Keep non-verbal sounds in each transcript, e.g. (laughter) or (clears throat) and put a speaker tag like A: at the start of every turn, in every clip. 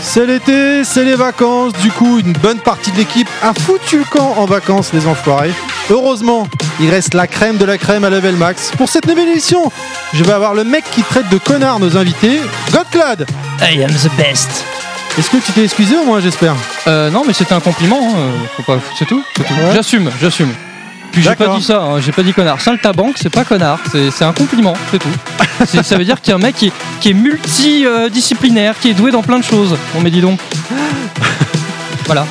A: C'est l'été, c'est les vacances. Du coup, une bonne partie de l'équipe a foutu le camp en vacances, les enfoirés. Heureusement, il reste la crème de la crème à level max. Pour cette nouvelle édition, je vais avoir le mec qui traite de connard nos invités, Godclad.
B: I am the best.
A: Est-ce que tu t'es excusé au moins, j'espère
C: Euh, non, mais c'était un compliment. hein, euh, faut pas- C'est tout. c'est tout.
A: Ouais.
C: J'assume, j'assume. Puis j'ai pas
A: D'accord.
C: dit ça, hein, j'ai pas dit connard. Saltabanque, c'est pas connard, c'est c'est un compliment, c'est tout. C'est- ça veut dire qu'il y a un mec qui est, qui est multidisciplinaire, qui est doué dans plein de choses. Bon, mais dis donc.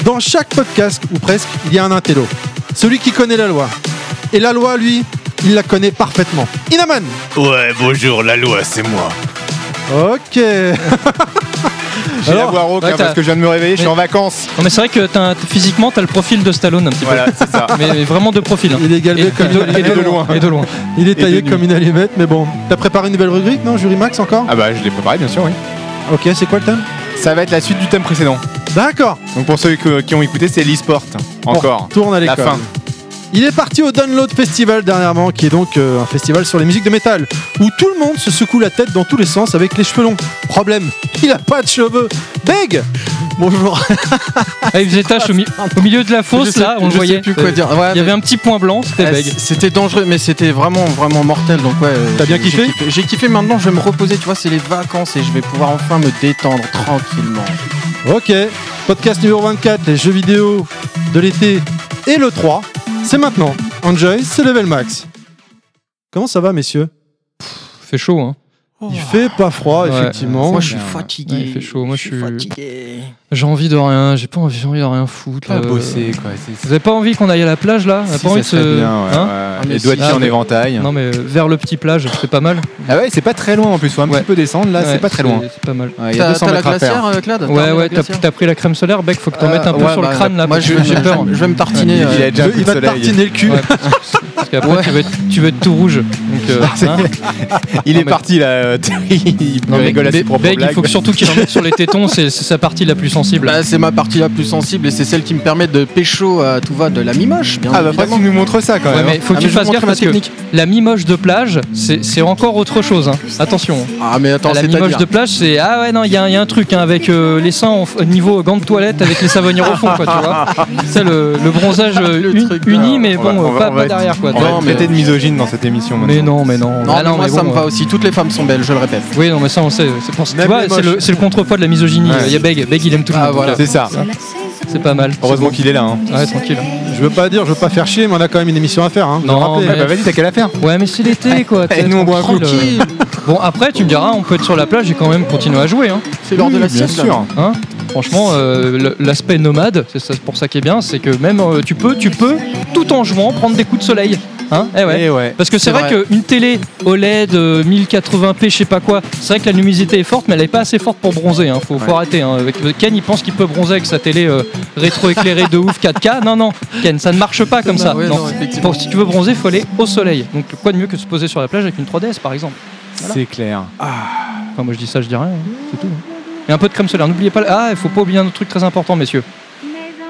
A: Dans chaque podcast, ou presque, il y a un intello. Celui qui connaît la loi. Et la loi, lui, il la connaît parfaitement. Inaman
D: Ouais, bonjour, la loi, c'est moi.
A: Ok.
D: J'ai
A: Alors,
D: la voix rauque
C: ouais,
D: hein,
C: t'as-
D: parce que je viens de me réveiller, je suis
C: Mais-
D: en vacances.
C: Non, mais c'est vrai que t'as un- physiquement, t'as le profil de Stallone un petit
D: (laughs) Voilà, c'est ça.
C: peu. Mais vraiment de profil. hein.
A: Il est
C: Et,
A: galbé comme
C: et de,
A: une-
C: et de
D: de
C: loin.
D: loin.
C: Et de loin.
A: Il est
D: de
A: taillé
D: nuit.
A: comme une allumette, mais bon. T'as préparé une nouvelle rubrique, non Jury Max encore
D: Ah bah, je l'ai préparé, bien sûr, oui.
A: Ok, c'est quoi le thème
D: Ça va être la suite du thème précédent.
A: D'accord.
D: Donc pour ceux que- qui ont écouté, c'est l'e-sport. Encore.
A: Tourne à
D: La
A: l'école.
D: fin.
A: Il est parti au Download Festival dernièrement, qui est donc euh, un festival sur les musiques de métal, où tout le monde se secoue la tête dans tous les sens avec les cheveux longs. Problème, il a pas de cheveux. Beg Bonjour.
C: Ah, il faisait tâche au, mi- au milieu de la fosse,
E: Je sais-
C: là, on le
E: je sais
C: voyait. Euh,
E: plus quoi dire. Ouais,
C: Il y avait un petit point blanc, c'était
E: Ah,
C: bègue.
E: c- C'était dangereux, mais c'était vraiment, vraiment mortel. Donc ouais. euh,
A: T'as bien
E: j'ai- j'ai
A: kiffé
E: J'ai kiffé. Maintenant, je vais me reposer. Tu vois, c'est les vacances et je vais pouvoir enfin me détendre tranquillement.
A: Ok. Podcast numéro 24, les jeux vidéo de l'été et le 3. C'est maintenant. Enjoy, c'est level max. Comment ça va, messieurs
C: Fait chaud, hein.
A: Il fait pas froid,
C: Ouais.
A: effectivement.
E: Moi, je suis
C: bien.
E: fatigué.
C: Ouais, il fait chaud. Moi, je suis-
E: fatigué.
C: J'ai envie de rien, j'ai pas envie, j'ai envie de rien foutre. là.
D: quoi. Ah,
C: Vous avez pas envie qu'on aille à la plage là On a
D: Si,
C: pas envie
D: ça
C: de se-
D: serait bien, ouais,
C: Hein
D: ouais.
E: mais
D: Les doigts
C: si.
D: de pied
C: Ah,
D: en
C: mais-
D: éventail.
C: non mais euh, vers le petit plage, c'est pas mal.
D: Ah ouais, c'est pas très loin en plus, faut un
C: Ouais.
D: petit peu descendre là,
C: Ouais,
D: Ah, c'est pas très loin.
C: C'est pas mal.
D: Ouais, Il y a
E: T'as
D: 200
E: t'as la
D: mètres à faire.
E: glacière, euh, Clad T'as remis
C: Ouais
E: la
C: ouais, t'as
E: glacière
C: t'as pris la crème solaire, Bec, faut que t'en
E: Euh,
C: mettes un peu
E: ouais,
C: sur le
E: bah,
C: crâne là,
E: Moi,
C: parce
E: je
C: que
E: vais,
C: j'ai peur.
E: Je vais me tartiner.
D: Il
E: euh,
D: a déjà
A: Il
D: pris
A: va
D: le
A: te
D: soleil.
A: tartiner le cul.
C: Ouais, parce qu'après tu, vas être, tu vas être tout rouge. Donc, euh, hein.
D: Il est
C: mais-
D: parti là, euh, (laughs) il
C: Non, mais
D: rigole à ses
C: Be-
D: propres
C: Beg, il
D: blagues.
C: faut que surtout qu'il en mette sur les tétons, c'est c'est sa partie la plus sensible.
E: Bah, c'est ma partie la plus sensible et c'est celle qui me permet de pécho à tout va de la mimoche. Bien
D: Ah bah après
E: évidemment.
D: tu nous montres ça quand
C: Ouais,
D: même. hein,
C: mais faut que
E: Ah, mais
C: tu
E: je vais
C: fasses
E: montrer
C: gaffe
E: ma
C: parce que
E: technique.
C: la mimoche de plage, c'est c'est encore autre chose. hein. Attention.
E: Ah mais attends,
C: la
E: c'est
C: mimoche de plage, c'est ah ouais non, il y, a un- il y a un truc hein, avec euh, les seins en f- niveau gants de toilette avec les savonniers au fond quoi, tu vois. C'est le, le bronzage euh,
E: Le
C: uni-
E: truc,
C: uni
E: là.
C: mais bon,
D: On va-
C: euh,
D: on va-
C: pas,
D: on va
C: pas
D: être-
C: derrière quoi.
D: On
C: tu
D: va
C: vois.
D: être
E: mais-
D: traité de misogyne dans cette émission maintenant.
C: Mais non, mais non.
E: Non,
C: Ah
E: mais moi
C: mais
E: ça
C: bon,
E: me
C: euh,
E: va aussi. Toutes les femmes sont belles, je le répète.
C: Oui, non, mais ça on sait. C'est pour ça.
A: Même
C: tu vois,
A: les
C: c'est le,
A: moches.
C: c'est le contrepoids de la misogynie.
D: Ouais.
C: Il y a Beg, Beg il aime tout le
E: Ah,
C: monde.
E: voilà.
D: C'est ça.
C: C'est pas mal.
D: Heureusement qu'il est là. hein.
C: Ouais, tranquille.
A: Je veux pas dire, je veux pas faire chier, mais on a quand même une émission à faire. Hein.
C: Non,
A: Rappelez.
C: mais-
D: Ah bah vas-y, t'as qu'à la faire.
C: Ouais, mais c'est l'été quoi.
D: Et nous, on boit un
C: Tranquille,
D: coup.
C: euh. Bon, après tu me diras, on peut être sur la plage et quand même continuer à jouer. Hein.
E: C'est l'heure de la
D: Bien
E: sieste. là.
D: sûr.
C: Hein Franchement, euh, le- l'aspect nomade, c'est ça- pour ça qui est bien, c'est que même euh, tu peux, tu peux, tout en jouant, prendre des coups de soleil. Hein Eh ouais.
D: Et ouais.
C: Parce que c'est
E: C'est
C: vrai, qu'une télé OLED euh, 1080p, je sais pas quoi, c'est vrai que la luminosité est forte, mais elle est pas assez forte pour bronzer. Hein. Faut, faut
D: Ouais.
C: arrêter. hein. Avec- Ken, il pense qu'il peut bronzer avec sa télé euh, rétro-éclairée de ouf (laughs) 4K. Non, non, Ken, ça ne marche pas comme ça.
E: Ouais,
C: non.
E: non, effectivement.
C: Bon, si tu veux bronzer, faut aller au soleil. Donc, quoi de mieux que se poser sur la plage avec une 3DS par exemple
D: C'est clair.
C: Enfin, moi je dis ça, je dis rien, hein. c'est tout. hein. Et un peu de crème solaire, n'oubliez pas. Ah, il faut pas oublier un autre truc très important, messieurs.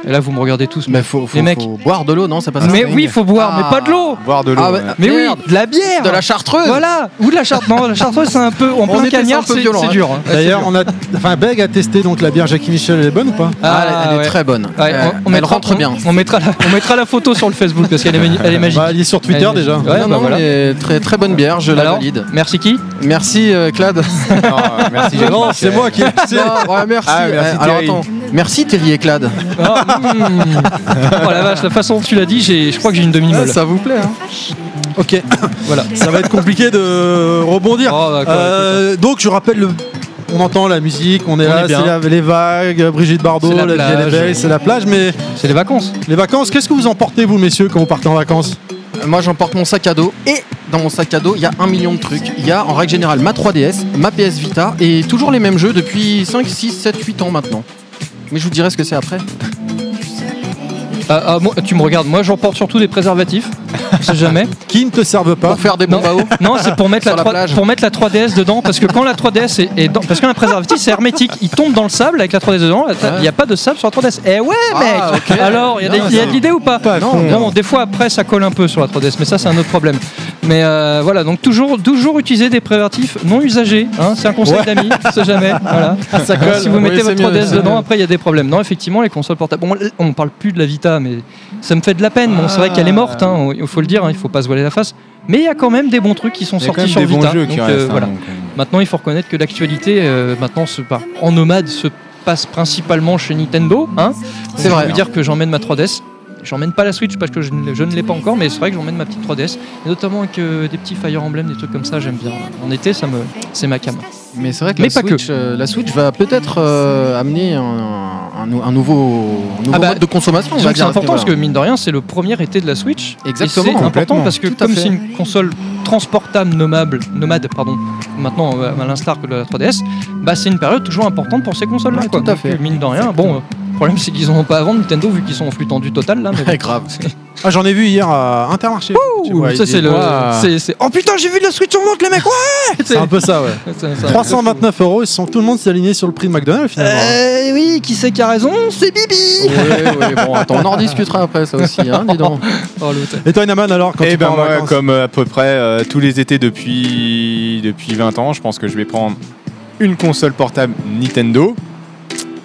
C: Et là, vous me regardez tous.
E: Mais faut, faut,
C: Les mecs.
E: faut boire de l'eau, non C'est pas ça
C: mais
E: Céline
C: oui, faut boire,
E: Ah.
C: mais pas de l'eau
D: Boire de l'eau.
E: Ah ouais.
D: ouais.
C: Mais
E: Merde.
C: oui, de la bière
E: De la chartreuse
C: Voilà Ou de la charte. Non, la chartreuse, c'est un peu. En plein
E: était
C: cagnard,
E: un peu
C: c'est
E: violent,
C: c'est
E: hein.
C: dur. hein.
E: Ouais,
A: D'ailleurs,
E: c'est
A: on a, enfin, Beg a testé donc la bière Jackie Michel, elle est bonne ou pas
E: Ah, elle- elle,
C: ouais.
E: est très bonne.
C: Ouais,
E: Euh,
C: on, on
E: elle
C: mettra,
E: rentre
C: on-
E: bien.
C: On mettra, la, on mettra la photo sur le Facebook parce qu'elle est, mani- elle est magique.
A: Bah, elle est sur Twitter
C: Elle est-
A: déjà.
C: Ouais, bah
E: non, non,
C: voilà.
E: mais très très bonne bière, je la
C: Alors
E: valide.
C: Merci qui
E: Merci euh,
C: (laughs)
E: Clad.
D: Ah, (laughs) merci, Jacques
A: Non,
D: Michel.
A: c'est moi qui.
E: Non, ouais, merci.
D: Ah, merci,
E: Euh, Alors
D: Thierry.
E: attends, merci Thierry et Clad.
C: Ah, hmm. Oh la vache, la façon dont tu l'as dit, j'ai- je crois que j'ai une
E: Ah,
C: demi-molle.
E: ça vous plaît hein
A: Ok,
C: Voilà.
A: ça va être compliqué de rebondir.
C: Oh, d'accord,
A: Euh, donc, je rappelle le. On entend la musique, on est
C: On
A: là,
C: est
A: c'est la-
C: bien.
A: les vagues, Brigitte Bardot,
C: C'est la
A: la, vie, elle est
C: plage.
A: belle, c'est la plage. Mais
C: C'est les vacances.
A: les vacances, qu'est-ce que vous emportez, vous, messieurs, quand vous partez en vacances
E: Moi j'emporte mon sac à dos et dans mon sac à dos il y a un million de trucs. Il y a en règle générale ma 3DS, ma PS Vita et toujours les mêmes jeux depuis 5, 6, 7, 8 ans maintenant. Mais je vous dirai ce que c'est après.
C: Ah, ah, moi, tu me regardes, moi j'emporte surtout des
E: (laughs)
C: préservatifs. On sait jamais.
A: Qui ne te servent pas
E: Pour faire des bombes à eau.
C: Non, c'est pour mettre la,
E: Sur la
C: 3,
E: plage.
C: pour mettre la 3DS dedans parce que quand la 3DS est, est dans, parce qu'un préservatif c'est hermétique, il tombe dans le sable avec la 3DS dedans, il
E: Ouais.
C: n'y a pas de sable sur la 3DS. Eh ouais
E: Ah,
C: mec.
E: ok.
C: Alors, il y a des- il y, a de l'idée ou pas
A: Pas à
C: Non,
A: fond.
C: bon, des fois après ça colle un peu sur la 3DS, mais ça c'est un autre problème. Mais Mais euh, voilà, donc toujours, toujours utiliser des préservatifs non usagés. hein, c'est un conseil d'amis, on sait jamais. Voilà.
E: (laughs) ça
C: Alors, Ah, si vous mettez
E: Oui, c'est
C: votre
E: mieux,
C: 3DS
E: c'est
C: dedans,
E: mieux.
C: après il y a des problèmes. Non, effectivement, les consoles portables. Bon, on ne parle plus de la Vita, mais ça me fait de la peine. Bon, c'est vrai
D: Ah.
C: qu'elle est morte, hein, il faut le dire, hein, il faut pas se voiler la face. Mais il y a quand même des bons trucs qui sont
D: Il y a quand
C: sortis
D: même
C: sur
D: des bons
C: Vita.
D: jeux qui
C: donc, euh,
D: restent. hein,
C: voilà.
D: donc, euh,
C: Maintenant, il faut reconnaître que l'actualité, euh, maintenant, se par- en nomade, se passe principalement chez Nintendo. Hein
E: C'est vrai.
C: Je veux dire que j'emmène ma 3DS. J'emmène pas la Switch parce que je ne, je ne l'ai pas encore, mais c'est vrai que j'emmène ma petite 3DS. Et notamment avec euh, des petits Fire Emblem, des trucs comme ça, j'aime bien. En été, ça me, c'est ma cam.
E: Mais c'est vrai que,
C: Mais
E: la,
C: pas que.
E: Switch, euh, la Switch va peut-être euh, amener un, un nou- un nouveau, un nouveau
C: Ah bah,
E: mode de consommation. on
C: Disons
E: va
C: que c'est
E: dire, à ce
C: important parce que
E: niveau-là.
C: mine de rien, c'est le premier été de la Switch.
E: Exactement.
C: Et C'est important
D: Complètement.
C: parce que
E: Tout à
C: comme
E: fait.
C: c'est une console transportable, nommable, nomade, pardon, maintenant euh, à l'instar que de la 3DS, bah c'est une période toujours importante pour ces consoles-là.
E: Ouais,
C: quoi.
E: tout à
C: Donc,
E: fait.
C: Mine de rien, bon, euh, le problème c'est qu'ils en ont pas avant Nintendo vu qu'ils sont en flux tendu total là. Mais
E: (laughs)
C: bon.
E: Ouais, grave.
A: Ah, j'en ai vu hier à Intermarché. Tu vois,
C: ça
A: il
C: c'est
A: est-
C: le.
D: Ouah.
C: c'est- c'est- Oh putain, j'ai vu de la Switch en vente, les mecs, ouais
A: C'est un peu ça, (laughs) ouais.
C: C'est- c'est un-
A: 329 euros, ils se sont tout le monde s'aligner sur le prix de McDonald's finalement.
C: Euh, oui, qui c'est qui a raison C'est Bibi
E: Ouais, ouais, bon, attends, on en rediscutera après ça aussi, hein, dis donc.
C: Oh, (laughs) l'autre.
A: Et toi, Inaman, alors, quand
D: Eh
A: tu
D: ben
A: pars en
D: moi,
A: vacances
D: comme euh, à peu près euh, tous les étés depuis depuis 20 ans, je pense que je vais prendre une console portable Nintendo.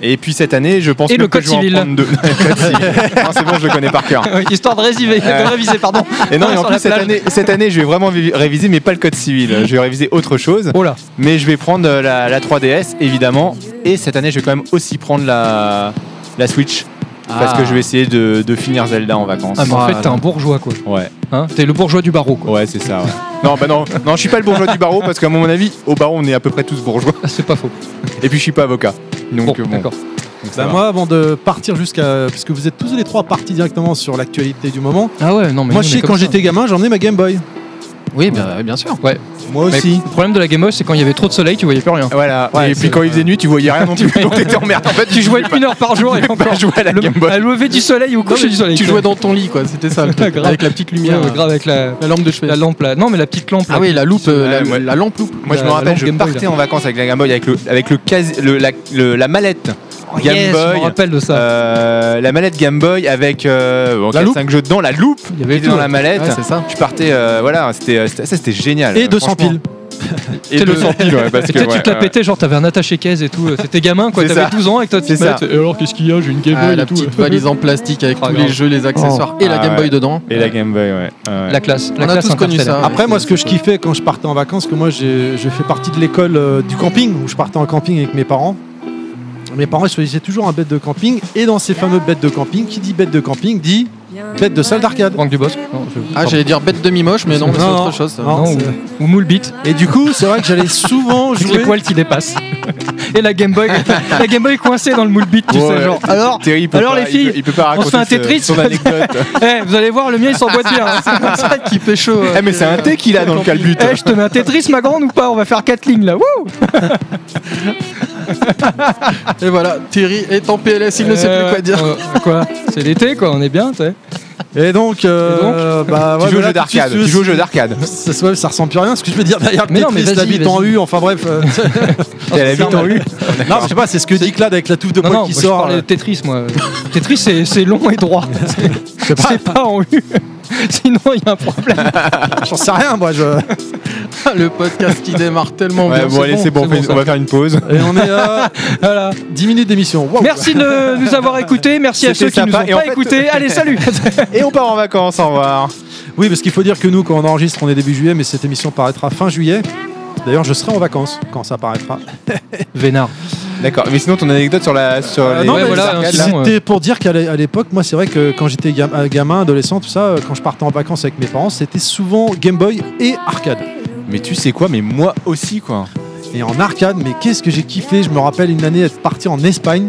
D: Et puis cette année, je pense
C: Et
D: même
C: le
D: que
C: code
D: je vais en
C: civil.
D: prendre deux. (laughs) Le code civil. Non, c'est bon, je le connais par cœur.
C: Histoire de réviser, de réviser, pardon.
D: Et non, et en
C: Sur
D: plus
C: la
D: cette
C: plage.
D: année, cette année, je vais vraiment vi- réviser, mais pas le code civil. Je vais réviser autre chose.
C: Oh là.
D: Mais je vais prendre euh, la, la 3DS évidemment. Et cette année, je vais quand même aussi prendre la la Switch parce que je vais essayer de, de finir Zelda en vacances.
C: Ah, mais en
E: Voilà.
C: fait, t'es un bourgeois, quoi.
D: Ouais.
C: Hein t'es le bourgeois du barreau, quoi.
D: Ouais, c'est ça. ouais. Non, bah non, non, je suis pas le bourgeois du barreau parce qu'à mon avis, au barreau, on est à peu près tous bourgeois.
C: Ah, C'est pas faux.
D: Et puis je suis pas avocat. Donc euh,
C: bon,
D: bon,
C: d'accord.
D: donc ça
A: Bah,
D: va.
A: moi, avant de partir jusqu'à. Parce que vous êtes tous les trois partis directement sur l'actualité du moment.
C: Ah ouais, non,
A: moi,
C: mais nous,
A: je
C: on est
A: sais,
C: comme
A: quand
C: ça.
A: j'étais gamin, j'en ai ma Game Boy.
E: Oui, bah, bien sûr.
A: Moi
D: Mais-
A: aussi.
C: Le problème de la Game Boy, c'est quand il y avait trop de soleil, tu voyais plus rien.
D: Voilà.
A: Ouais,
D: et
A: c'est-
D: puis quand il faisait nuit, tu voyais rien
C: (laughs)
D: non plus. donc t'étais en merde. En fait,
C: Tu jouais une heure par jour et encore.
D: pas jouer à la
C: Le-
D: Game Boy.
C: À lever du soleil ou au coucher du soleil.
E: Tu jouais dans ton lit, quoi, c'était ça, le truc,
C: Grave.
E: avec la petite lumière,
C: lumière, grave avec la,
E: la lampe de chevet.
C: la lampe là. Non, mais la petite lampe.
E: ah
C: là.
E: oui, la loupe, euh, la,
D: Ouais, ouais.
E: la lampe loupe.
D: Moi, je me
C: la
D: rappelle,
C: lampe
D: je
C: Euh, Game Boy,
D: partais en vacances avec la Game Boy, avec le, avec le, case- le- la, le- la mallette.
C: Oh,
D: Game
C: yes, Je
D: Boy.
C: me rappelle de ça.
D: Euh, la mallette Game Boy avec euh, bon,
A: La
D: quatre,
A: loupe.
D: cinq jeux dedans, la loupe.
C: Il y avait
D: qui était dans
C: tout,
D: la mallette.
E: Ouais, c'est ça.
D: tu partais, euh, voilà, c'était, euh, c'était- ça c'était génial.
A: Et 200 piles.
D: Et
C: C'était le
D: 200 piles, ouais, parce
C: Et
D: que.
C: toi, tu
D: ouais,
C: te la
D: ouais.
C: pétais, genre t'avais un attaché caisse et tout. Euh, C'était gamin quoi,
D: C'est
C: t'avais
D: ça.
C: 12 ans et que toi tu
D: C'est
C: te euh,
D: ça.
C: mettais, Et alors qu'est-ce qu'il y a J'ai une Game
E: Ah,
C: Boy et
E: la
C: tout.
E: petite valise en plastique avec
C: Ah,
E: tous
C: grave.
E: les jeux, les accessoires et la
D: Ah,
E: Game Boy
D: ouais.
E: dedans.
D: Et la Game Boy, ouais. ouais.
C: La classe. La
E: On a
C: classe
E: tous connu
C: interstellaire.
E: ça.
A: Après, moi, ce que je kiffais quand je partais en vacances, que moi, j'ai- je fais partie de l'école euh, du camping, où je partais en camping avec mes parents. Mes parents, ils choisissaient toujours un bête de camping. Et dans ces fameux bêtes de camping, qui dit bête de camping dit bête de salle d'arcade.
C: Franck Dubosc. Non, je-
E: Ah, j'allais dire bête demi-moche, mais non,
A: Non,
E: mais c'est
A: non.
E: autre chose. ça.
A: Non.
C: Non,
A: c'est-
C: ou, ou moule bit.
A: Et du coup, c'est vrai que j'allais souvent
C: Avec les
A: jouer.
C: poils qui dépassent. Et la Game Boy, la Game Boy coincée dans le moule bit, tu sais,
D: Ouais.
C: genre. Alors,
D: Thierry, il peut
C: alors
D: pas-
C: les
D: il peut-
C: filles,
D: il peut pas
C: on se
D: raconter
C: fait un
D: ce-
C: Tetris
D: son anecdote.
C: (laughs) eh, vous allez voir, le mien il s'emboîte bien. hein. C'est comme ça qui pécho.
D: Eh, mais c'est un thé qu'il a dans le calbut.
C: Eh, je te mets un Tetris, ma grande, ou pas On va faire 4 lignes là. Wouh
E: euh, Et voilà, Thierry est en PLS, il ne sait plus quoi dire.
C: Euh, quoi C'est l'été, quoi, on est bien, tu sais.
A: Et donc, euh, bah,
D: Tu
A: ouais,
D: joues au
A: voilà,
D: jeu d'arcade.
A: tout de
D: Tu
A: suite,
D: joues au jeu d'arcade.
A: ça, se- ouais, ça ressemble plus à rien ce que je veux dire derrière
C: Mais non, mais
A: Tetris, la
C: vas-y,
A: bite en
C: vas-y.
A: U enfin bref euh,
D: Elle habite en rue.
A: (laughs) non je sais pas c'est ce que dit Clad avec la touffe de
C: Non,
A: poils
C: non,
A: qui
C: moi, je
A: sort euh,
C: parlais de Tetris, moi. Tetris, c'est c'est long et droit.
A: je sais pas
C: C'est pas en U. Sinon, il y a un problème.
A: j'en sais rien moi je
E: (laughs) Le podcast qui démarre tellement
D: Ouais,
E: bien.
D: bon, allez, c'est bon, on
C: c'est
D: fait-
C: bon, ça.
D: on va faire une pause.
A: et on est à
C: Voilà.
A: 10 minutes d'émission Waouh.
C: Merci de nous avoir écoutés. Merci à ceux
D: C'était
C: qui nous ont
D: sympa. Et en
C: pas
D: fait-
C: écoutés. Allez, salut
D: Et on part en vacances, au revoir.
A: oui parce qu'il faut dire que nous quand on enregistre on est début juillet mais cette émission paraîtra fin juillet D'ailleurs, je serai en vacances quand ça paraîtra.
C: Vénard.
D: D'accord, mais sinon ton anecdote sur la. Sur
A: Euh,
D: les...
C: non, ouais, mais voilà,
A: c'était
C: hein, sinon,
A: c'était pour dire qu'à l'é- à l'époque, moi, c'est vrai que quand j'étais gam- euh, gamin, adolescent, tout ça, euh, quand je partais en vacances avec mes parents, c'était souvent Game Boy et arcade.
D: Mais tu sais quoi, mais moi aussi, quoi.
A: Et en arcade, mais qu'est-ce que j'ai kiffé Je me rappelle une année être parti en Espagne.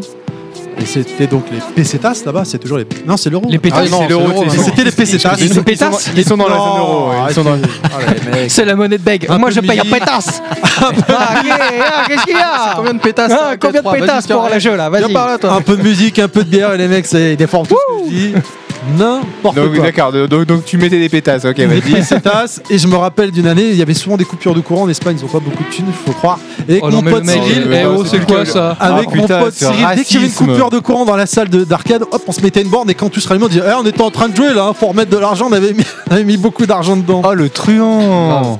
A: Et c'était donc les pesetas là-bas, c'est toujours les. Non, c'est l'euro.
C: Les pétasses.
E: Ah, non,
D: c'est l'euro,
E: l'euro,
D: tu sais,
E: non.
D: c'est-
A: C'était les pesetas.
C: Ils sont- pétasses
D: Ils sont dans la
A: Non,
D: zone euro. ouais, Ils sont dans
A: arrêtez. Oh, les mecs.
C: C'est la monnaie de Bègue.
A: Un
C: Moi,
A: peu
C: je
A: de
C: paye en
A: milliers.
C: (laughs) pétasse. ah, ok, ah, qu'est-ce qu'il y a
E: Combien de pétasses
C: Ah,
E: t'as,
C: Combien de
E: quatre, trois,
C: pétasses
E: vas-y,
C: pour
E: Thierry.
C: le jeu là
E: Viens
C: Vas-y.
E: par là, toi.
A: Un peu de musique, un peu de bière, et les mecs, c'est- ils déforment tout ce que je dis. n'importe
D: Donc,
A: quoi.
D: d'accord, donc, donc tu mettais des pétasses, ok,
A: Des (laughs)
D: vas-y.
A: pesetas, et je me rappelle d'une année, il y avait souvent des coupures de courant en Espagne, ils ont pas beaucoup de thunes, faut croire. Et
C: Oh
A: mon
C: non, mais le
A: pote
C: mec,
A: Cyril,
C: il-
D: euh,
C: eh oh,
D: c'est
C: c'est
D: le
C: quoi
D: cœur.
C: ça
A: avec
D: Ah,
A: mon
D: putain,
A: pote
D: ce
A: Cyril, dès qu'il y avait une
D: racisme.
A: coupure de courant dans la salle de- d'arcade, hop, on se mettait une borne et quand tout se rallumait, on disait Eh, on était en train de jouer là, hein, faut remettre de l'argent, on avait mis, (laughs) on avait mis beaucoup d'argent dedans.
D: Oh le truand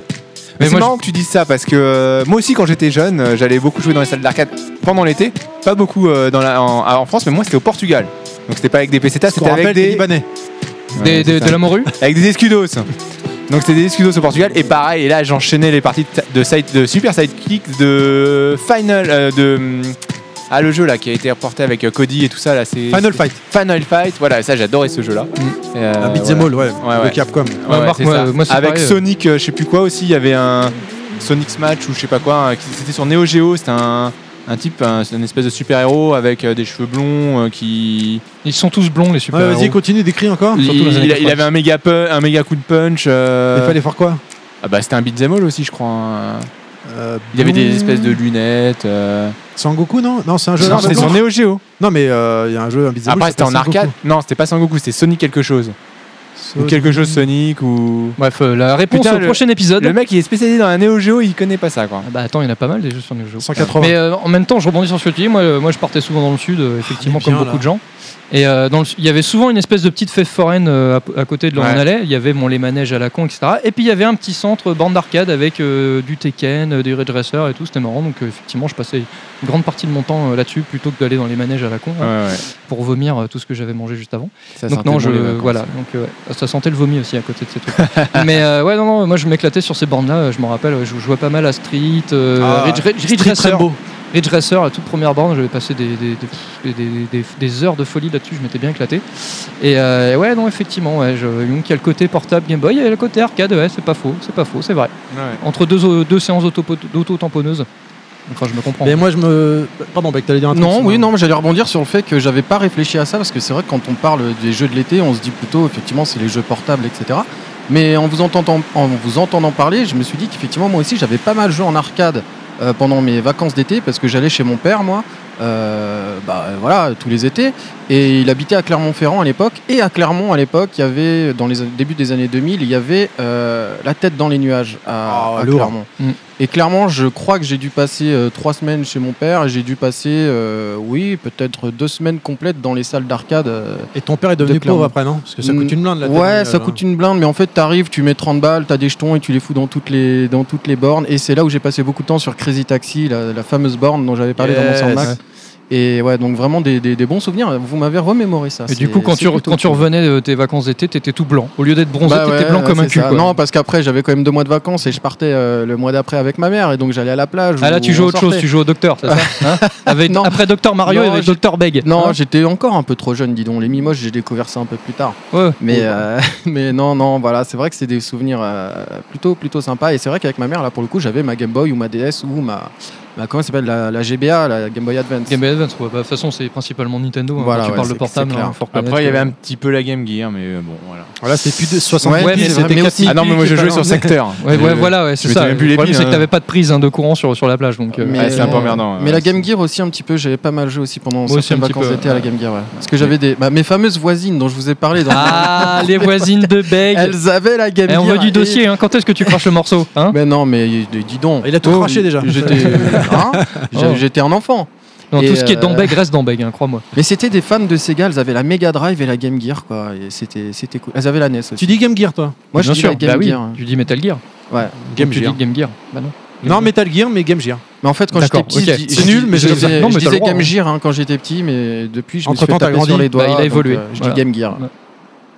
C: Mais
D: Mais c'est
C: moi,
D: marrant que tu dises ça parce que euh, moi aussi quand j'étais jeune, euh, j'allais beaucoup jouer dans les salles d'arcade pendant l'été, pas beaucoup euh, dans la- en, en France, mais moi c'était au Portugal. Donc c'était pas avec des pesetas,
A: Parce qu'on
D: c'était avec
A: rappelle des
D: des,
A: Libanais.
D: Ouais,
C: Ah, Des-
D: c'est
C: des-
D: ça.
C: de la morue
D: avec des escudos. Donc c'était des escudos au Portugal et pareil. Et là j'enchaînais les parties de, de side- de Super Sidekick, de Final, euh, de hum, ah le jeu là qui a été reporté avec euh, Cody et tout ça là, c'est
A: Final Fight,
D: Final Fight. Voilà, ça j'adorais ce euh, jeu là.
A: un beat'em all, ouais,
D: Ah, Ouais,
A: de
D: ouais.
A: Capcom.
D: Ouais,
C: Ouais,
D: ouais,
C: Marc,
D: c'est
C: moi-
D: ça.
C: moi, c'est
D: Avec
C: pareil, euh.
D: Sonic, euh, je sais plus quoi aussi, il y avait un Sonic Smash ou je sais pas quoi, hein, qui- c'était sur Neo Geo, c'était un, un type, un, c'est une espèce de super-héros avec euh, des cheveux blonds euh, qui.
C: Ils sont tous blonds, les
A: Ouais,
C: super
A: Vas-y, continue d'écrire encore.
D: Il,
C: Ah, surtout dans les années
D: il a- il avait un méga, pu- un méga coup de punch. euh,
A: Il fallait faire quoi
D: ah bah, c'était un beat'em all aussi, je crois. hein.
A: Euh,
D: Il y avait des
C: Mmh.
A: boum.
D: espèces de lunettes. euh.
A: Sangoku, non Non, c'est un jeu.
D: Non,
A: un jeu
D: c'était sur
A: blanc.
D: Neo Geo.
A: Non, mais euh, il y a un jeu, un beat'em all,
D: Après,
A: ça
D: c'était en
A: s'appelle
D: arcade. Non, c'était pas Sangoku, c'était Sonic quelque chose.
A: Sangoku.
D: Ou quelque chose Sonic ou.
C: Bref, euh, la réponse
D: Putain,
C: au
D: le-
C: prochain épisode.
D: Le mec, il est spécialisé dans la Neo Geo, il connaît pas ça, quoi.
C: Ah bah attends, il y en a pas mal des jeux sur Neo Geo.
A: 180.
C: Mais euh, en même temps, je rebondis sur ce que tu dis. Moi, euh, moi je partais souvent dans le sud, euh, effectivement,
A: on est Ah, bien,
C: comme beaucoup
A: là.
C: de gens. Et euh, dans le- il y avait souvent une espèce de petite fête foraine euh, à, à côté de là où on
D: Ouais.
C: allait. Il y avait bon, les manèges à la con, etc. Et puis il y avait un petit centre euh, bande d'arcade avec euh, du Tekken, euh, des redresseurs et tout. C'était marrant. Donc euh, effectivement, je passais une grande partie de mon temps euh, là-dessus plutôt que d'aller dans les manèges à la con
D: Ouais,
C: hein,
D: ouais.
C: pour vomir euh, tout ce que j'avais mangé juste avant.
D: Ça
C: donc
D: sentait
C: non,
D: bon
C: je
D: les vacances.
C: voilà, donc euh, ouais, ça sentait le vomi aussi à côté de ces trucs. (laughs) mais euh, ouais, non, non, moi je m'éclatais sur ces bornes-là. euh, Je m'en rappelle, ouais, je jouais pas mal à Street, euh,
A: Ah,
C: Ridge, Ridge- Ridge
A: Street
C: Racer,
A: Rainbow.
C: Ridge Racer, la toute première borne, j'avais passé des, des, des- des- des- des heures de folie là-dessus. Je m'étais bien éclaté. Et euh, ouais, non, effectivement, ouais, je, donc il y a le côté portable Game Boy et le côté arcade. Ouais, c'est pas faux, c'est pas faux, c'est vrai.
D: Ouais.
C: Entre deux, au- deux séances d'auto- d'auto-tamponneuses. Enfin, je me comprends.
A: Mais moi, je me. Pardon, Beck, t'allais dire un truc
E: Non,
A: sur-
E: oui, non, mais j'allais rebondir sur le fait que j'avais pas réfléchi à ça parce que c'est vrai que quand on parle des jeux de l'été, on se dit plutôt effectivement c'est les jeux portables, etc. Mais en vous entendant, en vous entendant parler, je me suis dit qu'effectivement moi aussi j'avais pas mal joué en arcade euh, pendant mes vacances d'été parce que j'allais chez mon père moi, euh, bah euh, voilà tous les étés et il habitait à Clermont-Ferrand à l'époque et à Clermont à l'époque il y avait dans les débuts des années 2000 il y avait euh, la tête dans les nuages à,
A: Ah,
E: à
A: lourd.
E: Clermont.
C: Mm.
E: Et clairement, je crois que j'ai dû passer euh, trois semaines chez mon père et j'ai dû passer, euh, oui, peut-être deux semaines complètes dans les salles d'arcade. euh.
A: Et ton père est devenu
E: De Clermont.
A: pauvre après, non Parce que ça coûte une blinde euh, là.
E: Ouais, ça coûte une blinde, mais en fait, t'arrives, tu mets 30 balles, t'as des jetons et tu les fous dans toutes les, dans toutes les bornes. Et c'est là où j'ai passé beaucoup de temps sur Crazy Taxi, la, la fameuse borne dont j'avais parlé
D: Yes.
E: dans mon Soundmax. Et ouais, donc vraiment des, des- des bons souvenirs. Vous m'avez remémoré ça.
C: et
E: C'est-
C: du coup, quand
E: c'est
C: tu, re-
E: plutôt
C: quand tu
E: cool.
C: revenais de tes vacances d'été, t'étais tout blanc. Au lieu d'être bronzé,
E: Bah
C: t'étais
E: ouais,
C: blanc comme un
E: c'est
C: cul.
E: ça.
C: quoi.
E: Non, parce qu'après, j'avais quand même deux mois de vacances et je partais euh, le mois d'après avec ma mère et donc j'allais à la plage.
C: Ah là,
E: où
C: tu joues
E: on
C: autre chose,
E: sortait.
C: tu joues au docteur, c'est ça Hein Avec-
E: Non.
C: Après Docteur Mario,
E: Non,
C: il y avait
E: j'ai-
C: Docteur Beg.
E: Non,
C: Hein
E: j'étais encore un peu trop jeune, dis donc. Les mimoches, j'ai découvert ça un peu plus tard.
C: Ouais.
E: Mais, euh, (laughs) mais non, non, voilà, c'est vrai que c'est des souvenirs euh, plutôt, plutôt sympas. Et c'est vrai qu'avec ma mère, là, pour le coup, j'avais ma Game Boy ou ma DS ou ma. ma- comment ça s'appelle la, la GBA, la Game Boy Advance.
C: Game Boy Advance, ouais, bah, de toute façon, c'est principalement Nintendo. hein,
E: Voilà,
C: quand tu
E: ouais,
C: parles de
E: c'est-
C: portable,
E: c'est clair.
C: hein, faut reconnaître
D: Après, il y avait
C: que-
D: un petit peu la Game Gear, mais euh, bon, voilà.
A: Voilà, c'est plus de 70
E: Ouais,
A: balles,
E: mais c'est vrai,
A: c'était
E: mais aussi-
A: 4000
D: Ah non, mais moi je
A: quelque
D: jouais
A: part.
D: sur secteur.
C: Ouais, ouais,
D: Je-
C: voilà, ouais, c'est
D: je
C: ça.
D: mettais même plus
C: le
D: les
C: problème,
D: piles,
C: c'est que
D: hein.
C: t'avais pas de prise hein, de courant sur, sur la plage. Donc, euh,
E: Mais-
D: Ah, c'est un peu emmerdant.
E: Mais
D: ouais.
E: la Game Gear aussi un petit peu, j'avais pas mal joué aussi pendant
C: Moi aussi,
E: certaines
C: un petit
E: vacances
C: peu,
E: d'été à la Game Gear. ouais. Parce que j'avais des bah, mes fameuses voisines dont je vous ai parlé. dans-
C: Ah, les voisines de Beg.
E: (laughs) Elles avaient la Game
C: Eh,
E: Gear.
C: on veut
E: et-
C: du dossier, hein, quand est-ce que tu craches le morceau hein
E: Mais non, mais dis dis donc.
A: Il a tout
E: Oh,
A: craché déjà.
E: J'étais
A: (laughs)
E: hein
C: Oh.
E: J'étais un enfant.
C: Non,
E: et,
C: Tout ce qui est dans
E: euh,
C: Beg reste dans Beg, hein, crois-moi.
E: Mais c'était des fans de Sega, elles avaient la Mega Drive et la Game Gear, quoi. Et c'était, c'était cool. Elles avaient la NES aussi.
A: Tu dis Game Gear, toi
E: Moi, je
C: Bien
E: dis
C: sûr,
E: la Game
C: bah oui,
E: Gear. hein.
C: Tu dis Metal Gear.
E: Ouais.
A: Game
C: Donc, tu
A: Gear.
C: dis Game Gear. Bah non.
A: Non, Metal Gear, mais Game Gear.
E: Mais en fait, quand j'étais
C: D'accord,
E: petit, je
C: ok.
E: dis-
C: C'est
E: je
C: nul,
E: dis-
C: mais
E: je
C: c'est-
E: disais,
C: non, mais
E: je
C: t'as le
E: disais
C: droit,
E: Game
C: hein.
E: Gear hein, quand j'étais petit, mais depuis, je me suis
A: Entre-temps,
E: fait
A: t'as
E: taper sur
A: grandi.
E: les doigts.
C: Bah, il a
E: donc,
C: évolué.
E: euh, je
C: Voilà.
E: dis Game Gear.
C: Ouais.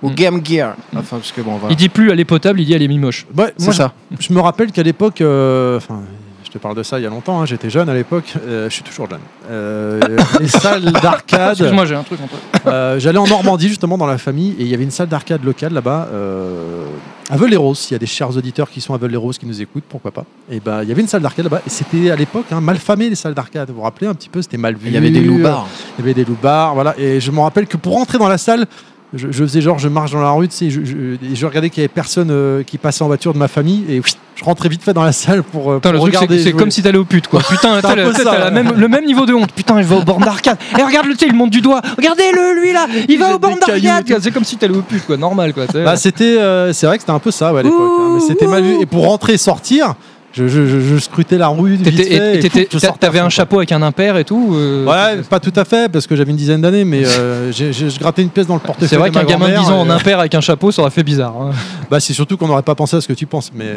E: Ou
C: Mm.
E: Game Gear.
C: Mm.
E: Enfin, parce que bon, voilà.
C: Il dit plus, elle est potable, il dit elle est mi-moche.
A: Ouais,
E: C'est
A: moi,
E: ça.
A: Je me rappelle qu'à l'époque, euh, enfin, je te parle de ça il y a longtemps, hein, j'étais jeune à l'époque, euh, je suis toujours jeune. Euh, les
E: (laughs)
A: salles d'arcade,
C: Excuse-moi, j'ai un truc entre.
A: euh, j'allais en Normandie justement dans la famille et il y avait une salle d'arcade locale là-bas euh, à Veuleros. Il y a des chers auditeurs qui sont à Veuleros qui nous écoutent, pourquoi pas. Et ben il y avait une salle d'arcade là-bas et c'était à l'époque hein, mal famé les salles d'arcade. Vous vous rappelez un petit peu, c'était mal vu.
E: Il y avait des
A: euh,
E: loups bars.
A: il y avait des loups-bars, voilà. Et je me rappelle que pour rentrer dans la salle, je, je faisais genre, je marche dans la rue, tu sais, je, je, et je regardais qu'il y avait personne euh, qui passait en voiture de ma famille et whist, je rentrais vite fait dans la salle pour, euh,
C: Putain,
A: pour
C: le truc, c'est
A: regarder.
C: que c'est
A: jouer.
C: comme si t'allais au pute, quoi. (laughs) Putain,
A: un
C: t'as, le,
A: peu
C: t'as
A: ça,
C: la
A: ouais.
C: même, le même niveau de honte. Putain, je vais aux bornes d'arcade. Et regarde, le tu sais, il monte du doigt. Regardez-le, lui, là. Il va
A: jette
C: aux bornes
A: des cailloux et
C: d'arcade. C'est comme si t'allais au pute, quoi. Normal, quoi. tu sais.
A: Bah, c'était, euh, c'est vrai que c'était un peu ça ouais, à l'époque, hein, mais
C: Ouh,
A: c'était mal vu.
C: ouh.
A: Et pour rentrer et sortir, je, je- je- je scrutais la rue vite
C: T'étais-
A: fait,
C: et-
A: et
C: t'étais-
A: pouf, je
C: t'a-
A: sortais à
C: T'avais
A: fond,
C: un
A: quoi.
C: chapeau avec un impair et tout. euh,
A: Ouais, pas tout à fait, parce que j'avais une dizaine d'années, mais euh, (laughs) j'ai- j'ai- je grattais une pièce dans le portefeuille.
C: C'est vrai
A: de ma
C: qu'un gamin de 10
A: grand-mère, euh.
C: ans en
A: et-
C: impair avec un chapeau, ça aurait fait bizarre. hein.
A: Bah, c'est surtout qu'on n'aurait pas pensé à ce que tu penses, mais.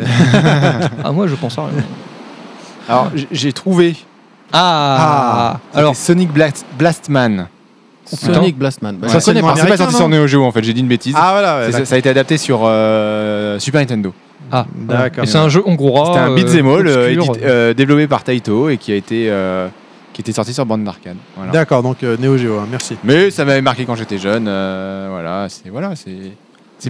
C: Ah, moi, je pense à rien.
D: Alors, j- j'ai trouvé.
C: Ah,
D: Alors,
C: Alors,
D: Sonic Blast, Blastman.
C: putain.
E: Sonic Blastman.
A: Ouais.
E: Bah, je
D: Ça,
A: c'est
D: c'est
E: connais
A: le
E: pas.
A: nom
D: c'est pas
A: américain,
D: sorti sur Neo Geo en fait, j'ai dit une bêtise.
A: Ah, voilà, (laughs)
D: C'est- ça, ça a été adapté sur euh, Super Nintendo.
C: ah, voilà.
A: D'accord.
C: Et c'est un jeu hongrois.
D: C'était un beat'em
C: euh,
D: all euh,
C: obscur.
D: édité- euh, développé par Taito et qui a été euh, qui était sorti sur bande d'arcade. Voilà.
A: D'accord, donc euh, Neo Geo, hein, merci.
D: Mais ça m'avait marqué quand j'étais jeune. euh, voilà, c'est voilà, c'est c'est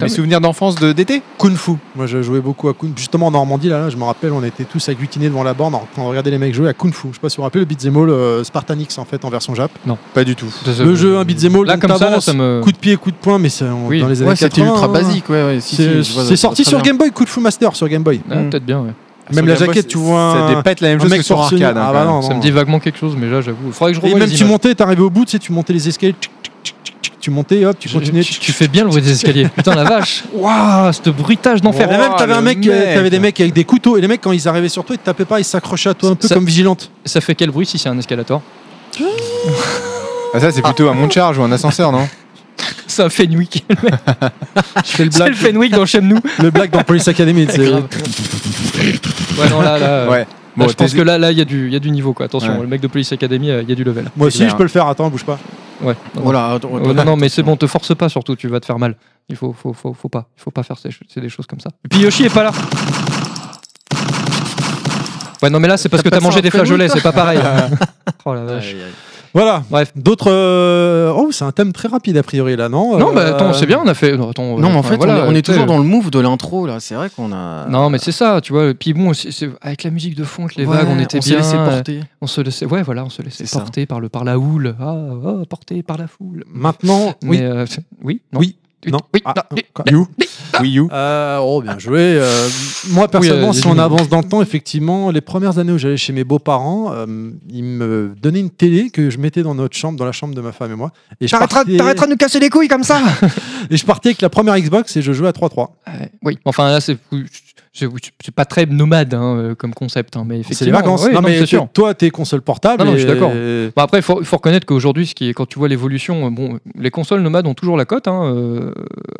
C: Putain,
D: mes
C: mais-
D: souvenirs d'enfance de d'été.
A: Kung Fu. Moi, je jouais beaucoup à Kung Justement, en Normandie, là, là, je me rappelle, on était tous agglutinés devant la borne en train de regarder les mecs jouer à Kung Fu. Je sais pas si vous vous rappelez le Beat'em All euh, Spartanix, en fait, en version Jap.
D: Pas du tout.
A: Le jeu, un beat'em all,
C: Là,
A: donc
C: comme ça, là,
A: t'avances,
C: ça me.
A: Coup de pied, coup de poing, mais c'est en-
C: Oui.
A: dans les années
E: Ouais, c'était
A: 80,
E: ultra
A: hein.
E: basique. Ouais, ouais, si,
A: C'est
E: si, je vois-
A: c'est
E: je
A: sorti
E: vois
A: sur
E: très bien.
A: Game Boy, Kung Fu Master sur Game Boy.
C: Ah, peut-être bien, ouais.
A: Même la
D: Sur Game Boy,
A: jaquette, tu
D: c'est-
A: vois
D: Ça
A: un-
D: devait pas être la même
A: un
D: chose
A: mec
D: que sur
A: sur Sony.
D: arcade. hein,
A: Ah,
D: quand
A: bah
D: même.
A: non,
C: Ça me dit vachement quelque chose, mais là, j'avoue. Faudrait que je
A: Et
C: revoie
A: même
C: les
A: tu
C: images.
A: montais, t'arrivais au bout, tu sais, tu montais les escaliers, tchic, tchic, tchic, tchic, tchic, tu montais, hop, tu
C: Je-
A: continuais.
C: tu, tu fais bien le bruit des
A: (laughs)
C: escaliers. Putain, la vache. Waouh, ce bruitage
A: Et
C: d'enfer.
D: Wow.
A: même t'avais un
D: Oh, le
A: mec, euh,
D: mec.
A: t'avais des mecs avec des couteaux et les mecs quand ils arrivaient sur toi ils te tapaient pas, ils s'accrochaient à toi un peu
C: Ça- (laughs)
A: comme vigilante.
C: Ça fait quel bruit si c'est un escalator
D: Ah, ça c'est plutôt un monte-charge ou un ascenseur, non
C: C'est un Fenwick.
A: (laughs) Je fais le
C: C'est
A: black,
C: le Fenwick dans Chemnou.
A: le black dans Police Academy. tu sais.
C: Grave. Ouais, non, là, là.
D: Ouais.
C: Là, je
D: t'es-
C: pense que là, là, il y, a du- il y a du niveau, quoi. Attention,
D: Ouais.
C: le mec de Police Academy, euh, il y a du level.
A: Moi aussi
D: clair.
A: je peux le faire. Attends, bouge pas.
C: Ouais. Non, non.
E: Voilà, attends,
C: Oh, non, non, mais c'est bon, te force pas surtout, tu vas te faire mal. Il faut, faut, faut, faut pas, il faut pas faire ces, c'est des choses comme ça. Et puis Yoshi est pas là. Ouais, non, mais là, c'est parce que t'as
E: T'appelles ça
C: mangé
E: un
C: des
E: prénom,
C: flageolets,
E: toi
C: c'est pas pareil. oh la vache.
A: Voilà.
C: Bref.
A: D'autres. euh, Oh c'est un thème très rapide a priori là non
C: Non, bah
A: Euh,
C: attends, c'est bien, on a fait. Non, attends, euh,
E: Non, mais en
C: enfin,
E: fait,
C: voilà,
E: on est, on est
C: tu sais,
E: toujours dans le move de l'intro là. C'est vrai qu'on a.
C: Non, mais c'est ça, tu vois. Et puis bon, c'est- c'est- avec la musique de fond, avec les
E: Ouais,
C: vagues, on était
E: s'est
C: bien.
E: laissé
C: euh,
E: porter.
C: on se laissait, ouais, voilà, on se laissait
E: C'est ça.
C: porter par le, par la houle. Ah, ah, porté par la foule.
A: Maintenant
C: Mais,
A: oui
C: euh, oui, non.
A: oui non.
C: oui,
A: Ah,
C: non,
A: quoi.
D: You. Oui, you.
A: Euh, oh, bien joué. Euh, moi, personnellement,
C: euh, il y
A: si
C: a du
A: on
C: niveau.
A: avance dans le temps, effectivement, les premières années où j'allais chez mes beaux-parents, euh, ils me donnaient une télé que je mettais dans notre chambre, dans la chambre de ma femme et moi. Et je, partais,
C: de nous casser les couilles comme ça
A: (laughs) et je partais avec la première Xbox et je jouais à 3-3.
C: Ah Oui, enfin là, c'est c'est- c'est pas très nomade hein, euh, comme concept, hein, mais effectivement.
A: C'est les vacances.
C: ouais,
A: non, mais
C: c'est sûr.
A: t- toi, t'es console portable.
C: Non, non,
A: et- euh,
C: je suis d'accord. Bon, après, il faut, il faut reconnaître qu'aujourd'hui, ce qui est- quand tu vois l'évolution, euh, bon, les consoles nomades ont toujours la cote hein, euh,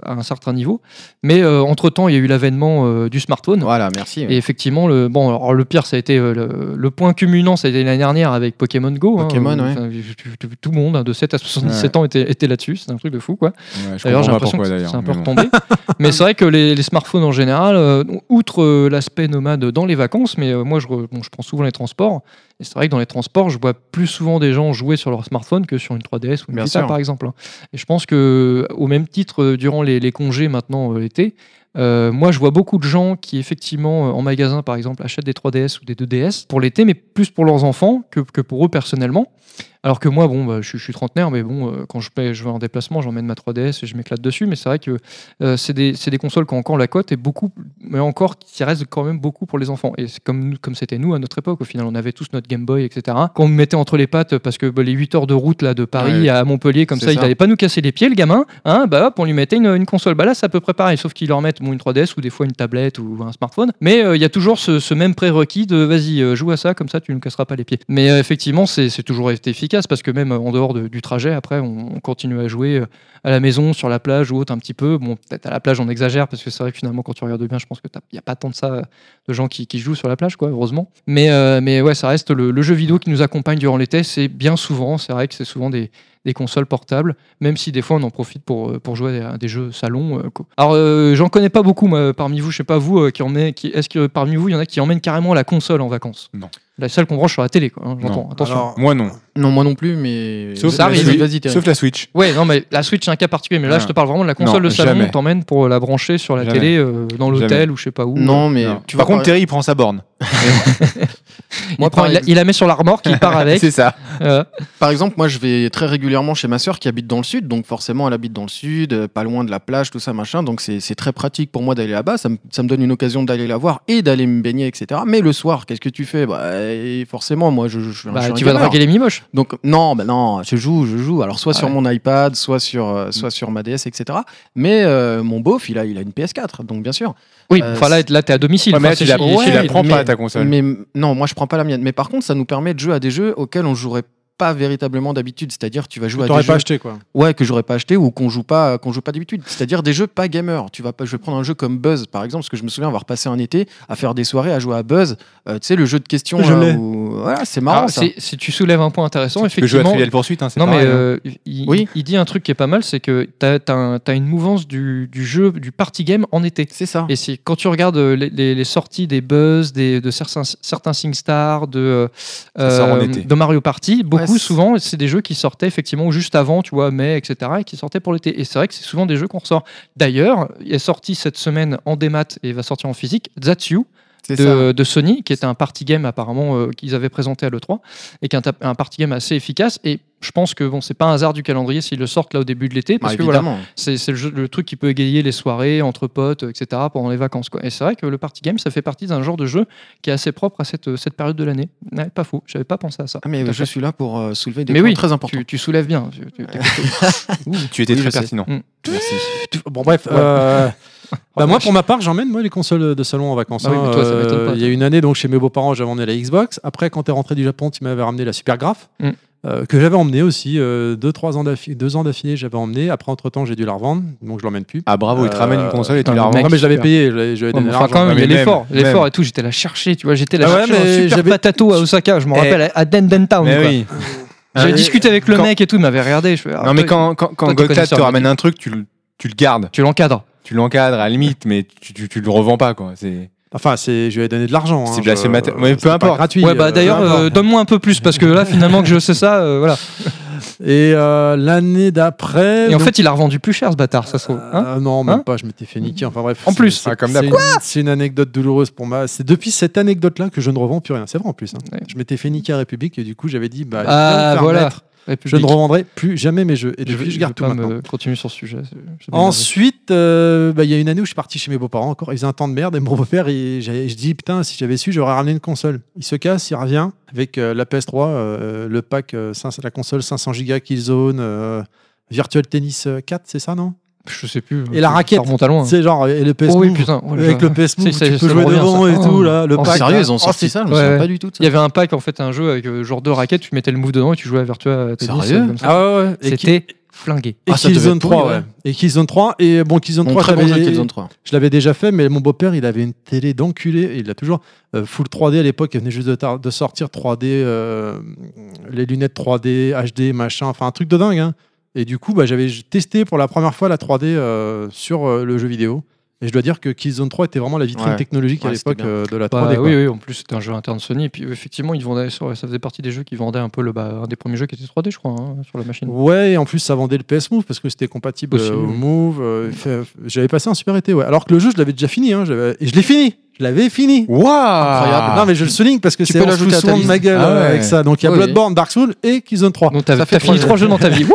C: à un certain niveau, mais entre temps, il y a eu l'avènement euh, du smartphone.
E: Voilà, merci.
C: Et effectivement, le, bon, alors, le pire, ça a été euh, le, le point culminant, ça a été l'année dernière avec Pokémon Go. hein,
E: Pokémon,
C: où,
E: ouais.
C: enfin, tout- tout- Tout le monde, hein, de 7 à 77 ans, était, était là-dessus. C'est un truc de fou, quoi.
D: Ouais, je
C: D'ailleurs, j'ai
D: comprends pas
C: l'impression que
D: pourquoi
C: c'est
D: d'ailleurs.
C: un peu
D: mais bon.
C: retombé.
D: (laughs)
C: mais c'est vrai que les, les smartphones en général, euh, outre euh, l'aspect nomade dans les vacances, mais euh, moi je, re- bon, je prends souvent les transports. Et c'est vrai que dans les transports, je vois plus souvent des gens jouer sur leur smartphone que sur une 3DS ou une
E: Bien
C: Vita,
E: sûr.
C: par exemple. hein. Et je pense que, au même titre, euh, durant les, les congés maintenant euh, l'été, euh, moi je vois beaucoup de gens qui, effectivement, euh, en magasin par exemple, achètent des 3DS ou des 2DS pour l'été, mais plus pour leurs enfants que, que pour eux personnellement. Alors que moi, bon, bah, je, suis- je suis trentenaire, mais bon, euh, quand je, paie- je vais en déplacement, j'emmène ma 3DS et je m'éclate dessus. Mais c'est vrai que euh, c'est des, c'est des consoles qui ont encore la cote et beaucoup, mais encore qui restent quand même beaucoup pour les enfants. Et c'est comme nous- comme c'était nous à notre époque, au final, on avait tous notre Game Boy, etc. Qu'on me mettait entre les pattes parce que bah, les 8 heures de route là de Paris
D: Ouais.
C: à Montpellier, comme
E: C'est
C: ça, il
E: ça.
C: n'allait pas nous casser les pieds, le gamin. Hein, bah hop, on lui mettait une, une console. Bah là, c'est à peu près pareil, sauf qu'ils leur mettent bon, une 3DS ou des fois une tablette ou un smartphone. Mais euh, il y a toujours ce, ce même prérequis de vas-y, euh, joue à ça, comme ça, tu ne casseras pas les pieds. Mais euh, effectivement, c'est c'est toujours été efficace parce que même euh, en dehors de- du trajet, après, on, on continue à jouer. euh, à la maison, sur la plage ou autre, un petit peu. Bon, peut-être à la plage, on exagère parce que c'est vrai que finalement, quand tu regardes bien, je pense qu'il n'y a pas tant de ça euh, de gens qui, qui jouent sur la plage, quoi, heureusement. Mais, euh, mais ouais, ça reste le, le jeu vidéo qui nous accompagne durant l'été. C'est bien souvent, c'est vrai que c'est souvent des, des consoles portables, même si des fois on en profite pour, euh, pour jouer à des jeux salon. euh, quoi. Alors, euh, j'en connais pas beaucoup moi, parmi vous, je sais pas vous, euh, qui emmenez- qui, est-ce que parmi vous, il y en a qui emmènent carrément la console en vacances
D: Non.
C: La seule qu'on branche sur la télé, quoi, hein, j'entends. Attention.
A: Alors,
D: Moi non.
E: Non, moi non plus, mais
D: Sauf
C: Ça
E: ça
D: la
C: arrive.
E: arrive.
D: Switch.
E: Vas-y, Thierry.
D: Sauf la Switch.
C: Ouais, non, mais la Switch, c'est un cas particulier. Mais là,
D: Non.
C: je te parle vraiment de la console
D: Non,
C: de salon.
D: jamais.
C: On t'emmène pour la brancher sur la
D: Jamais.
C: télé, euh, dans l'hôtel ou je sais pas où.
E: Non, mais
D: Non.
E: tu
D: Par
E: vois,
D: contre, Terry, il prend sa borne.
C: il,
E: moi,
C: prend-
E: par
C: il la-
E: exemple-
C: il la met sur la remorque, il part avec.
D: C'est ça.
C: Euh,
E: Par exemple, moi, je vais très régulièrement chez ma sœur qui habite dans le sud, donc forcément, elle habite dans le sud, euh, pas loin de la plage, tout ça, machin. Donc, c'est c'est très pratique pour moi d'aller là-bas. Ça me, ça me donne une occasion d'aller la voir et d'aller me baigner, etc. Mais le soir, qu'est-ce que tu fais bah, euh, Forcément, moi, je, je, je suis un-
C: bah,
E: je suis un
C: tu vas
E: gamer.
C: draguer les mimoches.
E: Donc, non, bah non, je joue, je joue. Alors, soit
C: Ah
E: sur
C: ouais. Mm.
E: mon iPad, soit sur, euh, soit sur ma DS, etc. Mais euh, mon beauf, il a, il a une PS4, donc bien sûr.
C: Oui,
E: Euh,
C: enfin là, là, t'es à domicile.
D: Ouais, mais
C: Enfin,
D: là, tu
C: c'est
D: la,
C: chez-
D: tu
C: chez
D: la
C: lui.
D: prends
E: mais-
D: pas ta console.
E: Mais m- non, moi je prends pas la mienne. Mais par contre, ça nous permet de jouer à des jeux auxquels on jouerait pas véritablement d'habitude. C'est-à-dire, tu vas jouer à des
A: T'aurais
E: jeux
A: pas acheté quoi.
E: ouais, que j'aurais pas acheté ou qu'on joue pas, qu'on joue pas d'habitude. C'est-à-dire des jeux pas gamers. Tu vas pas, je vais prendre un jeu comme Buzz par exemple, parce que je me souviens avoir passé un été à faire des soirées à jouer à Buzz. Euh, tu sais le jeu de questions.
A: Je
E: là,
A: l'ai.
E: où- Voilà, c'est
C: Ah,
E: marrant ça.
C: c'est- Si tu soulèves un point intéressant,
D: Tu peux jouer à
C: effectivement,
D: Trivial Poursuite, hein, c'est
C: Non, mais
D: pareil, hein.
C: euh, il,
E: Oui.
C: il dit un truc qui est pas mal, c'est que t'as as, une mouvance du, du jeu, du party game en été.
E: C'est ça.
C: Et c'est quand tu regardes euh, les, les- les sorties des Buzz, des, de certains, certains SingStar, de, euh,
D: Ça sort en
C: euh,
D: été.
C: de Mario Party, beaucoup
E: c'est-
C: souvent, c'est des jeux qui sortaient effectivement juste avant, tu vois, mai, etc., et qui sortaient pour l'été. Et c'est vrai que c'est souvent des jeux qu'on ressort. D'ailleurs, il est sorti cette semaine en démat et va sortir en physique, That's You,
E: C'est ça.
C: de, de Sony, qui était un party game apparemment euh, qu'ils avaient présenté à l'E3, et qui est un, tap- un party game assez efficace. Et je pense que bon, c'est pas un hasard du calendrier s'ils le sortent là au début de l'été, parce
E: Ah,
D: Bah,
C: que voilà,
E: évidemment.
C: c'est c'est le, jeu- le truc qui peut égayer les soirées entre potes, euh, etc., pendant les vacances. Quoi. Et c'est vrai que le party game, ça fait partie d'un genre de jeu qui est assez propre à cette, euh, cette période de l'année. Ouais, pas faux, j'avais pas pensé à ça.
E: Ah, mais
C: Tout à
E: je
C: fait.
E: suis là pour euh, soulever des
C: Mais
E: points
C: oui,
E: très importants.
C: tu, tu soulèves bien. Tu- tu- t'es-
D: tu étais
E: oui,
D: très
E: je sais.
D: pertinent.
E: Merci.
A: Bon bref.
C: (laughs)
A: euh, Bah moi pour ma part j'emmène moi les consoles de salon en vacances. hein. Euh,
C: Ah oui, mais toi, ça m'étonne pas.
A: il y a une année donc chez mes beaux-parents j'avais emmené la Xbox. Après quand t'es rentré du Japon tu m'avais ramené la Supergraph
C: Mm.
A: euh, que j'avais emmené aussi euh, deux trois ans d'affi- deux ans d'affilée j'avais emmené. Après entre temps j'ai dû la revendre donc je l'emmène plus.
D: Ah bravo, il te ramène
A: Euh,
D: une console et tu
C: putain, le
D: la revends.
C: mec,
A: non mais je l'avais
C: super.
A: payé, je l'avais- je l'avais
C: Ouais,
A: donné
C: mais
A: à
C: enfin,
A: l'argent.
C: quand même, il y a
D: Ah, mais même,
C: l'effort, l'effort
D: même.
C: et tout. J'étais la chercher, tu vois. J'étais la
A: Ah ouais,
C: chercher
A: mais
C: en super
A: j'avais-
C: patato à Osaka, je me
D: Eh.
C: rappelle, à- à Dandentown.
D: Mais
C: quoi.
D: oui.
C: J'avais
D: Euh,
C: discuté avec le
D: quand-
C: mec et tout, il m'avait regardé. Je fais, ah,
D: Non mais
C: toi,
D: quand quand quand
C: toi, tu connais
D: Goltad
C: ça,
D: te
C: mais
D: ramène un truc, tu le tu le gardes,
C: Tu l'encadres.
D: tu l'encadres à la limite, mais tu tu tu le revends pas quoi. C'est
A: Enfin c'est je lui ai donné de l'argent.
D: C'est
A: hein,
D: blasphémateur.
A: je-
D: Ouais, peu
A: c'était pas
D: importe.
A: Gratuit.
C: ouais, bah
A: euh,
C: d'ailleurs,
A: peu importe.
C: euh, donne-moi un peu plus parce que là, finalement, que je sais ça, euh,
D: (laughs)
C: voilà.
A: Et euh, l'année d'après.
C: Et en
A: donc-
C: fait, il a revendu plus cher, ce bâtard, ça se trouve. hein.
A: Ah non, même
C: Hein
A: pas, je m'étais fait niquer. Enfin bref.
C: En
A: c'est-
C: plus.
A: c'est
D: Ah, comme
A: c'est
D: d'hab.
A: une- C'est une anecdote douloureuse pour moi. C'est depuis cette anecdote-là que je ne revends plus rien. C'est vrai en plus. hein.
C: Ouais.
A: Je m'étais fait niquer à République et du coup j'avais dit bah,
C: Ah,
A: viens me faire
C: voilà.
A: mettre. je
D: Euh,
C: République.
A: ne revendrai plus jamais mes jeux. Et depuis je,
C: vais-
A: garde tout
C: vais pas
A: maintenant.
C: me- continuer sur ce sujet. c'est- je vais
A: Ensuite, euh, bah, il y a une année où je suis parti chez mes beaux-parents encore. Il faisait un temps de merde et mon (laughs) beau-père, il- j'ai- je dis putain, si j'avais su, j'aurais ramené une console. Il se casse, il revient avec euh, la PS3, euh, le pack, euh, 500 la console 500 Go Killzone, euh, Virtual Tennis euh, 4, c'est ça non
C: m'énerver. Je sais plus.
A: Et la
C: ça
A: raquette.
C: remonte à loin. hein.
A: C'est genre et le PS
C: Oh oui,
A: Move.
C: putain. oh là
A: avec
C: là.
A: le PS Move,
C: Si, ça-
A: tu peux
C: ça me
A: jouer
C: revient,
A: devant
C: ça.
A: et
C: Oh.
A: tout là, le
C: Oh,
A: pack.
E: Sérieux, ils ont
A: Oh,
E: sorti
A: c'est-
E: ça Je me
C: Ouais,
E: souviens
C: ouais.
E: pas du tout de ça.
C: Il y avait un pack, en fait, un jeu avec euh, genre deux raquettes, tu mettais le move dedans et tu jouais à Virtua Tennis.
E: Sérieux
C: euh, comme ça.
A: Ah ouais, ouais. Et, qui-
C: C'était flingué.
A: et
E: Ah, ça devait
A: Killzone
E: être
A: 3,
E: pourri,
A: ouais.
E: ouais.
A: Et Killzone 3 et bon Killzone
E: Donc,
A: 3
E: très bon jeu
A: j'avais-
E: Killzone 3.
A: Je l'avais déjà fait, mais mon beau-père, il avait une télé d'enculé, et il l'a toujours. euh, full 3D à l'époque, il venait juste de, tar- de sortir 3D, euh, les lunettes 3D, HD, machin, enfin un truc de dingue. hein. Et du coup, bah, j'avais testé pour la première fois la 3D euh, sur euh, le jeu vidéo. Et je dois dire que Killzone 3 était vraiment la vitrine
E: Ouais.
A: technologique à
E: Ouais, c'était
A: l'époque
E: bien.
A: euh, de la 3D.
C: Bah,
A: quoi.
C: oui, oui, en plus c'était un jeu interne Sony. Et puis euh, effectivement, ils vendaient, sur- ça faisait partie des jeux qui vendaient un peu le, bah, un des premiers jeux qui était 3D, je crois, hein, sur la machine.
A: Ouais, et en plus ça vendait le PS Move parce que c'était compatible
C: Aussi,
A: euh, au
C: oui.
A: Move. euh, fait- J'avais passé un super été, ouais. Alors que le jeu, je l'avais déjà fini, hein, j'avais- et je l'ai fini. Je l'avais fini.
D: waouh.
E: Incroyable.
A: Non mais je le souligne parce que
E: Tu
A: c'est
E: peux
A: on se fout
E: l'ajouter à ta
A: souvent de
E: liste.
A: ma gueule
D: Ah
A: euh,
D: ouais.
A: avec ça. Donc il y a
C: Oui.
A: Bloodborne, Dark Souls et Killzone 3.
C: Donc t'as
E: Ça fait
C: t'as fini
E: trois
C: trois jeux dans ta vie. Wouh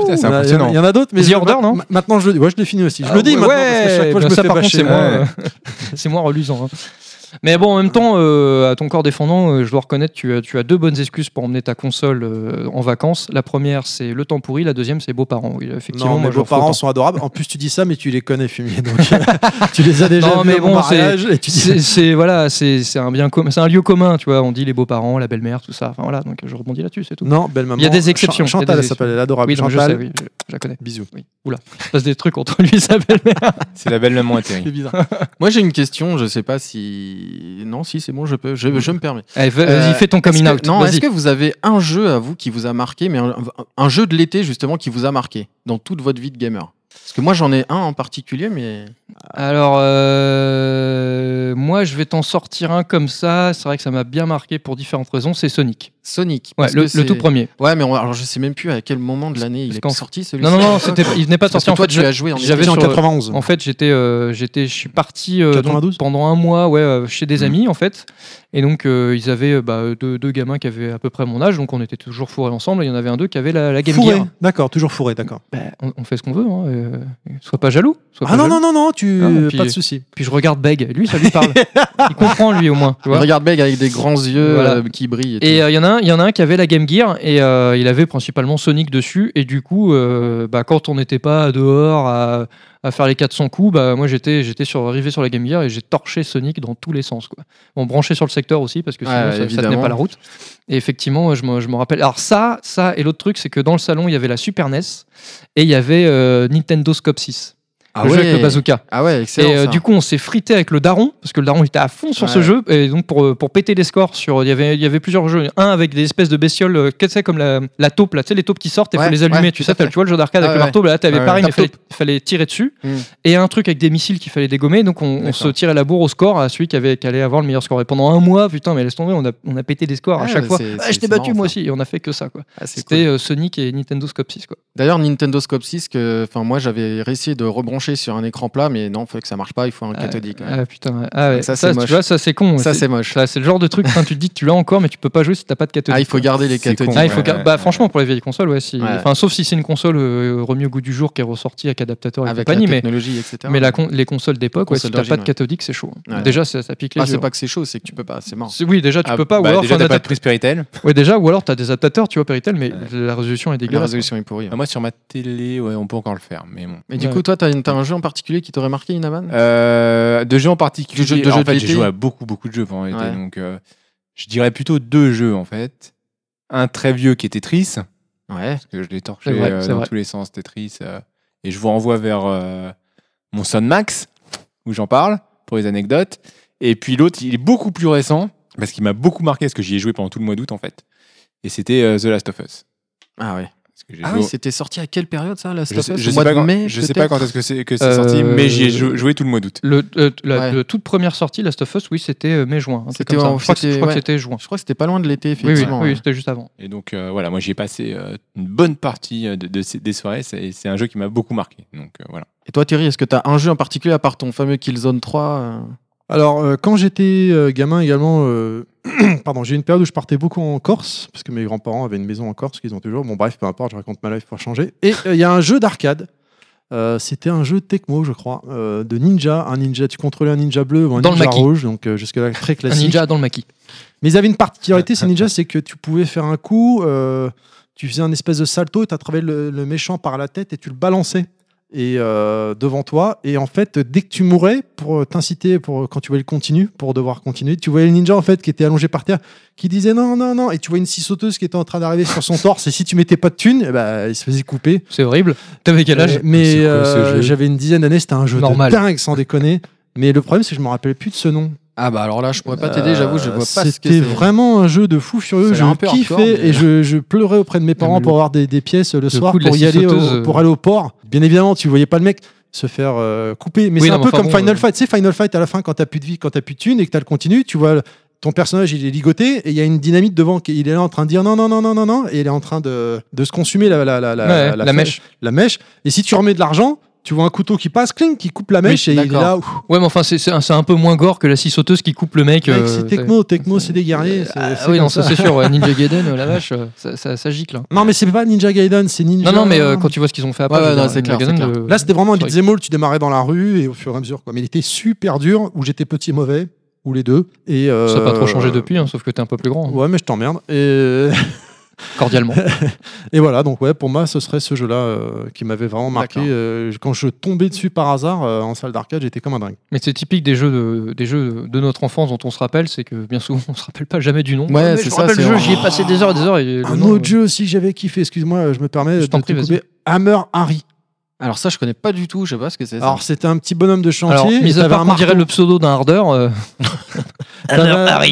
C: Oh,
D: Putain,
A: Il
D: c'est
A: y en a-
D: impressionnant.
A: Il y en a d'autres, mais
C: The
A: je-
C: Order, non
A: ma- Maintenant, je, ouais, je l'ai fini aussi. Je
C: Ah,
A: le dis
C: ouais,
A: maintenant parce que chaque fois, je
C: bah
A: me
C: ça,
A: fais
C: par contre,
A: bâcher.
C: c'est moins,
A: Ouais.
C: euh, (laughs) c'est moins reluisant. hein. Mais bon, en même temps, euh, à ton corps défendant, euh, je dois reconnaître, tu as, tu as deux bonnes excuses pour emmener ta console euh, en vacances. La première, c'est le temps pourri. La deuxième, c'est beaux-parents. Oui, effectivement,
A: Non,
C: moi,
A: mes
C: je leur fais
A: beaux-parents
C: autant.
A: sont adorables. En plus, tu dis ça, mais tu les connais, fumier.
C: (laughs)
A: Donc, euh, tu les as déjà
C: Non,
A: vus
C: mais
A: à mon
C: bon, c'est-
A: mariage. Et tu dis-
C: (laughs) C'est c'est- voilà, c'est c'est un bien commun, c'est un lieu commun, tu vois. On dit les beaux-parents, la belle-mère, tout ça. Enfin voilà, donc je rebondis là-dessus, c'est tout.
A: Non, belle maman.
C: Il y a des exceptions,
A: Chan-
C: il y a des
A: Chantal, elle
C: exceptions.
A: s'appelle, elle est adorable.
C: oui, non, mais je
A: Chantal,
C: sais, oui, je, je la connais.
A: bisous.
C: Oui. Oula, il se passe des trucs entre (laughs) lui et sa belle-mère.
D: C'est la belle maman à Terry.
A: C'est bizarre.
E: Moi j'ai une question, je sais pas si. Non, si c'est bon, je peux, je, je me permets.
C: Allez, Eh, va-
E: Euh,
C: Vas-y, fais ton
E: est-ce
C: coming
E: que-
C: out.
E: Non,
C: vas-y.
E: est-ce que vous avez un jeu à vous qui vous a marqué, mais un, un- un jeu de l'été justement qui vous a marqué dans toute votre vie de gamer Parce que moi, j'en ai un en particulier, mais
C: Alors, euh, moi, je vais t'en sortir un comme ça. C'est vrai que ça m'a bien marqué pour différentes raisons. C'est Sonic.
E: Sonic.
C: Ouais,
E: parce
C: le,
E: que
C: le
E: c'est-
C: tout premier.
E: Ouais, mais on- alors je sais même plus à quel moment de l'année il
C: Parce
E: est
C: qu'en-
E: sorti celui-ci.
C: Non, non,
E: (laughs)
C: non, c'était- il n'est pas
E: Parce
C: sorti
E: que
C: en
E: toi,
C: fait.
E: tu
C: je-
E: as joué en
C: j'avais
A: C'était en
C: sur-
A: 91.
C: En fait, j'étais, euh, j'étais, je suis parti euh, donc
A: 92?
C: pendant un mois, ouais, euh, chez
E: Mmh.
C: des amis en fait. Et donc, euh, ils avaient euh, bah, deux, deux gamins qui avaient à peu près mon âge, donc on était toujours fourrés ensemble. Et il y en avait un d'eux qui avait la, la Game
A: Fourré,
C: Gear.
A: d'accord, toujours fourré, d'accord.
C: Bah, on, on fait ce qu'on veut. Hein, euh, sois pas jaloux. sois
A: Ah
C: pas
A: non,
C: jaloux.
A: non, non, non, tu...
C: Ah, et puis-
A: pas de souci.
C: Puis je regarde Beg. Lui, ça lui
E: (laughs)
C: parle. il comprend lui au moins. Tu vois
E: Regarde Meg avec des grands yeux
C: Voilà.
E: euh, qui brillent. Et,
C: Et euh, il y en a un, il y en a un qui avait la Game Gear et euh, il avait principalement Sonic dessus et du coup, euh, bah, quand on n'était pas dehors à, à faire les 400 coups, bah moi j'étais j'étais sur arrivé sur la Game Gear et j'ai torché Sonic dans tous les sens quoi. On branchait sur le secteur aussi parce que sinon
E: Ouais,
C: ça- ça,
E: évidemment.
C: tenait pas la route. Et effectivement, je me je me rappelle. Alors ça, ça et l'autre truc, c'est que dans le salon il y avait la Super NES et il y avait euh, Nintendo Scope 6,
E: Ah
C: le jeu
E: ouais.
C: avec le bazooka.
E: Ah ouais, excellent.
C: Et euh,
E: ça.
C: du coup, on s'est frité avec le daron, parce que le daron il était à fond sur
E: Ouais.
C: ce jeu. Et donc, pour, euh, pour péter les scores, sur, il, y avait, il y avait plusieurs jeux. Un avec des espèces de bestioles, euh, qu'est-ce que c'est, comme la, la taupe, là, tu sais, les taupes qui sortent et
E: Ouais,
C: faut les allumer.
E: ouais,
C: tu
E: tout
C: sais,
E: à
C: t'as-
E: fait.
C: tu vois le jeu d'arcade
E: Ah
C: avec
E: ouais.
C: le marteau, bah, là, t'avais
E: Ouais,
C: pareil,
E: ouais.
C: mais fallait, fallait tirer dessus.
E: Hmm.
C: Et un truc avec des missiles qu'il fallait dégommer. Donc, on, on
E: D'accord.
C: se tirait la bourre au score à celui qui, avait, qui allait avoir le meilleur score. Et pendant un mois, putain, mais laisse tomber, on a, on a pété des scores à
E: Ouais,
C: chaque
E: bah,
C: fois.
E: c'est-
C: Ah,
E: c'est-
C: je t'ai
E: c'est
C: battu,
E: marrant,
C: moi
E: ça.
C: aussi. Et on a fait que ça, quoi.
E: Ah, c'est
C: C'était
E: cool.
C: euh, Sonic et Nintendo Scope 6, quoi.
E: D'ailleurs, Nintendo Scope 6, que, enfin, moi j'avais essayé de rebrancher sur un écran plat, mais non, faut que ça marche pas, il faut un cathodique. ouais.
C: Ah putain, ah, ouais.
E: Ça,
C: ça,
E: c'est
C: tu
E: moche.
C: vois, ça c'est con.
E: ça, c'est moche.
C: Ça, c'est le genre de truc, enfin, tu te dis que tu l'as encore, mais tu peux pas jouer si t'as pas de cathodique.
E: Ah, il faut garder les
D: C'est con.
E: cathodiques.
C: Ah, il faut
D: Ouais,
C: gar-
D: ouais,
C: bah,
D: ouais.
C: franchement, pour les vieilles consoles, ouais, si...
E: Ouais.
C: enfin, sauf si c'est une console euh, remise au goût du jour qui est ressortie avec adaptateur et
E: Avec la
C: compagnie, mais,
E: technologie, etc.
C: mais la con- les consoles d'époque, ouais,
E: Console
C: si t'as pas
E: d'origine,
C: de cathodique, c'est chaud.
E: Ouais.
C: Déjà, ça, ça pique les
E: Ah,
C: yeux.
E: c'est pas que c'est chaud, c'est que tu peux pas, c'est mort.
C: C'est- Oui, déjà, tu
D: Ah,
C: peux pas.
D: bah,
C: ou alors,
D: déjà,
C: enfin,
D: t'as pas
C: d'adap-
D: de prise Péritel.
C: ouais, déjà, ou alors t'as des adaptateurs, tu vois, Péritel, mais la résolution est
E: La
C: dégueulasse.
E: résolution est pourrie. hein.
D: Ah, Moi, sur ma télé, ouais, on peut encore le faire, mais bon.
E: Mais du
C: Ouais.
E: coup, toi, t'as une- t'as un jeu en particulier qui t'aurait marqué, Inaman
D: Euh, de jeux en particulier.
E: De jeux- de
D: Alors,
E: jeux
D: en fait,
E: de
D: j'ai
E: l'été.
D: joué à beaucoup, beaucoup de jeux pendant l'été.
E: Ouais.
D: Donc, euh, je dirais plutôt deux jeux, en fait. Un très vieux qui est Tetris, parce
E: Ouais.
D: que je l'ai torché
C: C'est vrai,
D: euh,
C: c'est
D: dans
C: vrai.
D: tous les sens, Tetris. euh, et je vous renvoie vers euh, mon Son Max, où j'en parle, pour les anecdotes. Et puis l'autre, il est beaucoup plus récent, parce qu'il m'a beaucoup marqué, parce que j'y ai joué pendant tout le mois d'août, en fait. Et c'était euh, The Last of Us.
E: Ah ouais.
D: Parce que j'ai
E: Ah
D: joué
E: oui,
D: au-
E: c'était sorti à quelle période ça, la
D: je sais, je
E: au
D: sais
E: mois
D: pas
E: de
D: quand,
E: mai,
D: je sais pas
E: peut-être
D: quand est-ce que c'est que c'est
C: Euh,
D: sorti, mais j'y ai jou- joué tout le mois d'août.
C: Le, euh, la
E: Ouais.
C: de toute première sortie, Last of Us, oui, c'était euh, mai-juin. un truc
E: C'était
C: comme ça.
E: en-
C: Je crois que- je
E: c'était-
C: crois que
E: ouais.
C: c'était juin.
E: Je crois que c'était pas loin de l'été,
C: Oui, oui,
E: effectivement.
C: oui,
E: ouais.
C: c'était juste avant.
D: Et donc euh, voilà, moi j'y ai passé euh, une bonne partie euh, de, de ces- des soirées. C'est c'est un jeu qui m'a beaucoup marqué. Donc euh, voilà.
E: Et toi, Thierry, est-ce que t'as un jeu en particulier à part ton fameux Killzone 3 euh,
A: Alors, euh, quand j'étais euh, gamin également, euh, (clears throat) pardon, j'ai eu une période où je partais beaucoup en Corse, parce que mes grands-parents avaient une maison en Corse qu'ils ont toujours. Bon, bref, peu importe, je raconte ma life pour changer. Et euh, il y a un jeu d'arcade. Euh, c'était un jeu Tecmo, je crois, euh, de ninja. Un ninja, tu contrôlais un ninja bleu ou un
C: Dans le
A: ninja
C: maquis.
A: rouge, donc euh, jusque-là très
C: Un
A: classique.
C: ninja dans le maquis.
A: Mais ils avaient une particularité, ces ninjas, c'est que tu pouvais faire un coup, euh, tu faisais un espèce de salto et tu attrapais le, le méchant par la tête et tu le balançais et, euh, devant toi. Et en fait, dès que tu mourais, pour euh, t'inciter, pour, quand tu voyais le continu, pour devoir continuer, tu voyais le ninja en fait qui était allongé par terre, qui disait non, non, non. Et tu voyais une scie sauteuse qui était en train d'arriver sur son torse. Et si tu mettais pas de thune, eh ben, il se faisait couper.
C: C'est horrible. T'avais quel âge
A: Euh, mais
D: C'est quoi ce
A: euh,
D: jeu
A: j'avais une dizaine d'années, c'était un jeu
C: Normal.
A: de dingue, sans déconner. Mais le problème, c'est que je me rappelais plus de ce nom.
E: Ah bah alors là, je pourrais pas t'aider, j'avoue, je
A: Euh,
E: vois pas ce que
A: C'était
E: c'est.
A: vraiment un jeu de fou
E: Ça
A: furieux.
E: a l'air un peu
A: Je kiffais
E: hardcore, mais-
A: et je, je pleurais auprès de mes
C: mais
A: parents
C: le-
A: pour avoir des, des pièces le, soir
C: coup de la
A: pour y
C: scie
A: aller
C: sauteuse,
A: au,
C: euh.
A: pour aller au port. Bien évidemment, tu voyais pas le mec se faire euh, couper. Mais
C: Oui,
A: c'est un
C: non, mais
A: peu
C: enfin
A: comme
C: bon,
A: Final
C: euh.
A: Fight. Tu sais, Final Fight à la fin, quand t'as plus de vie, quand t'as plus de thunes et que t'as le continu, tu vois. Ton personnage, il est ligoté et il y a une dynamite devant. qui- Il est là en train de dire non, non, non, non, non, non. Et il est en train de, de se consumer la, la, la, la,
C: Ouais,
A: la-
C: la mèche.
A: la mèche. Et si tu remets de l'argent, tu vois un couteau qui passe, cling, qui coupe la mèche et il est
E: d'accord.
A: là. ouf.
C: Ouais, mais enfin, c'est- c'est un, c'est un peu moins gore que la scie sauteuse qui coupe le mec.
A: Mec,
C: euh,
A: c'est
C: t'as-
A: Tecmo, Tecmo, c'est des guerriers. c'est-
C: Ah
A: c'est
C: oui,
A: comme
C: non, ça,
A: ça.
C: c'est sûr. ouais, Ninja Gaiden, euh, la vache, euh, ça, ça, ça gicle. hein.
A: Non, mais c'est pas Ninja Gaiden, c'est Ninja.
C: Non, non, mais euh, quand tu vois ce qu'ils ont fait après,
E: Ouais, ouais,
C: je veux
E: non,
C: dire,
E: c'est
C: Ninja
E: clair, c'est
C: Gaiden, le-
A: Là, c'était vraiment un
C: Sorry.
A: beat'em all, tu démarrais dans la rue et au fur et à mesure. Quoi. Mais il était super dur, où j'étais petit et mauvais, ou les deux. Et, euh,
C: ça n'a pas trop changé depuis, hein, sauf que t'es un peu plus grand, hein,
A: Ouais, mais je t'emmerde. Et... (laughs)
C: cordialement.
A: et voilà, donc ouais, pour moi, ce serait ce jeu-là euh, qui m'avait vraiment marqué.
E: D'accord.
A: Euh, quand je tombais dessus par hasard euh, en salle d'arcade, j'étais comme un dingue.
C: Mais c'est typique des jeux, de, des jeux de notre enfance dont on se rappelle, c'est que bien souvent on se rappelle pas jamais du nom.
E: Ouais,
C: mais
E: c'est
C: je me
E: ça,
C: rappelle le
E: c'est-
C: jeu, j'y ai passé des heures et des heures. Et le
A: un
C: nom, euh,
A: autre jeu aussi que j'avais kiffé, excuse-moi, je me permets
C: Je
A: de
C: t'en
A: te
C: prie,
A: couper. Hammer Harry.
E: Alors ça, je connais pas du tout. Je sais pas ce que c'est. ça.
A: Alors, c'était un petit bonhomme de chantier.
C: euh, Alors,
A: il
C: mis à
A: avait
C: part
A: un
C: qu'on dirait
A: marteau.
C: le pseudo d'un hardeur, euh,
A: T'avais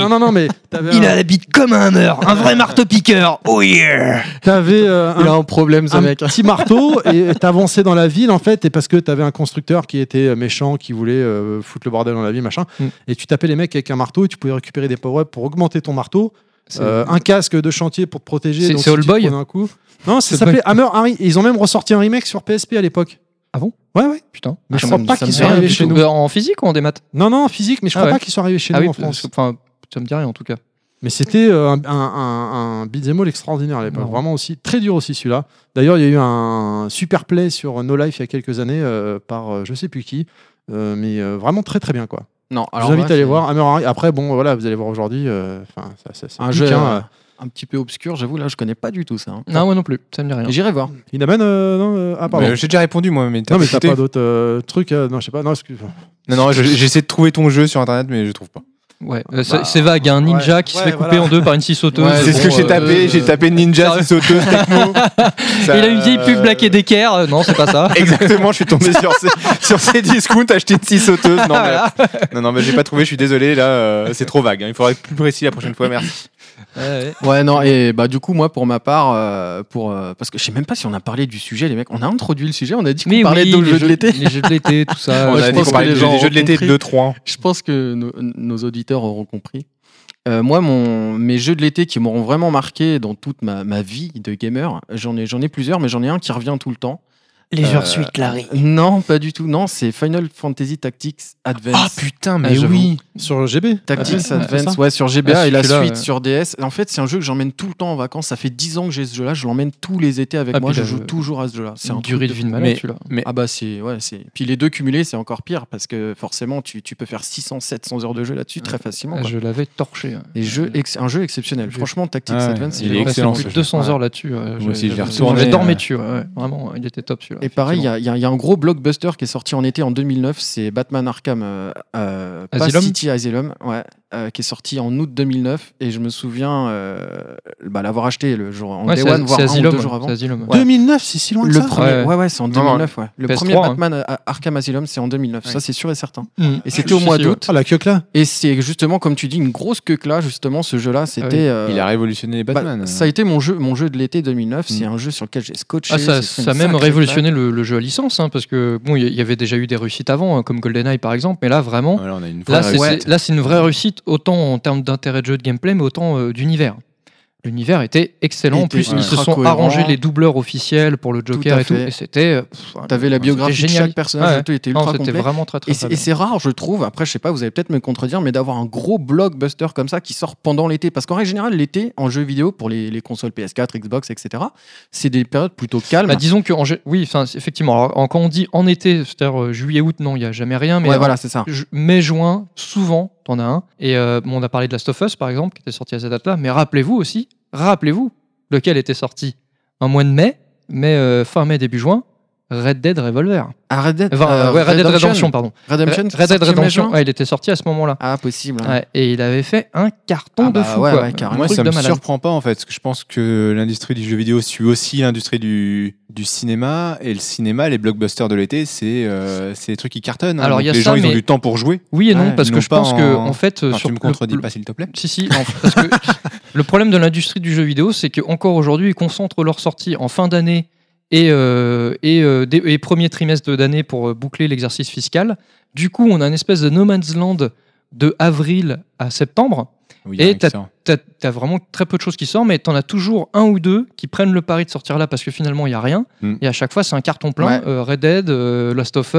A: un- Non, non, non, mais t'avais
C: il
A: un-
C: a la bite comme un hardeur, un vrai marteau-piqueur. Oh yeah
A: t'avais, euh, un
E: il a un problème, ce
A: un
E: mec.
A: petit marteau et t'avançais dans la ville en fait et parce que t'avais un constructeur qui était euh, méchant qui voulait euh, foutre le bordel dans la ville machin
C: Mm.
A: et tu tapais les mecs avec un marteau et tu pouvais récupérer des power pour augmenter ton marteau
C: C'est-
A: euh, un casque de chantier pour te protéger
C: C'est-
A: donc
C: c'est
A: si
C: All
A: tu te
C: Boy
A: prenais un coup non ça
C: C'est pas-
A: s'appelait Hammer Harry Et ils ont même ressorti un remake sur PSP à l'époque
C: Ah bon
A: ouais ouais
C: Putain. Ah,
A: mais je
E: ça
A: crois
E: me-
A: pas
E: ça me
A: qu'ils
E: dit
A: soient
E: rien
A: arrivés
E: du
A: chez
E: tout.
A: nous
C: Euh, En physique ou en démat
A: non non en physique mais je
C: Ah
A: crois pas
C: ouais.
A: qu'ils soient arrivés chez
C: Ah
A: nous
C: oui,
A: en
C: parce
A: France
C: que- enfin, ça me dit rien en tout cas.
A: Mais c'était euh, un, un, un, un beat'em all extraordinaire à l'époque.
C: Marrant.
A: Vraiment aussi, très dur aussi celui-là. D'ailleurs, il y a eu un super play sur euh, No Life il y a quelques années euh, par euh, je sais plus qui. euh, mais euh, vraiment très très bien quoi.
E: Non.
A: je vous invite
E: voilà,
A: à aller
E: c'est
A: voir Hammer Harry. Après bon voilà vous allez voir aujourd'hui. euh, Enfin ça, ça, c'est
E: Un
A: geek,
E: jeu
A: hein.
E: euh, un petit peu obscur. J'avoue, là, je connais pas du tout ça. hein.
C: Non, moi non plus, ça me dit rien.
E: Mais J'irai voir.
A: Inaman euh, non euh, ah pardon.
D: Mais J'ai déjà répondu moi, mais
A: non mais t'as
D: cité.
A: pas d'autres euh, trucs euh, non je sais pas non excuse.
D: Non, non, je- j'essaie de trouver ton jeu sur internet, mais je trouve pas.
C: Ouais,
D: Bah,
C: euh, c'est- c'est vague, un ninja
A: ouais,
C: qui
A: ouais,
C: se fait couper
A: voilà.
C: en deux par une scie sauteuse.
E: Ouais,
D: c'est ce que
E: bon,
D: j'ai
E: euh,
D: tapé,
E: euh,
D: j'ai tapé Ninja,
C: sérieux.
D: sauteuse, techno. (laughs) Ça,
C: Il a une vieille pub
D: euh,
C: Black et Decker, euh, non, c'est pas
E: (laughs)
C: ça.
D: Exactement, je suis tombé sur ces, sur ces discounts, acheter une scie sauteuse. Non, mais,
E: (laughs)
D: non, non, mais j'ai pas trouvé, je suis désolé, là, euh, c'est trop vague. hein. Il faudrait être plus précis la prochaine fois, merci.
C: Ouais, ouais.
E: Ouais, non, et bah du coup, moi, pour ma part, euh, pour, euh, parce que je sais même pas si on a parlé du sujet, les mecs. On a introduit le sujet, on a dit qu'on
C: Mais
E: parlait
C: oui,
E: de
C: les
E: jeux de
C: (laughs)
E: l'été.
C: Les jeux de l'été, tout ça.
D: On
E: Ouais,
C: euh,
E: je
D: a dit
E: pense
D: qu'on
E: que
D: parlait
E: les
D: des
E: gens
D: jeux
E: auront
D: de l'été
E: compris.
D: 2-3.
E: Je pense que nos, nos auditeurs auront compris. Euh, moi, mon, mes jeux de l'été qui m'auront vraiment marqué dans toute ma, ma vie de gamer, j'en ai, j'en ai plusieurs, mais j'en ai un qui revient tout le temps.
B: Les
E: Euh,
B: jeux suite, Larry.
E: Non, pas du tout. Non, c'est Final Fantasy Tactics Advance.
C: Ah,
D: Ah, putain,
E: mais oui.
A: Sur le GB.
E: Tactics
A: Ah, c'est ça
E: Advance, ouais, sur GBA
C: Ah,
E: et la
C: celui-là,
E: suite
C: ouais.
E: sur DS. En fait, c'est un jeu que j'emmène tout le temps en vacances. Ça fait 10 ans que j'ai ce jeu-là. Je l'emmène tous les étés avec
C: Ah,
E: moi.
C: puis
E: Je
C: le-
E: joue toujours à ce jeu-là.
C: C'est
E: C'est un
C: une durée
E: truc
C: de vie de
D: Mais-
C: malade, celui-là.
E: Ah bah c'est ouais c'est puis les deux cumulés c'est encore pire parce que forcément tu, tu peux faire 600 700 heures de jeu là-dessus très facilement
C: Ah,
E: quoi.
C: Je l'avais torché.
E: Et jeu ex- un jeu exceptionnel
C: J'ai-
E: franchement Tactics
D: Ah ouais,
E: Advance
D: il est
E: vraiment-
C: J'ai passé
D: excellent,
C: plus
D: ce
C: de
D: jeu.
C: 200
E: Ouais.
C: heures là-dessus. euh, j'ai-
D: aussi, je l'ai
C: j'ai-
D: retourné,
C: J'ai dormi
D: euh,
C: dessus, ouais, ouais, vraiment, il était top celui-là.
E: et pareil il y a, il y a- il y a un gros blockbuster qui est sorti en été en 2009 c'est Batman Arkham euh, euh, pas
C: Asylum
E: City Asylum ouais euh, qui est sorti en août 2009 et je me souviens euh, bah, l'avoir acheté le jour en
C: Ouais,
E: day
C: c'est-
E: one voire
C: c'est
E: un ou
C: Asylum,
E: deux jours
C: ouais,
E: avant
C: c'est Asylum, ouais.
A: 2009 c'est si loin que
E: le
A: ça.
E: premier
C: Ouais.
E: ouais ouais c'est en
D: Non, non,
E: 2009 ouais le
C: PS3,
E: premier
C: hein.
E: Batman euh, Arkham Asylum c'est en 2009 ça c'est sûr et certain
C: Mm.
E: et c'était au mois
C: Si, si, ouais.
E: d'août
A: Ah la queue là.
E: Et c'est justement, comme tu dis, une grosse queue là, justement, ce jeu-là, c'était.
C: Ah oui.
E: euh,
D: Il a révolutionné les
E: bah,
D: Batman.
E: ça a été mon jeu, mon jeu de l'été 2009. C'est un jeu sur lequel j'ai scotché.
C: hein. Mm. Ah, ça,
E: j'ai
C: ça
E: fait
C: a
E: une
C: même
E: sacrée
C: révolutionné le, le jeu à licence, hein, parce que bon, il y- il y avait déjà eu des réussites avant, hein, comme GoldenEye par exemple, mais là vraiment,
D: Voilà, on a une vraie
C: là c'est-
D: réussite.
C: c'est là, c'est une vraie réussite, autant en termes d'intérêt de jeu de gameplay, mais autant euh, d'univers. L'univers était excellent, en
E: Était
C: plus ils se
E: ultra
C: sont
E: cohérent.
C: arrangés les doubleurs officiels pour le
E: Tout
C: Joker
E: à
C: et tout,
E: fait.
C: et c'était. euh, pff,
E: patte. T'avais la
C: c'était
E: biographie de
C: génial.
E: chaque personnage,
C: Ouais.
E: et tout était
C: Non,
E: ultra
C: c'était
E: complet.
C: vraiment très très
E: Et c'est
C: très
E: et
C: bien.
E: c'est rare, je trouve. Après, je sais pas, vous allez peut-être me contredire, mais d'avoir un gros blockbuster comme ça qui sort pendant l'été. Parce qu'en règle générale, l'été, en jeu vidéo, pour les, les consoles PS4, Xbox, etc., c'est des périodes plutôt calmes.
C: Bah, disons que en gé- oui, enfin, c'est- effectivement. Alors, en- quand on dit en été, c'est-à-dire euh, juillet, août, non, il y a jamais rien. Mais euh,
E: ouais,
C: en
E: voilà, c'est ça.
C: ju- mai, juin, souvent, t'en as un. Et euh, bon, on a parlé de Last of Us, par exemple, qui était sorti à cette date-là. Mais rappelez-vous aussi, rappelez-vous, lequel était sorti en mois de mai, mais fin mai, début juin, Red Dead Revolver.
E: Ah, Red Dead,
C: Enfin,
E: euh,
C: ouais, Red Dead Redemption, pardon.
E: Redemption,
C: Red Red Dead
E: sorti mai,
C: Redemption,
E: juin
C: ouais, il était sorti à ce moment-là.
E: Ah, possible. hein.
C: Ouais, et il avait fait un carton
E: Ah
C: de
E: bah
C: fou.
E: ouais,
C: quoi.
E: ouais, carrément.
C: Un
D: Moi,
C: truc
D: ça
C: de
D: me
C: malade.
D: surprend pas en fait, parce que je pense que l'industrie du jeu vidéo suit aussi l'industrie du, du cinéma, et le cinéma, les blockbusters de l'été, c'est euh, c'est des trucs qui cartonnent. hein.
C: Alors,
D: Donc,
C: il y a
D: les
C: ça,
D: gens, ils ont
C: mais-
D: du temps pour jouer.
C: Oui et non,
E: Ouais,
C: parce
D: ils
C: que
D: n'ont
C: je
D: pas
C: pense que,
D: en-
C: en fait, euh,
D: Enfin,
C: sur
D: tu me
C: le-
D: contredis
C: le-
D: pas, s'il te plaît.
C: Si, si, en- parce que le problème de l'industrie du jeu vidéo, c'est qu'encore aujourd'hui, ils concentrent leurs sorties en fin d'année et, euh, et, euh, dé- et premier trimestre d'année pour euh, boucler l'exercice fiscal. Du coup, on a une espèce de no man's land de avril à septembre.
D: Oui,
C: Et
D: il y a un
C: t'as-
D: excellent.
C: T'as as vraiment très peu de choses qui sortent, mais t'en as toujours un ou deux qui prennent le pari de sortir là parce que finalement, il n'y a rien.
D: Mm.
C: Et à chaque fois, c'est un carton plein.
E: Ouais.
C: Euh, Red Dead, euh, Last of Us.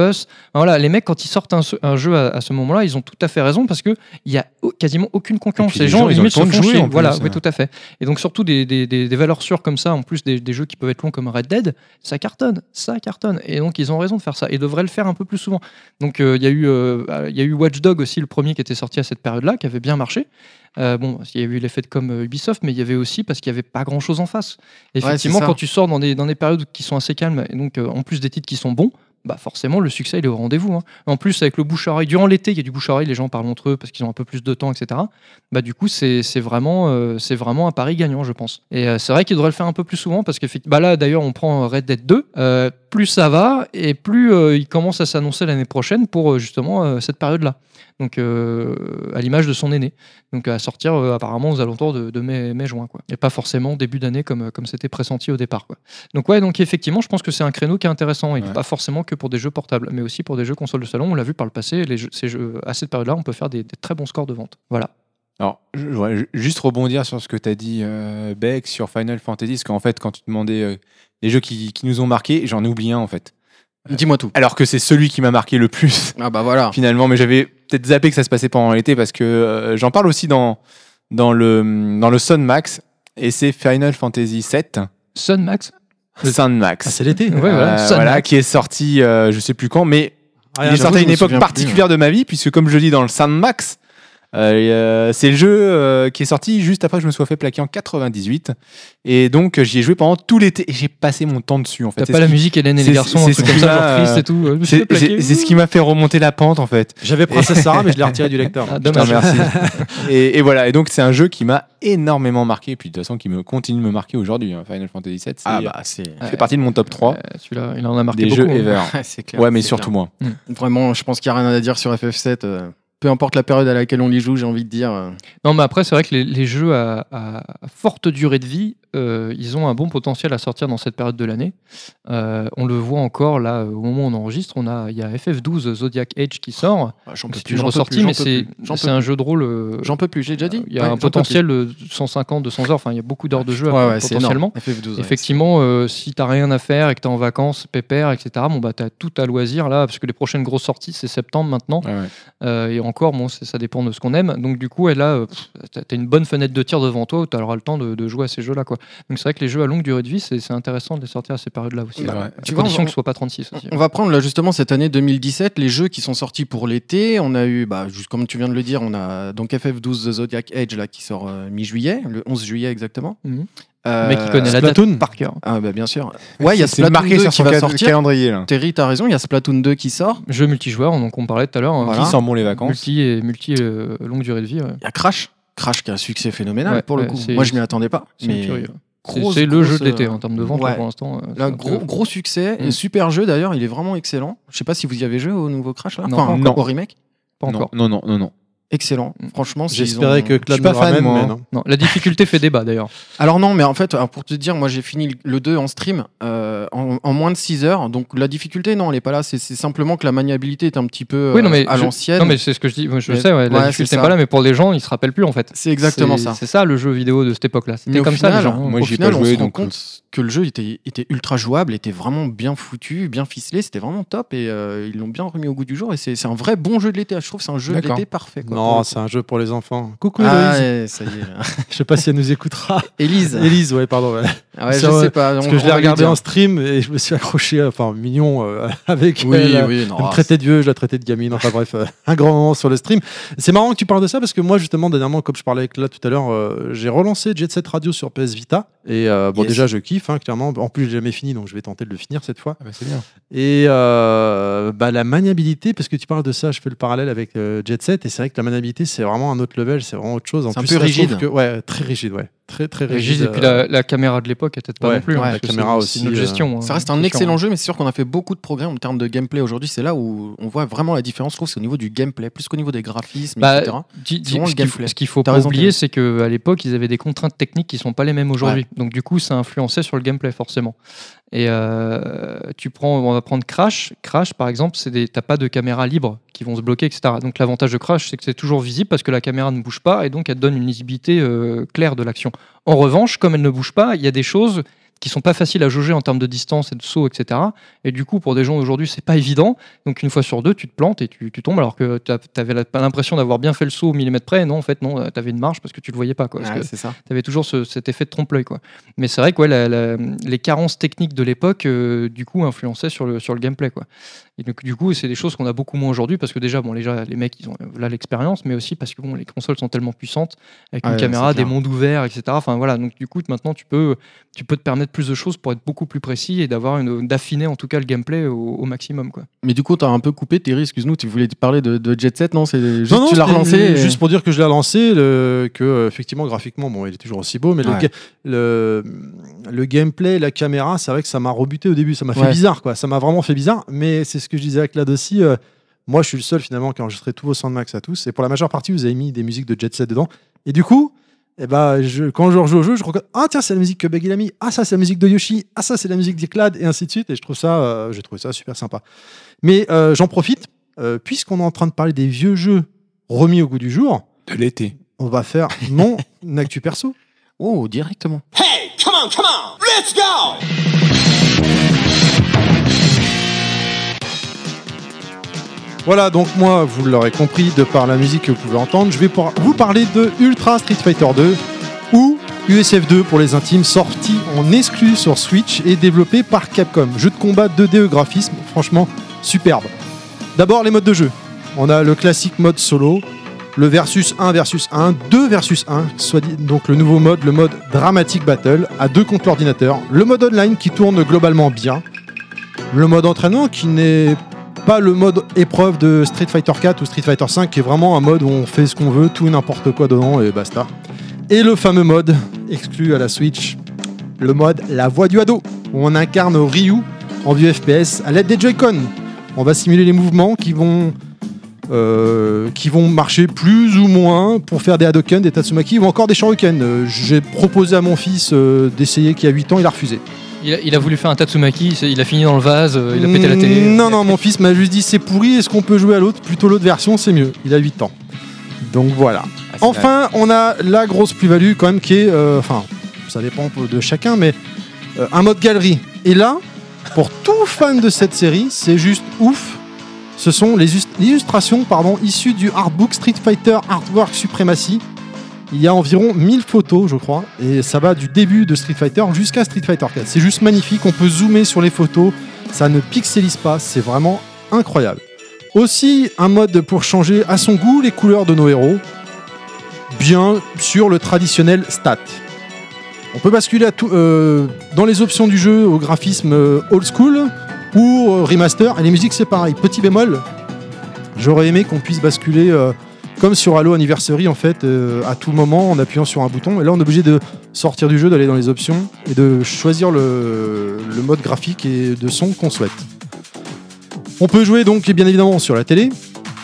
C: Enfin, voilà, les mecs, quand ils sortent un, se- un jeu à, à ce moment-là, ils ont tout à fait raison parce qu'il n'y a au- quasiment aucune concurrence.
D: puis
C: Les,
D: les
C: gens,
D: gens, ils ont
C: limite,
D: le temps
C: se
D: de
C: font
D: jouer,
C: chier.
D: en plus,
C: Voilà,
D: hein.
C: oui, tout à fait. Et donc, surtout, des, des- des- des valeurs sûres comme ça, en plus des, des jeux qui peuvent être longs comme Red Dead, ça cartonne, ça cartonne. Et donc, ils ont raison de faire ça. Et devraient le faire un peu plus souvent. Donc, euh, il y, a eu, euh, euh, il y a eu Watch Dog aussi, le premier qui était sorti à cette période-là, qui avait bien marché. Euh, bon, il y a eu l'effet de comme euh, Ubisoft, mais il y avait aussi parce qu'il n'y avait pas grand-chose en face.
E: c'est
C: Effectivement,
E: ça.
C: quand tu sors dans des, dans des périodes qui sont assez calmes, et donc euh, en plus des titres qui sont bons, bah forcément le succès il est au rendez-vous. hein. En plus avec le bouche à oreille, durant l'été il y a du bouche à oreille, les gens parlent entre eux parce qu'ils ont un peu plus de temps, etc. Bah du coup c'est c'est vraiment euh, c'est vraiment un pari gagnant je pense. Et euh, c'est vrai qu'il devrait le faire un peu plus souvent parce que bah là d'ailleurs on prend Red Dead 2, euh, plus ça va et plus euh, il commence à s'annoncer l'année prochaine pour euh, justement euh, cette période là. Donc euh, à l'image de son aîné, donc à sortir euh, apparemment aux alentours de, de mai, mai juin quoi. Et pas forcément début d'année comme comme c'était pressenti au départ quoi. Donc ouais, donc effectivement, je pense que c'est un créneau qui est intéressant et
D: Ouais.
C: pas forcément que pour des jeux portables, mais aussi pour des jeux consoles de salon. On l'a vu par le passé, les jeux- ces jeux, à cette période-là, on peut faire des, des très bons scores de vente. Voilà.
D: Alors, je je voudrais ju- juste rebondir sur ce que tu as dit, euh, Beck, sur Final Fantasy, parce qu'en fait, quand tu demandais euh, les jeux qui, qui nous ont marqués, j'en oublie un, en fait.
E: Dis-moi tout.
D: Alors que c'est celui qui m'a marqué le plus,
E: Ah bah voilà. (laughs)
D: finalement, mais j'avais peut-être zappé que ça se passait pendant l'été, parce que euh, j'en parle aussi dans, dans, le, dans le Sun Max, et c'est Final Fantasy VII,
C: Sun Max.
E: Bah,
D: Sun Max.
A: Ah, c'est l'été.
C: Ouais, voilà,
D: Euh,
C: Sun
D: voilà,
C: Max.
D: qui est sorti, euh, je sais plus quand, mais
A: Ah,
D: il est
E: j'avoue,
D: sorti à
E: je
D: une
E: me
D: époque
E: souviens
D: particulière de ma vie, puisque comme je le dis dans le Sandmax, euh, et, euh, c'est le jeu euh, qui est sorti juste après que je me sois fait plaquer en 98. Et donc euh, j'y ai joué pendant tout l'été. Et j'ai passé mon temps dessus en fait.
C: T'as
D: C'est
C: pas
D: ce
C: la
D: qui-
C: musique Hélène et
D: c'est-
C: les garçons,
D: c'est
C: un
D: ce
C: truc
D: qui
C: comme ça,
D: m'a,
C: genre triste et tout. Euh, je me suis fait
D: C'est c'est-
C: plaquer.
D: c'est ce qui m'a fait remonter la pente en fait.
A: J'avais Princesse Sarah, mais je l'ai retiré du lecteur.
C: Ah,
D: Putain,
C: dommage.
D: merci. (laughs) et, et voilà, et donc c'est un jeu qui m'a énormément marqué, et puis de toute façon qui me continue de me marquer aujourd'hui. hein. Final Fantasy VII, c'est-
E: Ah bah c'est.
D: fait partie de mon top 3
C: Euh, Celui-là, il en a marqué
D: des
C: beaucoup.
D: jeux
C: hein.
E: (laughs)
D: ever.
E: c'est clair.
D: Ouais, mais
E: c'est
D: surtout moi.
E: clair. Vraiment, je pense qu'il n'y a rien à dire sur FF7. euh, Peu importe la période à laquelle on y joue, j'ai envie de dire. euh,
C: Non, mais après, c'est vrai que les, les jeux à, à forte durée de vie, euh, ils ont un bon potentiel à sortir dans cette période de l'année. Euh, on le voit encore là, euh, au moment où on enregistre, on a, il y a FF12 Zodiac Age qui sort.
E: ah, J'en
C: C'est une
E: j'en
C: ressortie,
E: plus,
C: mais
E: j'en peux
C: c'est
E: plus, j'en
C: c'est
E: peux
C: un
E: plus.
C: jeu de rôle. euh,
E: J'en peux plus, j'ai déjà dit.
C: Il y a
E: Ouais,
C: un
E: j'en peux
C: potentiel de 150, 200 heures. Enfin, il y a beaucoup d'heures de jeu
E: plus.
C: à-
E: Ouais, ouais, c'est
C: potentiellement.
E: énorme. FF12. ouais.
C: Effectivement, euh, si t'as rien à faire et que t'es en vacances, pépère, etc., bon, bah, t'as tout à loisir là, parce que les prochaines grosses sorties, c'est septembre maintenant.
D: Ouais, ouais.
C: Euh, et encore, bon, c'est- ça dépend de ce qu'on aime. Donc, du coup, elle a, euh, pff, t'as t'as une bonne fenêtre de tir devant toi où t'auras le temps de, de jouer à ces jeux-là. quoi. Donc, c'est vrai que les jeux à longue durée de vie, c'est c'est intéressant de les sortir à ces périodes-là aussi.
D: Bah,
C: À
D: ouais.
E: Tu vois,
C: condition
E: on- Euh,
C: que ce soit pas 36 aussi.
E: On va prendre là justement cette année 2017 les jeux qui sont sortis pour l'été. On a eu, bah, juste comme tu viens de le dire, on a donc FF12 The Zodiac Age là qui sort euh, mi-juillet, le 11 juillet exactement.
C: Mhm.
E: Euh,
C: Le mec qui connaît la
A: Splatoon.
C: date par cœur.
E: Ah bah bien sûr. Ouais, il y a
D: C'est
E: Splatoon
D: marqué
E: 2
D: sur
E: qui
D: son
E: va
D: cal-
E: sortir. Hein
D: calendrier là.
E: Terry, t'as raison, il y a Splatoon 2 qui sort.
C: Jeu multijoueur, donc on parlait tout à l'heure. hein,
E: Voilà.
D: Qui sent bon les vacances.
C: Multi et multi euh, longue durée de vie. ouais.
E: Il y a Crash. Crash qui a un succès phénoménal
C: Ouais,
E: pour le
C: ouais,
E: coup.
C: c'est-
E: Moi je m'y attendais pas.
C: C'est
E: mais
C: curieux. C'est
E: grosse,
C: c'est le jeu
E: grosse,
C: de l'été
E: euh,
C: en termes de vente là,
E: ouais.
C: pour l'instant. euh, c'est
E: Là,
C: un
E: gros,
C: peu-
E: gros succès,
C: Mm.
E: super jeu d'ailleurs, il est vraiment excellent. Je sais pas si vous y avez joué au nouveau Crash là,
C: Non,
E: Enfin,
D: pas encore.
E: au remake.
C: pas encore.
D: Non, non, non, non. non.
E: Excellent,
C: Mm.
E: franchement. s'ils
A: J'espérais
E: ont-
A: que Claude
D: suis pas
A: me le ramène,
D: fan, moi,
A: mais
D: hein.
A: non.
C: Non, la difficulté fait débat d'ailleurs.
E: Alors non, mais en fait, alors, pour te dire, moi j'ai fini le 2 en stream euh, en, en moins de 6 heures. Donc la difficulté, non, elle n'est pas là. C'est c'est simplement que la maniabilité est un petit peu euh,
C: Oui, non, mais
E: à
C: je-
E: l'ancienne.
C: Non, mais c'est ce que je dis. Moi, je
E: Mais-
C: sais, ouais, la
E: ouais,
C: difficulté
E: c'est
C: n'est
E: ça.
C: pas là, mais pour les gens, ils se rappellent plus en fait.
E: C'est exactement
C: C'est-
E: ça.
C: C'est ça le jeu vidéo de cette époque-là.
E: Mais
C: C'était
E: au
C: comme
E: final,
C: ça les gens.
D: moi,
E: au
D: j'y ai
E: final,
D: pas
E: on
D: joué,
E: se rend
D: donc,
E: compte que le jeu était, était ultra jouable, était vraiment bien foutu, bien ficelé, c'était vraiment top et euh, ils l'ont bien remis au goût du jour. Et c'est c'est un vrai bon jeu de l'été. Je trouve que c'est un jeu de
D: D'accord.
E: l'été parfait. quoi, pour
A: Non,
E: le
A: c'est un jeu pour les enfants.
E: coup.
A: Coucou
E: ah,
A: Élise.
E: ouais, ça y est. (laughs)
A: Je sais pas si elle nous écoutera.
E: Élise.
A: Élise, ouais, pardon. ouais.
E: Ah ouais,
A: Ça,
E: je
A: ouais,
E: sais pas.
A: Parce
E: on-
A: que je
E: on
A: l'ai
E: va lui
A: regardé
E: dire.
A: en stream et je me suis accroché, euh, enfin mignon, euh, (laughs) avec
E: Oui,
A: elle.
E: oui, Oh,
A: Elle
E: non.
A: me traitait de vieux, je la traitais de gamine. Enfin bref, euh, (laughs) un grand moment sur le stream. C'est marrant que tu parles de ça parce que moi, justement, dernièrement, comme je parlais avec là tout à l'heure, euh, j'ai relancé Jet Set Radio sur PS Vita. Et euh, bon,
E: Yes.
A: déjà, je kiffe, hein, clairement. En plus, j'ai jamais fini, donc je vais tenter de le finir cette fois.
D: Ah bah, c'est bien.
A: Et euh, bah, la maniabilité, parce que tu parles de ça, je fais le parallèle avec euh, Jet Set, et c'est vrai que la maniabilité, c'est vraiment un autre level, c'est vraiment autre chose. En
E: C'est un
A: plus,
E: peu
A: ça, je trouve
E: rigide.
A: que- ouais, très rigide, ouais. Très, très rigide.
C: Régis, et puis
A: euh,
C: la, la caméra de l'époque était pas
A: ouais,
C: non plus. hein,
E: ouais,
C: parce
A: la
C: que c'est-
A: caméra
C: c'est
A: aussi,
C: Une autre
A: euh,
C: gestion.
E: Ça
C: hein,
E: reste
C: c'est
E: un
C: sûr,
E: excellent
C: hein.
E: jeu, mais c'est sûr qu'on a fait beaucoup de progrès en termes de gameplay aujourd'hui. C'est là où on voit vraiment la différence, je trouve, c'est au niveau du gameplay, plus qu'au niveau des graphismes,
C: Bah,
E: etc.
C: Dis- dis-
E: vraiment
C: ce
E: le
C: qu'il faut-
E: gameplay.
C: ce qu'il faut
E: T'as
C: pas
E: raison,
C: oublier,
E: Kevin.
C: c'est qu'à l'époque, ils avaient des contraintes techniques qui sont pas les mêmes aujourd'hui. Donc, du coup, ça influençait sur le gameplay, forcément. Et euh, tu prends, on va prendre Crash. Crash, par exemple, c'est des, t'as pas de caméras libres qui vont se bloquer, etc. Donc, l'avantage de Crash, c'est que c'est toujours visible parce que la caméra ne bouge pas et donc elle te donne une lisibilité euh, claire de l'action. En revanche, comme elle ne bouge pas, il y a des choses qui sont pas faciles à jauger en termes de distance et de saut, etc. Et du coup, pour des gens aujourd'hui, c'est pas évident. Donc une fois sur deux, tu te plantes et tu, tu tombes alors que tu avais l'impression d'avoir bien fait le saut au millimètre près. Non, en fait, non, tu avais une marge parce que tu le voyais pas. Quoi, parce que
E: Ouais, c'est ça.
C: tu avais toujours ce- cet effet de trompe-l'œil. quoi. Mais c'est vrai que ouais, la- la- les carences techniques de l'époque, euh, du coup, influençaient sur le, sur le gameplay. Quoi. Et donc, du coup, c'est des choses qu'on a beaucoup moins aujourd'hui parce que déjà, bon, déjà, les mecs, ils ont euh, là l'expérience, mais aussi parce que bon, les consoles sont tellement puissantes avec
E: Ah
C: une
E: ouais,
C: caméra,
E: c'est
C: des
E: clair.
C: mondes ouverts, etc. Enfin voilà, donc du coup, maintenant, tu peux, tu peux te permettre connaître plus de choses pour être beaucoup plus précis et d'avoir une- d'affiner en tout cas le gameplay au, au maximum quoi.
E: Mais du coup, t'as un peu coupé, Thierry, excuse-nous, tu voulais parler de, de Jet Set, non C'est juste
A: non, non,
E: tu l'as
A: c'était
E: relancé. et-
A: Juste pour dire que je l'ai relancé, le- que euh, effectivement graphiquement, bon, il est toujours aussi beau, mais le
E: Ouais.
A: ga- le, le gameplay, la caméra, c'est vrai que ça m'a rebuté au début, ça m'a fait
E: Ouais.
A: bizarre, quoi. Ça m'a vraiment fait bizarre, mais c'est ce que je disais avec Claude aussi. euh, moi, je suis le seul finalement qui a enregistré tous vos Soundmax à tous, et pour la majeure partie, vous avez mis des musiques de Jet Set dedans, et du coup. eh ben, je- quand je rejoue au jeu, je reconnais Ah, tiens, c'est la musique que Beggy a mis. Ah, ça, c'est la musique de Yoshi. Ah, ça, c'est la musique d'Eclad. Et ainsi de suite. Et je trouve ça, euh, j'ai trouvé ça super sympa. Mais euh, j'en profite, euh, puisqu'on est en train de parler des vieux jeux remis au goût du jour,
D: euh, De l'été.
A: on va faire mon actu perso.
E: Oh, directement.
B: Come on, come on, let's go!
A: Voilà, donc moi, vous l'aurez compris, de par la musique que vous pouvez entendre, je vais pour- vous parler de Ultra Street Fighter 2 ou USF 2 pour les intimes, sorti en exclu sur Switch et développé par Capcom. Jeu de combat 2D au graphisme, franchement superbe. D'abord les modes de jeu. On a le classique mode solo, le versus 1 versus 1, 2 versus 1, soit dit donc le nouveau mode, le mode dramatic battle, à deux contre l'ordinateur, le mode online qui tourne globalement bien, le mode entraînant qui n'est pas le mode épreuve de Street Fighter 4 ou Street Fighter 5 qui est vraiment un mode où on fait ce qu'on veut, tout et n'importe quoi dedans et basta. Et le fameux mode exclu à la Switch, le mode La Voix du Hado, où on incarne Ryu en vue FPS à l'aide des Joy-Con. On va simuler les mouvements qui vont, euh, qui vont marcher plus ou moins pour faire des Hadoken, des Tatsumaki ou encore des Shoryuken. Euh, J'ai proposé à mon fils euh, d'essayer qui a 8 ans, il a refusé.
C: Il a, il a voulu faire un Tatsumaki, c'est- il a fini dans le vase, euh, il a pété la télé.
A: Mm, Non, non, mon fils m'a juste dit c'est pourri, est-ce qu'on peut jouer à l'autre Plutôt l'autre version, c'est mieux. Il a 8 ans. Donc voilà.
C: Ah,
A: Enfin, on a la grosse plus-value quand même qui est, euh, enfin, ça dépend de chacun, mais euh, un mode galerie. Et là, pour tout fan de cette série, c'est juste ouf. Ce sont les us- illustrations pardon, issues du artbook Street Fighter Artwork Supremacy. Il y a environ 1000 photos, je crois, et ça va du début de Street Fighter jusqu'à Street Fighter 4. C'est juste magnifique, on peut zoomer sur les photos, ça ne pixelise pas, c'est vraiment incroyable. Aussi, un mode pour changer à son goût les couleurs de nos héros, bien sur le traditionnel stat. On peut basculer à tout- euh, dans les options du jeu au graphisme euh, old school ou euh, remaster, et les musiques c'est pareil. Petit bémol, j'aurais aimé qu'on puisse basculer euh, comme sur Halo Anniversary en fait, euh, à tout moment en appuyant sur un bouton, et là on est obligé de sortir du jeu, d'aller dans les options et de choisir le, le mode graphique et de son qu'on souhaite. On peut jouer donc bien évidemment sur la télé,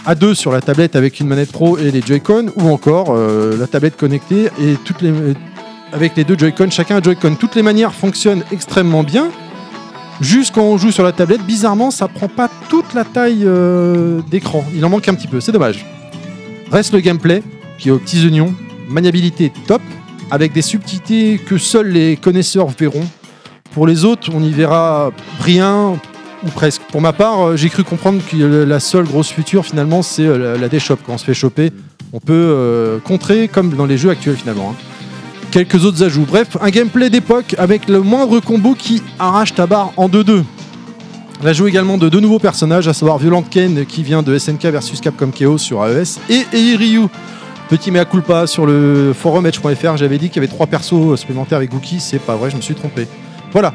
A: à deux sur la tablette avec une manette pro et les Joy-Con, ou encore euh, la tablette connectée et toutes les, euh, avec les deux Joy-Con, chacun un Joy-Con. Toutes les manières fonctionnent extrêmement bien. Juste quand on joue sur la tablette, bizarrement, ça prend pas toute la taille euh, d'écran. Il en manque un petit peu, c'est dommage. Reste le gameplay, qui est aux petits oignons, maniabilité top, avec des subtilités que seuls les connaisseurs verront. Pour les autres, on y verra rien ou presque. Pour ma part, euh, j'ai cru comprendre que euh, la seule grosse future finalement, c'est euh, la, la déchoppe. Quand on se fait choper, on peut euh, contrer comme dans les jeux actuels finalement. hein. Quelques autres ajouts. Bref, un gameplay d'époque avec le moindre combo qui arrache ta barre en 2-2. L'ajout également de deux nouveaux personnages, à savoir Violent Ken qui vient de SNK versus Capcom KO sur AES et Ei Ryu. Petit mea culpa sur le forum edge.fr, j'avais dit qu'il y avait trois persos supplémentaires avec Gookie, c'est pas vrai, je me suis trompé. Voilà.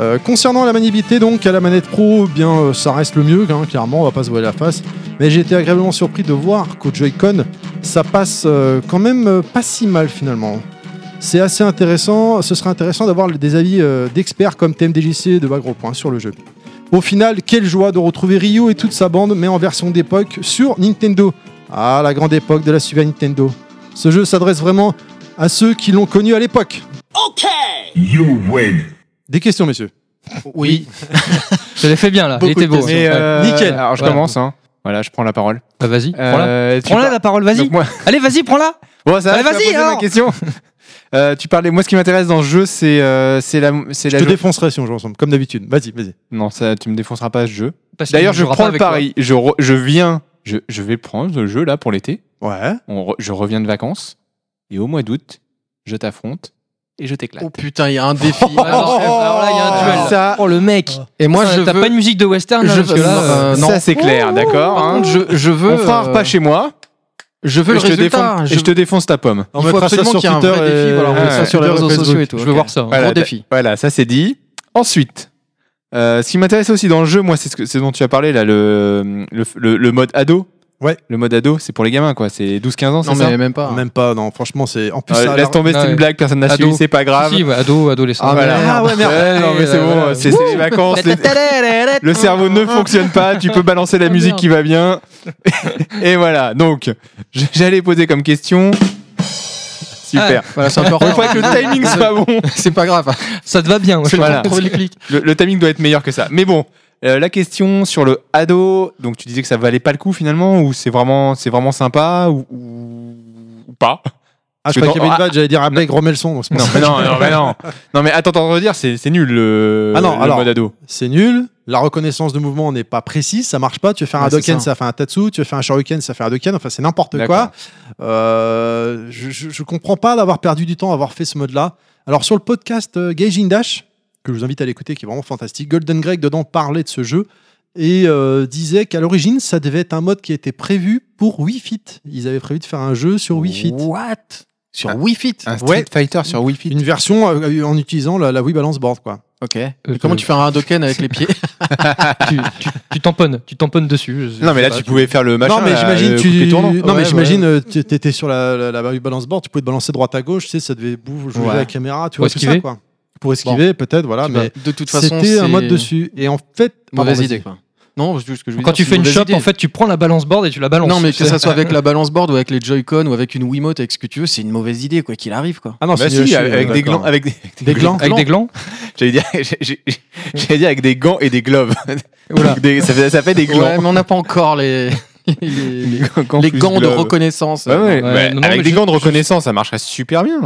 A: Euh, concernant la maniabilité, donc à la manette pro, eh bien euh, ça reste le mieux, hein, clairement, on va pas se voiler la face. Mais j'ai été agréablement surpris de voir qu'au Joy-Con, ça passe euh, quand même euh, pas si mal finalement. C'est assez intéressant, ce serait intéressant d'avoir des avis euh, d'experts comme TMDJC de Bagro Point sur le jeu. Au final, quelle joie de retrouver Ryu et toute sa bande, mais en version d'époque sur Nintendo. Ah, la grande époque de la Super Nintendo. Ce jeu s'adresse vraiment à ceux qui l'ont connu à l'époque.
B: Okay!
F: You win.
A: Des questions, messieurs.
E: Oui.
C: (laughs) Je l'ai fait bien là, il
D: Beaucoup
C: était
D: de
C: beau.
D: questions. Mais,
C: Ouais.
D: euh,
A: Nickel.
D: Alors je
C: Voilà.
D: commence. Hein. Voilà, je prends la parole.
C: Bah, vas-y, prends-la.
D: Euh, tu
C: Prends-la
D: par-
C: la parole, vas-y.
D: Donc, moi-
C: Allez, vas-y, prends-la.
D: Bon, ça va,
C: Allez,
D: tu m'as
C: vas-y,
D: posé ma
C: alors.
D: question. Euh, tu parlais. Moi, ce qui m'intéresse dans le jeu, c'est euh, c'est la c'est
A: Je
D: la.
A: te
D: jour-
A: défoncerai si on joue ensemble, comme d'habitude. Vas-y, vas-y.
D: Non, ça, tu me défonceras pas ce jeu.
C: Parce qu'il
D: D'ailleurs, je
C: jouera
D: prends
C: pas avec
D: le
C: toi.
D: pari. Je re- je viens. Je je vais prendre le jeu là pour l'été.
A: Ouais.
D: On re- Je reviens de vacances et au mois d'août, je t'affronte et je
C: Bah,
D: t'éclate.
E: Oh putain, il y a un défi.
C: Alors, alors là, il y a un duel.
D: Ça-
C: Oh le mec.
E: Et moi,
C: Ça,
E: je
C: T'as
E: veux.
C: pas une musique de western là,
E: je
C: parce que
E: veux-
C: là, euh,
E: Euh, non.
D: Ça c'est clair, d'accord.
E: Par
D: hein.
E: contre, je, je veux.
D: On fera un
E: euh,
D: repas chez moi.
E: Je veux
D: Et
E: le
D: je te
E: résultat.
D: défonce-
E: je
D: et je te défonce ta pomme.
A: On
E: Il faut
A: mettra ça
E: absolument
A: sur
E: qu'il y ait un
A: Twitter
E: vrai défi,
A: et-
E: voilà, on
A: Ouais,
E: met ça
A: ouais.
E: sur les
A: Twitter
E: réseaux
A: Facebook.
E: sociaux et tout.
C: Je veux voir ça.
E: Voilà.
D: d'a-
E: défi.
D: Voilà, ça c'est dit. Ensuite, euh, ce qui m'intéresse aussi dans le jeu, moi, c'est ce, que- ce dont tu as parlé là, le, le, le- le mode ado.
A: Ouais.
D: Le mode ado, c'est pour les gamins, quoi. C'est 12-15 ans, c'est
E: Non,
D: ça
E: mais même pas.
A: Même pas, non, franchement, c'est. En plus,
D: Euh,
A: ça a
D: Laisse
A: l'air-
D: tomber, c'est
C: Ouais.
D: une blague, personne n'a
C: Ado.
D: suivi, c'est pas grave.
C: Si, ouais, ado, adolescent.
D: Ah, voilà.
A: Ah ouais, merde.
D: Ouais, non, mais c'est bon,
C: Voilà.
D: c'est c'est les vacances. les-
E: hein. (laughs)
D: Le cerveau ne fonctionne pas, tu peux balancer la
C: Ah,
D: musique
C: merde.
D: qui va bien. Et voilà, donc, j- j'allais poser comme question. Super.
E: Voilà, c'est encore.
D: Une fois que le timing soit bon,
E: (laughs) C'est pas grave.
C: Ça te va bien. moi, je
D: Voilà.
C: pense. Trouver le clic.
D: le, le timing doit être meilleur que ça. Mais bon, euh, la question sur le ado, donc tu disais que ça valait pas le coup finalement, ou c'est vraiment, c'est vraiment sympa, ou, ou- ou pas
A: Ah, je
D: Parce
A: croyais qu'il
D: que
A: y avait une
D: dans-
A: vanne, j'allais dire un mec, remet le son. donc c'est pour
D: Non,
A: ça.
D: mais non, non, mais non. Non, mais attends, attends, redire, c'est c'est nul le,
A: Ah non,
D: le
A: alors,
D: mode ado.
A: C'est nul. La reconnaissance de mouvement n'est pas précise, ça marche pas. Tu veux faire un
D: Ouais, c'est
A: doken,
D: ça.
A: ça. fait un tatsu. Tu veux faire un shuriken, ça fait un doken. Enfin, c'est n'importe
D: D'accord.
A: quoi. Euh, je, je, je comprends pas d'avoir perdu du temps à avoir fait ce mode-là. Alors, sur le podcast euh, Gaijin Dash, que je vous invite à l'écouter, qui est vraiment fantastique, Golden Greg dedans parlait de ce jeu et euh, disait qu'à l'origine, ça devait être un mode qui était prévu pour Wii Fit. Ils avaient prévu de faire un jeu sur Wii Fit.
E: What Sur Wii Fit.
D: Un Street
A: Ouais.
D: Fighter sur Wii Fit.
A: Une version euh, en utilisant la, la Wii Balance Board, quoi.
E: Ok. Mais Comment tu fais un doken avec les pieds
C: tu, tu- tu tamponnes, tu tamponnes dessus. je-
D: Non, mais
C: je
D: là,
C: sais
D: tu
C: pas,
D: pouvais faire le machin.
A: non mais
D: là,
A: j'imagine
D: le
A: tu
D: couplet
A: non
D: tournant.
A: mais
E: euh, Ouais,
A: j'imagine euh, tu- t'étais sur la, la, la balance board tu pouvais te balancer droite à gauche tu sais ça devait bouger jouer
D: Ouais.
A: la caméra tu
C: Pour
A: vois tout ça
C: esquiver.
A: quoi pour esquiver peut-être voilà
E: Tu
A: Ah, mais
E: vois, De toute façon,
A: c'était un
E: c'est
A: mode dessus et en fait
E: Mauvaise
A: pardon,
E: idée.
A: vas-y.
E: Quoi. Non, je- ce que je veux
C: Quand
E: dire,
C: tu
E: c'est
C: fais une
E: mauvaise
C: shop,
E: idée.
C: en fait, tu prends la balance board et tu la balances.
E: Non, mais que
C: C'est-
E: ça soit avec la balance board ou avec les Joy-Con ou avec une Wiimote, avec ce que tu veux, c'est une mauvaise idée, quoi qu'il arrive, quoi.
A: ah non
D: Bah
A: c'est nul à
D: si,
A: chier,
D: avec,
A: euh,
D: des
A: d'accord.
D: glands, avec des,
A: des glands
C: avec des glands.
D: j'allais dire, (laughs) j'ai-
C: (laughs)
D: j'ai- j'allais dire avec des gants et des gloves.
C: Voilà.
D: Des- ça, fait, ça fait des
E: Ouais,
D: gants.
E: mais on n'a pas encore les, (laughs) les,
D: (laughs)
E: les- les
D: plus
E: gants de
D: gloves.
E: reconnaissance.
D: Ouais, ouais,
E: Euh,
D: bah,
C: Ouais, non, non,
D: avec
C: mais
D: des
C: je- Oh,
D: gants de reconnaissance, ça marcherait super bien.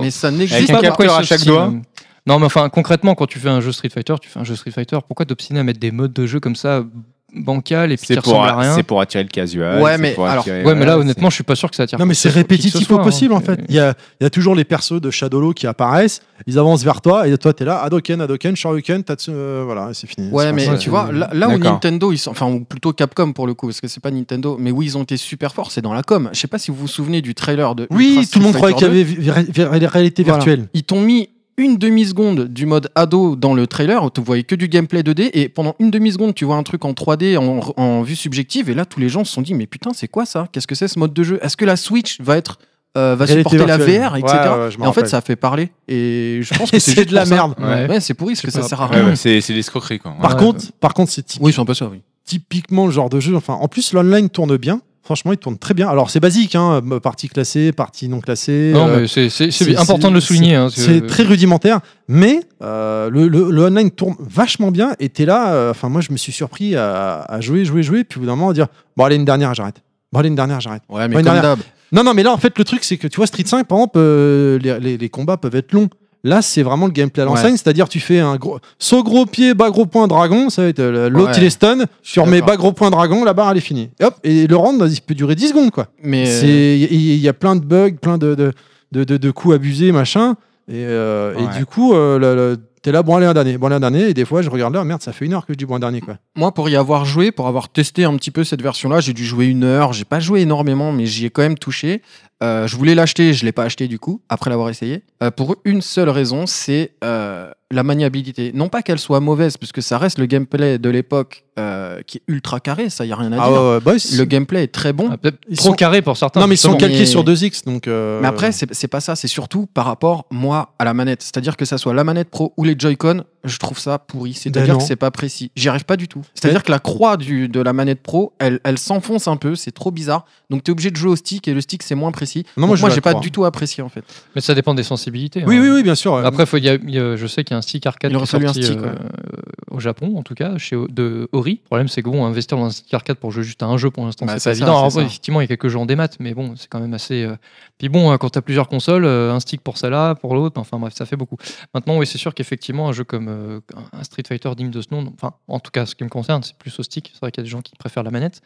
E: Mais ça
C: Je
E: n'existe
D: Avec
C: sais
D: un
E: pas.
C: pas pourquoi
D: capteur à
C: ils
D: chaque
C: s'obstinent.
D: doigt.
C: Non, mais enfin, concrètement, quand tu fais un jeu Street Fighter, tu fais un jeu Street Fighter. Pourquoi t'obstiner à mettre des modes de jeu comme ça bancal et puis qui
D: C'est
C: ressemblent
D: pour,
C: à rien
D: c'est pour attirer le casual.
E: Ouais,
D: c'est
E: mais
D: pour
E: alors-
D: attirer- euh,
C: Ouais, mais là,
D: voilà,
C: honnêtement, je suis pas sûr que ça attire.
A: non mais c'est
C: quoi que ce
A: répétitif
C: soit,
A: au
C: hein.
A: possible en fait il y a il y a toujours les persos de Shadowlo qui apparaissent ils avancent vers toi et toi t'es là Hadoken Hadoken Shoryuken Tatsu euh, voilà c'est fini
E: Ouais,
A: C'est
E: mais
A: pas ça,
E: tu
A: c'est-
E: vois, là, là où
D: D'accord.
E: Nintendo, ils sont, enfin, ou plutôt Capcom pour le coup, parce que c'est pas Nintendo, mais où ils ont été super forts, c'est dans la com. Je sais pas si vous vous souvenez du trailer de. Ultra
A: oui tout le monde
E: Street
A: croyait qu'il y
E: Fighter
A: avait vi- vi- vi- réalité
E: Voilà.
A: virtuelle
E: 2. Ils t'ont mis une demi-seconde du mode ado dans le trailer, où tu voyais que du gameplay 2D, et pendant une demi-seconde, tu vois un truc en 3D, en, en vue subjective, et là, tous les gens se sont dit, mais putain, c'est quoi ça Qu'est-ce que c'est ce mode de jeu Est-ce que la Switch va être. euh, va
A: Réalité
E: supporter
A: virtuelle.
E: la VR, etc.
A: Ouais, ouais, je m'en
E: et en fait,
A: rappelle.
E: ça a fait parler. Et je
A: (laughs)
E: pense que
A: et
E: c'est
A: c'est
E: juste
A: de la
E: pour ça.
A: merde
C: Ouais.
E: Ouais, c'est pourri, parce que
C: C'est
E: ça
C: pas-
E: sert à
D: Ouais,
E: rien.
D: ouais, c'est c'est de l'escroquerie, quoi.
A: par
C: Ouais.
A: contre par contre c'est
E: Oui, c'est un peu ça, oui.
A: typiquement le genre de jeu. Enfin, en plus, l'online tourne bien. Franchement, il tourne très bien. Alors, c'est basique, hein, euh, partie classée, partie non classée.
C: Non,
A: euh,
C: mais c'est- c'est
A: c'est-
C: c'est important de le
A: c'est-
C: souligner. hein, parce que-
A: c'est très rudimentaire, mais euh, le, le- le online tourne vachement bien. Et t'es là, euh, enfin, moi, je me suis surpris à, à jouer, jouer, jouer. Puis au bout d'un moment, à dire Bon, allez, une dernière, j'arrête. Bon, allez, une dernière, j'arrête.
E: Ouais,
A: mais comme Non, non, mais là, en fait, le truc, c'est que tu vois, Street 5, par exemple, euh, les, les- les combats peuvent être longs. Là, c'est vraiment le gameplay à l'enseigne, c'est-à-dire tu fais un gros saut gros pied, bas gros point dragon, ça va être euh, l'autre
E: Ouais.
A: il est stun, tu remets
E: d'accord.
A: bas gros point dragon, la barre elle est finie. Et hop, et le round il peut durer 10 secondes quoi.
E: Mais
A: C'est- Il y, il y a plein de bugs, plein de, de, de- de- de coups abusés, machin. Et, euh, et
D: Ouais.
A: du coup, euh, le- le- t'es là, bon allez un dernier, bon allez un dernier, et des fois je regarde là, merde, ça fait une heure que je dis bon un dernier quoi.
E: moi, pour y avoir joué, pour avoir testé un petit peu cette version-là, j'ai dû jouer une heure. J'ai pas joué énormément, mais j'y ai quand même touché. Euh, je voulais l'acheter, je l'ai pas acheté du coup, après l'avoir essayé. Euh, pour une seule raison, c'est euh, la maniabilité. Non pas qu'elle soit mauvaise, puisque ça reste le gameplay de l'époque euh, qui est ultra carré, ça y a rien à
A: Ah
E: dire.
A: ouais, ouais, bah, ils-
E: Le gameplay est très bon.
C: Ah, peut-être
A: Ils
C: trop
A: sont-
C: carré pour certains.
A: non mais ils sont
C: justement.
A: calqués
E: mais-
A: sur 2X donc. euh,
E: Mais après, c'est c'est pas ça, c'est surtout par rapport, moi, à la manette. C'est-à-dire que ça soit la manette pro ou les Joy-Con, je trouve ça pourri.
A: Ben
E: C'est-à-dire
A: non.
E: que c'est pas précis. J'y arrive pas du tout. C'est-à-dire que la croix du, de la manette pro, elle, elle s'enfonce un peu, c'est trop bizarre. Donc t'es obligé de jouer au stick et le stick c'est moins précis.
A: Non, moi,
E: Donc
A: je
E: moi
A: joue à
E: j'ai pas
A: trois.
E: du tout apprécié en fait.
C: Mais ça dépend des sensibilités.
A: Oui
C: hein.
A: oui oui bien sûr. ouais.
C: Après, faut- il y a- il y a- je sais qu'il y a un stick arcade
E: euh, Il
C: qui
E: aurait
C: est
E: fallu un
C: sorti
E: stick,
C: euh,
E: ouais.
C: euh, au Japon, en tout cas, chez, de Ori. Le problème, c'est que bon, investir dans un stick arcade pour jouer juste à un jeu pour l'instant,
E: Bah,
C: c'est pas
E: c'est ça,
C: évident. Alors,
E: c'est
C: bon,
E: ça.
C: effectivement, il y a quelques jeux en démat, mais bon, c'est quand même assez. euh, Puis bon, euh, quand t'as plusieurs consoles, euh, un stick pour celle-là, pour l'autre, enfin bref, ça fait beaucoup. Maintenant, oui, c'est sûr qu'effectivement, un jeu comme euh, un Street Fighter digne de ce nom, enfin, en tout cas, ce qui me concerne, c'est plus au stick. C'est vrai qu'il y a des gens qui préfèrent la manette.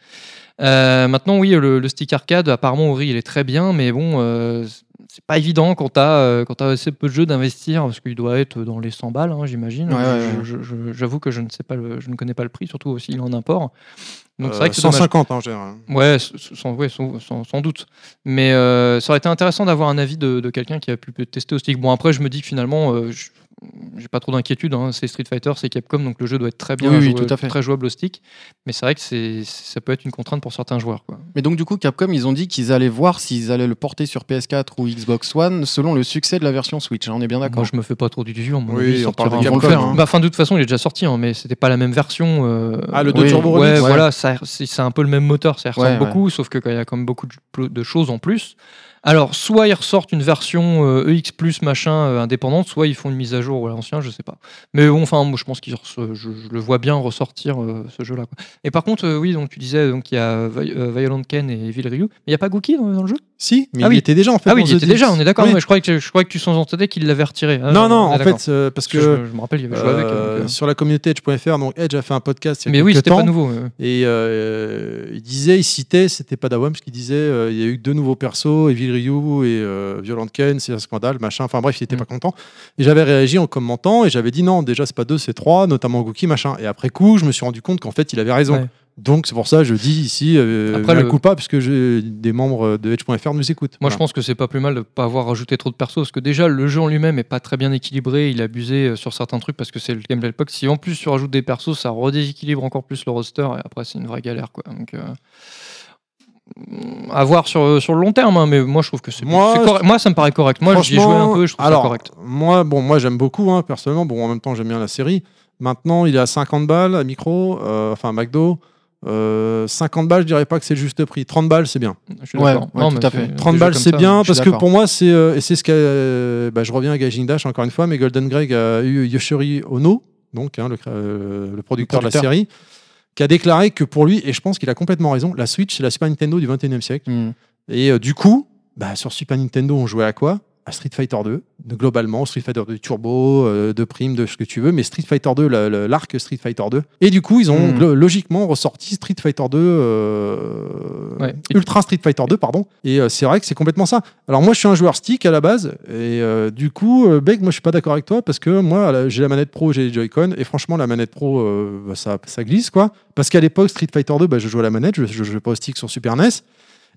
C: Euh, maintenant, oui, le, le stick arcade, apparemment, Ori, il est très bien, mais bon, euh, c'est pas évident quand t'as euh, quand t'as assez peu de jeux d'investir parce qu'il doit être dans les 100 balles, hein, j'imagine.
E: Ouais, ouais,
C: Je- je- je- J'avoue que je ne sais pas, le- je ne connais pas le prix, surtout aussi il en import. Donc c'est
A: Euh,
C: vrai que c'est dommage.
A: 150 en général.
C: Ouais, s- s- sans, ouais, sans, sans- sans doute. Mais euh, ça aurait été intéressant d'avoir un avis de, de quelqu'un qui a pu tester au stick. Bon, après, je me dis que finalement, euh, je- j'ai pas trop d'inquiétude. hein. C'est Street Fighter, c'est Capcom, donc le jeu doit être très bien
E: Oui, oui,
C: joué-
E: tout à fait.
C: très jouable au stick. Mais c'est vrai que c'est- ça peut être une contrainte pour certains joueurs. Quoi.
E: Mais donc, du coup, Capcom, ils ont dit qu'ils allaient voir s'ils allaient le porter sur PS4 ou Xbox One selon le succès de la version Switch. hein, on est bien d'accord.
C: Moi, je me fais pas trop d'illusions. à mon
A: Oui,
C: avis, il
A: on parle
C: sortira
A: de
C: un-
E: Ils vont le
A: Capcom,
E: faire,
A: hein.
E: hein.
C: Bah, enfin, de toute façon, il est déjà sorti, hein, mais c'était pas la même version. euh,
A: Ah, le
E: deux
C: ouais,
E: turbo
C: Ouais,
E: remix, ouais.
C: voilà, ça- c'est c'est un peu le même moteur, ça ressemble
E: Ouais, ouais.
C: beaucoup, sauf que quand il y a quand même beaucoup de, de choses en plus. Alors, soit ils ressortent une version euh, EX plus machin euh, indépendante, soit ils font une mise à jour ou à l'ancien, je sais pas. Mais bon, enfin, moi, je pense qu'ils res- je, je le vois bien ressortir euh, ce jeu-là. quoi. Et par contre, euh, oui, donc tu disais donc il y a euh, Vi- euh, Violent Ken et Evil Ryu, mais il n'y a pas Gookie dans, dans le jeu
A: Si, mais
C: Ah
A: il
C: oui.
A: était déjà en fait.
C: Ah oui,
A: dans
C: il
A: The
C: était déjà,
A: Discs.
C: on est d'accord,
A: Oui.
C: mais je croyais que, je croyais que tu sous-entendais qu'il l'avait retiré. Ah,
A: Non, non,
C: on est
A: en
C: d'accord.
A: fait, euh, parce
C: Parce que
A: que.
C: je, je me rappelle, il avait joué avec.
A: euh,
C: donc, euh,
A: sur la communauté Edge.fr, donc Edge a fait un podcast il y a
C: Mais oui,
A: quelques
C: c'était pas
A: temps.
C: nouveau. euh.
A: Et euh, il disait, il citait, c'était pas Dawam, parce qu'il disait, euh, il y a eu que deux nouveaux persos, Evil Ryu et euh, Violent Ken, c'est un scandale, machin. Enfin bref, il était
C: Mm.
A: pas content. Et j'avais réagi en commentant et j'avais dit non, déjà c'est pas deux, c'est trois, notamment Gookie, machin. Et après coup, je me suis rendu compte qu'en fait, il avait raison.
C: Ouais.
A: Donc c'est pour ça que je dis ici, euh,
C: Après,
A: mea
C: le-
A: culpa, puisque j'ai- des membres de Edge.fr nous écoutent.
C: Moi,
A: Voilà.
C: je pense que c'est pas plus mal de pas avoir rajouté trop de persos, parce que déjà, le jeu en lui-même est pas très bien équilibré, il abusait euh, sur certains trucs, parce que c'est le game de l'époque. Si en plus tu rajoutes des persos, ça redéséquilibre encore plus le roster, et après, c'est une vraie galère, quoi. Donc, euh, à voir sur, sur le long terme, hein, mais moi, je trouve que c'est
A: Moi,
C: c'est correct. Moi, ça me paraît correct. Moi, j'y ai joué un
A: Franchement,
C: peu, je trouve
A: alors,
C: ça correct.
A: Moi, bon, moi j'aime beaucoup, hein, personnellement. Bon, en même temps, j'aime bien la série. Maintenant, il est à 50 balles à micro, euh, enfin McDo. Euh, 50 balles, je dirais pas que c'est le juste prix. 30 balles, c'est bien.
C: Je suis
E: Ouais,
C: d'accord.
E: ouais,
C: Non,
E: tout
C: mais
E: à
C: c'est-
E: fait.
C: des
A: 30
C: jeux
A: balles,
C: comme
A: c'est
C: ça, hein.
A: bien
E: je suis
A: parce que
E: d'accord.
A: pour moi, c'est euh, et c'est ce qu'a. euh, bah, je reviens à Gajing Dash encore une fois, mais Golden Greg a eu Yoshiri Ono, donc hein, le, cré- euh, le producteur de la
E: producteur.
A: série, qui a déclaré que pour lui, et je pense qu'il a complètement raison, la Switch c'est la Super Nintendo du 21 e siècle.
E: Hmm.
A: Et euh, du coup, bah, sur Super Nintendo, on jouait à quoi À Street Fighter 2, de- globalement, Street Fighter 2 Turbo, euh, de Prime, de ce que tu veux, mais Street Fighter 2, la- la- l'arc Street Fighter 2. Et du coup, ils ont
E: Mhm.
A: glo- logiquement ressorti Street Fighter 2, euh,
C: Ouais.
A: Ultra Street Fighter 2, pardon. Et euh, c'est vrai que c'est complètement ça. Alors moi, je suis un joueur stick à la base, et euh, du coup, euh, Beck, moi, je suis pas d'accord avec toi parce que moi, la- j'ai la manette pro, j'ai les Joy-Con, et franchement, la manette pro, euh, bah, ça, ça glisse, quoi. Parce qu'à l'époque, Street Fighter 2, bah, je jouais à la manette, je, je jouais pas au stick sur Super NES.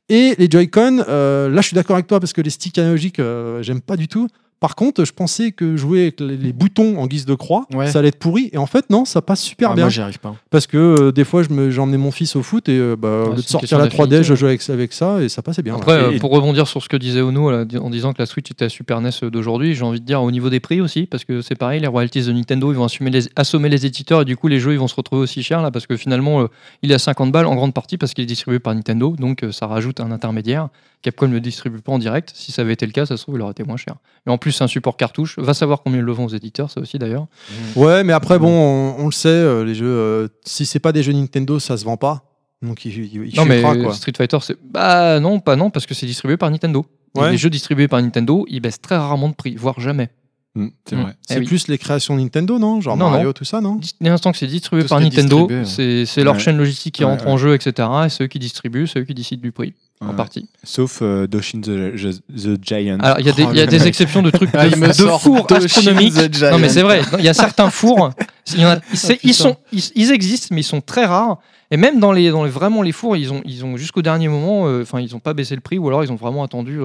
A: Et les Joy-Con, euh, là je suis d'accord avec toi parce que les sticks analogiques, euh, j'aime pas du tout. Par contre, je pensais que jouer avec les, les boutons en guise de croix,
E: Ouais.
A: ça allait être pourri. Et en fait, non, ça passe super
E: Ah,
A: bien.
E: moi, j'y arrive pas.
A: Parce que euh, des fois, je me- j'emmenais mon fils au foot et euh, bah, au lieu de
C: Ah, c'est une
A: sortir
C: question
A: la 3D,
C: d'affinité,
A: je jouais avec, avec ça et ça passait bien.
C: Après,
A: ouais.
C: euh,
A: Hein. Et-
C: pour rebondir sur ce que disait Ono là, di- en disant que la Switch était la Super NES d'aujourd'hui, j'ai envie de dire au niveau des prix aussi, parce que c'est pareil, les royalties de Nintendo, ils vont assumer les, assommer les éditeurs et du coup, les jeux, ils vont se retrouver aussi chers là, parce que finalement, euh, il est à 50 balles en grande partie parce qu'il est distribué par Nintendo, donc euh, ça rajoute un intermédiaire. Capcom ne le distribue pas en direct. Si ça avait été le cas, ça se trouve, il aurait été moins cher. Et en plus, c'est un support cartouche. Va savoir combien ils le vendent aux éditeurs, ça aussi d'ailleurs.
A: Ouais, mais après, bon, on, on le sait, euh, les jeux, euh, si c'est pas des jeux Nintendo, ça se vend pas. Donc il, il, il
C: Non mais
A: chuchera,
C: euh,
A: quoi.
C: Street Fighter c'est bah non pas non parce que c'est distribué par Nintendo. Et
A: Ouais.
C: Les jeux distribués par Nintendo, ils baissent très rarement de prix, voire jamais.
D: Mm, c'est
C: Mm.
D: vrai.
C: Eh
A: C'est
C: oui.
A: plus les créations Nintendo, non Genre
C: Non, non.
A: Mario, tout ça, non
C: Dis- Dès l'instant que c'est distribué
E: Tout ce
C: par
E: qui est
C: Nintendo,
E: distribué, hein. ouais.
C: c'est c'est leur
D: Ouais.
C: chaîne logistique qui
D: Ouais,
C: rentre en jeu, etc. Et c'est eux qui distribuent, c'est eux qui décident du prix, en
D: Ouais.
C: partie.
D: Sauf euh, Doshin the, Gi- the Giant. Oh,
C: Alors, il y a des, il y a des exceptions de trucs
E: Ah,
C: de,
E: il me
C: de
E: sort
C: fours
E: Doshin
C: astronomiques.
E: the Giant.
C: Non, mais c'est vrai, non, il y a
D: (laughs)
C: certains fours, il y
D: Oh,
C: en a- c'est-
E: Ah,
C: ils,
E: putain.
C: sont, ils, ils existent, mais ils sont très rares. Et même dans les, dans les vraiment les fours, ils ont, ils ont jusqu'au dernier moment, euh, enfin, ils n'ont pas baissé le prix, ou alors ils ont vraiment attendu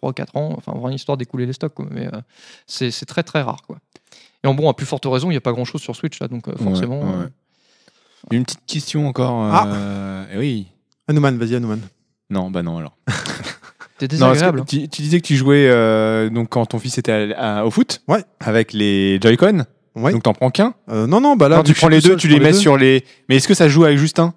C: 3-4 ans, enfin, vraiment histoire d'écouler les stocks, quoi. Mais euh, c'est c'est très très rare, quoi. Et en bon, à plus forte raison, il n'y a pas grand chose sur Switch, là, donc euh,
D: Ouais,
C: forcément.
D: ouais.
C: euh,
D: Une petite question encore.
C: Ah.
D: euh, eh oui.
A: Hanuman, vas-y, Hanuman.
D: Non, bah non alors.
C: T'es
D: Non, parce que
C: désagréable. hein.
D: tu, tu disais que tu jouais euh, donc quand ton fils était à- à- au foot.
A: Ouais.
D: Avec les Joy-Con.
A: Ouais.
D: Donc t'en prends qu'un.
A: Euh, non, non, bah là.
D: Quand
A: vu
D: tu
A: que je
D: prends
A: suis
D: les
A: tout
D: deux,
A: seul,
D: tu
A: je
D: les
A: prends
D: mets sur les. Mais est-ce que ça joue avec Justin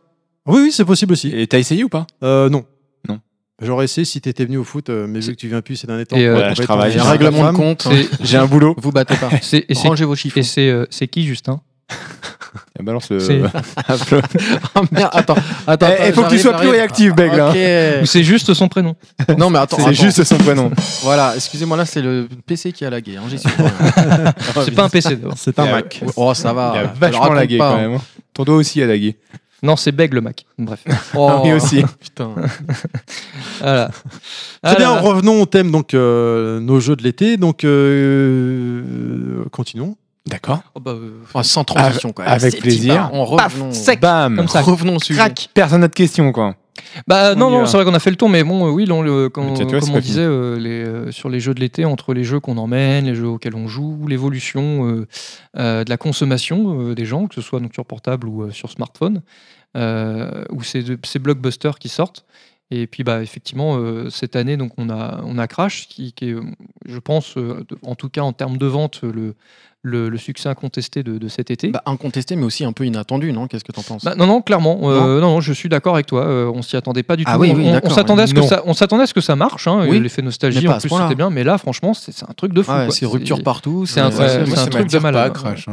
A: Oui, oui, c'est possible aussi.
D: Et t'as essayé ou pas
A: Euh, non.
D: Non.
A: J'aurais essayé si t'étais venu au foot, euh, mais vu que tu viens plus ces derniers temps.
C: Et, euh,
A: pour
D: Voilà,
A: être
D: je travaille.
E: Il y a
A: en
E: un
D: J'ai
E: règlement
A: femme,
E: de compte. (laughs)
C: C'est-
D: J'ai
C: (laughs)
D: un boulot.
E: Vous battez pas.
C: C'est- et c'est-
E: Rangez vos chiffres.
C: et c'est euh, c'est qui, Justin
D: Ah, Balance le.
C: C'est-
D: Apple.
E: Ah, merde, attends, attends.
D: Eh, eh, faut que tu sois plus réactif, Beg,
C: Ah,
D: là.
E: eh,
C: Ou c'est juste son prénom
E: Non, mais attends.
D: C'est
E: attends.
D: juste son prénom.
E: Voilà, excusez-moi, là, c'est le PC qui a lagué. hein, j'y
D: (laughs)
E: suis pas. Ah,
C: C'est pas un PC d'abord.
A: C'est un
D: Et, euh,
A: Mac.
E: oh, ça va.
D: Il a
E: je le
C: ah,
D: vachement
E: raconte
D: lagué
E: pas,
D: quand
E: hein.
D: même. hein. Ton doigt aussi a lagué.
C: Non, c'est Beg le Mac.
E: (laughs)
C: Bref.
D: Ah oui, aussi.
E: Oh, Putain.
C: Voilà.
A: Très
C: Ah
A: bien,
C: là là.
A: revenons au thème, donc euh, nos jeux de l'été. Donc, euh, continuons.
D: D'accord.
C: Oh, bah, euh,
E: Enfin, sans transition, quoi.
D: Avec
E: C'est
D: plaisir.
E: Tibar. On revenons,
C: sec.
D: Bam.
C: Comme ça.
E: revenons au sujet.
D: Crac. Personne n'a de questions, quoi.
C: Bah
D: On
C: non,
D: y
C: non,
D: va.
C: c'est vrai qu'on a fait le tour, mais bon, euh, oui, là, le- quand-
D: Le tatouage, c'est
C: comme on
D: pas
C: disait euh, les, euh, sur les jeux de l'été, entre les jeux qu'on emmène, les jeux auxquels on joue, l'évolution euh, euh, de la consommation euh, des gens, que ce soit donc sur portable ou euh, sur smartphone, euh, ou ces, ces blockbusters qui sortent. Et puis, bah, effectivement, euh, cette année, donc, on a, on a Crash, qui, qui est, euh, je pense, euh, de- en tout cas en termes de vente, le, le, le succès incontesté de, de cet été.
E: Bah, incontesté, mais aussi un peu inattendu, non Qu'est-ce que t'en penses
C: Bah, non, non, clairement. euh, non. non, je suis d'accord avec toi. euh, on s'y attendait pas du tout.
E: Ah oui,
C: On-
E: oui,
C: on on
E: d'accord,
C: s'attendait à ce que
D: non.
C: ça, on s'attendait à ce que ça marche. Hein,
E: Oui,
C: et L'effet nostalgie
E: mais pas
C: en
E: à ce
C: plus
E: point-là.
C: c'était bien, mais là, franchement, c'est c'est un truc de fou.
E: Ah Ouais,
C: quoi.
E: c'est rupture partout.
C: c'est un-
E: c'est-
C: ouais,
E: c'est-
C: c'est
E: moi,
C: un
E: ça
C: truc
E: m'attire
C: de malade,
E: pas,
C: ouais.
E: Crash.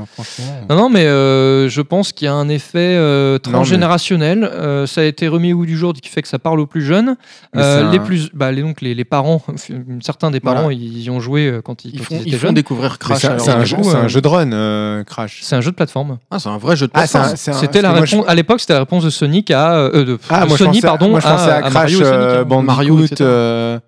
C: Non, non, mais euh, je pense qu'il y a un effet euh,
D: mais-
C: transgénérationnel. euh, ça a été remis au goût du jour, qui fait que ça parle aux plus jeunes.
D: Mais
C: Euh,
D: c'est
C: les
D: un-
C: plus, bah, les, donc les, les parents, (laughs) certains des parents,
E: Voilà.
C: ils y ont joué euh, quand ils,
E: Ils
C: quand
E: font,
C: ils étaient
E: ils font
C: jeunes.
E: découvrir Crash.
D: C'est un,
E: alors,
D: c'est un
E: du
D: jeu- hein.
E: coup,
D: c'est un
E: euh,
D: jeu de run, euh, Crash.
C: C'est un jeu de plateforme.
E: Ah, c'est un vrai jeu de
D: Ah, c'est un-
E: plateforme.
D: c'est un-
C: C'était la
D: moi, je-
C: réponse. À l'époque, c'était la réponse de Sonic à euh, de,
D: Ah,
C: de
D: moi, je
C: Sony,
D: pensais-
C: pardon.
D: moi, je pensais à, Crash,
C: Mario et Sonic,
D: euh,
C: hein.
D: Bandicoot,
E: Mario, etc.
D: euh,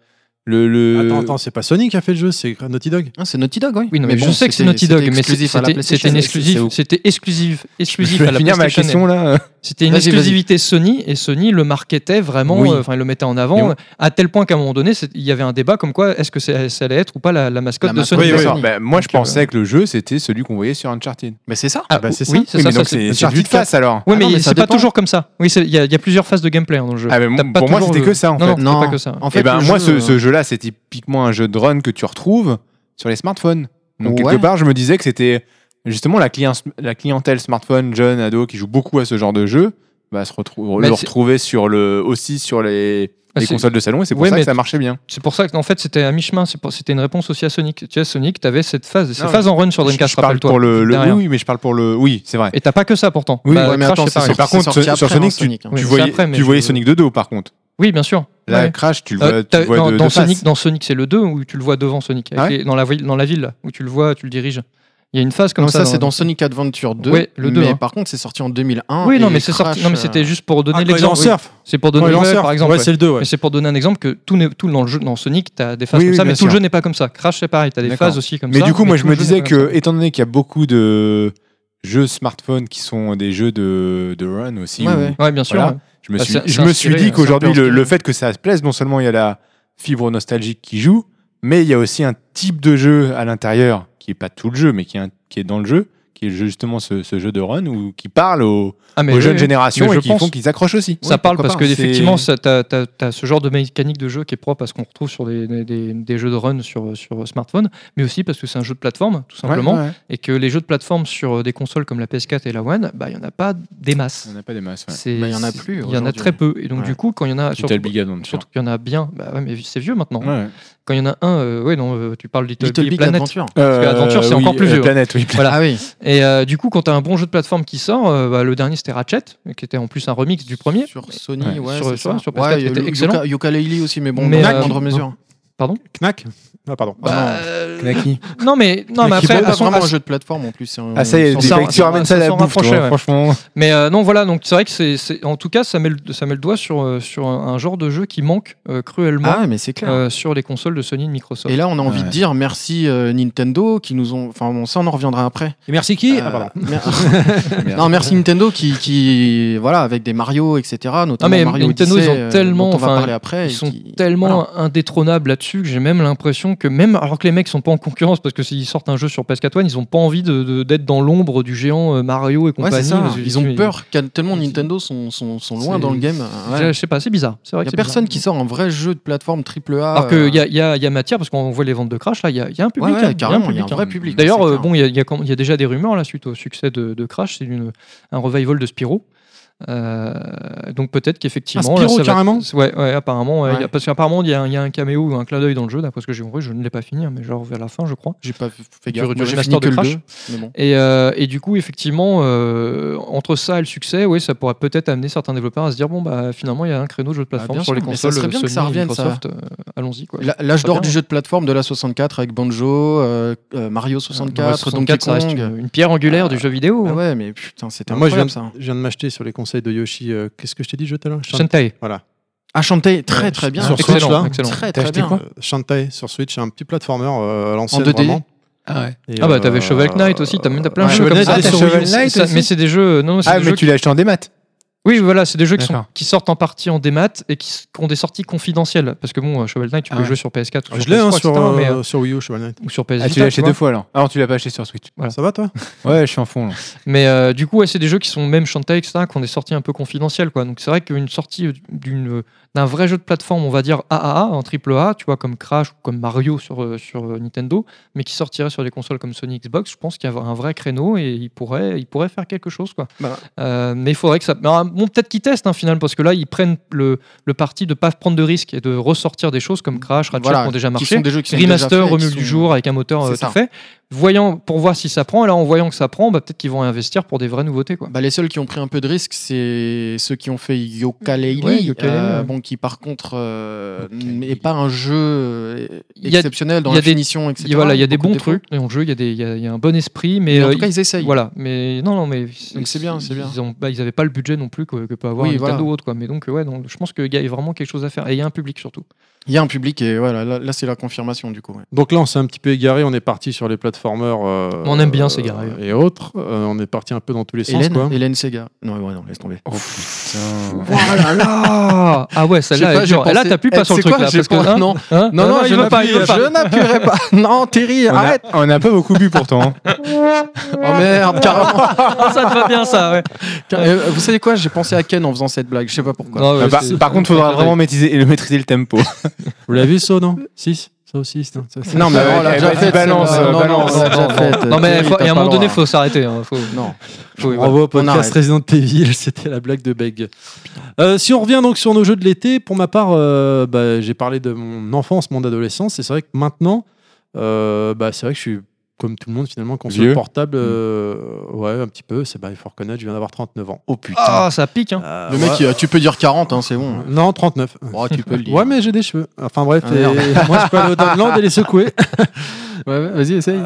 D: le, le...
A: Attends, attends, c'est pas Sony qui a fait le jeu, c'est Naughty Dog.
E: Ah, c'est Naughty Dog, oui.
C: Oui, non, mais, je
E: bon,
C: sais que c'est
E: c'était-
C: Naughty Dog,
E: c'était
C: mais
E: exclusif à la
C: c'était c'était
E: PlayStation.
C: une
D: C'est-
C: exclusive,
D: c'est-
C: c'était exclusif,
D: Je
C: exclusif à
D: vais
C: la
D: finir ma
C: PlayStation.
D: question là.
C: C'était une
E: Vas-y, vas-y.
C: exclusivité Sony et Sony le marketait vraiment,
D: Oui.
C: euh, enfin il le mettait en
D: Mais
C: avant,
D: on-
C: euh, à tel point qu'à un moment donné, c'est- il y avait un débat comme quoi est-ce que c'est- ça allait être ou pas la, la mascotte
E: La
C: de
E: mascotte,
C: Sony.
E: oui,
C: D'accord.
E: oui.
D: Bah, moi, je
C: Donc, euh,
D: pensais que le jeu c'était celui qu'on voyait sur Uncharted.
E: Mais c'est ça.
C: Ah,
A: bah, c'est
C: oui,
A: ça.
C: c'est
D: Oui,
C: ça.
D: mais
C: ça,
D: donc
C: c'est-
D: c'est
C: c'est-
D: c'est vu de face alors.
C: Oui,
E: Ah
C: mais,
E: non, mais ça
C: c'est pas
E: dépend.
C: toujours comme ça. Oui, c'est- il y, a il y a plusieurs phases de gameplay dans le jeu.
D: Ah, mais
C: T'as
D: mon-
C: pas
D: pour moi,
C: toujours
D: c'était
C: le-
D: que ça en
C: non,
D: fait.
C: non, c'est pas que ça.
E: En
D: Et
E: fait,
D: ben
E: le
D: moi,
E: jeu,
D: ce,
E: euh,
D: ce jeu-là, c'est typiquement un jeu de run que tu retrouves sur les smartphones. Donc
E: Ouais.
D: quelque part, je me disais que c'était justement la, clien- la clientèle smartphone jeune ado qui joue beaucoup à ce genre de jeu, va se retrouver
C: Mais
D: le
C: c'est-
D: retrouver sur le aussi sur les,
C: Ah,
D: les
C: c'est-
D: consoles de salon et c'est pour
C: Ouais,
D: ça
C: mais-
D: que ça marchait bien.
C: C'est pour ça que en fait c'était à mi-chemin, c'est pour- c'était une réponse aussi à Sonic. Tu vois, Sonic, t'avais cette phase, ces
D: Non,
C: phases en run sur Dreamcast,
D: je parle
C: rappelle-toi.
D: pour le, le-
C: derrière.
D: oui, mais je parle pour le oui, c'est vrai.
C: Et t'as pas que ça pourtant.
D: Oui,
C: Bah,
E: ouais, mais
C: Crash,
E: attends,
C: c'est
E: c'est
C: pareil.
E: sorti-
D: par
E: c'est
D: contre,
E: sorti
D: sur
E: après,
D: Sonic,
E: hein, Sonic, hein.
C: Oui,
D: tu
C: c'est
D: voyais,
C: après, mais
D: tu voyais
C: je-
D: Sonic 2 de haut par contre.
C: Oui, bien sûr.
D: Là,
C: Ouais.
D: Crash, tu le
C: Euh,
D: vois, tu
C: t'as-
D: le vois
C: dans,
D: de,
C: dans
D: de face.
C: Sonic, dans Sonic, c'est le 2 où tu le vois devant Sonic, avec
D: Ah ouais
C: les- dans, la, ville- dans la ville, là, où tu le vois, tu le diriges. Il y a une phase comme
E: Comme ça,
C: dans-
E: c'est dans Sonic Adventure 2.
C: Ouais, le 2,
E: Mais
C: hein.
E: par contre, c'est sorti en 2001.
C: Oui, non,
E: et
C: mais c'est sorti.
E: Crash,
C: Non, mais c'était
E: euh,
C: juste pour donner
A: Ah, quand il est en
C: l'exemple. oui.
A: surf.
C: C'est pour
A: Quand
C: donner
A: il est en
C: l'exemple,
A: surf.
C: par exemple.
A: Ouais,
C: ouais.
A: c'est le 2, ouais.
C: Mais c'est pour donner un exemple que tout, n'est- tout dans le jeu, dans Sonic, t'as des phases
D: Oui,
C: comme
D: oui,
C: ça, mais
D: bien
C: tout le
D: sûr.
C: jeu n'est pas comme ça. Crash, c'est pareil, t'as des
D: D'accord.
C: phases aussi comme
D: Mais
C: ça.
D: du coup, moi, je
C: tout
D: me
C: le jeu
D: disais
C: n'est pas comme
D: que,
C: ça.
D: étant donné qu'il y a beaucoup de jeux smartphone qui sont des jeux de, de run aussi,
E: Ouais,
D: où-
E: ouais.
C: Ouais, bien sûr.
D: Voilà.
C: ouais.
D: je me
C: Bah,
D: suis,
C: c'est-
D: je
C: c'est
D: me
C: inspiré,
D: suis
C: c'est
D: dit
C: un
D: qu'aujourd'hui,
C: peu
D: le,
C: inspiré.
D: le fait que ça se plaise, non seulement il y a la fibre nostalgique qui joue, mais il y a aussi un type de jeu à l'intérieur qui est pas tout le jeu, mais qui est, un- qui est dans le jeu, qui est justement ce, ce jeu de run ou qui parle aux,
C: Ah, mais
D: aux
C: oui,
D: jeunes
C: oui.
D: générations
C: Mais
D: et
C: je
D: qui
C: pense-
D: font qu'ils accrochent aussi.
C: Ça
D: Oui,
C: parle
D: pourquoi
C: parce
D: pas, hein,
C: que
D: c'est-
C: effectivement, ça- t'as t'as- t'as ce genre de mécanique de jeu qui est propre à ce qu'on retrouve sur des, des- des- des jeux de run sur, sur smartphone, mais aussi parce que c'est un jeu de plateforme, tout
D: Ouais,
C: simplement,
D: ouais, ouais.
C: et que les jeux de plateforme sur euh, des consoles comme la PS4 et la One, bah il y en a pas des masses.
D: On n'a pas des masses. Ouais.
C: C'est-
E: Bah, il y en a
C: c'est-
E: plus
C: Il y en a
E: aujourd'hui.
C: très peu, et donc
E: Ouais.
C: du coup, quand il y en a,
D: Little
C: surtout,
D: Big Adventure.
C: surtout qu'il y en a bien, bah ouais, mais c'est vieux maintenant.
D: Ouais.
C: Quand il y en a un, euh, ouais, non, euh, tu parles Little,
E: Little
C: Big
E: Big
C: Planet.
E: Adventure.
D: Parce
C: que Adventure, c'est encore plus vieux.
D: Planète, oui.
C: Voilà.
E: Ah oui.
C: Et euh, du coup, quand t'as un bon jeu de plateforme qui sort, euh, bah, le dernier c'était Ratchet, qui était en plus un remix du premier.
E: Sur Sony,
D: Ouais.
E: ouais.
C: Sur-
E: c'est
C: sur-
E: ça.
C: sur PS4,
E: Ouais,
C: c'était
E: Yuka-
C: excellent.
E: Yuka Laylee aussi, mais bon,
C: Mais,
E: dans
C: euh,
E: une moindre mesure.
A: Knack Ah, pardon.
C: Bah,
E: non.
C: euh,
D: Planète.
C: non mais non mais
E: Qui
C: après
E: est pas
C: à son-
E: vraiment
C: à
E: un jeu de plateforme en plus. hein. c'est un-
D: Ah ça y est,
E: sans-
C: des-
E: sans-
C: s'en-
D: tu ramènes ça à la
C: s'en
D: bouffe,
C: rapprochait,
D: toi,
C: ouais.
D: franchement.
C: Mais euh, non, voilà, donc c'est vrai que c'est, c'est- en tout cas, ça met le, ça met le doigt sur, euh, sur un, un genre de jeu qui manque euh, cruellement
E: Ah, mais c'est clair.
C: euh, sur les consoles de Sony et de Microsoft.
E: Et là, on a envie de dire merci euh, Nintendo qui nous ont. Enfin, bon, ça, on en reviendra après.
A: Et merci qui
E: Euh,
A: Ah, pardon.
C: (laughs)
E: mer- non, merci Nintendo qui, qui, voilà, avec des Mario, etc. Notamment
C: Ah, mais
E: Mario
C: Nintendo,
E: Odyssey,
C: ils ont
E: euh,
C: tellement-
E: dont on va
C: enfin,
E: parler après. et
C: Ils sont
E: qui-
C: tellement
E: voilà.
C: indétrônables là-dessus que j'ai même l'impression que même alors que les mecs sont pas en concurrence parce que s'ils sortent un jeu sur PS4 One, ils ont pas envie de, de- d'être dans l'ombre du géant euh, Mario et
E: Ouais,
C: compagnie.
E: c'est ça.
C: parce que-
E: Ils ont peur car tellement
C: ils-
E: Nintendo sont, sont, sont loin
C: c'est-
E: dans le game.
C: Je-
E: Ouais.
C: Je sais pas, c'est bizarre. C'est vrai
E: Il
C: que
E: n'y a
C: c'est
E: personne qui
C: bizarre.
E: sort un vrai jeu de plateforme triple A.
C: Alors
E: euh,
C: qu'il y a, y, a, y a matière parce qu'on voit les ventes de Crash là, il y a, y a un public. hein,
E: ouais,
C: y a un
E: ouais, carrément, il y
C: public,
E: a un
C: hein.
E: vrai public.
C: D'ailleurs,
E: c'est
C: euh,
E: clair.
C: bon, il y, a- il y a quand- il y a déjà des rumeurs là suite au succès de, de Crash, c'est une- un revival de Spyro. Euh, donc peut-être qu'effectivement,
A: Ah, Spyro,
C: là, ça va-
A: carrément
C: ouais, ouais, apparemment, ouais, il y a-
E: Ouais.
C: parce qu'apparemment il y, a un- il y a un caméo ou un clin d'œil dans le jeu, d'après ce que j'ai compris, je ne l'ai pas fini, hein, mais genre vers la fin, je crois.
E: j'ai pas fait
C: du-
E: gaffe.
C: du
E: Moi, j'ai
C: remaster de
E: fini que le
C: Crash.
E: 2, mais bon.
C: Et, euh, et du coup, effectivement, euh, entre ça et le succès, ouais, ça pourrait peut-être amener certains développeurs à se dire bon, bah finalement, il y a un créneau de jeu de plateforme
E: bien
C: sur les
E: sûr, mais ça
C: consoles
E: serait bien que
C: Sony,
E: ça revienne, ça.
C: Microsoft. euh, Allons-y quoi.
E: La- L'âge
C: Très
E: d'or
C: bien. Ah,
E: du jeu de plateforme de la 64 avec Banjo, euh, euh, Mario 64,
C: Mario
E: Donkey
C: 64, ça reste
E: Kong.
C: euh, une, une pierre angulaire du jeu vidéo.
E: Ah
C: hein.
E: ouais, mais putain, c'était
A: Moi, je viens,
E: incroyable
A: de-
E: ça.
A: je viens de m'acheter sur les conseils de Yoshi. euh, Qu'est-ce que je t'ai dit, je tout à l'heure Shan-
C: Shantae.
A: Voilà.
E: Ah, Shantae, très
A: Ouais,
E: très bien.
A: sur
E: Très,
A: Switch, là.
C: Excellent, excellent.
E: Très
A: T'as
E: très
A: acheté
E: bien.
A: quoi Euh, Shantae sur Switch, un petit platformer euh, à l'ancienne.
E: 2D?
A: vraiment.
E: Ah ouais.
A: Et,
C: Ah bah
A: euh,
C: t'avais Shovel Knight aussi, t'as même t'as plein de
A: ouais,
C: jeux
A: Shovel
C: comme ça.
A: Knight, t'as
D: Ah, t'as
A: Shovel
D: Shovel
A: Knight
D: Knight
C: Ça,
D: aussi
C: mais c'est des jeux. Non, non, c'est
D: Ah,
C: des
D: mais
C: jeux
D: tu l'as acheté en démat.
C: Oui, voilà, c'est des jeux qui, sont-
F: D'accord.
C: qui sortent en partie en démat et qui, s- qui ont des sorties confidentielles. Parce que bon, euh, Shovel Knight, tu
F: Ah
C: peux
F: ouais.
C: jouer sur PS4 ou
A: Je
C: sur
A: l'ai hein,
C: PS3,
A: sur,
C: etc., mais,
A: euh,
C: euh,
A: sur Wii U, Shovel Knight.
C: ou sur PS4.
D: Ah, tu l'as acheté
C: vois.
D: deux fois alors. Alors tu l'as pas acheté sur Switch.
C: Voilà.
A: Ça va toi
D: Ouais, je suis en fond. là.
C: Mais euh, du coup, ouais, c'est des jeux qui sont même chantés, etc., qui ont des sorties un peu confidentielles. Quoi. Donc c'est vrai qu'une sortie d'une- d'un vrai jeu de plateforme, on va dire AAA, en triple A, tu vois, comme Crash ou comme Mario sur, euh, sur euh, Nintendo, mais qui sortirait sur des consoles comme Sony Xbox, je pense qu'il y a un vrai créneau et il pourrait, il pourrait faire quelque chose. Quoi.
A: Bah.
C: Euh, mais il faudrait que ça. mais, euh, bon, peut-être qu'ils testent, hein, finalement, parce que là, ils prennent le, le parti de ne pas prendre de risques et de ressortir des choses comme Crash, Ratchet,
E: Voilà,
C: qui ont déjà
E: Qui
C: marché
E: sont des jeux qui sont déjà
C: remaster
E: faits,
C: remue
E: qui
C: du
E: sont-
C: jour avec un moteur
E: C'est
C: euh,
E: ça.
C: tout fait voyant pour voir si ça prend et là en voyant que ça prend bah, peut-être qu'ils vont investir pour des vraies nouveautés quoi
E: Bah, les seuls qui ont pris un peu de risque, c'est ceux qui ont fait Yooka-Laylee,
C: Ouais, Yooka-Laylee, ouais.
E: bon, qui par contre euh,
D: Yooka-Laylee.
E: n'est pas un jeu euh,
C: Il y a-
E: exceptionnel dans
C: il y a
E: la
C: des-
E: finition, etc.
C: Et voilà il y a des
E: beaucoup
C: bons
E: de défauts.
C: trucs dans le jeu il y a des il y a- il y a un bon esprit mais,
E: Mais en
C: euh,
E: tout cas, ils essayent.
C: voilà mais non non mais
E: Donc c'est bien, c'est bien.
C: ils ont bah, ils avaient pas le budget non plus que, que peut avoir
E: Oui,
C: Nintendo
E: voilà.
C: ou autre quoi mais donc ouais donc, je pense qu'il y a vraiment quelque chose à faire et il y a un public surtout
E: Il y a un public et voilà, là, là, c'est la confirmation du coup. ouais.
A: Donc là, on s'est un petit peu égaré. On est parti sur les plateformers. euh,
C: On aime bien
A: euh,
C: s'égarer.
A: Et autres. Euh, on est parti un peu dans tous les sens,
E: Hélène,
A: quoi.
E: Hélène Sega. Non, ouais, non, laisse tomber.
C: ah, ah ouais
E: Je sais
C: celle-là
E: pas,
C: elle est
E: j'ai
C: dure. Et là
E: pensé-
C: t'appuies pas
E: Eh,
C: sur le
E: c'est
C: truc
E: quoi,
C: là
E: j'ai
C: parce que
E: pas-
C: hein,
E: non.
C: hein,
E: Non, non,
C: il veut pas il veut
E: je
C: pas
E: n'appuierai pas. Non, Terry,
D: On a-
E: arrête.
D: On a pas beaucoup bu pourtant. hein.
E: Oh (laughs) merde, carrément.
C: Ah, ça te va bien ça ouais
E: Euh, Vous savez quoi J'ai pensé à Ken en faisant cette blague. Je sais pas pourquoi.
C: Non, ouais,
D: Euh, par,
C: c'est-
D: par contre, faudra vraiment maîtriser, le- maîtriser le tempo.
A: Vous l'avez vu, ça, non 6 Ça aussi, c'est un- ça- ça-
E: Non, mais
D: Ah ouais,
E: on l'a
D: eh,
E: déjà
D: vas-y,
E: fait.
D: balance,
E: celle-là.
D: euh,
E: Non, non,
D: balance.
E: on l'a déjà
C: non,
E: faite.
C: non, mais
E: Terry,
C: faut-
E: t'as
C: et à un
E: pas
C: moment
E: le
C: donné
E: droit.
C: faut s'arrêter hein, faut-
E: Non.
C: faut- voilà.
A: Bravo au
E: On
A: podcast
E: arrête.
A: Resident Evil, (laughs) c'était la blague de Beg. Euh, si on revient donc sur nos jeux de l'été, pour ma part, euh, bah, j'ai parlé de mon enfance, mon adolescence, et c'est vrai que maintenant, euh, bah, c'est vrai que je suis comme tout le monde finalement, console
D: Vieux.
A: portable, euh, ouais, un petit peu, c'est bah, il faut reconnaître, je viens d'avoir 39 ans.
D: Oh putain.
C: ah ça pique hein
A: Euh,
E: Le mec,
A: ouais.
E: il- tu peux dire 40, hein, c'est bon.
A: Non, 39.
E: Oh, tu peux le dire.
A: Ah, Ouais, mais j'ai des cheveux. Enfin bref,
E: Ah,
A: et-
E: merde.
A: (laughs) moi je peux aller au Dunland et les
E: (laughs)
A: secouer.
E: vas-y, essaye.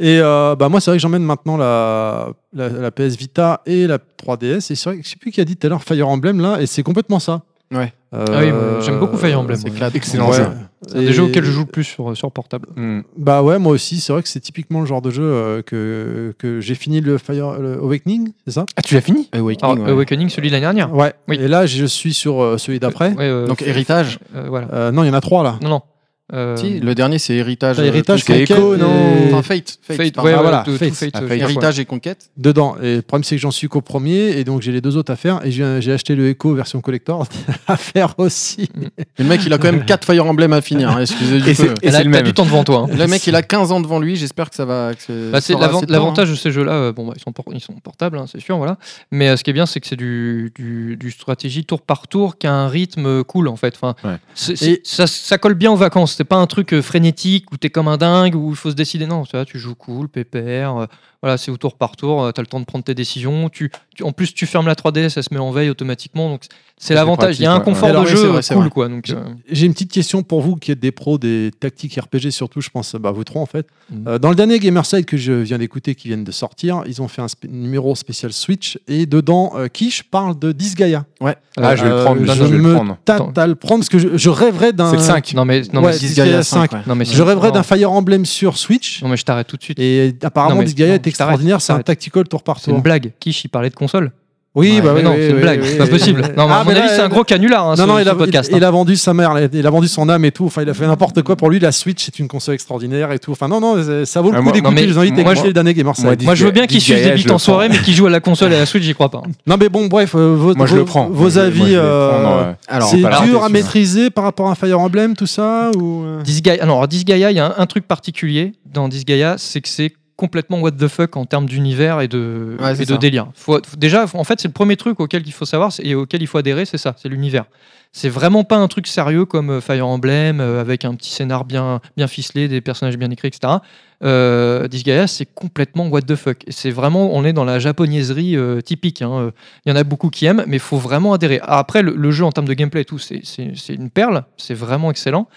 A: Et euh, bah, moi, c'est vrai que j'emmène maintenant la, la, la PS Vita et la 3DS. Et c'est vrai que je sais plus qui a dit tout à l'heure Fire Emblem là, et c'est complètement ça.
E: Ouais.
A: Euh,
C: Ah oui, moi, j'aime beaucoup Fire Emblem.
E: C'est Mm.
C: Ouais.
E: clair.
D: Excellent
A: Ouais.
D: jeu.
C: C'est un
A: Et-
C: des jeux auxquels je joue le plus sur, euh, sur portable.
D: Hmm.
A: Bah ouais, moi aussi, c'est vrai que c'est typiquement le genre de jeu euh, que, que j'ai fini le Fire le Awakening, c'est ça
D: Ah, tu l'as fini
C: Alors,
E: Awakening, Euh, ouais.
C: Awakening, celui de l'année dernière.
A: Ouais.
C: Oui.
A: Et là, je suis sur euh, celui d'après.
C: Ouais, euh,
E: Donc, Héritage.
C: euh, voilà.
A: Euh, non, il y en a trois là.
C: Non, non. Euh,
E: Si, le dernier, c'est Héritage.
A: T'as Héritage,
E: Conquête.
A: Conquête
D: Echo,
A: et-
D: non
E: Enfin, Fate. Fate,
C: Fate, ouais,
E: pardon.
C: ouais,
A: voilà,
C: tout- tout
A: Fate.
C: Fate,
D: Ah,
C: euh,
D: Fate.
C: je crois.
E: Héritage et Conquête.
A: Dedans. Et le problème, c'est que j'en suis qu'au premier, et donc j'ai les deux autres à faire. Et j'ai j'ai acheté le Echo version collector (laughs) à faire aussi.
E: Mais le mec, il a (laughs) quand même 4 Fire Emblem à finir. hein, excusez du
D: Et c'est
E: peu.
D: et
C: Là,
D: c'est le
C: T'as
D: même.
C: du temps devant toi. hein.
E: Le mec, il a 15 ans devant lui. J'espère que ça va. que c'est-
C: Bah, c'est
E: ça aura
C: l'avant-
E: assez de temps, hein.
C: L'avantage de ces jeux-là, euh, bon, bah, ils, sont por- ils sont portables, hein, c'est sûr, voilà. Mais euh, ce qui est bien, c'est que c'est du, du, du stratégie tour par tour qui a un rythme euh, cool, en fait. Enfin,
D: Ouais.
C: c'est- c'est- ça, ça colle bien aux vacances. C'est pas un truc euh, frénétique où t'es comme un dingue, où il faut se décider. Non, tu, vois, tu joues cool, pépère. euh, voilà, c'est au tour par tour. euh, t'as le temps de prendre tes décisions. Tu, tu- en plus, tu fermes la 3DS, ça se met en veille automatiquement. Donc, c'est l'avantage. Il y a un
D: pratique, ouais.
C: confort
E: Alors,
C: de
E: oui,
C: jeu
E: c'est
C: euh,
E: vrai, c'est
C: cool,
E: vrai.
C: quoi. Donc,
A: J'ai-
C: euh,
A: J'ai une petite question pour vous qui êtes des pros des tactiques RPG, surtout, je pense, bah, vous trois en fait.
C: Mhm.
A: Euh, dans le dernier Gamerside que je viens d'écouter, qui viennent de sortir, ils ont fait un spé- numéro spécial Switch et dedans, euh, Kish parle de Disgaea.
D: Ah, je vais le
A: Euh,
D: prendre.
A: je
D: Je vais le
A: me
D: prendre.
A: Tâte à le prendre parce que je, je rêverais d'un.
D: C'est le 5.
C: non, mais, non,
A: Ouais,
C: mais,
A: Disgaea 5.
E: ouais.
C: non, mais c'est-
A: Je rêverais
C: non.
A: d'un Fire Emblem sur Switch.
C: Non, mais je t'arrête tout de suite.
A: Et apparemment,
C: Non, mais-
A: Disgaea
C: non,
A: est
C: t'arrêtes,
A: extraordinaire. C'est un
C: t'arrêtes.
A: tactical tour par
C: C'est une
A: tour.
C: blague. Kish, il parlait de console.
A: Oui,
E: Ouais,
A: bah
C: mais
A: oui,
C: non,
A: oui,
C: c'est une
A: oui,
C: blague.
A: oui,
C: c'est pas
A: oui.
C: possible. Non, mais
A: Ah,
C: à mon
A: mais là,
C: avis, c'est un gros canular. Hein,
A: Non,
C: ce-
A: non,
C: ce
A: Ah, il a,
C: podcast.
A: il-
C: hein.
A: il a vendu sa mère, il a- il a vendu son âme et tout. Enfin, il a fait n'importe quoi pour lui. La Switch, c'est une console extraordinaire et tout. Enfin, non, non, c'est- ça vaut le
D: Ah,
A: coup
D: moi-
A: d'écouter.
C: non, mais
A: je vous invite à
D: moi,
A: écouter
D: je-
A: le dernier Gamerside.
D: moi,
C: Moi, je veux bien
D: Disgaea,
C: qu'il suce des
D: je
C: bites
D: le
C: en soirée,
D: prends.
C: mais qu'il joue à la console et à la Switch, j'y crois pas.
A: Non, mais bon, bref, euh, vos,
D: Moi, je
A: vos-
D: le prends.
A: vos
D: Je-
A: avis,
D: moi, je vais le
A: euh,
D: prendre, ouais.
E: Alors,
D: on va
A: c'est
D: pas
A: dur
D: l'arrêter,
A: à
D: celui-là.
A: maîtriser par rapport à Fire Emblem, tout ça ou euh,
C: Disgaea, alors, Disgaea, il y a un, un truc particulier dans Disgaea, c'est que c'est complètement what the fuck en termes d'univers et de,
E: Ouais, c'est
C: et de
E: ça.
C: délire. Faut- faut- déjà, en fait, c'est le premier truc auquel il faut savoir c'est- et auquel il faut adhérer, c'est ça, c'est l'univers. C'est vraiment pas un truc sérieux comme euh, Fire Emblem, euh, avec un petit scénar bien, bien ficelé, des personnages bien écrits, etc. Euh, Disgaea, c'est complètement what the fuck. Et C'est vraiment, on est dans la japonaiserie euh, typique. hein. Euh, Il y en a beaucoup qui aiment, mais faut vraiment adhérer. Ah, Après, le, le jeu en termes de gameplay et tout, c'est c'est- c'est une perle, c'est vraiment excellent.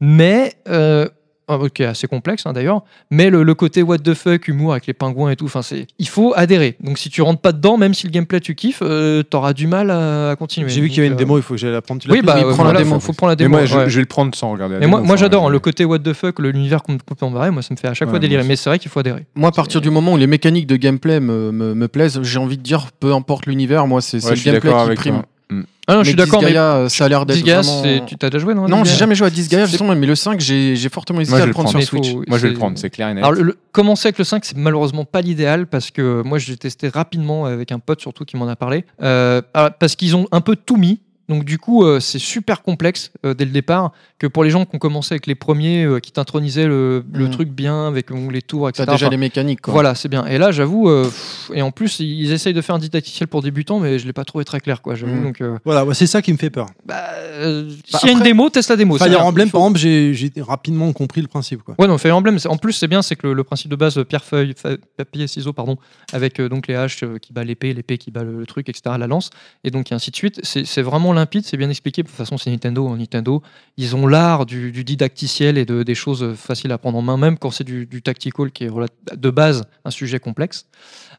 C: Mais euh, ah, ok, assez complexe hein, d'ailleurs, mais le, le côté what the fuck, humour avec les pingouins et tout, enfin, c'est, il faut adhérer. Donc si tu rentres pas dedans, même si le gameplay tu kiffes, euh, t'auras du mal à, à continuer.
A: J'ai vu qu'il y avait une
C: Donc, euh,
A: démo, il faut que j'aille la prendre. Tu l'as
C: Oui,
A: prise
C: bah,
E: mais
C: ouais,
E: prends la
C: voilà,
E: démo,
C: faut, faut prendre la
D: Mais
C: démo.
D: moi, je,
C: ouais.
D: je vais le prendre sans regarder. la
C: Mais moi,
D: démo,
C: moi
D: enfin,
C: j'adore
D: euh,
C: le côté what the fuck, le- l'univers com- complètement barré. Moi, ça me fait à chaque
D: Ouais,
C: fois
D: moi
C: délirer. Mais c'est vrai qu'il faut adhérer.
E: Moi, à partir du moment où les mécaniques de gameplay me, me, me plaisent, j'ai envie de dire, peu importe l'univers, moi, c'est c'est
D: ouais, je
E: le
D: suis
E: gameplay
D: d'accord
E: qui
D: avec
E: prime.
D: toi. Mm.
C: Ah non, je suis d'accord, mais
E: Disgaea, euh, ça a l'air d'être
C: Disgaea,
E: vraiment-
C: c'est- tu t'as déjà joué, non
E: Non, j'ai
C: Disgaea
E: jamais joué à Disgaea,
C: C'est-
E: justement, mais le 5, j'ai j'ai fortement hésité
D: Moi, je
E: à
D: vais
E: le
D: le
E: prendre
D: prendre.
E: sur
C: Mais faut-
E: Switch.
D: Moi, je vais le
C: c'est-
D: prendre, c'est clair et net.
C: Alors, le- le- commencer avec le 5, c'est malheureusement pas l'idéal parce que moi, j'ai testé rapidement avec un pote surtout qui m'en a parlé. Euh, ah, parce qu'ils ont un peu tout mis. Donc, du coup, euh, c'est super complexe euh, dès le départ que pour les gens qui ont commencé avec les premiers euh, qui t'intronisaient le, le
E: Mhm.
C: truc bien avec euh, les tours, etc.
E: T'as déjà
C: Enfin,
E: les mécaniques, quoi.
C: Voilà, c'est bien. Et là, j'avoue, euh, pff, et en plus, ils essayent de faire un didacticiel pour débutants, mais je l'ai pas trouvé très clair, quoi. J'avoue,
E: Mhm.
C: donc. euh,
A: Voilà, ouais, c'est ça qui me fait peur.
C: bah, euh,
E: Bah,
C: s'il y a une
E: après-
C: démo, teste la démo. c'est
A: Fire
C: bien.
A: Emblem,
C: Il faut-
A: par exemple, j'ai j'ai rapidement compris le principe. Quoi.
C: Ouais, non, Fire Emblem, c'est- en plus, c'est bien, c'est que le, le principe de base, euh, pierre, feuille, fa- papier, ciseaux, pardon, avec euh, donc les haches euh, qui bat l'épée, l'épée qui bat le, le truc, etc., la lance, et donc et ainsi de suite. C'est c'est vraiment limpide, c'est bien expliqué. De toute façon, c'est Nintendo. hein, Nintendo, ils ont l'art du, du didacticiel et de, des choses euh, faciles à prendre en main, même quand c'est du, du tactical qui est relat- de base un sujet complexe.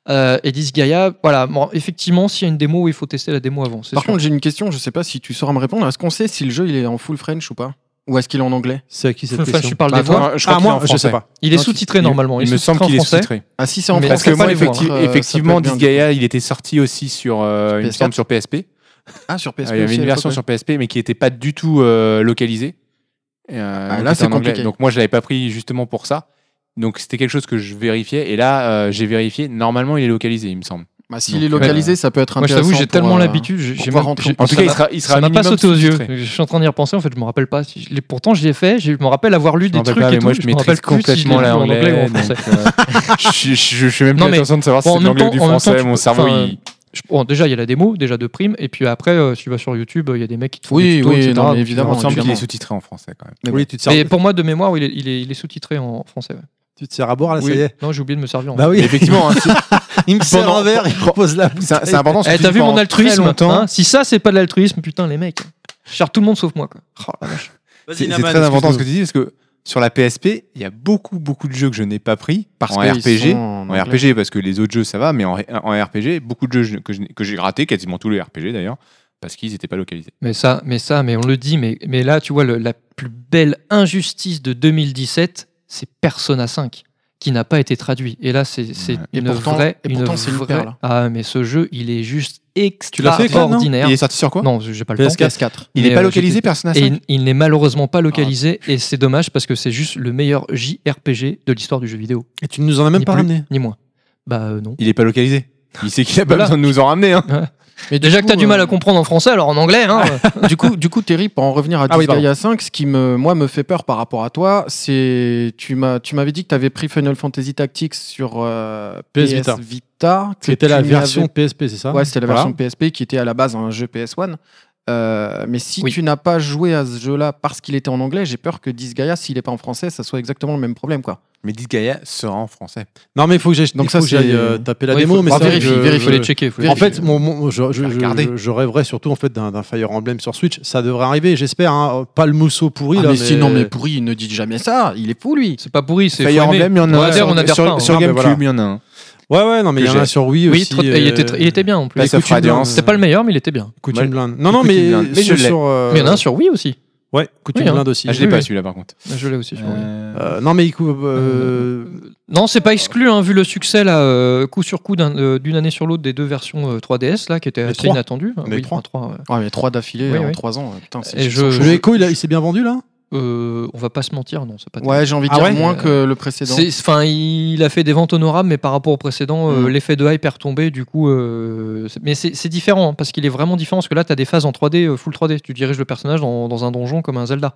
C: Euh, et Disgaea, voilà, bon, effectivement, s'il y a une démo, il faut tester la démo avant. c'est
E: Par
C: sûr.
E: contre, j'ai une question, je sais pas si tu sauras me répondre. Est-ce qu'on sait si le jeu il est en full French ou pas Ou est-ce qu'il est en anglais
A: C'est à qui cette
C: Enfin,
A: question
C: tu parles
E: Bah,
C: des
E: toi,
C: voix.
D: je crois
A: Ah,
D: qu'il est
A: moi,
D: en
A: je sais
D: français.
A: pas.
C: Il est
E: non,
C: sous-titré normalement.
D: Il me semble
C: sous-titré en
D: qu'il est
C: français.
D: sous-titré.
E: Ah, si c'est en
C: Mais-
E: français,
D: Parce que
C: pas
D: moi,
C: les voir.
D: effecti-
E: Euh, ça peut être
D: effectivement,
E: bien.
D: Disgaea, il était sorti aussi sur, euh, il me
E: PS4.
D: semble, sur PSP.
E: Ah, sur PSP.
D: Ah, il y avait
E: aussi,
D: une
E: à
D: version
E: l'époque,
D: sur PSP, mais qui n'était pas du tout euh, localisée. Et, euh,
E: Ah,
D: donc,
E: là,
D: c'était
E: c'est
D: en anglais.
E: compliqué.
D: Donc moi, je l'avais pas pris justement pour ça. Donc c'était quelque chose que je vérifiais. Et là, euh, j'ai vérifié. Normalement, il est localisé, il me semble.
E: ouais. Bah, s'il
D: Donc,
E: est localisé, ça peut être
C: Moi, je
E: intéressant.
C: t'avoue, j'ai
E: pour,
C: tellement
E: euh,
C: l'habitude. j'ai-
E: pour
C: j'ai
E: pouvoir
C: même-
E: rentrer
C: j'ai-
E: en
D: En
E: Ça
D: tout cas, il
E: m'a-
D: sera, il sera
C: Ça m'a pas
D: minimum
C: sauté aux yeux. (laughs)
D: sous-titré.
C: Je suis en train d'y repenser. En fait, je me rappelle pas. Si je l'ai- Pourtant, j'y ai fait. Je me rappelle avoir lu
D: Je m'en
C: des
D: rappelle
C: trucs
D: pas,
C: et
D: mais
C: tout.
D: moi, je
C: me rappelle
D: maîtrise
C: plus si je l'ai lu
D: complètement
C: en anglais ou en
D: l'anglais.
C: français.
D: donc, euh, Je je- je fais même
C: Non,
D: plus
C: mais-
D: attention de savoir si
C: bon, en
D: c'est de
C: même
D: l'anglais ou
C: temps-
D: du
C: en même temps,
D: français.
C: tu
D: Mon
C: peux-
D: cerveau,
C: enfin,
D: il.
C: (laughs) Je- bon, déjà, il y a la démo, déjà de prime, et puis après, euh, si tu vas sur YouTube, il y a des mecs qui te font
E: Oui,
C: des tutos,
E: oui,
C: etc.
E: non, mais
C: Donc,
D: Il
E: évidemment,
D: me
C: tu verras.
D: semble qu'il est
E: évidemment.
D: sous-titré en français quand même.
E: Mais
A: Oui, tu te, sers,
C: Mais pour moi, de mémoire, il est, il est- il est sous-titré en français. ouais.
A: tu te sers à boire, là,
C: Oui.
A: Ah, ça y est.
C: Non, j'ai oublié de me servir. en
A: Bah oui,
D: Mais
C: (laughs)
D: Effectivement, hein, c'est-
A: (laughs) il me sert
D: pendant-
A: un verre, il propose la bouteille.
D: c'est c'est important.
C: fait. Eh,
D: surtout
C: T'as vu
D: pendant
C: mon altruisme
D: très longtemps.
C: hein Si ça, c'est pas de l'altruisme, putain, les mecs. Je sers tout le monde sauf moi. Quoi. Oh, la vache.
D: C'est c'est très important ce que tu dis parce que sur la PSP, il y a beaucoup beaucoup de jeux que je n'ai pas pris
E: Parce
D: en
E: qu'ils
D: RPG.
E: sont en
D: En
E: anglais.
D: RPG parce que les autres jeux ça va, mais en, en RPG, beaucoup de jeux je- que je n'ai- que j'ai raté, quasiment tous les RPG d'ailleurs, parce qu'ils n'étaient pas localisés.
C: Mais ça, mais ça, mais on le dit, mais, mais là, tu vois, le- la plus belle injustice de 2017, c'est Persona 5, qui n'a pas été traduit. Et là, c'est c'est
D: Ouais.
E: Et
C: une
E: pourtant-
C: vraie...
E: et pourtant,
C: une
E: c'est une
C: vraie-
E: perle.
C: Ah, mais ce jeu, il est juste
A: l'as fait, Claude, non
C: extraordinaire.
D: Il est sorti sur quoi
C: Non, j'ai pas le temps.
A: PS4.
E: PS4.
D: Il
C: Mais,
D: n'est pas
C: euh,
D: localisé Persona
C: Et
D: 5
C: il, il n'est malheureusement pas localisé, et c'est dommage parce que c'est juste le meilleur JRPG de l'histoire du jeu vidéo.
A: Et tu nous en as même
C: Ni
A: pas
C: plus,
A: ramené.
C: Ni moins. Bah euh, non.
D: Il n'est pas localisé. Il sait qu'il a pas
C: Voilà.
D: besoin de nous en ramener. Hein.
E: Mais
C: Déjà que t'as
E: coup,
C: du mal
E: euh,
C: à comprendre en français, alors en anglais, hein.
E: du coup, du coup, Terry, pour en revenir à
A: Ah oui,
E: Disgaea 5, ce qui me, moi, me fait peur par rapport à toi, c'est tu m'as, tu m'avais dit que tu avais pris Final Fantasy Tactics sur euh,
A: PS
E: PS
A: Vita.
E: Vita. que
A: C'était
E: tu
A: la
E: n'y
A: version
E: avais-
A: PSP, c'est ça
E: Ouais, c'était la
A: Voilà.
E: version PSP qui était à la base un jeu PS 1 Euh, mais si
C: Oui.
E: tu n'as pas joué à ce jeu-là parce qu'il était en anglais, j'ai peur que Disgaea, s'il n'est pas en françgaia, ça soit exactement le même problème, quoi.
D: Mais dit Gaia sera en français.
A: Non, mais il faut que j'aille
E: Donc
A: il
E: ça,
A: faut que j'aille,
E: c'est-
A: euh, taper la
C: Ouais,
A: démo.
C: faut-
A: mais
E: faut
A: ça,
E: vérifier,
A: je-
E: vérifier.
C: faut les checker. faut les
A: En
E: Vérifier.
A: fait, mon, mon- je, je-
D: Faut regarder.
A: je- je rêverais surtout en fait d'un d'un Fire Emblem sur Switch. Ça devrait arriver, j'espère. hein. Pas le mousseau pourri
E: Ah,
A: là.
E: mais sinon, mais pourri, il ne dit jamais ça. Il est fou, lui.
C: C'est pas pourri, c'est
D: Fire
C: faut aimer.
D: Emblem, il y en a
C: On
D: un
C: adhère,
D: sur,
C: on adhère
D: sur-
C: pas, hein.
D: sur
A: Non, mais
D: GameCube,
A: voilà.
D: il y en a un.
A: Ouais, ouais, non, mais il y en a
D: j'ai.
A: un sur Wii
C: Oui,
A: aussi.
C: trop- et il, était,
A: euh,
C: il était bien en plus.
D: Pass of
A: écoute, une
D: Radiance.
C: C'était pas le meilleur, mais il était bien.
A: Coûte
D: Moi,
A: une euh, blinde. Non, non,
D: coûte une
A: mais
D: blinde. Mais
A: ceux
D: je l'ai.
A: sur, euh,
C: Mais il y en a un sur Wii aussi.
A: Ouais, coûte
C: Oui,
A: une
C: hein.
A: blinde aussi.
D: Ah, je l'ai
C: Oui,
D: pas
C: oui.
D: celui-là par contre.
C: Je l'ai aussi. je crois.
A: Euh, non, mais il coupe. euh,
C: Non, c'est pas exclu, hein, vu le succès là, euh, coup sur coup d'un- euh, d'une année sur l'autre des deux versions euh, 3DS là, qui étaient
A: Les
C: assez
A: trois.
C: inattendues.
A: Les
C: Oui,
A: trois.
C: enfin, trois, ouais.
E: Ouais, mais trois d'affilée
C: Oui,
E: en
C: oui.
E: trois ans. euh, Putain,
C: Et
E: c'est
C: je-
A: Le Echo, il, a- il s'est bien vendu là
C: Euh, on va pas se mentir, non, c'est pas. terrible.
E: Ouais, j'ai envie de
A: Ah
E: dire
A: ouais
E: moins que le précédent.
C: C'est- Enfin, il a fait des ventes honorables, mais par rapport au précédent, euh,
E: Mm.
C: l'effet de hype est retombé. Du coup, euh, c'est- mais c'est c'est différent hein, parce qu'il est vraiment différent parce que là, t'as des phases en 3D, euh, full 3D. Tu diriges le personnage dans, dans un donjon comme un Zelda.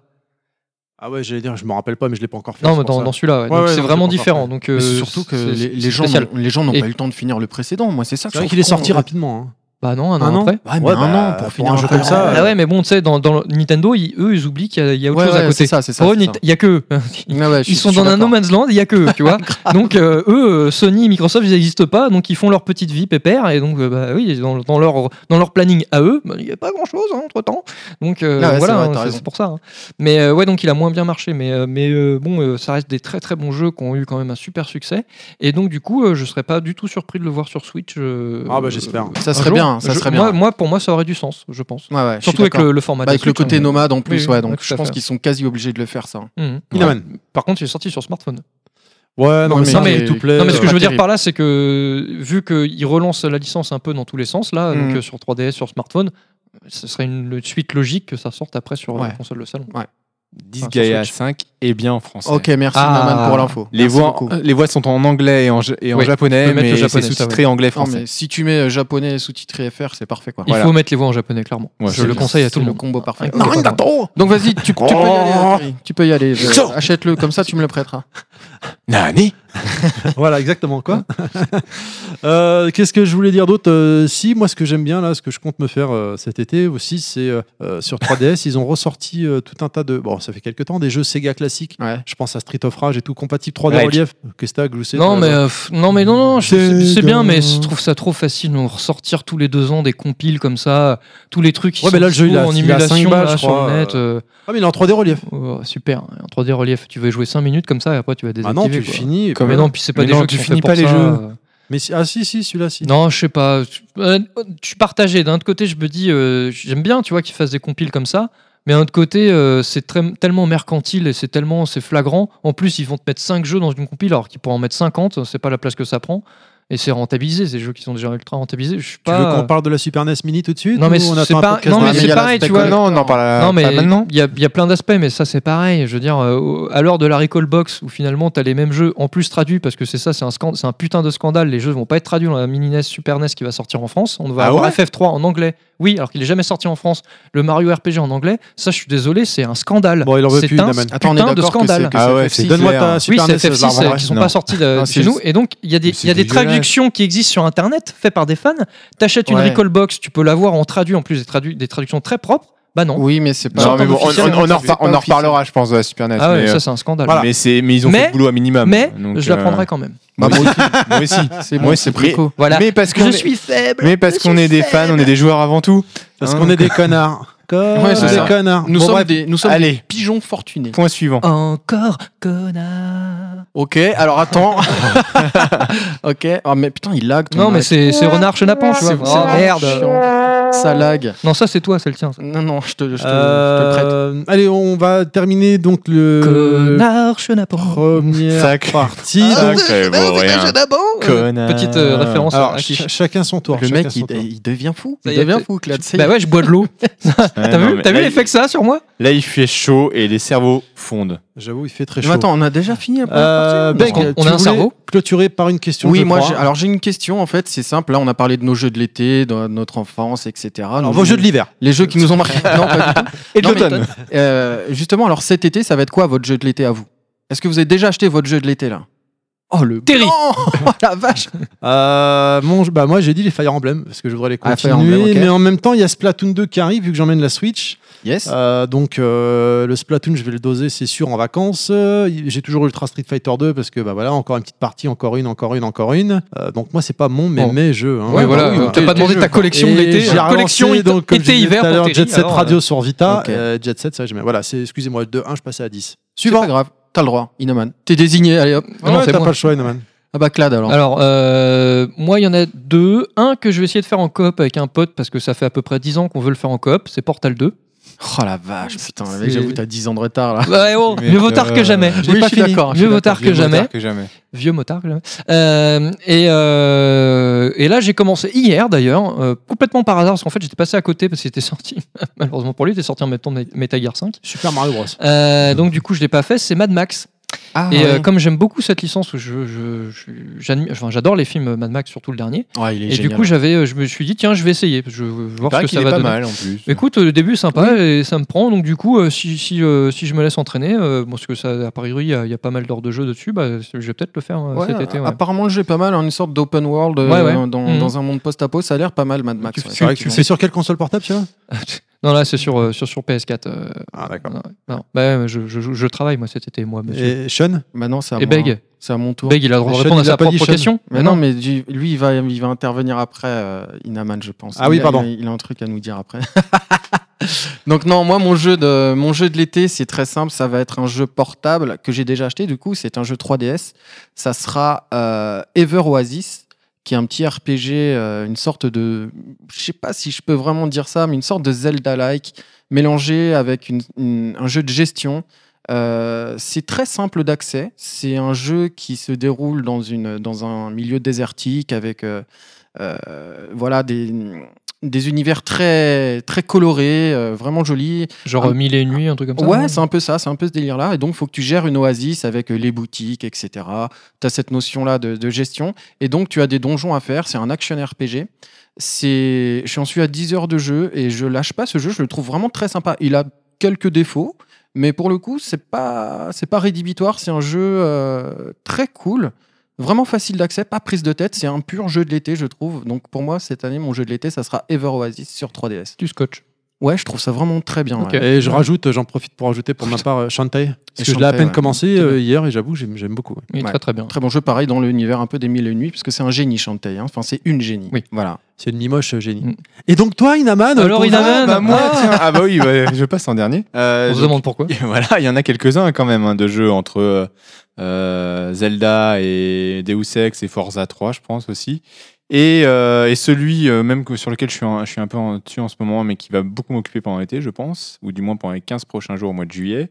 A: Ah ouais, j'allais dire, je me rappelle pas, mais je l'ai pas encore fait.
C: Non,
A: c'est
C: mais
A: pour
C: dans,
A: ça.
C: dans celui-là, ouais.
A: Ouais,
C: donc
A: ouais,
C: c'est
A: non,
C: vraiment
A: j'ai pas
C: différent.
A: encore
C: Donc,
E: Mais
C: euh,
E: c'est surtout que
C: c'est-
E: les, les
C: c'est
E: gens,
C: spécial.
E: n'ont- les gens n'ont
C: Et-
E: pas eu le temps de finir le précédent. Moi, c'est ça. que
A: C'est
E: je
A: vrai
E: trouve
A: qu'il est
E: con,
A: sorti
E: en fait.
A: rapidement. hein.
C: Bah non, un an,
E: Un an
C: après.
E: Ouais, mais
A: Ouais,
E: un
A: bah,
E: an pour
A: pour
E: finir
A: un
E: un jeu
A: jeu
E: comme
A: comme
E: ça. euh.
C: Ah ouais, mais bon, tu sais, dans, dans le- Nintendo, ils- eux, ils oublient qu'il y, a- il y a autre
E: Ouais,
C: chose à
E: ouais,
C: côté.
E: c'est ça, c'est ça.
C: Pour eux,
E: c'est
C: il
E: ça.
C: n'y a que eux. (laughs)
E: Ouais, ouais, je
C: Ils
E: suis-
C: sont
E: je suis
C: dans un no
E: d'accord.
C: man's land, il n'y a que eux, tu
E: (laughs)
C: vois. donc euh, eux, euh, Sony, Microsoft, ils n'existent pas, donc ils font leur petite vie pépère, et donc euh, bah oui, dans, dans leur, dans leur planning à eux, bah, il n'y a pas grand chose entre temps. Donc euh,
E: Ah ouais, c'est
C: voilà,
E: vrai,
C: hein,
E: t'as
C: c'est
E: raison.
C: c'est pour ça. hein. Mais euh, ouais, donc il a moins bien marché, mais, euh, mais euh, bon, euh, ça reste des très très bons jeux qui ont eu quand même un super succès, et donc du coup, euh, je ne serais pas du tout surpris de le voir sur Switch. euh,
F: Ah bah, j'espère.
C: euh,
E: Ça
C: un
E: serait
C: jour.
E: bien, ça
C: Je-
E: serait
C: moi-
E: bien.
C: moi, pour moi, ça aurait du sens, je pense.
E: Ouais, ouais, je suis
C: Surtout avec
E: d'accord.
C: le, le format
E: Bah, avec
C: de
E: le
C: Switch,
E: côté
C: hein.
E: nomade en plus,
C: Oui,
E: ouais,
C: oui,
E: donc
C: tout
E: je
C: à
E: pense
C: fait.
E: qu'ils sont quasi obligés de le faire ça.
C: Mhm.
A: Inaman.
C: Par contre, il est sorti sur smartphone.
A: Ouais,
E: Non,
A: non, mais
E: mais
A: ça,
C: non, mais-
A: free to play,
C: non, mais ce que
A: euh,
E: pas
C: je veux dire
E: terrible.
C: par là, c'est que vu qu'ils relancent la licence un peu dans tous les sens, là, donc
E: Mm.
C: euh, sur 3DS, sur smartphone, ce serait une suite logique que ça sorte après sur la
E: Ouais.
C: console de salon. euh,
D: Disgaea 5 est bien en français.
E: Ok, merci
C: Ah.
E: Naman pour l'info.
D: Les
E: Merci
D: voix, euh,
E: beaucoup.
D: les voix sont en anglais et en, ja- et en
C: Oui, je
D: japonais,
C: peux mettre
D: mais
C: le
D: c'est
C: japonais, ça,
D: sous-titré
E: Non,
D: anglais-français.
E: mais si tu mets euh, japonais sous-titré FR, c'est parfait quoi.
C: Il
D: Voilà.
C: faut mettre les voix en japonais, clairement.
D: Ouais,
C: je
D: c'est
C: le
D: le-
C: conseille à
E: c'est
C: tout le
E: le
C: monde.
E: combo parfait.
C: Un combo parfait.
E: Donc vas-y, tu, tu peux y aller. Anthony. Tu peux y aller. je-
F: Chaud.
E: Achète-le, comme ça tu me le prêteras.
D: Nani
A: Voilà, exactement quoi. (laughs) Euh, Qu'est-ce que je voulais dire d'autre Euh, Si, moi, ce que j'aime bien là, ce que je compte me faire euh, cet été aussi, c'est euh, euh, sur 3DS, ils ont ressorti euh, tout un tas de. Bon, ça fait quelques temps, des jeux Sega classiques.
E: Ouais.
A: Je pense à Street of Rage et tout, compatible 3D
D: Ouais.
A: relief. Qu'est-ce que t'as gloussé
C: Non
A: toi,
C: mais,
A: là
C: euh, pff, non, mais non, non, je- c'est
A: C'est
C: c'est bien, mais
A: dingue.
C: je trouve ça trop facile de ressortir tous les deux ans des compiles comme ça, tous les trucs qui
A: Ouais,
C: sont
A: mais là, le jeu,
C: dispo
A: il a-
C: en
A: il a cinq
C: émulation
A: balles,
C: là,
A: je
C: sur
A: crois,
C: le net. euh,
A: Ah, mais il est en 3D relief.
C: oh, super, en 3D relief, tu vas jouer 5 minutes comme ça et après tu vas
A: Ah
C: désactiver.
A: non, tu le
C: quoi.
A: finis. et
D: Comme-
C: Mais
A: voilà.
C: non, puis c'est pas
D: Mais
C: des
D: non,
C: jeux
D: tu
C: qui sont
D: finis
C: faits
D: pas
C: pour
D: les
C: ça,
D: jeux.
C: euh.
A: Mais si- ah si, si, celui-là, si.
C: Non, je sais pas. Euh, Je suis partagé. D'un autre côté, je me dis, euh, j'aime bien, tu vois, qu'ils fassent des compiles comme ça. Mais d'un autre côté, euh, c'est très- tellement mercantile et c'est tellement c'est flagrant. En plus, ils vont te mettre 5 jeux dans une compile alors qu'ils pourraient en mettre 50. C'est pas la place que ça prend. Et c'est rentabilisé. Ces jeux qui sont déjà ultra rentabilisés. Je suis
A: Tu veux qu'on
C: pas. euh,
A: parle de la Super NES Mini tout de suite
C: Non, mais
A: ou on
C: c'est
A: attend un
C: pas-
A: podcast
C: non, mais
A: de-
C: c'est
E: il y a
C: pareil,
E: l'aspect
C: tu vois.
E: commun.
D: Non, on en parle euh,
C: Non, mais
D: pas maintenant.
C: il y a, il y a plein d'aspects, mais ça c'est pareil. Je veux dire, euh, au- à l'heure de la Recall Box où finalement t'as les mêmes jeux en plus traduits parce que c'est ça, c'est un, scan- c'est un putain de scandale. Les jeux vont pas être traduits dans la mini NES, Super NES qui va sortir en France. On va
D: Ah
C: avoir
D: ouais
C: FF3 en anglais. Oui, alors qu'il est jamais sorti en France. Le Mario RPG en anglais, ça je suis désolé, c'est un scandale.
A: Bon, il en veut
C: c'est
A: plus,
C: un
A: Inaman.
E: Attends, on est
C: putain de
E: d'accord que c'est
C: scandale.
E: que E
D: Ah
E: c'est
D: ouais,
E: FF6.
D: c'est
A: Donne-moi
D: Claire.
A: ta
C: Oui,
A: Super E
C: c'est
A: NES, je la
C: FF6 euh,
A: revendrai.
C: qui sont
D: Non.
C: pas sortis de-
E: Non,
C: de chez
E: c'est-
C: nous. Et donc, il y a des,
D: Mais
C: il y a
D: c'est
E: E
C: des
D: dégueulasse.
C: traductions qui existent sur Internet, faites par des fans. T'achètes une
E: Ouais.
C: Recall Box, tu peux l'avoir en traduit, en plus des, tradu- des traductions très propres. Bah non.
E: Oui, mais c'est pas.
D: Non, mais bon, on, on-
E: officiel,
D: on en
E: c'est pas
D: repar- on en
E: officiel.
D: reparlera, je pense, de la Super NES.
C: hein. Ah ouais,
D: mais, euh,
C: ça c'est un scandale.
D: mais, c'est- mais ils ont fait
C: Mais-
D: le boulot à minimum.
C: mais
D: Donc,
C: je la
D: euh,
C: prendrai quand même.
D: bah, moi aussi. moi (laughs) aussi.
E: C'est
D: Moi,
E: bon,
D: c'est
E: c'est
D: pris.
E: préco.
C: Voilà.
D: Mais parce qu'on est-
C: faible.
D: Mais parce qu'on est des fans, on est des joueurs avant tout.
A: Parce qu'on est des connards. Comme
E: Ouais,
D: c'est
A: des
D: ça.
A: connards. Bon,
E: Nous
A: bah,
E: sommes
A: bref.
E: des nous sommes des
D: Allez,
E: pigeons fortunés.
D: point suivant.
C: Encore connard.
E: Ok, alors attends. (laughs) ok. Ah mais putain, il lag. ton
C: Non, mais
E: mic.
C: c'est c'est Renard Chenapan, tu vois.
E: C'est- c'est-
C: Oh, merde.
E: ça lag.
C: Non, ça c'est toi, c'est le tien. ça.
E: Non, non, je te, je te, je te le prête.
A: Euh, Allez, on va terminer donc le
C: Connard Chenapan.
A: première
D: Sac.
A: partie.
E: Ah,
A: Donc,
D: Sacré vaut rien. Connard.
C: Petite euh, référence
A: alors,
C: à qui
A: ch- chacun son tour.
E: Le
A: chacun
E: mec,
A: son
E: il,
A: tour.
E: il devient fou.
C: Ça
E: Il
C: y est,
E: devient
C: t'es-
E: fou, Clad. ça y est.
C: Bah ouais, je bois de l'eau.
D: Ouais,
C: T'as
D: non,
C: vu,
D: mais
C: t'as vu
D: là,
C: l'effet que ça a sur moi
D: il- Là, il fait chaud et les cerveaux fondent.
A: J'avoue, il fait très
E: Mais
A: chaud.
E: attends, on a déjà fini la première
A: Euh,
E: partie, non
A: Beg,
C: Parce
A: tu
C: qu'on- on a un
A: voulais
C: cerveau
A: Clôturer par une question.
E: Oui,
A: je
E: moi,
A: crois.
E: j'ai- ah, alors j'ai une question en fait, c'est simple. Là, on a parlé de nos jeux de l'été, de notre enfance, etc.
A: Alors,
E: Nos
A: vos jeux de l'hiver.
E: les jeux qui nous ont marqués. (laughs) non, pas du tout.
D: Et de
E: Non, mais
D: l'automne.
E: Euh, justement, alors cet été, ça va être quoi votre jeu de l'été à vous Est-ce que vous avez déjà acheté votre jeu de l'été là Oh le
C: Terry.
E: Oh (laughs) la vache
A: Euh, mon- bah moi j'ai dit les Fire Emblem parce que je voudrais les
E: Ah,
A: continuer,
E: Fire Emblem, ok.
A: mais en même temps il y a Splatoon 2 qui arrive vu que j'emmène la Switch.
E: Yes.
A: Euh, donc euh, le Splatoon je vais le doser c'est sûr en vacances. Euh, j'ai toujours Ultra Street Fighter 2 parce que bah voilà encore une petite partie, encore une, encore une, encore une. Euh, donc moi c'est pas mon mais
C: Bon.
A: mes jeux. hein.
C: Ouais, voilà,
A: oui,
C: euh, t'as pas demandé ta collection de
A: Et
C: l'été,
A: j'ai
C: euh,
A: relancé,
C: collection été-
A: donc, comme je disais
C: été-hiver
A: tout à
C: pour
A: l'heure,
C: Terry,
A: Jet Set
C: alors,
A: Radio sur Vita,
E: Ok.
A: euh, Jet Set ça j'aime bien. Voilà, c'est excusez-moi de 1 je passais à 10.
E: C'est pas
A: Suivant.
E: grave, t'as le droit, Inoman. T'es désigné, allez hop.
C: Ah non,
A: Ouais,
C: c'est
A: t'as
C: moi.
A: pas le choix Inoman.
E: Ah bah Clad alors.
C: Alors, euh, moi, il y en a deux. Un que je vais essayer de faire en coop avec un pote parce que ça fait à peu près 10 ans qu'on veut le faire en coop. C'est Portal 2.
E: Oh la vache, putain, le mec,
C: C'est-
E: j'avoue, t'as 10 ans de retard là.
C: Ouais, oh,
D: Mais
C: mieux vaut tard
D: euh,
C: que jamais.
E: je l'ai pas fini. Je suis
C: Mieux vaut tard que
D: Vieux
C: jamais.
D: motard que jamais.
C: vieux motard. que j'aime. Euh, et, euh, et là, j'ai commencé hier d'ailleurs, euh, complètement par hasard, parce qu'en fait, j'étais passé à côté parce qu'il était sorti, (laughs) malheureusement pour lui, il était sorti en même temps que Metal Gear 5.
A: Super Mario Bros.
C: Euh, donc, du coup, je l'ai pas fait, c'est Mad Max.
E: Ah,
C: Et
E: ouais.
C: euh, comme j'aime beaucoup cette licence, où je, je- je- j'admire- enfin, j'adore les films Mad Max, surtout le dernier.
E: Ouais, il est
C: Et
E: génial.
C: du coup, j'avais, euh, je me suis dit, tiens, je vais essayer, parce que je veux voir
D: hein. Il paraît
C: ce que
D: qu'il
C: ça
D: est
C: va
D: pas
C: donner.
D: mal en plus.
C: Écoute, euh, le début est sympa et ça me prend. Donc du coup, euh, si, si, euh, si je me laisse entraîner, euh, bon, parce que ça, à Paris, il y, a- il y a pas mal d'heures de jeu dessus, bah, je vais peut-être le faire euh,
E: Ouais, ah,
C: cet été. ouais.
E: Apparemment, le jeu est pas mal, hein, une sorte d'open world euh,
C: Ouais, ouais.
E: Dans,
C: Mhm.
E: dans un monde post-apo. Ça a l'air pas mal, Mad Max.
C: Tu-
E: ouais.
A: Tu,
D: vrai
A: tu
D: que-
A: le fais sur quelle console portable, tu vois
C: Non, là, c'est sur, euh, sur, sur PS4. euh,
D: Ah, d'accord.
C: non, non. Bah, ouais, je, je- je- je travaille, moi, cet été, moi, monsieur.
A: Et Sean
E: Maintenant, c'est à
C: Et
E: moi.
C: Beg
E: C'est à mon tour.
C: Beg, il a le droit
A: Mais
C: de
A: Sean,
C: répondre à
A: il a
C: sa
A: pas dit
C: propre
A: Sean.
C: question. Ah
E: Mais non, mais du- lui, il va, il va intervenir après euh, Inaman, je pense.
A: Ah oui,
E: Il a-
A: pardon.
E: Il a, il a un truc à nous dire après. (laughs) Donc non, moi, mon jeu de, mon jeu de l'été, c'est très simple. Ça va être un jeu portable que j'ai déjà acheté. Du coup, c'est un jeu 3DS. Ça sera euh, Ever Oasis, qui est un petit RPG, euh, une sorte de, je sais pas si je peux vraiment dire ça, mais une sorte de Zelda-like mélangé avec une- une- un jeu de gestion. Euh, c'est très simple d'accès. C'est un jeu qui se déroule dans, une, dans un milieu désertique avec euh, euh, voilà, des, des univers très, très colorés, euh, vraiment jolis.
C: Genre
E: Ah.
C: euh, Mille et une nuits, un truc comme ça.
E: Ouais,
C: non
E: c'est un peu ça, c'est un peu ce délire-là. Et donc, il faut que tu gères une oasis avec euh, les boutiques, etc. Tu as cette notion-là de, de gestion. Et donc, tu as des donjons à faire. C'est un action RPG. C'est... J'en suis à 10 heures de jeu et je lâche pas ce jeu. Je le trouve vraiment très sympa. Il a quelques défauts, mais pour le coup, c'est pas, c'est pas rédhibitoire. C'est un jeu euh, très cool. Vraiment facile d'accès, pas prise de tête, c'est un pur jeu de l'été, je trouve. Donc pour moi, cette année, mon jeu de l'été, ça sera Ever Oasis sur 3DS.
C: Du scotch.
E: Ouais, je trouve ça vraiment très bien.
C: Ok.
E: ouais.
A: Et je rajoute, j'en profite pour ajouter pour ma part euh, Shantae. Parce que je l'ai à
E: Shantae,
A: peine
E: ouais.
A: commencé euh, hier et j'avoue, j'aime j'aime beaucoup.
C: Il est
E: Ouais.
C: très très bien.
E: Très bon jeu, pareil, dans l'univers un peu des mille et une nuits, parce que c'est un génie, Shantae. hein. Enfin, c'est une génie.
C: Oui.
E: Voilà.
A: C'est une mimoche euh, génie.
C: Mm.
A: Et donc toi, Inaman
C: Alors,
A: ton-
C: Inaman,
A: Ah, bah, moi,
D: ah,
A: tiens.
D: tiens. Ah bah oui, ouais, je passe en dernier. (laughs) Euh,
C: On se
D: donc,
C: demande pourquoi.
D: voilà, il y en a quelques-uns quand même hein, de jeux entre euh, euh, Zelda et Deus Ex et Forza 3, je pense aussi. Et, euh, et celui euh, même que- sur lequel je suis, un, je suis un peu en dessus en ce moment, mais qui va beaucoup m'occuper pendant l'été, je pense, ou du moins pendant les 15 prochains jours au mois de juillet,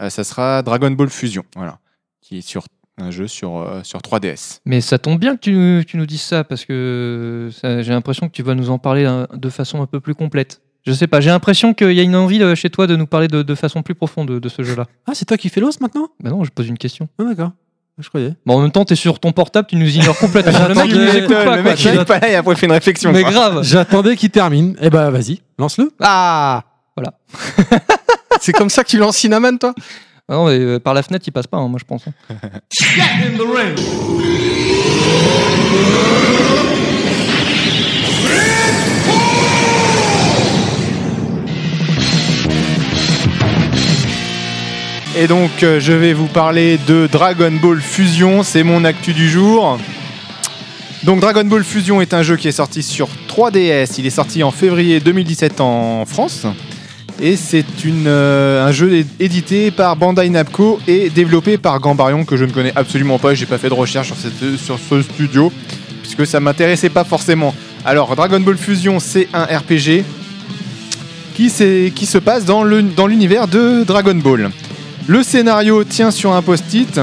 D: euh, ça sera Dragon Ball Fusion, voilà, qui est sur un jeu sur, euh, sur 3DS.
C: Mais ça tombe bien que tu, nous- tu nous dises ça parce que ça- j'ai l'impression que tu vas nous en parler hein, de façon un peu plus complète. Je sais pas, j'ai l'impression qu'il y a une envie euh, chez toi de nous parler de, de façon plus profonde de, de ce jeu-là.
A: Ah, c'est toi qui fais l'os maintenant
C: Bah non, je pose une question.
A: Ah, d'accord. Je croyais.
C: Bon, en même temps, t'es sur ton portable, tu nous ignores
D: (laughs)
C: complètement. le mec, il
A: Attends,
C: nous
A: mais-
C: écoute pas.
D: le
C: quoi,
D: mec
C: tu
D: il est
C: vois.
D: pas là et après il fait une réflexion.
C: Mais
D: quoi.
C: grave.
A: J'attendais qu'il termine. Eh bah, vas-y, lance-le. Ah
E: c'est comme ça que tu lances Cinnamon, toi
C: Ah non, mais, euh, par la fenêtre, il passe pas, hein, moi je pense. hein.
D: Et donc, euh, je vais vous parler de Dragon Ball Fusion, c'est mon actu du jour. Donc, Dragon Ball Fusion est un jeu qui est sorti sur 3DS. Il est sorti en février 2017 en France. Et c'est une, euh, un jeu é- édité par Bandai Namco et développé par Gambarion, que je ne connais absolument pas. J'ai pas fait de recherche sur, cette- sur ce studio, puisque ça m'intéressait pas forcément. Alors, Dragon Ball Fusion, c'est un RPG qui, s'est- qui se passe dans le- dans l'univers de Dragon Ball. Le scénario tient sur un post-it.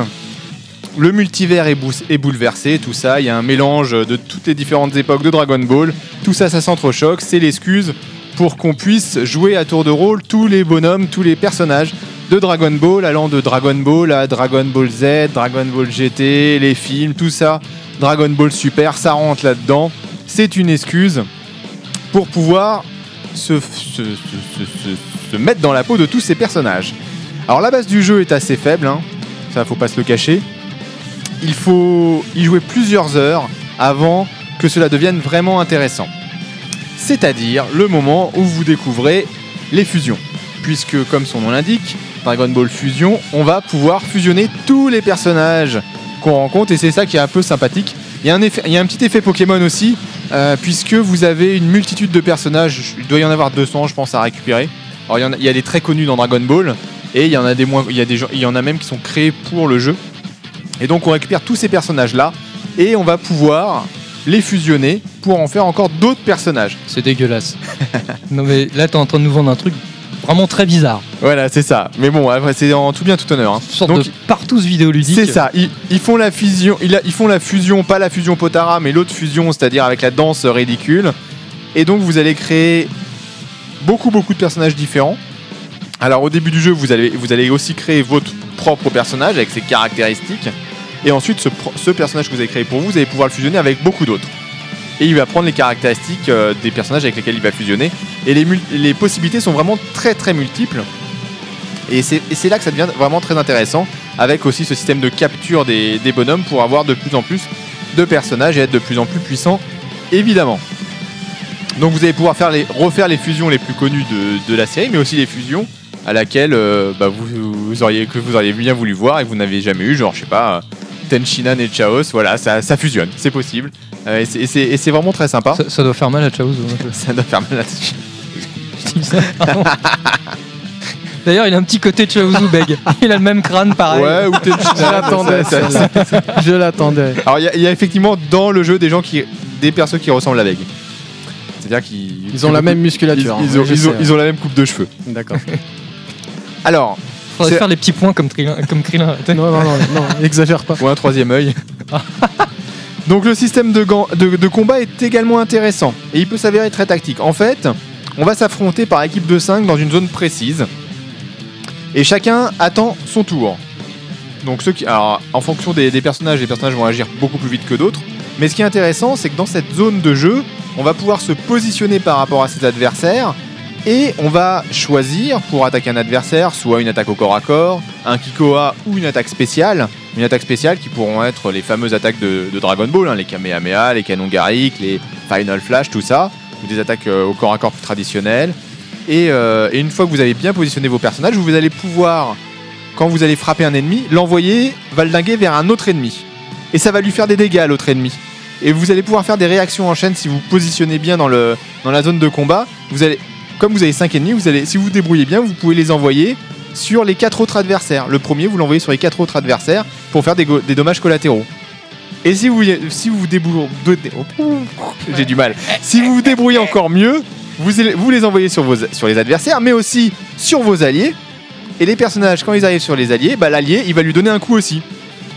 D: Le multivers est, bous- est bouleversé, tout ça. Il y a un mélange de toutes les différentes époques de Dragon Ball. Tout ça, ça s'entrechoque. C'est l'excuse pour qu'on puisse jouer à tour de rôle tous les bonhommes, tous les personnages de Dragon Ball, allant de Dragon Ball à Dragon Ball Z, Dragon Ball GT, les films, tout ça. Dragon Ball Super, ça rentre là-dedans. C'est une excuse pour pouvoir se- se- se- se- se- se mettre dans la peau de tous ces personnages. Alors la base du jeu est assez faible, hein. ça faut pas se le cacher. Il faut y jouer plusieurs heures avant que cela devienne vraiment intéressant. C'est-à-dire le moment où vous découvrez les fusions. Puisque comme son nom l'indique, Dragon Ball Fusion, on va pouvoir fusionner tous les personnages qu'on rencontre et c'est ça qui est un peu sympathique. Il y, a un effet- il y a un petit effet Pokémon aussi, euh, puisque vous avez une multitude de personnages, il doit y en avoir 200 je pense à récupérer. Alors il y en a- il y a des très connus dans Dragon Ball, et il y en a des moins, il y a des gens- il y en a même qui sont créés pour le jeu. Et donc on récupère tous ces personnages là et on va pouvoir les fusionner pour en faire encore d'autres personnages.
C: C'est dégueulasse. (laughs) non, mais là, t'es en train de nous vendre un truc vraiment très bizarre.
D: Voilà, c'est ça. Mais bon, après, c'est en tout bien tout honneur. hein.
C: Une sorte
D: Donc,
C: de partout ce vidéoludique.
D: C'est ça, ils, ils font la fusion, ils, la- ils font la fusion, pas la fusion Potara, mais l'autre fusion, c'est-à-dire avec la danse ridicule. Et donc vous allez créer beaucoup beaucoup de personnages différents. Alors au début du jeu, vous allez, vous allez aussi créer votre propre au personnage, avec ses caractéristiques. Et ensuite, ce, pro- ce personnage que vous avez créé pour vous, vous allez pouvoir le fusionner avec beaucoup d'autres. Et il va prendre les caractéristiques euh, des personnages avec lesquels il va fusionner. Et les, mul- les possibilités sont vraiment très très multiples. Et c'est et c'est là que ça devient vraiment très intéressant, avec aussi ce système de capture des, des bonhommes pour avoir de plus en plus de personnages et être de plus en plus puissant, évidemment. Donc vous allez pouvoir faire les, refaire les fusions les plus connues de, de la série, mais aussi les fusions à laquelle euh, bah, vous, vous auriez, que vous auriez bien voulu voir et que vous n'avez jamais eu, genre je sais pas, euh, Tenshinhan et Chaos, voilà, ça, ça fusionne, c'est possible. Euh, et c'est- et c'est et c'est vraiment très sympa.
C: Ça, ça doit faire mal à Chaos. ouais.
D: Ça doit faire mal à ce
C: Je dis ça, pardon. D'ailleurs, il a un petit côté Chaozu Beg. Il a le même crâne, pareil.
D: Ouais, ou
E: Je l'attendais, (laughs)
D: Tenshinhan. ça- ça-
E: celle-là. Je l'attendais.
D: Alors il y a- il y, a effectivement dans le jeu des gens qui des persos qui ressemblent à Beg. C'est-à-dire qu'ils
E: Ils ont la même hein.
D: ils,
E: musculature.
D: ils ont, ils ont- ils ont la même coupe de cheveux.
E: hein. D'accord.
D: Alors,
C: Faudrait
D: c'est-
C: faire les petits points comme Krillin. Comme Krillin.
E: Non, non, non, non, exagère pas.
D: ou un troisième œil. (laughs) Donc le système de, gants- de- de combat est également intéressant et il peut s'avérer très tactique. En fait, on va s'affronter par équipe de 5 dans une zone précise et chacun attend son tour. Donc ceux qui, alors, en fonction des, des personnages, les personnages vont agir beaucoup plus vite que d'autres. Mais ce qui est intéressant, c'est que dans cette zone de jeu, on va pouvoir se positionner par rapport à ses adversaires et on va choisir pour attaquer un adversaire soit une attaque au corps à corps, un Kikoa ou une attaque spéciale une attaque spéciale qui pourront être les fameuses attaques de, de Dragon Ball, hein, les Kamehameha, les canons Garrick, les Final Flash, tout ça, ou des attaques euh, au corps à corps plus traditionnelles. Et, euh, et une fois que vous avez bien positionné vos personnages, vous allez pouvoir, quand vous allez frapper un ennemi, l'envoyer valdinguer vers un autre ennemi. Et ça va lui faire des dégâts à l'autre ennemi. Et vous allez pouvoir faire des réactions en chaîne si vous vous positionnez bien dans, le, dans la zone de combat. Vous allez, comme vous avez 5 ennemis, vous allez, si vous vous débrouillez bien, vous pouvez les envoyer sur les quatre autres adversaires. Le premier, vous l'envoyez sur les quatre autres adversaires pour faire des, go- des dommages collatéraux. Et si vous si vous vous débrouillez, j'ai du mal. Si vous vous débrouillez encore mieux, vous, allez- vous les envoyez sur vos sur les adversaires, mais aussi sur vos alliés. Et les personnages, quand ils arrivent sur les alliés, bah, l'allié, il va lui donner un coup aussi.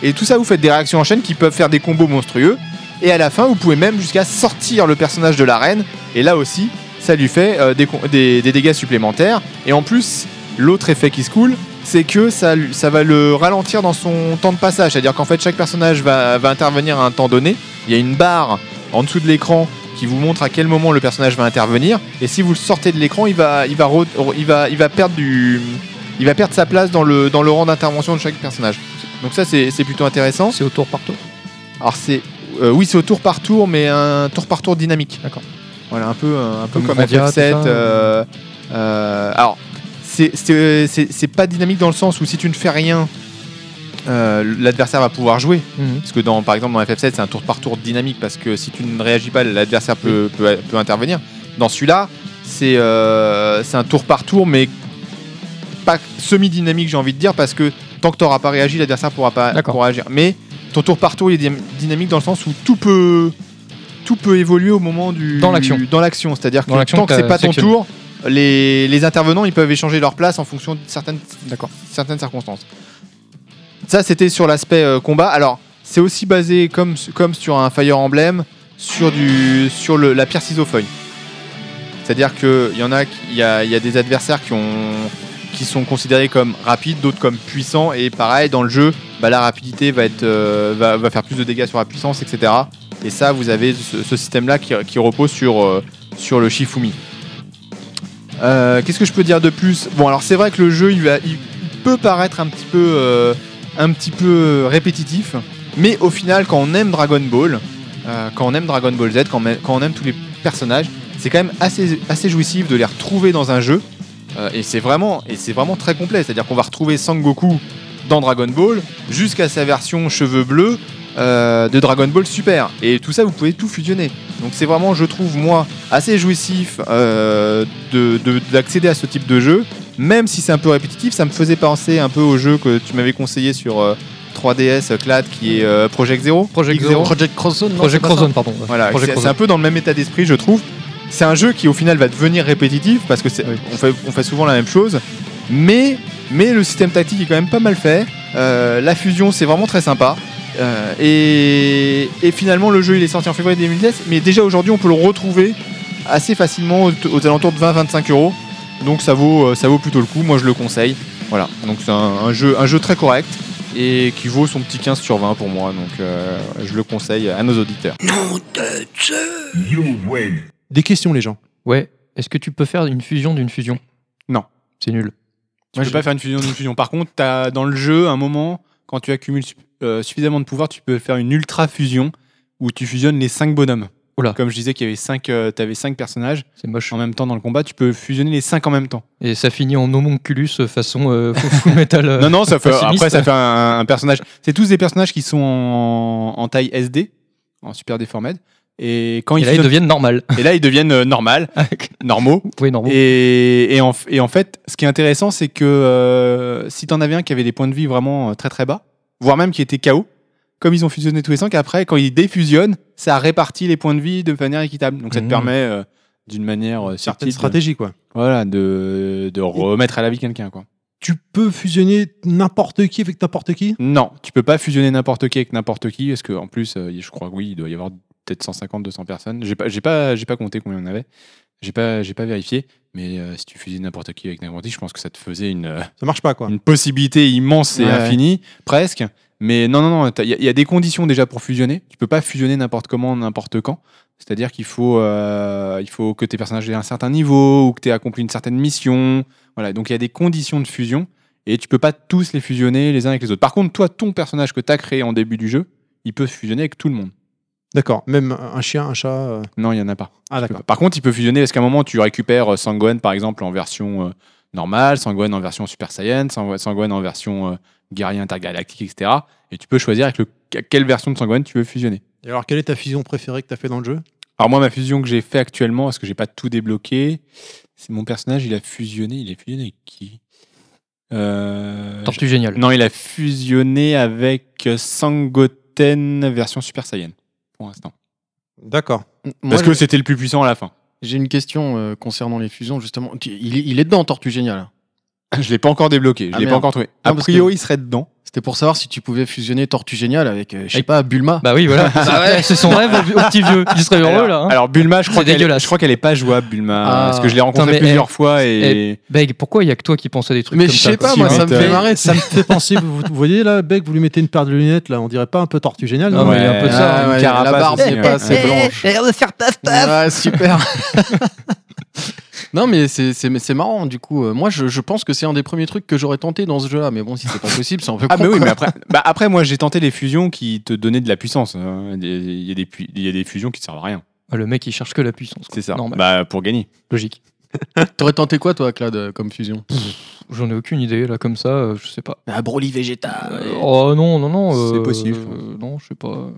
D: Et tout ça, vous faites des réactions en chaîne qui peuvent faire des combos monstrueux. Et à la fin, vous pouvez même jusqu'à sortir le personnage de l'arène. Et là aussi, ça lui fait euh, des, con- des- des dégâts supplémentaires. Et en plus, l'autre effet qui se coule, c'est que ça, lui- ça va le ralentir dans son temps de passage. C'est-à-dire qu'en fait, chaque personnage va, va intervenir à un temps donné. Il y a une barre en dessous de l'écran qui vous montre à quel moment le personnage va intervenir. Et si vous le sortez de l'écran, il va, il, va re- il, va, il va perdre du. Il va perdre sa place dans le, dans le rang d'intervention de chaque personnage. Donc ça c'est c'est plutôt intéressant.
C: C'est au tour par tour.
D: Alors c'est euh, oui c'est au tour par tour mais un tour par tour dynamique.
C: D'accord.
D: Voilà un peu euh, un, un peu
C: Comme
D: comme
C: Grandia,
D: FF7.
C: tout ça,
D: euh, euh, alors c'est c'est- c'est- c'est pas dynamique dans le sens où si tu ne fais rien euh, l'adversaire va pouvoir jouer
C: Mhm.
D: parce que dans par exemple dans FF7 c'est un tour par tour dynamique parce que si tu ne réagis pas l'adversaire peut, peut, peut intervenir. Dans celui-là c'est euh, c'est un tour par tour mais pas semi-dynamique j'ai envie de dire parce que tant que tu n'auras pas réagi l'adversaire pourra pas
C: D'accord.
D: pourra agir. Mais ton tour par tour il est dynam- dynamique dans le sens où tout peut tout peut évoluer au moment du
C: Dans l'action.
D: dans l'action c'est-à-dire que
C: Dans l'action
D: tant que
C: que
D: c'est
C: t'as
D: pas ton
C: sélectionné.
D: tour les, les intervenants ils peuvent échanger leur place en fonction de certaines certaines circonstances. Ça, c'était sur l'aspect euh, combat. Alors, c'est aussi basé comme, comme sur un Fire Emblem sur, du, sur le, la pierre ciseau feuille. C'est-à-dire qu'il y en a, qui- il y a, il y a des adversaires qui, ont, qui sont considérés comme rapides, d'autres comme puissants. Et pareil, dans le jeu, bah, la rapidité va, être, euh, va, va faire plus de dégâts sur la puissance, etc. Et ça, vous avez ce, ce système-là qui, qui repose sur, euh, sur le Shifumi. Euh, Qu'est-ce que je peux dire de plus Bon, alors c'est vrai que le jeu, il, va- il peut paraître un petit peu, euh, un petit peu euh, répétitif, mais au final, quand on aime Dragon Ball, euh, quand on aime Dragon Ball Z, quand on aime, quand on aime tous les personnages, c'est quand même assez, assez jouissif de les retrouver dans un jeu. Euh, et c'est vraiment, et c'est vraiment très complet. C'est-à-dire qu'on va retrouver Sangoku dans Dragon Ball jusqu'à sa version cheveux bleus euh, de Dragon Ball Super. Et tout ça, vous pouvez tout fusionner. Donc c'est vraiment, je trouve moi, assez jouissif euh, de- de- d'accéder à ce type de jeu. Même si c'est un peu répétitif, ça me faisait penser un peu au jeu que tu m'avais conseillé sur euh, 3DS euh, Clad qui est euh, Project Zero.
C: Project
D: X
C: Zero.
E: Project Crosszone, non
C: Projet
E: c'est pas ça
C: Crozone, pardon.
D: Voilà,
C: Projet
D: c'est- c'est
C: Crozone.
D: un peu dans le même état d'esprit, je trouve. C'est un jeu qui, au final, va devenir répétitif parce que c'est-
E: Oui.
D: on, fait, on fait souvent la même chose, mais, mais le système tactique est quand même pas mal fait. Euh, la fusion, c'est vraiment très sympa. Euh, et, et finalement, le jeu il est sorti en février 2016, mais déjà aujourd'hui, on peut le retrouver assez facilement aux, aux alentours de 20-25 euros. Donc ça vaut, euh, ça vaut plutôt le coup. Moi, je le conseille. Voilà, donc c'est un, un jeu, un jeu très correct et qui vaut son petit 15 sur 20 pour moi, donc euh, je le conseille à nos auditeurs.
A: Des questions, les gens.
C: Ouais. Est-ce que tu peux faire une fusion d'une fusion
D: Non.
C: C'est nul.
D: Tu peux pas faire une fusion d'une fusion. Par contre, t'as dans le jeu un moment, quand tu accumules su- euh, suffisamment de pouvoir, tu peux faire une ultra fusion où tu fusionnes les 5 bonhommes.
C: Oula.
D: Comme je disais qu'il y avait 5 t'avais 5 personnages
C: C'est moche.
D: en même temps dans le combat, tu peux fusionner les 5 en même temps.
C: Et ça finit en homunculus euh, façon euh, (laughs) full full metal. euh,
D: non non, ça fait
C: pessimiste.
D: après ça fait un, un personnage. C'est tous des personnages qui sont en, en taille SD, en super déformé et quand
C: Et
D: ils
C: là, ils
D: fusionnent-
C: deviennent normal.
D: et euh, là ils deviennent
C: (laughs)
D: euh, normal, normaux.
C: oui, normal.
D: Et, et en, f- et en fait, ce qui est intéressant, c'est que euh, si t'en avais un qui avait des points de vie vraiment euh, très très bas, voire même qui était KO, comme ils ont fusionné tous les 5, après, quand ils défusionnent, ça répartit les points de vie de manière équitable. Donc ça te
C: Mhm.
D: permet, euh, d'une manière euh,
A: Mmh. Certaines
D: subtile, de-
A: stratégies, quoi.
D: voilà, de, de remettre à la vie quelqu'un. quoi.
A: Tu peux fusionner n'importe qui avec n'importe qui
D: Non, tu peux pas fusionner n'importe qui avec n'importe qui, parce qu'en plus, euh, je crois que oui, il doit y avoir peut-être 150, 200 personnes. J'ai pas, j'ai pas, j'ai pas compté combien on avait. J'ai pas, j'ai pas vérifié. Mais euh, si tu fusionnes n'importe qui avec n'importe qui, je pense que ça te faisait une, euh,
A: Ça marche pas, quoi.
D: une possibilité immense et
E: Ouais, ouais.
D: infinie, presque. Mais non, non, non, il y, a- y a des conditions déjà pour fusionner. Tu peux pas fusionner n'importe comment, n'importe quand. C'est-à-dire qu'il faut, euh, il faut que tes personnages aient un certain niveau ou que tu aies accompli une certaine mission. Voilà, donc il y a des conditions de fusion et tu peux pas tous les fusionner les uns avec les autres. Par contre, toi, ton personnage que tu as créé en début du jeu, il peut se fusionner avec tout le monde.
A: D'accord. Même un chien, un chat. euh,
D: Non, il y en a pas.
A: Ah,
D: Tu peux
A: d'accord.
D: pas. Par contre, il peut fusionner parce qu'à un moment, tu récupères euh, Sangwan, par exemple, en version euh, normale, Sangwan en version Super Saiyan, Sang- Sangwan en version euh, guerrier intergalactique, etc. Et tu peux choisir avec le, quelle version de Sangwan tu veux fusionner.
A: Et alors, quelle est ta fusion préférée que t'as fait dans le jeu
D: Alors moi, ma fusion que j'ai fait actuellement, parce que j'ai pas tout débloqué, c'est mon personnage, il a fusionné, il a fusionné avec qui Euh,
C: Tortue géniale.
D: Non, il a fusionné avec euh, Sangoten version Super Saiyan, pour l'instant.
A: D'accord. (laughs)
E: Moi,
D: Parce que c'était le plus puissant à la fin.
E: j'ai une question euh, concernant les fusions, justement. Tu- Il, il est dedans, Tortue Géniale.
D: (laughs) Je l'ai pas encore débloqué, je
E: Ah,
D: l'ai pas
E: merde.
D: encore trouvé.
E: Ah,
D: A
E: parce que-
D: priori, il serait dedans.
E: C'était pour savoir si tu pouvais fusionner Tortue Géniale avec, euh, je sais pas, Bulma.
C: Bah oui, voilà. C'est son rêve au, au petit vieux. Il serait heureux
D: alors,
C: là. hein.
D: alors, Bulma, je crois
C: C'est
D: qu'elle,
C: dégueulasse.
D: je crois qu'elle est pas jouable Bulma,
E: Ah.
D: parce que je l'ai rencontrée
C: Non, mais
D: plusieurs fois et
C: Beg, pourquoi il y a que toi qui pense à des trucs
E: Mais
C: comme
E: je
C: ça hein
E: sais
C: quoi
E: pas, moi,
D: si,
E: ça
D: mais
E: me fait
D: t'as-
E: marrer.
A: Ça me fait penser, vous, vous voyez là, Beck, vous lui mettez une paire de lunettes, là, on dirait pas un peu tortue géniale
C: Non,
A: non euh,
C: mais il y a un peu de ça,
E: Ah,
D: une
E: ouais,
D: carapace
E: la barbe
D: aussi,
E: n'est
D: ouais.
E: pas assez blanche. Ouais, super. (laughs) non, mais c'est- c'est mais c'est marrant, du coup. euh, Moi, je, je pense que c'est un des premiers trucs que j'aurais tenté dans ce jeu-là. Mais bon, si c'est pas possible, c'est un peu
D: ah
E: con,
D: mais oui,
E: (laughs) quoi.
D: mais après, bah, après moi j'ai tenté des fusions qui te donnaient de la puissance. hein. Il y a des, pu- il y a des fusions qui te servent à rien.
C: Ah, Le mec, il cherche que la puissance. quoi.
D: C'est ça.
C: Normal.
D: Bah pour gagner.
C: Logique.
E: T'aurais tenté quoi, toi, Claude, euh, comme fusion
C: J'en ai aucune idée là comme ça. euh, je sais pas.
E: Un Bah, Broly végétal.
C: Oh non, non, non.
D: C'est
C: euh,
D: possible.
C: euh, non, je sais pas.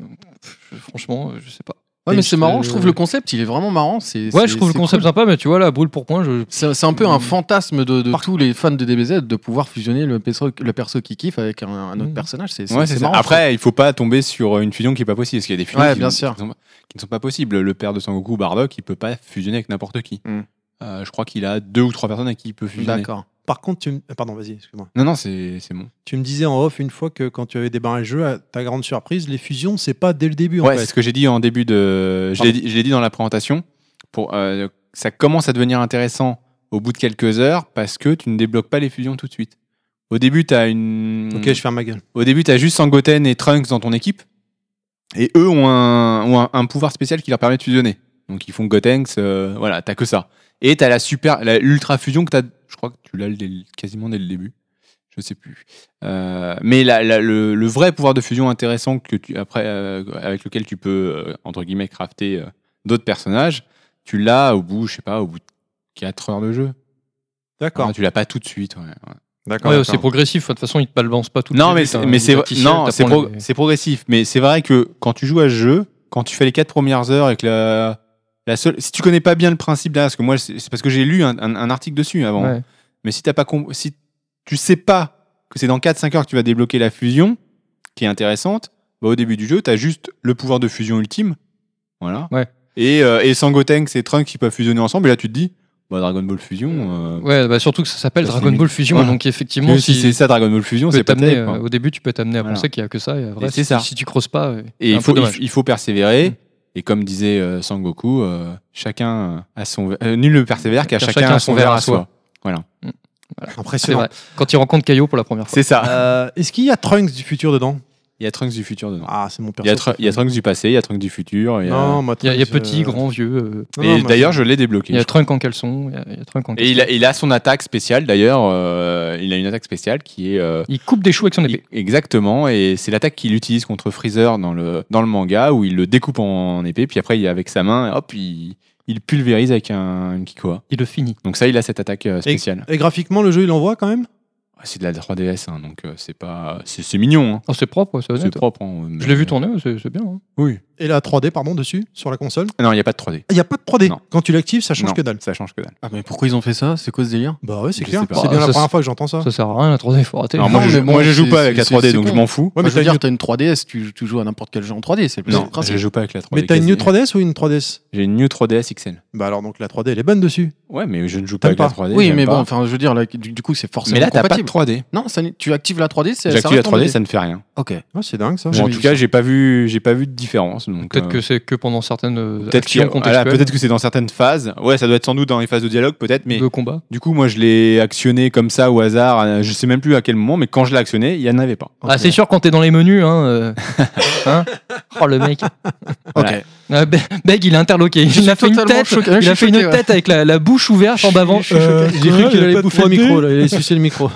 C: Pff, Franchement, euh, je sais pas.
E: Ouais, mais c'est marrant, je trouve
C: Euh,
E: le concept, il est vraiment marrant. c'est-
C: Ouais,
E: c'est-
C: je trouve le
E: c'est
C: concept
E: cool. Mm.
C: sympa, mais tu vois là, brûle pour point, je.
E: C'est c'est un peu un fantasme de, de tous les fans de DBZ de pouvoir fusionner le perso, le perso qui kiffe avec un, un autre
C: Mm.
E: personnage. C'est
D: Ouais, c'est
E: c'est- c'est
D: ça.
E: marrant.
D: Après, il faut pas tomber sur une fusion qui est pas possible, parce qu'il y a des fusions
E: Ouais,
D: qui,
E: bien
D: qui
E: sûr.
D: sont, pas- qui ne sont pas possibles. Le père de Sangoku, Bardock, il peut pas fusionner avec n'importe qui.
E: Mm.
D: Euh, je crois qu'il a deux ou trois personnes à qui il peut
E: je trouve.
D: fusionner.
E: D'accord.
A: Par contre, tu me... ah, Pardon, vas-y, excuse-moi.
D: Non, non, c'est c'est bon.
A: Tu me disais en off une fois que quand tu avais débarré le jeu, à ta grande surprise, les fusions, c'est pas dès le début, en
D: Ouais, c'est
A: fait.
D: ce que j'ai dit en début de. Je l'ai dit, je l'ai dit dans la présentation. Pour, euh, ça commence à devenir intéressant au bout de quelques heures parce que tu ne débloques pas les fusions tout de suite. Au début, tu as une.
A: Ok, je ferme ma gueule.
D: Au début, tu as juste Sangoten et Trunks dans ton équipe. Et eux ont un, ont un, un pouvoir spécial qui leur permet de fusionner. Donc ils font Gotenks, euh, voilà, t'as que ça. Et t'as la super, la ultra fusion que t'as, je crois que tu l'as dès le- quasiment dès le début. Je sais plus. Euh, mais la- la- le, le vrai pouvoir de fusion intéressant que tu, après, euh, avec lequel tu peux, euh, entre guillemets, crafter euh, d'autres personnages, tu l'as au bout, je sais pas, au bout de 4 heures de jeu.
A: D'accord.
D: Ah, tu l'as pas tout de suite. ouais, ouais.
A: D'accord.
C: Ouais,
A: d'accord.
C: c'est progressif. hein, De toute façon, il te balance pas tout. de suite,
D: Non, mais c'est,
C: hein,
D: mais
C: il
D: c'est,
C: va t'y
D: non,
C: chier,
D: c'est,
C: t'apprends
D: pro-
C: les-
D: c'est progressif. Mais c'est vrai que quand tu joues à ce jeu, quand tu fais les quatre premières heures et que la, la seule, si tu connais pas bien le principe là, parce que moi, c'est c'est parce que j'ai lu un, un- un article dessus avant.
C: Ouais.
D: Mais si t'as pas com- si tu sais pas que c'est dans 4-5 heures que tu vas débloquer la fusion, qui est intéressante, bah, au début du jeu, t'as juste le pouvoir de fusion ultime. Voilà.
C: Ouais.
D: Et, euh, et Sangotenks et Trunks qui peuvent fusionner ensemble. Et là, tu te dis, bah, Dragon Ball Fusion. euh,
C: Ouais, bah surtout que ça s'appelle
D: Ça, c'est
C: Dragon
D: limite.
C: Ball Fusion,
D: Voilà.
C: donc effectivement,
D: que si, c'est ça, Dragon Ball Fusion,
C: tu
D: c'est
C: peux
D: pas
C: t'amener,
D: terrible, quoi.
C: euh, au début, tu peux t'amener à
D: Voilà.
C: penser qu'il n'y a que ça. Et à vrai,
D: Et c'est
C: si,
D: ça.
C: si tu creuses pas, euh,
D: Et
C: c'est un
D: il
C: peu
D: faut, il,
C: dommage. Mmh.
D: il faut persévérer. Et comme disait euh, Sangoku, euh, chacun a son ver- euh, nul ne persévère car chacun, a son verre à soi. Voilà.
C: Mm. C'est
A: Impressionnant.
C: vrai. Quand il rencontre Caillot pour la première fois.
D: C'est ça.
A: Euh, Est-ce qu'il y a Trunks du futur dedans
D: Il y a Trunks du futur dedans.
A: Ah, c'est mon
D: Il y,
A: perso.
D: a Tru- il y a Trunks du passé, il y a Trunks du futur. il y a-
A: Non, moi,
C: Il y a, il y a
A: Trunks,
C: petit,
A: euh,
C: grand, vieux. euh,
A: non,
D: Et
A: non,
D: d'ailleurs,
A: moi,
D: je l'ai
C: il y
D: débloqué.
C: a Trunk en caleçon. il y a- Il y a Trunk en
D: Et
C: caleçon.
D: il a, il a son attaque spéciale d'ailleurs. euh, il a une attaque spéciale qui est euh,
C: Il coupe des choux avec son épée.
D: Exactement, et c'est l'attaque qu'il utilise contre Freezer dans le, dans le manga où il le découpe en épée, puis après il avec sa main, hop, il, il pulvérise avec un une Kikoa.
C: Il le finit.
D: Donc ça, il a cette attaque euh,
A: Et-
D: spéciale.
A: Et, graphiquement, le jeu, il envoie quand même
D: Ouais, C'est de la 3DS, hein, donc euh, c'est pas, c'est c'est mignon, hein.
C: Oh, c'est propre, ouais, c'est
D: c'est
C: honnête.
D: propre. hein, mais-
C: Je l'ai vu tourner, ouais, c'est c'est bien. hein.
D: Oui.
A: Et la 3D, pardon, dessus, sur la console
D: Non, il n'y a pas de 3D.
A: Il n'y a pas de 3D.
D: Non.
A: Quand tu l'actives, ça change
D: Non,
A: que dalle.
D: Ça change que dalle.
E: Ah, mais pourquoi ils ont fait ça C'est quoi ce délire
A: Bah ouais, c'est
D: Je
A: clair.
D: sais pas.
A: C'est bien
C: Ah,
A: la
C: ça,
A: première
C: c'est-
A: fois que j'entends ça.
C: Ça sert à rien, la 3D, faut arrêter.
D: Alors moi,
E: Non,
D: je,
E: mais bon,
D: moi, je joue
E: c'est-
D: pas avec la
E: c'est-
D: 3D,
E: c'est
D: donc
E: con.
D: je m'en fous.
A: Ouais,
E: Enfin,
A: mais
E: Je veux
A: t'as
E: dire,
A: une-
E: t'as une 3DS, tu, tu joues à n'importe quel jeu en 3D, c'est le
D: Non,
E: principe.
D: je joue pas avec la 3D.
A: mais t'as une
D: quasi.
A: New 3DS ou une 3DS
D: J'ai une New 3DS XL.
A: Bah alors, donc la 3D, elle est bonne dessus.
D: Ouais, mais je ne joue pas
A: T'aimes
D: avec la
A: pas
D: 3D.
E: Oui,
D: j'aime
E: mais bon,
D: pas.
E: enfin, je veux dire, là, du, du coup, c'est forcément
D: Mais là, t'as pas de
E: compatible.
D: 3D.
E: Non, ça n'est- tu actives la 3D, c'est ça
D: J'active la
E: reste en
D: 3D,
E: 2D.
D: ça ne fait rien.
E: Ok.
A: Ah, c'est dingue ça.
D: Bon, en
E: Jamais
D: tout
E: vu
D: cas,
E: ça.
D: j'ai pas vu, j'ai pas vu de différence. donc,
C: Peut-être
D: euh,
C: que c'est que pendant certaines euh,
D: peut-être qu'il y
C: actions
D: a- voilà,
C: contextuelles
D: peut-être que c'est dans certaines phases. Ouais, ça doit être sans doute dans les phases de dialogue, peut-être. Mais
C: de combat.
D: du coup, moi, je l'ai actionné comme ça au hasard. euh, Je sais même plus à quel moment, mais quand je l'ai actionné, il y en avait pas.
C: Ah, c'est sûr, quand t'es dans les menus, hein.
E: (laughs)
C: euh, hein oh, le mec.
D: Voilà.
E: Ok.
C: Ah, Be- Beg, il est interloqué.
E: Je
C: Il a
E: suis
C: fait une
E: totalement
C: tête,
E: choqué. Ouais,
C: il
E: je
C: a fait
E: suis
C: une
E: choqué, ouais.
C: tête avec la, la bouche ouverte en bavant.
A: Euh, J'ai cru qu'il allait bouffer le micro, là. Il allait sucer le (laughs) micro.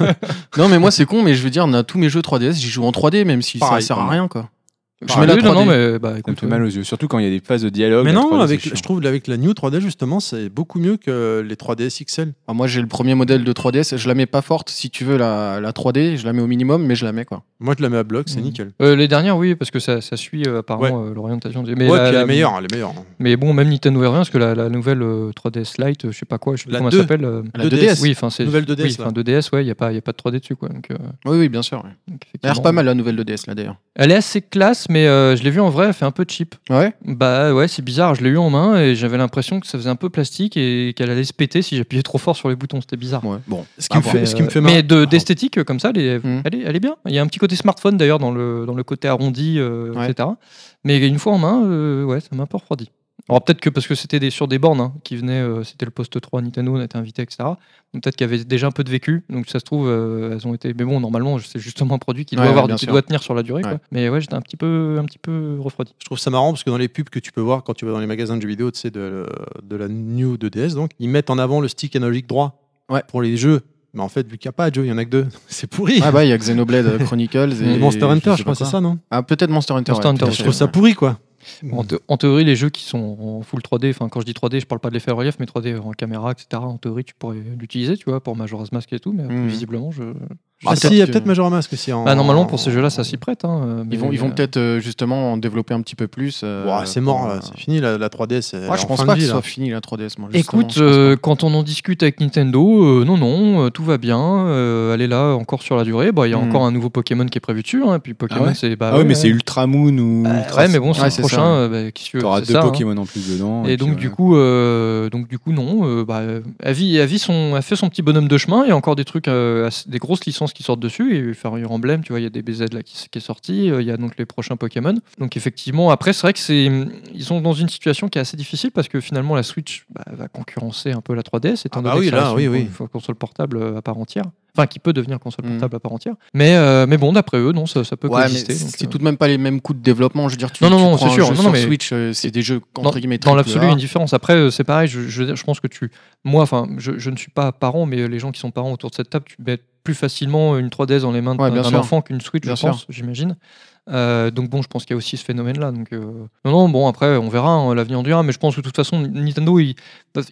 E: Non, mais moi, c'est con, mais je veux dire, on a tous mes jeux 3DS, j'y joue en 3D, même si
A: Pareil,
E: ça sert à
A: pareil.
E: rien, quoi. Je
C: Ah,
E: mets la
C: oui,
E: 3D.
C: non, non, mais bah
D: Ça me
C: écoute.
D: fait mal aux yeux, surtout quand il y a des phases de dialogue.
A: Mais
D: la
A: non,
D: 3D,
A: avec,
D: c'est chiant.
A: je trouve avec la New 3D, justement, c'est beaucoup mieux que les 3DS XL.
E: Ah, moi, j'ai le premier modèle de 3DS, je la mets pas forte, si tu veux, la, la 3D, je la mets au minimum, mais je la mets, quoi.
A: Moi, je la mets à bloc, c'est
C: Mhm.
A: nickel.
C: Euh, les dernières, oui, parce que ça, ça suit euh, apparemment euh, l'orientation. des- Mais
A: ouais,
C: la-
A: puis elle
C: la-
A: est meilleure, elle est meilleure. hein.
C: Mais bon, même Nintendo est rien, parce que la, la nouvelle euh, 3DS Lite, euh, je sais pas quoi, je sais plus
A: La
C: comment
A: deux.
C: elle s'appelle. euh,
E: La
A: 2DS.
E: 2DS.
C: Oui, enfin c'est
A: Nouvelle 2DS,
C: oui,
A: là.
C: enfin, 2DS, ouais, il y a pas, y a pas de 3D dessus, quoi. Donc, euh,
E: Oui, oui, bien sûr. ouais.
C: donc,
E: Elle a l'air pas mal, la nouvelle 2DS, là, d'ailleurs.
C: Elle est assez classe, mais euh, je l'ai vue en vrai, elle fait un peu cheap.
E: Ouais.
C: Bah ouais, c'est bizarre, je l'ai eu en main et j'avais l'impression que ça faisait un peu plastique et qu'elle allait se péter si j'appuyais trop fort sur les boutons, c'était bizarre.
E: Ouais. Bon.
A: Ce qui me fait,
C: Mais,
A: ce qui me fait
C: euh,
A: marrer.
C: mais de- d'esthétique euh, comme ça, elle est,
E: Mm.
C: elle, est, elle est bien. Il y a un petit côté smartphone d'ailleurs dans le, dans le côté arrondi, euh,
E: Ouais.
C: etc. Mais une fois en main, euh, ouais, ça m'a un peu refroidi. Alors peut-être que parce que c'était des, sur des bornes hein, qui venaient, euh, c'était le poste 3 Nintendo, on était invité, etc. Donc peut-être qu'il y avait déjà un peu de vécu, donc ça se trouve, euh, elles ont été. Mais bon, normalement, c'est justement un produit qui doit,
E: Ouais,
C: avoir,
E: ouais, bien
C: qui
E: sûr.
C: doit tenir sur la durée.
E: Ouais.
C: Quoi. Mais ouais, j'étais un petit peu, un petit peu refroidi.
A: Je trouve ça marrant parce que dans les pubs que tu peux voir quand tu vas dans les magasins de jeux vidéo, tu sais, de, euh, de la New 2DS, donc, ils mettent en avant le stick analogique droit
E: Ouais.
A: pour les jeux. Mais en fait, vu qu'il n'y a pas de jeu, il y en a que deux. (laughs) C'est pourri.
E: Ah, bah, il y a Xenoblade
A: (laughs)
E: Chronicles et.
A: Et Monster Hunter, je crois,
E: pense
A: c'est ça, non
E: Ah, peut-être Monster Hunter.
C: Monster
E: ouais,
C: Hunter,
E: tout à
A: Je
E: fait,
A: trouve ça
E: ouais.
A: pourri, quoi.
C: En, thé- en théorie, les jeux qui sont en full 3D, enfin quand je dis 3D, je parle pas de l'effet relief, mais 3D en caméra, etc. En théorie, tu pourrais l'utiliser, tu vois, pour Majora's Mask et tout, mais après,
E: Mhm.
C: visiblement, je. je
A: Ah,
C: sais
A: si,
C: pas.
A: il y a
E: que-
A: peut-être Majora Mask aussi. hein. En...
C: Bah, normalement, pour ces jeux-là, ça s'y prête. hein, euh, mais,
E: Ils vont, ils vont
C: euh,
E: peut-être euh, justement en développer un petit peu plus. euh,
A: Ouah, c'est mort,
E: pour,
A: là.
E: euh,
A: c'est fini, la, la 3DS. elle est
E: Moi, je
A: en
E: pense
A: fin
E: pas
A: de
E: que
A: vie,
E: ce
A: là.
E: soit fini la 3DS. Moi, justement,
C: Écoute,
E: je pense
C: euh, quand on en discute avec Nintendo, euh, non, non, euh, tout va bien, euh, elle est là encore sur la durée. Bah, Il y a
E: Mhm.
C: encore un nouveau Pokémon qui est prévu dessus, hein, et puis Pokémon,
D: Ah ouais
C: c'est. bah,
D: Ah oui,
C: ouais,
D: mais c'est
C: ouais.
D: Ultra Moon ou.
C: Euh,
D: Ultra-
C: Ouais, mais bon, c'est
E: Ouais,
C: le
E: c'est ça,
C: prochain.
E: ouais.
C: euh, bah, qu'est-ce que tu veux,
D: T'auras
C: c'est
D: deux
C: ça, hein.
D: Pokémon en plus dedans.
C: Et, donc,
D: puis,
C: du
D: voilà.
C: coup, euh, donc du coup non, euh, bah, euh, Avi, Avi son, a fait son petit bonhomme de chemin, il y a encore des trucs, euh, ass- des grosses licences qui sortent dessus, et Fire Emblem, tu vois, il y a des BZ là qui, s- qui est sorti, euh, il y a donc les prochains Pokémon. Donc effectivement, après c'est vrai que c'est, ils sont dans une situation qui est assez difficile parce que finalement la Switch bah, va concurrencer un peu la 3DS, étant
A: Ah bah
C: donné
A: oui,
C: que ça
A: là,
C: reste
A: oui,
C: une
A: oui. Mm.
C: con- console portable euh, à part entière, enfin qui peut devenir console
E: Mhm.
C: portable à part entière. Mais, euh, mais bon, d'après eux, non, ça, ça peut
E: Ouais, mais
C: coexister. donc,
E: c'est
C: euh,
E: tout de même pas les mêmes coûts de développement. Je veux dire, tu,
C: Non, non,
E: tu
C: non,
E: prends
C: c'est
E: un
C: sûr,
E: jeu
C: non, non,
E: sur
C: mais-
E: Switch, euh, c'est des jeux
C: Dans-
E: entre guillemets.
C: dans
E: triple
C: l'absolu,
E: A.
C: une différence. Après, euh, c'est pareil, je, je, je pense que tu. Moi, enfin, je, je ne suis pas parent, mais les gens qui sont parents autour de cette table, tu mets plus facilement une 3DS dans les mains
E: Ouais,
C: d'un
E: bien
C: d'un
E: sûr.
C: enfant qu'une Switch,
E: Bien
C: je pense, j'imagine. Euh, donc bon, je pense qu'il y a aussi ce phénomène-là. Donc euh, non, non, bon après, on verra, hein, l'avenir dira. Mais je pense que de toute façon, Nintendo, ils,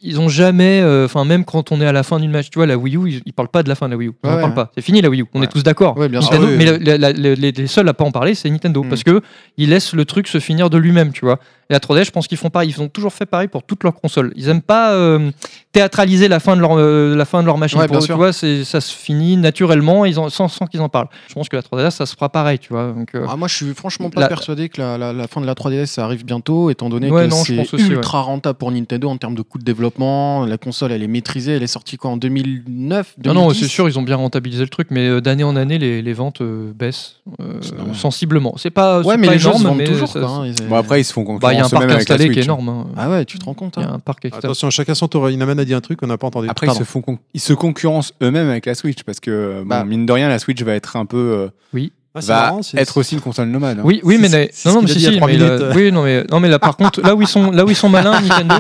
C: ils ont jamais, euh, enfin même quand on est à la fin d'une match, tu vois, la Wii U, ils, ils parlent pas de la fin de la Wii U. Ils en
E: Ouais,
C: parlent
E: ouais.
C: pas. C'est fini la Wii U. On
E: Ouais.
C: est tous d'accord.
E: Ouais, bien sûr.
C: Nintendo-
A: Ah oui,
C: mais la- la- la- les, les seuls à pas en parler, c'est Nintendo
E: Hmm.
C: parce que ils laissent le truc se finir de lui-même, tu vois. Et la 3D, je pense qu'ils font pareil. Ils ont toujours fait pareil pour toutes leurs consoles. Ils aiment pas euh, théâtraliser la fin de leur, euh, la fin de leur machine.
E: Ouais,
C: pour
E: bien
C: eux, tu
E: sûr.
C: vois, c'est- ça se finit naturellement ils en- sans, sans qu'ils en parlent. Je pense que la 3D, ça se fera pareil, tu vois. Donc, euh,
E: Ah, moi, je suis franchement pas
C: La-
E: persuadé que la, la- la fin de la 3DS ça arrive bientôt, étant donné
C: Ouais,
E: que
C: non, je
E: c'est
C: pense aussi, ouais.
E: ultra rentable pour Nintendo en termes de coût de développement. La console, elle est maîtrisée. Elle est sortie quoi en 2009
C: Non, non,
E: 2010?
C: c'est sûr, ils ont bien rentabilisé le truc, mais euh, d'année en année, les, les ventes euh, baissent euh,
E: C'est normal.
C: sensiblement. C'est pas,
E: Ouais,
C: c'est
E: mais
C: pas
E: les gens
C: énorme,
E: se vendent
C: mais
E: toujours.
C: ça-
E: quoi, hein, ils-
D: Bon, après, ils se font concurrence.
C: bah, il y a un parc
D: même avec la
C: installé qui est
D: Switch, hein.
C: énorme. hein.
E: Ah ouais, tu te rends compte.
C: Il y a
E: hein.
C: un parc externe.
A: Attention, chacun son tour. Inaman a dit un truc qu'on n'a pas entendu.
D: Après, ils se,
E: Pardon.
D: font con- ils se concurrencent eux-mêmes avec la Switch parce que, euh, bon,
E: Bah.
D: mine de rien, la Switch va être un peu. euh,
A: Ah, c'est
D: va
A: marrant, c'est-
D: être aussi une console nomade. hein.
C: Oui, oui,
A: C'est-
C: mais la-
A: c'est ce
C: non, non, mais
A: qu'il a
C: si,
A: dit il y a
C: si,
A: trois
C: mais
A: minutes.
C: la- oui, non, mais non, mais là, par contre, là où ils sont, là où ils sont malins, Nintendo.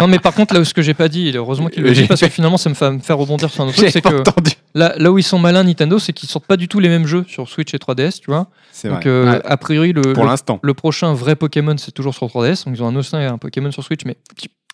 C: Non, mais par contre, là où ce que j'ai pas dit, et heureusement qu'il le dit,
D: J'ai-
C: parce que finalement, ça me fait me faire rebondir sur un autre
D: J'ai
C: truc, c'est
D: pas
C: que
D: entendu.
C: là, là où ils sont malins, Nintendo, c'est qu'ils sortent pas du tout les mêmes jeux sur Switch et 3DS, tu vois.
D: C'est
C: Donc,
D: vrai.
C: euh, a priori, le,
D: Pour
C: le-
D: l'instant.
C: le prochain vrai Pokémon, c'est toujours sur 3DS. Donc, ils ont un Océan et un Pokémon sur Switch, mais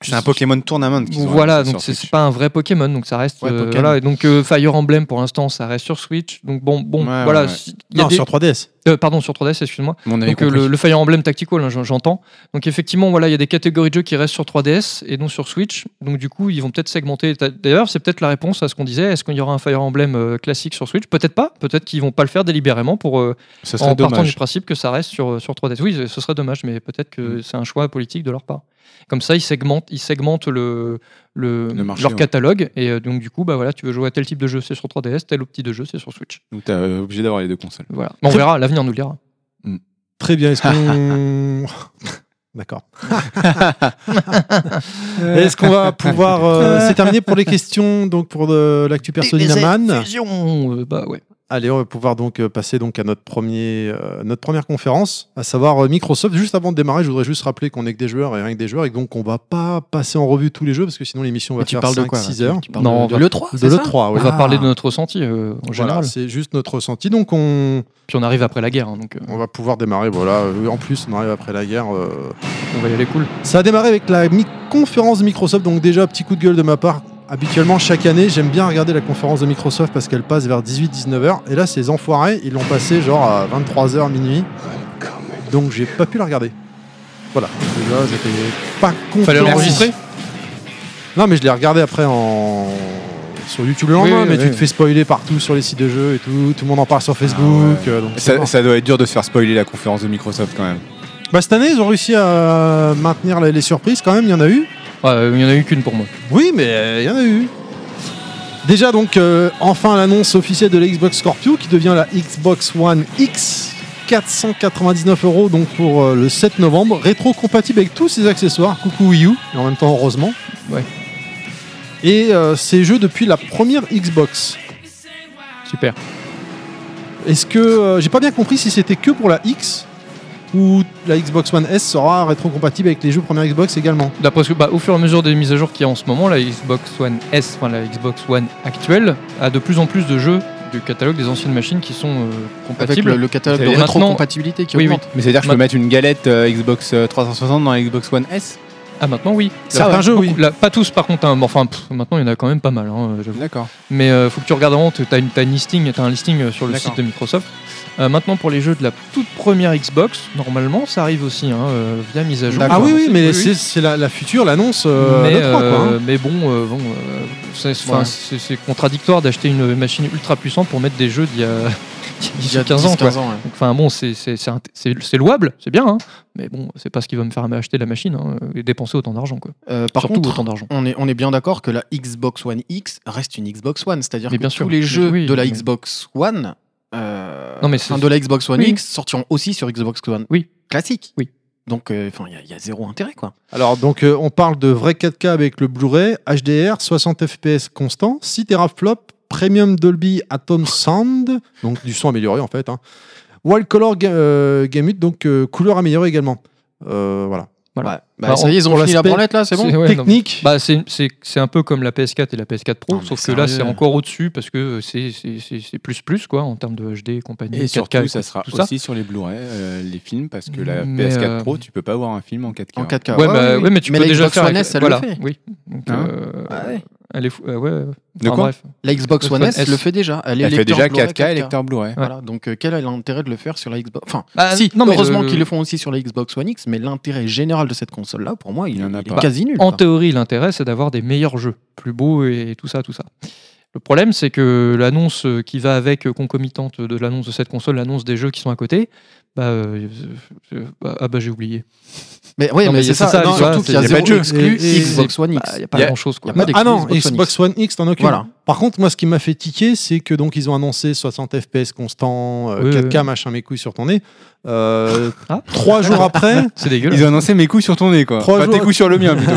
D: C'est un Pokémon Tournament. qu'ils ont
C: voilà,
D: lancé
C: donc
D: sur
C: c'est
D: Switch.
C: c'est pas un vrai Pokémon, donc ça reste.
E: Ouais,
C: euh,
E: Pokémon.
C: voilà, et donc euh, Fire Emblem pour l'instant, ça reste sur Switch. Donc bon, bon,
D: Ouais,
C: voilà.
D: ouais, ouais.
C: si- il y a
A: Non,
C: des-
A: sur 3DS.
C: euh, pardon, sur 3DS, excuse-moi.
D: Mais on avait
C: Donc euh,
D: compris.
C: le, le Fire Emblem Tactical, hein, j'en- j'entends. Donc effectivement, voilà, il y a des catégories de jeux qui restent sur 3DS et non sur Switch. Donc du coup, ils vont peut-être segmenter. T'as- D'ailleurs, c'est peut-être la réponse à ce qu'on disait. Est-ce qu'il y aura un Fire Emblem euh, classique sur Switch Peut-être pas. Peut-être qu'ils vont pas le faire délibérément pour euh,
D: Ce
C: en
D: serait
C: partant du
D: dommage.
C: principe que ça reste sur, euh, sur 3DS. Oui, ce serait dommage, mais peut-être que
D: Mm.
C: c'est un choix politique de leur part. Comme ça, ils segmentent, ils segmentent le, le,
D: Le marché,
C: leur
D: ouais.
C: catalogue. Et euh, donc, du coup, bah, voilà, tu veux jouer à tel type de jeu, c'est sur 3DS, tel petit de jeu, c'est sur Switch.
D: Donc t'es euh, obligé d'avoir les deux consoles.
C: Voilà. Mais on
A: Très-
C: verra, l'avenir nous le dira.
A: Très bien. Est-ce
E: (laughs)
A: qu'on. D'accord. Euh, Est-ce qu'on
E: (laughs)
A: va pouvoir. euh, C'est terminé pour les questions, donc pour de l'actu perso d'Inaman.
C: Fusion, euh, bah ouais.
A: Allez, on va pouvoir donc euh, passer donc à notre, premier, euh, notre première conférence, à savoir euh, Microsoft. Juste avant de démarrer, je voudrais juste rappeler qu'on est que des joueurs et rien que des joueurs et que donc on va pas passer en revue tous les jeux parce que sinon l'émission va
E: Mais tu
A: faire
E: parles de
A: 5,
E: quoi
A: 6
E: là
A: heures.
E: Tu parles
C: Non,
E: de
C: on va-
E: l'E3
A: De l'E3,
C: On
A: oui.
C: va parler de notre ressenti euh, en
A: Ah. Voilà,
C: général.
A: c'est juste notre ressenti. Donc on,
C: Puis on arrive après la guerre, hein, donc euh,
A: on va pouvoir démarrer. Voilà, Euh, en plus on arrive après la guerre. euh,
C: on va y aller cool.
A: Ça a démarré avec la mi- conférence de Microsoft, donc déjà petit coup de gueule de ma part. Habituellement, chaque année, j'aime bien regarder la conférence de Microsoft parce qu'elle passe vers 18-19h. Et là, ces enfoirés, ils l'ont passée genre à 23h minuit. Donc, j'ai pas pu la regarder. Voilà. Déjà, j'étais pas content.
C: Fallait l'enregistrer
A: Non, mais je l'ai regardé après en. Sur YouTube le lendemain,
C: Oui, oui,
A: mais
C: oui,
A: tu
C: oui.
A: te fais spoiler partout sur les sites de jeux et tout. Tout le monde en parle sur Facebook.
C: Ah
A: euh, donc c'est
D: Ça,
A: mort.
D: ça doit être dur de se faire spoiler la conférence de Microsoft quand même.
A: Bah, cette année, ils ont réussi à maintenir les les surprises quand même. Il y en a eu.
C: Ouais, euh, il y en a eu qu'une pour moi.
A: Oui, mais euh, il y en a eu. Déjà donc, euh, enfin l'annonce officielle de la Xbox Scorpio qui devient la Xbox One X. 499 euros donc pour euh, le 7 novembre, rétro-compatible avec tous ses accessoires, coucou Wii U, et en même temps heureusement.
C: Ouais.
A: Et euh, ces jeux depuis la première Xbox.
C: Super.
A: Est-ce que euh, j'ai pas bien compris si c'était que pour la X ou la Xbox One S sera rétro-compatible avec les jeux première Xbox également
C: D'après ce que, bah, au fur et à mesure des mises à jour qu'il y a en ce moment, la Xbox One S, enfin la Xbox One actuelle, a de plus en plus de jeux du catalogue des anciennes machines qui sont euh,
E: Avec
C: compatibles.
E: le, le catalogue de
C: C'est-à-dire maintenant-
E: rétrocompatibilité qui
C: Oui, oui.
E: augmente.
D: Mais c'est-à-dire que je
C: Ma-
D: peux mettre une galette euh, Xbox euh, 360 dans la Xbox One S
C: Ah maintenant oui.
A: Certains jeux, oui.
C: Là, pas tous par contre, hein, mais enfin pff, maintenant il y en a quand même pas mal, hein, j'avoue.
D: D'accord.
C: Mais euh, faut que tu regardes avant, tu as, une listing, t'as un listing euh, sur le
D: D'accord.
C: site de Microsoft. Euh, maintenant pour les jeux de la toute première Xbox, normalement ça arrive aussi hein, euh, via mise à jour.
A: Ah oui, oui, mais
C: oui.
A: c'est c'est la, la future, l'annonce euh, à
C: mais,
A: l'E3, quoi, hein.
C: euh, mais bon, euh, bon euh, c'est- c'est- 'fin,
D: Ouais.
C: c'est c'est contradictoire d'acheter une machine ultra puissante pour mettre des jeux d'il y a,
A: (laughs)
C: d'il y a 15 ans. quoi.
E: 10-15 ans, ouais.
C: Donc, Enfin bon, c'est- c'est c'est un- c'est- c'est louable, c'est bien, hein, mais bon, c'est pas ce qui va me faire acheter la machine hein, et dépenser autant d'argent. quoi.
E: Euh, par
C: Surtout
E: contre,
C: autant d'argent.
E: on est, on est bien d'accord que la Xbox One X reste une Xbox One, c'est-à-dire que
C: Mais bien sûr.
E: tous les jeux
C: Oui,
E: de la
C: mais-
E: Xbox One, euh,
C: Non, mais
E: enfin,
C: c'est-
E: de la Xbox One
C: Oui.
E: X sortiront aussi sur Xbox One
C: Oui.
E: classique.
C: Oui.
E: Donc, euh, enfin, il y a- il y, a zéro intérêt, quoi.
A: Alors donc euh, on parle de vrai 4K avec le Blu-ray, HDR, 60 FPS constant, 6 teraflops, Premium Dolby Atom Sound, donc du son amélioré en fait. Hein. Wild Color Ga- euh, Gamut, donc euh, couleur améliorée également. Euh, voilà.
C: Voilà.
E: Ouais. Bah,
C: Bah, on-
E: ça y est, ils ont
A: pour
E: fini la
A: l'aspect-
E: branlette là, c'est bon.
C: C'est- (laughs) ouais, non,
A: Technique.
C: Bah, c'est- c'est c'est un peu comme la PS4 et la PS4 Pro,
E: Non, mais
C: sauf que là
E: sérieux.
C: c'est encore au-dessus parce que euh, c'est- c'est c'est- c'est plus plus quoi en termes de HD et compagnie.
D: Et
C: 4K,
D: surtout, ça sera
C: tout ça.
D: aussi sur les Blu-ray, euh, les films, parce que la
C: Mais,
D: PS4
C: euh,
D: Pro, tu peux pas voir un film en 4K.
E: En 4K.
C: Ouais, bah, ouais, mais tu peux
E: la
C: déjà
E: Xbox
C: faire.
E: One
C: avec-
E: S, elle
C: voilà,
E: le fait.
C: oui. Donc,
D: Hein
C: euh,
E: Ah ouais.
C: Elle est fou. euh, ouais. euh,
D: De
C: enfin,
D: quoi
C: bref.
E: La Xbox
C: Xbox
E: One
C: One
E: S,
C: S.
E: le fait déjà. Elle, est
D: Elle fait
E: lecteur
D: déjà
E: Blu-ray
D: 4K et lecteur Blu-ray.
E: Voilà, donc euh, quel est l'intérêt de le faire sur la Xbox Enfin,
C: Bah,
E: si,
C: non, mais
E: heureusement
C: le-
E: qu'ils le font aussi sur la Xbox One X, mais l'intérêt général de cette console-là, pour moi, il,
D: Il y en a
E: il
D: pas.
E: est quasi nul.
C: En
E: quoi.
C: théorie, l'intérêt, c'est d'avoir des meilleurs jeux, plus beaux et tout ça, tout ça. Le problème, c'est que l'annonce qui va avec, euh, concomitante de l'annonce de cette console, l'annonce des jeux qui sont à côté, Bah, euh, euh, euh, bah, ah bah j'ai oublié.
E: Mais oui,
C: Non,
E: mais
C: mais
E: c'est
C: c'est
E: ça.
C: ça,
E: non,
C: tu vois,
E: surtout qu'il y a
D: c'est- y a
E: zéro
D: pas de jeu.
E: exclu
A: Et- et-
E: Xbox One
C: Il
E: X.
C: n'y a pas
D: Y a-
C: grand chose quoi.
E: Ah, y a pas
A: Ah non,
E: d'exclus Xbox One
A: Xbox One X, t'en occupe.
E: Voilà.
A: Par contre, moi, ce qui m'a fait tiquer, c'est que donc ils ont annoncé 60 FPS constant, euh,
C: Oui,
A: 4K,
C: oui.
A: machin, mes couilles sur ton nez. Euh,
C: Ah.
A: Trois jours
C: (laughs)
A: après,
C: C'est dégueulasse.
D: Ils ont annoncé mes couilles sur ton nez, quoi.
A: Trois
D: Enfin, tes
A: jours-
D: couilles sur le mien, plutôt.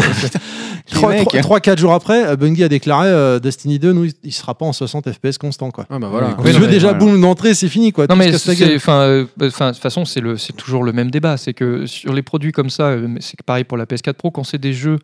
A: trois,
D: mec.
A: trois- trois, quatre jours après, euh, Bungie a déclaré euh, Destiny 2, nous, il sera pas en 60 FPS constant, quoi.
E: Ah bah voilà.
A: Le
C: Oui, non,
A: jeu
C: mais
A: déjà
D: voilà.
A: boum d'entrée, c'est fini, quoi.
C: Non
A: Tout se
C: mais
A: casse la
C: c'est-
A: gueule.
C: enfin, euh, enfin, de toute façon c'est le, c'est toujours le même débat, c'est que sur les produits comme ça, euh, mais c'est pareil pour la PS4 Pro, quand c'est des jeux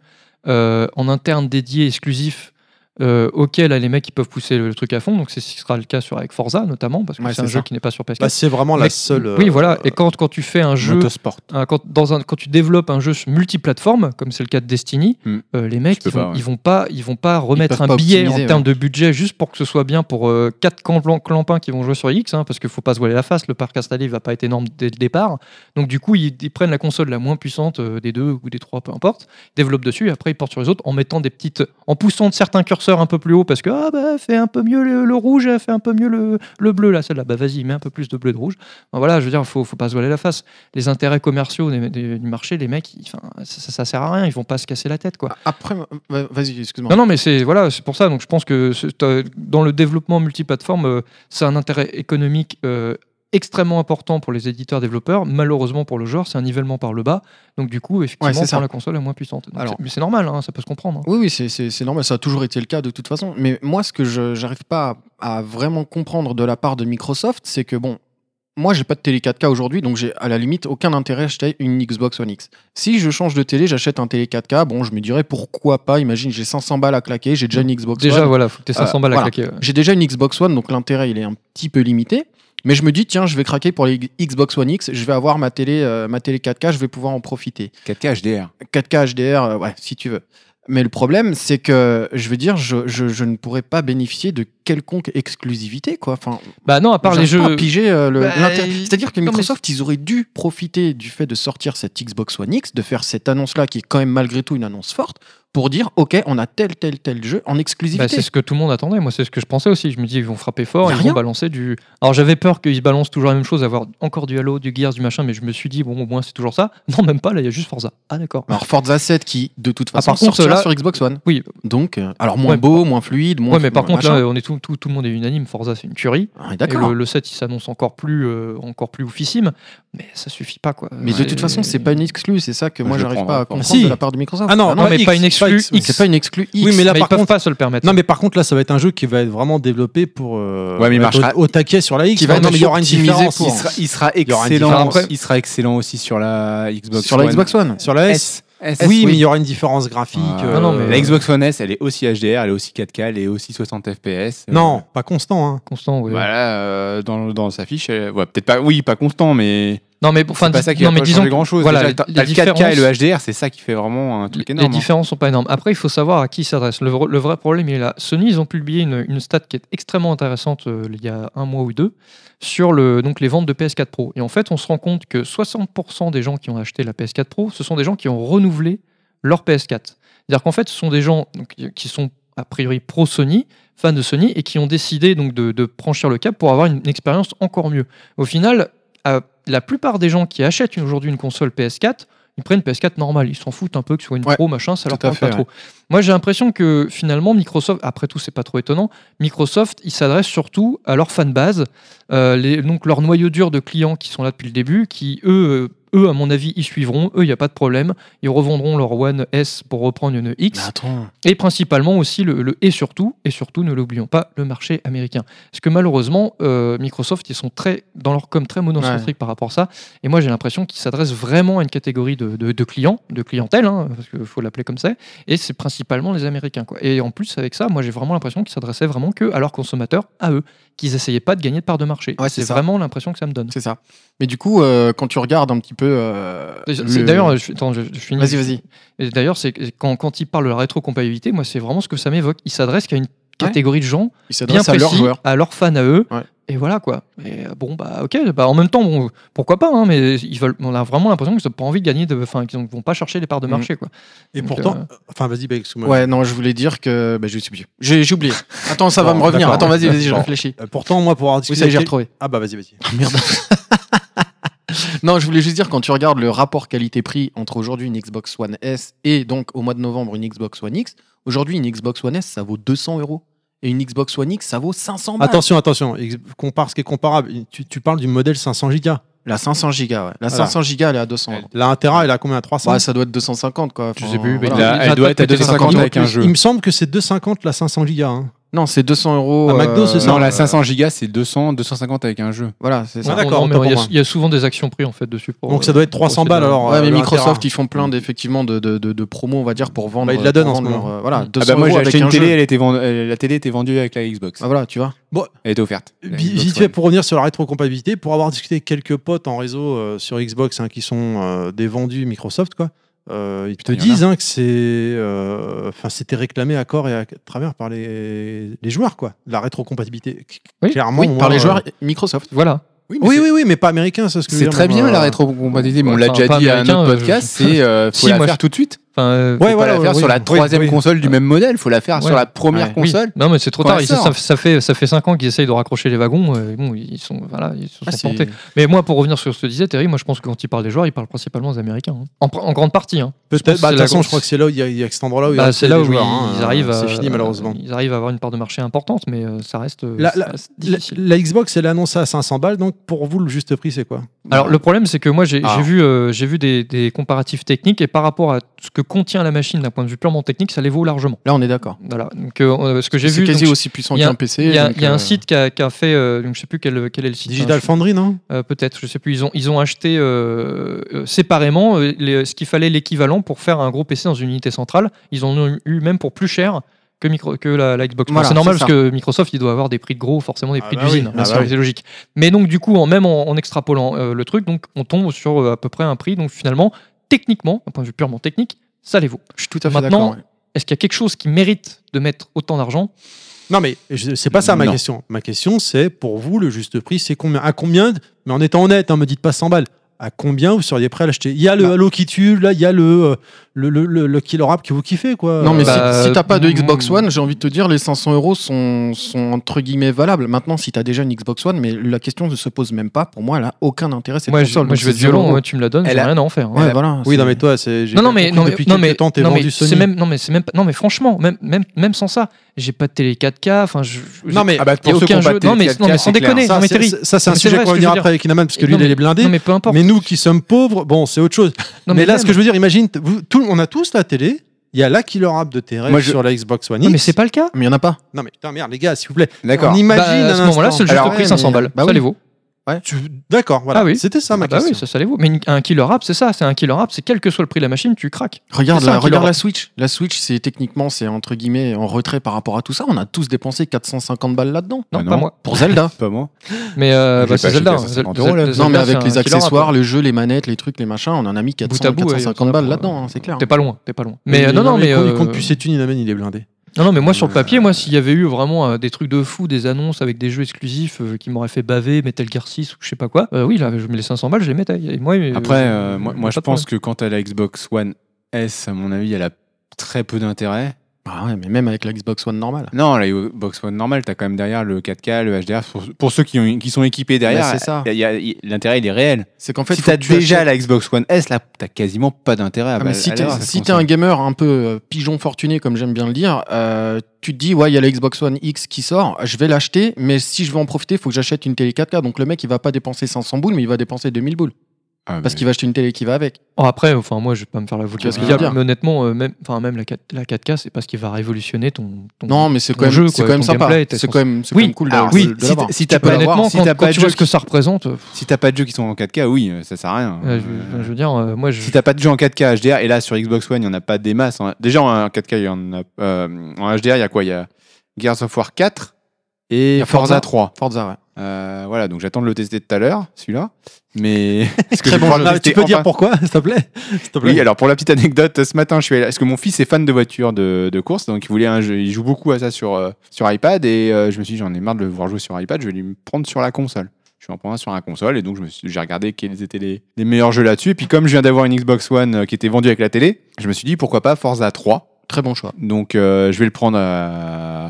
C: euh, en interne dédiés exclusifs euh, auxquels là, les mecs ils peuvent pousser le, le truc à fond, donc c'est ce qui sera le cas sur avec Forza notamment parce que
E: Ouais,
C: c'est un
E: c'est
C: jeu
E: ça.
C: qui n'est pas sur PS4.
A: Bah, c'est vraiment la
C: Mais-
A: seule. euh,
C: oui voilà, et quand quand tu fais un jeu
D: Motorsport.
C: Hein, quand, dans un, quand tu développes un jeu sur multiplateforme, comme c'est le cas de Destiny,
D: Hmm.
C: euh, les mecs,
D: peux
C: ils vont,
D: pas, ouais.
C: ils vont pas, ils vont pas remettre
E: peuvent
C: un
E: pas
C: billet en
E: optimiser,
C: termes de budget juste pour que ce soit bien pour euh, quatre clampins- clampins qui vont jouer sur X, hein, parce qu'il faut pas se voiler la face. Le parc installé va pas être énorme dès le départ. Donc du coup, ils, ils prennent la console la moins puissante euh, des deux ou des trois, peu importe, développent dessus, et après ils portent sur les autres en mettant des petites, en poussant de certains curseurs un peu plus haut parce que ah bah fait un peu mieux le, le rouge, fait un peu mieux le, le bleu là, celle-là, bah vas-y, mets un peu plus de bleu et de rouge. Enfin, voilà, je veux dire, faut, faut pas se voiler la face les intérêts commerciaux des- des- du marché, les mecs, ils- enfin, ça, ça- ça sert à rien, ils vont pas se casser la tête, quoi.
E: Après, va- vas-y, excuse-moi.
C: Non, non, mais c'est voilà, c'est pour ça. Donc, je pense que ce- t'as- dans le développement multiplateforme, euh, c'est un intérêt économique euh, extrêmement important pour les éditeurs développeurs. Malheureusement pour le joueur, c'est un nivellement par le bas. Donc, du coup,
E: Ouais,
C: effectivement,
E: c'est
C: on
E: ça.
C: prend la console est moins puissante. Donc,
E: Alors-
C: c'est- mais c'est normal, hein, ça peut se comprendre. hein.
E: Oui, oui, c'est- c'est c'est normal, ça a toujours été le cas de toute façon. Mais moi, ce que je n'arrive pas à, à vraiment comprendre de la part de Microsoft, c'est que bon, moi, j'ai pas de télé 4K aujourd'hui, donc j'ai à la limite aucun intérêt à acheter une Xbox One X. Si je change de télé, j'achète un télé 4K, bon, je me dirais pourquoi pas, imagine, j'ai 500 balles à claquer, j'ai déjà une Xbox
C: Déjà,
E: One.
C: voilà, faut que t'aies 500 balles à
E: Ah, voilà.
C: claquer. euh. ouais.
E: J'ai déjà une Xbox One, donc l'intérêt, il est un petit peu limité. Mais je me dis, tiens, je vais craquer pour les Xbox One X, je vais avoir ma télé, euh, ma télé 4K, je vais pouvoir en profiter.
D: 4K HDR.
E: 4K HDR, euh, ouais, si tu veux. Mais le problème, c'est que, je veux dire, je, je- je ne pourrais pas bénéficier de quelconque exclusivité, quoi. Enfin,
C: Bah non, à part les
E: j'arrive pas à
C: jeux.
E: piger euh, le-
C: Bah,
E: l'intérêt.
C: il-
E: C'est-à-dire que
C: non, mais-
E: Microsoft, ils auraient dû profiter du fait de sortir cette Xbox One X, de faire cette annonce-là, qui est quand même malgré tout une annonce forte, pour dire, OK, on a tel, tel, tel jeu en
C: Bah,
E: exclusivité.
C: c'est ce que tout le monde attendait. Moi, c'est ce que je pensais aussi. Je me dis, ils vont frapper fort,
E: Y a
C: ils
E: rien.
C: vont balancer du. Alors, j'avais peur qu'ils balancent toujours la même chose, avoir encore du Halo, du Gears, du machin, mais je me suis dit, bon, au moins, c'est toujours ça. (laughs) Non, même pas, là, il y a juste Forza. Ah, d'accord.
E: alors Forza 7 qui de toute
C: Ah,
E: façon
C: par contre,
E: sortira
C: là-
E: sur Xbox One.
C: Oui.
E: Donc euh, alors moins
C: Ouais,
E: beau, moins fluide, moins euh,
C: ouais, mais par contre,
E: machin.
C: là, on est tout, tout, tout le monde est unanime. Forza, c'est une tuerie.
E: Ah,
C: Et
E: d'accord.
C: le, le 7, il s'annonce encore plus, euh, encore plus oufissime, mais ça suffit pas, quoi.
E: Mais de
C: Ouais.
E: toute façon, c'est pas une exclue, c'est ça que
D: Moi,
E: moi
D: je le
E: j'arrive
D: prendrai
E: pas à
D: pas.
E: comprendre
A: Si.
E: de la part de Microsoft.
A: Ah non,
C: non, mais pas une exclue
A: X,
C: X.
E: c'est pas une exclue X.
A: Oui, mais là,
C: Mais ils
A: par
C: peuvent
A: contre-
C: pas se le permettre.
A: Non mais par contre là ça va être un jeu qui va être vraiment développé pour euh,
D: Ouais, mais
A: être
D: il marchera-
A: au, au taquet sur la X.
E: Qui va
A: Non,
E: être
A: mais il y aura une
E: optimisé
A: différence.
E: pour-
A: Il
D: Il
A: sera-
D: sera, il sera
A: y aura une
D: excellent.
C: différence.
D: Il sera excellent aussi sur la Xbox
E: sur la
D: One.
E: Xbox One.
A: Sur la S.
D: S. S,
A: oui, Ah. mais il y aura une différence graphique.
D: Ah,
A: euh,
C: non, non, mais-
D: La Xbox One S, elle est aussi HDR, elle est aussi 4K, elle est aussi 60 FPS. Euh,
A: Non, pas constant. Hein.
C: Constant, ouais.
D: Voilà, euh, dans, dans sa fiche, elle- ouais, peut-être pas, oui, pas constant, mais
C: Non, mais, enfin,
D: c'est pas ça qui
C: non,
D: va
C: mais
D: pas
C: disons
D: changer grand chose.
C: voilà,
D: Déjà,
C: les-
D: t'as-
C: les
D: t'as le 4K et le
C: différences-
D: HDR, c'est ça qui fait vraiment un truc
C: Les
D: énorme. hein.
C: différences sont pas énormes. Après, il faut savoir à qui s'adresse. Le, vr- le vrai problème, il est là. Sony, ils ont publié une, une stat qui est extrêmement intéressante euh, il y a un mois ou deux sur le, donc, les ventes de PS4 Pro. Et en fait, on se rend compte que 60% des gens qui ont acheté la PS4 Pro, ce sont des gens qui ont renouvelé leur PS4. C'est-à-dire qu'en fait, ce sont des gens donc, qui sont a priori pro Sony, fans de Sony, et qui ont décidé donc de, de franchir le cap pour avoir une, une expérience encore mieux. Au final, à- la plupart des gens qui achètent aujourd'hui une console PS4, ils prennent PS4 normale. Ils s'en foutent un peu que ce soit une
E: Ouais,
C: pro, machin, ça leur
E: tout à
C: parle pas
E: fait, ouais.
C: trop. Moi, j'ai l'impression que finalement, Microsoft, après tout, c'est pas trop étonnant, Microsoft, ils s'adressent surtout à leur fanbase, euh, les- donc leur noyau dur de clients qui sont là depuis le début, qui eux, euh, eux à mon avis, ils suivront. Eux, il n'y a pas de problème. Ils revendront leur One S pour reprendre une X.
E: Mais attends.
C: Et principalement aussi le, le- et surtout et surtout ne l'oublions pas le marché américain parce que malheureusement euh, Microsoft ils sont très dans leur com très monocentrique par rapport à ça et moi j'ai l'impression qu'ils s'adressent vraiment à une catégorie de, de- de clients de clientèle hein, parce qu'il faut l'appeler comme ça et c'est principalement les Américains quoi et en plus avec ça moi j'ai vraiment l'impression qu'ils s'adressaient vraiment que à leurs consommateurs à eux qu'ils essayaient pas de gagner de part de marché
E: Ouais, c'est
C: c'est
E: ça.
C: vraiment l'impression que ça me donne
E: C'est ça. Mais du coup, euh, quand tu regardes un petit peu. euh,
C: C'est-
E: le-
C: D'ailleurs, je, attends, je- je finis.
E: Vas-y, vas-y.
C: Et D'ailleurs, c'est quand, quand il parle de la rétrocompatibilité, moi, c'est vraiment ce que ça m'évoque. Il s'adresse qu'à une catégorie de gens
E: Ils
C: bien
E: s'adressent à
C: précis,
E: leurs joueurs.
C: à leurs fans à eux.
E: Ouais.
C: Et voilà quoi. Et euh, bon bah ok, bah en même temps bon, pourquoi pas, hein, mais ils veulent, on a vraiment l'impression qu'ils n'ont pas envie de gagner, de- enfin qu'ils ne vont pas chercher les parts de
A: Mm.
E: Mhm.
C: marché quoi.
A: Et
C: Donc,
A: pourtant,
C: euh,
A: enfin vas-y, bah, excuse-moi.
E: Ouais, non, je voulais dire que. Bah, j'ai oublié. J'ai j'ai oublié. Attends, ça va
A: Bon,
E: me revenir.
A: d'accord.
E: Attends, vas-y, vas-y, je
A: Bon.
E: réfléchis.
A: Euh, Pourtant, moi, pour avoir
E: Oui,
A: discuté
E: ça y est, j'ai
A: avec-
E: retrouvé.
A: Ah bah vas-y, vas-y.
E: merde. Non, je voulais juste dire, quand tu regardes le rapport qualité-prix entre aujourd'hui une Xbox One S et donc au mois de novembre une Xbox One X, aujourd'hui une Xbox One S ça vaut 200 euros et une Xbox One X ça vaut 500 balles.
A: Attention, attention, ex- compare ce qui est comparable. Tu, tu parles du modèle 500 Go.
E: La 500 gigas, ouais. La
A: Voilà.
E: 500 gigas elle est à 200 euros.
A: La Intera, elle a combien à 300
E: Ouais, ça doit être 250 quoi.
A: Je sais plus, mais
E: voilà.
A: il a-
D: elle doit être à 250 avec un
A: Il
D: jeu.
A: me semble que c'est 250 la 500 Go. hein.
E: Non, c'est 200 euros. euh,
A: À McDo, c'est ça
D: Non, la 500 gigas, c'est 200, 250 avec un jeu.
E: Voilà, c'est ça.
A: Ouais, d'accord,
C: Non, mais
A: autant
C: il y a-
A: pour moi.
C: il y, a souvent des actions prises en fait dessus. pour,
A: Donc
C: euh,
A: ça doit être 300
C: c'est
A: balles
C: de-
A: alors.
E: Ouais,
A: euh,
E: mais
A: le
E: Microsoft,
A: Intera.
E: ils font plein d'effectivement de, de, de, de promos, on va dire, pour vendre.
A: Bah, ils la donnent
E: pour
A: en ce
E: vendre
A: moment.
E: leur, euh, voilà, 200
D: Ah bah moi
E: euros
D: j'ai
E: avec
D: acheté une
E: un
D: télé,
E: jeu.
D: elle était vendue- euh, la télé était vendue avec la Xbox.
E: Ah, voilà, tu vois.
D: Elle était offerte. La
A: Vi-
D: Xbox
A: Vite fait
D: One.
A: pour revenir sur la rétrocompatibilité, pour avoir discuté avec quelques potes en réseau euh, sur Xbox hein, qui sont euh, des vendus Microsoft, quoi. euh, ils te
D: Ah, il y en a.
A: disent hein, que c'est, euh, enfin, c'était réclamé à corps et à travers par les, les joueurs, quoi. La rétrocompatibilité.
C: Oui,
A: Clairement,
E: Oui,
A: moi,
E: par les
A: euh,
E: joueurs Microsoft.
C: Voilà.
A: Oui, oui, oui, mais pas américain, c'est ce que je veux
D: C'est
A: dire,
D: très
A: moi,
D: bien
A: euh,
D: la rétrocompatibilité, mais on
C: ouais,
D: l'a
C: enfin,
D: déjà
C: pas
D: dit à notre
C: américain, euh,
D: podcast, c'est euh, faut
C: Si,
D: la
C: moi,
D: faire
C: je-
D: tout de suite.
C: Enfin, euh,
A: Ouais,
D: faut
A: voilà,
D: pas la faire
A: oui,
D: sur la
A: oui,
D: troisième
A: oui.
D: console du même modèle, faut la faire sur
C: Ouais.
D: la première
E: Ouais.
D: console.
C: oui. Non, mais c'est trop
D: Quand
C: tard.
D: elle
C: Ils- ça,
D: sort.
C: ça fait, ça fait 5 ans qu'ils essayent de raccrocher les wagons. euh, et bon, ils, sont, voilà, ils se sont
E: Ah, c'est-
C: plantés. Mais moi, pour revenir sur ce que disait Terry, moi je pense que quand ils parlent des joueurs, ils parlent principalement aux Américains. hein. En, pr- en grande partie. hein. pense
A: Peut-être.
C: que
A: bah,
C: c'est
A: de toute
C: la
A: façon,
C: grosse-
A: je crois que c'est là où il y a, il y a que cet endroit-là où il y a
C: Bah, c'est
A: tous
C: là
A: les
C: où
A: joueurs,
C: ils, ils
A: hein.
C: arrivent. euh, à-
A: C'est fini malheureusement.
C: Ils arrivent à avoir une part de marché importante, mais euh, ça reste. euh,
A: La-
C: ça
A: la-
C: reste
A: La,
C: difficile.
A: la Xbox, elle est annoncée à 500 balles, donc pour vous, le juste prix, c'est quoi
C: Alors le problème c'est que moi j'ai
D: Ah.
C: j'ai vu, euh, j'ai vu des, des comparatifs techniques et par rapport à ce que contient la machine d'un point de vue purement technique, ça les vaut largement.
E: Là, on est d'accord.
C: Voilà. Donc euh, ce que j'ai
E: C'est
C: vu,
E: quasi
C: donc,
E: aussi puissant
C: il y a-
E: qu'un PC.
C: il y a,
E: donc,
C: il y a
E: euh,
C: un site qui a, qui a fait, euh, donc je sais plus quel, quel est le site.
A: Digital
C: hein,
A: Foundry, non
C: je- euh, peut-être, je sais plus. Ils ont, ils ont acheté euh, euh, séparément euh, les- ce qu'il fallait l'équivalent pour faire un gros PC dans une unité centrale. Ils en ont eu même pour plus cher. Que, micro, que la, la Xbox. One.
E: Voilà,
C: c'est normal
E: c'est
C: parce que Microsoft, il doit avoir des prix de gros, forcément des
A: Ah
C: prix
A: bah oui,
C: d'usine.
A: ah bah
C: c'est
A: oui.
C: c'est logique. Mais donc du coup, en, même en, en extrapolant euh, le truc, donc on tombe sur euh, à peu près un prix. Donc finalement, techniquement, d'un point de vue purement technique, ça les vaut.
E: Je suis tout à fait
C: Maintenant,
E: d'accord. ouais.
C: Est-ce qu'il y a quelque chose qui mérite de mettre autant d'argent
A: Non, mais je- c'est pas ça ma
D: Non.
A: question. Ma question, c'est pour vous, le juste prix, c'est combien À combien Mais en étant honnête, hein, me dites pas 100 balles. À combien vous seriez prêt à l'acheter Il y a le
E: Bah.
A: Halo qui tue, là, il y a le, euh, le, le, le, le Killer App que vous kiffez, quoi.
E: Non, mais
A: Euh,
C: bah,
E: si, si t'as pas de
C: mm,
E: Xbox One, j'ai envie de te dire, les 500 euros sont, sont entre guillemets valables. Maintenant, si t'as déjà une Xbox One, mais la question ne se pose même pas. Pour moi, elle a aucun intérêt cette
C: Moi, je,
E: console.
C: moi,
E: donc
C: je vais
E: c'est
C: être violent,
E: zéro.
C: moi, tu me la donnes,
D: Elle
C: j'ai
D: a-
C: rien à en faire. hein.
E: Ouais, voilà.
A: oui,
E: c'est-
A: non, mais toi, c'est. j'ai
C: Non, non,
A: bien
C: mais,
A: compris,
C: non, mais,
A: depuis
C: non,
A: quelques
C: mais,
A: temps, t'es
C: non, mais
A: vendu Sony.
C: c'est même, non, mais c'est même, pas- non, mais franchement, même, même, même sans ça, j'ai pas de télé 4K, enfin, je, j'ai-
A: Non, mais,
D: Ah bah,
C: y a
D: pour ceux qui
C: aucun
D: ont pas
C: jeu.
D: de
C: Non, mais-
D: télé 4K,
C: non, mais sans
D: c'est clair.
C: déconner.
A: ça,
C: non, mais
A: c'est-
C: Terry,
A: ça, c'est un
C: mais c'est
A: sujet
C: vrai
A: qu'on
C: ce
A: va
C: que
A: venir
C: je veux
A: après avec Inaman, parce que
C: Et
A: lui,
C: non,
A: il est blindé.
C: non, mais peu importe.
A: mais nous qui sommes pauvres, bon, c'est autre chose.
C: Non,
A: mais là, ce
C: même.
A: que je veux dire, imagine, t- vous- tout, le- on a tous la télé. Il y a la Killer App de Terre
D: Moi, je-
A: sur la Xbox One
C: Non,
A: X.
C: mais c'est pas le cas.
E: Mais il y en a pas.
A: Non, mais putain, merde, les gars, s'il vous plaît.
D: D'accord.
A: On imagine
C: Bah, à
A: un
C: ce moment-là,
A: instant.
C: c'est le juste
D: Alors,
C: prix
E: ouais,
C: 500
E: mais-
C: balles.
E: bah
C: ça
E: oui.
C: les vaut.
A: Tu- D'accord, voilà.
C: Ah oui.
A: C'était ça ma
C: Ah bah
A: question.
C: oui, ça, ça les vaut. Mais une- un killer app, c'est ça. C'est un killer app, c'est quel que soit le prix de la machine, tu craques.
E: Regarde,
C: C'est ça,
E: la,
C: qui
E: regarde
C: leur-
E: la Switch. La Switch, c'est techniquement, c'est entre guillemets en retrait par rapport à tout ça. On a tous dépensé 450 balles là-dedans.
C: Non,
D: Bah
C: pas
D: non.
C: moi.
E: Pour Zelda.
D: Pas moi.
C: (laughs) Mais euh,
D: J'ai
C: bah,
D: pas
C: c'est
D: acheté
C: Zelda.
D: à
C: hein.
D: 50
C: Zelda,
D: euros, là.
C: Zelda,
E: non, mais
C: c'est
E: avec
C: un
E: les
C: killer app,
E: accessoires,
C: ouais.
E: les jeux, les manettes, les trucs, les machins, on en a mis 400,
C: bout, ouais,
E: 450
C: ouais,
E: balles
C: ouais.
E: là-dedans, hein, c'est clair.
C: T'es pas loin, t'es pas loin. Mais euh, non, non, mais.
A: Il compte- il
C: euh,
A: compte plus ses thunes, il amène, il est blindé.
C: Non, non, mais moi sur
D: Euh,
C: le papier, moi s'il y avait eu vraiment euh, des trucs de fou, des annonces avec des jeux exclusifs euh, qui m'auraient fait baver, Metal Gear 6 ou je sais pas quoi, euh, oui, là, je mets les 500 balles, je les mettais. Et moi, euh,
D: Après, euh, moi, moi,
C: pas
D: je
C: de
D: pense que quant à la Xbox One S, à mon avis, elle a très peu d'intérêt.
E: Ah ouais, mais même avec la Xbox One normale.
D: Non, la Xbox One normale, t'as quand même derrière le 4K, le HDR. Pour, pour ceux qui, ont, qui sont équipés derrière,
E: Bah, c'est ça.
D: il y a- il- l'intérêt il est réel.
E: C'est qu'en fait,
D: euh, si
E: faut
D: t'as
E: que tu
D: déjà
E: achètes-
D: la Xbox One S, là, t'as quasiment pas d'intérêt. à
E: Ah, mais
D: ba-
E: si
D: à
E: t'es
D: l'avoir, cette
E: si t'es un
D: console.
E: gamer un peu euh, pigeon fortuné, comme j'aime bien le dire, euh, tu te dis, ouais, il y a la Xbox One X qui sort, je vais l'acheter, mais si je veux en profiter, il faut que j'achète une télé 4K. Donc le mec, il va pas dépenser 500 boules, mais il va dépenser 2000 boules.
D: Ah, mais-
E: Parce qu'il va acheter une télé qui va avec.
C: Oh, après, enfin, moi, je vais pas me faire la voûte
E: Tu vois ce que
C: du
E: je veux
C: diable,
E: dire
C: mais honnêtement, euh, même, enfin, même la, 4, la 4K, c'est pas ce qui va révolutionner ton. ton-
E: Non, mais c'est
C: Ton
E: quand même,
C: jeu,
E: c'est
C: quoi,
E: quand même
C: ton
E: sympa.
C: gameplay, t'es
E: C'est
C: censé-
E: quand même, c'est quand
C: Oui,
E: même cool
D: Alors,
E: d'avoir-
D: oui,
E: de
D: si
E: l'avoir.
D: t- si
E: Tu
D: t'as
E: peux
D: pas,
E: l'avoir.
C: honnêtement,
D: si
C: quand,
D: t'as
C: quand
D: pas de
C: tu vois
D: jeux
C: ce que ça représente, euh,
D: Si t'as pas de jeux qui sont en 4K, oui, euh, ça sert à rien.
C: euh, je,
D: Euh,
C: je veux dire, euh, moi, je.
D: Si t'as pas de jeux en 4K HDR, et là sur Xbox One, il y en a pas des masses. en- Déjà en 4K, il y en a. euh, en HDR, il y a quoi Il y a Gears of War 4
E: Il y
D: et
E: a Forza.
D: Forza 3.
E: Forza, ouais.
D: Euh, voilà, donc j'attends de le tester tout à l'heure, celui-là. Mais. Parce que je vais
E: Très bon
D: pouvoir
E: jeu.
D: le
A: Ah,
D: tester
A: tu peux dire
D: enfin.
A: pourquoi, s'il te plaît S'il te plaît.
D: Oui, alors pour la petite anecdote, ce matin, je suis allé. Parce que mon fils est fan de voitures de, de course, donc il voulait un jeu. Il joue beaucoup à ça sur, euh, sur iPad, et euh, je me suis dit, j'en ai marre de le voir jouer sur iPad, je vais lui me prendre sur la console. Je vais en prendre un sur la console, et donc je me suis- j'ai regardé quels étaient les, les meilleurs jeux là-dessus. Et puis, comme je viens d'avoir une Xbox One euh, qui était vendue avec la télé, je me suis dit, pourquoi pas Forza 3
E: Très bon choix.
D: Donc euh, je vais le prendre à.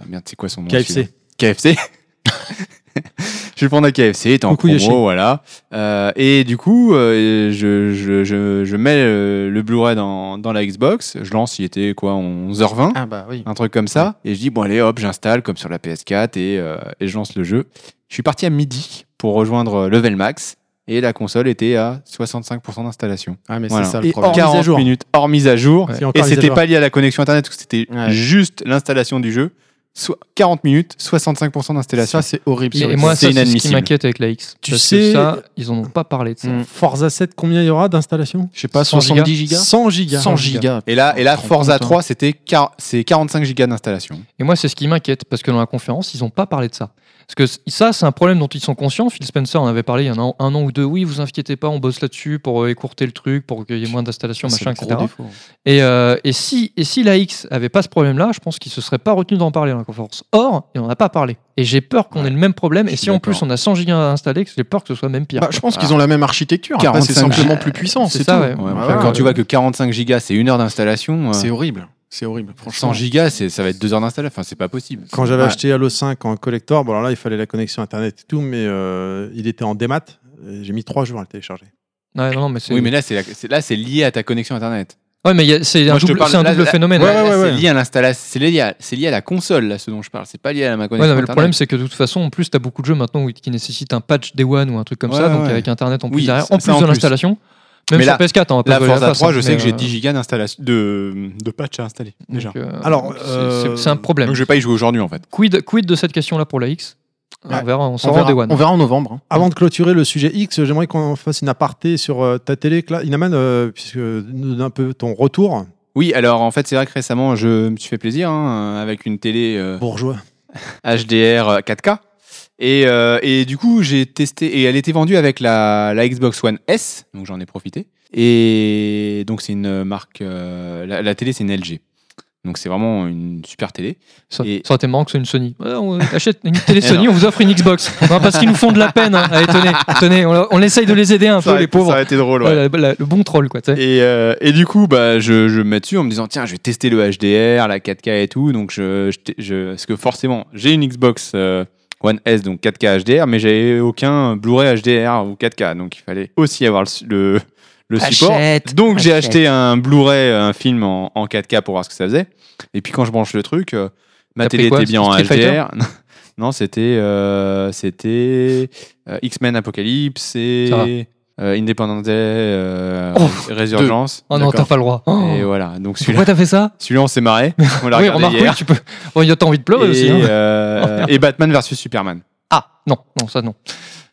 D: Ah, merde, c'est quoi son nom
A: KFC.
D: celui-là KFC. (laughs) je le prends à KFC, était en
A: Coucou,
D: promo,
A: Yoshi.
D: voilà. Euh, et du coup, euh, je, je, je, je mets euh, le Blu-ray dans, dans la Xbox. Je lance, il était quoi, 11h20
E: Ah bah oui.
D: un truc comme ça. Et je dis, bon, allez, hop, j'installe comme sur la PS4 et, euh, et je lance le jeu. Je suis parti à midi pour rejoindre euh, Level Max et la console était à 65% d'installation.
E: Ah mais
D: Voilà.
E: c'est ça
A: Et
E: le problème.
A: hors- mise à
D: 40
A: jour.
D: minutes hors mise à jour.
C: Ouais.
A: C'est encore
D: Et
A: les
D: c'était
A: erreurs.
D: pas lié à la connexion internet, parce que c'était
E: Ouais.
D: juste l'installation du jeu. Soit 40 minutes, 65%
C: oh,
D: d'installation.
E: Ça c'est horrible.
C: Et
E: sur les-
C: moi, ça, c'est
D: c'est
C: ce qui
D: inadmissible.
C: m'inquiète avec la X.
A: Tu
C: Parce
A: sais-
C: que ça, ils en ont pas parlé de ça.
E: Mm.
A: Forza 7, combien il y aura d'installation
E: je sais pas
C: 100
E: 70 gigas.
A: 100 gigas.
E: 100 gigas.
D: Et là, et là
E: Trente
D: Forza
E: minutes, hein.
D: 3, c'était quar- c'est 45 gigas d'installation.
C: Et moi, c'est ce qui m'inquiète, parce que dans la conférence, ils n'ont pas parlé de ça. Parce que c- ça, c'est un problème dont ils sont conscients. Phil Spencer en avait parlé il y a un an, un an ou deux. Oui, vous inquiétez pas, on bosse là-dessus pour euh, écourter le truc, pour qu'il y ait moins
D: Ah,
C: d'installations,
E: C'est
C: machin,
E: le
C: etc.
E: gros défaut.
C: Et, euh, et si, et si la X avait pas ce problème-là, je pense qu'il se serait pas retenu d'en parler dans la conférence. Or, il n'en a pas parlé. Et j'ai peur qu'on ait le même problème.
D: Je
C: Et
D: suis
C: si en
D: d'accord.
C: plus on a 100 gigas installés, j'ai peur que ce soit même pire.
E: Bah, je pense qu'ils ont la même architecture. Après, c'est
D: 45
E: simplement plus puissant.
C: C'est
E: C'est
C: ça,
E: tout.
C: ouais.
D: Ouais,
E: Ah
D: enfin,
E: ouais,
D: quand
E: ouais.
D: tu vois que 45 gigas, c'est une heure d'installation, euh,
E: C'est horrible. C'est horrible. Franchement.
D: 100 gigas, c'est- ça va être deux heures d'installation. Enfin, c'est pas possible.
A: Quand j'avais
D: Ouais.
A: acheté Halo 5 en collector, bon alors là il fallait la connexion internet et tout, mais euh, il était en démat. et J'ai mis 3 jours à le télécharger.
C: Ouais, non, non, mais c'est
D: Oui, mais là, c'est la- c'est- là, c'est lié à ta connexion internet.
C: Ouais, mais il y a- c'est un
D: Moi, je te
C: double,
D: parle-
C: c'est un
D: là,
C: double
D: là-
C: phénomène.
A: Ouais,
C: hein.
D: Là,
A: ouais, ouais.
D: C'est lié à l'installation, c'est lié, à- c'est lié à la console, là, ce dont je parle. C'est pas lié à ma
C: Ouais, non,
D: connexion.
C: mais le
D: Internet.
C: problème, c'est que de toute façon, en plus, tu as beaucoup de jeux maintenant où- qui nécessitent un patch Day One ou un truc comme
D: Ouais,
C: ça, donc
D: ouais.
C: avec Internet en plus
D: Oui,
C: derrière,
D: ça-
C: en
D: ça
C: plus
D: en
C: de
D: plus.
C: l'installation. Même
D: Mais
C: sur
D: la-
C: PS4, hein, on va
D: La
C: pas se
D: Forza
C: voiler face,
D: 3, je
C: hein,
D: sais que
C: mais,
D: j'ai
C: euh,
D: 10 gigas d'installation de, de patch à installer déjà.
C: donc, euh,
A: Alors,
C: c'est-
A: euh,
C: c'est c'est un problème.
D: Donc je vais pas y jouer aujourd'hui en fait.
C: Quid, quid de cette question-là pour la X
E: Ouais.
C: On verra, on
E: On
C: saura en
E: verra,
C: Day One.
E: on verra en novembre. hein.
A: Avant de clôturer le sujet X, j'aimerais qu'on fasse une aparté sur euh, ta télé, Cla- Inaman, euh, puisque nous donne un peu ton retour
D: Oui, alors en fait, c'est vrai que récemment, je me suis fait plaisir hein, avec une télé euh,
A: bourgeois.
D: HDR euh, 4K. Et, euh, et du coup, j'ai testé, et elle était vendue avec la, la Xbox One S, donc j'en ai profité. Et donc, c'est une marque, euh, la, la télé, c'est une LG. Donc, c'est vraiment une super télé.
C: Ça,
D: Et-
C: ça aurait été marrant que ce soit une Sony. Ouais, on euh, achète
D: (laughs)
C: une télé Sony, on vous offre une Xbox. Non, parce qu'ils nous font de la peine. hein. Allez, tenez, tenez, on, on essaye de les aider un peu, les pauvres.
D: été drôle,
C: Ouais, la- la- le bon troll, quoi. tu sais.
D: Et, euh, et du coup, bah, je, je me mets dessus en me disant, tiens, je vais tester le HDR, la 4K et tout. Donc, je, je, je- parce que forcément, j'ai une Xbox euh, One S, donc 4K HDR, mais j'avais aucun Blu-ray HDR ou 4K. Donc, il fallait aussi avoir le, su- le, le support. donc, j'ai acheté un Blu-ray, un film en, en 4K pour voir ce que ça faisait. Et puis, quand je branche le truc, euh, ma
C: T'as
D: télé
C: pris quoi,
D: était bien en
C: Street Fighter
D: HDR. (laughs) non, c'était euh, c'était euh, X-Men Apocalypse
C: Ça va.
D: et euh, Independence Day, euh,
C: Oh,
D: Résurgence.
C: Oh non, t'as
D: D'accord.
C: pas le droit. Oh.
D: Et voilà, donc celui-là,
C: Pourquoi t'as fait ça
D: celui-là, on
C: (laughs)
D: s'est marré. On l'a
C: Oui,
D: regardé
C: remarque, oui,
D: hier.
C: tu peux. Bon, il y a t'as envie de pleurer
D: et,
C: aussi. hein.
D: euh, et Batman versus Superman.
C: Ah, non, non, ça non.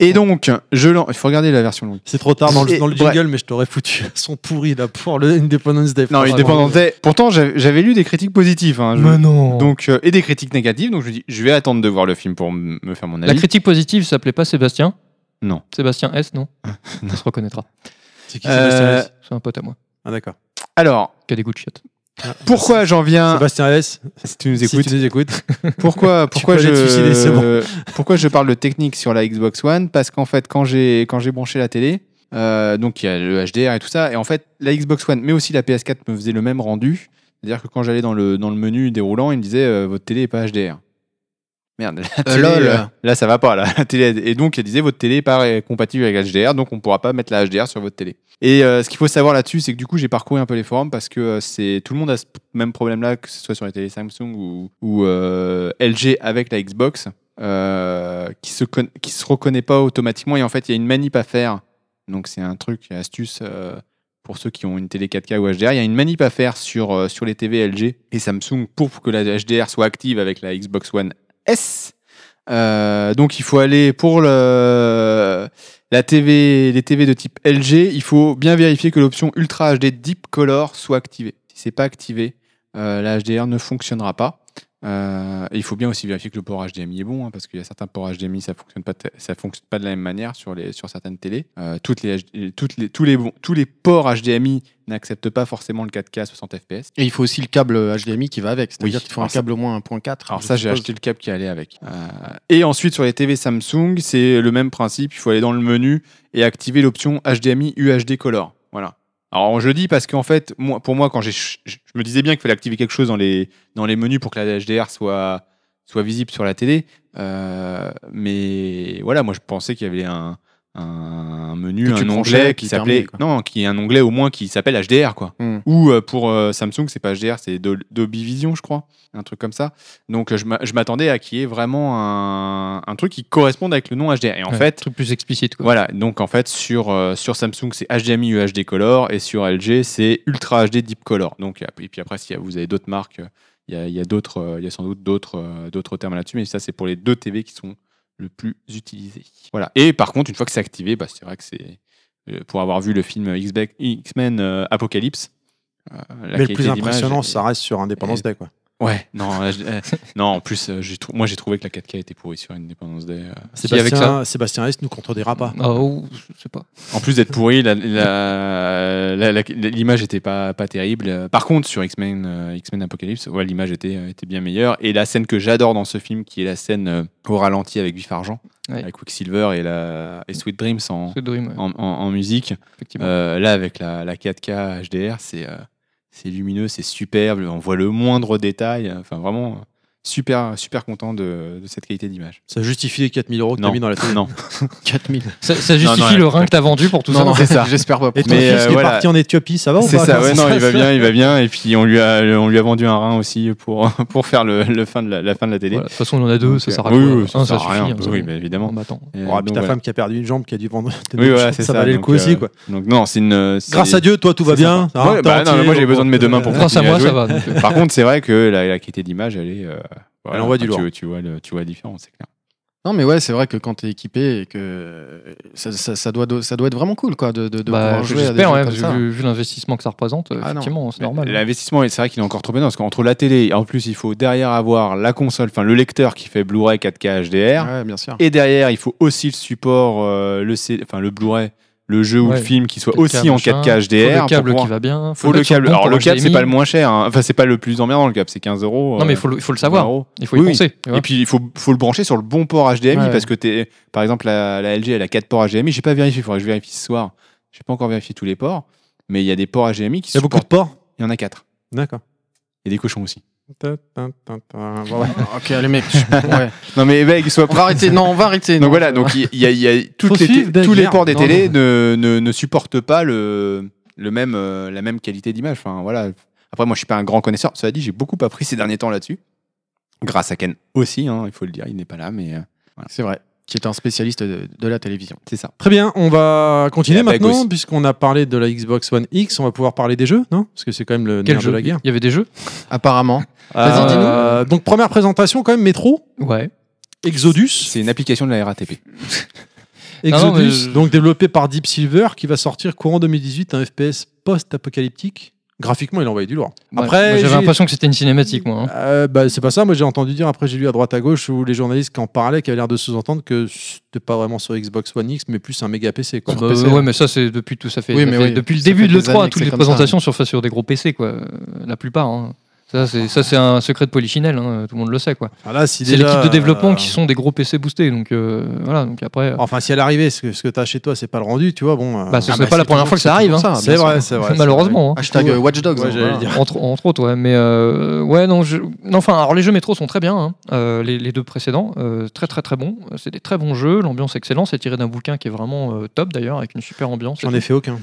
D: Et donc, je l'en- il faut regarder la version longue.
A: C'est trop tard dans le,
D: Et-
A: dans le jingle, mais je t'aurais foutu (laughs) son pourri là pour le Independence Day.
D: Non,
A: Franchement,
D: Independence Day. Pourtant, j'avais j'avais lu des critiques positives. hein, je-
C: Ah, Mais non.
D: donc, euh, et des critiques négatives. Donc, je me dis, je vais attendre de voir le film pour m- me faire mon
C: la
D: avis.
C: critique positive s'appelait pas Sébastien
D: Non.
C: Sébastien S, non On se reconnaîtra.
A: C'est qui
D: Euh,
A: Sébastien S
C: C'est un pote à moi
A: Ah d'accord.
D: Alors,
C: qui a des goûts de chiottes.
D: pourquoi j'en viens
A: Sébastien S,
D: Si tu nous
A: si
D: écoutes,
A: tu Ah. nous écoutes. (laughs)
D: pourquoi, pourquoi
A: peux aller te suicider, c'est
D: je, (laughs) pourquoi je parle de technique sur la Xbox One Parce qu'en fait, quand j'ai quand j'ai branché la télé, euh, donc il y a le HDR et tout ça, et en fait, la Xbox One, mais aussi la PS4 me faisait le même rendu, c'est-à-dire que quand j'allais dans le dans le menu déroulant, il me disait euh, votre télé est pas HDR. Merde, la télé,
E: lol.
D: euh, là ça va pas là. (laughs) La télé, et donc il disait votre télé est pas euh, compatible avec HDR, donc on pourra pas mettre la HDR sur votre télé. Et euh, ce qu'il faut savoir là-dessus, c'est que du coup j'ai parcouru un peu les forums parce que euh, c'est tout le monde a ce même problème là, que ce soit sur les télé Samsung ou, ou, euh, LG avec la Xbox, euh, qui se con- qui se reconnaît pas automatiquement et en fait il y a une manip à faire. Donc c'est un truc astuce. euh, pour ceux qui ont une télé 4K ou HDR, il y a une manip à faire sur, euh, sur les TV LG et Samsung pour que la HDR soit active avec la Xbox One S. Euh, donc il faut aller pour le, la TV, les TV de type LG, il faut bien vérifier que l'option Ultra HD Deep Color soit activée. Si c'est pas activé, euh, la HDR ne fonctionnera pas. Euh, et il faut bien aussi vérifier que le port HDMI est bon, hein, parce qu'il y a certains ports HDMI, ça fonctionne pas, t- ça fonctionne pas de la même manière sur les sur certaines télés. Euh, toutes les, H- toutes les, tous les bons- tous les ports HDMI n'acceptent pas forcément le 4K à 60 FPS.
E: Et il faut aussi le câble HDMI qui va avec. C'est-à-dire
D: Oui.
E: qu'il faut un
D: Alors ça-
E: câble au moins 1.4.
D: Alors
E: je
D: ça, j'ai
E: suppose.
D: acheté le câble qui allait avec. Euh, et ensuite, sur les TV Samsung, c'est le même principe. Il faut aller dans le menu et activer l'option HDMI UHD Color. Voilà. Alors je le dis parce qu'en fait, moi, pour moi, quand j'ai, je je me disais bien qu'il fallait activer quelque chose dans les dans les menus pour que la HDR soit soit visible sur la télé. Euh, mais voilà, moi je pensais qu'il y avait un, un menu,
E: Que tu
D: un
E: branchais,
D: onglet qui
E: qui
D: s'appelait
E: permet, quoi.
D: non, qui est un onglet au moins qui s'appelle HDR quoi.
E: Hmm.
D: Ou euh, pour euh, Samsung, c'est pas HDR, c'est Dol- Dolby Vision, je crois, un truc comme ça. Donc euh, je m'a- je m'attendais à qu'il y ait vraiment un, un truc qui corresponde avec le nom HDR. Et en
C: Ouais,
D: fait,
C: truc plus explicite quoi.
D: voilà, donc en fait sur, euh, sur Samsung c'est HDMI UHD Color et sur LG c'est Ultra HD Deep Color. Donc, et puis après, si vous avez d'autres marques, euh, il y a, il y a d'autres, euh, il y a sans doute d'autres euh, d'autres termes là-dessus, mais ça c'est pour les deux TV qui sont le plus utilisés. Voilà. Et par contre, une fois que c'est activé, bah, c'est vrai que c'est. euh, Pour avoir vu le film X-Bec- X-Men euh, Apocalypse. euh, la
A: Mais le
D: qualité
A: plus
D: d'image
A: impressionnant,
D: est-
A: ça reste sur Independence
D: et-
A: Day. Quoi.
D: Ouais, non, euh, je- euh, non en plus, euh, j'ai trou- moi j'ai trouvé que la 4K était pourrie sur Independence Day. euh, si, avec ça.
A: Sébastien, Sébastien Est nous contredira pas.
C: Ah, ou- je sais pas.
D: En plus d'être pourri, la- la- la- la- l'image était pas, pas terrible. Euh, Par contre, sur X-Men euh, X-Men Apocalypse, ouais, l'image était, euh, était bien meilleure. Et la scène que j'adore dans ce film, qui est la scène euh, au ralenti avec Vif Argent,
C: Ouais.
D: avec Quicksilver et, la, et Sweet Dreams en,
C: C'est Dream, ouais,
D: en, en- en musique,
C: effectivement.
D: euh, là, avec la, la 4K HDR, c'est euh, c'est lumineux, c'est superbe. On voit le moindre détail. Enfin, vraiment, euh, super, super content de, de cette qualité d'image.
A: Ça justifie les 4000 euros que t'as
D: Non,
A: mis dans la télé. (laughs)
D: non.
A: 4000.
E: Euh,
C: Ça, ça justifie
D: non,
C: le
D: ouais.
C: rein que t'as vendu pour tout
E: (laughs) Non,
C: ça.
E: non, (laughs)
D: c'est ça.
E: J'espère pas.
A: Et ton fils
D: Mais, euh,
A: qui
D: voilà.
A: est parti en Éthiopie, bah, ça va ou
D: C'est
A: pas Oh,
D: ça, ouais,
A: Comment
D: non, il va
A: se
D: bien, il va bien. Et puis on lui a, on lui a vendu un rein aussi pour, (laughs) pour faire le, le fin de la, la fin de la télé.
C: Voilà, de toute façon, on en a deux,
D: Donc,
C: ça
D: euh,
C: sert à
D: oui,
C: quoi
D: oui, ça
C: Un,
D: sert à rien.
C: hein, c'est
D: Oui,
C: bon.
D: mais évidemment.
C: Bah, attends.
D: Et
A: Oh, puis
D: donc,
A: ta
D: ouais.
A: femme qui a perdu une jambe, qui a dû vendre.
D: Oui, voilà, c'est ça.
A: ça valait le
D: Donc,
A: coup aussi,
D: euh,
A: quoi.
D: Donc non, c'est une. euh, c'est-
A: Grâce à Dieu, toi, tout va
D: c'est
A: bien.
D: sympa. Ouais,
A: t'es
D: bah, non,
A: entier,
D: mais moi j'ai
A: donc,
D: besoin de mes deux mains
A: euh,
D: pour.
C: Grâce à
D: continuer
C: moi, ça
D: jouer.
C: va. donc, euh,
D: (laughs) Par contre, c'est vrai que la, la qualité d'image, elle est. euh, voilà,
A: Elle envoie du
D: tu-
A: lourd.
D: Tu vois, le- tu vois la différence, c'est clair.
E: Non, mais ouais, c'est vrai que quand t'es équipé et que euh, ça, ça- ça doit, ça doit être vraiment cool, quoi, de, de, de
C: bah,
E: pouvoir jouer à des
C: J'espère,
E: jeux
C: ouais,
E: comme
C: parce que
E: ça.
C: vu, vu l'investissement que ça représente, euh,
E: Ah, non.
C: effectivement, c'est
D: Mais
C: normal.
D: L'investissement, c'est vrai qu'il est encore trop énorme parce qu'entre la télé, en plus, il faut derrière avoir la console, enfin le lecteur qui fait Blu-ray 4K HDR.
E: Ouais, bien sûr.
D: Et derrière, il faut aussi le support, euh, le, C- enfin, le Blu-ray, le jeu ou
C: Ouais.
D: le film qui soit
C: 4K,
D: aussi en
C: machin.
D: 4K
C: Faut
D: HDR.
C: le
D: pour
C: câble
D: pouvoir-
C: qui va bien.
D: Faut le
C: mettre sur
D: câble.
C: bon
D: Alors
C: pour
D: le câble, c'est
C: HDMI.
D: pas le moins cher. hein. Enfin, c'est pas le plus emmerdant. Le câble, c'est 15 euros.
C: Non, mais
D: euh,
C: il faut le, il faut le
D: 20
C: savoir.
D: euros.
C: Il faut y
D: Oui, oui.
C: penser. tu vois.
D: Et puis il faut, faut le brancher sur le bon port HDMI
E: Ouais.
D: parce que t'es, par exemple la, la LG elle a 4 ports HDMI. J'ai pas vérifié, il faudrait que je vérifie ce soir. J'ai pas encore vérifié tous les ports, mais il y a des ports HDMI qui
A: Il y a beaucoup de
D: supportent-
A: porcs.
D: Il y en a 4.
A: D'accord.
D: Et des cochons aussi.
A: Voilà.
E: ok, les (laughs) mecs, ouais.
D: Non mais mec, sois
E: on va arrêter. Non, on va
D: (laughs)
E: arrêter.
D: Donc voilà, donc il y a, il y a- toutes
A: Faut
D: les té-
A: suivre, Dave.
D: tous les
A: Merde,
D: ports des
A: non,
D: télés ne, ne, ne supportent pas le, le même, euh, la même qualité d'image. Enfin, voilà. Après, moi, je suis pas un grand connaisseur. Cela dit, j'ai beaucoup appris ces derniers temps là-dessus. Grâce à Ken aussi, hein, il faut le dire, il n'est pas là, mais euh,
E: C'est vrai. Qui est un spécialiste de, de la télévision.
D: c'est ça.
A: Très bien, on va
D: Et
A: continuer
D: la bague
A: maintenant,
D: aussi.
A: puisqu'on a parlé de la Xbox One X, on va pouvoir parler des jeux, non Parce que c'est quand même le
C: Quel
A: nerf
C: jeu
A: de la guerre.
C: Il y avait des jeux
E: Apparemment.
D: Ah.
C: Vas-y, dis-nous.
A: donc première présentation quand même, Metro,
C: Ouais.
A: Exodus,
D: C'est une application de la RATP.
A: Exodus,
C: Ah Non, non, mais je-
A: donc développé par Deep Silver, qui va sortir courant 2018, un FPS post-apocalyptique. Graphiquement, il envoyait du lourd. Après,
C: Moi,
A: j'ai-
C: j'avais l'impression que c'était une cinématique, moi. hein.
A: Euh, bah, c'est pas ça, moi j'ai entendu dire, après j'ai lu à droite à gauche où les journalistes qui en parlaient, qui avaient l'air de sous-entendre que c'était pas vraiment sur Xbox One X, mais plus un méga PC. Quoi.
C: Ah bah, ouais, mais ça, c'est depuis tout. Ça fait,
E: Oui,
C: ça
E: mais
C: fait-
E: oui,
C: depuis le
E: ça
C: début
E: fait
C: de
E: des
C: l'E3,
E: années que
C: toutes
E: c'est
C: les
E: comme ça, hein.
C: présentations sur, sur des gros PC, quoi. euh, La plupart. hein. Ça, c'est ça, c'est un secret de polichinelle, hein, tout le monde le sait, quoi.
A: Ah, là, si
C: C'est
A: déjà,
C: l'équipe de développement
A: euh,
C: qui sont des gros PC boostés, donc euh, voilà. Donc après, euh,
A: Enfin, si à l'arrivée, ce que, ce que t'as chez toi, c'est pas le rendu, tu vois, bon. euh, ah,
C: bah, ce serait pas la première fois que ça
E: Oh, ah, c'est
C: arrive,
E: toujours
C: hein.
E: ça,
A: c'est
E: bien
A: vrai,
C: (laughs)
E: sûr.
A: c'est vrai. c'est
C: malheureusement. hein.
E: Hashtag euh, Watch Dogs.
A: Ouais,
E: hein,
A: j'allais
E: voilà.
A: le dire.
C: entre, entre autres, ouais. Mais euh, ouais, non, je- non, enfin, alors les jeux métro sont très bien, hein. Euh, les, les deux précédents, euh, très très très bons. C'est des très bons jeux, l'ambiance est excellente, c'est tiré d'un bouquin qui est vraiment euh, top d'ailleurs, avec une super ambiance.
A: J'en ai fait aucun.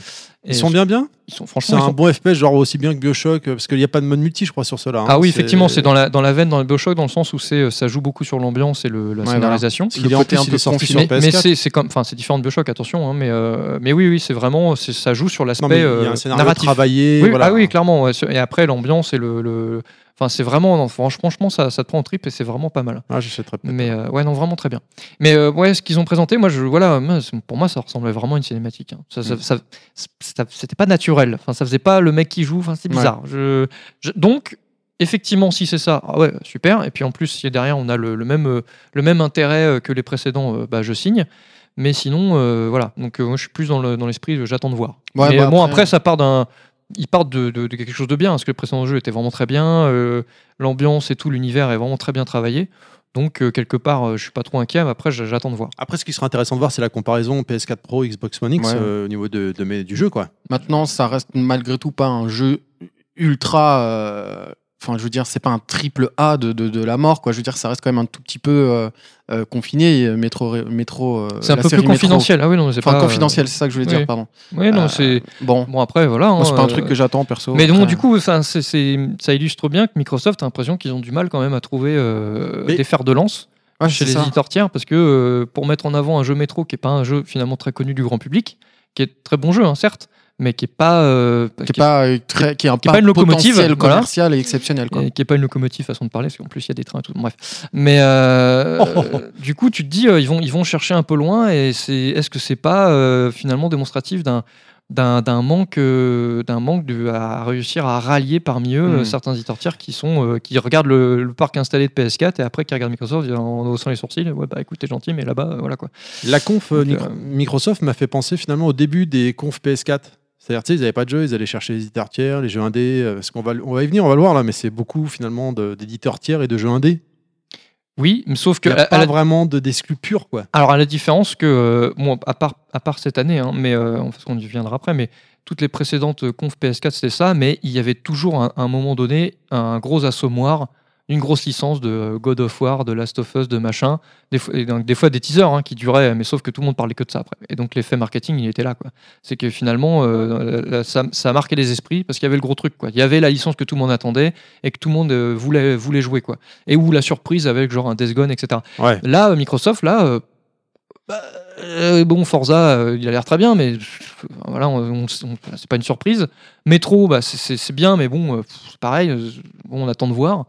C: Et
A: Ils sont bien, bien
C: ils sont-
A: C'est
C: franchement, ils
A: un
C: sont-
A: bon FPS, genre aussi bien que Bioshock, euh, parce qu'il n'y a pas de mode multi, je crois, sur cela. hein.
C: Ah oui, effectivement, c'est dans la, dans la veine, dans le Bioshock, dans le sens où c'est, euh, ça joue beaucoup sur l'ambiance et le, la
E: Ouais,
C: scénarisation.
A: Parce qu'il
E: le
A: est en
E: côté
A: plus,
E: un
A: il
E: peu
A: est sorti
E: confus.
A: sur
C: Mais, mais
A: PS4.
C: c'est c'est comme, enfin, c'est différent de Bioshock, attention, hein, mais, euh, mais oui, oui, c'est vraiment, c'est- ça joue sur
A: Non,
C: l'aspect
A: mais il y a
C: euh,
A: un scénario
C: narratif.
A: travaillé.
C: Oui,
A: voilà.
C: Ah oui, clairement. ouais, sur- Et après, l'ambiance et le. le- Enfin, c'est vraiment. non, franch- franchement, ça, ça te prend en trip et c'est vraiment pas mal.
A: Ah, j'achèterais peut-être.
C: Mais euh, ouais, non, vraiment très bien. Mais euh, ouais, ce qu'ils ont présenté, moi, je, voilà, mince, pour moi, ça ressemblait vraiment à une cinématique. hein. Ça, ça- ça- c- ça- c'était pas naturel. Enfin, ça faisait pas le mec qui joue. Enfin, c'est bizarre. Je- je- donc, effectivement, si c'est ça, ah ouais, super. Et puis en plus, si derrière, on a le, le même, euh, le même intérêt euh, que les précédents, euh, bah, je signe. Mais sinon, euh, voilà. Donc, euh, moi, je suis plus dans le- dans l'esprit, de j'attends de voir.
E: Ouais,
C: Mais
E: bah,
C: bon,
E: après-
C: après, ça part d'un. Ils partent de, de- de quelque chose de bien, parce que le précédent jeu était vraiment très bien, euh, l'ambiance et tout, l'univers est vraiment très bien travaillé. Donc, euh, quelque part, euh, je suis pas trop inquiet, mais après, j- j'attends de voir.
E: Euh,
A: Après, ce qui sera intéressant de voir, c'est la comparaison PS4 Pro, Xbox One X
E: Ouais.
A: euh, au niveau de, de mes- du jeu, quoi.
E: Maintenant, ça reste malgré tout pas un jeu ultra. euh, Enfin, je veux dire, c'est pas un triple A de, de, de la mort, quoi. Je veux dire, ça reste quand même un tout petit peu euh, euh, confiné. euh, Métro, métro. euh,
C: C'est un
E: la
C: peu plus
E: série Métro.
C: confidentiel. Ah oui, non, c'est
E: Enfin,
C: pas euh,
E: confidentiel, c'est ça que je voulais
C: oui.
E: dire, pardon.
C: Oui, non,
E: Euh,
C: c'est
E: Bon,
C: bon après voilà.
E: Moi, c'est
C: hein,
E: pas un
C: euh,
E: truc que j'attends perso.
C: Mais donc
E: Après,
C: du coup, enfin, c'est- c'est- ça illustre bien que Microsoft a l'impression qu'ils ont du mal quand même à trouver euh,
E: Mais-
C: des fers de lance
E: ouais,
C: chez
E: c'est
C: les
E: ça.
C: éditeurs tiers, parce que euh, pour mettre en avant un jeu métro qui est pas un jeu finalement très connu du grand public, qui est très bon jeu, hein, certes, mais qui est pas euh,
E: qui est pas euh, très, qui est un
C: qui est pas une locomotive,
E: potentiel
C: voilà.
E: commercial et exceptionnel, quoi.
C: et qui est pas une locomotive façon de parler, parce qu'en plus il y a des trains et tout. Bref. Mais euh,
A: Oh.
C: euh, (laughs) du coup, tu te dis, euh, ils, vont, ils vont chercher un peu loin, et c'est, est-ce que c'est pas euh, finalement démonstratif d'un, d'un, d'un manque, euh, d'un manque de, à réussir à rallier parmi
A: Hmm.
C: eux euh,
D: Mhm.
C: certains éditeurs tiers qui, sont, euh, qui regardent le, le parc installé de PS4 et après qui regardent Microsoft en haussant les sourcils, ouais, bah écoute, t'es gentil, mais là-bas, euh, voilà quoi.
A: La conf euh,
C: Donc,
A: Micro-
C: euh,
A: Microsoft m'a fait penser finalement au début des confs PS4. C'est-à-dire, tu sais, ils n'avaient pas de jeu, ils allaient chercher les éditeurs tiers, les jeux indés. euh, Parce qu'on va, on va y venir, on va le voir là, mais c'est beaucoup finalement de- d'éditeurs tiers et de jeux indés.
C: Oui, mais sauf que. euh,
A: Il n'y a
C: à- à
A: pas
C: la-
A: vraiment de- d'exclus purs, quoi.
C: Alors à la différence que, euh, bon, à part, à part cette année, hein, mais euh, parce qu'on y viendra après, mais toutes les précédentes euh, confs PS4 c'était ça, mais il y avait toujours à un, moment donné un gros assommoir, une grosse licence de euh, God of War, de Last of Us, de machin, des fois, et donc, des fois des teasers hein, qui duraient, mais sauf que tout le monde parlait que de ça après. Et donc l'effet marketing il était là, quoi. C'est que finalement euh, euh, ça, ça marquait les esprits parce qu'il y avait le gros truc, quoi. Il y avait la licence que tout le monde attendait et que tout le monde euh, voulait, voulait jouer, quoi. Et où la surprise avec genre un Death Gone, etc.
A: Ouais.
C: Là, euh, Microsoft, là, euh, bah, euh, bon, Forza, euh, il a l'air très bien, mais pff, voilà, on- on- on- c'est pas une surprise. Metro, bah, c'est- c'est c'est bien, mais bon, euh, pff, c'est pareil, euh, bon, on attend de voir.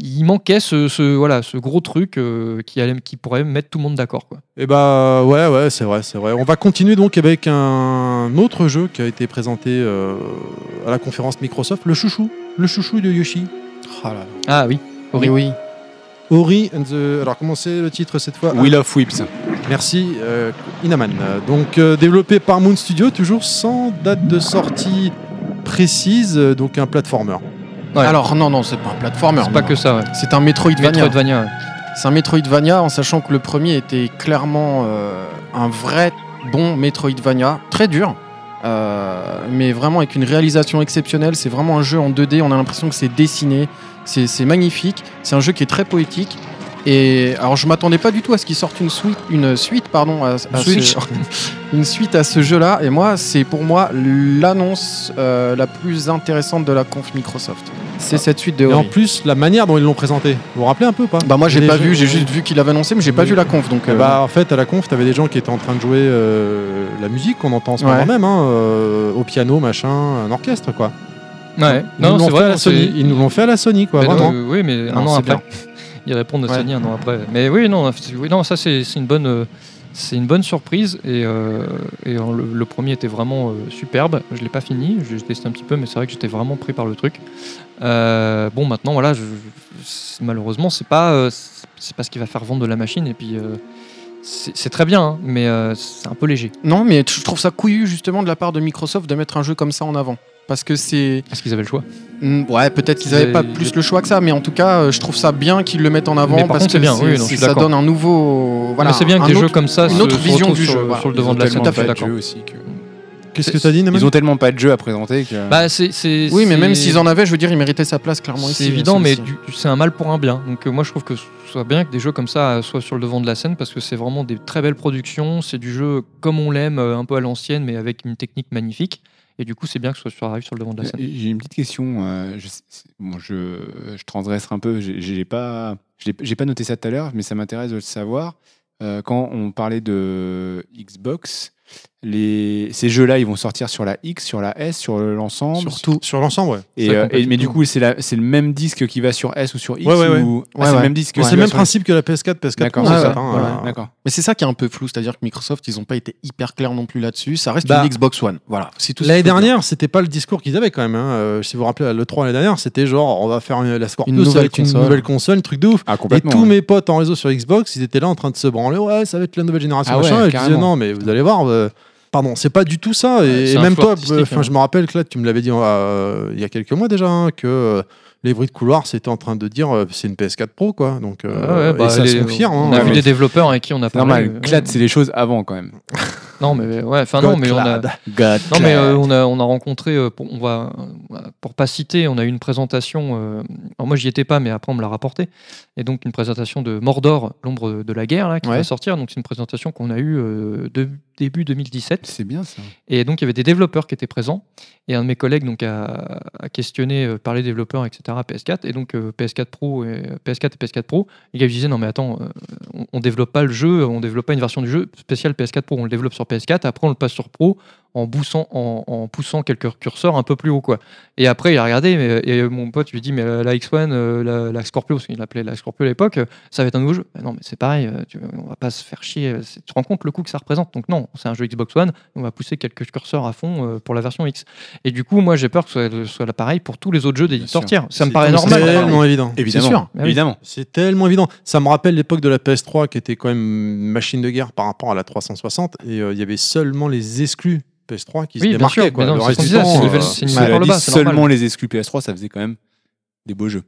C: Il manquait ce, ce- voilà, ce gros truc euh, qui, allait, qui pourrait mettre tout le monde d'accord. quoi.
A: Et bah ouais, ouais, c'est vrai, c'est vrai. On va continuer donc avec un autre jeu qui a été présenté euh, à la conférence Microsoft, le chouchou, le chouchou de Yoshi. Ah là là.
C: Ah oui,
E: Oh Oui, oui.
A: Ori and the... Alors comment c'est le titre cette fois
D: Wheel of Whips.
A: Merci euh, Inaman. Euh, Donc euh, développé par Moon Studio, toujours sans date de sortie précise, euh, donc un platformer.
C: Ouais.
E: Alors non, non, c'est pas un platformer.
C: c'est pas
E: non.
C: que ça. ouais.
E: C'est un Metroidvania.
C: Metroidvania. ouais.
E: C'est un Metroidvania en sachant que le premier était clairement euh, un vrai bon Metroidvania, très dur, euh, mais vraiment avec une réalisation exceptionnelle. C'est vraiment un jeu en 2D, on a l'impression que c'est dessiné, c'est c'est magnifique, c'est un jeu qui est très poétique. Et alors je m'attendais pas du tout à ce qu'il sorte une suite, une suite pardon, à,
A: Ah,
E: à
C: Switch.
E: ce, une suite à ce jeu-là. Et moi, c'est pour moi l'annonce euh, la plus intéressante de la conf Microsoft. C'est cette suite de
A: Et en
E: Ori.
A: plus, la manière dont ils l'ont présenté. Vous vous rappelez un peu ou pas
E: Bah moi j'ai
A: Les
E: pas
A: jeux-
E: vu, j'ai juste vu qu'il avait annoncé, mais j'ai pas
A: Oui.
E: vu la conf donc.
A: Eh
E: euh,
A: bah, en fait, à la conf, t'avais des gens qui étaient en train de jouer euh, la musique qu'on entend en ce
E: Ouais.
A: moment même, hein, euh, au piano, machin, un orchestre, quoi.
C: Ouais.
A: Ils nous
C: Non,
A: l'ont
C: c'est
A: fait à
C: vrai.
A: la Sony.
C: c'est-
A: Ils nous l'ont fait à la Sony, quoi,
C: Mais non,
A: vraiment.
C: euh, oui, mais un
E: Non,
C: an
E: c'est
C: après.
E: bien.
C: (laughs) Ils répondent à
E: Ouais.
C: Sony un an après. Mais oui, non, c'est- oui, non ça c'est c'est une bonne. euh, C'est une bonne surprise et, euh, et en- le, le premier était vraiment euh, superbe. Je l'ai pas fini, j'ai testé un petit peu, mais c'est vrai que j'étais vraiment pris par le truc. Euh, bon, maintenant voilà, je, c'est- malheureusement c'est pas euh, c'est c'est pas ce qui va faire vendre de la machine et puis euh, c'est c'est très bien, hein, mais euh, c'est un peu léger.
E: Non, mais je trouve ça couillu justement de la part de Microsoft de mettre un jeu comme ça en avant. Parce que c'est.
C: Est-ce qu'ils avaient le choix
E: Mm, Ouais, peut-être qu'ils
C: C'est-
E: avaient pas plus le choix que ça, mais en tout cas, euh, je trouve ça bien qu'ils le mettent en avant
C: Mais par
E: parce
C: contre,
E: que
C: c'est bien, oui, non,
E: c'est-
C: je suis
E: ça
C: d'accord.
E: donne un nouveau. Voilà,
C: Mais c'est bien que
E: un
C: des jeux
E: autre-
C: comme ça
E: une
C: se,
E: autre
C: se
E: vision
C: retrouvent
E: du
C: sur,
E: jeu, voilà.
C: sur le
D: Ils
C: devant
D: ont
C: de la scène.
D: tellement
E: tout à
C: je suis
D: pas de
C: d'accord.
D: jeux aussi que-
A: Qu'est-ce que t'as dit, Naman
D: Ils ont tellement pas de jeux à présenter que.
C: Bah, c'est- c'est-
E: Oui, mais même
C: c'est-
E: s'ils en avaient, je veux dire, ils méritaient sa place clairement ici. hein,
C: C'est évident, mais
E: celui-ci.
C: du- du- c'est un mal pour un bien. Donc euh, moi, je trouve que ce soit bien que des jeux comme ça euh, soient sur le devant de la scène parce que c'est vraiment des très belles productions. C'est du jeu comme on l'aime, euh, un peu à l'ancienne, mais avec une technique magnifique. Et du coup, c'est bien que ce soit sur, arrive sur le devant de la
A: Euh,
C: scène.
D: J'ai une petite question. euh, je, sais- c'est- bon, je, je transgresse un peu. J'ai- J'ai pas, je l'ai- j'ai pas noté ça tout à l'heure, mais ça m'intéresse de le savoir. Euh, quand on parlait de Xbox, les, ces jeux-là, ils vont sortir sur la X, sur la S, sur l'ensemble.
E: Surtout.
A: Sur l'ensemble, ouais.
D: Et,
C: Ça,
D: euh,
C: complètement.
D: et- mais du coup, c'est la- c'est le même disque qui va sur S ou sur X
A: Ouais, ouais, ouais.
D: ou- Ah,
E: Ouais,
D: c'est
E: ouais.
D: le même disque.
A: C'est
D: qui
A: le
D: va
A: même
D: sur-
A: principe que la PS4, PS4
D: D'accord,
A: Pro,
E: ouais,
A: c'est
E: ouais.
A: certain,
E: Voilà.
A: euh,
D: D'accord.
E: Mais c'est ça qui est un peu flou, c'est-à-dire que Microsoft, ils ont pas été hyper clairs non plus là-dessus. Ça reste
A: Bah,
E: une Xbox One. Voilà, c'est tout. ce
A: L'année
E: qu'il faut dire.
A: dernière, c'était pas le discours qu'ils avaient quand même. hein. Euh, si vous vous rappelez, le 3 l'année dernière, c'était genre on va faire une- la Scorpio,
E: Une
A: ça va
E: nouvelle
A: être une
E: console.
A: nouvelle console, truc de ouf.
D: Ah,
A: Et
D: complètement.
A: tous
D: ouais.
A: mes potes en réseau sur Xbox, ils étaient là en train de se branler. Ouais, ça va être la nouvelle génération.
D: Ah ouais,
A: machin. Et je
D: carrément.
A: disais non, mais vous allez voir. euh, Pardon, c'est pas du tout ça.
C: Ouais,
A: Et,
C: c'est un
A: même
C: choix
A: toi,
C: artistique,
A: euh, 'fin,
C: hein.
A: je me rappelle que là, tu me l'avais dit euh, il y a quelques mois déjà, hein, que euh, les bruits de couloir, c'était en train de dire euh, c'est une PS4 Pro, quoi. Donc, euh,
C: Ouais, ouais,
A: et
C: bah,
A: ça
C: les-
A: se confirme.
C: on
A: hein.
C: a
D: Ouais,
C: vu
D: mais-
C: des développeurs avec qui on a
D: C'est
C: parlé.
D: normal.
C: euh,
D: Clad, c'est les choses avant quand même.
C: Non, mais ouais, enfin non, mais on a,
A: Godclad.
E: God.
C: non, mais euh, on a, on a rencontré, euh, pour, on va, euh, pour pas citer, on a eu une présentation. euh, alors moi, j'y étais pas, mais après on me l'a rapporté. Et donc une présentation de Mordor, l'ombre de la guerre, là, qui
D: Ouais.
C: va sortir. Donc c'est une présentation qu'on a eue euh, de- début 2017.
E: C'est bien ça.
C: Et donc, il y avait des développeurs qui étaient présents. Et un de mes collègues donc, a, a questionné euh, par les développeurs, etc., PS4. Et donc, euh, PS4 Pro et euh, PS4 et PS4 Pro. Et il disait Non, mais attends, euh, on, on développe pas le jeu, on développe pas une version du jeu spéciale PS4 Pro. On le développe sur PS4, après, on le passe sur Pro en, boussant, en, en poussant quelques curseurs un peu plus haut. quoi. Et après, il a regardé. Mais, et mon pote lui dit Mais la, la X1, euh, la, la Scorpio, parce qu'il l'appelait la Scorpio à l'époque, euh, ça va être un nouveau jeu. Ben non, mais c'est pareil, euh, tu, on va pas se faire chier. euh, c'est- Tu te rends compte le coût que ça représente Donc, non, c'est un jeu Xbox One on va pousser quelques curseurs à fond euh, pour la version X. Et du coup, moi, j'ai peur que ce soit, ce soit l'appareil pour tous les autres jeux
E: Bien
C: d'éditeurs
E: sûr.
C: tiers. Ça me
E: C'est-
C: paraît
E: mais
A: C'est
E: normal,
C: normal.
E: pareil.
A: tellement évident.
E: Évidemment. sûr.
C: Ah oui.
D: Évidemment.
A: C'est tellement évident. Ça me rappelle l'époque de la PS3 qui était quand même une machine de guerre par rapport à la 360 et euh, il y avait seulement les exclus PS3 qui se
C: Oui, bien
A: démarquaient.
C: sûr,
A: quoi.
C: mais non,
A: Le
C: c'est
A: reste
C: ce
A: du
C: qu'on disait,
A: temps,
C: ah, c'est
A: euh,
C: level- c'est une
D: Cela
C: main par le
D: dit,
C: bas, c'est normal.
D: seulement les exclus PS3, ça faisait quand même des beaux jeux.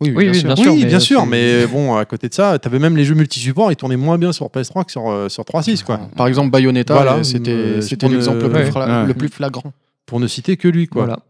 E: Oui,
C: Oui, oui, bien sûr.
A: oui,
C: mais,
A: bien
C: euh,
A: sûr,
C: c'est-
A: mais bon, à côté de ça, t'avais même les jeux multisupports, ils tournaient moins bien sur PS3 que sur, euh, sur
C: Ah.
A: 3.6, quoi.
E: Par exemple, Bayonetta,
A: Voilà,
E: euh, c'était
A: euh,
E: c'était
A: je
E: l'exemple
A: prends
E: le,
A: le-
E: plus
C: Ouais.
E: fla-
D: Ouais.
E: le plus flagrant.
A: Pour ne citer que lui, quoi.
C: Voilà.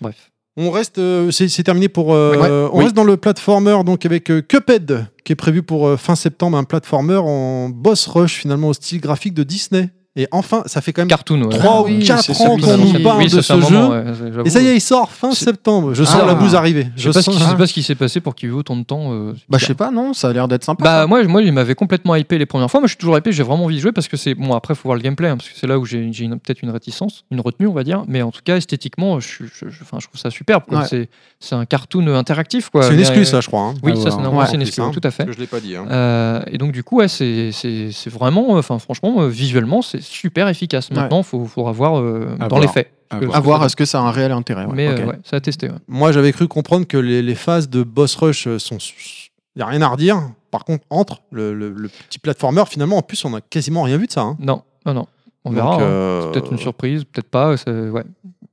C: Bref.
A: On reste, euh, c'est c'est terminé pour. euh,
E: Ouais.
A: on
E: Oui.
A: reste dans le platformer donc avec euh, Cuphead qui est prévu pour euh, fin septembre, un platformer en boss rush finalement au style graphique de Disney. Et enfin, ça fait quand même.
C: Cartoon. ouais.
A: Trois
E: ou
C: c'est
E: quatre
C: celui
E: ans
C: qui
E: qu'on
C: annonce-
E: nous
A: parle
C: oui, ça
A: de
C: fait un
A: ce
C: moment, ouais, j'avoue.
A: Et ça y est, il sort fin
C: C'est-
A: septembre. Je sens
E: Ah.
A: la bouse arriver.
C: Je sais pas ce qui- je
A: sens-
C: sais pas ce qui s'est passé pour qu'il y ait autant de temps. euh, c'est
E: Bah,
C: bizarre.
E: je sais pas, non, ça a l'air d'être sympa.
C: Bah moi, je- moi il m'avait complètement hypé les premières fois. Moi je suis toujours hypé, j'ai vraiment envie de jouer parce que c'est bon après faut voir le gameplay hein, parce que c'est là où j'ai j'ai une- peut-être une réticence, une retenue on va dire, mais en tout cas esthétiquement je, suis- je- je- enfin, je trouve ça superbe. quoi.
E: Ouais.
C: C'est c'est un cartoon interactif quoi.
A: C'est une
C: Mais,
A: excuse,
C: euh,
A: ça, je crois. hein.
C: Oui
E: Ah,
C: ça c'est
E: ouais,
C: normal,
A: ouais,
C: c'est une
A: c'est
C: excuse
A: ça.
C: tout à fait.
A: Parce que je l'ai pas dit. hein.
C: Euh, et donc du coup ouais, c'est c'est- c'est vraiment, euh, enfin franchement euh, visuellement c'est super efficace.
E: Ouais.
C: Maintenant faut faudra voir euh,
D: À
C: dans les
D: voir.
C: faits.
D: À
C: Parce que-
E: à voir, est-ce que ça a un réel intérêt ouais.
C: Mais
E: Ok.
C: euh, ouais, ça a testé. ouais.
A: Moi, j'avais cru comprendre que les, les phases de boss rush euh, sont. Il n'y a rien à redire. Par contre, entre le, le- le petit platformer, finalement, en plus, on n'a quasiment rien vu de ça. hein.
C: Non non non, on
A: Donc,
C: verra. hein.
A: euh,
C: Peut-être une surprise, peut-être pas. ça- Ouais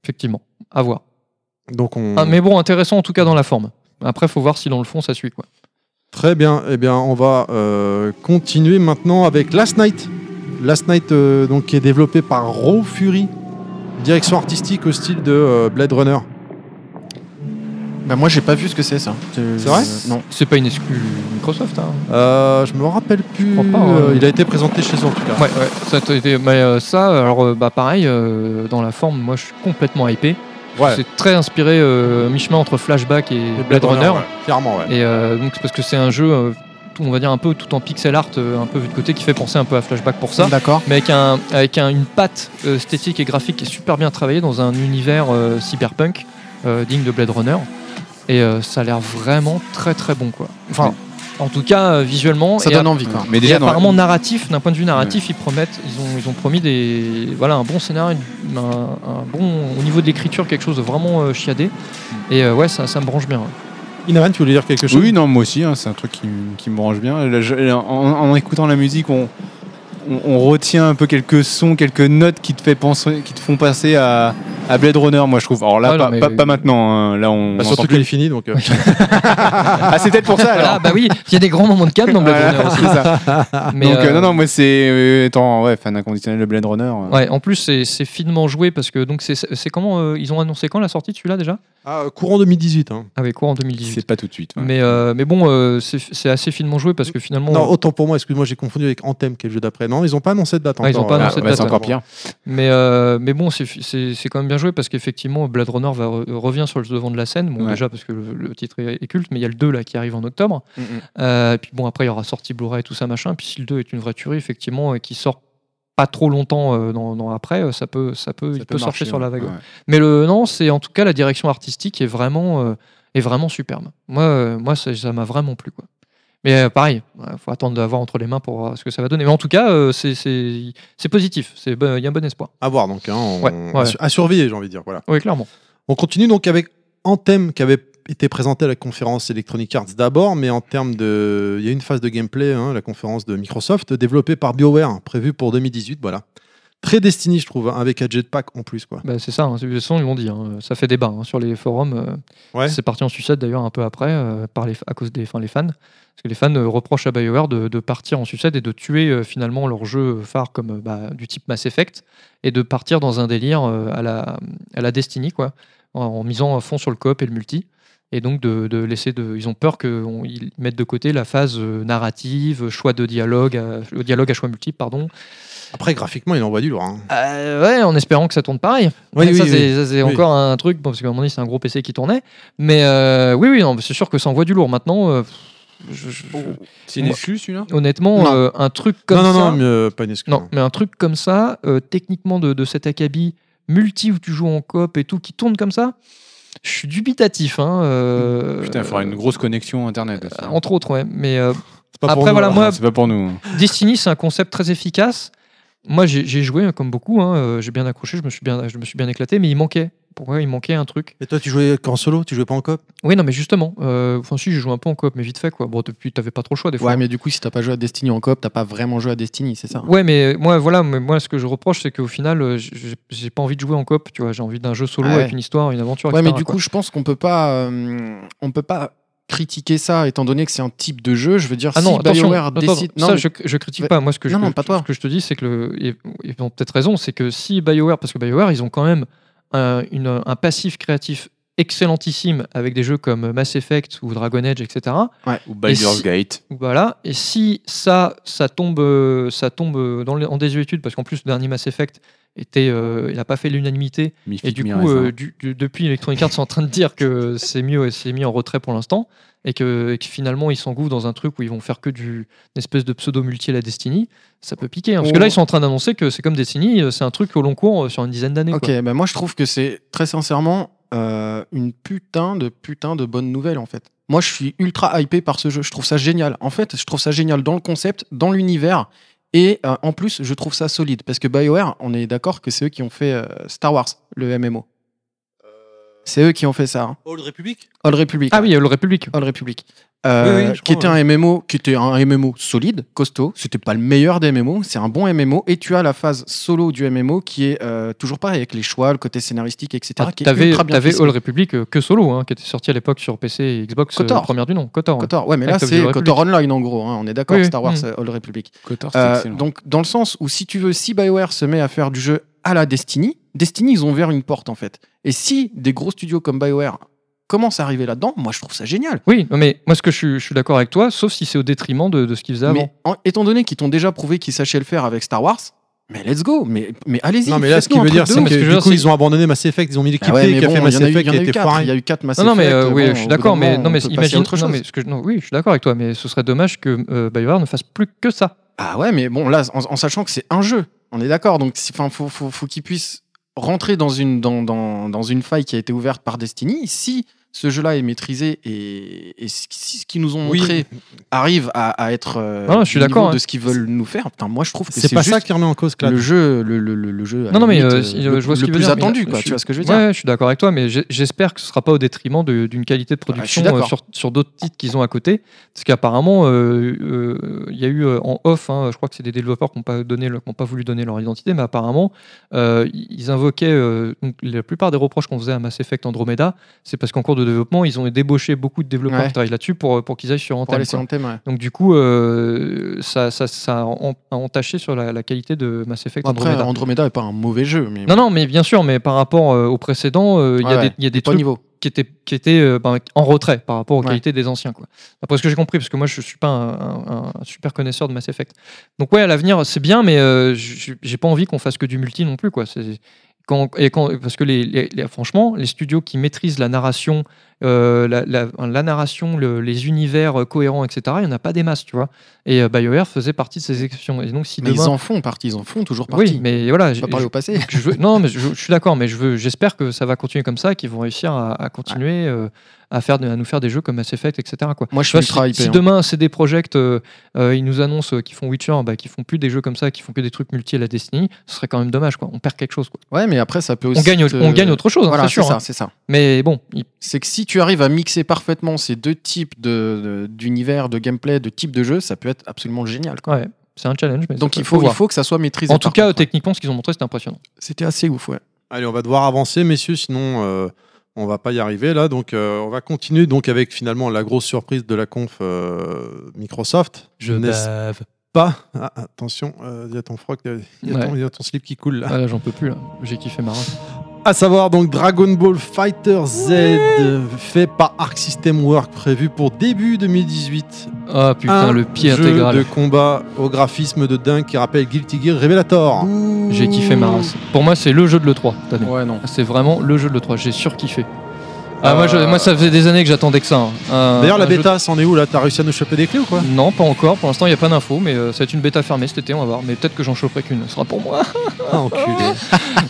C: effectivement, à voir.
A: Donc on...
C: Ah, mais bon, intéressant en tout cas dans la forme. Après, faut voir si dans le fond ça suit quoi.
A: Très bien, eh bien on va euh, continuer maintenant avec Last Night. Last Night euh, donc, qui est développé par Raw Fury, direction artistique au style de euh, Blade Runner.
E: Bah, moi, j'ai pas vu ce que c'est ça. C'est Euh,
A: vrai
E: Non.
C: C'est pas une exclu Microsoft. Hein.
A: Euh, je me rappelle plus,
C: crois pas, hein.
A: euh,
C: ouais.
A: il a été présenté chez eux en tout cas.
C: Ouais, ouais. Ça, a été- mais euh, ça, alors euh, bah pareil, euh, dans la forme, moi je suis complètement hypé.
A: Ouais.
C: C'est très inspiré euh, mi-chemin entre Flashback et,
A: Et
C: Blade Runner.
A: ouais, clairement, ouais.
C: Et euh, donc c'est parce que c'est un jeu, euh, tout, on va dire un peu tout en pixel art, euh, un peu vu de côté, qui fait penser un peu à Flashback pour ça.
E: D'accord.
C: mais avec, un, avec un- une patte euh, esthétique et graphique qui est super bien travaillée dans un univers euh, cyberpunk euh, digne de Blade Runner. Et euh, ça a l'air vraiment très très bon quoi. Enfin, en tout cas euh, visuellement
E: Ça
C: et,
E: donne
C: app-
E: envie, quoi.
D: Mais
C: et
D: déjà, dans la-
C: apparemment narratif, d'un point de vue narratif, ils promettent, ils ont, ils ont promis des voilà un bon scénario, une- un, un bon au niveau de l'écriture quelque chose de vraiment euh, chiadé. Et euh, ouais, ça, ça me branche bien. ouais.
A: Inaran, tu voulais dire quelque chose
D: Oui, non, moi aussi, hein, c'est un truc qui, m- qui me branche bien. Là, je- en, en écoutant la musique, on, on, on retient un peu quelques sons, quelques notes qui te, fait penser, qui te font passer à, à Blade Runner, moi je trouve. Alors là,
C: Ah, non,
D: pas,
C: mais-
D: pas- pas maintenant. hein. Là, on.
A: Bah,
D: on
A: Surtout
D: entend
A: qu'il est
D: plus.
A: fini, donc euh,
D: Ah, c'est peut-être
C: (laughs)
D: pour ça alors.
C: Voilà, bah oui, il y a des grands moments de calme dans Blade
D: Voilà,
C: Runner.
D: (laughs) c'est ça.
C: mais,
D: Donc, euh,
C: euh,
D: non, non, moi c'est. euh, étant ouais, fan inconditionnel de Blade Runner. euh,
C: Ouais, en plus c'est c'est finement joué parce que donc c'est c'est comment euh, ils ont annoncé quand la sortie de celui-là déjà
A: ah, euh, courant 2018. hein.
C: Avec quoi en 2018
D: C'est pas tout de suite. ouais.
C: mais, euh, mais bon, euh, c'est c'est assez finement joué parce que finalement.
A: Non, autant pour moi, excuse-moi, j'ai confondu avec Anthem, qui est le jeu d'après. Non, ils n'ont pas annoncé de date
C: Ah, ils
A: encore.
C: ont pas
A: euh,
D: Ah,
C: annoncé de
D: bah,
C: date,
D: c'est encore pire.
C: Mais, euh, mais bon, c'est- c'est c'est quand même bien joué parce qu'effectivement, Blade Runner va, re- revient sur le devant de la scène. Bon,
D: Ouais.
C: déjà parce que le, le titre est, est culte, mais il y a le 2 là qui arrive en octobre.
D: Mhm.
C: Euh, et puis bon, après, il y aura sorti Blu-ray, tout ça, machin. Puis si le 2 est une vraie tuerie, effectivement, et qui sort pas trop longtemps euh, dans, dans après, euh, ça peut, ça peut,
D: Ça
C: il peut
D: marcher,
C: surfer sur la
D: ouais.
C: vague.
D: Ouais.
C: Mais le non, c'est en tout cas la direction artistique est vraiment euh, est vraiment superbe. Moi, euh, moi ça ça m'a vraiment plu quoi. Mais euh, pareil, il faut attendre d'avoir entre les mains pour voir ce que ça va donner. Mais en tout cas, euh, c'est- c'est c'est positif. C'est bon- il y a un bon espoir.
A: À voir, donc. hein, on-
C: Ouais, ouais.
A: à su- À surveiller, j'ai envie de dire. Voilà.
C: Oui, clairement.
A: On continue donc avec Anthem qui avait été présenté à la conférence Electronic Arts d'abord, mais en termes de. Il y a une phase de gameplay, hein, la conférence de Microsoft, développée par BioWare, prévue pour 2018. Voilà. très Destiny, je trouve, hein, avec un jetpack en plus. Quoi.
C: Bah, c'est ça, hein, c'est- de toute façon, ils l'ont dit, hein, ça fait débat hein, sur les forums. euh,
A: Ouais.
C: C'est parti en sucette d'ailleurs un peu après, euh, par les, à cause des enfin, les fans. Parce que les fans euh, reprochent à BioWare de, de partir en sucette et de tuer euh, finalement leur jeu phare comme euh, bah, du type Mass Effect et de partir dans un délire euh, à, la, à la Destiny, quoi, en, en misant à fond sur le coop et le multi. Et donc, de, de laisser de, ils ont peur qu'ils mettent de côté la phase euh, narrative, choix de dialogue, à- le dialogue à choix multiple, pardon,
A: Après, graphiquement, il envoie du lourd. hein.
C: euh, ouais, en espérant que ça tourne pareil.
A: Oui,
C: Ouais, ça,
A: oui,
C: c'est,
A: oui.
C: ça, c'est
A: Oui.
C: encore un truc, bon, parce qu'à un moment donné, c'est un gros PC qui tournait. Mais euh, oui, oui, non, c'est sûr que ça envoie du lourd. Maintenant, euh, je- je-
F: C'est une exclue celui-là
C: honnêtement,
A: Non.
C: euh, un truc comme
A: non, non,
C: ça.
A: non, mais, euh, pas une excuse.
C: Non, mais un truc comme ça, euh, techniquement de, de cet acabit multi où tu joues en coop et tout, qui tourne comme ça, je suis dubitatif. Hein, euh,
F: Putain, il faudra une grosse connexion internet. là, ça.
C: euh, Entre autres, ouais. Mais euh,
A: C'est pas pour
C: Après,
A: nous, hein.
C: voilà,
A: alors.
C: moi-
F: C'est pas pour nous.
D: hein.
C: Destiny, c'est un concept très efficace. Moi, j'ai j'ai joué hein, comme beaucoup, hein, euh, j'ai bien accroché, je me, suis bien, je me suis bien éclaté, mais il manquait. Pourquoi il manquait un truc
A: Mais toi, tu jouais qu'en solo, tu jouais pas en cop
C: Oui, non, mais justement. euh, Enfin, si, j'ai joué un peu en coop, mais vite fait, quoi. Bon, depuis, t'avais pas trop le choix, des fois.
E: Ouais, mais du coup, si t'as pas joué à Destiny en coop, t'as pas vraiment joué à Destiny, c'est ça
C: Ouais, mais moi, voilà, mais moi, ce que je reproche, c'est qu'au final, euh, j'ai j'ai pas envie de jouer en coop, tu vois. J'ai envie d'un jeu solo
E: Ah ouais.
C: avec une histoire, une aventure.
E: Ouais, mais
C: etc.,
E: du
C: quoi.
E: coup, je pense qu'on peut pas, euh, on peut pas critiquer ça, étant donné que c'est un type de jeu. Je veux dire,
C: Ah non,
E: si
C: attention,
E: BioWare
C: attends,
E: décide,
C: ça,
E: mais-
C: je, je critique
E: Ouais.
C: pas. Moi, ce que, je,
E: Non, non, pas toi.
C: ce que je te dis, c'est que le, et- ils ont peut-être raison, c'est que si BioWare, parce que BioWare, ils ont quand même un, une- un passif créatif excellentissime avec des jeux comme Mass Effect ou Dragon Age, etc.
F: Ou
C: Baldur's si-
F: Gate.
C: Voilà. Et si ça, ça tombe, euh, ça tombe euh, dans le- en désuétude, parce qu'en plus, le dernier Mass Effect était, euh, il n'a pas fait l'unanimité. Et du coup, euh, du- du- depuis, Electronic Arts sont en train de dire que c'est mis, au- c'est mis en retrait pour l'instant, et que, et que finalement, ils s'engouffrent dans un truc où ils vont faire que du une espèce de pseudo multi à la Destiny. Ça peut piquer. hein. parce que
E: Oh.
C: là, ils sont en train d'annoncer que c'est comme Destiny, euh, c'est un truc au long cours euh, sur une dizaine d'années.
E: Ok,
C: quoi.
E: bah moi je trouve que c'est très sincèrement euh, une putain de putain de bonne nouvelle en fait. Moi je suis ultra hypé par ce jeu, je trouve ça génial. En fait, je trouve ça génial dans le concept, dans l'univers. Et euh, en plus, je trouve ça solide parce que BioWare, on est d'accord que c'est eux qui ont fait euh, Star Wars, le MMO. C'est eux qui ont fait ça. hein.
A: Old Republic
E: Old Republic.
C: Ah oui, euh, le République.
E: Old Republic. Euh,
A: Oui, oui, je
E: qui
A: crois,
E: était un MMO, qui était un MMO solide, costaud. C'était pas le meilleur des MMO, c'est un bon MMO. Et tu as la phase solo du MMO qui est euh, toujours pareil avec les choix, le côté scénaristique, etc. qui est
C: Ah, T'avais
E: Ah, ultra bien
C: t'avais
E: ficelé.
C: All Republic euh, que solo, hein, qui était sorti à l'époque sur PC et Xbox, euh,
E: Kotor.
C: première du nom, Kotor. ouais.
E: Kotor, ouais, mais là
C: Act of the
E: c'est
C: Republic.
E: Kotor Online en gros. hein, on est d'accord,
C: Oui, oui,
E: Star Wars,
C: mm.
E: euh, Old Republic.
F: Cotard,
E: Euh,
F: c'est excellent.
E: donc dans le sens où si tu veux, si Bioware se met à faire du jeu à la Destiny, Destiny ils ont ouvert une porte en fait. Et si des gros studios comme Bioware commencent à arriver là-dedans, moi je trouve ça génial.
C: Oui, non, mais moi, ce que je, suis- je suis d'accord avec toi, sauf si c'est au détriment de, de ce qu'ils faisaient avant.
E: Mais en- étant donné qu'ils t'ont déjà prouvé qu'ils sachaient le faire avec Star Wars, mais let's go, mais, mais allez-y.
A: Non, mais là, ce qui
E: faites-nous un
A: veut dire, c'est
E: truc de
C: ouf.
A: que
C: Parce que je
A: du
C: veux dire,
A: coup,
C: c'est-
A: ils ont abandonné Mass Effect, ils ont mis l'équipe
E: ouf. Ah ouais, mais
A: qui a
E: bon,
A: fait
E: il y
A: Mass
E: en a eu-
A: Effect
E: il y
A: qui a
E: en a eu
A: été
E: quatre, Il y
A: foiré.
E: a eu 4 Mass
C: Non, non, mais
E: Effect,
C: euh,
E: bon,
C: oui,
E: au
C: je suis
E: bout
C: d'accord,
E: d'un
C: mais,
E: moment,
C: non,
E: on
C: mais
E: peut passer à
C: imagine.
E: autre
C: non,
E: chose.
C: mais ce que je- non, oui, je suis d'accord avec toi, mais ce serait dommage que euh, BioWare ne fasse plus que ça.
E: Ah ouais, mais bon, là, en, en sachant que c'est un jeu, on est d'accord. Donc, il faut, faut, faut qu'ils puissent rentrer dans une, dans, dans, dans une faille qui a été ouverte par Destiny. Si ce jeu-là est maîtrisé et, et si si ce qu'ils nous ont
A: Oui.
E: montré arrive à, à être euh,
C: Non, non, je suis
E: du niveau
C: d'accord, hein.
E: de ce qu'ils veulent nous faire, putain, moi, je trouve que
A: C'est pas ça
E: juste
A: qui remet en cause, Clad.
E: le jeu, le, le, le- le jeu. à
C: Non, non,
E: la
C: mais
E: limite,
C: euh,
E: euh,
C: si-
E: le,
C: je vois ce
E: le
C: qu'il veut
E: plus
C: dire, mais là,
E: attendu,
C: je
E: quoi.
C: suis-
E: Tu vois ce que je veux dire
C: Ouais, je suis d'accord avec toi, mais j'ai- j'espère que ce sera pas au détriment de- d'une qualité de
E: Ah, je
C: production
E: suis
C: euh,
E: d'accord.
C: sur, sur d'autres titres qu'ils ont à côté. Parce qu'apparemment, euh, euh, il y a eu euh, en off, hein, je crois que c'est des développeurs qui n'ont pas, donné le- qui ont pas voulu donner leur identité, mais apparemment, euh, ils invoquaient euh, donc, la plupart des reproches qu'on faisait à Mass Effect Andromeda, c'est parce qu'en cours de développement, ils ont débauché beaucoup de développeurs
E: Ouais.
C: qui travaillent là-dessus pour, pour qu'ils aillent sur
E: Pour
C: Anthem.
E: aller sur
C: quoi.
E: un thème, ouais.
C: Donc du coup, euh, ça, ça, ça a en- a entaché sur la, la qualité de Mass Effect
E: Après,
C: Andromeda.
A: euh,
E: Andromeda est pas un mauvais jeu, mais
C: Non, non, mais bien sûr, mais par rapport euh, au précédent, euh, il y a
E: Ouais,
C: des, il y a des
E: pas au
C: trucs
E: niveau.
C: qui étaient, qui étaient euh, ben, en retrait par rapport aux
E: Ouais.
C: qualités des anciens. Quoi. Après ce que j'ai compris, parce que moi je suis pas un, un- un super connaisseur de Mass Effect. Donc ouais, à l'avenir c'est bien, mais euh, j- j'ai pas envie qu'on fasse que du multi non plus. Quoi. C'est- Quand, et quand, parce que les, les- les- franchement, les studios qui maîtrisent la narration, euh, la, la- la narration, le- les univers euh, cohérents, etc., il n'y en a pas des masses, tu vois. Et euh, BioWare faisait partie de ces exceptions. Et donc si
E: Mais ils
C: demain...
E: en font partie, ils en font toujours partie.
C: Oui, mais voilà.
E: On
C: j'ai-
E: va parler au passé.
C: je veux- non, mais je, je suis d'accord, mais je veux, j'espère que ça va continuer comme ça, qu'ils vont réussir à, à continuer euh, à faire, de- à nous faire des jeux comme Mass Effect, etc. Quoi.
E: Moi, je
C: Tu
E: suis
C: vois,
E: ultra
C: si,
E: hypé.
C: si
E: hein.
C: demain CD Projekt, euh, euh, ils nous annoncent euh, qu'ils font Witcher, bah, qu'ils font plus des jeux comme ça, qu'ils font que des trucs multi à la Destiny, ce serait quand même dommage. Quoi. On perd quelque chose. Quoi.
E: hein. Ouais, mais après, ça peut aussi.
C: On gagne,
E: te-
C: on gagne autre chose, hein,
E: Voilà,
C: c'est
E: c'est
C: sûr.
E: ça,
C: hein.
E: c'est ça.
C: Mais bon, il-
E: C'est que si tu arrives à mixer parfaitement ces deux types de- de- d'univers, de, gameplay, de types de jeu, ça peut être absolument génial. quoi.
C: ouais. c'est un challenge. Mais
E: Donc
C: ça,
E: il faut, il
C: voir.
E: faut que ça soit maîtrisé.
C: En tout
E: par
C: cas,
E: contre.
C: techniquement, ce qu'ils ont montré, c'était impressionnant.
E: c'était assez ouf, ouais.
A: Allez, on va devoir avancer, messieurs, sinon euh, on va pas y arriver là. Donc, euh, on va continuer donc avec finalement la grosse surprise de la conf euh, Microsoft.
G: Je
A: N'est-ce
G: bave.
A: pas. Ah, attention, euh, il y a ton froc, il y a ton-
C: Ouais.
A: il y a ton slip qui coule là.
C: Ah, là, j'en peux plus, là. J'ai kiffé ma race.
A: À savoir donc Dragon Ball Fighter Z euh, fait par Arc System Work prévu pour début 2018.
C: Ah putain,
A: Un
C: le pied
A: jeu
C: intégral.
A: de combat au graphisme de dingue qui rappelle Guilty Gear Revelator.
C: J'ai kiffé ma race. Mmh. Pour moi, c'est le jeu de l'E3 cette année.
E: Ouais, non.
C: C'est vraiment le jeu de l'E3. J'ai surkiffé. Ah, moi, je- moi, ça faisait des années que j'attendais que ça. hein. Un-
A: D'ailleurs la
C: un jeu de-
A: bêta, c'en est où là T'as réussi à nous choper des clés ou quoi
C: Non, pas encore. Pour l'instant, il n'y a pas d'infos, mais euh, ça va être une bêta fermée cet été, on va voir. Mais peut-être que j'en choperai qu'une. Ce sera pour moi.
A: Ah, enculé.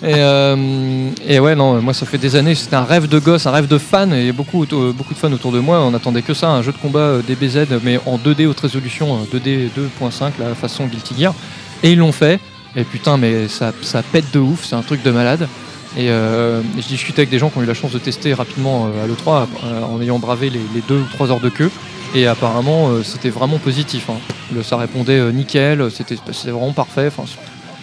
C: et, euh, et ouais, non, moi ça fait des années, c'était un rêve de gosse, un rêve de fan, et il y a beaucoup, auto- beaucoup de fans autour de moi, on attendait que ça, un jeu de combat euh, DBZ, mais en 2D haute résolution, euh, 2D 2.5, la façon Guilty Gear, et ils l'ont fait, et putain, mais ça, ça pète de ouf, c'est un truc de malade. Et euh, je discutais avec des gens qui ont eu la chance de tester rapidement euh, à l'E3 euh, en ayant bravé les, les deux ou trois heures de queue. Et apparemment, euh, c'était vraiment positif. hein. Le, ça répondait euh, nickel, c'était c'était vraiment parfait. Enfin, c'est-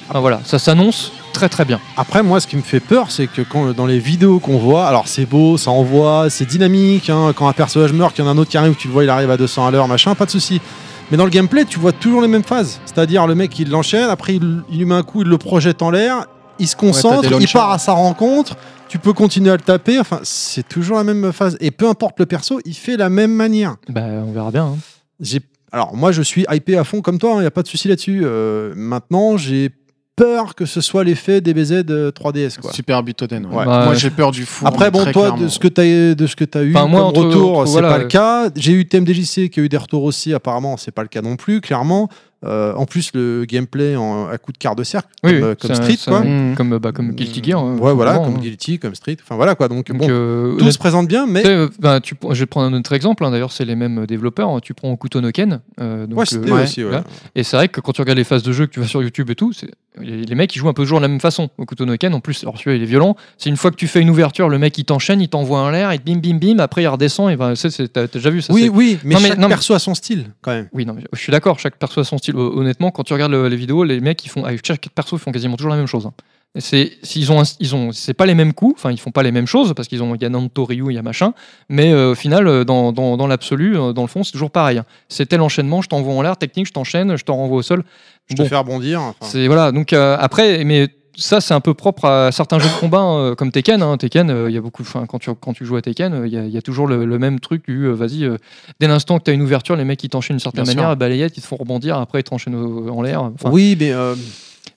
C: enfin, voilà, ça s'annonce très très bien.
A: Après, moi, ce qui me fait peur, c'est que quand, dans les vidéos qu'on voit, alors c'est beau, ça envoie, c'est dynamique. hein, quand un personnage meurt, qu'il y en a un autre qui arrive, tu le vois, il arrive à 200 à l'heure, machin, pas de souci. Mais dans le gameplay, tu vois toujours les mêmes phases. C'est-à-dire, le mec, il l'enchaîne, après, il, il lui met un coup, il le projette en l'air, il se
E: Ouais,
A: concentre,
E: t'as des
A: il
E: launchers.
A: part à sa rencontre, tu peux continuer à le taper. Enfin, c'est toujours la même phase. Et peu importe le perso, il fait la même manière.
C: Bah, on verra bien. hein.
A: J'ai- Alors, moi, je suis hypé à fond comme toi, il n'y a pas de souci là-dessus. Euh, maintenant, j'ai peur que ce soit l'effet DBZ euh, 3DS. Quoi.
E: Super butoden.
A: Ouais.
C: Bah,
E: Moi,
C: ouais.
E: j'ai peur du fou. hein,
A: Après, bon, toi, de ce que tu as, de ce que t'as eu
C: Enfin, moi,
A: comme
C: entre-
A: retour,
C: entre-
A: c'est
C: voilà,
A: pas
C: euh.
A: le cas. J'ai eu TMDJC qui a eu des retours aussi, apparemment, c'est pas le cas non plus, clairement. Euh, en plus, le gameplay en- à coup de quart de cercle,
C: Oui,
A: comme,
C: oui,
A: euh, comme
C: c'est un-
A: Street,
C: c'est
A: quoi.
C: un-
E: Hmm.
C: Comme, bah, comme Guilty Gear. euh,
A: ouais, voilà,
C: souvent,
A: comme
C: hein.
A: Guilty, comme Street, enfin voilà quoi. Donc,
C: Donc,
A: bon,
C: euh,
A: tout se présente bien, mais
C: tu sais, euh, bah, tu, prends- je vais prendre un autre exemple, hein, d'ailleurs c'est les mêmes développeurs, hein. tu prends Okuto no Ken, euh, donc,
A: ouais, c'était
C: le-
A: aussi, ouais.
C: là. et c'est vrai que quand tu regardes les phases de jeu que tu vas sur YouTube et tout, c'est- les les mecs ils jouent un peu toujours de la même façon, Okuto no Ken en plus, alors celui-là il est violent, c'est une fois que tu fais une ouverture, le mec il t'enchaîne, il t'envoie un l'air, et bim bim bim, après il redescend, et ben, c'est- c'est- t'as t'as déjà vu ça
A: Oui,
C: c'est-
A: oui, mais
C: Non, mais-
A: chaque
C: non, mais-
A: perso a son style quand même.
C: Oui, non, mais je suis d'accord, chaque perso a son style. Hon- Honnêtement, quand tu regardes le- les vidéos, les mecs, ils font, avec chaque perso, ils font quasiment toujours la même chose. hein. Et C'est, s'ils ont, un- ils ont, c'est pas les mêmes coups, enfin, ils font pas les mêmes choses, parce qu'ils ont, il y a Nanto, Ryu, il y a machin, mais euh, au final, euh, dans, dans, dans l'absolu, euh, dans le fond, c'est toujours pareil. hein. C'est tel enchaînement, je t'envoie en l'air, technique, je t'enchaîne, je t'en renvoie au sol.
A: Je
C: Bon.
A: te fais rebondir. enfin.
C: C'est voilà. Donc euh, après, mais ça c'est un peu propre à certains jeux de combat hein, comme Tekken. hein. Tekken, euh, il y a beaucoup. Enfin, quand tu quand tu joues à Tekken, euh, il y a- il y, a toujours le, le même truc du euh, vas-y. euh, dès l'instant que tu as une ouverture, les mecs ils t'enchaînent d'une certaine
E: Bien sûr.
C: manière, balayette, ils te font rebondir, après ils t'enchaînent au- en l'air. Enfin,
A: oui, mais, euh,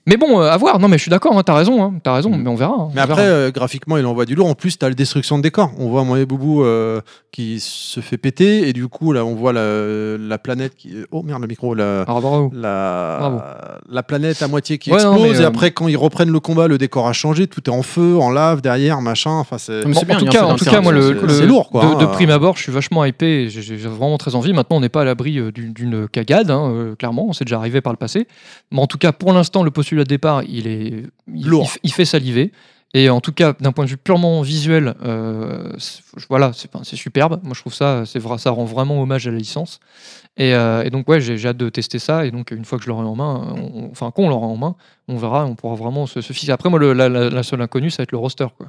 C: Mais bon, euh, à voir. Non, mais je suis d'accord. Hein, t'as raison. Hein, t'as raison. Mais on verra. hein,
A: Mm. mais
C: on
A: après,
C: verra.
A: euh, graphiquement, il envoie du lourd. En plus, t'as la destruction de décor. On voit Moyen Boubou euh, qui se fait péter, et du coup, là, on voit la, la planète qui. Oh merde, le micro, la,
C: Arbarou. Ah, Bravo.
A: la, la planète à moitié qui
C: Ouais, non,
A: explose
C: mais,
A: et
C: euh,
A: après quand ils reprennent le combat le décor a changé tout est en feu en lave derrière machin enfin c'est
E: Mais
C: Bon,
E: c'est bien,
C: en tout
E: il y a
C: cas,
E: un
C: en
E: certain
C: tout cas, moi, le,
A: sens,
C: le-
A: c'est lourd, quoi,
C: de,
A: hein.
E: Ah.
C: de prime abord, je suis vachement hypé. et J'ai j'ai vraiment très envie. Maintenant, on n'est pas à l'abri euh, d'une- d'une cagade, hein, euh, clairement. On s'est déjà arrivé par le passé. Mais en tout cas, pour l'instant, le postulat de départ, il est il,
A: Lourd.
C: il f- il fait saliver. Et en tout cas, d'un point de vue purement visuel, euh, c'est- voilà, c'est enfin, c'est superbe. Moi, je trouve ça, c'est vrai, ça rend vraiment hommage à la licence. Et, euh, et donc, ouais, j'ai j'ai hâte de tester ça. Et donc, une fois que je l'aurai en main, on- on- enfin, qu'on l'aura en main, on verra, on pourra vraiment se, se fixer. Après, moi, le- la, la- la seule inconnue, ça va être le roster. Quoi.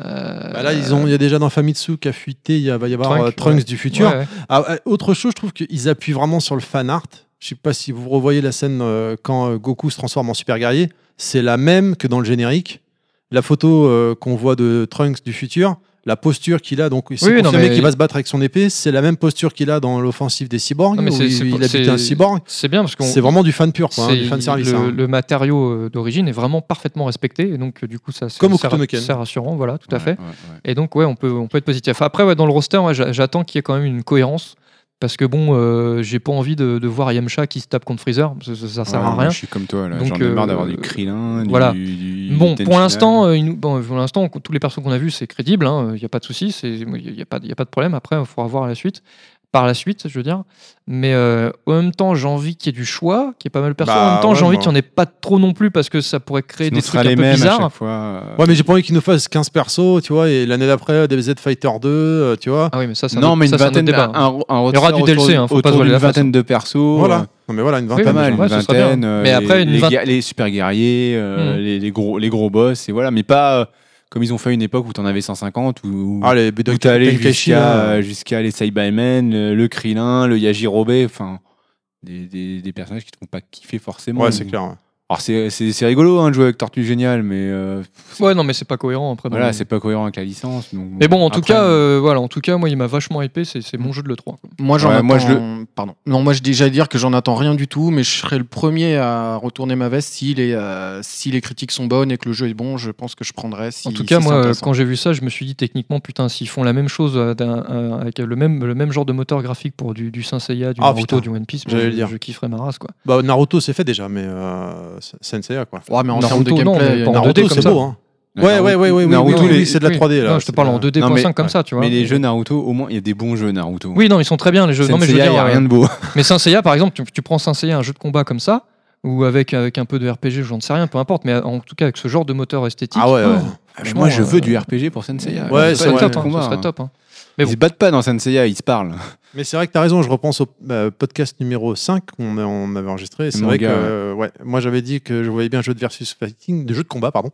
C: Euh,
A: Bah là, ils ont, il y a déjà dans Famitsu qui a fuité, il y a- va y avoir
C: Trunks,
A: euh, Trunks
C: ouais.
A: du futur.
C: Ouais, ouais.
A: Ah, euh, autre chose, je trouve qu'ils appuient vraiment sur le fan art. Je sais pas si vous revoyez la scène euh, quand euh, Goku se transforme en super guerrier. C'est la même que dans le générique. La photo euh, qu'on voit de Trunks du futur, la posture qu'il a, donc c'est
C: Oui, oui, non,
A: confirmé
C: mais-
A: qu'il va se battre avec son épée, c'est la même posture qu'il a dans l'offensive des cyborgs,
C: Non, mais
A: où
C: c'est-
A: il,
C: c'est-
A: il a buté
C: c'est-
A: un cyborg.
C: C'est bien parce qu'on
A: C'est vraiment du fan pur, quoi, hein,
C: c'est-
A: du fan service.
C: Le,
A: hein.
C: le matériau euh, d'origine est vraiment parfaitement respecté et donc euh, du coup ça c'est-
A: Comme au
C: c'est
A: Kutono
C: ra-
A: Ken.
C: c'est rassurant, voilà, tout à fait. Et donc ouais, on peut on peut être positif. Après ouais, dans le roster, ouais, j'a- j'attends qu'il y ait quand même une cohérence parce que bon, euh, j'ai pas envie de, de voir Yamcha qui se tape contre Freezer, parce que ça, ça sert à rien.
F: Je suis comme toi, là.
C: Donc,
F: J'en ai marre
C: euh,
F: d'avoir du Krillin. du-
C: voilà.
F: du-
C: Bon,
F: du
C: pour
F: Ten
C: l'instant,
F: Final.
C: euh, il nous- bon, pour l'instant, hein, euh, tous les persos qu'on a vus, c'est crédible. Il n'y a pas de souci, il n'y a, pas de- y a pas de problème. Après, il faudra voir à la suite. par la suite, je veux dire. Mais euh, en même temps, j'ai envie qu'il y ait du choix, qu'il y ait pas mal de personnes.
H: Bah,
C: en même temps, j'ai
H: ouais,
C: envie
H: moi.
C: qu'il n'y en ait pas trop non plus parce que ça pourrait créer
D: Sinon,
C: des
D: ce
C: trucs
D: sera
C: un
D: les
C: peu
D: mêmes à
C: bizarres.
D: chaque fois. euh.
A: Ouais, mais j'ai pas envie qu'ils nous fassent 15 persos, tu vois, et l'année d'après, euh, DBZ Fighter 2, euh, tu vois.
C: Ah oui, mais ça, c'est un
D: non,
C: autre-
D: mais une
C: ça, c'est un autre
D: vingtaine de-
C: débat. hein.
D: un- un
C: Il y aura
D: roster
C: du DLC, hein,
D: autour-
C: faut pas se
D: autour
C: voiler la
D: d'une
C: face.
D: vingtaine de persos. euh,
A: Voilà. Non, mais voilà, une
C: Oui,
D: Pas
A: vingtaine.
D: mal, une
C: ouais, ce serait
D: vingtaine.
C: bien.
D: euh,
C: Mais
D: les-
C: après, une
D: les,
C: vingt-
D: guer- les super guerriers, euh,
C: Mm.
D: les, les gros, les gros boss, et voilà. Mais pas euh, comme ils ont fait une époque où t'en avais 150, où,
A: Ah, les
D: où
A: Budokai
D: t'allais
A: Tenkaichi,
D: jusqu'à
A: là.
D: euh, jusqu'à les Saibamen, le, le Krilin, le Yajirobe, enfin. Des, des, des personnages qui te font pas kiffer forcément.
A: Ouais, c'est clair. ouais.
D: Alors c'est- c'est c'est rigolo hein, de jouer avec Tortue Génial, mais euh,
C: Ouais, non, mais c'est pas cohérent après.
D: voilà,
C: donc-
D: c'est pas cohérent avec la licence. donc-
C: Mais bon, en tout
D: Après, Mm.
C: cas, euh, voilà, en tout cas, moi, il m'a vachement hypé. C'est c'est mon jeu de le 3.
E: Moi, j'en
D: Ouais, moi,
E: attends- Pardon. Non, moi, je dis- j'allais dire que j'en attends rien du tout, mais je serai le premier à retourner ma veste si les, euh, si les critiques sont bonnes et que le jeu est bon. Je pense que je prendrai. Si,
C: En tout
E: si
C: cas,
E: c'est
C: moi, euh,
E: intéressant.
C: quand j'ai vu ça, je me suis dit techniquement, putain, s'ils font la même chose euh, d'un- euh, avec le même, le même genre de moteur graphique pour du, du Saint Seiya, du
A: Ah,
C: Naruto,
A: putain.
C: du One Piece, moi,
A: J'allais
C: je,
A: le dire.
C: je kifferais ma race, quoi.
A: Bah, Naruto, c'est fait déjà, mais euh, Sensei, quoi.
E: Ouais, mais en
C: Naruto,
E: termes de
C: non,
E: gameplay,
C: mais
E: euh,
C: pas en
E: Naruto,
C: 2D
A: Naruto,
C: comme
A: c'est
C: ça.
A: beau, hein.
D: Naruto-
A: Ouais, ouais, ouais, ouais,
D: Naruto,
A: oui, oui,
D: Ah les-
A: oui, c'est de la
C: oui.
A: 3D, là.
C: Non, je te
A: C'est
C: parle
A: de la-
C: en 2D.5
D: Non, mais-
C: comme ça, tu vois.
D: Mais les jeux Naruto, au moins, il y a des bons jeux Naruto.
C: Oui, non, ils sont très bien les jeux. Non, mais je veux
D: Senseiya,
C: dire, euh,
D: y a rien de beau.
C: Mais Saint Seiya, par exemple, tu, tu prends Saint Seiya, un jeu de combat comme ça, ou avec, avec un peu de RPG, j'en sais rien, peu importe, mais en tout cas avec ce genre de moteur esthétique.
A: Ah ouais, ouais.
D: Mais moi, je
C: euh,
D: veux du RPG pour Senseiya.
A: Ouais,
C: ce
A: c'est
C: serait
A: vrai.
C: top, hein,
D: Combat,
C: ce serait
D: hein.
C: top, hein. Mais
D: Ils
C: bon.
D: se battent pas dans Senseiya, ils se parlent.
A: Mais c'est vrai que t'as raison, je repense au euh, podcast numéro 5 qu'on a- on avait enregistré. et C'est vrai que
D: Manga,
A: euh, ouais, moi j'avais dit que je voyais bien jeu de versus fighting, de jeu de combat, pardon.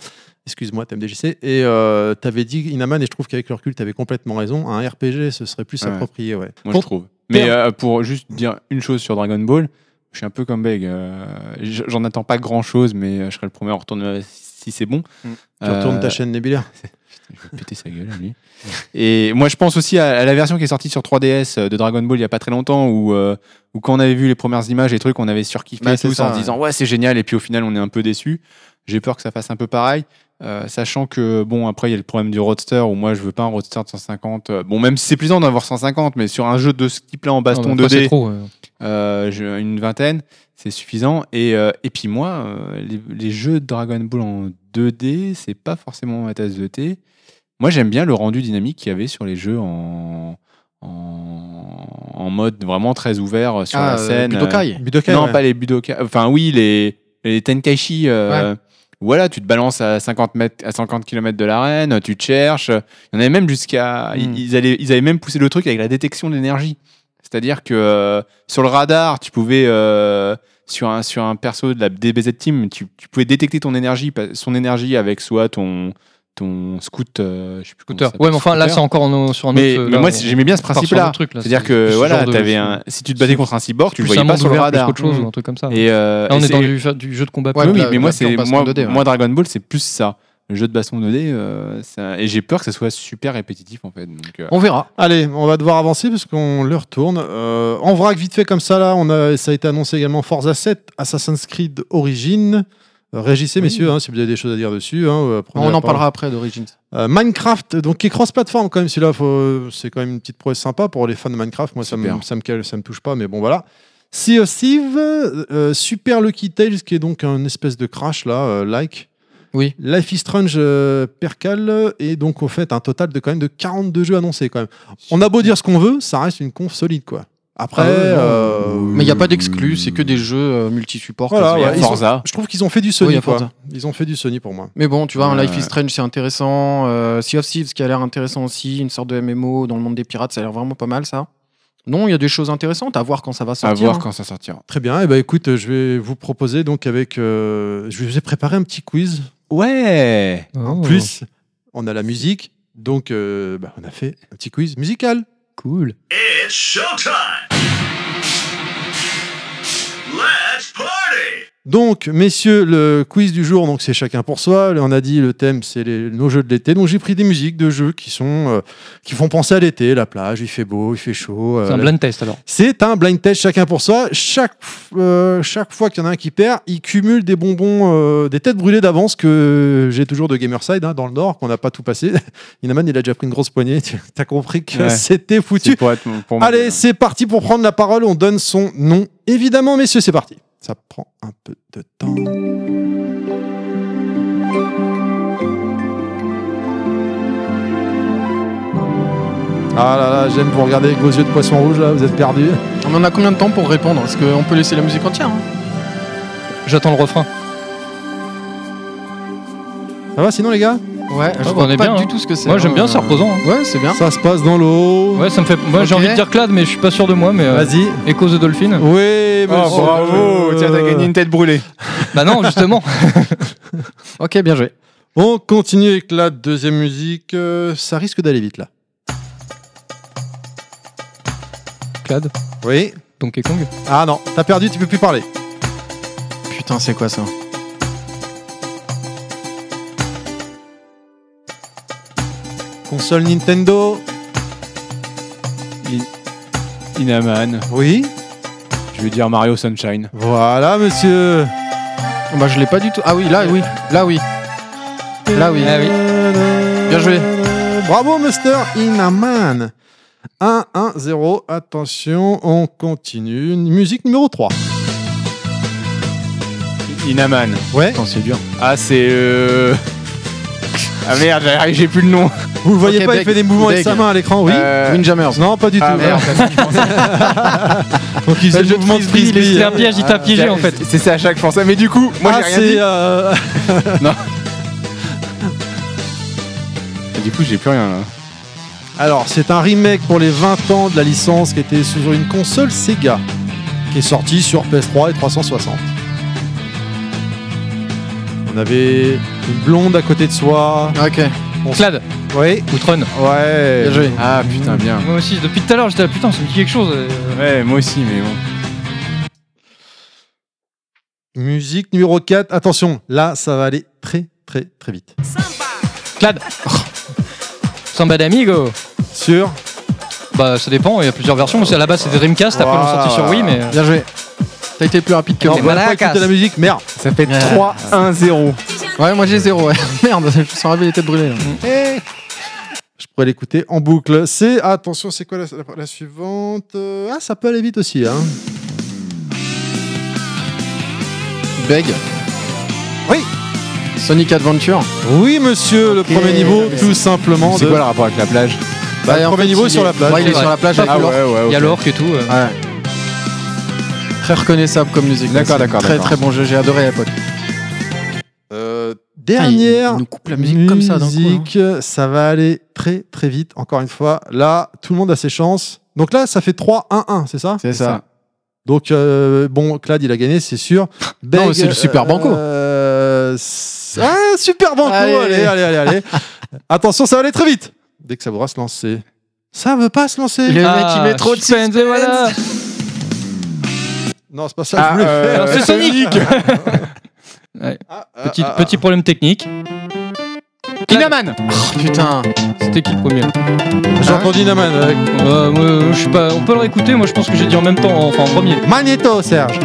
A: Excuse-moi, TMDJC. Et euh, t'avais dit Inaman, et je trouve qu'avec le recul, t'avais complètement raison. Un RPG, ce serait plus
D: Ouais.
A: approprié, ouais.
D: Moi,
A: Pour-
D: je trouve. Mais euh, pour juste dire une chose sur Dragon Ball, je suis un peu comme Beg. euh, j- J'en attends pas grand chose, mais euh, je serai le premier à retourner euh, si c'est bon.
E: Mm.
A: Tu retournes ta
D: Euh,
A: chaîne Nebulaire.
D: Je vais (laughs) péter sa gueule à lui. Et moi, je pense aussi à, à la version qui est sortie sur 3DS euh, de Dragon Ball il y a pas très longtemps, où, euh, où quand on avait vu les premières images et trucs, on avait surkiffé
A: Bah, c'est
D: tous
A: ça,
D: en se
A: ouais.
D: disant ouais c'est génial, et puis au final on est un peu déçu. J'ai peur que ça fasse un peu pareil. euh, sachant que bon après il y a le problème du roadster où moi je veux pas un roadster de 150 euh, bon même si c'est plaisant d'avoir 150 mais sur un jeu de ce type là en
C: non,
D: baston
C: mais après,
D: 2D
C: c'est trop, euh.
D: euh, je- une vingtaine, c'est suffisant. Et, euh, et puis moi, euh, les, les jeux de Dragon Ball en 2D, c'est pas forcément ma tasse de thé. Moi, j'aime bien le rendu dynamique qu'il y avait sur les jeux en, en, en mode vraiment très ouvert sur
E: Ah,
D: la
E: euh,
D: scène.
E: Budokai.
A: Budokai,
D: Non,
A: ouais.
D: pas les Budokai. Enfin, oui, les, les Tenkaichi. euh, Voilà, tu te balances à 50, mètres, à 50 km de l'arène, tu te cherches. Il y en avait même jusqu'à.
A: Hmm.
D: Ils, ils allaient- ils avaient même poussé le truc avec la détection de l'énergie. C'est-à-dire que euh, sur le radar, tu pouvais. euh, sur un, sur un perso de la DBZ Team, tu, tu pouvais détecter ton énergie, pa- son énergie avec soit ton, ton scout. euh, je sais plus comment
C: Scooter.
D: ça s'appelle,
C: Ouais, mais enfin là,
D: scooter.
C: c'est encore en- sur un autre.
D: Mais,
C: euh,
D: mais
C: là,
D: moi,
C: on-
D: c'est- j'aimais bien ce
C: on part sur
D: principal
C: un truc, là.
D: C'est-à-dire
C: C'est-
D: que
C: c'est ce
D: voilà,
C: genre de-
D: t'avais un, si tu te battais contre un cyborg, tu le
C: plus un
D: voyais pas
C: monde
D: sur le
C: ouvert, plus
D: radar. Mmh.
C: qu'autre chose,
E: Mhm.
C: ou un truc comme ça.
D: Et,
C: Là,
D: euh,
C: on
D: et
C: est dans
D: c'est- bah,
C: du, du jeu de combat.
E: Ouais,
C: pur.
D: oui,
E: là,
D: mais moi,
E: là,
D: c'est
E: on passe
D: moi,
E: en 2D, ouais.
D: moi, Dragon Ball, c'est plus ça. Le jeu de baston 2D, euh, ça- et j'ai peur que ça soit super répétitif en fait. Donc, euh,
E: On verra.
A: Allez, on va devoir avancer parce qu'on le retourne. Euh, en vrac, vite fait comme ça, là, on a, ça a été annoncé également Forza 7, Assassin's Creed Origin. Euh, Régissez, messieurs, hein, si vous avez des choses à dire dessus. hein, euh, prenez
E: On
A: la
E: en
A: parole.
E: parlera après d'origine.
A: Euh, Minecraft, donc qui est cross-platform quand même, celui-là, faut- c'est quand même une petite prouesse sympa pour les fans de Minecraft. Moi, ça me,
D: Super.
A: ça, me cale- ça me touche pas, mais bon, voilà. Sea of Thieves, euh, Super Lucky Tales, qui est donc un espèce de crash, là, euh, like.
E: Oui.
A: Life is Strange euh, Percal, et donc, au fait, un total de quand même de 42 jeux annoncés, quand même. On a beau dire ce qu'on veut, ça reste une conf solide, quoi. Après,
E: Ah ouais, non.
A: euh,
E: Mais il n'y a pas
D: Hmm.
E: d'exclus, c'est que des jeux euh, multi-supports.
A: Voilà,
E: comme ça.
A: ouais, ils sont-
D: Forza.
A: je trouve qu'ils ont fait du
E: Oui,
A: Sony,
E: à
A: quoi.
E: Forza.
A: Ils ont fait du Sony pour moi.
E: Mais bon, tu vois, un Life
D: Ouais.
E: is Strange, c'est intéressant. Euh, sea of Thieves, qui a l'air intéressant aussi. Une sorte de MMO dans le monde des pirates, ça a l'air vraiment pas mal, ça. Non, il y a des choses intéressantes à voir quand ça va
D: à
E: sortir.
D: voir
E: hein.
D: quand ça sortira.
A: Très bien. Et ben écoute, euh, je vais vous proposer donc avec, euh, je vous ai préparé un petit quiz.
D: Ouais.
A: En
C: Oh,
A: plus, on a la musique, donc euh, bah, on a fait un petit quiz musical.
C: cool.
B: It's showtime! Let's party!
A: Donc, messieurs, le quiz du jour, donc c'est chacun pour soi. Là, on a dit le thème, c'est les- nos jeux de l'été. Donc j'ai pris des musiques de jeux qui sont, euh, qui font penser à l'été, la plage, il fait beau, il fait chaud. euh,
C: C'est un
A: la-
C: blind test alors.
A: C'est un blind test chacun pour soi. Chaque, euh, chaque fois qu'il y en a un qui perd, il cumule des bonbons, euh, des têtes brûlées d'avance que j'ai toujours de Gamerside hein, dans le Nord, qu'on n'a pas tout passé. (laughs) Inaman, il a déjà pris une grosse poignée. Tu (laughs) as compris que
D: Ouais.
A: c'était foutu.
D: C'est pour être pour moi.
A: Allez, c'est parti pour prendre la parole. On donne son nom. Évidemment, messieurs, c'est parti. Ça prend un peu de temps. Ah là là, j'aime vous regarder avec vos yeux de poisson rouge là, vous êtes perdus.
E: On en a combien de temps pour répondre Parce qu'on peut laisser la musique entière. hein.
C: J'attends le refrain.
A: Ça va sinon les gars
E: ouais,
C: je
E: je
C: connais
E: vois pas
C: bien,
E: du
C: hein.
E: tout ce que c'est.
C: Moi j'aime
E: hein,
C: bien, c'est
E: euh,
C: reposant. hein.
E: Ouais, c'est bien.
A: Ça se passe dans l'eau.
C: Ouais, ça me fait. Moi j'ai
E: Ok.
C: envie de dire Clad, mais je suis pas sûr de moi. Mais euh,
A: Vas-y.
C: Echoes de Dolphin.
A: Oui,
I: Oh,
A: monsieur.
I: bravo Tiens, t'as gagné une tête brûlée.
C: Bah non, justement.
E: Ok, bien joué.
A: On continue avec la deuxième musique. euh, ça risque d'aller vite là.
C: Clad,
A: Oui.
C: Donkey Kong.
A: Ah non, t'as perdu, tu peux plus parler.
E: Putain, c'est quoi ça
A: Console Nintendo.
D: Inaman.
A: Oui.
D: Je vais dire Mario Sunshine.
A: Voilà, monsieur.
E: Bah, je l'ai pas du tout. Ah oui, là, oui. Là, oui. Là, oui.
C: Ah oui.
E: Bien joué.
A: Bravo, Mister Inaman. 1-1-0. Attention, on continue. Musique numéro 3.
D: Inaman.
A: Ouais.
E: Putain, c'est dur.
D: Ah, c'est. euh, Ah merde, j'ai- j'ai plus le nom.
A: Vous le voyez
E: Ok,
A: pas, il
E: Beg.
A: fait des mouvements avec
E: Beg.
A: sa main à l'écran, oui.
D: Euh,
E: Windjammers.
A: Non, pas du
D: ah,
A: tout.
D: merde. (laughs)
A: Donc il
C: Bah,
A: faisait
E: Le
A: le
E: jeu de
A: mouvement de
E: frisbee,
A: frisbee.
C: C'est un piège, il t'a piégé en fait.
D: C'est- C'est ça à chaque français. Mais du coup, moi
A: ah,
D: j'ai rien
A: c'est.
D: dit.
A: euh,
D: Du coup, j'ai plus rien là.
A: Alors, c'est un remake pour les 20 ans de la licence qui était sur une console Sega, qui est sortie sur PS3 et 360. On avait une blonde à côté de soi.
E: Ok,
C: Clad,
A: Oui,
C: Outrun.
A: ouais.
E: bien joué.
D: Ah putain, bien.
C: Moi aussi, depuis tout à l'heure, j'étais là, putain, ça me dit quelque chose. euh.
D: Ouais, moi aussi, mais bon.
A: Musique numéro 4. Attention, là, ça va aller très, très, très vite.
C: Clad. Samba d'Amigo.
A: Sur.
C: Bah, ça dépend, il y a plusieurs versions. C'est- À la base, c'était Dreamcast, après, on sorti sur Wii, mais. euh,
E: Bien joué. T'as été plus rapide que
A: Non,
E: moi.
A: voilà, pas écouter la musique, merde. Euh.
D: Ça fait
E: Ah.
D: 3-1-0.
E: Ouais, moi j'ai zéro. ouais. (laughs) Merde, je me sens ravi les têtes brûlées. là.
A: Eh, Je pourrais l'écouter en boucle. C'est. Attention, c'est quoi la, la- la suivante Euh, Ah, ça peut aller vite aussi, hein.
E: Beg.
A: Oui.
E: Sonic Adventure.
A: Oui, monsieur, le premier niveau,
E: mais
A: tout simplement.
D: C'est
A: de-
D: quoi le rapport avec la plage Ah
A: Bah,
E: Ouais,
A: le
E: en
A: premier
E: fait,
A: niveau
E: il
A: sur
E: est-
A: la plage.
E: Ouais, il est
C: C'est
E: sur
C: vrai.
E: la plage avec l'orque.
C: Il y a
D: ok.
C: l'orque et tout. euh.
E: Ouais. Très reconnaissable comme musique.
D: D'accord,
E: aussi.
D: d'accord,
E: Très
D: d'accord.
E: très bon jeu, j'ai adoré à l'époque.
A: Euh,
E: Putain, il-
A: dernière
E: il nous coupe la musique comme ça d'un coup. hein.
A: musique, ça va aller très très vite, encore une fois. Là, tout le monde a ses chances. Donc là, ça fait 3-1-1, c'est ça
E: C'est ça.
A: Donc, euh, bon, Clad, il a gagné, c'est sûr.
E: (laughs) Non,
A: Beg,
E: c'est le Super Banco.
A: euh, c'est- ah, Super Banco, allez,
E: Allez.
A: allez, allez, allez. Attention, ça va aller très vite. Dès que ça voudra se lancer. Ça veut pas se lancer.
E: Le mec, il met trop de
C: Ah, suspense,
E: suspense.
C: voilà.
A: Non, c'est pas ça que je voulais
D: euh,
A: faire.
C: Alors, c'est Sonic
A: Ah, ah,
C: Petit,
A: ah, ah.
C: petit problème technique.
D: Inaman
E: Oh, putain.
C: C'était qui le premier
A: J'ai entendu Naman. euh,
C: Euh, moi, je suis pas. On peut le réécouter. Moi, je pense que j'ai dit en même temps, enfin en premier.
A: Magneto, Serge.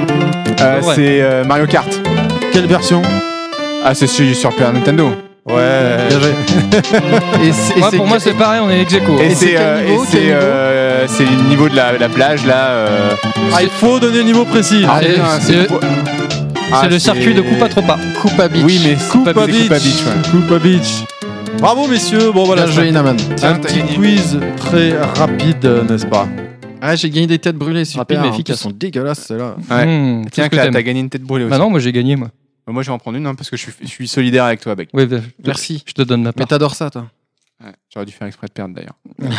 D: Euh,
C: Ouais.
D: C'est euh, Mario Kart.
A: Quelle version
D: Ah, c'est celui sur Super Nintendo.
A: Ouais.
E: Bien joué. Et c'est- et
C: Ouais,
E: c'est-
C: pour moi, c'est pareil. On est ex-aequo.
D: Et
E: Et c'est
D: c'est
E: quel
D: euh, et
E: niveau, quel
D: c'est
E: niveau
D: euh, c'est le niveau de la, la plage là. euh.
A: Ah, il faut donner le niveau précis.
D: Ah,
C: c'est-
D: putain,
C: c'est-
D: pour- Ah,
C: C'est le
D: c'est-
C: circuit de coupe à trop pas.
E: Coupe à bitch.
D: Oui, mais
A: Coupa
D: c'est
A: Beach.
D: Coupa Beach, ouais.
A: Coupa Beach. Bravo messieurs. Bon voilà,
E: Bien joué, Inaman.
A: c'est un petit quiz très rapide, euh, n'est-ce pas
E: Ah, j'ai gagné des têtes brûlées super.
C: Rapide, mais
E: En plus,
C: efficace.
E: Ils sont Ah. dégueulasses, ceux-là.
D: Ouais.
C: Hmm, tout ce
D: Tiens,
C: que
D: Claire,
C: t'aimes.
D: t'as gagné une tête brûlée aussi.
C: Bah non, moi j'ai gagné moi.
D: Moi, je vais en prendre une hein, parce que je suis, je suis solidaire avec toi, Beck.
C: Oui, bah, je te-
E: Merci.
C: Je te donne ma
E: Mais
C: part.
E: t'adores ça, toi.
D: J'aurais dû faire exprès de perdre d'ailleurs.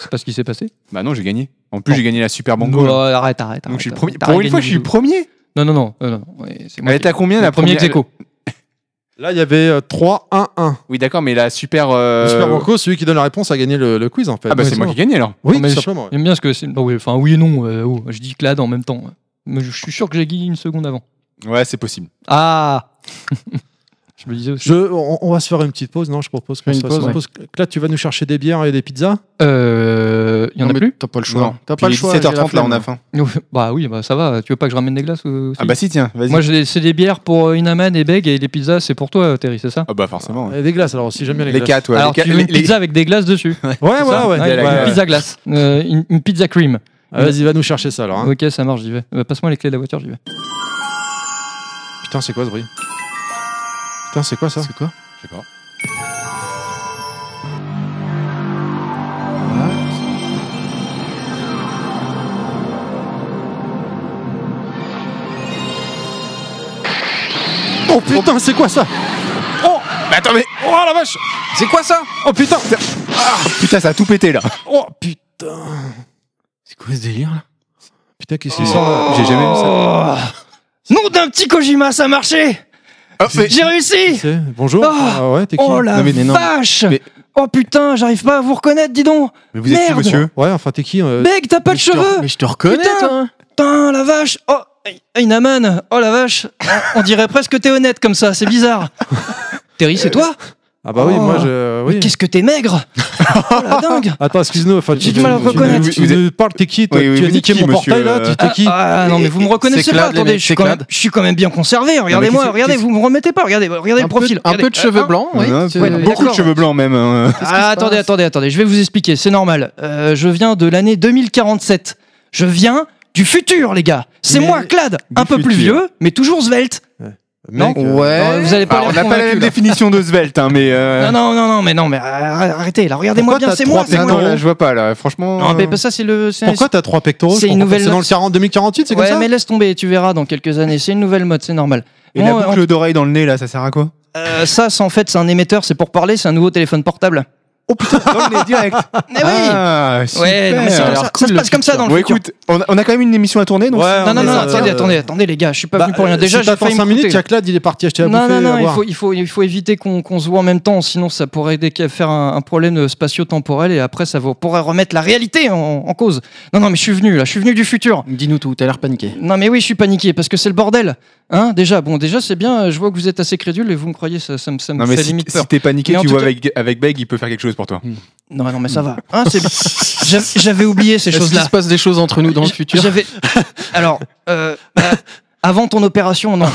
C: C'est pas ce qui s'est passé.
D: Bah non, j'ai gagné. En plus,
C: Bon.
D: j'ai gagné la Super Banco.
C: Oh,
D: là.
C: arrête, arrête.
D: Donc, je suis le
C: arrête,
D: premier.
C: arrête,
D: Pour
C: arrête,
D: une fois, je suis le
C: gagne.
D: premier.
C: Non, non, non, euh, non. ouais, c'est moi
D: Elle
C: qui-
D: était à combien la
C: le premier
D: première
C: ex-aequo.
A: Là, il y avait euh, 3-1-1.
D: Oui, d'accord, mais la Super.
A: Le
D: euh,
A: Super Banco, celui qui donne la réponse a gagné le, le quiz en fait.
D: Ah bah,
A: Ouais,
D: c'est moi qui ai gagné alors.
A: Oui,
C: Non, mais
A: tout
C: je-
A: simplement. ouais.
C: J'aime bien ce que c'est. bah oui, enfin, oui et non. euh, oh, je dis Clad en même temps. Mais je je suis sûr que j'ai gagné une seconde avant.
D: Ouais, c'est possible.
C: Ah (laughs) Je me disais aussi.
A: Je, on, on va se faire une petite pause, non Je propose qu'on
E: Une
A: se fasse
E: pause,
A: une
E: ouais.
A: pause. Là, tu vas nous chercher des bières et des pizzas
C: Euh. Il y en
E: Non,
C: a
E: mais
C: plus
E: T'as pas le choix.
D: Non.
E: T'as
D: Puis
E: pas
D: il
E: le
D: est
E: choix.
D: 17h30
E: j'ai la
D: là, on a
E: flemme.
D: faim.
C: Bah oui, bah ça va. Tu veux pas que je ramène des glaces euh, aussi
D: Ah bah si, tiens, vas-y.
C: Moi, j'ai des- c'est des bières pour euh, Inaman et Beg et les pizzas, c'est pour toi, euh, Terry, c'est ça
D: Ah bah forcément. ouais.
A: Et Des glaces, alors aussi, j'aime bien les,
D: Les
A: glaces.
D: 4, ouais.
C: Alors,
D: les
C: tu
D: quatre-
C: veux
D: les-
C: une pizza avec des glaces dessus.
A: Ouais,
C: c'est
A: voilà,
C: ça
A: ouais.
D: Ouais, la
A: ouais.
C: Une pizza glace. Euh, une, une pizza cream.
A: Ah, Vas-y, va nous chercher ça alors. hein.
C: Ok, ça marche, j'y vais. Euh, Passe-moi les clés de la voiture, j'y vais.
A: Putain, c'est quoi ce bruit Putain, c'est quoi ça
E: C'est quoi
D: Je sais pas.
E: Ah,
A: Oh putain, c'est quoi ça
D: Oh Mais attends, mais. Oh la vache
E: C'est quoi ça
D: Oh putain ça- Ah, Putain, ça a tout pété là
A: Oh putain.
E: C'est quoi ce délire là
A: Putain, qu'est-ce
C: Oh.
A: qui sort là
D: J'ai jamais vu ça.
C: Nom d'un petit Kojima, ça a marché
D: Oh,
C: J'ai réussi
A: C'est- Bonjour.
C: Eh Ah.
A: Ah ouais, t'es qui
C: Oh la
A: Non, mais- mais non.
C: vache
A: Mais-
C: Oh putain, j'arrive pas à vous reconnaître, dis donc
F: Mais vous êtes qui,
C: Merde.
F: monsieur
A: Ouais, enfin t'es qui euh,
C: Beg, t'as pas de
E: je te re-
C: cheveux
E: Mais je te reconnais
C: Putain.
E: toi hein.
C: Putain, la vache Oh, Aynaman Oh la vache On dirait presque que t'es honnête comme ça, c'est bizarre Terry, c'est toi
A: Ah bah oui,
C: Oh.
A: moi je.
C: Mais
A: Oui.
C: qu'est-ce que t'es maigre Oh la dingue
A: Attends, excuse-nous. Enfin,
C: J'ai
A: tu-
C: du mal à
A: tu-
C: reconnaître.
A: Tu tu nous parles, t'es qui toi
F: Oui, oui,
A: Tu as
F: vous êtes
A: niqué
F: qui,
A: mon portail
F: monsieur,
A: là
F: euh,
A: tu- T'es qui
C: ah, ah, non mais vous me reconnaissez
E: C'est
C: pas,
E: Claude, les
C: attendez,
E: mecs,
C: je
E: c'est
C: suis, quand
E: Claude.
C: même, je suis quand même bien conservé, regardez-moi,
F: qu'est-ce-
C: regardez,
F: qu'est-ce-
C: vous me remettez pas, regardez, regardez
E: Un
C: le
E: peu-
C: profil.
E: Un
C: regardez.
E: peu de cheveux
C: Hein,
E: blancs, oui.
F: Non,
E: tu-
C: ouais,
E: euh,
F: Beaucoup de
C: d'accord.
F: cheveux blancs même. hein.
E: Qu'est-ce qui se
C: Ah, attendez,
E: passe
C: attendez, attendez, je vais vous expliquer, c'est normal. Euh, je viens de l'année 2047. Je viens du futur, les gars. C'est
F: Mais-
C: moi, Clad,
F: Du
C: un peu plus
F: futur.
C: vieux, mais toujours svelte.
A: Mec, euh,
E: Ouais.
C: Non, vous allez pas
D: Alors,
C: l'air
D: Ah, bah, on n'a pas la
C: convaincu,
D: même
C: là.
D: définition de svelte, hein, mais. euh,
C: Non, non, non, non, mais non, mais euh, arrêtez, là, regardez-moi
A: Pourquoi
C: bien,
A: t'as
C: c'est
A: trois
C: moi, c'est
D: Non,
A: pectoraux
C: moi.
D: Ah, là, je vois pas là, franchement.
C: Non, mais
D: euh,
C: parce que ça, c'est le. c'est-
A: Pourquoi t'as trois pectoraux je
C: C'est une
A: comprends pas,
C: nouvelle
A: C'est dans le
C: note.
A: 40 2048, c'est comme
C: Ouais,
A: ça
C: mais laisse tomber, tu verras dans quelques années. C'est une nouvelle mode, c'est normal.
D: Et
C: Moi,
D: la boucle d'oreille dans le nez là, ça sert
C: (laughs)
D: à quoi
C: euh, ça, c'est en fait, c'est un émetteur, c'est pour parler, c'est un nouveau téléphone portable.
D: Dans le nez direct
C: Mais Eh oui
D: Ah,
C: Ouais, non, mais c'est
D: super.
C: comme ça. ça se passe comme ça dans le
D: Bon,
C: futur.
D: écoute, on a, on a quand même une émission à tourner, donc.
A: Ouais,
C: Non, non,
A: mais
C: non,
A: ça,
C: attendez,
A: euh,
C: attendez, attendez, les gars, je suis pas
A: bah,
C: venu pour rien.
A: euh,
C: Déjà,
A: si
C: j'ai
A: t'attends
C: failli
A: 5
C: me
A: minutes, il
C: coûter.
A: y a Clad, il est parti acheter euh, à
C: non,
A: bouffer.
C: non, non,
A: à
C: il
A: boire.
C: faut, il, faut, il faut éviter qu'on qu'on se voit en même temps, sinon ça pourrait dé- faire un, un problème euh, spatio-temporel et après ça vous- pourrait remettre la réalité en, en cause. Non, non, mais je suis venu là, je suis venu du futur.
E: Dis-nous tout, t'as l'air paniqué.
C: Non, mais oui, je suis paniqué parce que c'est le bordel. Hein, déjà, bon, déjà c'est bien, euh, je vois que vous êtes assez crédule et vous me croyez, ça, ça me, ça me
D: Non, mais
C: fait
D: si,
C: limite peur.
D: si t'es paniqué,
C: Mais en
D: tu
C: tout
D: vois
C: cas-
D: avec, avec Beg, il peut faire quelque chose
C: (laughs)
D: pour toi.
C: Non, non, mais ça va. Hein, c'est bien. J'a- J'avais oublié ces
E: Est-ce qu'il
C: choses-là.
E: se passe des choses entre nous dans le (laughs) futur
C: J'avais. Alors, euh, euh, avant ton opération,
E: (laughs)
C: non.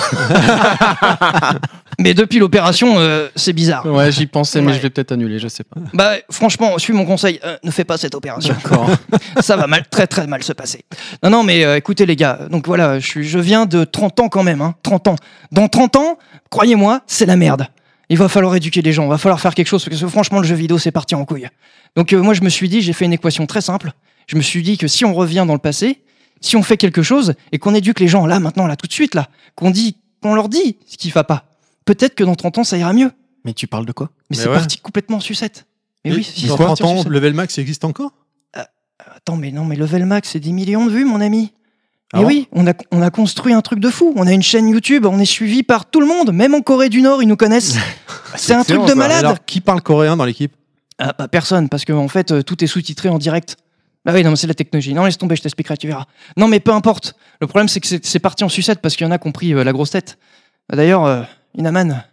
C: mais depuis l'opération, euh, c'est bizarre.
E: Ouais, j'y pensais, mais
C: Ouais.
E: je vais peut-être annuler, je sais pas.
C: Bah, franchement, suis mon conseil, euh, ne fais pas cette opération.
E: D'accord.
C: (laughs) Ça va mal, très très mal se passer. Non, non, mais euh, écoutez les gars, donc voilà, je, suis, je viens de 30 ans quand même, hein, 30 ans. Dans 30 ans, croyez-moi, c'est la merde. Il va falloir éduquer les gens, il va falloir faire quelque chose, parce que franchement, le jeu vidéo, c'est parti en couille. Donc euh, moi, je me suis dit, j'ai fait une équation très simple. Je me suis dit que si on revient dans le passé, si on fait quelque chose, et qu'on éduque les gens là, maintenant, là, tout de suite, là, qu'on dit, qu'on leur dit ce qu'il va pas, peut-être que dans 30 ans, ça ira mieux.
E: Mais tu parles de quoi
C: Mais,
A: Mais
C: c'est
A: ouais.
C: parti complètement en sucette. Mais oui, si
A: Dans
C: c'est parti
A: 30
C: en
A: ans,
C: sucette.
A: level max existe encore
C: Attends, mais non, mais Level Max, c'est 10 millions de vues, mon ami.
A: Ah
C: Mais
A: bon
C: oui, on a, on a construit un truc de fou. On a une chaîne YouTube, on est suivi par tout le monde. Même en Corée du Nord, ils
A: (laughs)
C: nous connaissent. c'est un truc
D: excellent,
C: de
D: ça.
C: malade.
A: Alors, qui parle coréen dans l'équipe
C: Ah, bah, personne, parce que en fait, euh, tout est sous-titré en direct. Bah oui, non, mais c'est la technologie. Non, laisse tomber, je t'expliquerai, tu verras. Non, mais peu importe. Le problème, c'est que c'est c'est parti en sucette parce qu'il y en a qui ont pris euh, la grosse tête. Bah, D'ailleurs, euh, Inaman.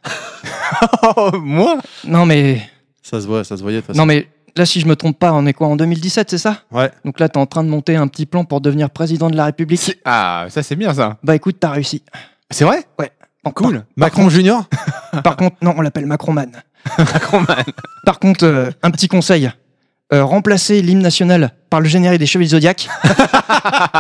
D: Oh, moi
C: Non, mais.
A: Ça se voit, ça se voyait. de toute
C: Non, mais là, si je me trompe pas, on est quoi En 2017, c'est ça
A: Ouais.
C: Donc là, t'es en train de monter un petit plan pour devenir président de la République.
D: C'est- Ah, ça c'est bien ça.
C: Bah écoute, t'as réussi.
D: C'est vrai
C: Bon,
D: Cool.
A: façon. Macron Junior
C: Par, par contre, non, on l'appelle Macronman. Par contre, euh, un petit conseil. Euh, remplacer l'hymne national par le générique des Chevaliers Zodiac,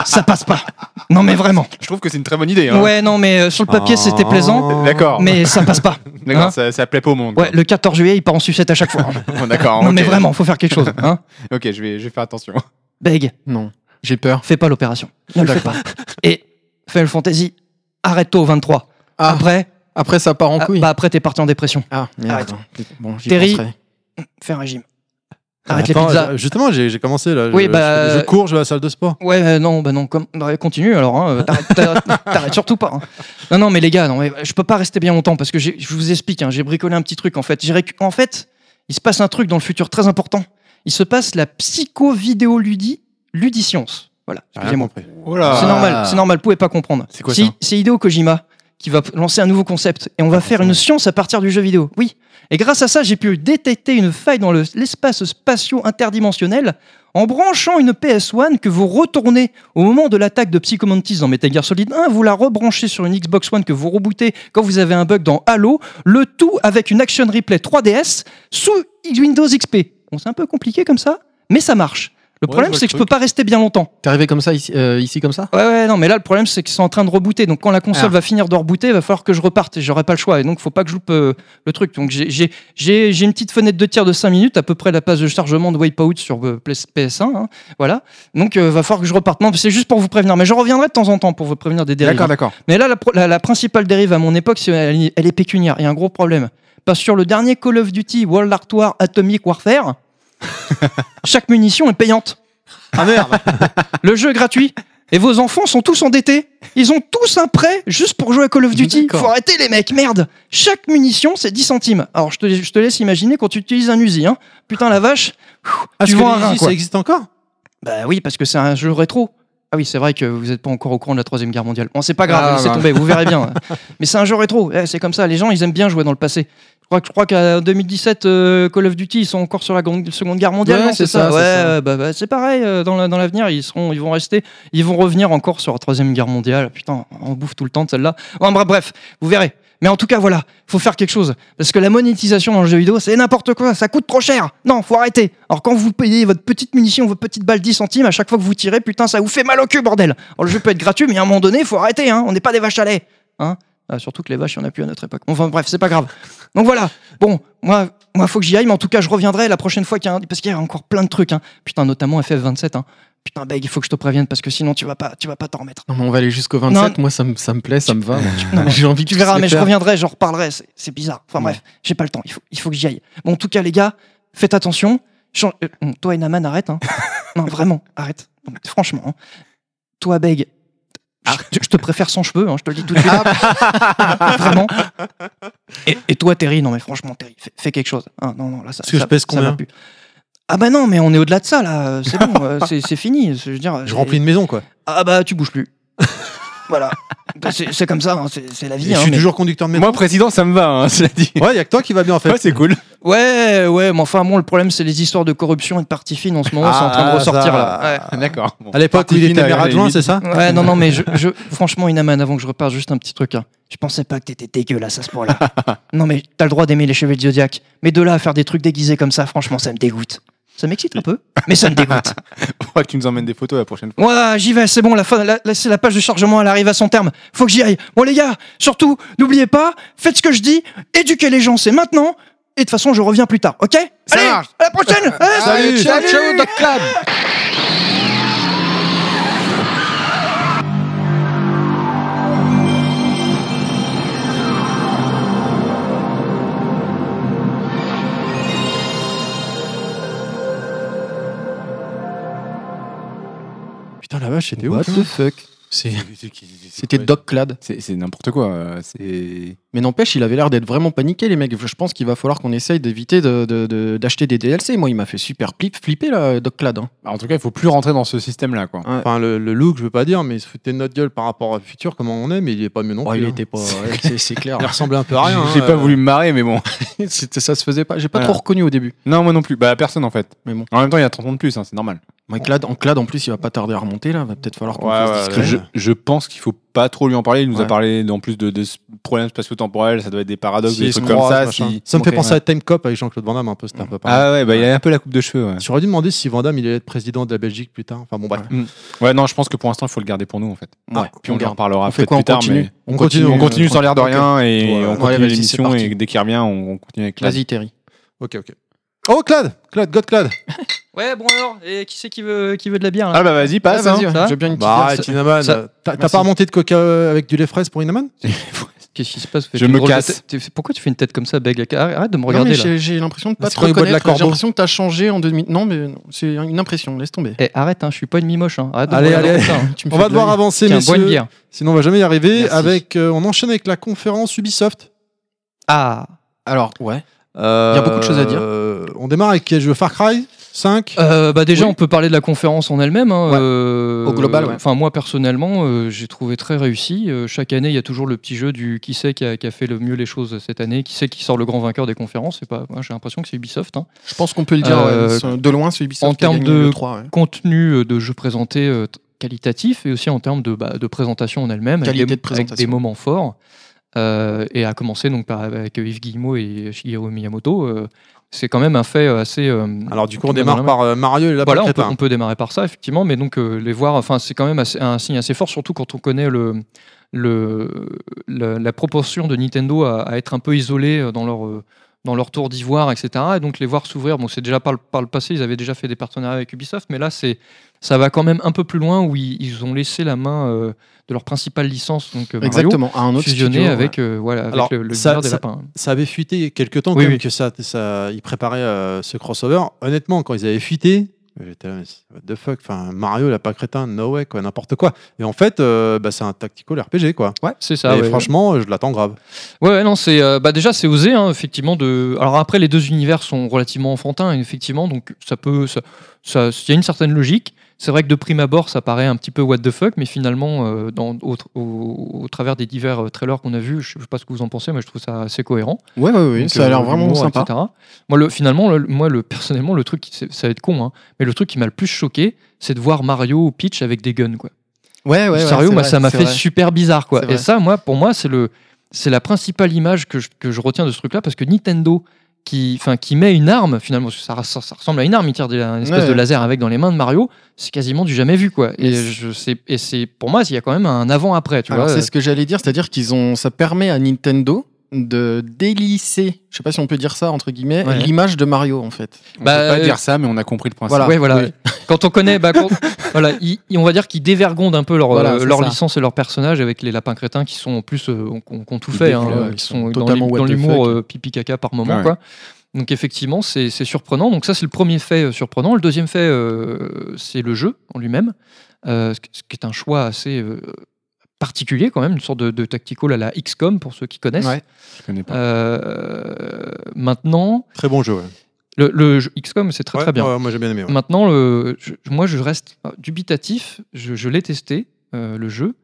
C: ça passe pas. Non mais vraiment.
D: Je trouve que c'est une très bonne idée. hein. Euh,
C: Ouais, non mais euh, sur le papier c'était
A: Oh.
C: plaisant,
D: D'accord.
C: mais ça passe pas.
D: D'accord,
C: Hein
D: ça, ça plaît pas au monde.
C: Ouais, le 14 juillet il part en sucette à chaque fois.
D: quoi. D'accord.
C: Non
D: Ah, ok.
C: mais vraiment, faut faire quelque chose. Hein
D: Ok, je vais, je vais
C: (laughs)
D: faire attention.
C: Beg,
E: Non, j'ai peur.
C: fais pas l'opération. Ne le fais pas. (laughs) Et Final Fantasy, arrête-toi au 23.
E: Ah, après,
C: Après,
E: ça part en
C: ah,
E: couille.
C: bah, après t'es parti en dépression.
E: Ah, merde. Bon, j'y
C: Terry.
E: penserai.
C: Fais un régime. Arrête les
A: Attends,
C: pizzas.
A: euh, Justement, j'ai j'ai commencé là. Je-
C: Oui, bah,
A: je- je cours, je vais à la salle de sport.
C: Ouais, euh, non, bah non, comme, bah, continue alors, hein, euh, t'arrêtes- t'arrêtes t'arrêtes surtout pas. hein. Non, non, mais les gars, non, mais je peux pas rester bien longtemps parce que j'ai- je vous explique, hein, j'ai bricolé un petit truc en fait. J'ai récu- En fait, il se passe un truc dans le futur très important. Il se passe la psycho-vidéoludie, ludiscience. Voilà, excusez-moi.
D: Oh là.
C: C'est normal, c'est normal, vous pouvez pas comprendre.
D: C'est quoi
C: Si-
D: ça
C: C'est Hideo Kojima qui va lancer un nouveau concept et on va faire une science à partir du jeu vidéo. Oui. Et grâce à ça, j'ai pu détecter une faille dans le- l'espace spatio-interdimensionnel en branchant une PS1 que vous retournez au moment de l'attaque de Psychomantis dans Metal Gear Solid 1, vous la rebranchez sur une Xbox One que vous rebootez quand vous avez un bug dans Halo, le tout avec une Action Replay 3DS sous Windows XP. Bon, c'est un peu compliqué comme ça, mais ça marche. Le
F: je
C: problème,
F: vois
C: c'est
F: le
C: que je peux pas rester bien longtemps.
E: T'es arrivé comme ça, ici, euh, ici comme ça
C: Ouais, ouais, non, mais là, le problème, c'est qu'ils sont en train de rebooter. Donc, quand la console va finir de rebooter, il va falloir que je reparte et j'aurai pas le choix. Et donc, faut pas que je loupe euh, le truc. Donc, j'ai- j'ai j'ai- j'ai une petite fenêtre de tir de 5 minutes, à peu près la passe de chargement de Wipeout sur euh, PS- PS1. hein. voilà. Donc, euh, va falloir que je reparte. Non, c'est juste pour vous prévenir. Mais je reviendrai de temps en temps pour vous prévenir des dérives.
F: D'accord, d'accord.
C: Mais là, la, pro- la- la principale dérive à mon époque, c'est elle, elle est pécuniaire. Il y a un gros problème. Parce que sur le dernier Call of Duty World Art War
A: (laughs)
C: Atomic Warfare, chaque munition est payante.
A: Ah merde
C: (laughs) Le jeu est gratuit. Et vos enfants sont tous endettés. Ils ont tous un prêt juste pour jouer à Call of Duty.
E: D'accord.
C: Faut arrêter les mecs, merde. Chaque munition, c'est 10 centimes. Alors je te, je te laisse imaginer quand tu utilises un Uzi. Hein. Putain la vache.
A: Ah, Parce
C: tu
A: que
C: vends un
A: les
C: rein,
A: Yeezy,
C: quoi.
A: ça existe encore
C: Bah oui, parce que c'est un jeu rétro. Ah oui, c'est vrai que vous n'êtes pas encore au courant de la Troisième Guerre mondiale. Bon, c'est pas grave,
F: Ah,
C: laissez
F: bah.
C: tomber, vous verrez
E: (laughs)
C: bien. Mais c'est un jeu rétro, Eh, c'est comme ça, les gens, ils aiment bien jouer dans le passé. Je crois, que- je crois qu'en 2017, euh, Call of Duty, ils sont encore sur la gon- Seconde Guerre mondiale,
E: Ouais,
C: non,
E: c'est ça, c'est
C: Ouais,
E: ça.
C: euh, bah, bah, c'est pareil, euh, dans la- dans l'avenir, ils, seront, ils vont rester, ils vont revenir encore sur la Troisième Guerre mondiale. Putain, on bouffe tout le temps de celle-là. Enfin, bref, bref, vous verrez. Mais en tout cas, voilà, faut faire quelque chose. Parce que la monétisation dans le jeu vidéo, c'est n'importe quoi, ça coûte trop cher. Non, faut arrêter. Alors quand vous payez votre petite munition, votre petite balle 10 centimes, à chaque fois que vous tirez, putain, ça vous fait mal au cul, bordel. Alors le jeu peut être gratuit, mais à un moment donné, faut arrêter, hein. On n'est pas des vaches à lait. Hein Ah, surtout que les vaches, il n'y en a plus à notre époque. Enfin bref, c'est pas grave. Donc voilà, bon, moi, moi, faut que j'y aille, mais en tout cas, je reviendrai la prochaine fois qu'il y a un... Parce qu'il y a encore plein de trucs, hein. Putain, notamment FF27, hein. Putain, Beg, il faut que je te prévienne parce que sinon tu vas pas, tu vas pas t'en remettre.
E: Non, mais on va aller jusqu'au 27. Moi, ça me ça me plaît, ça me va. (laughs) J'ai envie de
C: Tu verras,
E: tous les
C: mais je
E: faire.
C: reviendrai, j'en reparlerai. c'est- C'est bizarre. Enfin bref, j'ai pas le temps. Il faut, il faut que j'y aille. Bon, en tout cas, les gars, faites attention. Chan- euh, bon, toi et Naman, arrête.
A: (laughs)
C: hein. non, vraiment, arrête. Non, mais franchement. hein. Toi, Beg,
A: Ah.
C: je- je, je te préfère sans cheveux, hein, je te le dis tout de suite.
A: bah.
C: (laughs) vraiment. Et, et toi, Terry, non, mais franchement, Terry, fais, fais quelque chose. Ah, non, non, là, ça,
A: Parce que
C: ça-
A: je pèse
C: ça
A: combien
C: va plus. Ah bah non, mais on est au-delà de ça, là. C'est bon, euh, c'est c'est fini. Je, veux dire,
A: Je remplis une maison, quoi.
C: Ah bah, tu bouges plus. voilà. Bah, C'est c'est comme ça, hein, c'est c'est la vie.
A: Et je
C: hein,
A: suis
C: mais-
A: toujours conducteur de maison.
F: Moi, président, ça me va,
D: (laughs)
F: hein, cela dit.
A: Ouais, y a que toi qui va bien en fait.
F: Ouais, c'est cool.
C: euh, Ouais, ouais, mais enfin, bon, le problème, c'est les histoires de corruption et de partie fine en ce moment, c'est en train
A: Ah,
C: de ressortir
A: ça-
C: là.
F: D'accord. bon.
A: À l'époque
F: Parti
A: où il
F: fine,
A: était
F: à
A: maire
F: la
A: adjoint,
F: limite.
A: c'est ça
C: Ouais. Ouais, non, non, mais je, je- franchement, Inaman, avant que je reparte, juste un petit truc. Hein. Je pensais pas que t'étais dégueulasse à ce
F: (laughs)
C: point-là. non, mais t'as le droit d'aimer les cheveux de Zodiac, mais de là à faire des trucs déguisés comme ça, franchement, ça me dégoûte. Ça m'excite un peu, mais ça
F: (laughs)
C: me dégoûte.
F: Faudra que tu nous emmènes des photos la prochaine fois.
C: Ouais, j'y vais, c'est bon, la, fin- la, la- c'est la page de chargement, elle arrive à son terme. Faut que j'y aille. Bon, les gars, surtout, n'oubliez pas, faites ce que je dis, éduquez les gens, c'est maintenant, et de toute façon, je reviens plus tard, ok
F: Ça
C: Allez,
F: marche.
C: à
F: (laughs)
C: la prochaine Allez,
A: Salut,
F: ciao, ciao, Doc Clad.
A: Putain, la vache, c'était
E: What
A: ouf.
E: the fuck C'est-
C: hein.
E: C'était Doc Clad.
F: C'est c'est n'importe quoi. euh, C'est.
E: Mais n'empêche, il avait l'air d'être vraiment paniqué, les mecs. Je pense qu'il va falloir qu'on essaye d'éviter de- de- de- d'acheter des DLC. Moi, il m'a fait super flip- flipper, là, Doc Clad. hein.
F: Bah, En tout cas, il faut plus rentrer dans ce système-là, quoi.
A: Enfin, le, le look, je veux pas dire, mais il se foutait de notre gueule par rapport au futur, comment on est, mais il est pas mieux non
E: Ouais,
A: plus.
E: il
A: hein.
E: était pas. ouais, (laughs) c'est- C'est clair.
A: Il ressemblait un peu à rien.
F: J'ai
A: hein,
F: pas
A: euh,
F: voulu me marrer, mais bon. (laughs)
E: C'était- ça se faisait pas. J'ai pas
F: Voilà.
E: trop reconnu au début.
F: Non, moi non plus. Bah, personne en fait.
E: Mais bon.
F: En même temps, il y a 30 ans de plus, hein, c'est normal.
E: Moi, Clad, en Clad, en plus, il va pas tarder à remonter, là. Va peut-être falloir qu'on
F: Ouais,
E: fasse
F: ouais,
E: discret.
F: je, je pense qu'il faut pas trop lui en parler. Il nous
E: Ouais.
F: a parlé en plus de, de ce problème spatio-temporel. Ça doit être des paradoxes,
A: si
F: des
A: il se
F: trucs comme
A: croise,
F: ça.
A: machin.
F: si-
A: Ça me fait
E: Ok,
A: penser
E: ouais.
A: à Time Cop avec Jean-Claude Van Damme, un peu, c'était un peu pareil.
F: Ah ouais, bah, il a un peu la coupe de cheveux. Ouais,
A: J'aurais dû demander si Van Damme, il allait être président de la Belgique, putain. Enfin bon, bref.
E: Ouais.
F: Mm. Ouais, non, je pense que pour l'instant, il faut le garder pour nous en fait.
E: Ouais,
D: Ah,
F: Puis on,
E: on
F: en
E: garde.
F: reparlera
E: On fait
F: peut-être
E: quoi
F: plus
E: On
F: tard.
E: continue
F: mais-
A: On
F: Continue, on
A: euh,
F: continue sans l'air de
E: ok.
F: rien et
A: Ouais,
F: on continue
E: vas-y, c'est
F: l'émission
E: parti.
F: et dès qu'il revient, on on continue avec la.
E: Vas-y, Terry.
A: Ok, ok. Oh, Clad Clad, God Clad
C: Ouais, bon alors, et qui c'est qui veut, qui veut de la bière là
F: Ah bah vas-y, passe.
E: Ah, vas-y,
F: hein.
E: ouais,
C: ça
E: j'ai bien une petite
A: Bah,
E: verse.
A: arrête, Inaman.
E: ça-
A: euh, T'as t'as
E: merci.
A: pas remonté de coca euh, avec du lait fraise pour Inaman
C: Qu'est-ce qui se passe
F: Je me casse.
C: Pourquoi tu fais une tête comme ça, Beg Arrête de me
E: Non, mais
C: regarder là.
E: j'ai- j'ai l'impression de pas
A: C'est
E: te
A: quand il boit de la
E: reconnaître. J'ai
A: Corbeau.
E: l'impression que t'as changé en 2000. Non, mais non, c'est une impression. Laisse tomber.
C: Eh, arrête, hein, je suis pas une mimoche. Hein. Arrête de
A: Allez,
C: me regarder
A: allez.
C: comme ça. hein.
E: Tu me
A: On
E: fais
A: va
E: de
A: devoir
E: l'œil.
A: avancer,
C: Tiens, bois une
A: messieurs.
C: bière.
A: Sinon, on va jamais y arriver.
E: Merci.
A: Avec, euh, on enchaîne avec la conférence Ubisoft.
C: Ah
E: Alors, ouais.
A: Il
E: y a beaucoup de choses à dire.
A: Euh, On démarre avec quel jeu Far Cry 5.
C: Euh, bah déjà
E: Oui.
C: on peut parler de la conférence en elle-même. hein,
E: Ouais.
C: euh,
E: Au global, ouais.
C: Enfin moi personnellement euh, j'ai trouvé très réussi. Euh, chaque année il y a toujours le petit jeu du qui c'est qui a, qui a fait le mieux les choses cette année, qui c'est qui sort le grand vainqueur des conférences. C'est pas, moi, j'ai l'impression que c'est Ubisoft. hein.
E: Je pense qu'on peut le dire
C: Euh,
E: ouais, c'est- de loin, celui Ubisoft.
C: en
E: qui a
C: termes
E: gagné
C: de-
E: le 3, ouais.
C: Contenu euh, de jeux présentés euh, t- qualitatif et aussi en termes de, bah, de présentation en elle-même, avec,
E: Qualité
C: des-
E: de présentation.
C: avec des moments forts. Euh, et à commencer donc par, avec Yves Guillemot et Shigeru Miyamoto. euh, C'est quand même un fait assez. euh,
A: Alors du coup, on
C: qui va dans
A: démarre
C: la
A: par euh, Mario et là,
C: voilà, on peut,
A: Crétin.
C: on peut démarrer par ça, effectivement, mais donc euh, les voir, enfin, c'est quand même assez- un signe assez fort, surtout quand on connaît le, le, la, la proportion de Nintendo à, à être un peu isolé euh, dans leur, euh, dans leur tour d'ivoire, etc. Et donc les voir s'ouvrir, bon, c'est déjà par le, par le passé, ils avaient déjà fait des partenariats avec Ubisoft, mais là, c'est ça va quand même un peu plus loin où ils, ils ont laissé la main euh, de leur principale licence, donc euh, Mario,
E: Exactement, à un autre
C: fusionnée
E: studio,
C: avec, euh, voilà, avec
A: Alors,
C: le, le
A: ça-
C: univers des
A: ça-
C: lapins.
A: ça avait fuité quelques temps
C: Oui,
A: quand même
C: oui.
A: que ça, ça ils préparaient euh, ce crossover. Honnêtement, quand ils avaient fuité, j'étais là, mais c'est- what the fuck, enfin Mario l'a pas crétin, no way quoi, n'importe quoi. Et en fait, euh, bah, c'est un tactical RPG quoi.
C: C'est ça.
A: et
C: Ah ouais.
A: franchement, je l'attends grave.
C: Ouais, ouais, non, c'est euh, bah déjà c'est osé hein, effectivement de. Alors après les deux univers sont relativement enfantins hein, effectivement donc ça peut ça ça il y a une certaine logique. C'est vrai que de prime abord ça paraît un petit peu what the fuck mais finalement euh, dans au, tr- au- au travers des divers euh, trailers qu'on a vus je sais pas ce que vous en pensez mais je trouve ça assez cohérent.
E: Ouais, ouais, ouais,
C: Donc,
E: ça a
C: euh,
E: l'air vraiment
C: l'humour,
E: sympa.
C: etc. Moi le finalement le- moi le personnellement le truc qui- c'est- ça va être con hein, mais le truc qui m'a le plus choqué c'est de voir Mario ou Peach avec des guns quoi.
E: Ouais, ouais,
C: Sérieux, moi, ça m'a fait super bizarre, quoi.
E: C'est vrai.
C: Et ça, moi, pour moi, c'est le, c'est la principale image que je, que je retiens de ce truc-là, parce que Nintendo, qui, enfin, qui met une arme, finalement, parce que ça, ça- ça ressemble à une arme, il tire des- un espèce
E: Ouais.
C: de laser avec dans les mains de Mario, c'est quasiment du jamais vu, quoi. Et
E: Mais c'est-
C: je sais, et c'est, pour moi, il y a quand même un avant-après, tu
E: Alors,
C: vois.
E: c'est ce que j'allais dire, c'est-à-dire qu'ils ont, ça permet à Nintendo de délisser, je sais pas si on peut dire ça entre guillemets,
C: Ouais.
E: l'image de Mario en fait.
F: On
C: Bah,
F: peut pas
C: euh,
F: dire ça, mais on a compris le principe.
E: voilà.
C: Ouais, voilà. Quand on connaît, bah, quand- (laughs) voilà, ils- ils- on va dire qu'ils dévergondent un peu leur,
E: Voilà,
C: euh,
E: c'est
C: leur
E: ça.
C: licence et leur personnage avec les lapins crétins qui sont en plus, euh, ont- ont- ont tout
E: Ils
C: fait, hein,
E: développent,
C: qui
E: ils
C: sont
E: sont
C: dans
E: totalement
C: l'hu-
E: what
C: dans
E: the
C: l'humour
E: fuck.
C: euh, pipi caca par moment,
F: Ah ouais.
C: quoi. Donc effectivement, c'est c'est surprenant. Donc ça, c'est le premier fait euh, surprenant. Le deuxième fait, euh, c'est le jeu en lui-même, euh, ce qui- ce qui est un choix assez euh, particulier quand même, une sorte de, de tactical à la XCOM pour ceux qui connaissent.
E: Ouais.
F: Je connais pas.
C: Euh, maintenant,
A: Très bon jeu. ouais.
C: le, le jeu XCOM, c'est très
A: Ouais,
C: très bien.
A: ouais, moi j'ai bien aimé. ouais.
C: Maintenant, le, je- moi, je reste euh, dubitatif. Je, je l'ai testé, euh, le jeu,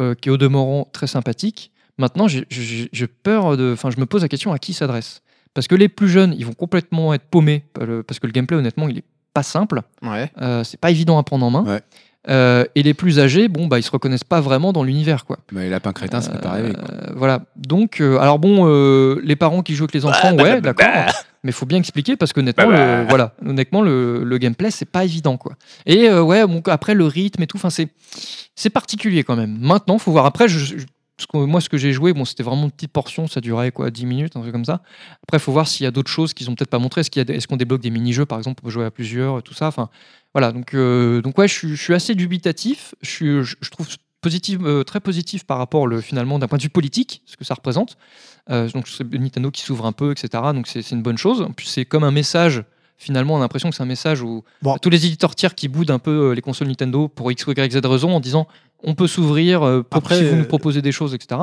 C: euh, qui est au demeurant très sympathique. Maintenant, j'ai- j'ai j'ai peur de. Enfin, je me pose la question à qui il s'adresse. Parce que les plus jeunes, ils vont complètement être paumés. par le- Parce que le gameplay, honnêtement, il est pas simple.
E: Ouais.
C: Euh, c'est pas évident à prendre en main.
F: Ouais.
C: Euh, et les plus âgés, bon, bah, ils se reconnaissent pas vraiment dans l'univers, quoi.
F: Bah, les lapins crétins, ça peut pas rêver. quoi.
C: Euh, voilà. Donc, euh, alors bon, euh, les parents qui jouent avec les enfants, ouais, d'accord. Mais faut bien expliquer parce que honnêtement, le, voilà, honnêtement, le, le gameplay c'est pas évident quoi. Et euh, ouais, bon, après le rythme et tout, enfin c'est c'est particulier quand même. Maintenant, faut voir. Après, je, je- ce que- moi ce que j'ai joué, bon, c'était vraiment une petite portion, ça durait quoi, 10 minutes, un truc comme ça. Après, faut voir s'il y a d'autres choses qu'ils ont peut-être pas montré. Est-ce qu'il y a, des- est-ce qu'on débloque des mini-jeux par exemple pour jouer à plusieurs, tout ça. Enfin, voilà. Donc euh, donc ouais, je, suis- je suis assez dubitatif. Je, suis- je, je trouve positif, euh, très positif par rapport le, finalement d'un point de vue politique, ce que ça représente. Euh, donc c'est Nintendo qui s'ouvre un peu, etc. Donc c'est c'est une bonne chose. En plus c'est comme un message. Finalement, on a l'impression que c'est un message où
A: Bon.
C: à tous les éditeurs tiers qui boudent un peu euh, les consoles Nintendo pour x ou y z raison en disant on peut s'ouvrir euh, pour-
A: Après,
C: si vous
A: euh,
C: nous proposez des choses, etc.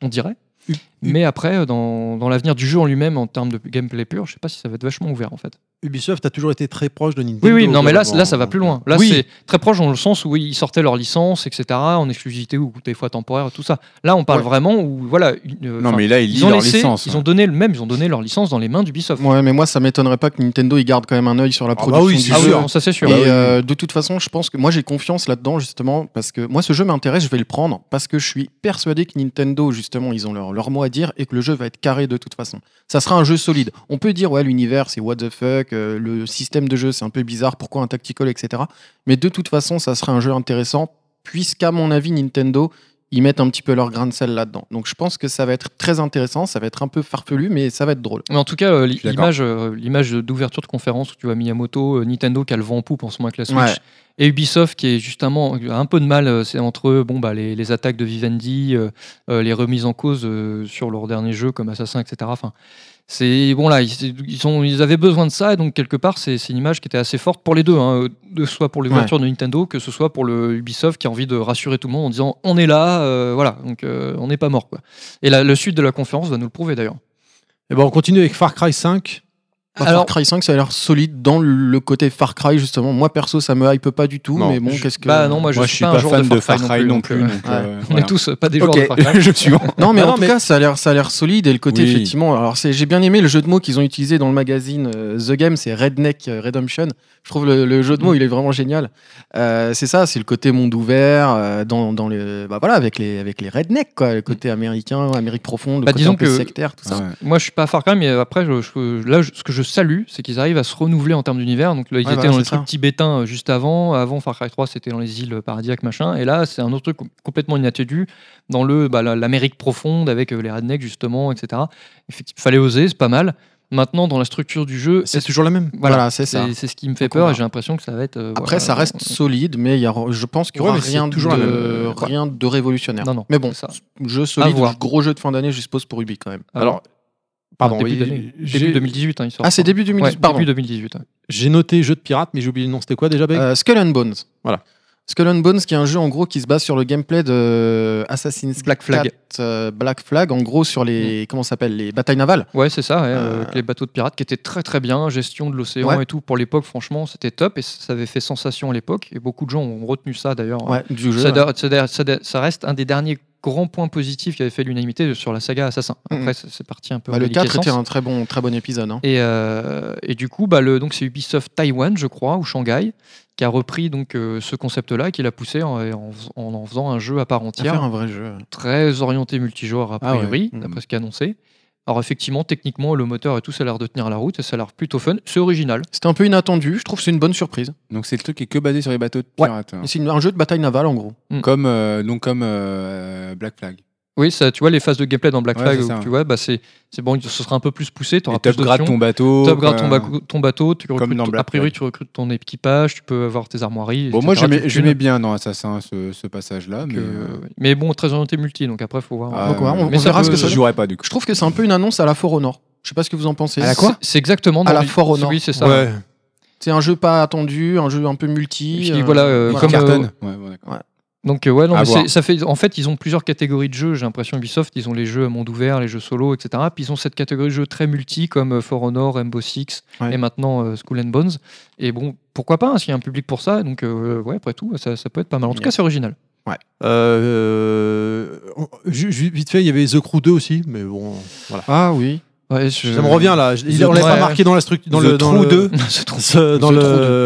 C: On dirait.
A: U-
C: Mais après, euh, dans, dans l'avenir du jeu en lui-même, en termes de gameplay pur, je sais pas si ça va être vachement ouvert en fait.
A: Ubisoft a toujours été très proche de Nintendo.
C: Oui, oui, non, mais là,
A: globalement.
C: là, ça va plus loin. Là,
A: Oui.
C: c'est très proche dans le sens où ils sortaient leur licence, etc., en exclusivité ou des fois temporaire, tout ça. Là, on parle
E: Ouais.
C: vraiment où, voilà. une- euh,
F: Non,
C: enfin,
F: mais là, ils lisent
C: ils ont
F: leur
C: laissé,
F: licence. hein.
C: ils ont donné le même, ils ont donné leur licence dans les mains d'Ubisoft.
E: Ouais, mais moi ça m'étonnerait pas que Nintendo il garde quand même un œil sur la
A: Ah bah
E: production
A: oui,
E: du
A: c'est
C: Ah oui,
E: jeu.
A: sûr.
C: non, ça c'est sûr.
E: Et euh, de toute façon, je pense que moi j'ai confiance là-dedans justement parce que moi ce jeu m'intéresse, je vais le prendre parce que je suis persuadé que Nintendo justement ils ont leur, leur mot à dire et que le jeu va être carré de toute façon. Ça sera un jeu solide. On peut dire ouais l'univers c'est what the fuck, euh, le système de jeu c'est un peu bizarre, pourquoi un tactical etc. Mais de toute façon ça sera un jeu intéressant puisqu'à mon avis Nintendo ils mettent un petit peu leur grain de sel là-dedans. Donc je pense que ça va être très intéressant, ça va être un peu farfelu mais ça va être drôle.
C: Mais en tout cas, euh, li-
F: suis d'accord.
C: l'image, euh, l'image d'ouverture de conférence où tu vois Miyamoto, euh, Nintendo qui a le vent en poupe en ce moment avec la Switch,
E: Ouais.
C: et Ubisoft qui est justement a un peu de mal, euh, c'est entre eux, bon, bah, les, les attaques de Vivendi, euh, euh, les remises en cause euh, sur leurs derniers jeux comme Assassin, etc. Enfin, c'est bon là, ils, ils sont- ils avaient besoin de ça, et donc quelque part, c'est c'est une image qui était assez forte pour les deux, hein, que ce soit pour l'ouverture de Nintendo, que ce soit pour le Ubisoft qui a envie de rassurer tout le monde en disant on est là, euh, voilà, donc euh, on n'est pas mort. quoi. Et la- le suite de la conférence va nous le prouver d'ailleurs.
A: Et ben, on continue avec Far Cry 5.
E: Bah,
C: Alors-
E: Far Cry 5, ça a l'air solide dans le côté Far Cry, justement. Moi, perso, ça me hype pas du tout,
F: Non,
E: mais bon,
C: je-
E: qu'est-ce que.
C: Bah non, moi je,
F: Moi, je
C: suis,
F: suis
C: pas, un
F: pas
C: joueur
F: fan
C: de Far Cry non plus.
E: donc,
F: donc,
E: ouais.
F: euh,
C: On
F: voilà.
C: est tous euh, pas des joueurs de Far
F: Ok, (laughs)
C: Cry.
F: le jeu suivant.
E: Non, mais
A: Bah
E: en
A: non,
E: tout
A: mais-
E: cas, ça a l'air, ça a l'air solide et le côté
F: Oui.
E: effectivement. Alors, c'est, j'ai bien aimé le jeu de mots qu'ils ont utilisé dans le magazine euh, The Game, c'est Redneck euh, Redemption. Je trouve le, le jeu de mots,
F: Mm.
E: il est vraiment génial. Euh, c'est ça, c'est le côté monde ouvert, euh, dans, dans le, bah voilà, avec les, avec les rednecks, quoi, le côté américain, Amérique profonde, le
C: Bah,
E: côté
C: disons
E: un peu
C: que-
E: sectaire, tout ça.
F: Ouais.
C: Moi je suis pas Far Cry, mais après je- je- là je- ce que je salue, c'est qu'ils arrivent à se renouveler en termes d'univers. Donc là, ils
E: Ouais,
C: étaient
E: voilà,
C: dans le
E: c'est
C: truc
E: ça.
C: tibétain euh, juste avant. Avant Far Cry 3, c'était dans les îles paradisiaques, machin. Et là, c'est un autre truc com- complètement inattendu dans le bah, la- l'Amérique profonde avec euh, les rednecks, justement, etc. Effectivement, fallait oser, c'est pas mal. Maintenant, dans la structure du jeu,
A: C'est toujours la même.
C: voilà,
E: Voilà, c'est ça.
C: c'est c'est ce qui me fait
E: Donc, on
C: peur et
E: verra.
C: j'ai l'impression que ça va être. euh,
E: Après,
C: voilà,
E: ça reste solide, mais il y a, je pense qu'il n'y
D: Ouais,
E: aura
D: mais c'est
E: rien,
D: toujours la
E: de,
D: même- quoi.
E: rien de révolutionnaire.
C: euh, Non, non,
E: mais bon,
C: c'est ça.
E: jeu
C: À
E: solide,
C: voir.
E: gros jeu de fin d'année, je suppose, pour Ubi quand même.
C: Ah,
D: Alors,
C: pardon,
D: pardon,
C: Ah, début,
D: oui,
C: d'année.
D: j'ai-
C: Début 2018, hein, il sort.
E: Ah, c'est début 2018,
C: Ouais,
E: pardon.
C: début 2018. hein.
A: J'ai noté jeu de pirate, mais j'ai oublié le nom. C'était quoi déjà, Beck
E: Euh, Skull and Bones.
A: Voilà.
E: Skull and Bones, qui est un jeu en gros qui se base sur le gameplay de euh, Assassin's
C: Black Flag.
E: 4, euh, Black Flag, en gros sur les comment ça s'appelle les batailles navales.
C: Ouais, c'est ça, ouais, euh,
E: Euh,
C: avec les bateaux de pirates qui étaient très très bien, gestion de l'océan
E: Ouais.
C: et tout. Pour l'époque, franchement, c'était top et ça avait fait sensation à l'époque. Et beaucoup de gens ont retenu ça d'ailleurs.
E: Ouais, du jeu.
C: ça,
E: ouais.
C: da- ça da- ça da- ça reste un des derniers grands points positifs qui avait fait l'unanimité sur la saga Assassin. Après,
E: Mhm.
C: c'est- c'est parti un peu.
E: Bah,
C: en
E: le 4 était
C: déliquescence.
E: un très bon très bon épisode. hein.
C: Et, euh, et du coup, bah, le, donc c'est Ubisoft Taïwan, je crois, ou Shanghai, qui a repris donc euh, ce concept-là, et qui l'a poussé en, en, en en faisant un jeu à part
E: À faire
C: entière,
E: un vrai jeu.
C: très orienté multijoueur a
E: Ah ouais.
C: priori,
F: Mmh.
E: Mhm.
C: d'après ce qu'a annoncé. Alors effectivement, techniquement, le moteur et tout, ça a l'air de tenir la route, et ça a l'air plutôt fun. C'est original.
E: C'était un peu inattendu. Je trouve que c'est une bonne surprise.
F: Donc c'est le truc qui est que basé sur les bateaux de
C: Ouais.
F: pirates. hein.
E: C'est une- un jeu de bataille navale en gros.
F: Comme, euh, donc comme euh, Black Flag.
C: Oui, ça, tu vois, les phases de gameplay dans Black
F: Ouais,
C: Flag,
F: c'est
C: où
F: ça.
C: tu vois, bah, c'est c'est bon, ce sera un peu plus poussé, tu auras
F: Et
C: plus
F: top grade
C: d'options.
F: ton bateau. euh,
C: Top grade
F: quoi.
C: ton, baco- ton bateau, tu
F: Comme
C: recrutes
F: dans
C: ton- a
F: Black
C: priori
F: Flag.
C: tu recrutes ton équipage, tu peux avoir tes armoiries.
F: Bon, moi
C: etc.,
F: j'aimais
C: tes
F: j'aimais
C: thunes,
F: bien dans Assassin ce, ce passage-là, mais.
C: que- Ah,
F: euh,
C: Mais bon, très orienté multi, donc après faut voir.
F: ah,
E: donc, ouais, on-
C: on verra ce que ça
F: Je
E: donne.
F: jouerais pas du coup.
E: Je trouve que c'est un peu une annonce à la For Honor. Je sais pas ce que vous en pensez.
C: C'est c'est exactement
E: À
C: dans
E: la
C: les-
E: Fort Honor.
C: Oui, c'est ça.
A: Ouais.
E: C'est un jeu pas attendu, un jeu un peu multi.
C: Et puis,
E: euh,
C: voilà, euh,
E: voilà.
C: comme, euh,
F: Carton. Ouais, bon, d'accord.
C: Donc euh, ouais, non,
F: À
C: mais c'est-
F: voir.
C: ça fait. En fait, ils ont plusieurs catégories de jeux. J'ai l'impression Ubisoft, ils ont les jeux à monde ouvert, les jeux solo, etc. Puis ils ont cette catégorie de jeux très multi comme euh, For Honor, Rainbow Six
E: Ouais.
C: et maintenant euh, Skull and Bones. Et bon, pourquoi pas hein, s'il y a un public pour ça. Donc euh, ouais, après tout, ça, ça peut être pas mal. En tout
E: Yeah.
C: cas, c'est original.
A: Euh, on- ju- ju- vite fait, il y avait The Crew 2 aussi, mais bon, voilà.
E: Ah oui.
C: Ouais, je-
A: Ça me revient là. Je-
C: The
A: on l'avait
C: Crew.
A: pas marqué dans la structure, dans
F: The
A: le dans
F: Crew
A: le-
F: 2.
A: (laughs)
C: Ce trou.
A: ce- dans
E: The
A: le,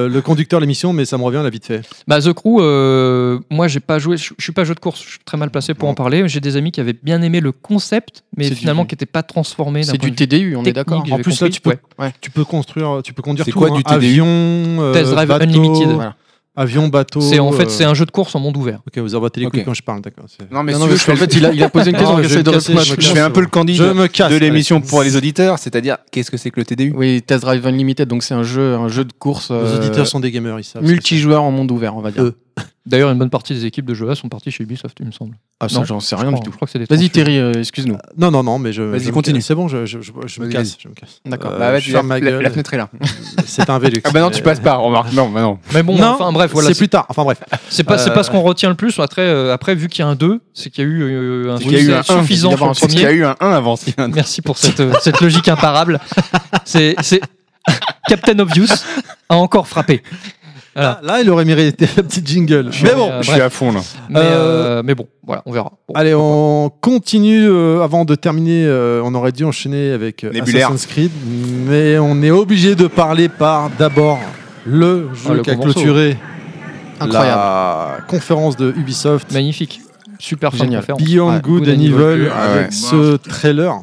E: Crew
A: le conducteur de l'émission, mais ça me revient là vite fait.
C: Bah, The Crew, euh, moi j'ai pas joué, je je suis pas jeu de course, je suis très mal placé pour en parler. J'ai des amis qui avaient bien aimé le concept, mais
E: C'est
C: finalement
E: du-
C: qui n'était pas transformé. d'un
E: C'est
C: point
E: du
C: de vue
E: TDU, on est
C: technique,
E: d'accord. hein.
C: j'avais
A: En plus, là,
C: compris.
A: tu peux-
C: Ouais.
A: Tu peux construire, tu peux conduire
F: C'est
A: tout.
F: quoi
A: hein.
F: du TDU?
A: avion, euh,
C: Test Drive
A: bateau,
C: Unlimited.
E: Voilà.
A: avion, bateau.
C: C'est en fait
A: euh,
C: c'est un jeu de course en monde ouvert.
A: Ok, vous en battez les couilles
F: Ok.
A: quand je parle, d'accord. c'est-
F: Non, mais,
E: Non,
F: si
E: Ah non,
F: tu
E: mais
F: veux,
E: je- en fait, il a, il a posé une question,
A: Non, je
E: j'essaie
A: vais
E: de
A: me casser,
E: répondre.
A: je me
F: je fais un peu le
A: Je
F: candidat
A: me casse.
F: de
A: allez.
F: l'émission pour les auditeurs, c'est-à-dire qu'est-ce que c'est que le TDU
E: Oui, Test Drive Unlimited, donc c'est un jeu, un jeu de course
A: Nos
E: euh,
A: auditeurs sont des gamers, ils savent.
E: multijoueur en monde ouvert, on va dire.
A: Euh,
C: D'ailleurs, une bonne partie des équipes de jeux là sont parties chez Ubisoft, il me semble.
E: ah, ça,
C: non,
E: j'en sais
C: Je
E: rien
C: crois,
E: du tout.
C: je crois que c'est des
E: Vas-y,
C: tranches.
E: Thierry, euh, excuse-nous.
A: Non, non, non, mais je.
F: Vas-y,
A: je me
F: continue.
A: casse. C'est bon, je, je, je, je me
F: Vas-y,
A: casse. je me casse.
E: D'accord.
A: Euh,
F: Bah, vas-y,
A: je ferme
F: la,
A: ma
F: la-
A: gueule.
F: la fenêtre est là.
A: C'est un Velux.
F: Ah bah non, tu
A: mais-
F: passes pas, remarque. Non, bah non.
C: Mais bon,
A: Non,
C: enfin bref, voilà.
A: c'est
C: C'est
A: plus tard. Enfin bref.
C: c'est pas, c'est
A: euh,
C: pas ce qu'on retient le plus. Après, euh, après vu qu'il y a un 2, c'est qu'il y a eu euh, un
F: Il y a eu un
C: succès
F: un,
C: suffisant pour le
F: c'est qu'il y a
C: premier.
F: eu un 1 avant. c'est un-
C: Merci pour cette, euh, cette logique imparable. C'est c'est- (laughs) Captain Obvious a encore frappé. Voilà.
A: Là, là, il aurait mérité la petite jingle.
C: Ah. suis
A: Mais
C: en-
A: bon,
C: euh,
F: Je suis
C: bref.
F: à fond là.
C: Mais,
A: Euh,
C: euh, mais bon, voilà, on verra. Bon.
A: Allez, on continue. euh, avant de terminer, euh, on aurait dû enchaîner avec euh,
F: Nebulaire.
A: Assassin's Creed, mais on est obligé de parler par d'abord le jeu
C: Ah, le
A: qui a
C: gros morceau.
A: clôturé
E: Incroyable.
A: la conférence de Ubisoft,
C: Magnifique. Super fin de
E: Génial.
C: conférence.
A: Beyond
E: Ouais,
A: Good
C: Good
A: and
C: and
A: Evil,
F: Evil. Ah
A: avec
F: ouais.
A: ce trailer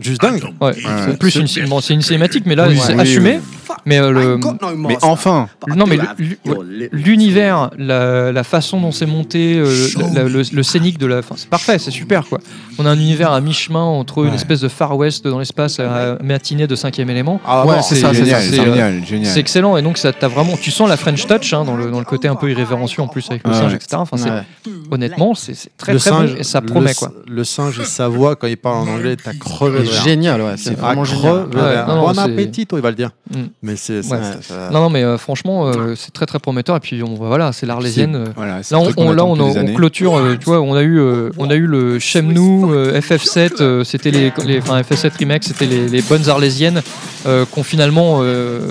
A: juste dingue.
C: Ouais.
F: Ouais.
C: C'est plus une, cin- bon, c'est une cinématique, mais là,
E: Oui,
C: c'est
F: oui,
C: assumé.
F: oui.
C: Mais
A: Ah,
C: euh, le,
F: Mais enfin,
C: non, mais le- le- l'univers, la, la façon dont c'est monté, euh, la- la- le, le scénique de la fin, c'est parfait, c'est super quoi. On a un univers à mi-chemin entre une espèce de Far West dans l'espace, à matinée de cinquième élément.
A: Ah,
E: Ouais,
A: bon,
E: c'est ça, c'est
F: génial,
E: ça.
C: c'est-
F: génial, génial.
C: C'est excellent et donc ça t'as vraiment, tu sens la French Touch hein, dans, le, dans le côté un peu irrévérencieux en plus avec le
F: Ouais.
C: singe, etc. Enfin, c'est-
E: Ouais.
C: Honnêtement, c'est c'est très
A: le
C: très
A: singe,
C: bon et ça
A: le
C: promet
A: s-
C: quoi.
A: Le singe et sa voix quand il parle en anglais, t'as crevé. de rire.
E: Génial, ouais, c'est
A: C'est vraiment
E: vraiment génial.
C: Ouais, non, non,
A: bon
C: c'est-
A: appétit, toi, il va le dire.
C: Mm.
A: Mais c'est. c'est-
C: Ouais.
A: c'est- ça-
C: Non, non, mais euh, franchement, euh, c'est très très prometteur. Et puis on, voilà, c'est l'Arlésienne. euh,
F: Voilà, c'est
C: Là,
F: le
C: on,
F: truc qu'on
C: on- là,
F: attend
C: on,
F: depuis des
C: on
F: années.
C: clôture, euh, tu vois, on a eu, euh, on a eu le Chemnou, euh, FF7, euh, c'était les, les- enfin, FF7 Remake, c'était les, les bonnes arlésiennes euh, qu'on finalement, euh,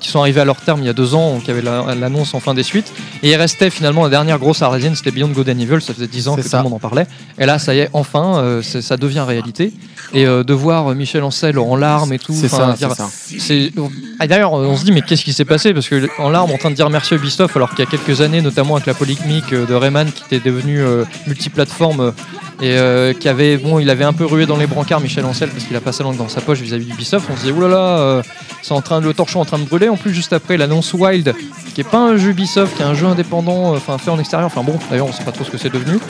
C: qui sont arrivées à leur terme il y a deux ans, qui avait la- l'annonce en fin des suites, et il restait finalement la dernière grosse arlésienne, c'était Beyond God and Evil, ça faisait dix ans
E: C'est
C: que
E: ça.
C: tout le monde en parlait, et là, ça y est, enfin, euh, c'est- ça devient réalité, et euh, de voir euh, Michel Ancel en larmes et tout,
E: C'est
C: enfin,
E: ça,
C: dire-
E: c'est ça.
C: c'est- Ah, D'ailleurs, on se dit, mais qu'est-ce qui s'est passé Parce que en larmes, en train de dire merci à Ubisoft, alors qu'il y a quelques années, notamment avec la polémique euh, de Rayman qui était devenu euh, multiplateforme, euh, et euh, qui avait bon il avait un peu rué dans les brancards Michel Ancel parce qu'il a pas sa langue dans sa poche vis-à-vis d'Ubisoft on se disait oulala euh, c'est en train de le torchon est en train de brûler en plus juste après l'annonce Wild qui est pas un jeu Ubisoft qui est un jeu indépendant euh, enfin fait en extérieur enfin bon d'ailleurs on sait pas trop ce que c'est devenu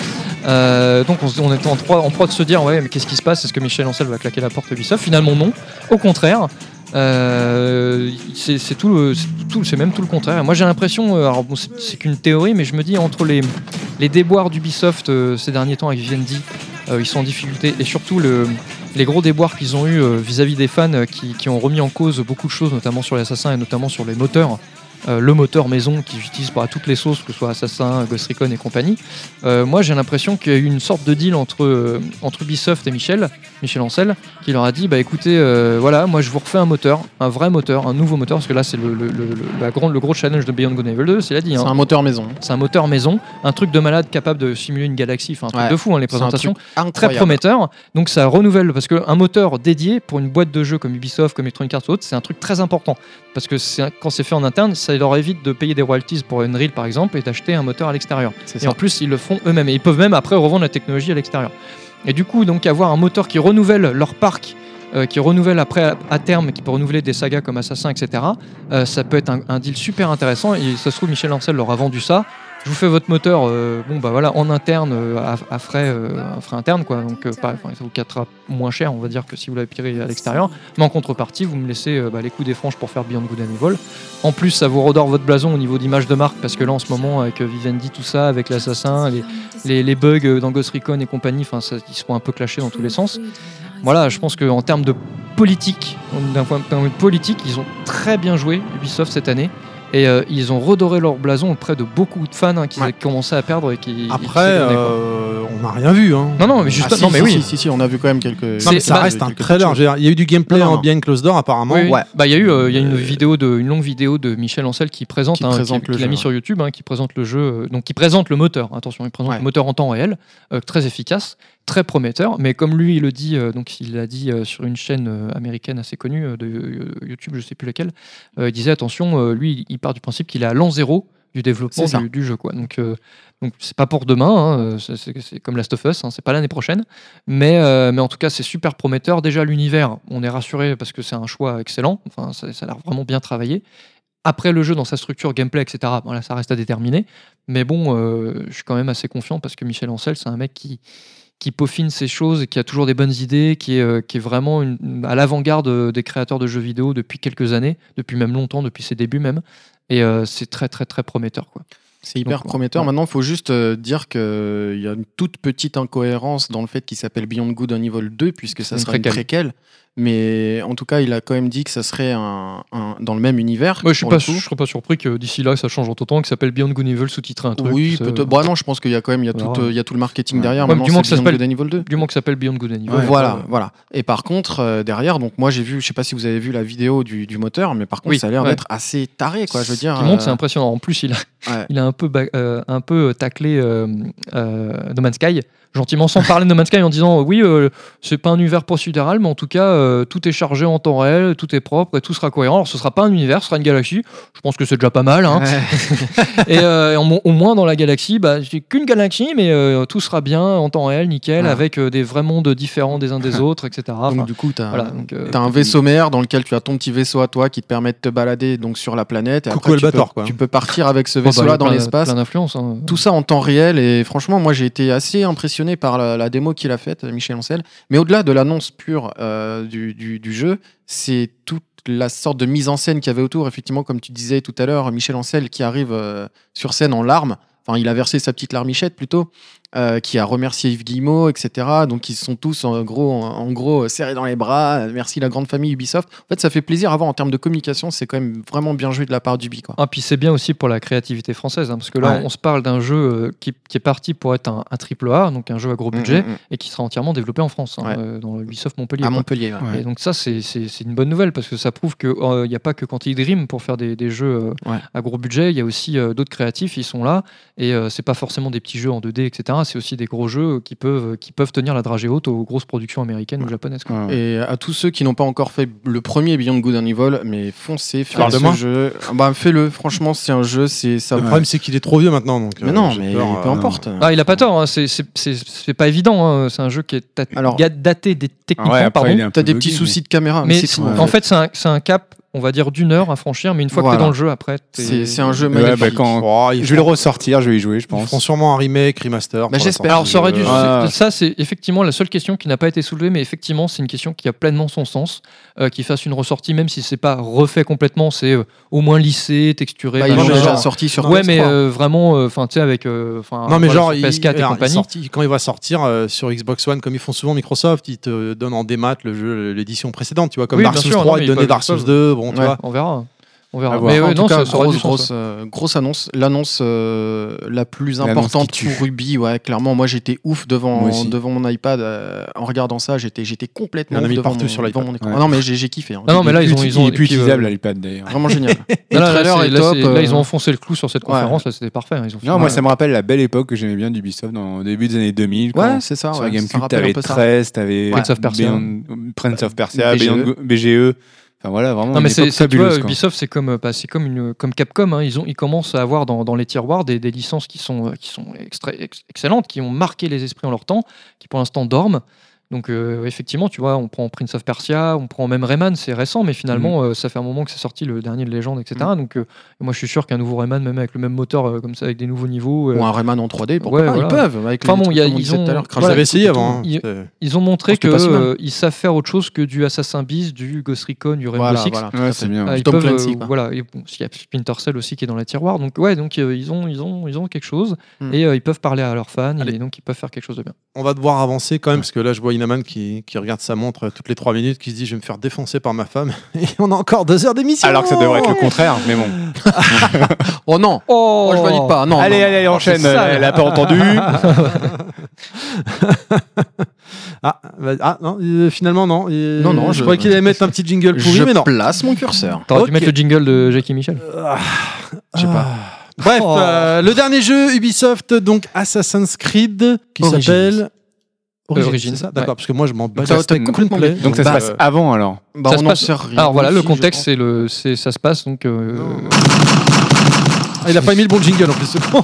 C: Euh, donc on, se- on était en trois en proie de se dire ouais mais qu'est-ce qui se passe est-ce que Michel Ancel va claquer la porte Ubisoft finalement non au contraire euh, c'est c'est tout le- c'est tout c'est même tout le contraire moi j'ai l'impression euh, alors bon, c'est c'est qu'une théorie mais je me dis entre les les déboires d'Ubisoft euh, ces derniers temps avec Vivendi, euh, ils sont en difficulté. Et surtout, le- les gros déboires qu'ils ont eu vis-à-vis des fans euh, qui, qui ont remis en cause beaucoup de choses, notamment sur les assassins et notamment sur les moteurs. Euh, le moteur maison qu'ils utilisent par toutes les sauces, que ce soit Assassin, Ghost Recon et compagnie. Euh, moi, j'ai l'impression qu'il y a eu une sorte de deal entre, euh, entre Ubisoft et Michel, Michel Ancel, qui leur a dit bah écoutez, euh, voilà, moi je vous refais un moteur, un vrai moteur, un nouveau moteur, parce que là, c'est le, le- le- le- la grande- le gros challenge de Beyond Good and Evil 2, c'est la dit.
E: C'est
C: hein.
E: un moteur maison.
C: C'est un moteur maison, un truc de malade capable de simuler une galaxie, enfin un truc
E: Ouais.
C: de fou hein, les
E: C'est un
C: présentations,
E: truc
C: très
E: incroyable.
C: prometteur. Donc ça renouvelle parce qu'un moteur dédié pour une boîte de jeux comme Ubisoft, comme Electronic Arts ou autre, c'est un truc très important parce que c'est un- quand c'est fait en interne, ça leur évite de payer des royalties pour Unreal par exemple et d'acheter un moteur à l'extérieur.
E: C'est
C: Et
E: ça.
C: en plus, ils le font eux-mêmes. Et ils peuvent même après revendre la technologie à l'extérieur. Et du coup, donc avoir un moteur qui renouvelle leur parc, euh, qui renouvelle après à, à terme, qui peut renouveler des sagas comme Assassin, etc., euh, ça peut être un, un deal super intéressant. Et ça se trouve, Michel Ancel leur a vendu ça. Je vous fais votre moteur, euh, bon bah voilà, en interne, euh, à, à frais, euh, à frais internes quoi. Donc euh, pas, enfin, ça vous coûtera moins cher, on va dire, que si vous l'avez piré à l'extérieur. Mais en contrepartie, vous me laissez euh, bah, les coups des franges pour faire Beyond Good and Evil. En plus, ça vous redore votre blason au niveau d'image de marque, parce que là, en ce moment, avec euh, Vivendi, tout ça, avec l'assassin, les, les, les bugs euh, dans Ghost Recon et compagnie, enfin, ça- ils se font un peu clasher dans tous les sens. Voilà, je pense qu'en termes de politique, d'un point d'un point de vue politique, ils ont très bien joué Ubisoft cette année. Et euh, ils ont redoré leur blason auprès de beaucoup de fans hein, qui
E: Ouais.
C: commençaient à perdre et qui. et qui
A: Après,
C: s'étonnaient, quoi.
A: euh, on n'a rien vu. hein.
C: Non, non, mais juste.
E: Ah, si,
C: non, mais
E: si,
C: oui.
E: Si, si, si, on a vu quand même quelques.
A: Non, mais
C: c'est-
A: ça
C: bah,
A: reste un
E: quelques
A: trailer.
E: choses.
A: je veux dire, Il y a eu du gameplay
E: Non, non,
A: en
E: non.
A: bien close door apparemment.
C: Oui, oui.
E: Ouais.
C: Bah, il y a eu, euh, il y a une
E: Euh,
C: vidéo de, une longue vidéo de Michel Ancel qui présente,
E: Qui
C: hein,
E: présente
C: qui-
E: le
C: qu'il a
E: jeu,
C: mis
E: ouais.
C: sur YouTube, hein, qui présente le jeu, euh, donc qui présente le moteur. Attention, il présente
E: Ouais.
C: le moteur en temps réel, euh, très efficace, très prometteur. Mais comme lui, il le dit, euh, donc il l'a dit euh, sur une chaîne euh, américaine assez connue euh, de euh, YouTube, je sais plus laquelle, euh, il disait attention, euh, lui, il part du principe qu'il est à l'an zéro du développement
E: C'est ça.
C: du, du jeu, quoi. Donc euh, donc c'est pas pour demain, hein, euh, c'est- c'est c'est comme Last of Us, hein, c'est pas l'année prochaine, mais, euh, mais en tout cas c'est super prometteur. Déjà l'univers, on est rassuré parce que c'est un choix excellent, enfin, ça, ça a l'air vraiment bien travaillé. Après le jeu dans sa structure, gameplay, etc., voilà, ça reste à déterminer, mais bon, euh, je suis quand même assez confiant parce que Michel Ancel, c'est un mec qui, qui peaufine ses choses, et qui a toujours des bonnes idées, qui est, euh, qui est vraiment une- une- à l'avant-garde euh, des créateurs de jeux vidéo depuis quelques années, depuis même longtemps, depuis ses débuts même, et euh, c'est très très très prometteur. Quoi.
E: C'est hyper
C: Donc, ouais.
E: prometteur.
C: Ouais.
E: Maintenant, il faut juste euh, dire qu'il y a une toute petite incohérence dans le fait qu'il s'appelle Beyond Good and Evil 2, puisque ça
C: Une
E: serait
C: préquelle.
E: une préquelle. Mais en tout cas, il a quand même dit que ça serait un, un- dans le même univers.
C: Moi, je suis
E: pour le
C: pas,
E: coup.
C: je serais pas surpris que d'ici là, ça change en tout temps, que ça s'appelle Beyond Good and Evil sous-titré un truc. euh,
E: Oui,
C: ça-
E: peut-être. Bah non, je pense qu'il y a quand même il y a,
C: Voilà.
E: tout, euh, il y a tout le marketing
F: Ouais.
E: derrière.
C: Ouais, mais
E: Maintenant,
C: du moment que ça
E: c'est Beyond
C: s'appelle-
E: Good and Evil 2.
C: Du moment que ça s'appelle Beyond Good and Evil.
E: voilà, voilà. Et par contre, euh, derrière, donc moi j'ai vu, je sais pas si vous avez vu la vidéo du, du moteur, mais par contre,
C: Oui,
E: ça a l'air
C: ouais.
E: d'être assez taré, quoi. Je veux dire.
C: Ce qui montre, c'est
E: euh,
C: impressionnant. En plus, il a,
E: Ouais.
C: il a un peu, ba- euh, un peu taclé euh, euh, No Man's Sky, gentiment, sans parler de No Man's Sky, en disant euh, oui, euh, c'est pas un univers procédural, mais en tout cas, euh, tout est chargé en temps réel, tout est propre et tout sera cohérent. Alors, ce sera pas un univers, ce sera une galaxie. Je pense que c'est déjà pas mal. hein. (laughs) et euh, et en mo- au moins dans la galaxie, bah, c'est qu'une galaxie, mais euh, tout sera bien en temps réel, nickel,
E: Ah.
C: avec euh, des vrais mondes différents des uns
E: (laughs)
C: des autres, etc. Enfin,
E: donc du coup, t'as.
C: voilà, donc, euh,
E: T'as un vaisseau mère dans lequel tu as ton petit vaisseau à toi qui te permet de te balader donc sur la planète. Et
A: Coucou
E: après, tu,
A: Albator,
E: peux,
A: quoi.
E: tu peux partir avec ce
C: bon, bah, il y
E: vaisseau-là
C: a
E: dans
C: plein-
E: l'espace.
C: Plein d'influences. hein.
E: Tout ça en temps réel et franchement, moi j'ai été assez impressionné par la, la démo qu'il a faite, Michel Ancel. Mais au-delà de l'annonce pure euh, du, du- du jeu, c'est toute la sorte de mise en scène qu'il y avait autour. Effectivement, comme tu disais tout à l'heure, Michel Ancel qui arrive euh, sur scène en larmes. Enfin, il a versé sa petite larmichette plutôt, euh, qui a remercié Yves Guillemot, etc. Donc ils sont tous en gros, en, en gros serrés dans les bras. Euh, Merci la grande famille Ubisoft. En fait, ça fait plaisir à voir en termes de communication. C'est quand même vraiment bien joué de la part d'Ubi. Quoi.
C: Ah, puis c'est bien aussi pour la créativité française, hein, parce que là,
E: Ouais.
C: on se parle d'un jeu euh, qui, qui est parti pour être un, un triple A, donc un jeu à gros budget,
E: Mm, mm,
C: et qui sera entièrement développé en France, hein,
E: Ouais.
C: euh, dans Ubisoft
E: mm.
C: Montpellier.
E: À
C: quoi.
E: Montpellier. ouais.
C: Et donc ça, c'est- c'est c'est une bonne nouvelle, parce que ça prouve qu'il n'y a pas que Quantic Dream pour faire des, des jeux euh,
E: Ouais.
C: à gros budget, il y a aussi euh, d'autres créatifs, ils sont là, et euh, c'est pas forcément des petits jeux en 2D, etc. c'est aussi des gros jeux qui peuvent, euh, qui peuvent tenir la dragée haute aux grosses productions américaines ou japonaises. quoi.
F: Ouais.
E: Et à tous ceux qui n'ont pas encore fait le premier Beyond Good and Evil, mais foncez, faites
C: parles de
E: ce
C: moi
E: jeu. Bah, fais-le, franchement, c'est un jeu, c'est ça.
A: Le problème, c'est qu'il est trop vieux maintenant. Donc,
E: mais
A: euh,
E: non,
A: j'ai
E: mais
A: peur, euh,
E: peu importe.
C: Ah, il a pas tort, hein, c'est- c'est c'est- c'est pas évident. hein, C'est un jeu qui est ta-
E: Alors-
C: ga- daté des techniquement,
F: Ouais, après,
C: pardon.
F: il est un
E: T'as
F: peu
E: des
F: buggé,
E: petits
F: mais-
E: soucis de caméra, mais,
C: Mais
E: c'est
C: c'est-
E: tout.
C: en fait, c'est un, c'est un cap, on va dire, d'une heure à franchir, mais une fois que
E: Voilà.
C: t'es dans le jeu, après, t'es-
E: c'est c'est un jeu
F: Ouais,
E: magnifique.
F: bah, quand-
A: Oh, ils
F: Je vais le ressortir, je vais y jouer, je
A: Ils
F: pense.
A: feront sûrement un remake, remaster.
E: Bah,
A: pour euh,
E: j'espère.
A: l'instant.
C: Alors, ça aurait dû.
F: Ah.
C: c'est- Ça, c'est effectivement la seule question qui n'a pas été soulevée, mais effectivement, c'est une question qui a pleinement son sens. euh, qui fasse une ressortie, même si c'est pas refait complètement, c'est euh, au moins lissé, texturé.
E: Bah, ils
A: non,
E: l'ont
A: mais
C: machin.
E: déjà
A: genre-
E: sorti sur
C: ouais,
E: PS3.
C: mais euh, vraiment, enfin, tu sais, avec. euh, 'fin,
A: Non, mais
C: voilà,
A: genre,
C: sur
A: il-
C: PS4 et
A: alors, il
C: compagnie.
A: sorti- quand il va sortir euh, sur Xbox One, comme ils font souvent Microsoft, ils te donnent en démat le jeu, l'édition précédente, tu vois, comme
C: Oui,
A: Dark
C: bien
A: Souls
C: sûr,
A: 3,
C: non,
A: ils
C: mais
A: te donnaient
C: ils
A: Dark Souls
C: peuvent-
A: 2, bon, tu
E: Ouais.
A: vois.
C: On verra. On verra.
F: À voir.
C: Mais
E: Enfin,
C: ouais,
E: en
C: non,
E: tout cas,
C: ça, ça aurait
E: grosse,
C: du sens,
E: grosse, euh, grosse annonce. L'annonce euh, la plus
F: L'annonce
E: importante
F: qui
E: pour Ruby, ouais, clairement. Moi, j'étais ouf devant,
F: Moi aussi.
E: devant mon iPad euh, en regardant ça. J'étais, j'étais
A: Il
E: complètement
A: y en a
E: ouf
A: mis
E: devant,
A: partout
E: mon-
A: sur l'iPad.
E: devant mon écran.
F: Ouais.
E: Ah non, mais j'ai, j'ai kiffé. hein.
C: Ah non, mais là,
F: Il est
C: ils ont.
F: plus
C: Ils ont
F: il est plus
C: et puis, euh,
F: utilisable à l'iPad d'ailleurs.
E: Vraiment génial. Le
C: (laughs) Là, là,
E: trailer
C: c'est-
E: est
C: là,
E: top.
C: c'est- là, ils ont
E: euh,
C: enfoncé le clou sur cette conférence, là, c'était parfait. hein, Ils ont fait-
F: Non, moi
C: Ouais.
F: ça me rappelle la belle époque que j'aimais bien d'Ubisoft dans- au début des années 2000. quand
E: Ouais, c'est ça.
F: Sur
E: ouais, ça
F: GameCube,
E: rappelle
F: t'avais
E: un peu ça.
F: 13, t'avais
C: Prince of Persia.
F: Beyond- Prince of Persia,
E: BGE.
F: Beyond Go- BGE. Enfin voilà, vraiment.
C: Non mais
F: une
C: c'est
F: époque
C: c'est- tu vois,
F: fabuleuse, quoi.
C: Ubisoft c'est comme euh, bah, c'est comme une comme Capcom hein, ils ont ils commencent à avoir dans, dans les tiroirs des, des licences qui sont euh, qui sont extra- ex- excellentes qui ont marqué les esprits en leur temps qui pour l'instant dorment donc euh, effectivement tu vois on prend Prince of Persia on prend même Rayman c'est récent mais
E: Mm.
C: finalement euh, ça fait un moment que c'est sorti le dernier de Légende etc donc euh, moi je suis sûr qu'un nouveau Rayman même avec le même moteur euh, comme ça avec des nouveaux niveaux euh,
E: Ou un Rayman en 3D, pourquoi
C: Ouais,
E: pas,
C: voilà.
E: Ils peuvent. Avec les
C: Enfin bon,
E: trucs
C: il y a-
E: comme on
C: ils
E: disait
C: ont-
E: tout à l'heure,
A: J'avais
E: Crash
C: Voilà.
E: Bandicoot
A: essayé
E: et
A: avant. hein.
C: il-
A: C'est-
C: ils ont montré
E: Oh, c'était
C: que
E: pas si mal.
C: euh, ils savent faire autre chose que du Assassin Beast du Ghost Recon du
E: tout.
C: Rainbow
E: Voilà,
C: Six
E: voilà.
F: Ouais, c'est bien.
C: Ah, ils
E: Tom
C: peuvent,
E: Clancy,
C: euh,
E: quoi.
C: voilà, et bon, s'il y a Splinter Cell aussi qui est dans la tiroir, donc ouais, donc euh, ils ont, ils ont, ils ont quelque chose
E: Hmm.
C: et euh, ils peuvent parler à leurs fans
A: Allez.
C: et donc ils peuvent faire quelque chose de bien.
A: On va devoir avancer quand même, parce que là, je vois Inaman qui, qui regarde sa montre euh, toutes les 3 minutes, qui se dit Je vais me faire défoncer par ma femme. (laughs) Et on a encore 2 heures d'émission.
F: Alors que ça devrait être le contraire, mais bon.
E: Oh non
C: Oh,
E: Oh, je valide pas. Non,
F: allez,
E: non, non.
F: allez, allez, enchaîne.
C: c'est ça,
F: Elle a pas entendu.
A: Ah, bah, ah, non, euh, finalement, non. Euh,
E: Non, non,
A: je,
E: je-
A: croyais qu'il allait mettre un petit jingle pourri,
E: Je
A: mais non.
E: place mon curseur.
C: T'aurais
A: Ok.
C: dû mettre le jingle de Jackie Michel.
E: Hmm. Je sais pas.
A: Ah. Bref,
C: Oh.
A: euh, le dernier jeu Ubisoft, donc Assassin's Creed, qui
E: Origins.
A: s'appelle.
C: Origins,
A: Origins, c'est ça D'accord, parce que moi je m'en bats
E: Ça,
A: les
E: t'as
A: steaks
E: complètement
A: complets.
E: oublié.
F: Donc ça se
A: Bah,
F: passe
A: euh,
F: avant alors.
E: Bah,
C: Ça
E: on
C: se
E: n'en
C: passe-
E: sait rien.
C: Alors voilà,
E: aussi,
C: le
E: je
C: contexte,
E: pense.
C: c'est le, c'est, ça se passe donc. euh,
A: Ah, il a pas mis le bon jingle en
E: (laughs)
A: plus.
E: Je sais pas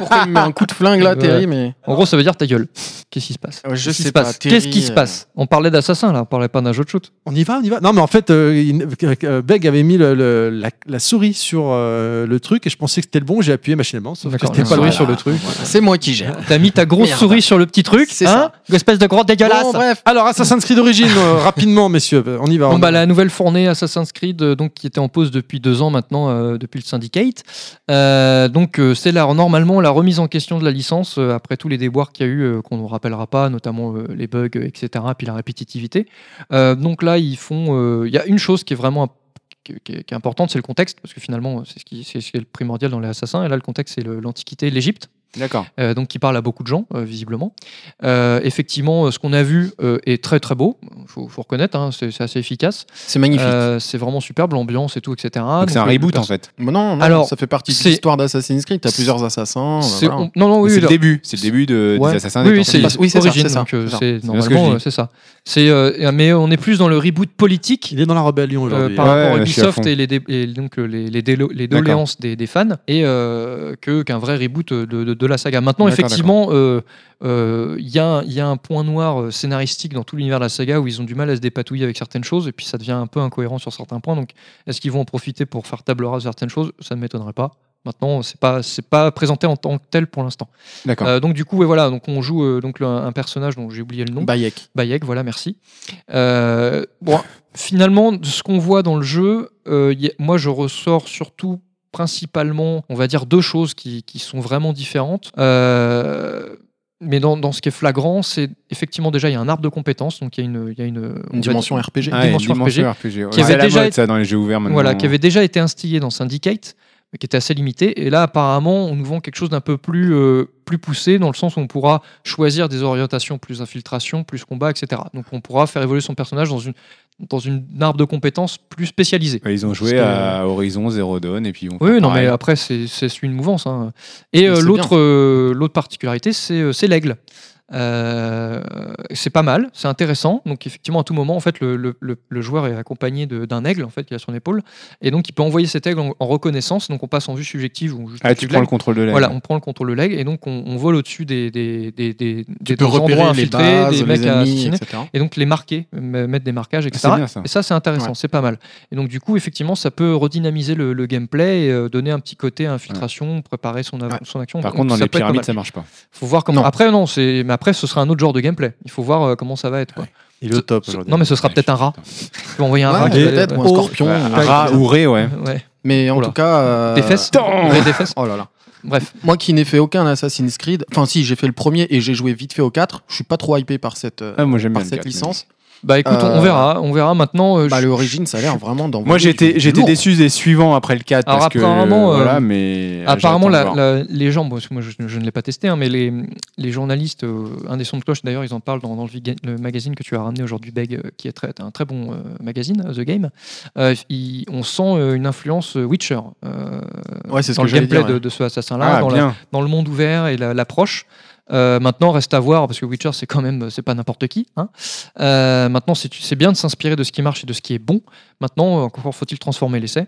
E: pourquoi il me met un coup de flingue là,
C: Ouais.
E: Terry, mais.
C: En gros, ça veut dire ta gueule. Qu'est-ce qui se passe
E: Ouais, je
C: Qu'est-ce qui
E: sais
C: se
E: pas,
C: passe
E: Terry,
C: Qu'est-ce qui se
E: euh,
C: passe On parlait d'assassin là, on parlait pas d'un jeu de shoot.
A: on y va, on y va. Non, mais en fait, euh, il- euh, Beg avait mis le- le- la, la souris sur euh, le truc et je pensais que c'était le bon, j'ai appuyé machinalement, sauf que
C: D'accord,
A: c'était
C: la
A: pas le
C: souris
A: bon.
C: sur le truc.
E: C'est moi qui gère.
C: T'as mis ta grosse
E: Merde.
C: souris sur le petit truc,
E: C'est
C: hein Espèce de gros dégueulasse.
E: Bon, bref.
A: Alors, Assassin's Creed Origins, euh, rapidement, messieurs, on y va.
C: Bon,
A: on-
C: bah, la nouvelle fournée Assassin's Creed, euh, donc, qui était en pause depuis deux ans maintenant, euh, depuis le Syndicate. Euh, donc, euh, c'est la- normalement la remise en question de la licence, euh, après tous les déboires qu'il y a eu, euh, qu'on ne rappellera pas, notamment euh, les bugs, euh, etc., puis la répétitivité. Euh, donc là, ils font. euh, Il y a une chose qui est vraiment imp- qui qui est, qui est importante, c'est le contexte, parce que finalement, c'est ce qui c'est ce qui est le primordial dans les assassins. Et là, le contexte, c'est le- l'Antiquité, l'Égypte.
F: D'accord.
C: Euh, donc qui parle à beaucoup de gens, euh, visiblement. Euh, effectivement, euh, ce qu'on a vu euh, est très très beau, il faut, faut reconnaître, hein, c'est c'est assez efficace.
E: C'est magnifique.
C: Euh, c'est vraiment superbe, l'ambiance et tout, etc.
F: Donc c'est un
C: euh, le
F: reboot en
C: perso-
F: fait.
E: Mais non, non,
C: alors,
E: ça fait partie de
C: c'est-
E: l'histoire d'Assassin's Creed. T'as
C: c'est-
E: plusieurs assassins.
C: C'est-
E: voilà.
C: on- non, non, oui,
F: C'est le
C: alors-
F: début. C'est le début de-
E: Ouais.
F: des assassins.
C: oui,
F: des
C: oui, c'est
F: tentatives.
E: Oui, c'est ça,
C: Origin,
E: c'est ça,
C: donc, euh,
E: c'est ça.
C: c'est
F: bien ce que je
C: normalement
F: dis.
C: euh, c'est ça. C'est, euh, mais on est plus dans le reboot politique
A: Il est dans la rébellion
C: euh,
A: aujourd'hui. hein.
C: par
F: Ouais,
C: rapport à
F: je suis à
C: Ubisoft
F: fond.
C: et, les dé- et donc euh, les, les délo- les
F: D'accord.
C: doléances des, des fans et euh, que qu'un vrai reboot de, de- de la saga. Maintenant,
F: D'accord,
C: effectivement, euh, euh, il y, a un- il y a un point noir euh, scénaristique dans tout l'univers de la saga où ils ont du mal à se dépatouiller avec certaines choses et puis ça devient un peu incohérent sur certains points. Donc, est-ce qu'ils vont en profiter pour faire table rase de certaines choses Ça ne m'étonnerait pas. Maintenant, c'est pas c'est pas présenté en tant que tel pour l'instant.
F: D'accord.
C: Euh, donc du coup, ouais, voilà, donc on joue euh, donc le- un personnage dont j'ai oublié le nom.
E: Bayek.
C: Bayek, voilà, merci. Euh, bon, finalement, de ce qu'on voit dans le jeu, euh, y a- moi je ressors surtout principalement, on va dire, deux choses qui, qui sont vraiment différentes. Euh, mais dans, dans ce qui est flagrant, c'est effectivement déjà, il y a un arbre de compétences, donc il y a une, il y a une, on
E: Une
C: va
E: dimension
C: dire-
E: RPG.
C: Ouais. dimension
F: RPG. ouais.
C: qui
F: C'est
C: avait
F: à la
C: déjà
F: mode
C: été-
F: ça dans les jeux ouverts maintenant.
C: voilà, qui avait déjà été instillé dans Syndicate, mais qui était assez limité. Et là, apparemment, on nous vend quelque chose d'un peu plus, euh, plus poussé, dans le sens où on pourra choisir des orientations, plus infiltration, plus combat, etc. Donc on pourra faire évoluer son personnage dans une, dans une arbre de compétences plus spécialisée.
F: Ouais, Ils ont joué
C: Parce que-
F: à Horizon Zero Dawn et puis ils vont
C: Oui,
F: faire
C: non, mais
F: pareil.
C: après, c'est c'est une mouvance. hein. Et
E: Mais
C: euh,
E: c'est
C: l'autre euh, l'autre particularité, c'est euh, c'est l'aigle. Euh, c'est pas mal, c'est intéressant. Donc effectivement, à tout moment, en fait, le, le- le- le joueur est accompagné de- d'un aigle en fait qui a son épaule, et donc il peut envoyer cet aigle en, en reconnaissance. Donc on passe en vue subjective ou juste
F: Ah,
C: au-dessus
F: tu
C: de
F: prends
C: l'aigle.
F: le contrôle de la.
C: Voilà, on prend le contrôle de l'aigle et donc on, on vole au-dessus des des des des, des-
E: peux
C: des
E: repérer
C: endroits
E: les
C: infiltrés,
E: bases,
C: des
E: les
C: mecs à
E: ennemis,
C: assassiner
E: etc.
C: et donc les marquer, m- mettre des marquages, etc.
F: c'est bien, ça.
C: Et ça, c'est intéressant,
E: Ouais.
C: c'est pas mal. Et donc, du coup, effectivement, ça peut redynamiser le, le gameplay et euh, donner un petit côté infiltration, préparer son, av-
E: Ouais.
C: son action.
F: Par
C: Donc,
F: contre, dans
C: ça
F: les
C: peut être pas
F: pyramides,
C: mal.
F: ça marche pas.
C: Faut voir comment.
E: Non.
C: Après, non, c'est. Mais après, ce sera un autre genre de gameplay. Il faut voir euh, comment ça va être. Quoi.
G: Il est au top
C: Ce-
G: aujourd'hui.
C: Non, mais ce sera peut-être un rat. Tu peux envoyer un
E: Ouais,
C: rat. qui va-
E: peut-être, ou un
C: Ouais.
E: scorpion.
F: Ouais,
E: ou-
F: rat ou ré, ouais.
C: Ouais.
E: Mais en
C: Oula.
E: tout cas. euh,
C: Des fesses. Ouais, des fesses.
E: Oh là là.
C: Bref.
E: Moi qui n'ai fait aucun Assassin's Creed, enfin si, j'ai fait le premier et j'ai joué vite fait au 4, je suis pas trop hypé par cette, euh,
F: Ah, moi, j'aime bien
E: par
F: le
E: cette
F: quatre, mais-
E: licence.
C: Bah écoute, on- on
E: Euh,
C: verra. On verra maintenant. euh,
E: Bah,
C: je-
E: le Origin, ça a l'air vraiment dans.
F: Moi, j'étais j'étais déçu des suivants après le 4.
C: Alors,
F: parce que,
C: apparemment, euh,
F: voilà, mais.
C: Apparemment,
F: j'attends de voir.
C: la, la- les gens, bon, parce que moi je, je ne l'ai pas testé, hein, mais les, les journalistes, euh, un des sons de cloche d'ailleurs, ils en parlent dans, dans le, viga- le magazine que tu as ramené aujourd'hui, Beg, euh, qui est très, un très bon euh, magazine, The Game. Euh, il- on sent euh, une influence euh, Witcher euh,
E: Ouais, c'est ce
C: dans
E: que
C: le
E: j'allais
C: gameplay
E: dire.
C: de,
E: ouais.
C: de ce assassin-là,
F: Ah,
C: dans, la-
F: bien.
C: dans le monde ouvert et la- l'approche. Euh, maintenant, reste à voir, parce que Witcher, c'est quand même, c'est pas n'importe qui. hein. Euh, maintenant, c'est c'est bien de s'inspirer de ce qui marche et de ce qui est bon. Maintenant, euh, encore faut-il transformer l'essai.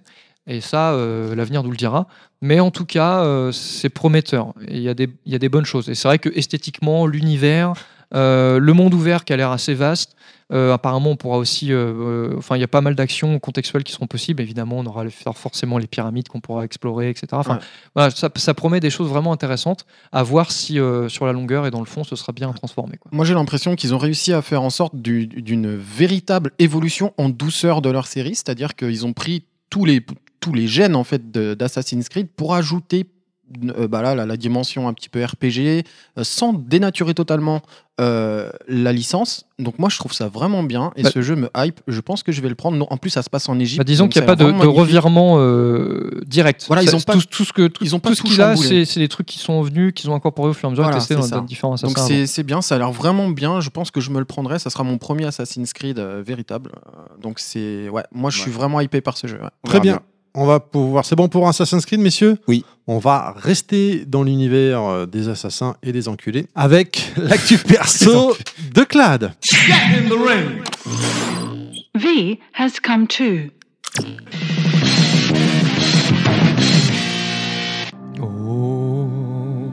C: Et ça, euh, l'avenir nous le dira. Mais en tout cas, euh, c'est prometteur. Et Il y, a des- il y a des bonnes choses. Et c'est vrai que esthétiquement, l'univers, euh, le monde ouvert qui a l'air assez vaste. euh, apparemment, on pourra aussi. euh, euh, Enfin, il y a pas mal d'actions contextuelles qui seront possibles. Évidemment, on aura le- forcément les pyramides qu'on pourra explorer, etc. Enfin,
E: Ouais.
C: voilà, ça, ça promet des choses vraiment intéressantes à voir si euh, sur la longueur et dans le fond, ce sera bien transformé. Quoi.
E: Moi, j'ai l'impression qu'ils ont réussi à faire en sorte du- d'une véritable évolution en douceur de leur série, c'est-à-dire qu'ils ont pris tous les tous les gènes en fait de- d'Assassin's Creed pour ajouter euh, bah là, la, la dimension un petit peu RPG euh, sans dénaturer totalement euh, la licence. Donc moi, je trouve ça vraiment bien et
C: Bah-
E: ce jeu me hype. Je pense que je vais le prendre. Non, en plus, ça se passe en Égypte.
C: Bah, disons
E: donc
C: qu'il n'y a pas
E: ça
C: de,
E: vraiment
C: de
E: magnifique.
C: revirement euh, direct.
E: Voilà, ils
C: Ça,
E: ont pas-
C: tout, tout ce que tout,
E: ils ont pas
C: tout ce
E: tout
C: qu'il a,
E: chamboulé.
C: c'est c'est des trucs qui sont venus, qu'ils ont incorporés au fur et à mesure,
E: Voilà,
C: testés
E: c'est
C: dans
E: ça.
C: dans différents assassins.
E: Donc
C: avant.
E: c'est c'est bien, ça a l'air vraiment bien. Je pense que je me le prendrai. Ça sera mon premier Assassin's Creed euh, véritable. Euh, Donc c'est ouais, moi je suis vraiment hypé par ce jeu. ouais.
A: Très bien. On va pouvoir. C'est bon pour Assassin's Creed, messieurs
F: Oui.
A: On va rester dans l'univers euh, des assassins et des enculés avec (laughs) l'actu perso de Clad.
J: V has come too.
C: Oh.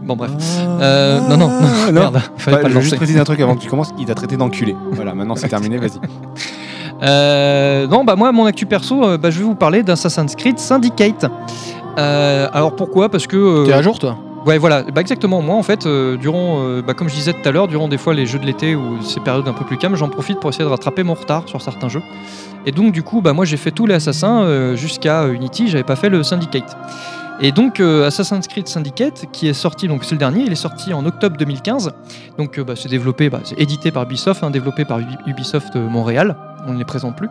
C: Bon, bref.
E: Ah.
C: Euh, non, non, non, merde, fallait
F: Bah,
C: pas le
F: je veux juste
C: lancer.
F: préciser un truc avant que tu commences. Il t'a traité d'enculé. Voilà, maintenant c'est terminé, vas-y.
C: Euh, non, bah moi, mon actu perso, euh, bah, je vais vous parler d'Assassin's Creed Syndicate. Euh, alors pourquoi Parce que. euh,
E: T'es à jour toi
C: Ouais, voilà, bah exactement. Moi, en fait, euh, durant, euh, bah, comme je disais tout à l'heure, durant des fois les jeux de l'été ou ces périodes un peu plus calmes, j'en profite pour essayer de rattraper mon retard sur certains jeux. Et donc, du coup, bah, moi, j'ai fait tous les assassins euh, jusqu'à euh, Unity, j'avais pas fait le Syndicate. Et donc, euh, Assassin's Creed Syndicate, qui est sorti, donc c'est le dernier, il est sorti en octobre 2015. Donc, euh, bah, c'est développé, bah, c'est édité par Ubisoft, hein, développé par Ubi- Ubisoft euh, Montréal. On ne les présente plus.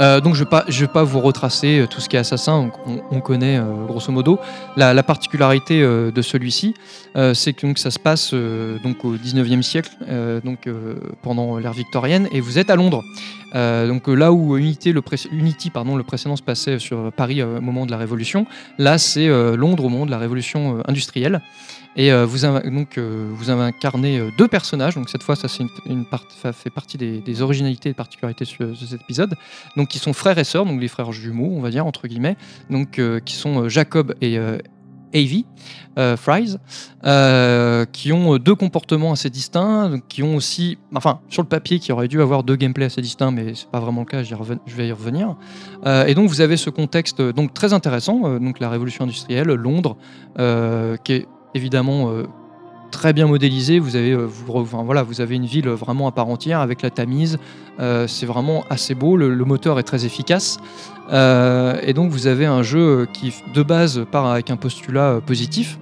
C: Euh, donc je ne vais, pas- je vais pas vous retracer euh, tout ce qui est assassin, donc on, on connaît euh, grosso modo. La, la particularité euh, de celui-ci, euh, c'est que donc, ça se passe euh, donc au 19e siècle, euh, donc euh, pendant l'ère victorienne, et vous êtes à Londres. Euh, donc euh, là où Unity, le, pré- Unity pardon, le précédent se passait sur Paris euh, au moment de la Révolution, là c'est euh, Londres au moment de la Révolution euh, industrielle. Et euh, vous, inv- donc, euh, vous avez incarné euh, deux personnages, donc cette fois ça, c'est une, une part- ça fait partie des, des originalités et particularités de ce- de cet épisode donc qui sont frères et sœurs, donc les frères jumeaux, on va dire entre guillemets, donc euh, qui sont euh, Jacob et euh, Avy, euh, Fries, euh, qui ont euh, deux comportements assez distincts, donc, qui ont aussi, enfin sur le papier, qui aurait dû avoir deux gameplays assez distincts, mais c'est pas vraiment le cas, j'y reven- je vais y revenir. Euh, et donc vous avez ce contexte euh, donc très intéressant, euh, donc la révolution industrielle, Londres, euh, qui est évidemment euh, très bien modélisé. Vous avez, euh, vous, re- enfin, voilà, vous avez une ville vraiment à part entière avec la Tamise. Euh, c'est vraiment assez beau. Le, le moteur est très efficace. Euh, et donc vous avez un jeu qui de base part avec un postulat euh, positif.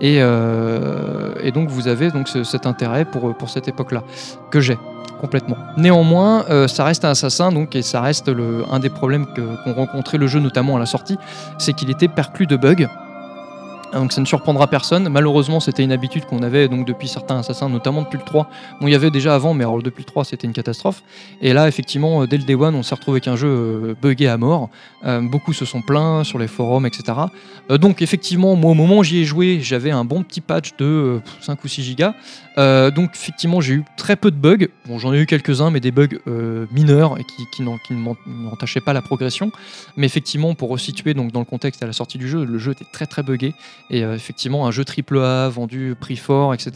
C: Et, euh, et donc vous avez donc ce- cet intérêt pour, pour cette époque-là que j'ai complètement. Néanmoins, euh, ça reste un assassin donc et ça reste le, un des problèmes que- qu'ont rencontré le jeu notamment à la sortie, c'est qu'il était perclus de bugs. Donc ça ne surprendra personne. Malheureusement, c'était une habitude qu'on avait donc depuis certains assassins, notamment depuis le 3. Bon, il y avait déjà avant, mais alors depuis le 3, c'était une catastrophe. Et là, effectivement, euh, dès le Day One, on s'est retrouvé avec un jeu euh, buggé à mort. Euh, beaucoup se sont plaints sur les forums, etc. Euh, donc effectivement, moi, au moment où j'y ai joué, j'avais un bon petit patch de euh, 5 ou 6 gigas. Euh, donc effectivement, j'ai eu très peu de bugs. Bon, j'en ai eu quelques-uns, mais des bugs euh, mineurs et qui, qui n'en- qui ne m'en- n'entachaient pas la progression. Mais effectivement, pour resituer donc dans le contexte à la sortie du jeu, le jeu était très très buggé. Et euh, effectivement, un jeu triple A vendu prix fort, etc.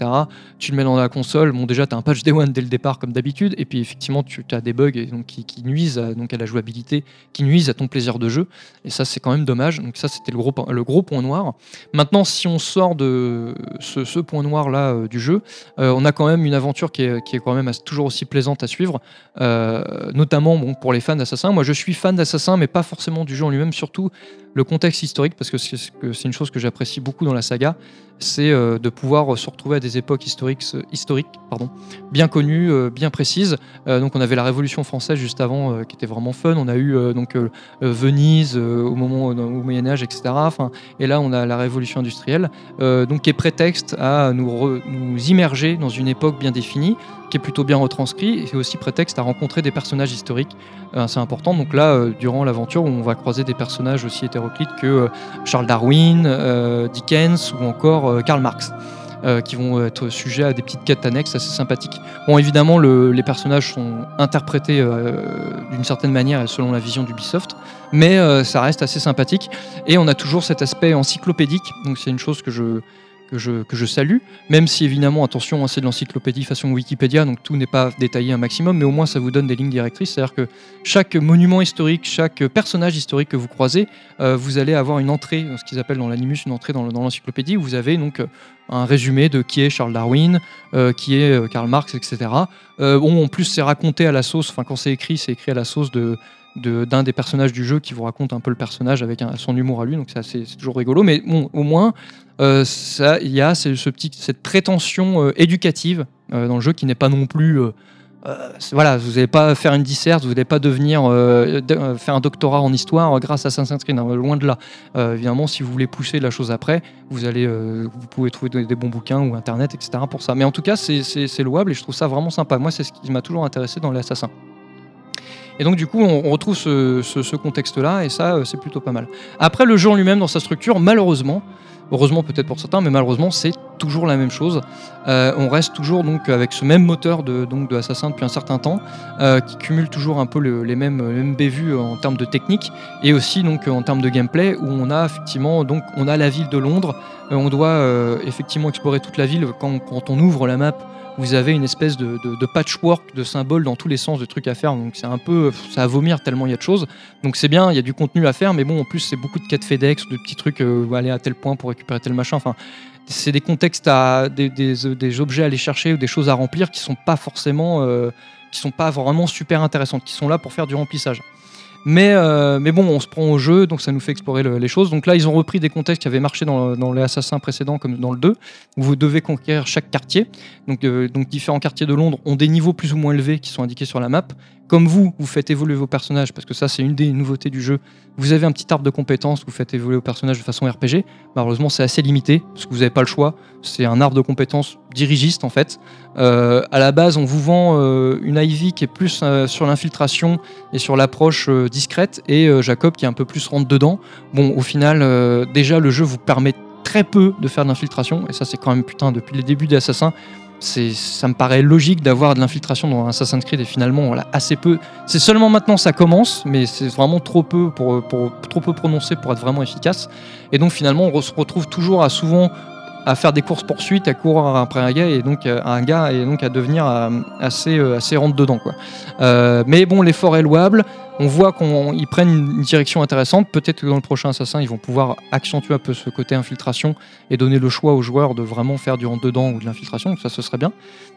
C: Tu le mets dans la console. Bon, déjà, t'as un patch Day One dès le départ comme d'habitude. Et puis effectivement, tu as des bugs et donc, qui, qui nuisent à, donc à la jouabilité, qui nuisent à ton plaisir de jeu. Et ça, c'est quand même dommage. Donc ça, c'était le gros, po- le gros point noir. Maintenant, si on sort de ce, ce point noir là du jeu, euh, on a quand même une aventure qui est, qui est quand même as- toujours aussi plaisante à suivre, euh, notamment bon, pour les fans d'Assassin. Moi, je suis fan d'Assassin, mais pas forcément du jeu en lui-même, surtout le contexte historique, parce que c'est ce que- c'est une chose que j'apprécie beaucoup dans la saga, c'est euh, de pouvoir se retrouver à des époques historiques, historiques pardon, bien connues, euh, bien précises. Euh, donc, on avait la Révolution française juste avant, euh, qui était vraiment fun. On a eu euh, donc euh, euh, Venise euh, au moment au Moyen Âge, etc. Enfin, et là, on a la Révolution industrielle euh, donc qui est prétexte à nous, re- nous immerger dans une époque bien définie, qui est plutôt bien retranscrit, et c'est aussi prétexte à rencontrer des personnages historiques, Euh, c'est important. Donc là, euh, durant l'aventure, on va croiser des personnages aussi hétéroclites que euh, Charles Darwin, euh, Dickens ou encore euh, Karl Marx. euh, qui vont être sujets à des petites quêtes annexes assez sympathiques. Bon, évidemment, le- les personnages sont interprétés euh, d'une certaine manière et selon la vision d'Ubisoft, mais euh, ça reste assez sympathique. Et on a toujours cet aspect encyclopédique, donc c'est une chose que je, que, je, que je salue, même si évidemment, attention, hein, c'est de l'encyclopédie façon Wikipédia, donc tout n'est pas détaillé un maximum, mais au moins ça vous donne des lignes directrices, c'est-à-dire que chaque monument historique, chaque personnage historique que vous croisez, euh, vous allez avoir une entrée, ce qu'ils appellent dans l'animus une entrée dans, le- dans l'encyclopédie, où vous avez donc euh, un résumé de qui est Charles Darwin, euh, qui est euh, Karl Marx, etc. Euh, bon, en plus, c'est raconté à la sauce, enfin quand c'est écrit, c'est écrit à la sauce de, de- d'un des personnages du jeu qui vous raconte un peu le personnage avec un- son humour à lui, donc c'est assez- c'est toujours rigolo. Mais bon, au moins, euh, ça, il y a ce, ce petit, cette prétention euh, éducative euh, dans le jeu qui n'est pas non plus. euh, euh, c'est- voilà, vous n'allez pas faire une disserte, vous n'allez pas devenir euh, de- euh, faire un doctorat en histoire euh, grâce à Assassin's Creed, hein, loin de là. Euh, évidemment, si vous voulez pousser la chose après, vous allez, euh, vous pouvez trouver des, des bons bouquins ou internet, etc. pour ça. Mais en tout cas, c'est- c'est c'est louable et je trouve ça vraiment sympa. Moi, c'est ce qui m'a toujours intéressé dans l'Assassin. Et donc du coup, on on retrouve ce, ce- ce contexte-là, et ça, euh, c'est plutôt pas mal. Après, le jeu en lui-même, dans sa structure, malheureusement, heureusement peut-être pour certains, mais malheureusement, c'est toujours la même chose. Euh, on reste toujours donc avec ce même moteur de, donc, de Assassin depuis un certain temps, euh, qui cumule toujours un peu le- les, mêmes, les mêmes bévues euh, en termes de technique, et aussi donc euh, en termes de gameplay, où on a effectivement donc on a la ville de Londres, euh, on doit euh, effectivement explorer toute la ville quand, quand on ouvre la map vous avez une espèce de, de- de patchwork de symboles dans tous les sens de trucs à faire. Donc c'est un peu, pff, ça à vomir tellement il y a de choses. Donc c'est bien, il y a du contenu à faire, mais bon, en plus c'est beaucoup de cas de FedEx, de petits trucs, euh, aller à tel point pour récupérer tel machin. Enfin, c'est des contextes à des, des- euh, des objets à aller chercher ou des choses à remplir qui sont pas forcément, euh, qui sont pas vraiment super intéressantes, qui sont là pour faire du remplissage. Mais, euh, mais bon, on se prend au jeu, donc ça nous fait explorer le- les choses. Donc là, ils ont repris des contextes qui avaient marché dans, le- dans les assassins précédents, comme dans le 2, où vous devez conquérir chaque quartier. Donc, euh, donc différents quartiers de Londres ont des niveaux plus ou moins élevés qui sont indiqués sur la map. Comme vous, vous faites évoluer vos personnages, parce que ça c'est une des nouveautés du jeu. Vous avez un petit arbre de compétences, vous faites évoluer vos personnages de façon RPG. Malheureusement c'est assez limité, parce que vous n'avez pas le choix. C'est un arbre de compétences dirigiste en fait. Euh, à la base on vous vend euh, une Ivy qui est plus euh, sur l'infiltration et sur l'approche euh, discrète, et euh, Jacob qui est un peu plus rentre dedans. Bon au final euh, déjà le jeu vous permet très peu de faire de l'infiltration, et ça c'est quand même putain depuis les débuts des Assassins c'est ça me paraît logique d'avoir de l'infiltration dans Assassin's Creed et finalement on l'a assez peu. C'est seulement maintenant ça commence, mais c'est vraiment trop peu pour, pour- trop peu prononcé pour être vraiment efficace. Et donc finalement on re- se retrouve toujours à souvent à faire des courses poursuites, à courir après un gars et donc euh, un gars et donc à devenir euh, assez euh, assez rentre dedans quoi. Euh, mais bon l'effort est louable. On voit qu'ils prennent une une direction intéressante. Peut-être que dans le prochain Assassin, ils vont pouvoir accentuer un peu ce côté infiltration et donner le choix aux joueurs de vraiment faire du rentre-dedans ou de l'infiltration, donc ça ce serait bien.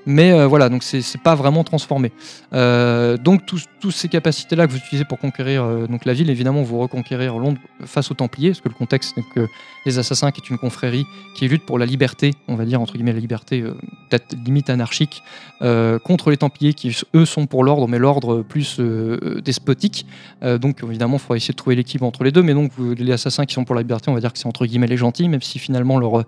C: Mais euh, voilà, donc c'est c'est pas vraiment transformé. Euh, donc tous- toutes ces capacités-là que vous utilisez pour conquérir euh, donc la ville, évidemment vous reconquérir Londres face aux Templiers, parce que le contexte c'est que les Assassins, qui est une confrérie qui lutte pour la liberté, on va dire entre guillemets la liberté, euh, peut-être limite anarchique, euh, contre les Templiers qui eux sont pour l'ordre, mais l'ordre plus euh, euh, despotique thématique. Euh, donc évidemment, il faudra essayer de trouver l'équilibre entre les deux. Mais donc vous- les assassins qui sont pour la liberté, on va dire que c'est entre guillemets les gentils, même si finalement leur, euh,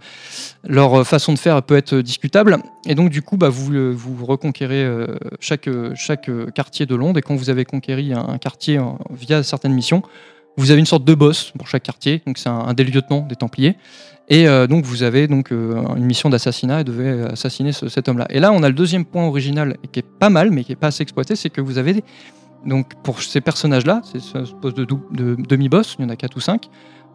C: leur euh, façon de faire peut être euh, discutable. Et donc du coup, bah, vous, euh, vous reconquérez euh, chaque, euh, chaque euh, quartier de Londres. Et quand vous avez conquéri un, un quartier euh, via certaines missions, vous avez une sorte de boss pour chaque quartier. Donc c'est un- un des lieutenants des Templiers. Et euh, donc vous avez donc euh, une mission d'assassinat et devez assassiner ce- cet homme-là. Et là, on a le deuxième point original et qui est pas mal, mais qui est pas assez exploité, c'est que vous avez des- donc pour ces personnages-là, c'est ce ce poste de, dou- de demi-boss, il y en a quatre ou cinq,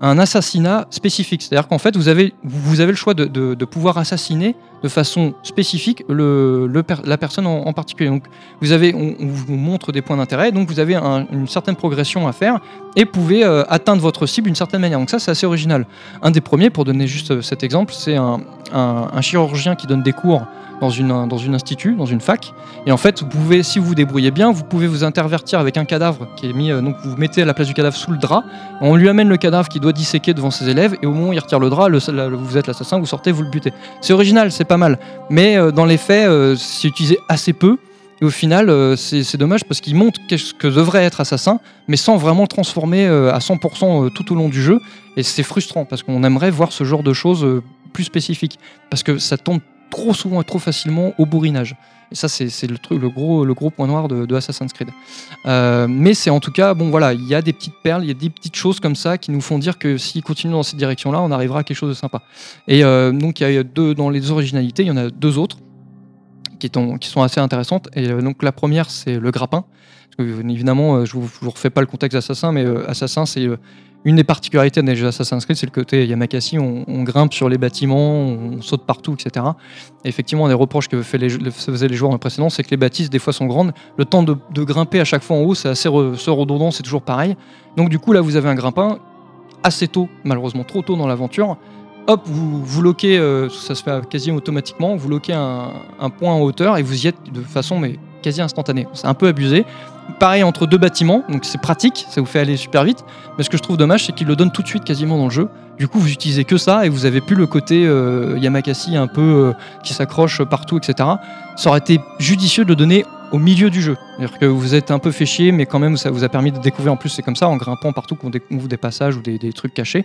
C: un assassinat spécifique. C'est-à-dire qu'en fait, vous avez vous avez le choix de, de- de pouvoir assassiner de façon spécifique le, le per- la personne en, en particulier. Donc vous avez on, on vous montre des points d'intérêt, donc vous avez un- une certaine progression à faire et pouvez euh, atteindre votre cible d'une certaine manière. Donc ça, c'est assez original. Un des premiers, pour donner juste euh, cet exemple, c'est un, un- un chirurgien qui donne des cours dans une, un- dans une institut, dans une fac. Et en fait, vous pouvez, si vous vous débrouillez bien, vous pouvez vous intervertir avec un cadavre qui est mis. euh, donc vous vous mettez à la place du cadavre sous le drap. On lui amène le cadavre qui doit disséquer devant ses élèves. Et au moment où il retire le drap, le- la- le- vous êtes l'assassin, vous sortez, vous le butez. C'est original, c'est pas mal. Mais euh, dans les faits, euh, c'est utilisé assez peu. Et au final, euh, c'est c'est dommage parce qu'il montre ce que devrait être assassin, mais sans vraiment le transformer euh, à 100% tout au long du jeu. Et c'est frustrant parce qu'on aimerait voir ce genre de choses euh, plus spécifiques. Parce que ça tombe trop souvent et trop facilement au bourrinage. Et ça, c'est c'est le, truc, le, gros, le gros point noir de, de Assassin's Creed. Euh, mais c'est en tout cas, bon voilà, il y a des petites perles, il y a des petites choses comme ça qui nous font dire que s'ils continuent dans cette direction-là, on arrivera à quelque chose de sympa. Et euh, donc, il y a deux, dans les originalités, il y en a deux autres qui, sont- qui sont assez intéressantes. Et euh, donc, la première, c'est le grappin. Parce que, évidemment, euh, je ne vous, je vous refais pas le contexte d'Assassin, mais euh, Assassin, c'est. euh, une des particularités des jeux Assassin's Creed, c'est le côté Yamakasi, on, on grimpe sur les bâtiments, on saute partout, etc. Et effectivement, un des reproches que fait les, le- faisaient les joueurs dans le précédent, c'est que les bâtisses, des fois, sont grandes. Le temps de, de grimper à chaque fois en haut, c'est assez re- se redondant, c'est toujours pareil. Donc, du coup, là, vous avez un grimpin assez tôt, malheureusement trop tôt dans l'aventure. Hop, vous, vous loquez, euh, ça se fait quasi automatiquement, vous loquez un, un point en hauteur et vous y êtes de façon mais quasi instantanée. C'est un peu abusé. Pareil entre deux bâtiments, donc c'est pratique, ça vous fait aller super vite. Mais ce que je trouve dommage, c'est qu'il le donne tout de suite quasiment dans le jeu. Du coup, vous utilisez que ça et vous avez plus le côté euh, Yamakasi un peu euh, qui s'accroche partout, etc. Ça aurait été judicieux de le donner au milieu du jeu. C'est-à-dire que vous êtes un peu fait chier, mais quand même, ça vous a permis de découvrir en plus, c'est comme ça, en grimpant partout qu'on découvre des passages ou des, des trucs cachés.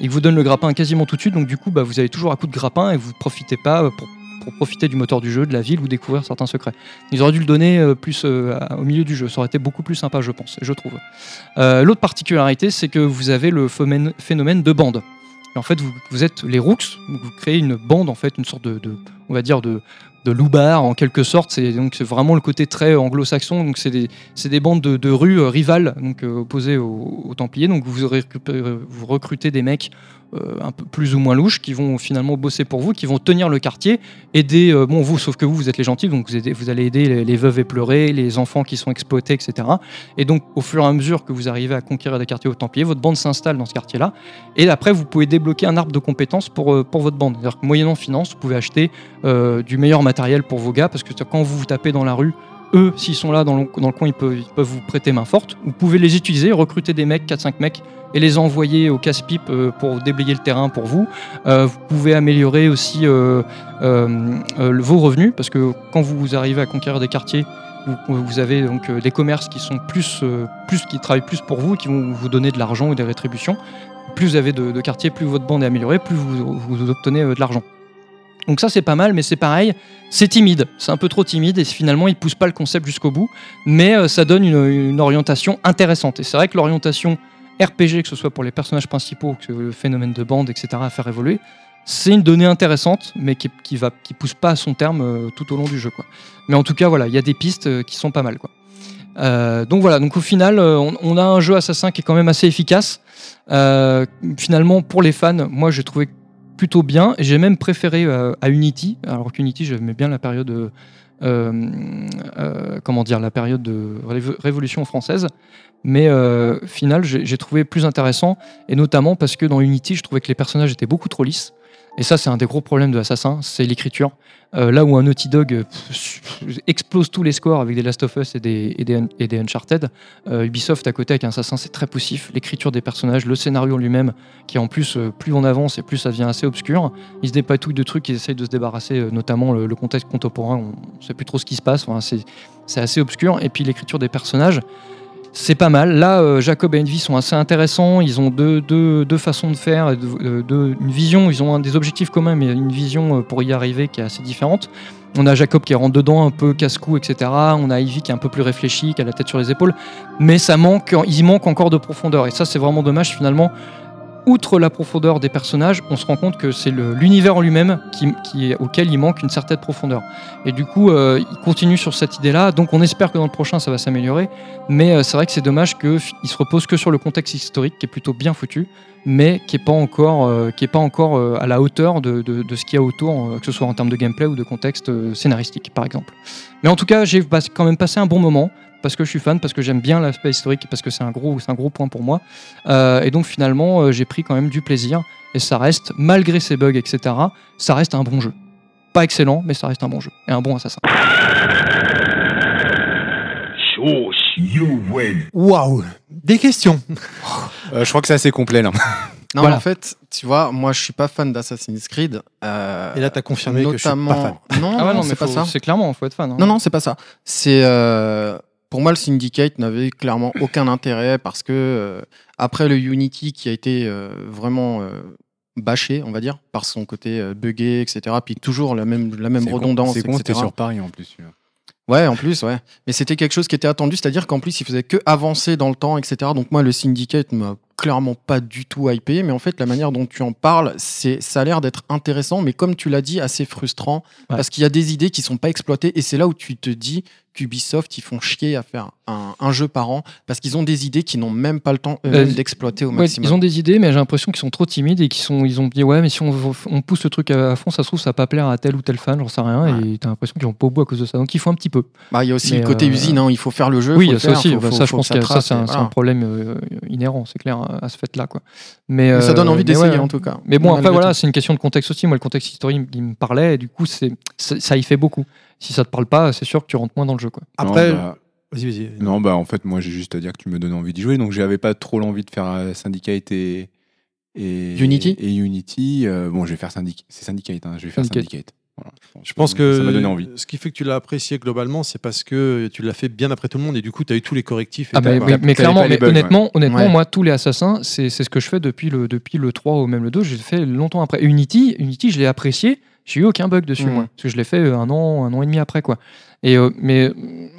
C: Il vous donne le grappin quasiment tout de suite, donc du coup, bah, vous avez toujours à coup de grappin et vous profitez pas euh, pour pour profiter du moteur du jeu, de la ville ou découvrir certains secrets. Ils auraient dû le donner euh, plus euh, à- au milieu du jeu. Ça aurait été beaucoup plus sympa, je pense, je trouve. Euh, L'autre particularité, c'est que vous avez le phénomène- phénomène de bande. Et en fait, vous, vous êtes les Rooks, donc vous créez une bande, en fait, une sorte de, de- on va dire, de, de loubar, en quelque sorte. C'est donc c'est vraiment le côté très anglo-saxon. Donc, c'est des, c'est des bandes de, de rues euh, rivales, donc euh, opposées aux, aux Templiers. Donc, vous, récupérez- vous recrutez des mecs euh, un peu plus ou moins louches qui vont finalement bosser pour vous, qui vont tenir le quartier, aider. euh, bon, vous, sauf que vous, vous êtes les gentils, donc vous, aidez- vous allez aider les, les veuves éplorées, les enfants qui sont exploités, etc. Et donc, au fur et à mesure que vous arrivez à conquérir des quartiers aux Templiers, votre bande s'installe dans ce quartier-là. Et après, vous pouvez débloquer un arbre de compétences pour, euh, pour votre bande. C'est-à-dire que moyennant finance, vous pouvez acheter euh, du meilleur matériel pour vos gars, parce que quand vous vous tapez dans la rue, eux, s'ils sont là dans le, dans le coin, ils peuvent, ils peuvent vous prêter main forte. Vous pouvez les utiliser, recruter des mecs, 4-5 mecs, et les envoyer au casse-pipe euh, pour déblayer le terrain pour vous. Euh, vous pouvez améliorer aussi euh, euh, euh, le- vos revenus, parce que quand vous arrivez à conquérir des quartiers, vous, vous avez donc euh, des commerces qui sont plus, euh, plus qui travaillent plus pour vous, qui vont vous donner de l'argent ou des rétributions. Plus vous avez de, de quartiers, plus votre bande est améliorée, plus vous, vous obtenez euh, de l'argent. Donc ça c'est pas mal, mais c'est pareil, c'est timide, c'est un peu trop timide et finalement il pousse pas le concept jusqu'au bout, mais euh, ça donne une, une orientation intéressante. Et c'est vrai que l'orientation RPG, que ce soit pour les personnages principaux, que le phénomène de bande, etc. à faire évoluer, c'est une donnée intéressante, mais qui, qui va qui pousse pas à son terme euh, tout au long du jeu. Quoi. Mais en tout cas, voilà, il y a des pistes euh, qui sont pas mal. Quoi. Euh, donc voilà, donc au final, euh, on, on a un jeu assassin qui est quand même assez efficace. Euh, finalement, pour les fans, moi j'ai trouvé plutôt bien. J'ai même préféré euh, à Unity, alors qu'Unity, j'aimais bien la période. euh, euh, euh, comment dire, la période de Révo- Révolution française. Mais euh, final, j'ai j'ai trouvé plus intéressant, et notamment parce que dans Unity, je trouvais que les personnages étaient beaucoup trop lisses. Et ça, c'est un des gros problèmes de Assassin, c'est l'écriture. Euh, là où un Naughty Dog euh, pff, explose tous les scores avec des Last of Us et des, et des, Un- et des Uncharted, euh, Ubisoft à côté avec un Assassin, c'est très poussif. L'écriture des personnages, le scénario en lui-même, qui en plus, euh, plus on avance et plus ça devient assez obscur. Ils se dépatouillent de trucs, ils essayent de se débarrasser, euh, notamment le, le contexte contemporain, on ne sait plus trop ce qui se passe, enfin, c'est c'est assez obscur. Et puis l'écriture des personnages, c'est pas mal. Là, euh, Jacob et Envy sont assez intéressants. Ils ont deux, deux, deux façons de faire, et de- euh, deux- une vision. Ils ont un- des objectifs communs, mais une vision euh, pour y arriver qui est assez différente. On a Jacob qui rentre dedans un peu casse-cou, etc. On a Ivy qui est un peu plus réfléchi, qui a la tête sur les épaules. Mais ça manque, il manque encore de profondeur. Et ça, c'est vraiment dommage finalement. Outre la profondeur des personnages, on se rend compte que c'est le- l'univers en lui-même qui, qui- auquel il manque une certaine profondeur. Et du coup, euh, il continue sur cette idée-là. Donc, on espère que dans le prochain, ça va s'améliorer. Mais euh, c'est vrai que c'est dommage qu'il se repose que sur le contexte historique, qui est plutôt bien foutu, mais qui n'est pas encore, euh, qui est pas encore euh, à la hauteur de, de- de ce qu'il y a autour, euh, que ce soit en termes de gameplay ou de contexte euh, scénaristique, par exemple. Mais en tout cas, j'ai pas- quand même passé un bon moment. Parce que je suis fan, parce que j'aime bien l'aspect historique, parce que c'est un gros, c'est un gros point pour moi. Euh, et donc finalement, euh, j'ai pris quand même du plaisir. Et ça reste, malgré ses bugs, etc., ça reste un bon jeu. Pas excellent, mais ça reste un bon jeu et un bon
E: Ah
C: assassin.
B: Shush. You win.
A: Waouh Des questions.
D: (laughs) Euh, je crois que c'est assez complet là.
E: Non,
C: Voilà.
E: mais en fait, tu vois, moi, je suis pas fan d'Assassin's Creed. euh,
A: Et là, t'as confirmé que je suis pas
E: notamment...
A: fan.
E: (laughs) Non,
C: Ah ouais,
E: non,
C: mais
E: c'est pas
C: faut-
E: ça.
C: C'est clairement, faut être fan. hein.
E: Non, non, c'est pas ça. C'est euh, pour moi le Syndicate n'avait clairement aucun intérêt parce que euh, après le Unity qui a été euh, vraiment euh, bâché, on va dire, par son côté euh, buggé, etc. Puis toujours la même la même
D: C'est con-
E: redondance,
D: C'est con, c'était
E: etc.
D: sur Paris en plus. celui-là.
E: Ouais, en plus, ouais. Mais c'était quelque chose qui était attendu, c'est-à-dire qu'en plus il faisait que avancer dans le temps, etc. Donc moi le Syndicate m'a clairement pas du tout hypé, mais en fait la manière dont tu en parles, c'est ça a l'air d'être intéressant, mais comme tu l'as dit, assez frustrant
C: Ouais.
E: parce qu'il y a des idées qui sont pas exploitées et c'est là où tu te dis qu'Ubisoft ils font chier à faire un, un jeu par an parce qu'ils ont des idées qui n'ont même pas le temps eux-mêmes
C: Euh,
E: d'exploiter au
C: Ouais,
E: maximum.
C: ils ont des idées, mais j'ai l'impression qu'ils sont trop timides et qu'ils sont, ils ont dit ouais, mais si on, v- on pousse le truc à à fond, ça se trouve, ça va pas plaire à tel ou tel fan, j'en sais rien, et t'as l'impression qu'ils vont pas au bout à cause de ça. Donc ils font un petit peu.
E: Bah, il y a aussi
C: Mais,
E: le côté
C: euh,
E: usine, hein, il faut faire le jeu.
C: oui,
E: faut le
C: ça
E: faire,
C: aussi,
E: faut-
C: bah,
E: faut-
C: ça, je
E: faut
C: pense que, ça,
E: trace,
C: c'est
E: hein.
C: un,
E: et
C: c'est
E: voilà.
C: un problème euh, inhérent, c'est clair, à à ce fait-là, quoi. Mais,
E: Mais ça
C: euh,
E: donne envie
C: mais ouais,
E: d'essayer
C: ouais.
E: en tout cas.
C: Mais bon,
E: malgré
C: après, voilà,
E: tout.
C: c'est une question de contexte aussi. Moi, le contexte historique, il me parlait, et du coup, c'est, c'est- ça y fait beaucoup. Si ça te parle pas, c'est sûr que tu rentres moins dans le jeu, quoi.
A: Après,
D: Non, bah,
A: vas-y, vas-y.
D: non, bah, en fait, moi j'ai juste à dire que tu me donnes envie d'y jouer, donc j'avais pas trop l'envie de faire euh, Syndicate et. et-
E: Unity
D: Et Unity. euh, bon, je vais faire Syndicate. C'est Syndicate, hein, je vais faire
C: Syndicate.
D: Syndicate. Voilà.
A: Je pense que
D: Mmh, Ça m'a donné envie.
A: ce qui fait que tu l'as apprécié globalement, c'est parce que tu l'as fait bien après tout le monde et du coup, tu as eu tous les correctifs. Et
C: Ah
A: t'as-
C: mais,
A: bah,
C: mais- mais
D: t'avais
C: clairement,
D: pas les
C: mais
D: bugs,
C: honnêtement, honnêtement
E: Ouais.
C: moi, tous les assassins, c'est c'est ce que je fais depuis le, depuis le 3 ou même le 2. J'ai fait longtemps après. Unity, Unity je l'ai apprécié. J'ai eu aucun bug dessus,
E: Mhm.
C: moi. Parce que je l'ai fait euh, un an, un an et demi après, quoi. Et, euh, mais euh,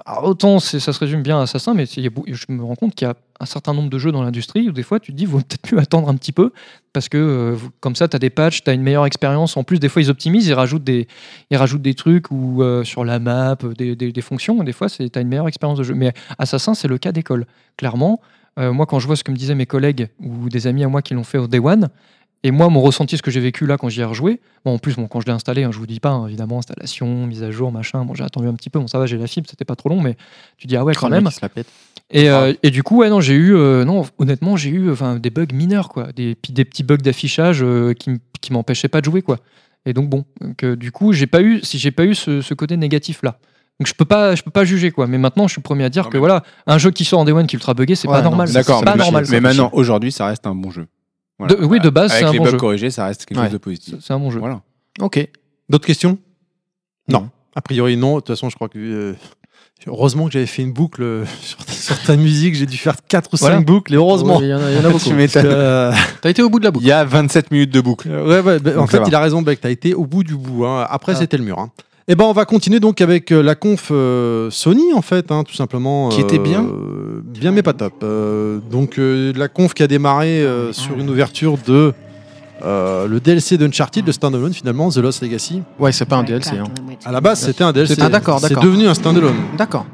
C: alors, autant c'est- ça se résume bien à Assassin, mais c'est- il y a beau- je me rends compte qu'il y a un certain nombre de jeux dans l'industrie où des fois tu te dis, vaut peut-être mieux attendre un petit peu parce que euh, vous- comme ça, tu as des patchs, tu as une meilleure expérience. En plus, des fois, ils optimisent, ils rajoutent des, ils rajoutent des trucs ou euh, sur la map, euh, des, des- des fonctions. Des fois, tu as une meilleure expérience de jeu. Mais Assassin, c'est le cas d'école. Clairement, Euh, moi, quand je vois ce que me disaient mes collègues ou des amis à moi qui l'ont fait au Day One, et moi, mon ressenti, ce que j'ai vécu là quand j'y ai rejoué, bon, en plus, bon, quand je l'ai installé, hein, je vous dis pas, hein, évidemment, installation, mise à jour, machin, bon, j'ai attendu un petit peu, bon, ça va, j'ai la fibre, c'était pas trop long, mais tu dis, ah ouais, quand
E: Oh, le mec,
C: même.
E: il se la pète.
C: Et, euh, et du coup, ouais, non, j'ai eu, euh, non, honnêtement, j'ai eu enfin, des bugs mineurs, quoi. Des, puis des petits bugs d'affichage euh, qui, m- qui m'empêchaient pas de jouer, quoi. Et donc, bon, donc, euh, du coup, j'ai pas eu, si j'ai pas eu ce, ce côté négatif-là. Donc, je peux pas, je peux pas juger, quoi. Mais maintenant, je suis le premier à dire
D: Non,
C: que
D: mais-
C: voilà, un jeu qui sort en day one qui est ultra buggé, c'est
E: Ouais,
C: pas
E: non,
C: normal.
E: mais
D: D'accord,
C: Ah, c'est
D: mais,
C: pas normal.
D: mais
C: ça.
D: maintenant, aujourd'hui, ça reste un bon jeu. Voilà.
C: De- oui, de base, c'est
D: Avec
C: un
D: les
C: bon
D: bugs
C: jeu.
D: corrigés, ça reste quelque
E: Ouais.
D: chose de positif.
C: C'est c'est un bon jeu.
D: Voilà.
E: Ok.
A: D'autres questions Non. A priori, non. De toute façon, je crois que. euh, Heureusement que j'avais fait une boucle euh, (laughs) sur ta, sur ta musique, j'ai dû faire 4 ou 5
C: Voilà.
A: boucles, et heureusement.
E: Il y en a, il y en a
A: (laughs)
E: beaucoup.
A: Parce que, euh,
E: T'as été au bout de la
D: Il
E: boucle.
D: y a 27 minutes de boucle.
A: Euh, ouais, ouais, bah, en
D: Donc, ça
A: fait,
D: va.
A: il a raison, Beck. T'as été au bout du bout. hein. Après,
C: Ah.
A: c'était le mur. hein. Eh ben, on va continuer donc avec euh, la conf euh, Sony, en fait, hein, tout simplement.
D: Qui était bien
A: euh, Bien, mais pas top. Euh, donc, euh, la conf qui a démarré euh, sur une ouverture de. euh, le DLC d'Uncharted, le standalone finalement, The Lost Legacy.
E: Ouais, c'est pas un DLC. hein.
A: À la base, c'était un DLC.
E: Ah, d'accord,
A: C'est
E: d'accord.
A: devenu un standalone.
E: D'accord.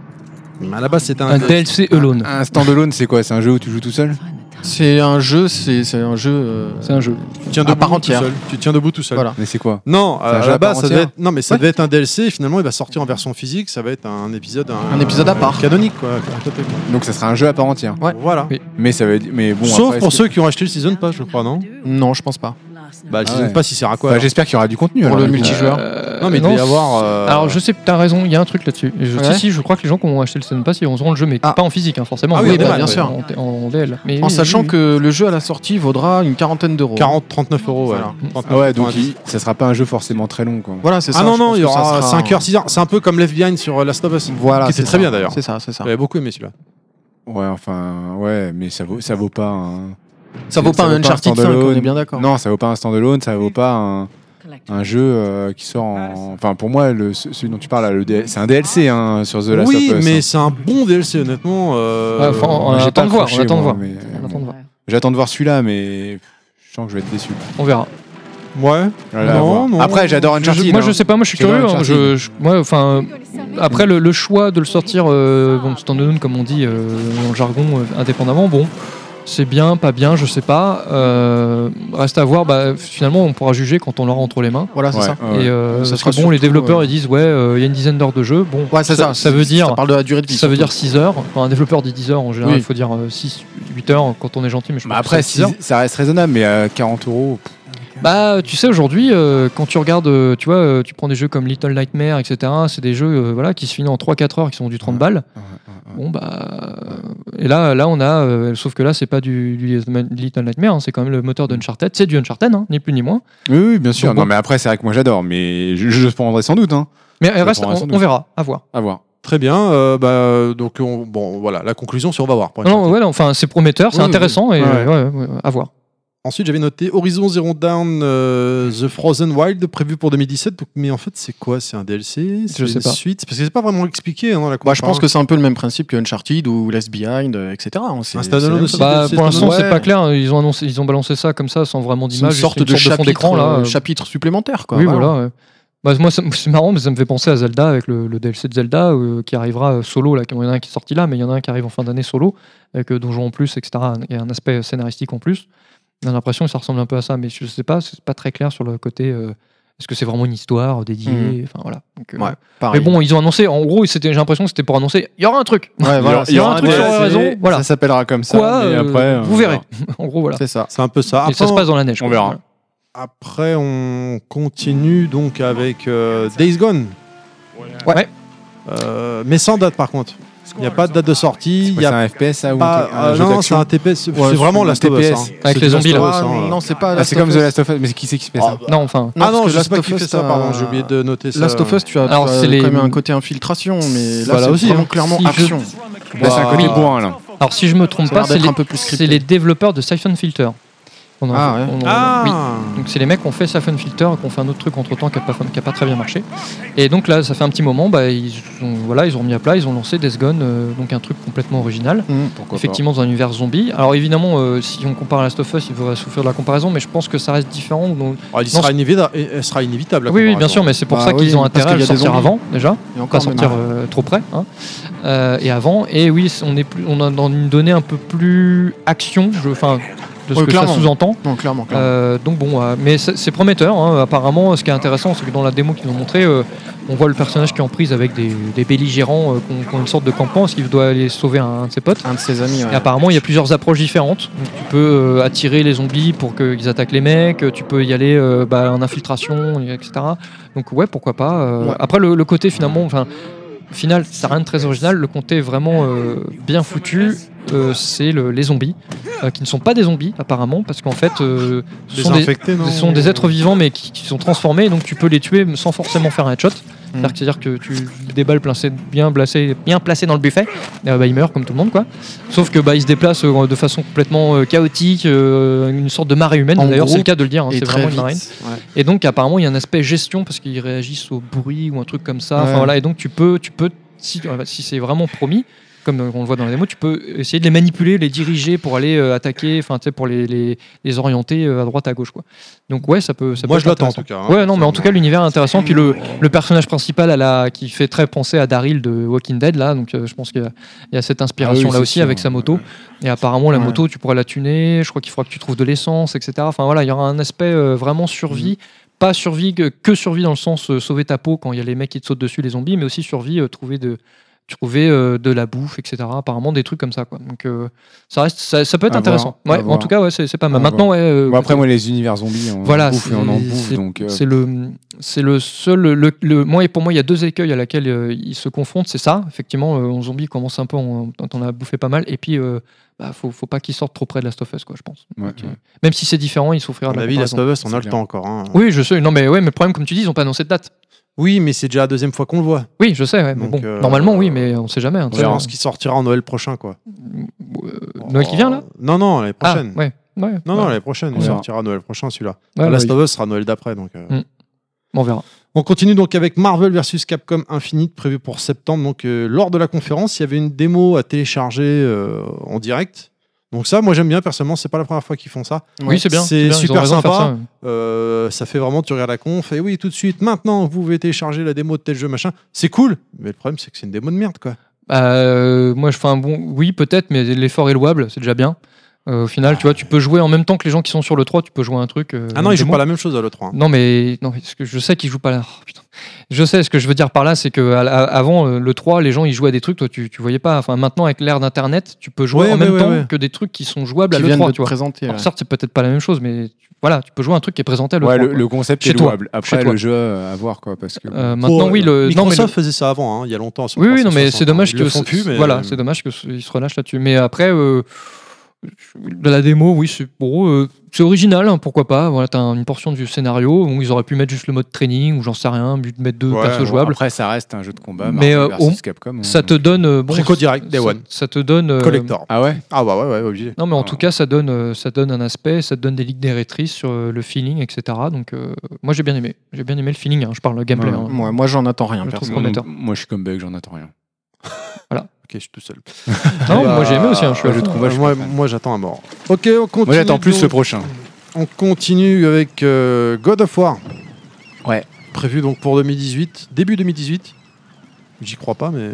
A: Mais À la base, c'était un,
C: Un DLC alone.
D: Un standalone, c'est quoi C'est un jeu où tu joues tout seul
E: C'est un jeu, c'est c'est un jeu. euh,
C: C'est un jeu.
A: Tu tiens
E: à part
A: debout tout
E: entière.
A: seul. Tu tiens debout tout seul.
E: Voilà.
D: Mais c'est quoi
A: Non,
D: un
A: à
D: jeu
A: la
D: à
A: base,
D: part
A: ça devait
D: entière
A: être, non, mais ça
E: Ouais.
A: devait être un DLC. et Finalement, il va sortir en version physique. Ça va être un épisode, un,
E: Un épisode à part.
A: canonique, quoi. complètement.
D: Donc ça sera un jeu à part entière.
E: Ouais.
A: Voilà.
D: Mais ça veut dire. Mais bon,
A: Sauf
D: après,
A: pour
D: est-ce
A: ceux qui ont acheté le season pass, je crois, non
E: Non, je pense pas.
A: Bah, le
D: Ah
A: season
D: ouais.
A: pass, il sert à
D: que-
A: quoi
D: Bah, J'espère qu'il y aura du contenu.
E: Pour
D: alors,
E: le Ah,
D: du coup.
E: multijoueur.
C: Euh,
A: Non, mais il doit y
C: non,
A: avoir. euh,
D: Ah.
C: Alors je sais, t'as raison, il y a un truc là-dessus. Je-
E: Ouais.
C: Si, si, je crois que les gens qui ont acheté le Season Pass, ils auront le jeu, mais
E: Ah.
C: pas en physique, hein, forcément.
A: Ah
C: mais
A: oui,
C: en-
A: normal,
E: bien sûr.
C: En, en DL. Mais
E: En
C: oui,
E: sachant
C: oui, oui.
E: que le jeu à la sortie vaudra une quarantaine d'euros.
A: 40, 39 euros, ouais.
E: Voilà.
A: 39,
D: Ah ouais, donc
A: 90.
D: il- ça sera pas un jeu forcément très long. Quoi.
E: Voilà, c'est ça.
A: Ah non,
E: je
A: non,
E: pense
A: il y
E: que ça
A: aura
E: sera-
A: 5 heures, 6 heures. C'est un peu comme Left Behind sur euh, Last of Us.
E: Voilà.
A: Qui était
E: c'est
A: très
E: ça.
A: bien, d'ailleurs.
E: C'est ça, c'est ça.
A: J'avais beaucoup aimé celui-là.
F: Ouais, enfin, ouais, mais ça vaut, ça vaut pas un.
E: Ça vaut
F: ça
E: pas
F: vaut
E: un
F: pas un
E: Uncharted 5, on
F: standalone.
E: est bien d'accord.
F: Non, ça vaut pas un standalone, ça vaut pas un, un jeu euh, qui sort en. Enfin, pour moi, le, ce- celui dont tu parles, là, le DL c'est un DLC hein, sur The Last
A: Oui,
F: of Us.
A: mais c'est un bon DLC, honnêtement. euh,
C: Ouais, enfin, on
F: J'ai pas
C: attend de voir,
F: accroché,
C: on attend de
F: moi,
C: voir.
F: mais, euh,
C: On
F: bon.
C: attend de voir.
F: J'attends de voir celui-là, mais je sens que je vais être déçu.
C: On verra.
A: Ouais.
F: Voilà, à
A: Non,
F: voir.
A: non.
F: Après, j'adore
C: Je-
F: Uncharted.
C: moi,
F: hein.
C: je sais pas, moi, je suis
F: J'adore
C: curieux. hein.
F: Uncharted.
C: Je, je- moi, enfin, après, le, le choix de le sortir, euh, bon, standalone, comme on dit euh, dans le jargon, euh, indépendamment, bon, c'est bien, pas bien, je sais pas. Euh, reste à voir. Bah, finalement, on pourra juger quand on l'aura entre les mains.
E: Voilà, c'est
F: Ouais,
E: ça.
F: ouais, ouais.
C: Et euh,
E: Ça
C: parce
E: sera
C: que bon, les
E: surtout,
C: développeurs
E: euh,
C: ils disent ouais, euh, il y a une dizaine d'heures de jeu. Bon,
E: Ouais, c'est ça.
C: Ça veut dire,
E: Ça parle de la durée de vie.
C: ça veut
E: surtout.
C: dire 6 heures. Enfin, un développeur dit 10 heures en général. Il
E: Oui.
C: faut dire 6, 8 heures quand on est gentil, mais je
F: Bah
C: pense que
F: après,
C: c'est 6 heures.
F: si- ça reste raisonnable, mais à 40 euros. pff,
C: Bah, tu sais, aujourd'hui, euh, quand tu regardes, euh, tu vois, euh, tu prends des jeux comme Little Nightmare, etc. C'est des jeux euh, voilà, qui se finissent en 3-4 heures, qui sont du 30 balles. Bon, bah. euh, Et là, là on a. euh, sauf que là, c'est pas du, du Little Nightmare, hein, c'est quand même le moteur d'Uncharted. C'est du Uncharted, hein, ni plus ni moins.
F: Oui, oui, bien sûr.
C: Donc,
F: non,
C: bon.
F: mais après, c'est vrai que moi j'adore, mais je, je le prendrai sans doute. Hein.
C: Mais euh,
F: Ça
C: reste,
F: prendra sans
C: on,
F: doute.
C: on verra, à voir.
F: À voir.
A: Très bien. euh, bah, donc, on- bon, voilà, la conclusion, c'est on va voir. pour
C: Non, ouais, non, enfin, c'est prometteur, c'est
E: Oui, oui.
C: intéressant, et
A: Ouais, ouais.
C: euh, ouais, ouais, à voir.
A: Ensuite, j'avais noté Horizon Zero Down euh, The Frozen Wild prévu pour 2017. Donc, mais en fait, c'est quoi C'est un DLC C'est
C: Je sais
A: une
C: pas.
A: suite Parce que c'est pas vraiment expliqué hein, dans la
E: Bah, je pense
A: conférence.
E: que c'est un peu le même principe que Uncharted ou Left Behind, euh, etc. hein, c'est-
A: Un standalone
E: c'est la même
A: aussi.
E: chose.
C: Bah,
A: c'est-
C: pour l'instant,
A: ouais.
C: c'est pas clair. hein, Ils ont, annoncé, ils ont balancé ça comme ça, sans vraiment
E: C'est une
C: d'image. juste
E: sorte de
C: fond
E: chapitre,
C: d'écran, là.
E: euh,
C: euh,
E: chapitre supplémentaire. Quoi,
C: oui, voilà. ouais. Bah, moi, ça me- (laughs) c'est marrant, mais ça me fait penser à Zelda avec le, le DLC de Zelda euh, qui arrivera euh, solo. Là, il y en a un qui est sorti là, mais il y en a un qui arrive en fin d'année solo avec euh, donjon en plus, etc. Et un aspect scénaristique en plus. On a l'impression que ça ressemble un peu à ça, mais je sais pas, c'est pas très clair sur le côté. euh, Est-ce que c'est vraiment une histoire dédiée
E: Mhm.
C: Enfin voilà. Donc, euh,
E: Ouais,
C: mais
E: pareil.
C: bon, ils ont annoncé. En gros, c'était- j'ai l'impression que c'était pour annoncer. Il y aura un truc.
E: Ouais, Ah, voilà,
C: Il y aura un truc
F: DLC,
C: sur Horizon. Voilà.
F: Ça s'appellera comme ça.
C: Quoi
F: mais
C: euh,
F: après, euh,
C: Vous
F: on
C: verrez.
F: verra.
C: (laughs) en gros, voilà.
E: c'est ça.
A: C'est un peu ça.
C: Et ça se
A: Après,
C: passe dans la neige.
F: on
C: quoi.
F: verra.
C: Voilà.
A: Après, on continue donc avec euh, Days Gone.
C: Ouais.
A: Euh, mais sans date par contre. Il n'y a pas de date de sortie. Il
F: Ouais, C'est
A: y a
F: un FPS, ça ou
A: pas-
F: un
A: euh,
F: jeu
A: non, c'est
F: d'action
A: un TPS. C'est
F: Ouais,
A: vraiment
F: un
A: Last of Us.
F: TPS.
A: hein.
C: Avec
A: C'est
C: les
A: du Last
C: zombies,
A: of
C: là.
A: Us,
E: Ah,
A: hein.
E: non, c'est pas.
F: Ah,
E: Last
F: c'est comme
E: of
F: The
E: Us.
F: Last of Us, mais c'est qui c'est qui fait ça
A: Ah,
E: Ah,
A: bah,
C: Non,
A: Ah
C: enfin.
E: parce
A: non,
E: que
A: je sais
E: Last
A: pas
E: of
A: qui fait
E: Us,
A: ça,
E: ça-
A: pardon, j'ai oublié de noter ça.
E: Last of Us, tu as,
C: Alors,
E: tu as
C: c'est les-
E: quand même un côté infiltration, mais là,
A: Voilà
E: c'est
A: aussi,
E: vraiment
A: hein.
E: clairement
C: Si je-
E: action.
F: Là, c'est un côté
C: Bah,
F: bourrin, là.
C: Alors si je me trompe
E: Ça a
C: pas,
E: l'air
C: c'est
E: d'être
C: les,
E: un peu plus scripté.
C: c'est les développeurs de Siphon Filter. On en-
E: Ah ouais.
C: on en-
A: Ah
C: oui. Donc c'est les mecs qui ont fait Siphon Filter et qui ont fait un autre truc entre temps qui n'a pas, qui a pas très bien marché. Et donc là, ça fait un petit moment, bah, ils, ont, voilà, ils ont remis à plat, ils ont lancé Death Gone, euh, donc un truc complètement original.
E: Mmh.
F: Pourquoi
C: Effectivement, dans un univers zombie. Alors évidemment, euh, si on compare à Last of Us, il faudrait souffrir de la comparaison, mais je pense que ça reste différent. donc-
A: Ah, il
C: Non,
A: sera inévitable, elle sera inévitable. la
C: Oui, oui, bien
A: comparaison.
C: sûr, mais c'est pour
E: Bah
C: ça qu'ils
E: oui,
C: ont
E: parce
C: intérêt à
E: qu'il
C: le
E: y a des
C: sortir
E: zombies.
C: avant, déjà
E: Et
C: pas
E: encore
C: sortir
E: même-
C: euh, trop près hein. Euh, et avant et oui c- on est plus on a dans une donnée un peu plus action je enfin de ce
E: Oui,
C: que
E: clairement.
C: ça sous-entend
E: Non, clairement, clairement.
C: Euh, donc bon euh, mais c'est c'est prometteur hein. apparemment ce qui est intéressant c'est que dans la démo qu'ils ont montré euh, on voit le personnage qui est en prise avec des, des belligérants euh, qui ont- qui ont une sorte de campement parce qu'il doit aller sauver un de ses potes
E: Un de ses amis. ouais.
C: et apparemment, il y a plusieurs approches différentes. Donc, tu peux euh, attirer les zombies pour que- qu'ils attaquent les mecs, tu peux y aller euh, bah, en infiltration, etc. Donc, ouais, pourquoi pas. euh.
E: Ouais.
C: Après, le, le côté finalement, enfin, final, ça n'a rien de très original. Le côté est vraiment euh, bien foutu, euh, c'est le- les zombies, euh, qui ne sont pas des zombies apparemment, parce qu'en fait, euh, ce
A: Des
C: sont des,
A: infectés, non
C: ce sont des êtres vivants mais qui, qui sont transformés, donc tu peux les tuer sans forcément faire un headshot.
E: Hmm.
C: C'est-à-dire que- C'est-à-dire que tu des balles placées- bien, placées, bien placées dans le buffet, euh, bah, ils meurent comme tout le monde. quoi. Sauf que bah, ils se déplacent euh, de façon complètement euh, chaotique, euh, une sorte de marée humaine.
E: En
C: D'ailleurs, c'est le
E: groupe
C: cas de le dire, hein,
E: Et
C: c'est
E: très
C: vraiment une
E: vite.
C: marée.
E: Ouais.
C: Et donc apparemment il y a un aspect gestion parce qu'ils réagissent au bruit ou un truc comme ça. Enfin,
E: Ouais.
C: voilà, et donc tu peux, tu peux si, euh, si c'est vraiment promis, comme euh, on le voit dans la démo, tu peux essayer de les manipuler, les diriger pour aller euh, attaquer, enfin tu sais pour les, les, les orienter euh, à droite à gauche quoi. Donc ouais ça peut. Ça
A: Moi,
C: peut
A: je
C: être
A: l'attends, en
C: intéressant.
A: tout cas, hein.
C: ouais non mais en tout cas l'univers est intéressant puis le, le personnage principal à la, qui fait très penser à Daryl de Walking Dead là donc euh, je pense qu'il y a- il y, a cette
F: Ah
C: inspiration
F: oui,
C: là
F: c'est
C: aussi
F: sûr.
C: avec sa moto et apparemment la
E: Ouais.
C: moto tu pourras la tuner je crois qu'il faudra que tu trouves de l'essence etc enfin voilà il y aura un aspect euh, vraiment survie
F: Mm-hmm.
C: pas survie que, que survie dans le sens euh, sauver ta peau quand il y a les mecs qui te sautent dessus les zombies mais aussi survie euh, trouver de trouver euh, de la bouffe etc apparemment des trucs comme ça quoi donc euh, ça reste ça, ça peut être
F: À voir,
C: intéressant
F: à
C: ouais, en
F: voir.
C: tout cas ouais c'est c'est pas mal
F: À
C: maintenant ouais euh,
F: Bon, après, moi, les univers zombies, on
C: Voilà,
F: en bouffe
C: c'est-
F: et on en bouffe.
C: c'est-
F: Donc, euh,
C: c'est le, c'est le seul. Le, le- moi et pour moi, il y a deux écueils à laquelle euh, ils se confrontent. C'est ça, effectivement, euh, on zombie commence un peu, on, on a bouffé pas mal. Et puis, euh, bah, faut, faut pas qu'ils sortent trop près de Last of Us, quoi, je pense.
F: ouais,
C: Ok. Même si c'est différent, ils souffrira
A: À
C: de
A: mon
C: la
A: avis, Last
C: comparaison.
A: of Us, on a
F: C'est
A: le
F: clair.
A: temps encore. hein.
C: Oui, je sais. Non, mais ouais, mais le problème, comme tu dis, ils ont pas annoncé de date.
A: Oui, mais c'est déjà la deuxième fois qu'on le voit.
C: Oui, je sais, ouais, mais
A: Donc,
C: bon,
A: euh,
C: normalement oui, mais on sait jamais. hein, tu
A: Je
C: sais,
A: pense qu'il sortira en Noël prochain, quoi.
C: euh, Noël qui vient là
A: Non, non, l'année prochaine.
C: Ah, ouais. ouais,
A: Non,
C: ouais.
A: non, l'année prochaine. Il
F: verra.
A: sortira Noël prochain, celui-là.
C: Ouais,
A: Last
C: ouais,
A: of Us sera Noël d'après, donc. euh,
C: On verra.
A: Ah, On continue donc avec Marvel vs Capcom Infinite prévu pour septembre. Donc euh, lors de la conférence, il y avait une démo à télécharger euh, en direct. Donc ça, moi j'aime bien personnellement. C'est pas la première fois qu'ils font ça.
E: Ouais.
C: Oui, c'est bien.
A: C'est
C: bien, ils ont
A: super
C: raison de faire
A: sympa.
C: ça, ouais.
A: Euh, ça fait vraiment tu regardes la conf et oui tout de suite maintenant vous pouvez télécharger la démo de tel jeu machin. C'est cool, mais le problème c'est que c'est une démo de merde quoi.
C: Euh, moi, je fais un bon. Oui, peut-être, mais l'effort est louable, c'est déjà bien. Euh, au final, tu vois, tu peux jouer en même temps que les gens qui sont sur le 3, tu peux jouer à un truc. euh,
A: ah non,
C: une
A: ils jouent
C: démo.
A: pas la même chose à l'autre. hein.
C: Non, mais non, parce que je sais qu'ils jouent pas là. Oh, putain. Je sais, ce que je veux dire par là, c'est que à- à- avant euh, le 3, les gens ils jouaient à des trucs, toi tu, tu voyais pas. Enfin, maintenant avec l'ère d'internet, tu peux jouer
A: Ouais,
C: en
A: ouais,
C: même
A: ouais,
C: temps
A: ouais.
C: que des trucs qui sont jouables à
E: Qui
C: le
E: viennent
C: 3,
E: de te
C: tu vois.
E: présenter.
C: Alors,
E: ouais.
C: certes, c'est peut-être pas la même chose, mais tu- voilà, tu peux jouer à un truc qui est présenté à le
F: Ouais,
C: 3.
F: le, le concept
C: Chez
F: est
C: toi.
F: louable. Après,
C: Chez toi.
F: le jeu, euh, à voir quoi. Parce que
C: Euh, maintenant,
A: Pour,
C: oui,
A: euh,
C: le non, mais le-
A: Microsoft faisait ça avant, hein, il y a longtemps. sur
C: Oui, oui, non, mais
A: 360,
C: c'est dommage
A: hein. Ils
C: que
A: le font plus, mais,
C: voilà,
A: euh,
C: c'est dommage que ce- ils se relâchent là-dessus. Mais après, euh, de la démo, oui, c'est pour eux, euh, c'est original, hein, pourquoi pas. Voilà, t'as une portion du scénario où ils auraient pu mettre juste le mode training ou j'en sais rien, but de mettre deux
A: Ouais,
C: persos
A: bon,
C: jouables.
F: Après, ça reste un jeu de combat.
C: Mais,
F: Mais
C: euh, au-
F: Capcom. hein.
C: Ça te donne euh, bon,
A: Préco direct, Day
C: ça-
A: One.
C: Ça te donne euh,
A: collector.
F: Ah ouais
A: Ah bah ouais, ouais, obligé.
C: Non, mais en
F: Ah.
C: tout cas, ça donne, euh, ça donne un aspect, ça te donne des lignes directrices sur euh, le feeling, etc. Donc, euh, moi, j'ai bien aimé. J'ai bien aimé le feeling. hein, Je parle gameplay.
F: Ouais.
C: hein.
E: Moi, moi, j'en attends rien.
C: Je
E: perso.
C: trouve
F: Moi,
C: prometteur.
F: moi, je suis comme Bug, j'en attends rien.
A: Ok, je suis tout seul.
C: Non,
A: Euh,
C: moi, j'ai aimé aussi. hein, je suis à
F: jeu de
C: fond.
F: combat, je suis pas
A: moi,
F: fan.
A: moi, j'attends à mort. Ok, on continue.
F: Moi, j'attends plus
A: donc-
F: le prochain.
A: On continue avec euh, God of War.
F: Ouais.
A: Prévu donc pour 2018, début 2018. J'y crois pas, mais.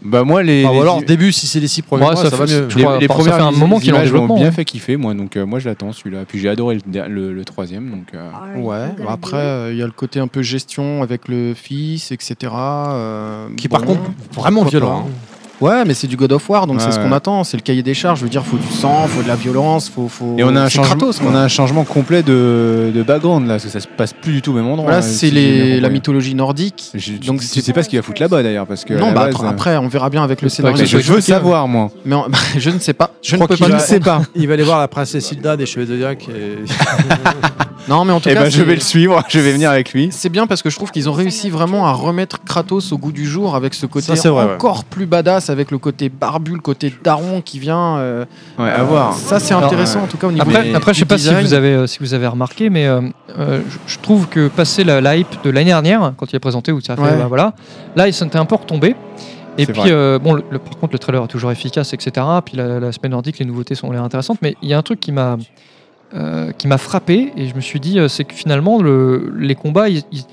F: Bah, moi, les.
A: Enfin, ou
F: les-
A: alors début, si c'est les six premiers
C: Moi,
A: mois,
C: ça
A: ça, va
C: fait-
A: mieux.
C: je crois-
F: les, les
C: enfin, ça
F: premières
C: fait un moment qu'il est en
F: images m'ont
C: développement,
F: bien
C: hein.
F: fait kiffer, moi, donc euh, moi je l'attends celui-là. Puis j'ai adoré le, der- le- le troisième, donc euh,
E: Ouais, bah après, euh, il y a le côté un peu gestion avec le fils, etc. euh,
A: Qui
E: bon.
A: par contre vraiment
E: Pourquoi
A: violent.
E: pas.
A: hein.
E: Ouais, mais c'est du God of War, donc
F: Ouais,
E: c'est ce qu'on
F: ouais.
E: attend. C'est le cahier des charges. Je veux dire, faut du sang, faut de la violence, faut. faut...
F: Et on a, un
E: c'est
F: changement,
E: Kratos, quoi.
F: on a un changement complet de, de background là, parce que ça se passe plus du tout au même endroit.
E: Voilà,
D: euh,
F: hein,
E: c'est
F: si j'ai bien
E: les...
F: compris.
E: la mythologie nordique.
F: Je- tu-
E: donc
F: tu,
E: c'est-
F: sais pas ce qu'il va foutre là-bas d'ailleurs, parce que. à
E: non,
F: la
E: bah
F: base,
E: attends,
F: euh,
E: après, on verra bien avec le
C: Faudrait
E: scénario.
F: mais
C: que
F: je
C: ce soit
F: veux
C: expliqué,
F: savoir moi.
E: Mais on- (laughs) je ne sais pas. Je,
A: crois
E: ne peux
A: qu'il
E: pas.
A: va-
E: le
A: sait
E: pas.
A: Il va aller voir la princesse Hilda des Cheveux Zodiac.
C: (laughs)
A: Et...
E: (laughs) Non, mais en tout
F: Eh
E: cas,
F: ben je
E: c'est-
F: vais le suivre, je vais venir avec lui.
E: C'est bien parce que je trouve qu'ils ont réussi vraiment à remettre Kratos au goût du jour avec ce côté
A: Ça, c'est vrai, ouais.
E: encore plus badass, avec le côté barbu, le côté daron qui vient. euh,
F: Ouais, à voir.
E: Ça, c'est
C: Alors,
D: euh,
E: intéressant en tout cas au niveau
C: Après,
E: des-
C: après, je
E: du
C: sais pas si
E: design.
C: vous avez euh, si vous avez remarqué, mais euh, euh, je- je trouve que passer la, la hype de l'année dernière quand il est présenté où ça a fait
E: Ouais.
C: bah, voilà, là ils sont un peu retombés. Et
F: C'est
C: puis
F: vrai.
C: euh, bon, le, le- par contre le trailer est toujours efficace, etc. Puis la, la semaine nordique, les nouveautés sont ont l'air intéressantes, mais il y a un truc qui m'a euh, qui m'a frappé et je me suis dit euh, c'est que finalement le, les combats ils, ils-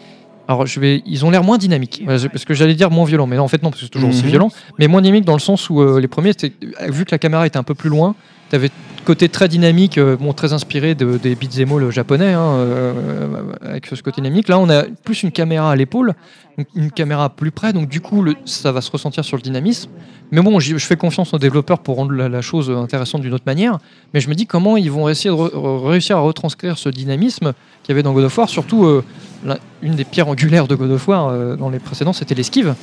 C: alors je vais ils ont l'air moins dynamiques Voilà, je- parce que j'allais dire moins violents mais non, en fait non parce que c'est toujours aussi
E: Mhm.
C: violent mais moins dynamique dans le sens où euh, les premiers c'était- vu que la caméra était un peu plus loin t'avais côté très dynamique euh, bon très inspiré de, des beat'em all japonais hein, euh, avec ce côté dynamique là on a plus une caméra à l'épaule donc une caméra plus près donc du coup le- ça va se ressentir sur le dynamisme mais bon j'y- je fais confiance aux développeurs pour rendre la- la chose intéressante d'une autre manière mais je me dis comment ils vont essayer de re- re- réussir à retranscrire ce dynamisme qu'il y avait dans God of War. Surtout, euh, l'un- une des pierres angulaires de God of War euh, dans les précédents, c'était
E: (laughs)
C: l'esquive.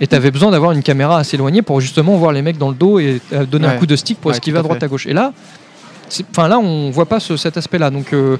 C: et tu avais besoin d'avoir une caméra assez éloignée pour justement voir les mecs dans le dos et euh, donner un
E: Ouais.
C: coup de stick pour
E: Ouais,
C: esquiver
E: tout
C: à
E: à
C: droite
E: fait.
C: à gauche. Et là, c'est- enfin là, on voit pas ce- cet aspect-là. Donc, euh,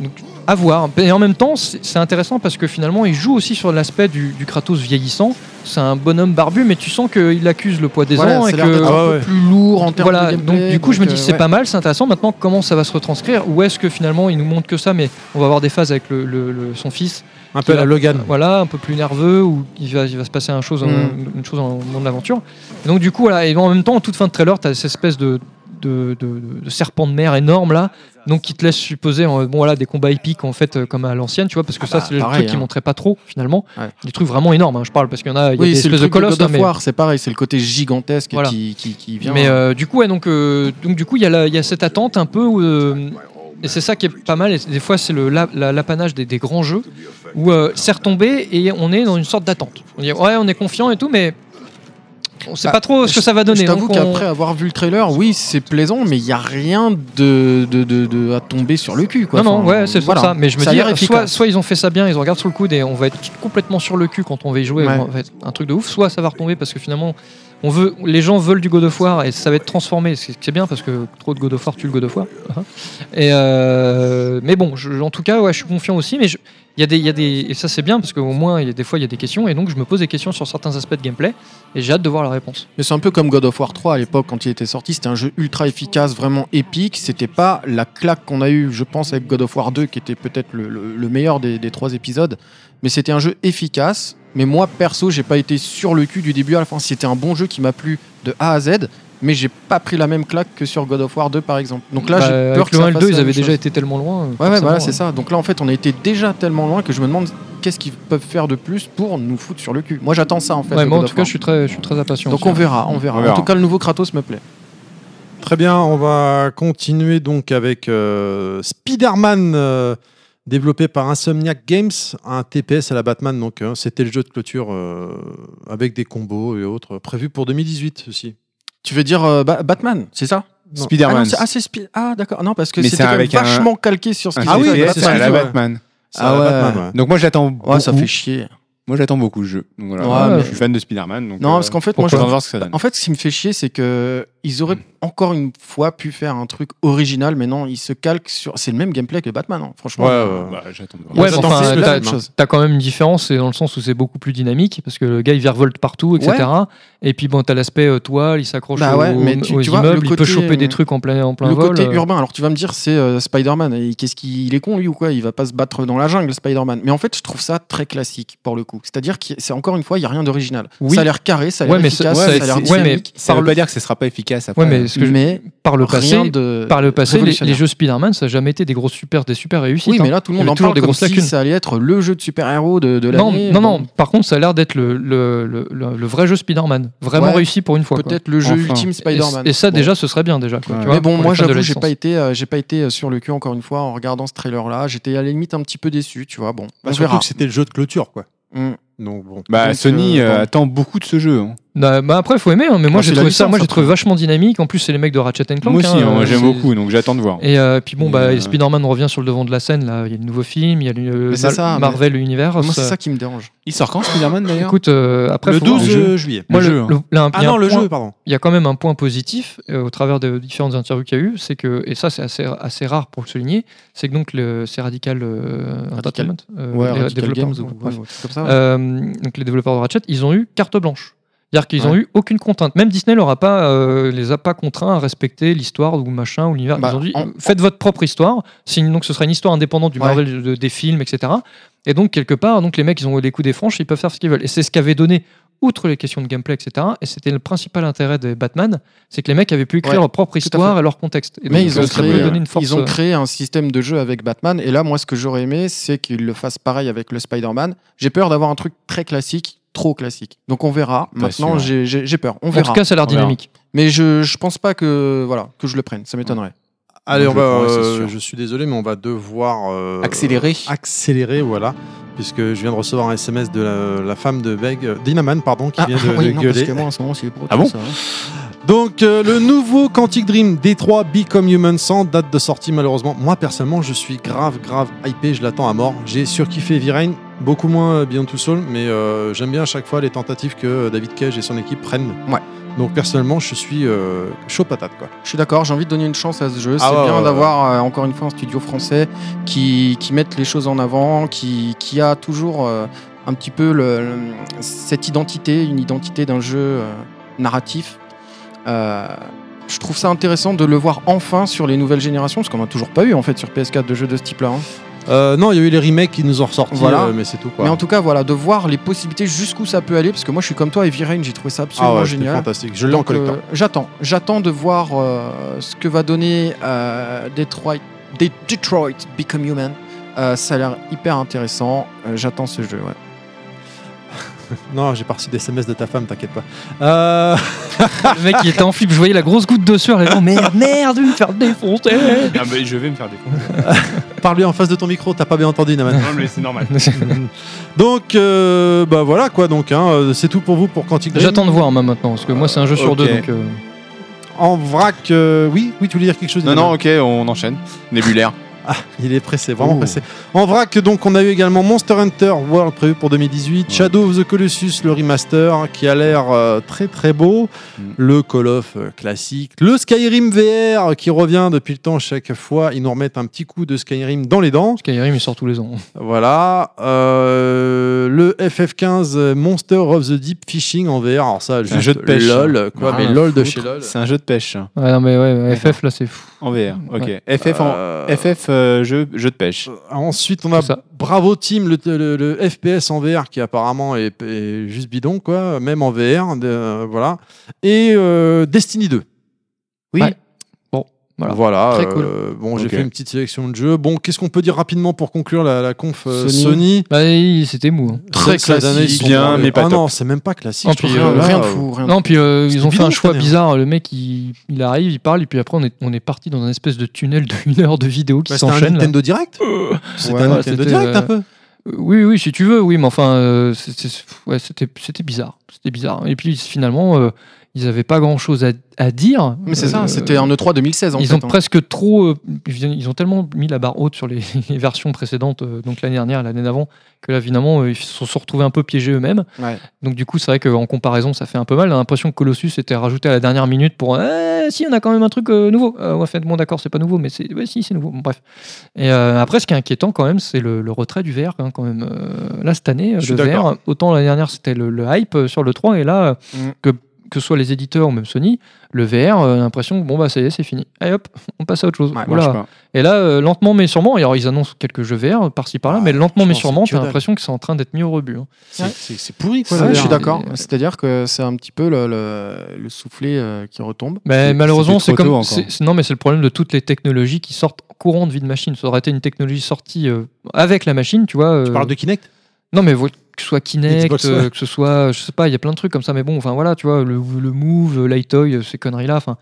C: donc, à voir. Et en même temps, c'est c'est intéressant parce que finalement, il joue aussi sur l'aspect du, du Kratos vieillissant. C'est un bonhomme barbu, mais tu sens qu'il accuse le poids des
E: Voilà,
C: ans et
E: ça a l'air
C: que
E: d'être
A: Ah ouais,
E: un
A: ouais.
E: peu plus lourd en termes
C: voilà,
E: de gameplay,
C: donc du coup je me
E: euh,
C: dis c'est
E: ouais.
C: pas mal, c'est intéressant. Maintenant comment ça va se retranscrire Ou est-ce que finalement il nous montre que ça, mais on va avoir des phases avec le, le- le- son fils,
A: Un peu à la Logan.
C: voilà, un peu plus nerveux, ou il va, il va se passer un chose, en-
E: Mm.
C: une chose en- au moment de l'aventure. Et Donc du coup voilà, et en même temps en toute fin de trailer, t'as cette espèce de, de, de- de serpent de mer énorme là, donc qui te laisse supposer euh, bon voilà des combats épiques en fait euh, comme à l'ancienne, tu vois, parce que
E: Ah
C: ça
E: bah,
C: c'est le
E: pareil,
C: truc qui
E: hein.
C: montrait pas trop finalement,
E: Ouais.
C: des trucs vraiment énormes. hein, je parle parce qu'il y en a, il y a
E: Oui,
C: des
E: c'est le
C: espèces de
E: truc de
C: colosses,
E: God
C: hein,
E: of
C: mais-
E: War, c'est pareil, c'est le côté gigantesque
C: Voilà.
E: qui, qui, qui vient.
C: Mais euh, du coup, ouais, donc, euh, donc du coup, il y, a la- il y a cette attente un peu. où, euh, et c'est ça qui est pas mal. Et des fois, c'est le- la- la- l'apanage des, des grands jeux où euh, c'est retombé et on est dans une sorte d'attente. On dit ouais, on est confiant et tout, mais on sait
E: Bah,
C: pas trop ce que ça va donner. hein,
E: Je t'avoue
C: donc on-
E: qu'après avoir vu le trailer, oui, c'est plaisant, mais il n'y a rien de, de, de- de- à tomber sur le cul. Quoi.
C: non, non,
E: Enfin,
C: ouais, c'est pour
E: voilà.
C: ça. Mais je me
E: a l'air
C: dis, soit,
E: efficace.
C: soit ils ont fait ça bien, ils en regardent sous le coude et on va être complètement sur le cul quand on va y jouer,
E: Ouais.
C: on va être un truc de ouf. Soit ça va retomber parce que finalement, on veut, les gens veulent du God of War et ça va être transformé. C'est c'est bien parce que trop de God (laughs) of War tue le God of War. Et euh, mais bon, je- en tout cas, ouais, je suis confiant aussi. Mais je- Il y a des, il y a des, et ça c'est bien parce qu'au moins, il y a des fois, il y a des questions et donc je me pose des questions sur certains aspects de gameplay et j'ai hâte de voir la réponse.
E: Mais c'est un peu comme God of War 3 à l'époque quand il était sorti. C'était un jeu ultra efficace, vraiment épique. C'était pas la claque qu'on a eue, je pense, avec God of War 2, qui était peut-être le, le- le meilleur des, des trois épisodes. Mais c'était un jeu efficace. Mais moi, perso, j'ai pas été sur le cul du début à la fin. C'était un bon jeu qui m'a plu de A à Z. Mais j'ai pas pris la même claque que sur God of War 2, par exemple. Donc là,
C: Bah,
E: j'ai peur
C: avec
E: que
C: le
E: ça
C: 1 et le
E: fasse
C: 2,
E: la
C: ils
E: même
C: avaient déjà
E: chose.
C: été tellement loin. hein.
E: Ouais, ouais, voilà, c'est
C: ça.
E: ça. Donc là, en fait, on a été déjà tellement loin que je me demande qu'est-ce qu'ils peuvent faire de plus pour nous foutre sur le cul. Moi, j'attends ça, en fait.
C: Ouais,
E: de
C: moi, en
E: God
C: tout
E: of
C: cas,
E: War.
C: je suis très, je suis très impatient.
E: Donc
C: aussi. hein.
E: on verra, on verra.
F: On verra.
E: En tout cas, le nouveau Kratos me plaît.
A: Très bien, on va continuer donc avec euh, Spider-Man, euh, développé par Insomniac Games, un TPS à la Batman. Donc, hein. c'était le jeu de clôture euh, avec des combos et autres, prévu pour 2018 aussi.
E: Tu veux dire euh, Ba- Batman, c'est ça
A: Non.
E: Ah, non,
F: Spider-Man.
E: c'est- ah, c'est Spi- ah, d'accord. Non, parce que
F: Mais
E: c'était
F: c'est
E: quand même
F: avec un-
E: vachement calqué sur ce
F: Un
E: qu'ils
A: Ah oui,
E: avaient fait
F: TPS,
E: avec
A: c'est
F: à
A: ce
F: la
A: qu'ils ont,
E: Batman.
A: ouais.
F: Batman.
A: C'est à la
E: Ah ouais.
A: Batman, ouais.
F: Donc moi j'attends
E: Ouais, ça
F: beaucoup. Euh,
E: fait chier.
F: Moi j'attends beaucoup le jeu. Donc, voilà.
E: Ouais,
F: Moi,
E: mais-
F: Je suis fan de Spider-Man. donc,
E: Non,
F: euh,
E: parce qu'en fait, moi, je-
F: j'attends de voir ce que ça donne.
E: En fait, ce qui me fait chier, c'est que ils auraient encore une fois pu faire un truc original, mais non, ils se calquent sur. C'est le même gameplay que Batman, hein, franchement.
F: Bah, j'attends de voir.
E: Ouais,
C: Ouais, mais
E: c'est-
C: enfin,
E: c'est la
C: t'as-
E: même chose.
C: t'as quand même une différence, c'est dans le sens où c'est beaucoup plus dynamique, parce que le gars il virevolte partout, etc. Et puis bon, t'as l'aspect euh, toile, il s'accroche
E: Bah ouais,
C: aux,
E: mais tu-
C: aux
E: tu vois,
C: immeubles,
E: le
C: il peut
E: côté,
C: choper
E: euh,
C: des trucs en plein, en plein
E: le
C: vol.
E: côté
C: euh.
E: urbain, alors tu vas me dire, c'est euh, Spider-Man. Et qu'est-ce qu'il il est con, lui, ou quoi Il va pas se battre dans la jungle, Spider-Man. Mais en fait, je trouve ça très classique, pour le coup. C'est-à-dire que c'est encore une fois, il n'y a rien d'original.
C: Oui.
E: Ça a l'air carré, ça a l'air
C: Ouais, mais ça-
E: efficace,
C: ouais,
E: ça a
C: c'est-
E: l'air
C: ouais, mais
E: dynamique.
F: Ça
C: par
F: veut
C: le,
F: pas dire que ce sera pas efficace après.
C: ouais, mais ce que je-
E: mais
C: par le
E: rien
C: passé,
E: de.
C: par le passé, les,
E: révolutionnaire.
C: les jeux Spider-Man, ça n'a jamais été des grosses super, des super réussites.
E: Oui,
C: hein.
E: mais là, tout le
C: Il y
E: monde
C: avait
E: en
C: toujours
E: parle
C: des
E: comme
C: grosses
E: si
C: lacunes.
E: ça allait être le jeu de super-héros de, de
C: non,
E: l'année.
C: non,
E: Bon,
C: non. Par contre, ça a l'air d'être le, le, le, le- le vrai jeu Spider-Man, vraiment
E: Ouais.
C: réussi pour une fois. quoi.
E: Peut-être le jeu
F: Enfin.
E: ultime Spider-Man.
C: Et, et ça,
E: Bon.
C: déjà, ce serait bien déjà. quoi, tu
F: Ouais.
C: vois,
E: mais bon,
C: pour
E: moi
C: les fans de la
E: j'avoue, j'ai pas
C: licence.
E: été, euh, j'ai pas été euh, sur le cul encore une fois en regardant ce trailer-là. J'étais à la limite un petit peu déçu, tu vois. Bon,
A: Bah,
E: on
A: surtout
E: verra.
A: que c'était le jeu de clôture, quoi.
E: Mm.
A: Donc, bon.
F: Bah,
E: Donc,
F: Sony
E: euh,
F: euh,
E: bon.
F: attend beaucoup de ce jeu. hein.
C: Bah, bah après, faut aimer, hein, mais moi
F: Ah,
C: j'ai
F: c'est la
C: trouvé ça,
F: licence,
C: moi j'ai
F: après.
C: trouvé vachement dynamique. En plus, c'est les mecs de Ratchet Clank.
F: Moi aussi,
C: hein,
F: hein, moi,
C: euh,
F: j'aime
C: c'est-
F: beaucoup, donc j'attends de voir.
C: Et euh, puis bon,
F: Mais,
C: bah,
F: euh,
C: Spider-Man revient sur le devant de la scène. Là, il y a le nouveau film, il y a le
E: Mais c'est ça, mais-
C: Marvel univers.
E: Moi, c'est ça qui me dérange.
F: Il sort quand Spider-Man
E: Bah,
F: d'ailleurs
C: Écoute, euh, après,
A: le
C: faut voir
A: 12
C: jeu.
A: euh, juillet.
C: Moi,
F: le
C: le-
F: jeu, hein.
C: le- là, un-
A: Ah
C: il y a
A: non,
C: un
A: le
C: point-
A: jeu, pardon.
C: Il y a quand même un point positif euh, au travers des différentes interviews qu'il y a eu, c'est que et ça c'est assez, assez rare pour le souligner, c'est que donc le, c'est radical, euh,
E: Radical.
C: Entertainment, euh,
E: Ouais,
C: les
E: Radical
C: développeurs,
E: Games
C: ouais,
E: ou
C: bref.
E: ouais, comme ça. Ah ouais.
C: Euh, donc les développeurs de Ratchet, ils ont eu carte blanche. C'est-à-dire qu'ils n'ont
E: Ouais.
C: eu aucune contrainte. Même Disney leur a pas, euh, les a pas contraints à respecter l'histoire ou machin ou l'univers.
E: Bah,
C: ils ont dit
E: en-
C: euh, faites votre propre histoire. Sinon, donc ce sera une histoire indépendante du
E: Ouais.
C: Marvel de- des films, etc. Et donc quelque part, donc les mecs ils ont les coups des franches, ils peuvent faire ce qu'ils veulent. Et c'est ce qu'avait donné outre les questions de gameplay, etc. Et c'était le principal intérêt des Batman, c'est que les mecs avaient pu écrire
E: Ouais,
C: leur propre
E: à
C: histoire et leur contexte. Et
E: Mais
C: donc,
E: ils ont,
C: ça
E: créé, euh,
C: peut donner une force. euh.
E: ils ont créé un système de jeu avec Batman. Et là, moi, ce que j'aurais aimé, c'est qu'ils le fassent pareil avec le Spider-Man. J'ai peur d'avoir un truc très classique, trop classique. Donc, on verra.
F: Pas
E: Maintenant,
F: sûr.
E: j'ai- j'ai j'ai peur. On
C: en tout
E: verra.
C: cas, ça a l'air
F: On verra.
C: dynamique.
E: Mais je, je pense pas que, voilà, que je le prenne. Ça m'étonnerait.
A: Allez,
F: Je
A: on va.
F: le prends, c'est
A: euh,
F: sûr.
A: je suis désolé, mais on va devoir euh,
F: Accélérer.
A: Accélérer, voilà. Puisque je viens de recevoir un SMS de la, la femme de Beg, euh, d'Inaman, pardon,
E: Ah,
A: qui vient de, de gueuler.
E: en ce moment, c'est
F: Ah bon
A: Donc, euh, le nouveau Quantic Dream D3 Become Human sans date de sortie, malheureusement. Moi, personnellement, je suis grave, grave hypé, je l'attends à mort. J'ai surkiffé V-Rain, beaucoup moins euh, Beyond Two Souls, mais euh, j'aime bien à chaque fois les tentatives que euh, David Cage et son équipe prennent.
E: Ouais.
A: Donc, personnellement, je suis euh, chaud patate, quoi.
E: Je suis d'accord, j'ai envie de donner une chance à ce jeu.
A: Ah
E: c'est
A: ouais,
E: bien
A: ouais,
E: d'avoir euh, encore une fois un studio français qui, qui mette les choses en avant, qui, qui a toujours euh, un petit peu le- le- cette identité, une identité d'un jeu euh, narratif. Euh, je trouve ça intéressant de le voir enfin sur les nouvelles générations, parce qu'on n'a toujours pas eu en fait sur PS4 de jeux de ce type-là. hein.
A: Euh, non, il y a eu les remakes qui nous ont ressortis,
E: Voilà.
A: euh, mais c'est tout, quoi.
E: Mais en tout cas, voilà, de voir les possibilités jusqu'où ça peut aller, parce que moi je suis comme toi et Virane, j'ai trouvé ça absolument
A: ah ouais, c'était
E: génial.
A: fantastique. Je l'ai en
E: Donc,
A: collector.
E: euh, J'attends, j'attends de voir euh, ce que va donner euh, Detroit, De- Detroit Become Human. Euh, ça a l'air hyper intéressant. Euh, j'attends ce jeu. ouais.
A: Non, j'ai pas reçu des SMS de ta femme, t'inquiète pas. Euh, (laughs)
C: le mec, il était en flip. Je voyais la grosse goutte de sueur. Les gens, merde, oh, merde, je vais me faire défoncer.
F: Ah, mais je vais me faire défoncer.
A: Parle-lui en face de ton micro, t'as pas bien entendu, Naman.
F: Non, mais c'est normal.
A: donc, euh, bah voilà quoi, donc, hein, euh, c'est tout pour vous pour Quantic Dream.
C: J'attends de voir moi maintenant, parce que moi c'est un jeu sur
F: ok.
C: deux, donc euh,
A: En vrac, euh, oui, oui, tu voulais dire quelque chose
F: Non, (laughs)
A: Naman
F: non, ok, on enchaîne. Nébulaire.
A: Ah, il est pressé, vraiment
F: Oh.
A: pressé. En vrac, donc, on a eu également Monster Hunter World prévu pour 2018, Shadow of the Colossus, le remaster, hein, qui a l'air euh, très très beau,
F: Mm.
A: le Call of euh, classique, le Skyrim VR euh, qui revient depuis le temps chaque fois, ils nous remettent un petit coup de Skyrim dans les dents.
C: Skyrim, il sort tous les ans.
A: Voilà, euh, le FF15 euh, Monster of the Deep Fishing en VR, alors ça, juste
F: jeu de pêche,
A: LOL, quoi,
D: Ah,
F: Rien
A: mais
F: à
A: LOL de chez LOL.
F: C'est un jeu de pêche hein,
C: Ouais, non, mais ouais, FF, là, c'est fou.
F: en VR. Ok.
C: Ouais.
F: FF, en-
A: Euh,
F: FF euh, jeu, jeu de pêche.
A: Ensuite, on a
C: C'est ça.
A: Bravo Team, le, le- le FPS en VR qui apparemment est, est juste bidon, quoi, même en VR. de- euh, voilà. Et euh, Destiny 2.
C: Oui.
A: Ouais.
C: Bon, voilà. Très
A: euh, Bon, j'ai
F: Ok.
A: fait une petite sélection de jeux. Bon, qu'est-ce qu'on peut dire rapidement pour conclure la, la conf euh,
G: Sony.
A: Sony,
C: Bah, il- c'était mou. hein.
A: Très
F: classique,
A: ils sont
F: bien,
A: dans le-
F: mais pas
A: Ah
F: top.
A: non, c'est même pas classique.
C: En
A: je trouve.
C: plus,
E: Rien,
A: Là,
E: rien de
A: euh,
E: fou, rien de
C: Non, puis euh, ils ont
A: C'était
C: fait un
A: bidon,
C: choix
A: cette année.
C: bizarre. Le mec, il, il arrive, il parle, et puis après, on est, on est parti dans un espèce de tunnel de une heure de vidéo qui
A: bah, C'était un
C: s'enchaîne. là.
A: Nintendo Direct C'était
C: Ouais,
A: un
C: ouais,
A: Nintendo
C: c'était,
A: Direct
C: euh,
A: un peu.
C: Euh, Oui, oui, si tu veux, oui, mais enfin, euh, c'est- c'est- ouais, c'était c'était bizarre. C'était bizarre. Et puis finalement, euh, ils n'avaient pas grand chose à, à dire.
E: Mais c'est
C: Euh,
E: ça, c'était un E E3 2016 en
C: Ils
E: fait.
C: ont
E: hein.
C: presque trop. euh, ils ont tellement mis la barre haute sur les, (laughs) les versions précédentes, euh, donc l'année dernière, et l'année d'avant, que là, évidemment, euh, ils se sont retrouvés un peu piégés eux-mêmes.
F: Ouais.
C: Donc, du coup, c'est vrai qu'en comparaison, ça fait un peu mal. On a l'impression que Colossus était rajouté à la dernière minute pour. Eh, si, on a quand même un truc euh, nouveau. Euh, ouais, en fait, bon, d'accord, c'est pas nouveau, mais c'est. Ouais, si, c'est nouveau. Bon, bref. Et euh, après, ce qui est inquiétant quand même, c'est le, le retrait du VR, hein, quand même. Euh, là, cette année, euh,
F: Je suis
C: le
F: d'accord.
C: VR, autant l'année dernière, c'était le, le hype euh, sur le 3, et là, euh,
F: Mm.
C: que que ce soit les éditeurs ou même Sony, le VR, euh, l'impression que bon bah ça y est, c'est fini. Allez hop, on passe à autre chose.
F: Ouais,
C: Voilà.
F: marche pas.
C: Et là, euh, lentement mais sûrement, et alors ils annoncent quelques jeux VR par-ci par-là,
A: Ah,
C: mais lentement mais
A: franchement,
C: sûrement,
A: c'est que
C: t'as
A: dalle.
C: l'impression que c'est en train d'être mis au rebut. hein.
A: C'est- C'est c'est pourri, quoi.
E: Ouais,
A: la
E: je suis
A: VR.
E: d'accord.
C: mais-
E: C'est-à-dire que c'est un petit peu le, le- le soufflet euh, qui retombe.
C: Mais
F: C'est-
C: malheureusement,
F: c'était
C: c'est
F: trop tôt
C: comme
F: encore.
C: c'est- c'est- non, mais c'est le problème de toutes les technologies qui sortent courant de vie de machine. Ça aurait été une technologie sortie euh, avec la machine, tu vois.
A: Tu
C: euh,
A: parles de Kinect
C: Non, mais voilà, que ce soit Kinect,
A: Xbox,
C: euh,
A: ouais.
C: que ce soit, je sais pas, il y a plein de trucs comme ça, mais bon, enfin voilà, tu vois, le, le Move, euh, Litoy, euh, ces conneries-là, enfin,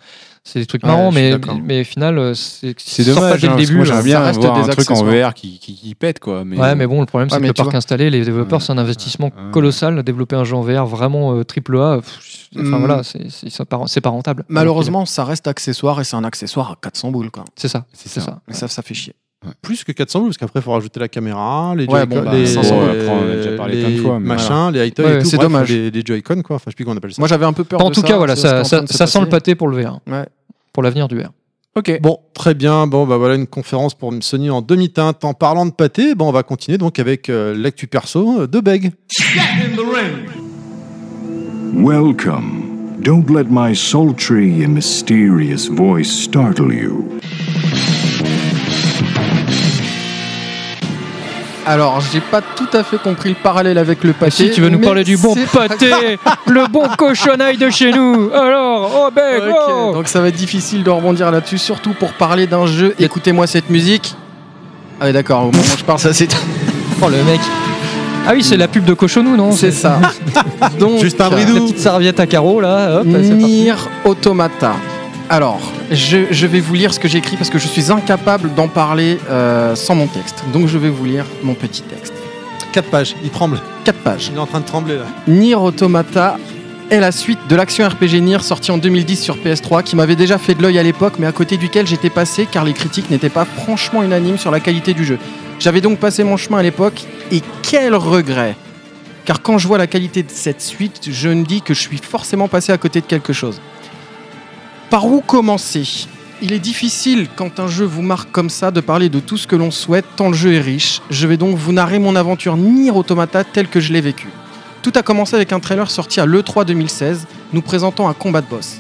C: c'est des trucs
E: Ouais,
C: marrants,
E: je suis
C: mais,
E: d'accord.
C: mais au final, euh, c'est
F: C'est
C: ça sort
F: dommage.
C: pas dès
F: hein, parce
C: le
F: que
C: début.
F: moi,
C: là.
F: j'aimerais bien
E: reste
F: avoir un
E: des
F: truc en
E: accessoires.
F: VR qui, qui, qui pète quoi. Mais,
C: Ouais, mais bon, le problème,
E: Ouais,
C: c'est que
E: mais
C: le
E: tu
C: parc
E: vois.
C: installé, les développeurs,
F: Ouais.
C: c'est un investissement
F: Ouais.
C: colossal. Développer un jeu en VR vraiment euh, triple A, pff, enfin
E: Hmm.
C: voilà, c'est- c'est c'est pas c'est pas rentable.
E: Malheureusement, ça reste accessoire et c'est un accessoire à 400 boules. Quoi.
C: C'est ça,
F: c'est
C: c'est
F: ça.
C: ça.
E: Et ça, ça fait chier.
A: Plus que 400 boules, parce qu'après, il faut rajouter la caméra, les
E: Ouais,
A: Joy-Con,
E: bon, bah,
A: les,
E: 500,
A: les-
F: après, on a déjà parlé plein de
A: les
F: fois, mais
A: machins, les high-toys
C: Ouais,
A: et tout.
E: c'est
A: bref,
E: dommage.
A: Les, les Joy-Con, quoi. Enfin, je sais plus comment on appelle ça.
E: Moi, j'avais un peu peur
C: En
E: de
C: tout
E: ça,
C: cas, voilà,
E: c'est ce qui
C: ça,
E: est en
C: ça,
E: train de se
C: ça sent le
E: passer.
C: pâté pour le VR.
E: Ouais.
C: Pour l'avenir du VR.
E: Ok.
A: Bon, très bien. Bon, bah voilà une conférence pour Sony en demi-teinte. En parlant de pâté, bon, on va continuer donc avec euh, l'actu perso euh, de Beg.
B: Welcome. Don't let my sultry and mysterious voice startle you.
E: Alors, j'ai pas tout à fait compris le parallèle avec le pâté.
C: Ah, Si tu veux nous
E: mais
C: parler du bon
E: c'est pas
C: (laughs) pâté, le bon cochonaille de chez nous. Alors, oh bec,
E: grave.
C: oh
E: Ok, Donc, ça va être difficile de rebondir là-dessus, surtout pour parler d'un jeu. Écoutez-moi cette musique. Ah, ouais, d'accord, au moment où je parle, ça c'est.
C: Oh, le mec. Ah oui, c'est la pub de Cochonou, non
E: C'est ça. (laughs) Donc,
A: Juste un bridou.
C: La petite serviette à carreaux là, hop, c'est parti.
E: Nier Automata. Alors, je, je vais vous lire ce que j'ai écrit parce que je suis incapable d'en parler euh, sans mon texte. Donc, je vais vous lire mon petit texte.
A: 4 pages. Il tremble.
E: 4 pages.
A: Il est en train de trembler là.
E: Nier Automata est la suite de l'action RPG Nier sortie en 2010 sur PS3 qui m'avait déjà fait de l'œil à l'époque mais à côté duquel j'étais passé car les critiques n'étaient pas franchement unanimes sur la qualité du jeu. J'avais donc passé mon chemin à l'époque et quel regret Car quand je vois la qualité de cette suite, je me dis que je suis forcément passé à côté de quelque chose. Par où commencer il est difficile, quand un jeu vous marque comme ça, de parler de tout ce que l'on souhaite, tant le jeu est riche. Je vais donc vous narrer mon aventure Nier Automata telle que je l'ai vécue. Tout a commencé avec un trailer sorti à l'E3 2016, nous présentant un combat de boss.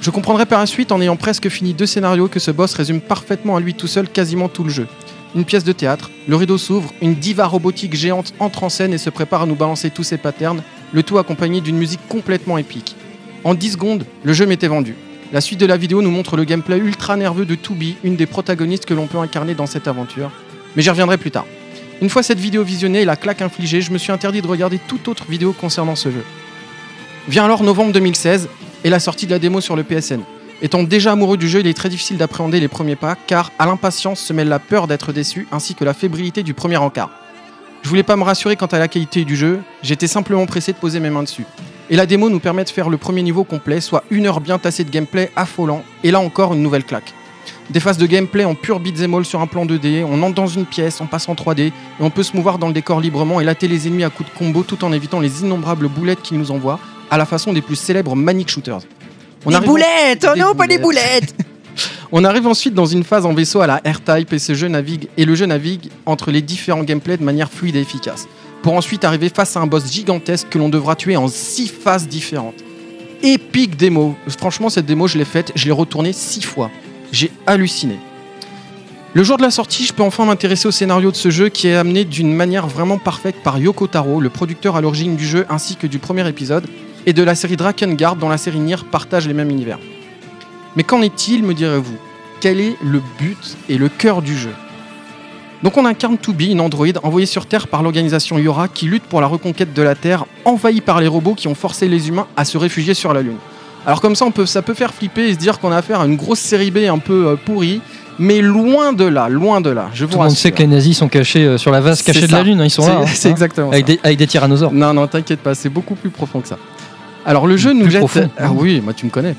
E: Je comprendrai par la suite, en ayant presque fini deux scénarios, que ce boss résume parfaitement à lui tout seul quasiment tout le jeu. Une pièce de théâtre, le rideau s'ouvre, une diva robotique géante entre en scène et se prépare à nous balancer tous ses patterns, le tout accompagné d'une musique complètement épique. En 10 secondes, le jeu m'était vendu. La suite de la vidéo nous montre le gameplay ultra nerveux de Toubi, une des protagonistes que l'on peut incarner dans cette aventure. Mais j'y reviendrai plus tard. Une fois cette vidéo visionnée et la claque infligée, je me suis interdit de regarder toute autre vidéo concernant ce jeu. Vient alors novembre 2016 et la sortie de la démo sur le PSN. Étant déjà amoureux du jeu, il est très difficile d'appréhender les premiers pas car à l'impatience se mêle la peur d'être déçu ainsi que la fébrilité du premier encart. Je voulais pas me rassurer quant à la qualité du jeu, j'étais simplement pressé de poser mes mains dessus. Et la démo nous permet de faire le premier niveau complet, soit une heure bien tassée de gameplay affolant, et là encore une nouvelle claque. des phases de gameplay en pur beat'em all sur un plan 2D. On entre dans une pièce, on passe en 3D, et on peut se mouvoir dans le décor librement et latter les ennemis à coups de combo tout en évitant les innombrables boulettes qu'ils nous envoient, à la façon des plus célèbres Manic Shooters. On
G: des
E: arrive en-
G: boulettes Oh
E: Des
G: non, pas des
E: boulettes.
G: boulettes
E: (laughs) On arrive ensuite dans une phase en vaisseau à la R-Type et, ce jeu navigue, et le jeu navigue entre les différents gameplays de manière fluide et efficace, pour ensuite arriver face à un boss gigantesque que l'on devra tuer en 6 phases différentes. Épique démo Franchement, cette démo, je l'ai faite, je l'ai retournée 6 fois. J'ai halluciné. Le jour de la sortie, je peux enfin m'intéresser au scénario de ce jeu qui est amené d'une manière vraiment parfaite par Yoko Taro, le producteur à l'origine du jeu ainsi que du premier épisode, et de la série Drakengard dont la série Nier partage les mêmes univers. Mais qu'en est-il, me direz-vous Quel est le but et le cœur du jeu Donc on incarne Toby, une androïde envoyée sur Terre par l'organisation Yora qui lutte pour la reconquête de la Terre, envahie par les robots qui ont forcé les humains à se réfugier sur la Lune. Alors comme ça, on peut, ça peut faire flipper et se dire qu'on a affaire à une grosse série B un peu euh, pourrie, mais loin de là, loin de là. Je vous
C: Tout le monde
E: rassure.
C: sait que les nazis sont cachés euh, sur la vase
E: C'est
C: cachée de
E: ça.
C: la lune, hein, ils sont là.
E: (laughs) C'est- C'est
C: hein,
E: exactement
C: avec,
E: ça.
C: des, avec des tyrannosaures.
E: Non, non, t'inquiète pas, c'est beaucoup plus profond que ça. Alors le jeu nous
C: Plus
E: jette.
C: profond.
E: Ah oui, moi tu me connais.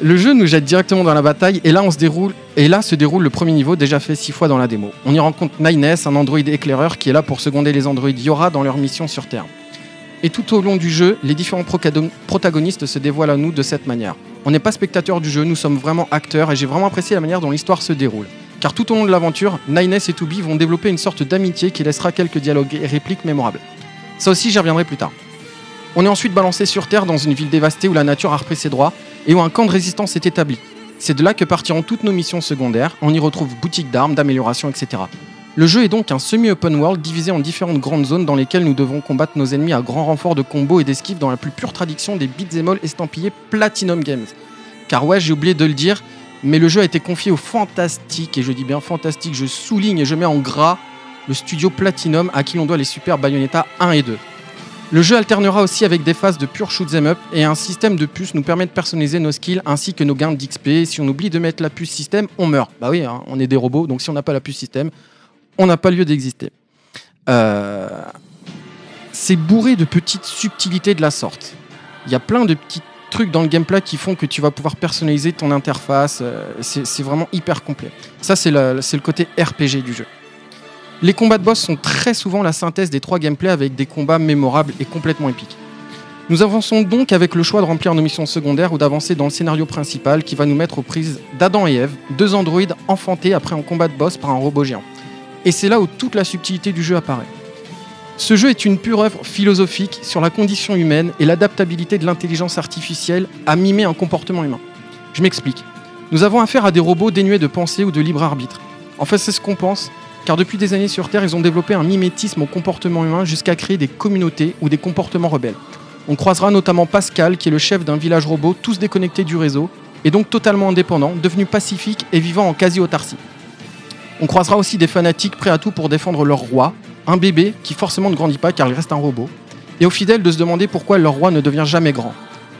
E: Le jeu nous jette directement dans la bataille et là on se déroule et là se déroule le premier niveau déjà fait six fois dans la démo. On y rencontre Nines, un androïde éclaireur qui est là pour seconder les androïdes Yora dans leur mission sur Terre. Et tout au long du jeu, les différents procado- protagonistes se dévoilent à nous de cette manière. On n'est pas spectateurs du jeu, nous sommes vraiment acteurs et j'ai vraiment apprécié la manière dont l'histoire se déroule. Car tout au long de l'aventure, Nines et Toubi vont développer une sorte d'amitié qui laissera quelques dialogues et répliques mémorables. Ça aussi, j'y reviendrai plus tard. On est ensuite balancé sur Terre dans une ville dévastée où la nature a repris ses droits et où un camp de résistance est établi. C'est de là que partiront toutes nos missions secondaires, on y retrouve boutiques d'armes, d'améliorations, etc. Le jeu est donc un semi-open world divisé en différentes grandes zones dans lesquelles nous devons combattre nos ennemis à grand renfort de combos et d'esquives dans la plus pure tradition des beat'em all estampillés Platinum Games. Car ouais, j'ai oublié de le dire, mais le jeu a été confié au fantastique, et je dis bien fantastique, je souligne et je mets en gras le studio Platinum à qui l'on doit les super Bayonetta 1 et 2. Le jeu alternera aussi avec des phases de pur shoot'em up et un système de puces nous permet de personnaliser nos skills ainsi que nos gains d'XP. Si on oublie de mettre la puce système, on meurt. Bah oui, hein, on est des robots, donc si on n'a pas la puce système, on n'a pas lieu d'exister. Euh, C'est bourré de petites subtilités de la sorte. Il y a plein de petits trucs dans le gameplay qui font que tu vas pouvoir personnaliser ton interface. euh, C'est c'est vraiment hyper complet. Ça, c'est la- c'est le côté RPG du jeu. Les combats de boss sont très souvent la synthèse des trois gameplays avec des combats mémorables et complètement épiques. Nous avançons donc avec le choix de remplir nos missions secondaires ou d'avancer dans le scénario principal qui va nous mettre aux prises d'Adam et Ève, deux androïdes enfantés après un combat de boss par un robot géant. Et c'est là où toute la subtilité du jeu apparaît. Ce jeu est une pure œuvre philosophique sur la condition humaine et l'adaptabilité de l'intelligence artificielle à mimer un comportement humain. Je m'explique. Nous avons affaire à des robots dénués de pensée ou de libre arbitre. En fait, c'est ce qu'on pense, car depuis des années sur Terre, ils ont développé un mimétisme au comportement humain jusqu'à créer des communautés ou des comportements rebelles. On croisera notamment Pascal, qui est le chef d'un village robot, tous déconnectés du réseau, et donc totalement indépendant, devenu pacifique et vivant en quasi-autarcie. On croisera aussi des fanatiques prêts à tout pour défendre leur roi, un bébé qui forcément ne grandit pas car il reste un robot, et aux fidèles de se demander pourquoi leur roi ne devient jamais grand.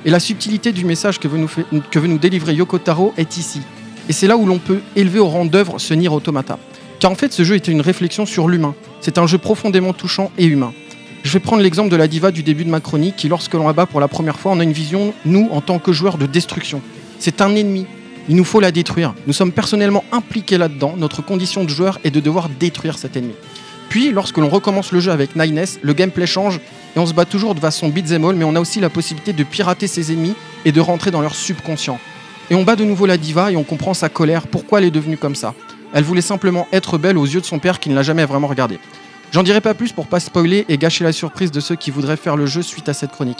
E: Et la subtilité du message que veut nous, fait- que veut nous délivrer Yoko Taro est ici. Et c'est là où l'on peut élever au rang d'œuvre ce Nier Automata. Car en fait, ce jeu était une réflexion sur l'humain. C'est un jeu profondément touchant et humain. Je vais prendre l'exemple de la diva du début de ma chronique qui, lorsque l'on abat pour la première fois, on a une vision, nous, en tant que joueurs, de destruction. C'est un ennemi. Il nous faut la détruire. Nous sommes personnellement impliqués là-dedans. Notre condition de joueur est de devoir détruire cet ennemi. Puis, lorsque l'on recommence le jeu avec Nines, le gameplay change et on se bat toujours de façon beat'em all, mais on a aussi la possibilité de pirater ses ennemis et de rentrer dans leur subconscient. Et on bat de nouveau la diva et on comprend sa colère, pourquoi elle est devenue comme ça. Elle voulait simplement être belle aux yeux de son père qui ne l'a jamais vraiment regardée. J'en dirai pas plus pour pas spoiler et gâcher la surprise de ceux qui voudraient faire le jeu suite à cette chronique.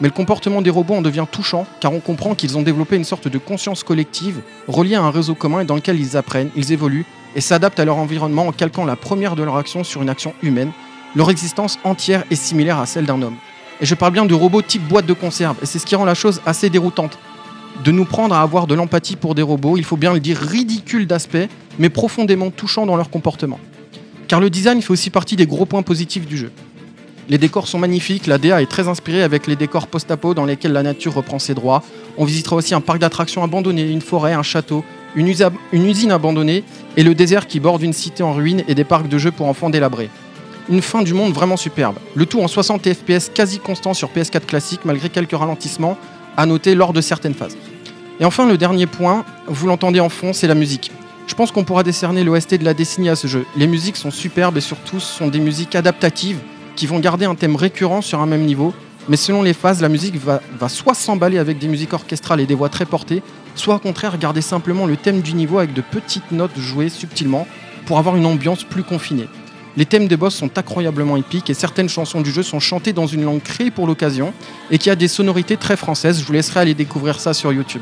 E: Mais le comportement des robots en devient touchant car on comprend qu'ils ont développé une sorte de conscience collective reliée à un réseau commun et dans lequel ils apprennent, ils évoluent et s'adaptent à leur environnement en calquant la première de leur action sur une action humaine. Leur existence entière est similaire à celle d'un homme. Et je parle bien de robots type boîte de conserve et c'est ce qui rend la chose assez déroutante. De nous prendre à avoir de l'empathie pour des robots, il faut bien le dire, ridicule d'aspect mais profondément touchants dans leur comportement. Car le design fait aussi partie des gros points positifs du jeu. Les décors sont magnifiques, la DA est très inspirée avec les décors post-apo dans lesquels la nature reprend ses droits. On visitera aussi un parc d'attractions abandonné, une forêt, un château, une, usa- une usine abandonnée et le désert qui borde une cité en ruine et des parcs de jeux pour enfants délabrés. Une fin du monde vraiment superbe. Le tout en 60 FPS quasi constant sur PS4 classique malgré quelques ralentissements à noter lors de certaines phases. Et enfin le dernier point, vous l'entendez en fond, c'est la musique. Je pense qu'on pourra décerner l'OST de la décennie à ce jeu. Les musiques sont superbes et surtout ce sont des musiques adaptatives qui vont garder un thème récurrent sur un même niveau. Mais selon les phases, la musique va, va soit s'emballer avec des musiques orchestrales et des voix très portées, soit au contraire garder simplement le thème du niveau avec de petites notes jouées subtilement pour avoir une ambiance plus confinée. Les thèmes des boss sont incroyablement épiques et certaines chansons du jeu sont chantées dans une langue créée pour l'occasion et qui a des sonorités très françaises. Je vous laisserai aller découvrir ça sur YouTube.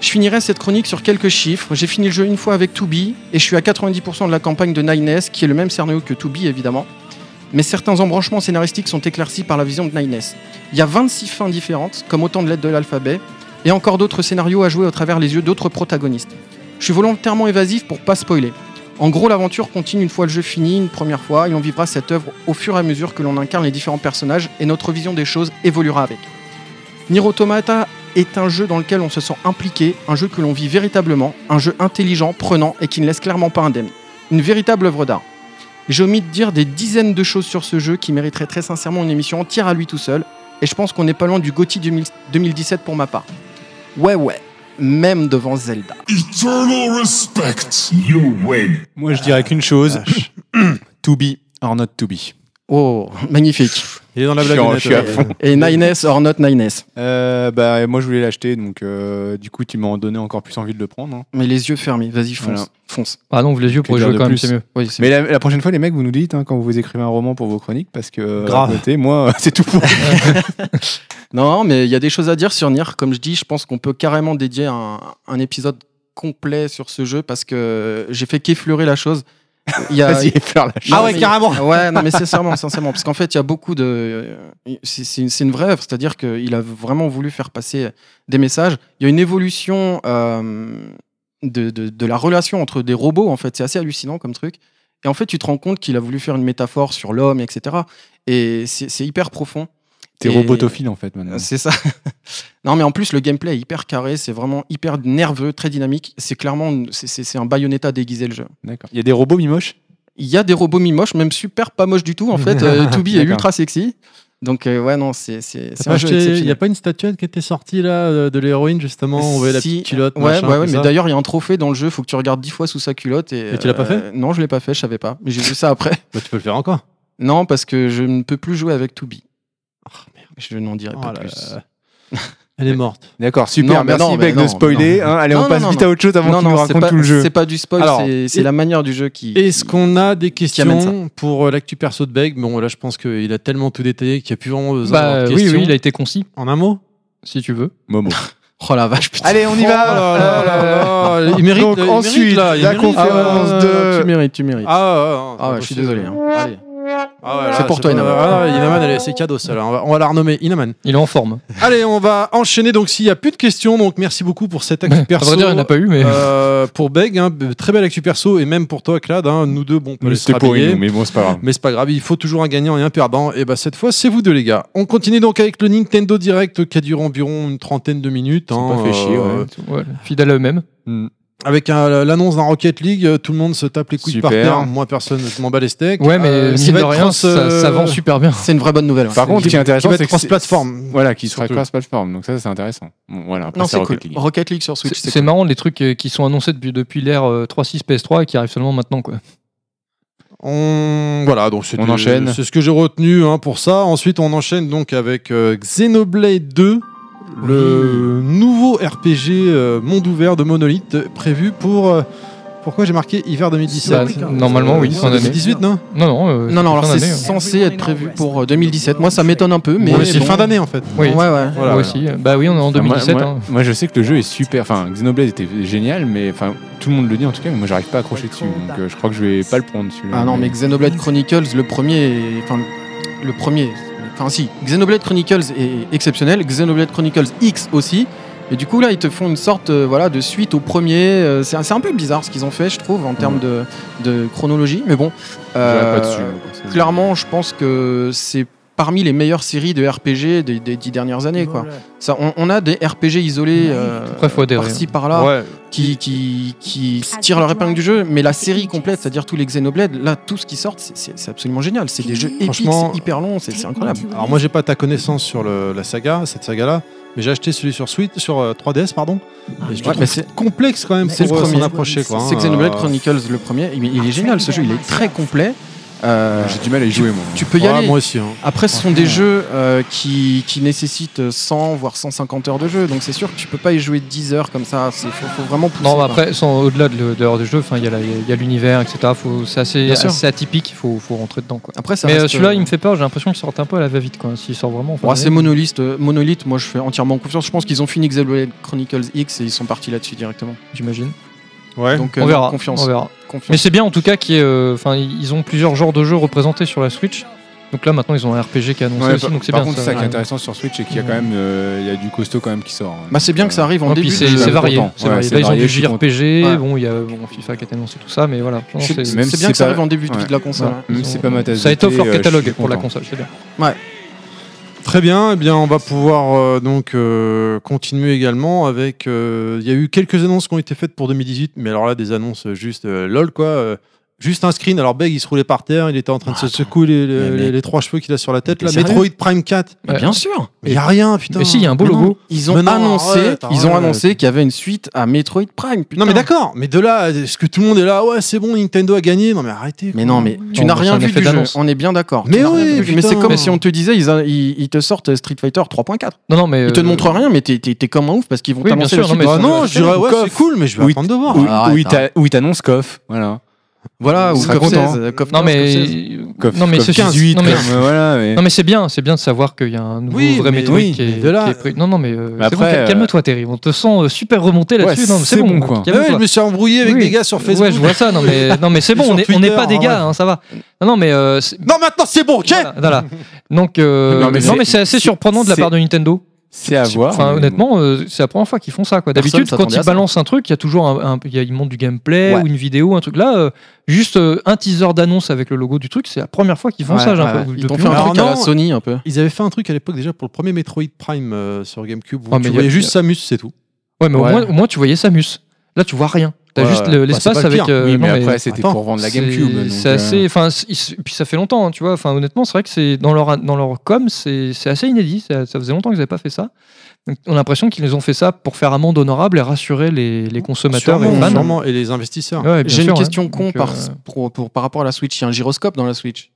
E: Je finirai cette chronique sur quelques chiffres. J'ai fini le jeu une fois avec Toubi et je suis à 90% de la campagne de Nines, qui est le même scénario que Toubi évidemment. Mais certains embranchements scénaristiques sont éclaircis par la vision de Nines. Il y a 26 fins différentes, comme autant de lettres de l'alphabet, et encore d'autres scénarios à jouer au travers les yeux d'autres protagonistes. Je suis volontairement évasif pour pas spoiler. En gros, l'aventure continue une fois le jeu fini, une première fois, et on vivra cette œuvre au fur et à mesure que l'on incarne les différents personnages et notre vision des choses évoluera avec. Nier Automata est un jeu dans lequel on se sent impliqué, un jeu que l'on vit véritablement, un jeu intelligent, prenant et qui ne laisse clairement pas indemne. Une véritable œuvre d'art. J'ai omis de dire des dizaines de choses sur ce jeu qui mériterait très sincèrement une émission entière à lui tout seul, et je pense qu'on n'est pas loin du GOTY 2000 2017 pour ma part. Ouais, ouais, même devant Zelda.
G: Eternal respect.
F: Moi, je dirais qu'une chose (clears throat) to be or not to be.
E: Oh, magnifique.
A: Il est dans la
F: Je
A: blague.
F: suis en-
A: honnête,
F: je suis à
A: ouais.
F: fond.
E: Et 9S or not 9S.
F: Euh, bah, moi, je voulais l'acheter, donc euh, du coup, tu m'as donné encore plus envie de le prendre. hein.
E: Mais les yeux fermés, vas-y, fonce.
F: Voilà.
E: Fonce.
C: Ah non, vous les yeux pour
F: Que
C: y
F: dire
C: jouer
F: de
C: quand même,
F: plus
C: c'est mieux.
E: Oui, c'est-
F: Mais la, la prochaine fois, les mecs, vous nous dites hein, quand vous écrivez un roman pour vos chroniques, parce que euh,
A: Grave.
F: à côté, moi, (laughs) c'est tout pour.
E: Ah Non, mais il y a des choses à dire sur Nier. Comme je dis, je pense qu'on peut carrément dédier un, un épisode complet sur ce jeu parce que j'ai fait qu'effleurer la chose. Il y a-
F: Vas-y, Ah effleure la chose.
E: (laughs) Non,
A: ouais,
E: mais-
A: carrément.
E: Ouais, non, mais sincèrement, sincèrement. Parce qu'en fait, il y a beaucoup de. euh, C'est c'est une, c'est une vraie œuvre, c'est-à-dire qu'il a vraiment voulu faire passer des messages. Il y a une évolution euh, de, de- de la relation entre des robots, en fait. C'est assez hallucinant comme truc. Et en fait, tu te rends compte qu'il a voulu faire une métaphore sur l'homme, etc. Et c'est c'est hyper profond.
F: T'es
E: Et-
F: robotophile, en fait, maintenant.
E: Euh, C'est ça. (laughs) non, mais en plus, le gameplay est hyper carré, c'est vraiment hyper nerveux, très dynamique. C'est clairement une- c'est- c'est c'est un Bayonetta déguisé le jeu.
F: D'accord. Il y a des robots mimoches
E: Il y a des robots mi-moches, même super pas moches du tout.
A: (laughs)
E: En fait, euh, Toubi est
F: D'accord.
E: ultra sexy. Donc, euh, ouais, non, c'est c'est- c'est
A: T'as
E: un
A: pas
E: jeu
A: acheté- Il n'y
E: exceptionnel.
A: a pas une statuette qui était sortie là euh, de, de l'héroïne justement, on voyait la
E: Si,
A: petite culotte.
E: Ouais,
A: machin,
E: ouais, ouais,
A: tout
E: mais
A: ça.
E: d'ailleurs, il y a un trophée dans le jeu, faut que tu regardes dix fois sous sa culotte. Et, euh,
A: Et tu l'as pas fait
E: Non, je l'ai pas fait, je savais pas. Mais J'ai vu ça après. (laughs)
A: Bah, tu peux le faire encore.
E: Non, parce que je ne peux plus jouer avec Toubi.
A: Oh, merde.
E: Je n'en dirai
A: Oh
E: pas
A: là
E: plus.
A: là. (laughs) Elle est morte.
F: D'accord, super,
E: Non, mais
F: merci
E: non, mais
F: mec
E: non,
F: de
E: mais
F: spoiler. hein. Allez,
E: Non,
F: on
E: non,
F: passe
E: non,
F: vite
E: non.
F: à autre chose avant
E: non,
F: qu'il nous
E: non, c'est
F: raconte
E: pas,
F: tout le jeu.
E: c'est pas du spoil,
F: Alors,
E: c'est- c'est la manière du jeu qui.
A: Est-ce qu'on a des
E: amène ça.
A: questions pour euh, l'actu perso de Beg Bon, là, je pense qu'il a tellement tout détaillé qu'il n'y a plus vraiment besoin
C: Bah,
A: d'avoir de
C: oui,
A: questions.
C: oui, il a été concis,
A: En un mot
C: si tu veux.
F: Momo.
E: Oh la vache, putain.
F: Allez, on y va.
A: Oh là là là (laughs) là. Il mérite. euh,
F: Donc,
A: il mérite,
F: ensuite,
A: là, il
F: la
A: mérite.
F: conférence
A: Ah,
F: de-
E: Tu mérites, tu mérites. Ah,
A: Ah, ouais, ouais, ouais, c'est pas
E: ouais, je suis
A: possible.
E: désolé. hein. Allez.
A: Ah ouais, là,
E: C'est pour toi,
A: pas-
E: Inaman.
A: Ah, Inaman, elle est- c'est cadeau, ça. là. On va, on va la renommer Inaman.
C: Il est en forme.
A: (laughs) Allez, on va enchaîner. Donc, s'il n'y a plus de questions, donc merci beaucoup pour cette actu
C: À
A: perso.
C: vrai dire, il n'y en a pas eu, mais.
A: Euh, pour Beg, hein, b- très belle actu perso, et même pour toi, Clad. hein, nous deux, bon, on peut les
F: C'était pourri,
A: rhabiller.
F: nous, mais bon, c'est pas grave.
A: Mais c'est pas grave, il faut toujours un gagnant et un perdant. Et bah cette fois, c'est vous deux les gars. On continue donc avec le Nintendo Direct qui a duré environ une trentaine de minutes.
F: C'est
A: hein,
F: pas fait chier,
A: euh,
F: ouais.
C: (laughs) Ouais, fidèle à eux-mêmes.
A: Avec un- l'annonce d'un Rocket League, euh, tout le monde se tape les couilles
F: Super.
A: par terre. Moi personne, je m'en bats les steaks.
C: Ouais, mais
A: Euh,
C: mine
A: il va
C: de
A: être
C: rien,
A: trans,
C: ça,
A: euh,
C: ça vend super bien.
E: C'est une vraie bonne nouvelle. ouais.
F: Par contre, ce qui est
A: Qui
F: intéressant,
A: va
F: c'est
A: être
F: que c'est-
A: cross-plateforme.
F: Voilà, qui sera
A: Surtout.
F: cross-platform, donc ça, c'est intéressant. Bon, voilà, après,
E: Non,
F: Ah, c'est
E: c'est cool.
F: Rocket League.
E: Rocket League sur
C: C'est-
E: Switch, c'est
C: C'est marrant les trucs euh, qui sont annoncés depuis, depuis l'ère euh, 3.6 PS3 et qui arrivent seulement maintenant. Quoi.
A: On... Voilà, donc c'est
F: On enchaîne.
A: C'est ce que j'ai retenu hein, pour ça. Ensuite, on enchaîne donc avec euh, Xenoblade 2, le nouveau RPG euh, monde ouvert de Monolith euh, prévu pour. euh, pourcois j'ai marqué hiver 2017
C: Normalement, oui, fin d'année.
A: 2018, non
C: Non, non, euh,
E: Non, non,
C: fin
E: alors c'est
C: d'année, hein.
E: censé être prévu pour euh, 2017. Moi, ça m'étonne un peu, mais.
A: Mais c'est fin d'année en fait.
C: Oui,
E: Ouais, ouais.
A: Voilà.
C: moi aussi. euh, Bah oui, on est en
F: Ah, moi-
C: 2017.
F: Moi,
C: hein.
F: moi, je sais que le jeu est super. Enfin, Xenoblade était génial, mais enfin, tout le monde le dit en tout cas, mais moi, j'arrive pas à accrocher dessus. Donc, euh, je crois que je vais pas le prendre celui-là.
E: Ah non, mais Xenoblade Chronicles, le premier. est- Enfin, le premier. Enfin, si. Xenoblade Chronicles est exceptionnel. Xenoblade Chronicles X aussi. Et du coup, là, ils te font une sorte euh, voilà, de suite au premier. Euh, C'est un, c'est un peu bizarre ce qu'ils ont fait, je trouve, en termes de, de chronologie. Mais bon.
F: J'irai pas
E: euh,
F: dessus. moi, personnellement.
E: Clairement, je pense que c'est parmi les meilleures séries de RPG des, des dix dernières années. Quoi. Ça, on, on a des RPG isolés euh,
C: Après, faut adhérer. hein.
E: par-ci par-là
D: ouais.
E: qui, qui, qui se tirent leur épingle du jeu, mais la série complète, c'est-à-dire tous les Xenoblade, là, tout ce qui sort, c'est- c'est c'est absolument génial. C'est des jeux épiques,
A: Franchement-
E: c'est hyper long, c'est c'est incroyable.
A: Alors moi j'ai pas ta connaissance sur le- la saga, cette saga là, mais j'ai acheté celui sur Switch, sur euh, 3DS pardon. Et je le
E: Ouais, mais
A: trouve
E: c'est-
A: complexe quand même
E: c'est
A: pour
E: le
A: euh, s'en
E: premier.
A: approcher quoi.
E: C'est
A: hein,
E: Xenoblade
A: euh,
E: Chronicles, le premier. Il, il est génial, ce jeu, il est très complet. Euh,
F: J'ai du mal à y jouer, moi.
E: tu peux y
A: ouais,
E: aller.
A: Moi aussi. hein.
E: Après, ce sont des jeux euh, qui, qui nécessitent 100 voire 150 heures de jeu, donc c'est sûr que tu peux pas y jouer 10 heures comme ça. Il faut, faut vraiment pousser.
C: Non, mais
E: quoi.
C: après, sans- au-delà de l'heure de jeu, enfin, il y a la- il y a l'univers, etc. Faut- C'est assez,
E: Bien sûr.
C: assez atypique, il faut, faut rentrer dedans. Quoi.
E: Après, ça
C: Mais euh,
E: reste,
C: celui-là,
E: euh,
C: il me fait peur, j'ai l'impression qu'il sort un peu à la va-vite. quoi. S'il sort vraiment. en fin
E: Ouais,
C: d'année.
E: c'est monolithe, euh, monolithe, moi je fais entièrement confiance. Je pense qu'ils ont fini Xenoblade Chronicles X et ils sont partis là-dessus directement.
C: j'imagine.
A: Ouais.
E: Donc euh,
C: On verra.
E: confiance.
C: on verra. Mais
E: confiance.
C: c'est bien en tout cas qu'ils enfin ils ont plusieurs genres de jeux représentés sur la Switch. Donc là maintenant ils ont un RPG qui est annoncé
F: Ouais,
C: aussi,
F: par-
C: donc c'est hein.
F: par
C: bien.
F: contre, c'est ça qui est
C: ouais.
F: intéressant sur Switch, c'est qu'il y a quand même euh, il y a du costaud quand même qui sort. hein.
E: Bah, c'est bien que ça arrive en
C: Ouais,
E: début.
C: puis c'est
E: de-
F: je
C: c'est
F: suis
C: varié.
F: content.
C: c'est
F: Ouais,
C: varié.
F: c'est
C: Là ils ont
F: varié,
C: du
F: je suis content.
C: JRPG,
E: Ouais.
C: bon il y a bon, FIFA qui a été annoncé tout ça, mais voilà. Non,
E: C'est
C: c'est-
E: c'est
F: même si
E: bien
F: c'est
E: que ça
F: pas-
E: arrive en début de vie
F: ouais.
E: de la console.
C: Ouais.
E: hein.
F: Même
C: Ils
F: si c'est
C: ont-
F: pas ma tasse
C: ça
F: de
C: étoffe
F: thé,
C: leur
F: euh, je
C: catalogue
F: suis
C: pour la
F: content.
C: console, c'est bien.
A: Très bien, eh bien on va pouvoir euh, donc euh, continuer également avec. euh, Il y a eu quelques annonces qui ont été faites pour 2018, mais alors là des annonces euh, juste euh, lol quoi. euh, Juste un screen, alors Beg il se roulait par terre, il était en train de se secouer les, les-
E: Mais-
A: les- les trois cheveux qu'il a sur la tête
E: Mais
A: là.
E: t'es
A: Metroid Prime 4,
E: Bah, bien sûr.
A: il y a rien putain.
C: Mais si il y a un beau
A: Mais non.
C: logo.
E: Ils ont
A: Mais non, euh,
E: annoncé,
A: arrête, arrête.
E: ils ont annoncé qu'il y avait une suite à Metroid Prime. putain.
A: Non mais d'accord, mais de là, est-ce que tout le monde est là, Ah ouais c'est bon, Nintendo a gagné, non mais arrêtez.
E: Mais non, mais tu
C: Non,
E: n'as
C: mais
E: rien
C: c'est un
E: vu
C: effet
E: du jeu.
C: d'annonce.
E: On est bien d'accord. Tu
A: Mais
E: n'as rien
A: oui,
E: vu du- mais
A: putain.
E: c'est comme
A: Mais-
E: si on te disait ils, ils- ils te sortent Street Fighter 3.4.
C: Non non mais
E: Ils te
C: euh,
E: montrent rien, mais t'es, t'es- t'es comme un ouf parce qu'ils vont
C: Oui, bien
E: t'annoncer
C: sûr,
E: la suite.
C: mais
A: Bah
C: c'est-
A: non, je dirais ouais c'est cool, mais je vais
F: Oui.
A: attendre de voir.
F: Où,
E: Ah,
F: où il
E: arrête,
F: t'a- où il t'annonce KOF, voilà.
E: Voilà,
F: On
E: ou
F: sera
E: Coff
F: content.
E: 16, euh, Coff
C: non
E: 15, Coff 16.
C: mais
F: KOF,
C: non mais
F: KOF
C: c'est
F: 18,
C: non mais
F: comme, euh, voilà, mais-
C: non mais c'est bien, c'est bien de savoir qu'il y a un nouveau
A: Oui,
C: vrai
A: mais
C: Metroid
A: oui,
C: qui, est,
A: mais de là-
C: qui est pris. Non non mais euh, c'est bon,
F: après,
C: cal- calme-toi Terry, on te sent euh, super remonté là-dessus.
F: Ouais,
C: non mais c'est
F: c'est
C: bon
F: bon, quoi.
A: Ah Ouais,
C: calme-toi.
A: je me suis embrouillé avec
C: Oui.
A: des gars sur Facebook.
C: Ouais, je vois ça. Non,
A: (laughs)
C: mais, non, mais c'est
A: Et
C: bon,
A: sur
C: on est- on n'est
A: Twitter,
C: pas des
A: hein,
C: gars,
A: ouais.
C: hein, ça va. Non, non, mais. euh, c'est-
A: Non maintenant c'est bon, ok
C: voilà, voilà. Donc, euh,
F: Non, mais
C: non,
F: c'est-
C: mais c'est assez
F: c'est-
C: surprenant de la
F: c'est-
C: part de Nintendo.
F: c'est à voir.
C: Enfin,
F: mais-
C: honnêtement, euh, c'est la première fois qu'ils font ça. quoi.
E: Personne
C: D'habitude, quand
E: s'attendait à
C: ils
E: ça.
C: balancent un truc, il y a toujours un, un- il y a- ils montent du gameplay
F: Ouais.
C: ou une vidéo, un truc. Là, euh, juste euh, un teaser d'annonce avec le logo du truc, c'est la première fois qu'ils font
F: Ouais,
C: ça. j'ai
F: ouais,
C: un peu-
F: ouais.
E: Ils t'ont
C: depuis
E: fait un
C: longtemps.
A: Alors
E: truc à la
A: non.
E: Sony un peu.
A: Ils avaient fait un truc à l'époque déjà pour le premier Metroid Prime euh, sur GameCube où
C: Ah, mais
A: tu
C: y a-
A: voyais
C: y a-
A: juste Samus, c'est tout.
C: Ouais, mais au
F: Ouais.
C: moins, au moins, tu voyais Samus. Là, tu vois rien. T'as
A: Ouais,
C: juste
A: ouais.
C: le-
A: Bah, c'est
C: l'espace
A: pas le
C: avec.
A: pire.
C: euh,
F: oui, mais
C: non,
F: après, c'était
A: attends,
F: pour vendre la
C: C'est-
F: GameCube. donc,
C: C'est
F: euh,
C: assez. Enfin, c- ils- puis ça fait longtemps, hein, tu vois. Enfin, honnêtement, c'est vrai que c'est dans leur dans leur com, c'est c'est assez inédit. Ça, ça faisait longtemps qu'ils n'avaient pas fait ça. Donc, on a l'impression qu'ils les ont fait ça pour faire amende honorable et rassurer les, les consommateurs
A: Sûrement,
C: et les fans.
A: sûrement, et les investisseurs.
C: Ouais, bien
E: J'ai une
C: sûr,
E: question
C: hein.
E: con
C: Donc,
E: par,
C: euh,
E: pour, pour- par rapport à la Switch. Il y a un gyroscope dans la Switch.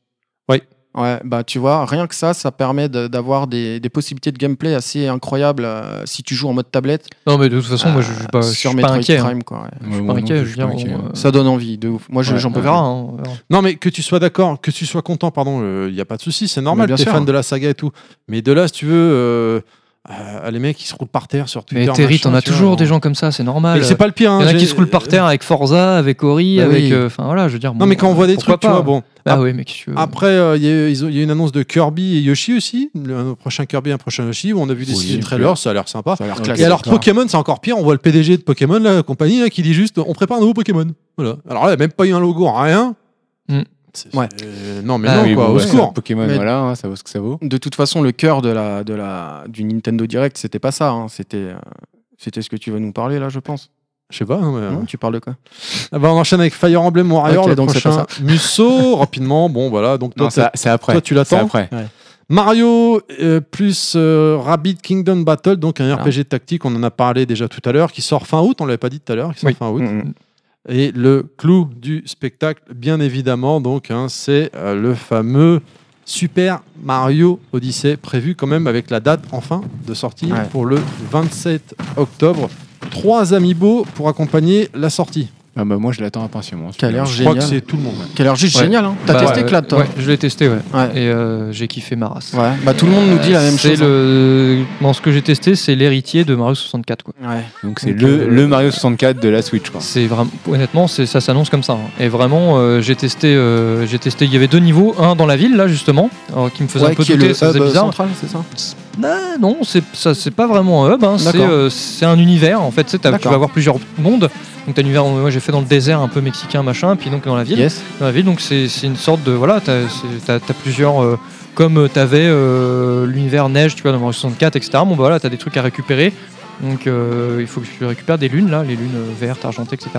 A: Oui.
E: Ouais, bah tu vois, rien que ça, ça permet de- d'avoir des, des possibilités de gameplay assez incroyables euh, si tu joues en mode tablette
C: Non, mais de toute façon, moi, je, je- bah,
E: euh,
C: je
E: sur
C: suis pas
E: Metroid
C: inquiet. hein.
E: Prime. Quoi, ouais.
F: ouais,
C: Je suis
F: ouais,
C: pas
F: non,
C: inquiet.
F: je
C: Je
F: suis pas
C: viens.
F: inquiet.
E: Ça donne envie, de ouf. Moi, je-
C: Ouais,
E: j'en
C: on
E: peux
C: verra.
E: plus.
C: hein, on verra.
A: Non, mais que tu sois d'accord, que tu sois content, pardon, il n'y a pas de souci, c'est normal,
E: Mais bien
A: t'es
E: sûr.
A: fan de la saga et tout. Mais de là, si tu veux, euh, euh, les mecs qui se roulent par terre sur Twitter.
C: Mais Terry,
A: machin,
C: t'en as
A: tu vois,
C: toujours des
A: on-
C: gens comme ça, c'est normal.
A: Mais c'est pas le pire. hein,
C: Il y en a qui
A: j'ai-
C: se roulent par terre avec Forza, avec Ori,
E: Bah
C: avec.
E: oui.
C: euh, Enfin, voilà, je veux dire.
A: Non, mais quand on voit des trucs, tu vois, bon.
C: Ah oui, mais qu'est-ce que tu veux.
A: Après, euh, il y a eu- ils ont- il y, a eu une annonce de Kirby et Yoshi aussi, le- un prochain Kirby, un prochain Yoshi, où on a vu des
F: Oui,
A: trailers, ça a l'air sympa.
E: Ça a l'air
A: Et
E: classique. hein.
A: alors Pokémon, c'est encore pire. On voit le PDG de Pokémon, là, la compagnie, là, qui dit juste, on prépare un nouveau Pokémon. Voilà. Alors là, même pas eu un logo, rien.
C: Hmm.
A: C'est-
E: Ouais.
A: euh, non, mais
C: Ah
A: non,
F: Oui,
A: quoi,
F: bon,
A: au
F: ouais,
A: secours.
F: Pokémon,
E: Mais-
F: voilà, hein, ça vaut ce que ça vaut.
E: De toute façon, le cœur de la, de la, du Nintendo Direct, c'était pas ça. hein. C'était, euh, c'était ce que tu veux nous parler là, je pense.
A: Je sais pas. hein,
C: Euh.
A: mais-
E: Non, tu parles de quoi
A: Ah bah, on enchaîne avec Fire Emblem Warrior,
E: Ok,
A: le
E: donc c'est
A: prochain. Musso, rapidement. Bon, voilà. Donc toi,
F: Non, ça- c'est
A: t'as-
F: après.
A: toi, tu
F: C'est
A: l'attends.
F: après.
A: Mario euh, plus euh, Rabbit Kingdom Battle, donc un
E: Ah.
A: RPG tactique. On en a parlé déjà tout à l'heure, qui sort fin août. On l'avait pas dit tout à l'heure, qui sort
C: Oui.
A: fin août.
E: Mm, mm.
A: Et le clou du spectacle, bien évidemment, donc, hein, c'est euh, le fameux Super Mario Odyssey, prévu quand même avec la date enfin de sortie
E: Ouais.
A: pour le 27 octobre. Trois amiibo pour accompagner la sortie.
C: Oh,
F: Ah bah, moi, je l'attends impatiemment.
E: Qui a
F: celui-là.
E: l'air
A: Je crois que
E: génial.
A: c'est tout le monde.
E: Qui a l'air juste
C: Ouais.
E: génial. hein. T'as
C: Bah,
E: testé
C: euh,
E: Clad, toi
C: Ouais, je l'ai testé, ouais.
E: Ouais.
C: Et euh, j'ai kiffé ma race.
E: Ouais. Bah, tout le monde nous dit la même
C: C'est
E: chose. hein.
C: Le... Dans ce que j'ai testé, c'est l'héritier de Mario 64. Quoi.
E: hein. Ouais.
F: Donc, c'est
C: Donc,
F: le
C: euh,
F: le Mario 64 de la Switch, quoi.
C: C'est vraiment, honnêtement, c'est ça s'annonce comme ça. hein. Et vraiment, euh, j'ai testé, euh, j'ai testé. Il y avait deux niveaux, un dans la ville là justement, alors, qui me faisait
E: Ouais,
C: un peu
E: qui est
C: douter,
E: le
C: ça faisait
E: hub euh,
C: bizarre.
E: central, c'est ça
C: Ah, non, c'est ça, c'est pas vraiment un hub. hein. C'est
E: D'accord.
C: euh, c'est un univers en fait. tu sais, t'as- Tu
E: D'accord.
C: vas avoir plusieurs mondes. Donc t'as l'univers, moi j'ai fait dans le désert un peu mexicain machin, puis donc dans la ville,
E: Yes.
C: dans la ville. Donc c'est c'est une sorte de voilà, t'as c'est- t'as- t'as plusieurs euh, comme euh, t'avais euh, l'univers neige, tu vois, dans Mario 64, etc. Bon, bah voilà, t'as des trucs à récupérer. Donc, euh, il faut que tu récupères des lunes, là, les lunes euh, vertes, argentées, etc.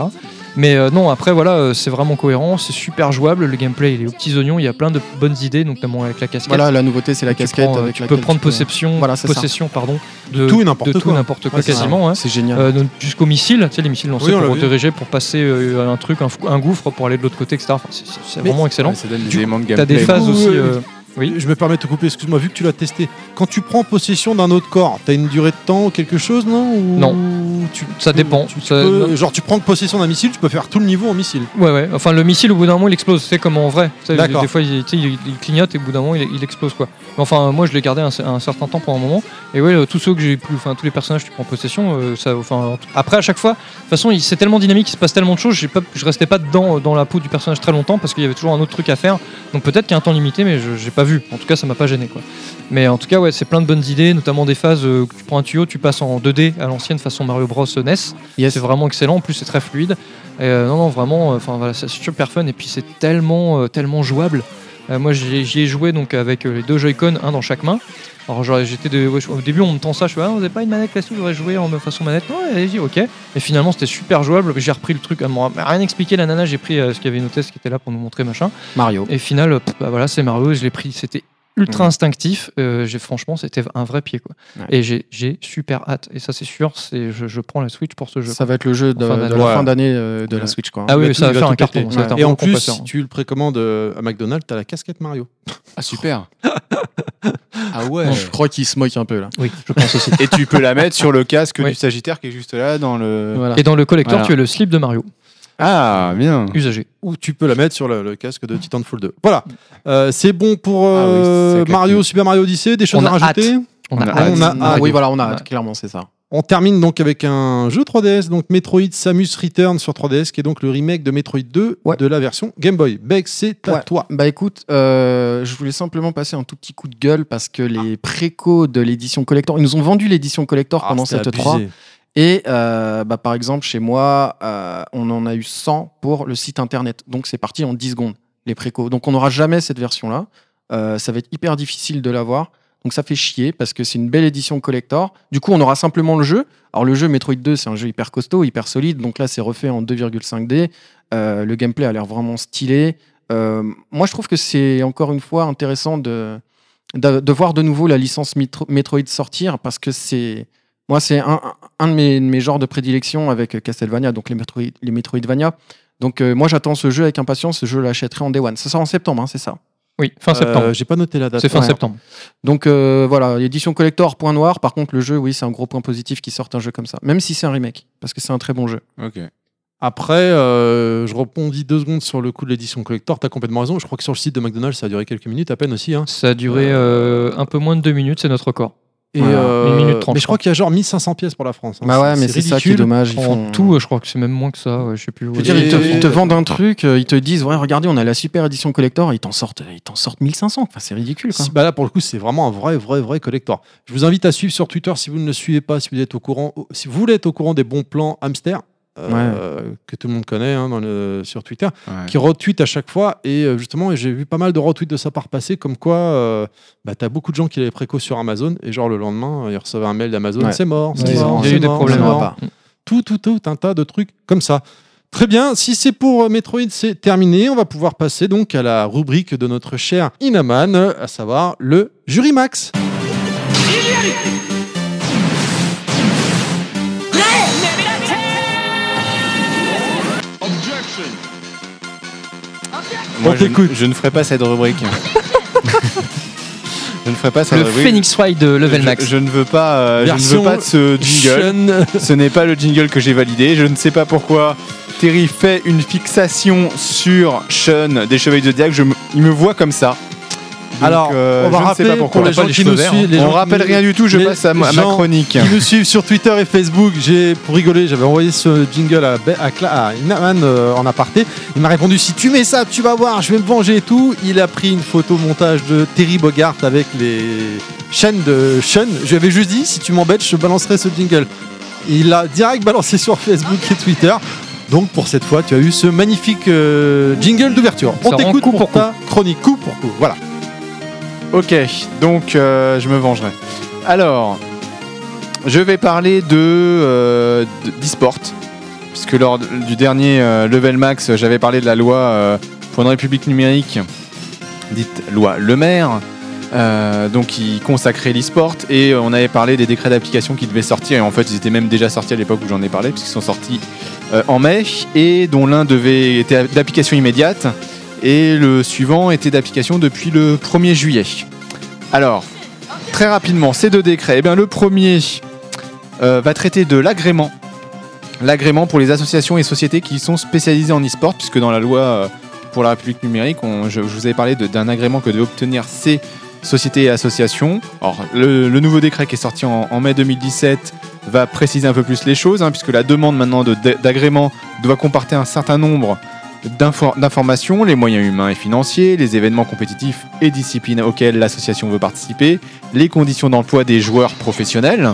C: Mais euh, non, après, voilà, euh, c'est vraiment cohérent, c'est super jouable. Le gameplay, il est aux petits oignons, il y a plein de bonnes idées, notamment avec la casquette.
E: Voilà, la nouveauté, c'est la
C: Tu
E: casquette.
C: prends, euh,
E: avec
C: tu peux
E: laquelle
C: prendre
E: peux-
C: possession,
E: Voilà, c'est ça.
C: possession pardon, de
A: Tout et n'importe
C: de tout
A: quoi.
C: n'importe quoi
A: Ouais, c'est
C: quasiment. hein.
E: C'est génial.
C: Euh, donc, jusqu'aux missiles, tu sais, les missiles lancés
A: Ah. Oui, on l'a
C: pour
A: vu.
C: diriger, pour passer euh, un truc, un, fou- un gouffre, pour aller de l'autre côté, etc. Enfin, c'est- c'est- c'est vraiment excellent.
F: Ouais, ça donne des
A: Du
F: éléments de
C: T'as
F: gameplay.
C: des phases
A: coup,
C: aussi.
A: euh,
C: euh, oui.
A: Je me permets de te couper, excuse-moi, vu que tu l'as testé. Quand tu prends possession d'un autre corps, t'as une durée de temps ou quelque chose, non Ou tu-
C: Ça
A: tu-
C: dépend.
A: tu- tu
C: Ça-
A: peux- genre, tu prends possession d'un missile, tu peux faire tout le niveau en missile.
C: Ouais, ouais. Enfin, le missile, au bout d'un moment, il explose. C'est comme en vrai. Tu sais,
A: D'accord.
C: Des fois, il, tu sais, il- il clignote et au bout d'un moment, il, il explose quoi. Mais enfin, moi, je l'ai gardé un, un certain temps pendant un moment. Et ouais, euh, tous ceux que j'ai pu, enfin, tous les personnages que tu prends possession, euh, ça, enfin, après à chaque fois, de toute façon, il- c'est tellement dynamique, il se passe tellement de choses. J'ai pas, je restais pas dedans euh, dans la peau du personnage très longtemps parce qu'il y avait toujours un autre truc à faire. Donc peut-être qu'il y a un temps limité, mais je j'ai pas vu. En tout cas, ça m'a pas gêné quoi. Mais en tout cas, ouais, c'est plein de bonnes idées, notamment des phases euh, où tu prends un tuyau, tu passes en 2D à l'ancienne façon Mario Bros E NES.
E: Yes.
C: C'est vraiment excellent, en plus c'est très fluide. Et, euh, non, non, vraiment, euh, enfin voilà, c'est super fun et puis c'est tellement, euh, tellement jouable. Euh, moi j'y ai- j'y ai joué donc avec euh, les deux Joy-Con, un dans chaque main. Alors genre, j'étais de- ouais, je- au début on me tend ça, je fais ah, vous avez pas une manette là-dessous, j'aurais joué en façon manette. Non, allez-y, ok. Et finalement c'était super jouable. J'ai repris le truc, elle m'a m'a rien expliqué la nana, j'ai pris euh, ce qu'il y avait une hôtesse qui était là pour nous montrer machin.
E: Mario.
C: Et final, euh, pff, bah voilà, c'est Mario, je l'ai pris, c'était ultra instinctif. Euh, j'ai franchement, c'était un vrai pied quoi.
F: Ouais.
C: Et j'ai- j'ai super hâte. Et ça c'est sûr, c'est je, je prends la Switch pour ce jeu.
E: Ça va être le jeu de,
C: Enfin,
E: de la
C: voilà.
E: fin d'année euh, de la Switch, quoi.
C: Ah
A: Il
C: oui,
A: va
C: ça
A: tout-
C: va
A: il va
C: faire hein.
A: tout
C: un carton.
A: péter.
C: ça va être un
A: Et en
C: bon
A: plus,
C: compresseur.
A: si tu le précommandes euh, à McDonald's, t'as la casquette Mario.
F: Ah, super. ah ouais.
E: Non, Je crois qu'il se moque un peu là.
C: Oui, je pense aussi.
F: (laughs) Et tu peux la mettre sur le casque
C: Oui.
F: du Sagittaire qui est juste là dans le.
E: Voilà.
C: Et dans le collector,
F: Voilà.
C: tu as le slip de Mario,
F: Ah, bien.
C: usagé.
A: Ou tu peux la mettre sur le, le casque de Titanfall 2. Voilà. Euh, c'est bon pour euh,
F: Ah oui, c'est clair.
A: Mario, Super Mario Odyssey, des choses
C: On
A: à
C: a hâte.
A: rajouter.
C: On
F: On
C: a
F: a
C: hâte.
A: on a- ah,
E: oui,
C: oui.
E: voilà, on a
C: Ouais.
E: hâte, clairement, c'est ça.
A: On termine donc avec un jeu 3DS, donc Metroid Samus Return sur 3DS, qui est donc le remake de Metroid 2
E: Ouais.
A: de la version Game Boy. Beck, c'est à
E: Ouais.
A: toi.
E: Bah écoute, euh, je voulais simplement passer un tout petit coup de gueule parce que les précos de l'édition collector, ils nous ont vendu l'édition
A: Ah,
E: collector Ah, pendant cette 3. Et euh, bah, par exemple, chez moi, euh, on en a eu 100 pour le site internet. Donc c'est parti en 10 secondes, les précos. Donc on n'aura jamais cette version-là. Euh, ça va être hyper difficile de l'avoir. Donc ça fait chier parce que c'est une belle édition collector. Du coup, on aura simplement le jeu. Alors le jeu Metroid 2, c'est un jeu hyper costaud, hyper solide. Donc là, c'est refait en 2,5D. Euh, le gameplay a l'air vraiment stylé. Euh, moi, je trouve que c'est encore une fois intéressant de, de, de voir de nouveau la licence Mitro- Metroid sortir parce que c'est moi, c'est un, un de, mes, de mes genres de prédilection avec euh, Castlevania, donc les, Metroid, les Metroidvania. Donc euh, moi, j'attends ce jeu avec impatience. Je l'achèterai en Day One. Ça sort en septembre, hein, c'est ça.
C: Oui, fin septembre.
A: Euh, J'ai pas noté la date.
C: c'est fin
E: ouais.
C: septembre.
E: Donc euh, voilà, édition collector, point noir. Par contre, le jeu, oui, c'est un gros point positif qui sort un jeu comme ça, même si c'est un remake, parce que c'est un très bon jeu.
F: Ok.
A: Après, euh, je rebondis deux secondes sur le coup de l'édition collector. T'as complètement raison. Je crois que sur le site de McDonald's, ça a duré quelques minutes à peine aussi. hein.
C: Ça a duré euh, un peu moins de deux minutes, c'est notre record.
A: Et,
E: Voilà.
A: euh,
C: Une minute trente,
A: mais
C: je
A: je crois qu'il y a genre 1500 pièces pour la France. hein.
E: bah ouais, mais c'est ça qui est
A: ridicule.
E: dommage. Ils
C: En
E: font-
C: tout, euh, je crois que c'est même moins que ça. ouais, je sais plus.
A: Je
E: Je
C: ouais.
E: veux dire, ils te,
A: Et-
E: ils te vendent un truc, euh, ils te disent ouais, regardez, on a la super édition collector, ils t'en sortent, ils t'en sortent 1500. Enfin, c'est ridicule. Quoi.
A: Si- bah là, pour le coup, c'est vraiment un vrai, vrai, vrai collector. Je vous invite à suivre sur Twitter si vous ne le suivez pas, si vous êtes au courant, si vous voulez être au courant des bons plans hamster. euh, que tout le monde connaît hein, dans le- sur Twitter,
F: Ouais.
A: qui retweet à chaque fois. Et euh, justement, j'ai vu pas mal de retweets de sa part passer, comme quoi euh, bah, t'as beaucoup de gens qui l'avaient préco sur Amazon, et genre le lendemain, euh, ils recevaient un mail d'Amazon,
E: Ouais.
A: c'est mort,
C: Ouais,
A: c'est
C: ils
A: mort,
C: ont- il y a
A: c'est
C: eu des
A: mort,
C: problèmes.
A: c'est
E: On en
A: mort.
E: a pas.
A: Tout, tout, tout, un tas de trucs comme ça. Très bien, si c'est pour euh, Metroid, c'est terminé. On va pouvoir passer donc à la rubrique de notre cher Inaman, euh, à savoir le jury max.
F: Moi,
A: On
F: je,
A: t'écoute.
F: je ne ferai pas cette rubrique.
C: (laughs)
F: je ne ferai pas cette
C: Le
F: rubrique.
C: Phoenix Ride de Level
F: Je-
C: Max.
F: Je, ne veux pas. euh, je ne
A: Version
F: veux pas de ce jingle.
A: Sean,
F: Ce n'est pas le jingle que j'ai validé. Je ne sais pas pourquoi. Terry fait une fixation sur Sean des Chevaliers de Diac. Je me- il me voit comme ça. Donc,
A: Alors,
F: euh,
A: on
F: je
A: va
F: ne sais
A: rappeler
F: pas pourquoi.
A: pour les gens qui nous suivent. les gens
F: on
A: qui
F: rappelle
A: nous-
F: rien du tout. Je
A: les
F: passe à ma, à ma
A: gens
F: chronique.
A: qui nous suivent sur Twitter et Facebook, j'ai pour rigoler, j'avais envoyé ce jingle à, Be- à, Cla- à Inaman euh, en aparté. Il m'a répondu si tu mets ça, tu vas voir, je vais me venger et tout. Il a pris une photo montage de Terry Bogart avec les chaînes de Sean. Je lui avais juste dit si tu m'embêtes, je balancerai ce jingle. Il a direct balancé sur Facebook et Twitter. Donc pour cette fois, tu as eu ce magnifique euh, jingle d'ouverture.
C: Ça
A: On
C: rend
A: t'écoute
C: coup
A: pour,
C: pour
A: ta chronique, coup pour coup. Voilà.
D: Ok, donc euh, je me vengerai. Alors, je vais parler de euh, d- d'e-sport, puisque lors d- du dernier euh, Level Max, j'avais parlé de la loi euh, pour une république numérique, dite loi Le Maire, euh, donc qui consacrait l'e-sport, et on avait parlé des décrets d'application qui devaient sortir, et en fait ils étaient même déjà sortis à l'époque où j'en ai parlé, puisqu'ils sont sortis euh, en mai, et dont l'un devait était d'application immédiate, et le suivant était d'application depuis le 1er juillet. Alors, très rapidement, ces deux décrets. Eh bien, le premier euh, va traiter de l'agrément. L'agrément pour les associations et sociétés qui sont spécialisées en e-sport, puisque dans la loi euh, pour la République numérique, on- je, je vous avais parlé de- d'un agrément que devaient obtenir ces sociétés et associations. Alors, le, le nouveau décret qui est sorti en, en mai 2017 va préciser un peu plus les choses, hein, puisque la demande maintenant de- d'agrément doit comporter un certain nombre d'infor- d'informations, les moyens humains et financiers, les événements compétitifs et disciplines auxquels l'association veut participer, les conditions d'emploi des joueurs professionnels,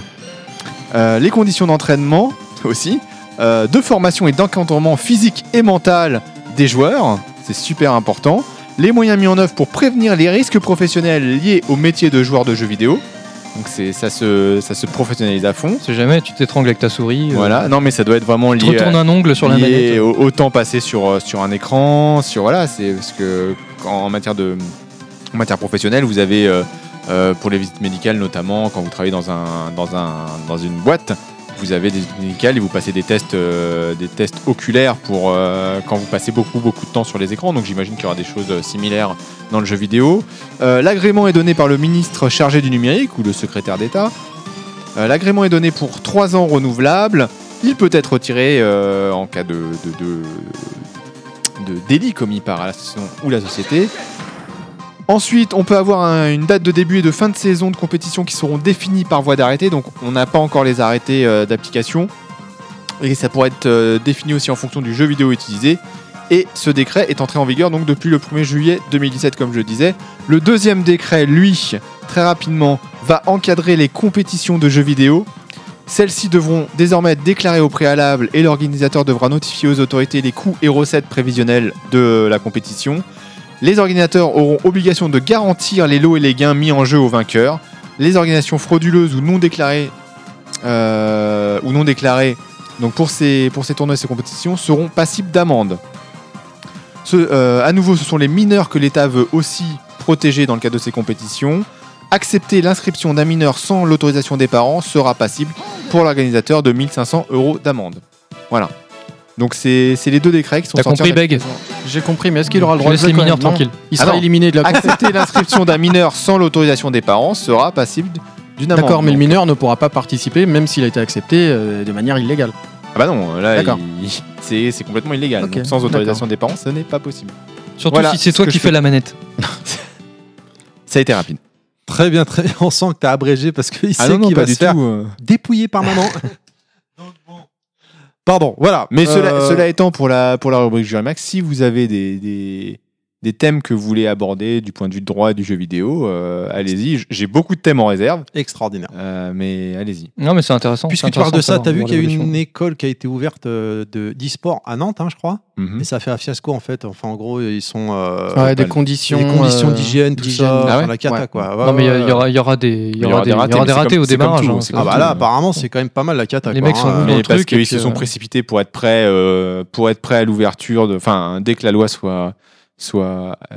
D: euh, les conditions d'entraînement aussi, euh, de formation et d'encadrement physique et mental des joueurs, c'est super important, les moyens mis en œuvre pour prévenir les risques professionnels liés au métier de joueur de jeux vidéo, donc c'est- ça se, ça se professionnalise à fond.
C: C'est jamais, tu t'étrangles avec ta souris. euh,
D: Voilà, non mais ça doit être vraiment
C: Tu te
D: lié à-
C: retournes un ongle sur la
D: lié
C: manette.
D: au, au temps passé sur, euh, sur un écran, sur voilà, c'est parce que en, en matière de en matière professionnelle, vous avez euh, euh, pour les visites médicales notamment quand vous travaillez dans un dans un dans une boîte, vous avez des visites médicales et vous passez des tests euh, des tests oculaires pour euh, quand vous passez beaucoup beaucoup de temps sur les écrans. Donc j'imagine qu'il y aura des choses euh, similaires dans le jeu vidéo. Euh, L'agrément est donné par le ministre chargé du numérique ou le secrétaire d'État. Euh, L'agrément est donné pour 3 ans renouvelables. Il peut être retiré euh, en cas de, de- de- de délit commis par l'association ou la société. Ensuite, on peut avoir un- une date de début et de fin de saison de compétition qui seront définies par voie d'arrêté. Donc, on n'a pas encore les arrêtés euh, d'application. Et ça pourrait être euh, défini aussi en fonction du jeu vidéo utilisé. Et ce décret est entré en vigueur donc depuis le 1er juillet 2017, comme je le disais. Le deuxième décret, lui, très rapidement, va encadrer les compétitions de jeux vidéo. Celles-ci devront désormais être déclarées au préalable et l'organisateur devra notifier aux autorités les coûts et recettes prévisionnels de la compétition. Les organisateurs auront obligation de garantir les lots et les gains mis en jeu aux vainqueurs. Les organisations frauduleuses ou non déclarées, euh, ou non déclarées donc pour, ces, pour ces tournois et ces compétitions seront passibles d'amende. Ce- euh, à nouveau, ce sont les mineurs que l'État veut aussi protéger dans le cadre de ces compétitions. Accepter l'inscription d'un mineur sans l'autorisation des parents sera passible pour l'organisateur de 1500 euros d'amende. Voilà. Donc c'est c'est les deux décrets qui sont
C: T'as
D: sortis. en
C: compris,
D: même
C: Beg
E: J'ai compris, mais est-ce qu'il aura le
C: Tu
E: droit de
C: laisses
E: jouer
C: les
E: quand
C: mineurs
E: même Non.
C: tranquilles.
E: Il
D: Ah
E: sera
D: non.
E: éliminé de la
D: (laughs)
E: course.
D: Accepter l'inscription d'un mineur sans l'autorisation des parents sera passible d'une amende.
E: D'accord, mais le mineur ne pourra pas participer, même s'il a été accepté euh, de manière illégale.
D: Ah bah non, là,
E: D'accord.
D: il- c'est c'est complètement illégal.
E: Ok,
D: Donc, sans autorisation
E: d'accord.
D: des parents, ce n'est pas possible.
C: Surtout
D: Voilà
C: si c'est toi
D: ce que
C: qui
D: je
C: fais la manette.
D: Ça a été rapide.
A: Très bien, très bien. (laughs) On sent que t'as abrégé parce qu'il
D: Ah
A: sait
D: non, non,
A: qu'il
D: pas
A: va se
D: du
A: faire
D: tout. euh.
A: dépouiller par
C: (laughs)
A: maman. Donc bon. Pardon, voilà.
D: Mais cela,
A: Euh,
D: cela étant, pour la, pour la rubrique Jurimax, si vous avez des, des, des thèmes que vous voulez aborder du point de vue de droit et du jeu vidéo, euh, allez-y. J- J'ai beaucoup de thèmes en réserve,
A: extraordinaire.
D: euh, mais allez-y.
C: Non, mais c'est intéressant.
A: Puisque
C: c'est
A: tu parles de
C: intéressant
A: ça, t'as vu
C: voir
A: qu'il y a eu
C: l'évolution.
A: une école qui a été ouverte euh, de d'e-sport à Nantes, hein, je crois.
D: Mhm.
A: Mais ça a fait un fiasco en fait. Enfin, en gros, ils sont euh,
E: Ouais,
D: des
E: des
D: mal.
E: conditions,
A: les conditions euh, d'hygiène, tout
E: d'hygiène.
A: ça,
D: Ah
A: enfin,
D: ouais
A: la cata
E: Ouais.
A: quoi. Ouais,
C: euh, Non, mais il y a-
A: bah ouais,
C: il y, aura- il y aura des, il y aura des, il y aura
D: mais
C: des ratés
D: c'est comme-
C: au
D: c'est comme
C: démarrage.
D: tout,
C: hein,
D: c'est
C: c'est
D: comme
A: ah
C: tout.
A: bah là, apparemment, c'est quand même pas mal la cata.
C: Les
A: quoi,
C: mecs sont
A: hein.
C: dans
D: Mais
C: le
D: parce
C: truc, et
D: qu'ils
C: puis,
D: se sont
C: euh,
D: précipités pour être prêts, euh, pour être prêts à l'ouverture, de- enfin, dès que la loi soit, soit euh,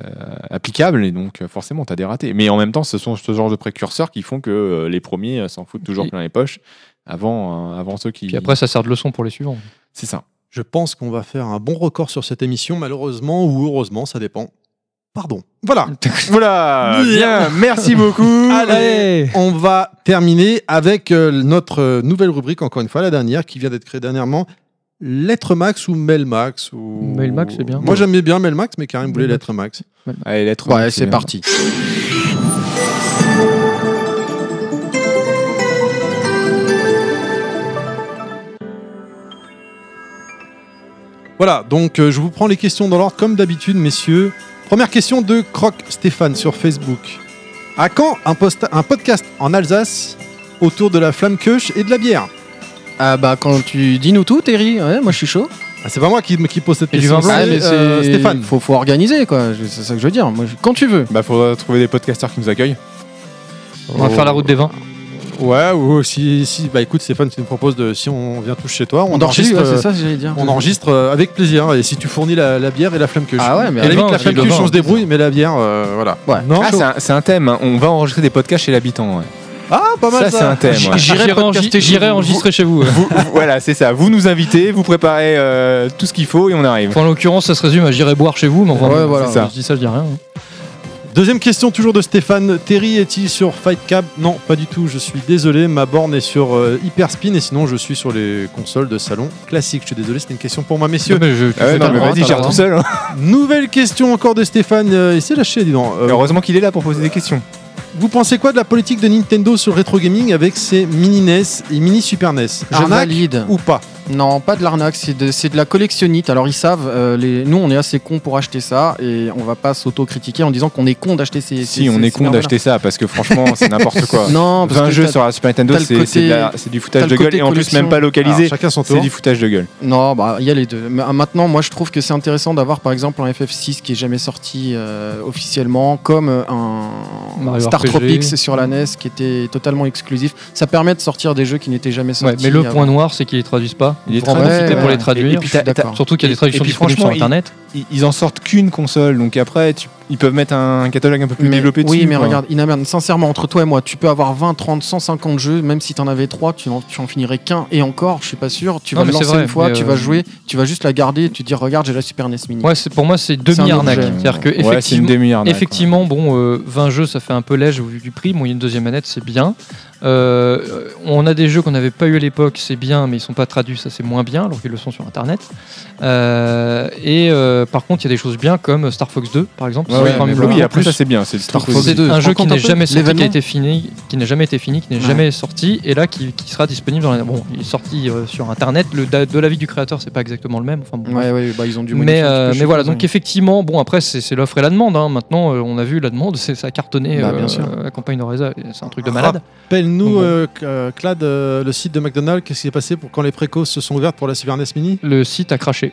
D: applicable, et donc euh, forcément, tu as des ratés. Mais en même temps, ce sont ce genre de précurseurs qui font que euh, les premiers euh, s'en foutent toujours
C: Et-
D: plein les poches avant, euh, avant ceux qui.
C: Puis après, ça sert de leçon pour les suivants.
D: C'est ça. (laughs)
A: Je pense qu'on va faire un bon record sur cette émission, malheureusement ou heureusement, ça dépend. Pardon. Voilà. (laughs)
D: Voilà Ah, Bien
C: (laughs)
D: Merci beaucoup
A: Allez, on va terminer avec euh, notre euh, nouvelle rubrique, encore une fois, la dernière, qui vient d'être créée dernièrement. Lettre Max ou Mail Max ou...
C: Mail Max, c'est bien.
A: Moi, j'aimais bien Mail Max, mais Karim voulait
C: Mail
A: Lettre Max.
D: Allez, lettre
E: Ouais,
A: euh,
E: c'est parti.
A: Voilà, donc euh, je vous prends les questions dans l'ordre, comme d'habitude, messieurs. Première question de Croc Stéphane sur Facebook. À quand un, posta- un podcast en Alsace autour de la flamme queuche et de la bière
E: Ah bah quand tu dis nous tout, Terry, ouais, moi je suis chaud.
A: Ah, c'est pas moi qui, qui pose cette
C: Et du
A: question.
C: vin blanc.
A: c'est,
C: Ah, mais
A: euh, Stéphane.
E: Faut, faut organiser, quoi. Je- C'est ça que je veux dire. Moi, je- quand tu veux.
F: Bah, faudra trouver des podcasters qui nous accueillent.
C: On va faire la route des vins.
A: Ouais, ou si, si, bah écoute, Stéphane, tu nous proposes de, si on vient tous chez toi, on,
E: On
A: enregistre,
E: enregistre,
A: euh,
E: c'est ça que j'allais dire.
A: on enregistre euh, avec plaisir. Et si tu fournis la, la bière et la flamme que je.
E: Ah ouais, mais
A: à la
E: le
A: limite,
C: vin,
A: la
C: j'ai
A: flamme
C: le
A: que je,
C: vin,
A: on se
C: c'est
A: débrouille, mais la bière, euh, voilà.
E: Ouais.
A: Non,
D: Ah,
A: chaud.
D: c'est un, c'est un thème. hein. On va enregistrer des podcasts chez l'habitant. ouais.
A: Ah, pas mal
D: Ça,
A: ça.
D: c'est un thème. ouais.
E: J'irai podcaster
C: enregistrer
E: chez
C: j'irai
E: vous.
C: enregistrer chez vous. ouais.
D: Vous- vous- (laughs) voilà, c'est ça. Vous nous invitez, vous préparez euh, tout ce qu'il faut et on arrive.
C: Enfin, en l'occurrence, ça se résume à j'irai boire chez vous, mais enfin,
E: Ouais, voilà.
D: C'est ça.
C: je dis ça, je dis rien. hein.
A: Deuxième question, toujours de Stéphane. Terry est-il sur Fight Cab Non, pas du tout. Je suis désolé. Ma borne est sur euh, Hyperspin et sinon, je suis sur les consoles de salon classique. Je suis désolé, c'était une question pour moi,
C: (laughs)
A: messieurs.
C: Non, mais je- tu
D: Ah ouais,
C: fais pas
D: non, mais
C: le droit,
D: vas-y,
C: t'as
D: gère
C: le
D: tout
C: droit.
D: seul. hein.
A: Nouvelle question encore de Stéphane. Euh, et c'est lâché, dis donc. Euh,
D: Heureusement qu'il est là pour poser des questions.
A: vous pensez quoi de la politique de Nintendo sur le rétro gaming avec ses mini NES et mini Super NES
E: Je
A: Arnaque
E: valide.
A: ou pas
E: Non, pas de l'arnaque, c'est de, c'est de la collectionnite. Alors ils savent, euh, les... nous on est assez cons pour acheter ça et on va pas s'auto-critiquer en disant qu'on est cons d'acheter ces. ces-
D: Si, on
E: ces-
D: est
E: ces
D: con
E: merdes-là.
D: d'acheter ça parce que franchement, c'est n'importe (laughs) quoi.
E: Non, parce
D: 20
E: que
D: jeux
E: t'as-
D: sur la Super Nintendo,
E: t'as le
D: c'est
E: côté-
D: c'est de la- c'est du foutage
E: t'as
D: de
E: le
D: gueule
E: côté
D: et en plus
E: collection.
D: même pas
A: Alors,
D: localisé.
A: Chacun son
D: C'est
A: tour.
D: du foutage de gueule.
E: Non, bah il y a les deux. Mais, euh, Maintenant, moi je trouve que c'est intéressant d'avoir par exemple un FF6 qui est jamais sorti euh, officiellement, comme euh, un
C: Mario
E: Star
C: RPG.
E: Tropics sur la NES qui était totalement exclusif. Ça permet de sortir des jeux qui n'étaient jamais
C: Ouais,
E: sortis.
C: mais le
E: avant.
C: point noir, c'est qu'ils les traduisent pas.
D: Il est
C: Pour en
E: traduit,
C: profiter
E: ouais.
C: pour
E: Et
C: les
E: puis
C: traduire.
E: Je suis d'accord.
C: Surtout qu'il y a
D: et-
C: des traductions
D: et puis
C: disponibles sur
D: franchement,
C: internet.
D: Ils- Ils en sortent qu'une console, donc après, tu- ils peuvent mettre un catalogue un peu plus
E: Mais-
D: développé dessus.
E: Oui, mais
D: quoi.
E: regarde, Inaman, sincèrement, entre toi et moi, tu peux avoir 20, 30, 150 jeux, même si t'en avais 3, tu en, tu en finirais qu'un, et encore, je suis pas sûr, tu
C: Non,
E: vas
C: mais
E: le
C: c'est
E: lancer
C: vrai,
E: une fois,
C: mais,
E: tu
C: euh,
E: vas jouer, tu vas juste la garder, et tu te dis, regarde, j'ai la Super NES Mini.
C: Ouais, c'est- pour moi, c'est
E: C'est un
C: demi-arnaque.
E: objet.
C: C'est-à-dire que,
D: Ouais, c'est une
C: effectivement,
E: Ah,
D: demi-arnaque.
C: Effectivement, bon, euh, 20 jeux, ça fait un peu léger au vu du prix. Bon, il y a une deuxième manette, c'est bien. Euh, euh, on a des jeux qu'on n'avait pas eu à l'époque, c'est bien, mais ils sont pas traduits, ça c'est moins bien, alors qu'ils le sont sur Internet. Euh, et euh, par contre, il y a des choses bien comme Star Fox 2, par exemple.
D: Ouais,
C: c'est
D: ouais,
C: parmi
D: mais
C: les
D: oui,
C: jeux
D: après
C: en
D: ça
C: plus.
D: c'est bien, c'est le
E: Star
D: truc
E: Fox
D: positif.
E: 2,
C: un
E: tu te
C: jeu
E: rends
C: qui
E: compte
C: n'est
E: un peu
C: jamais sorti, qui a
E: L'événement
C: été fini, qui n'a jamais été fini, qui n'est
E: Ouais.
C: jamais sorti, et là qui, qui sera disponible dans la... Bon, il est sorti euh, sur Internet. Le da- de l'avis du créateur, c'est pas exactement le même. Enfin, bon,
E: Ouais, ouais, bah, ils ont dû
C: mais,
E: modifier un
C: euh,
E: petit peu, je
C: mais
E: sais
C: voilà,
E: pas,
C: donc
E: mais-
C: effectivement, bon après c'est c'est l'offre et la demande. hein. Maintenant, euh, on a vu la demande, c'est ça a cartonné
E: Bah,
C: euh,
E: bien sûr. Ah.
C: la campagne de Reza, et c'est un truc de malade.
A: Rappelle-nous,
C: Bon.
A: euh, que- euh, Clad, euh, le site de McDonald's, qu'est-ce qui s'est passé pour quand les précoces se sont ouvertes pour la Super NES Mini
C: Le site a craché.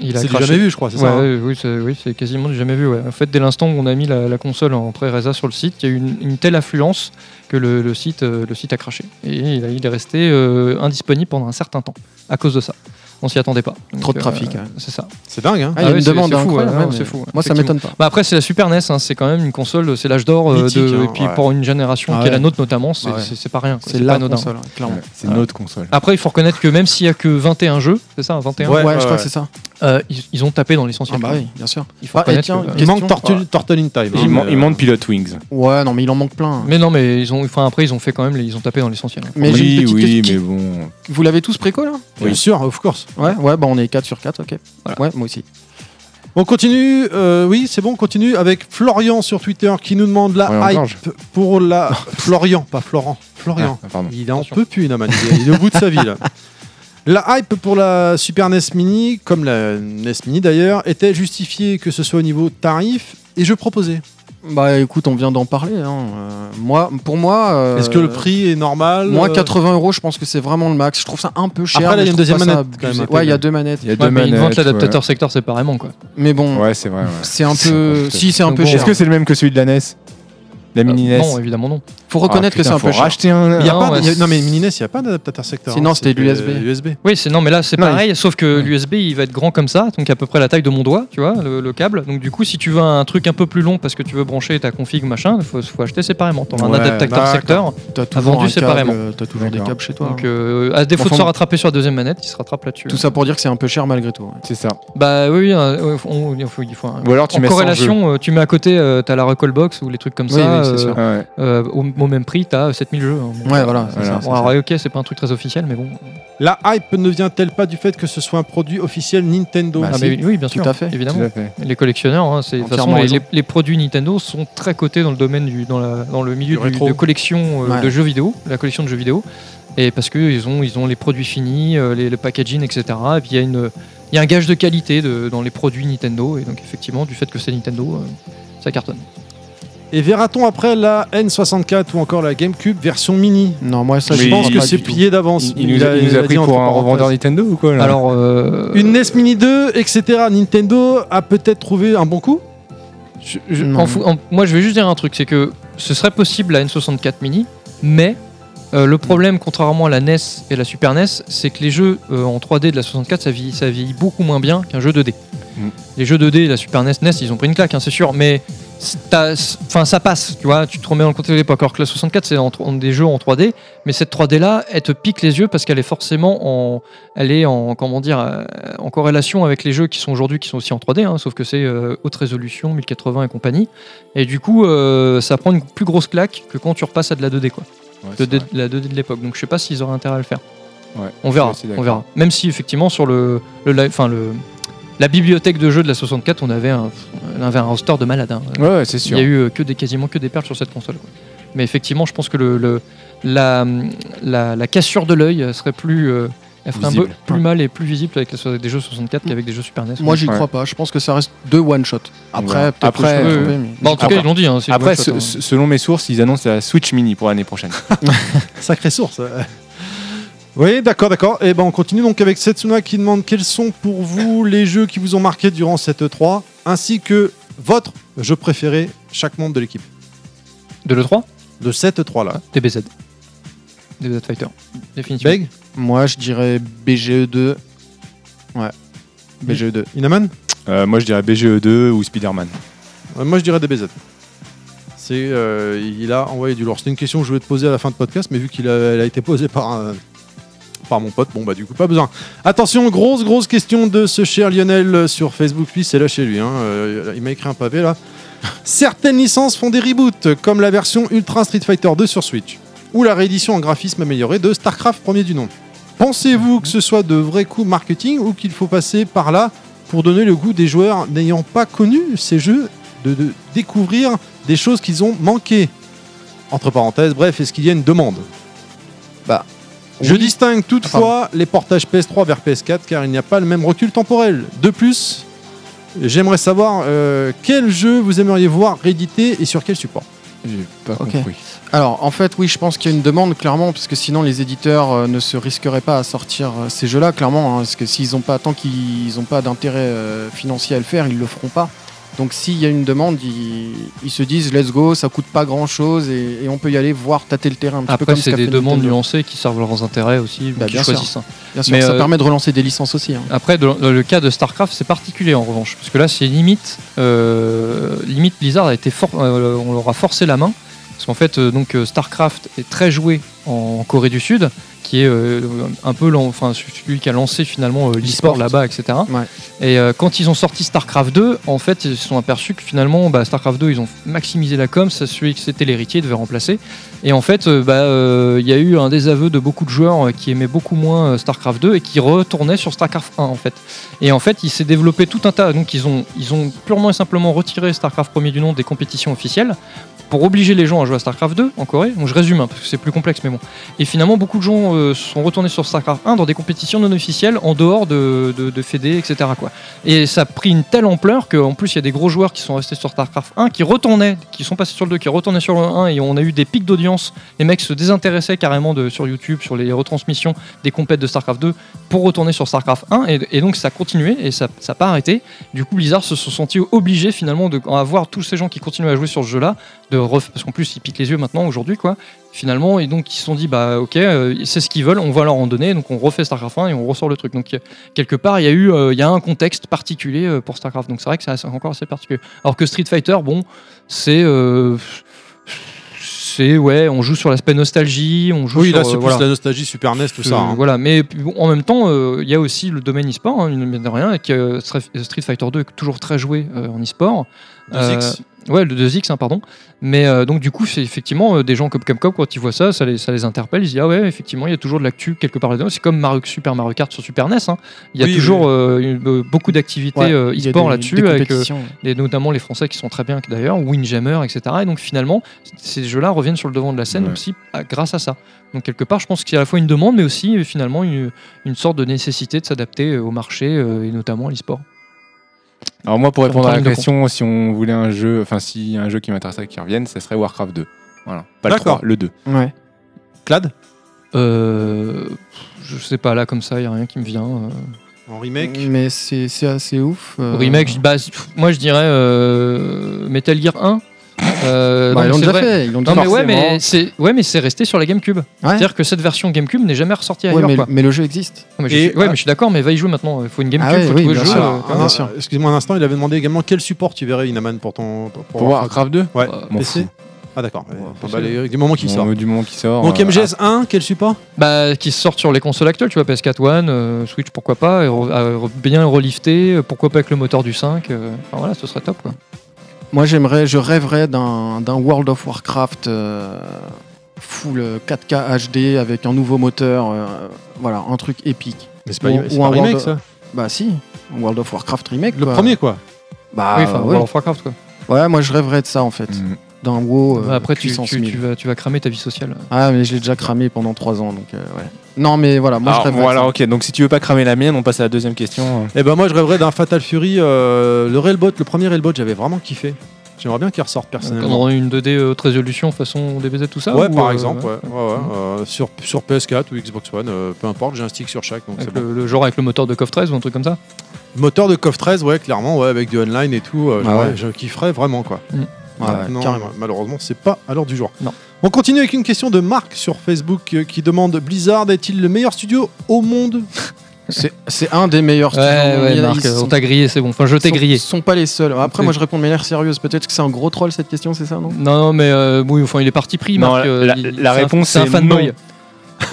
C: Il a
A: C'est du
C: craché.
A: jamais vu, je crois, c'est
C: Ouais,
A: ça hein
C: ouais, oui, c'est oui, c'est quasiment du jamais vu. ouais. En fait, dès l'instant où on a mis la, la console en pré-Reza sur le site, il y a eu une, une telle affluence que le, le site, euh, le site a craché. Et il, a- il est resté euh, indisponible pendant un certain temps à cause de ça. On s'y attendait pas. Donc,
E: Trop de
C: euh,
E: trafic. ouais.
C: c'est ça.
A: C'est dingue, hein
E: Ah, il y a
C: ouais,
E: une
C: c'est-
E: demande
C: c'est fou, ouais,
E: incroyable,
C: ouais,
E: ouais,
C: c'est
E: mais-
C: fou,
E: Moi, ça m'étonne pas.
C: Bah après c'est la Super NES, hein, c'est quand même une console, c'est l'âge d'or euh,
E: Mythique,
C: de-
E: hein,
C: et puis
E: ouais.
C: pour une génération qui est la nôtre notamment, c'est
E: Ouais.
C: c'est- c'est pas rien. quoi,
E: C'est
C: pas
E: la
C: anodin.
E: console, clairement.
D: C'est notre console.
C: Après il faut reconnaître que même s'il y a que 21 jeux, c'est ça, 21,
A: ouais,
E: Ouais, je
A: ouais.
E: crois que c'est ça.
C: euh, ils, ils ont tapé dans
E: Ah
C: l'essentiel.
E: bah oui, bien sûr.
C: Il faut
E: Ah, et
C: reconnaître
E: tiens,
C: que-
E: une
A: Il
E: question, Ah.
A: manque Tortue-
E: ouais.
A: Turtle in Time.
D: Il,
A: hein,
D: man-
A: mais,
D: il
A: euh,
D: manque Pilot Wings.
E: Ouais, non, mais il en manque plein.
C: Mais non, mais ils ont, enfin après ils ont fait quand même, les- ils ont tapé dans l'essentiel.
E: Mais j'ai
D: oui,
E: une petite
D: oui,
E: question.
D: mais bon.
E: Vous l'avez tous préco, là
A: euh, Bien sûr, of course.
E: Ouais, ouais, bah on est 4 sur 4, ok. Ouais, moi aussi.
A: On continue, euh, oui, c'est bon, on continue avec Florian sur Twitter qui nous demande la
D: Florian
A: hype
D: Gorge.
A: pour la. Florian, pas Florent. Florian.
D: Ah, pardon.
A: Il en peut plus, Inaman. Il est- il est au bout de sa vie, là. La hype pour la Super NES Mini, comme la NES Mini d'ailleurs, était justifiée que ce soit au niveau tarif, et je proposais.
E: Bah écoute, on vient d'en parler. hein. Euh, moi, pour moi. euh,
A: Est-ce que le prix est normal
E: Moi,
A: euh,
E: 80 euros, je pense que c'est vraiment le max. Je trouve ça un peu cher.
A: Après, là,
E: mais
A: il y a une
E: je trouve
A: deuxième
E: pas ça
A: manette, quand
E: abusé.
A: même,
E: Ouais, il y a deux manettes.
D: Il y a deux
C: Ouais, mais ils vendent
D: manettes,
C: l'adaptateur secteur séparément quoi.
E: Mais bon,
D: Ouais, Ouais, c'est vrai. ouais.
E: c'est un
D: C'est
E: peu.
D: compliqué.
E: Si, c'est un
C: Donc
E: peu
C: bon,
E: cher.
D: Est-ce que c'est le même que celui de la NES La mini E
C: Euh,
D: NES
C: Non, évidemment non.
E: Faut reconnaître
D: Ah,
E: que c'est
D: putain,
E: un peu
D: faut
E: cher.
D: racheter un.
A: Il y a
C: Non,
A: pas,
C: ouais,
A: il y a-
C: c'est-
A: non mais Mini NES, il n'y a pas d'adaptateur secteur. hein,
E: Sinon, c'était
A: c'est euh, que
E: de l'USB.
A: USB.
C: Oui, c'est non, mais là c'est
D: Non,
C: pareil, sauf que l'USB il va être grand comme ça, donc à peu près la taille de mon doigt, tu vois, le, le câble. Donc du coup, si tu veux un truc un peu plus long parce que tu veux brancher ta config machin, faut, faut acheter séparément. T'en as
D: Ouais,
C: un adaptateur
D: d'accord.
C: secteur.
E: T'as toujours
C: vendu
E: un câble,
C: séparément.
E: euh, T'as toujours des
D: D'accord.
E: câbles chez toi.
C: Donc
E: hein.
C: euh, à défaut de
E: Enfin,
C: se
E: bon.
C: rattraper sur la deuxième manette, il se rattrape là-dessus. hein.
E: Tout ça pour dire que c'est un peu cher malgré tout. ouais.
D: C'est ça.
C: Bah oui, oui, euh, ouais, faut- on- il faut, il faut un-
D: Ou alors tu
C: en
D: mets ça en
C: corrélation, euh, tu mets à côté, euh, t'as la Recall Box ou les trucs comme
E: Oui,
C: ça.
E: oui, c'est
C: euh,
E: sûr.
D: Ah ouais.
C: euh, au, au même prix, t'as 7000 jeux. hein. Bon,
E: Ouais, voilà. c'est
D: Voilà.
E: ça, c'est
C: Bon,
E: ça.
C: alors, ouais, ok, c'est pas un truc très officiel, mais bon.
A: La hype ne vient-elle pas du fait que ce soit un produit officiel Nintendo
D: Bah,
C: Ah,
D: si.
C: mais oui, bien
E: Tout
C: sûr.
E: à fait.
D: Tout
C: Évidemment.
D: à fait.
C: Les collectionneurs, hein, c'est de toute façon,
E: Entièrement
C: les,
E: raison.
C: les- les produits Nintendo sont très cotés dans le domaine du dans, la- dans le milieu
A: Du
C: du-
A: rétro.
C: de collection euh,
E: Ouais.
C: de jeux vidéo, la collection de jeux vidéo, et parce que ils ont ils ont les produits finis, euh, les, le packaging, etc. Et puis il y a une il y a un gage de qualité de- dans les produits Nintendo, et donc effectivement du fait que c'est Nintendo, euh, ça cartonne.
A: Et verra-t-on après la N64 ou encore la GameCube version mini
E: Non, moi, ça,
A: Je
E: je
A: pense que
E: pas
A: c'est
E: du tout.
A: pillé d'avance.
D: Il, nous a, il nous a
A: dit
D: pris
A: entre
D: pour un
A: parenthèses.
D: revendeur Nintendo ou quoi là
C: Alors, euh,
A: Une NES Mini 2, etc. Nintendo a peut-être trouvé un bon coup
C: je- je-
E: Non.
C: en fou- en- moi, je vais juste dire un truc, c'est que ce serait possible la N64 Mini, mais euh, le problème, contrairement à la NES et la Super NES, c'est que les jeux euh, en 3D de la 64, ça vieillit, ça vieillit beaucoup moins bien qu'un jeu 2D.
F: Mm.
C: Les jeux 2D, la Super E NES, NES, ils ont pris une claque, hein, c'est sûr, mais c'est- t'as- c'est- enfin, ça passe, tu vois, tu te remets dans le contexte de l'époque. Alors que la 64, c'est en tro- en des jeux en 3D, mais cette 3D là, elle te pique les yeux parce qu'elle est forcément en, elle est en comment dire, euh, en corrélation avec les jeux qui sont aujourd'hui qui sont aussi en 3D, hein, sauf que c'est euh, haute résolution, 1080 et compagnie, et du coup, euh, ça prend une plus grosse claque que quand tu repasses à de la 2D quoi,
F: c'est
C: 2D la 2D de l'époque. Donc je sais pas s'ils auraient intérêt à le faire.
F: Ouais,
C: on verra,
F: je suis assez
C: on verra. Même si effectivement sur le, le, li- enfin le la bibliothèque de jeux de la 64, on avait un, on avait un roster de malades. hein.
F: Ouais, ouais, c'est sûr.
C: Il y a eu euh, que des, quasiment que des perles sur cette console. quoi. Mais effectivement, je pense que le, le- la, la, la cassure de l'œil serait plus. euh, elle ferait un peu
F: Visible.
C: plus mal et plus visible avec, la- avec des jeux 64 qu'avec des jeux Super E NES.
E: Moi, j'y
F: Ouais.
E: crois pas. Je pense que ça reste deux one-shot. Après,
F: Voilà.
E: peut-être
F: Après,
E: que je me
C: euh,
E: trompe, mais-
C: Bah, en tout
F: Après-
C: cas, ils l'ont dit. hein, c'est une
F: Après,
C: bonne
F: se-
C: chose,
F: se-
C: hein.
F: selon mes sources, ils annoncent la Switch Mini pour l'année prochaine.
A: Sacrée source. euh. (laughs) Oui, d'accord, d'accord. Et ben on continue donc avec Setsuna qui demande quels sont pour vous les jeux qui vous ont marqué durant cette E3, ainsi que votre jeu préféré, chaque membre de l'équipe.
C: hein. De l'E3
A: De cette E E3 là.
C: DBZ. DBZ Fighter. Définitivement.
A: Beg,
E: Moi, je dirais BGE2. Ouais. E BGE2.
A: Inaman
F: Euh, moi, je dirais BGE2 ou Spider-Man.
A: Euh, Moi je dirais DBZ. C'est, euh, il a envoyé du lourd. C'était une question que je voulais te poser à la fin de podcast, mais vu qu'elle a, elle a été posée par, un- par mon pote, bon bah du coup pas besoin. Attention, grosse grosse question de ce cher Lionel euh, sur Facebook. Lui c'est là chez lui. hein. Euh, il m'a écrit un pavé là. (laughs) Certaines licences font des reboots, comme la version Ultra Street Fighter 2 sur Switch, ou la réédition en graphisme amélioré de Starcraft premier du nom. Pensez-vous que ce soit de vrais coups marketing ou qu'il faut passer par là pour donner le goût des joueurs n'ayant pas connu ces jeux de, de découvrir des choses qu'ils ont manquées. Entre parenthèses, bref, est-ce qu'il y a une demande Bah. Je
E: oui.
A: distingue toutefois les portages PS3 vers PS4 car il n'y a pas le même recul temporel. De plus, j'aimerais savoir euh, quel jeu vous aimeriez voir réédité et sur quel support.
F: J'ai pas
E: Ok.
F: compris.
E: Alors, en fait, oui, je pense qu'il y a une demande, clairement, parce que sinon, les éditeurs euh, ne se risqueraient pas à sortir euh, ces jeux-là, clairement. hein, parce que s'ils n'ont pas, tant qu'ils n'ont pas d'intérêt euh, financier à le faire, ils le feront pas. Donc, s'il y a une demande, ils, ils se disent, let's go, ça coûte pas grand-chose et, et on peut y aller voir tâter le terrain un petit peu
C: Après,
E: comme ce
C: c'est
E: qu'a
C: des
E: fait
C: demandes
E: Nintendo.
C: nuancées qui servent leurs intérêts aussi,
E: Bah,
C: qui
E: bien sûr.
C: choisissent. hein.
E: Bien sûr,
C: mais,
E: ça
C: euh,
E: permet de relancer des licences aussi. hein.
C: Après, dans le cas de StarCraft, c'est particulier en revanche, parce que là, c'est limite, euh, limite Blizzard a été for- euh, on leur a forcé la main, parce qu'en fait, euh, donc euh, StarCraft est très joué en Corée du Sud, qui est euh, un peu l'en- enfin celui qui a lancé finalement euh, l'e-sport
E: L'e-sport.
C: là-bas, etc.
E: Ouais.
C: Et euh, quand ils ont sorti StarCraft 2, en fait, ils se sont aperçus que finalement, bah, StarCraft 2, ils ont maximisé la com, c'est celui que c'était l'héritier devait remplacer. Et en fait, euh, bah, euh, il y a eu un désaveu de beaucoup de joueurs euh, qui aimaient beaucoup moins euh, StarCraft 2 et qui retournaient sur StarCraft 1 en fait. Et en fait, il s'est développé tout un tas. Donc ils ont, ils ont purement et simplement retiré StarCraft premier du nom des compétitions officielles pour obliger les gens à jouer à StarCraft 2 en Corée. Donc je résume hein, parce que c'est plus complexe, mais bon. Et finalement, beaucoup de gens euh, sont retournés sur StarCraft 1 dans des compétitions non officielles en dehors de, de, de Fédé, etc. Quoi. Et ça a pris une telle ampleur qu'en plus, il y a des gros joueurs qui sont restés sur StarCraft 1 qui retournaient, qui sont passés sur le 2, qui retournaient sur le 1 et on a eu des pics d'audience. Les mecs se désintéressaient carrément de, sur YouTube, sur les retransmissions des compètes de StarCraft 2 pour retourner sur StarCraft 1 et, et donc ça a continué et ça n'a pas arrêté. Du coup, Blizzard se sont sentis obligés finalement de avoir tous ces gens qui continuent à jouer sur ce jeu-là, de ref- parce qu'en plus ils piquent les yeux maintenant aujourd'hui quoi. Finalement et donc ils se sont dit bah ok euh, c'est ce qu'ils veulent, on va leur en donner donc on refait StarCraft 1 et on ressort le truc. Donc euh, quelque part il y a eu euh, il y a un contexte particulier euh, pour StarCraft donc c'est vrai que c'est assez- encore assez particulier. Alors que Street Fighter bon c'est euh, c'est ouais on joue sur l'aspect nostalgie, on joue
A: Oui,
C: sur
A: là c'est
C: euh,
A: plus
C: voilà.
A: la nostalgie Super NES, tout ça.
C: Euh,
A: hein.
C: Voilà, mais puis bon, en même temps, euh, il y a aussi le domaine e-sport, hein, mine de rien, et que euh, Stra- Street Fighter 2 est toujours très joué euh, en e-sport.
A: 2X.
C: Euh, ouais, le 2X, hein, pardon. Mais euh, donc, du coup, c'est effectivement euh, des gens comme Capcom, quand ils voient ça, ça les, ça les interpelle. Ils se disent, ah ouais, effectivement, il y a toujours de l'actu quelque part là-dedans. C'est comme Mario, Super Mario Kart sur Super NES. hein. Il y a
A: Oui,
C: toujours euh, une- euh, beaucoup d'activités
E: Ouais,
C: euh,
E: il y a
C: e-sport
E: des-
C: là-dessus,
E: des
C: avec euh,
E: compétitions.
C: et notamment les Français qui sont très bien d'ailleurs, Windjammer, etc. Et donc finalement, ces jeux-là reviennent sur le devant de la scène
F: Ouais.
C: aussi à- grâce à ça. Donc quelque part, je pense qu'il y a à la fois une demande, mais aussi euh, finalement une, une sorte de nécessité de s'adapter euh, au marché euh, et notamment à l'e-sport.
F: Alors moi, pour
C: Ça
F: répondre
C: prend
F: à la
C: une de
F: question, si on voulait un jeu, enfin si un jeu qui m'intéresserait qui revienne, ça serait Warcraft 2. Voilà, pas le
A: D'accord.
F: 3, le 2.
E: Ouais.
A: Clad
C: Euh, je sais pas, là, comme ça, il a rien qui me vient. euh.
A: En remake
E: Mais c'est c'est assez ouf. euh.
C: Remake, je- bah, pff, moi je dirais euh, Metal Gear 1. Euh,
E: Bah,
C: non,
E: ils l'ont
C: c'est
E: déjà
C: vrai.
E: fait. Ils l'ont
C: Non
E: déjà
C: mais ouais
E: forcément.
C: mais c'est ouais mais c'est resté sur la GameCube. C'est-à-dire que cette version GameCube n'est jamais ressortie
E: Ouais,
C: ailleurs
E: mais,
C: quoi.
E: mais le jeu existe.
C: Non, mais je
A: Et-
C: suis- ouais, mais je suis d'accord mais va y jouer maintenant, il faut une GameCube,
E: Ah ouais,
C: faut
E: oui,
C: trouver le
E: bien
C: jeu.
E: sûr.
C: euh,
A: Alors,
E: bien
A: un-
E: sûr.
A: Excusez-moi un instant, il avait demandé également quel support tu verrais Inaman pour ton. Pour, pour
F: Pour
A: Warcraft.
F: Warcraft 2
A: Ouais.
C: euh,
F: M'en
A: PC
F: fous.
A: Ah d'accord. Ouais,
F: Ouais,
A: bah, les- du moment qu'il
F: Bon,
A: sort.
F: Du moment qui sort.
A: Donc
F: euh,
A: MGS 1, quel support
C: bah, qui sortent sur les consoles actuelles, tu vois, PS4 One, euh, Switch, pourquoi pas, et re- à re- bien relifté, euh, pourquoi pas avec le moteur du 5, euh, enfin voilà, ce serait top quoi.
E: Moi, j'aimerais, je rêverais d'un d'un World of Warcraft euh, full euh, 4K HD avec un nouveau moteur. euh, voilà, un truc épique.
A: Mais c'est
E: pas- Ou- c'est ou pas un remake, World-
A: ça.
E: ça. Bah si, un World of Warcraft remake.
A: Le
E: quoi.
A: premier quoi.
E: Bah
C: oui, enfin,
E: ouais.
C: World of Warcraft quoi.
E: Ouais, moi je rêverais de ça en fait.
F: Mm.
E: D'un WoW. euh,
C: Bah, après, tu,
E: puissance
C: tu-
E: 1000.
C: tu vas, tu vas cramer ta vie sociale.
E: Ah mais je l'ai déjà cramé pendant 3 ans donc euh, ouais. Non mais voilà, moi
F: alors,
E: je
F: bon,
E: rêverais. de
F: alors, Ah, ok, donc si tu veux pas cramer la mienne, on passe à la deuxième question.
A: Et ben moi je rêverais d'un Fatal Fury, euh, le Railbot, le premier Railbot, j'avais vraiment kiffé. J'aimerais bien qu'il ressorte
C: On
A: personnellement.
C: aurait une 2D haute résolution façon DBZ, tout ça
A: Ouais,
C: ou,
A: par
C: euh,
A: exemple, ouais. ouais, ouais, euh, sur, sur PS4 ou Xbox One, euh, peu importe, j'ai un stick sur chaque, donc c'est
C: Avec
A: bon.
C: le, le genre avec le moteur de CoF 13 ou un truc comme ça
A: Moteur de CoF 13, ouais, clairement, ouais, avec du online et tout, euh,
E: Ah
A: j'aurais-
E: ouais.
A: je kifferais vraiment, quoi.
E: ça. Ouais, ouais,
A: non,
E: carrément.
A: malheureusement, c'est pas à l'heure du jour.
C: Non.
A: On continue avec une question de Marc sur Facebook euh, qui demande Blizzard est-il le meilleur studio au monde
E: C'est- C'est un des meilleurs.
C: Ouais,
E: studios. Il
C: ouais,
E: y en a-
C: Marc,
E: ils
C: euh, on
E: sont-
C: t'a grillé, c'est bon. Enfin, je t'ai
E: sont-
C: grillé.
E: sont pas les seuls. Après
C: C'est-
E: moi je réponds de manière sérieuse. Peut-être que c'est un gros troll cette question, c'est ça non
C: Non, non, mais euh, oui, enfin, il est parti pris,
F: Non,
C: Marc. euh,
F: la-
C: il-
F: la
C: c'est un-
F: réponse,
C: c'est un
F: c'est
C: fanboy.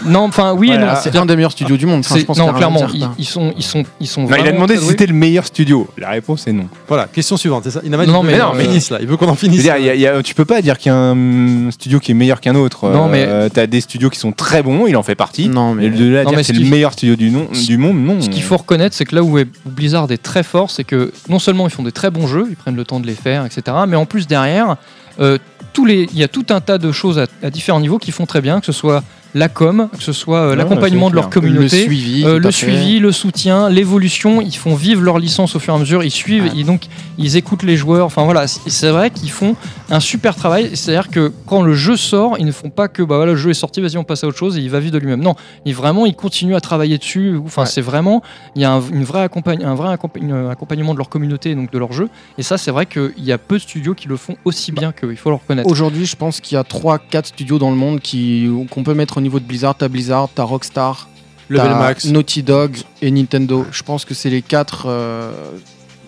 C: Non, enfin, oui et
F: Voilà.
A: ah,
C: non.
E: C'est un des meilleurs studios du monde. Enfin, je
C: C'est-
E: pense
C: non,
E: qu'il y a rien à
C: clairement,
E: dire,
C: ils,
E: quoi.
C: ils sont, ils sont, ils sont.
F: Non, il a
C: vraiment
F: demandé si
C: cadrés.
F: c'était le memeilleur studio. La réponse est non.
A: Voilà, question suivante, c'est ça Il en a
C: Non,
A: dit-
C: mais
A: il
C: non, mais-
A: finisse, là, il veut qu'on en
F: Je
A: finisse.
F: veux dire, il y a- il y a- tu peux pas dire qu'il y a un mm, studio qui est meilleur qu'un autre.
C: Non, mais-
F: Euh, T'as des studios qui sont très bons, il en fait partie.
E: Non
F: Mais
E: mais
F: de là à
C: Non,
F: dire que
C: mais ce
F: c'est le
C: qu'il-
F: meilleur studio du, nom- du monde, non.
C: Ce qu'il faut reconnaître, c'est que là où est- où Blizzard est très fort, c'est que non seulement ils font des très bons jeux, ils prennent le temps de les faire, etc. Mais en plus derrière, euh, tous les, il y a tout un tas de choses à, à différents niveaux qu'ils font très bien, que ce soit la com, que ce soit euh,
F: Ouais,
C: l'accompagnement
F: c'est
C: de leur
F: clair.
E: le
C: communauté,
E: suivi,
C: Euh,
E: tout
C: le
E: à fait.
C: suivi, le soutien, l'évolution, ils font vivre leur licence au fur et à mesure, ils suivent,
E: Ouais.
C: ils, donc, ils écoutent les joueurs, enfin voilà, c- c'est vrai qu'ils font un super travail, c'est-à-dire que quand le jeu sort, ils ne font pas que bah voilà, le jeu est sorti, vas-y on passe à autre chose et il va vivre de lui-même. Non, ils, vraiment ils continuent à travailler dessus, enfin c'est vraiment, il y a un, une vraie accompagne, un vrai accompagne- euh, accompagnement de leur communauté, donc de leur jeu, et ça c'est vrai qu'il y a peu de studios qui le font aussi bien qu'eux, il faut le reconnaître.
E: Aujourd'hui, je pense qu'il y a 3-4 studios dans le monde qui qu'on peut mettre au niveau de Blizzard. T'as Blizzard, t'as Rockstar,
A: Level
E: t'as
A: Max.
E: Naughty Dog et Nintendo. Je pense que c'est les 4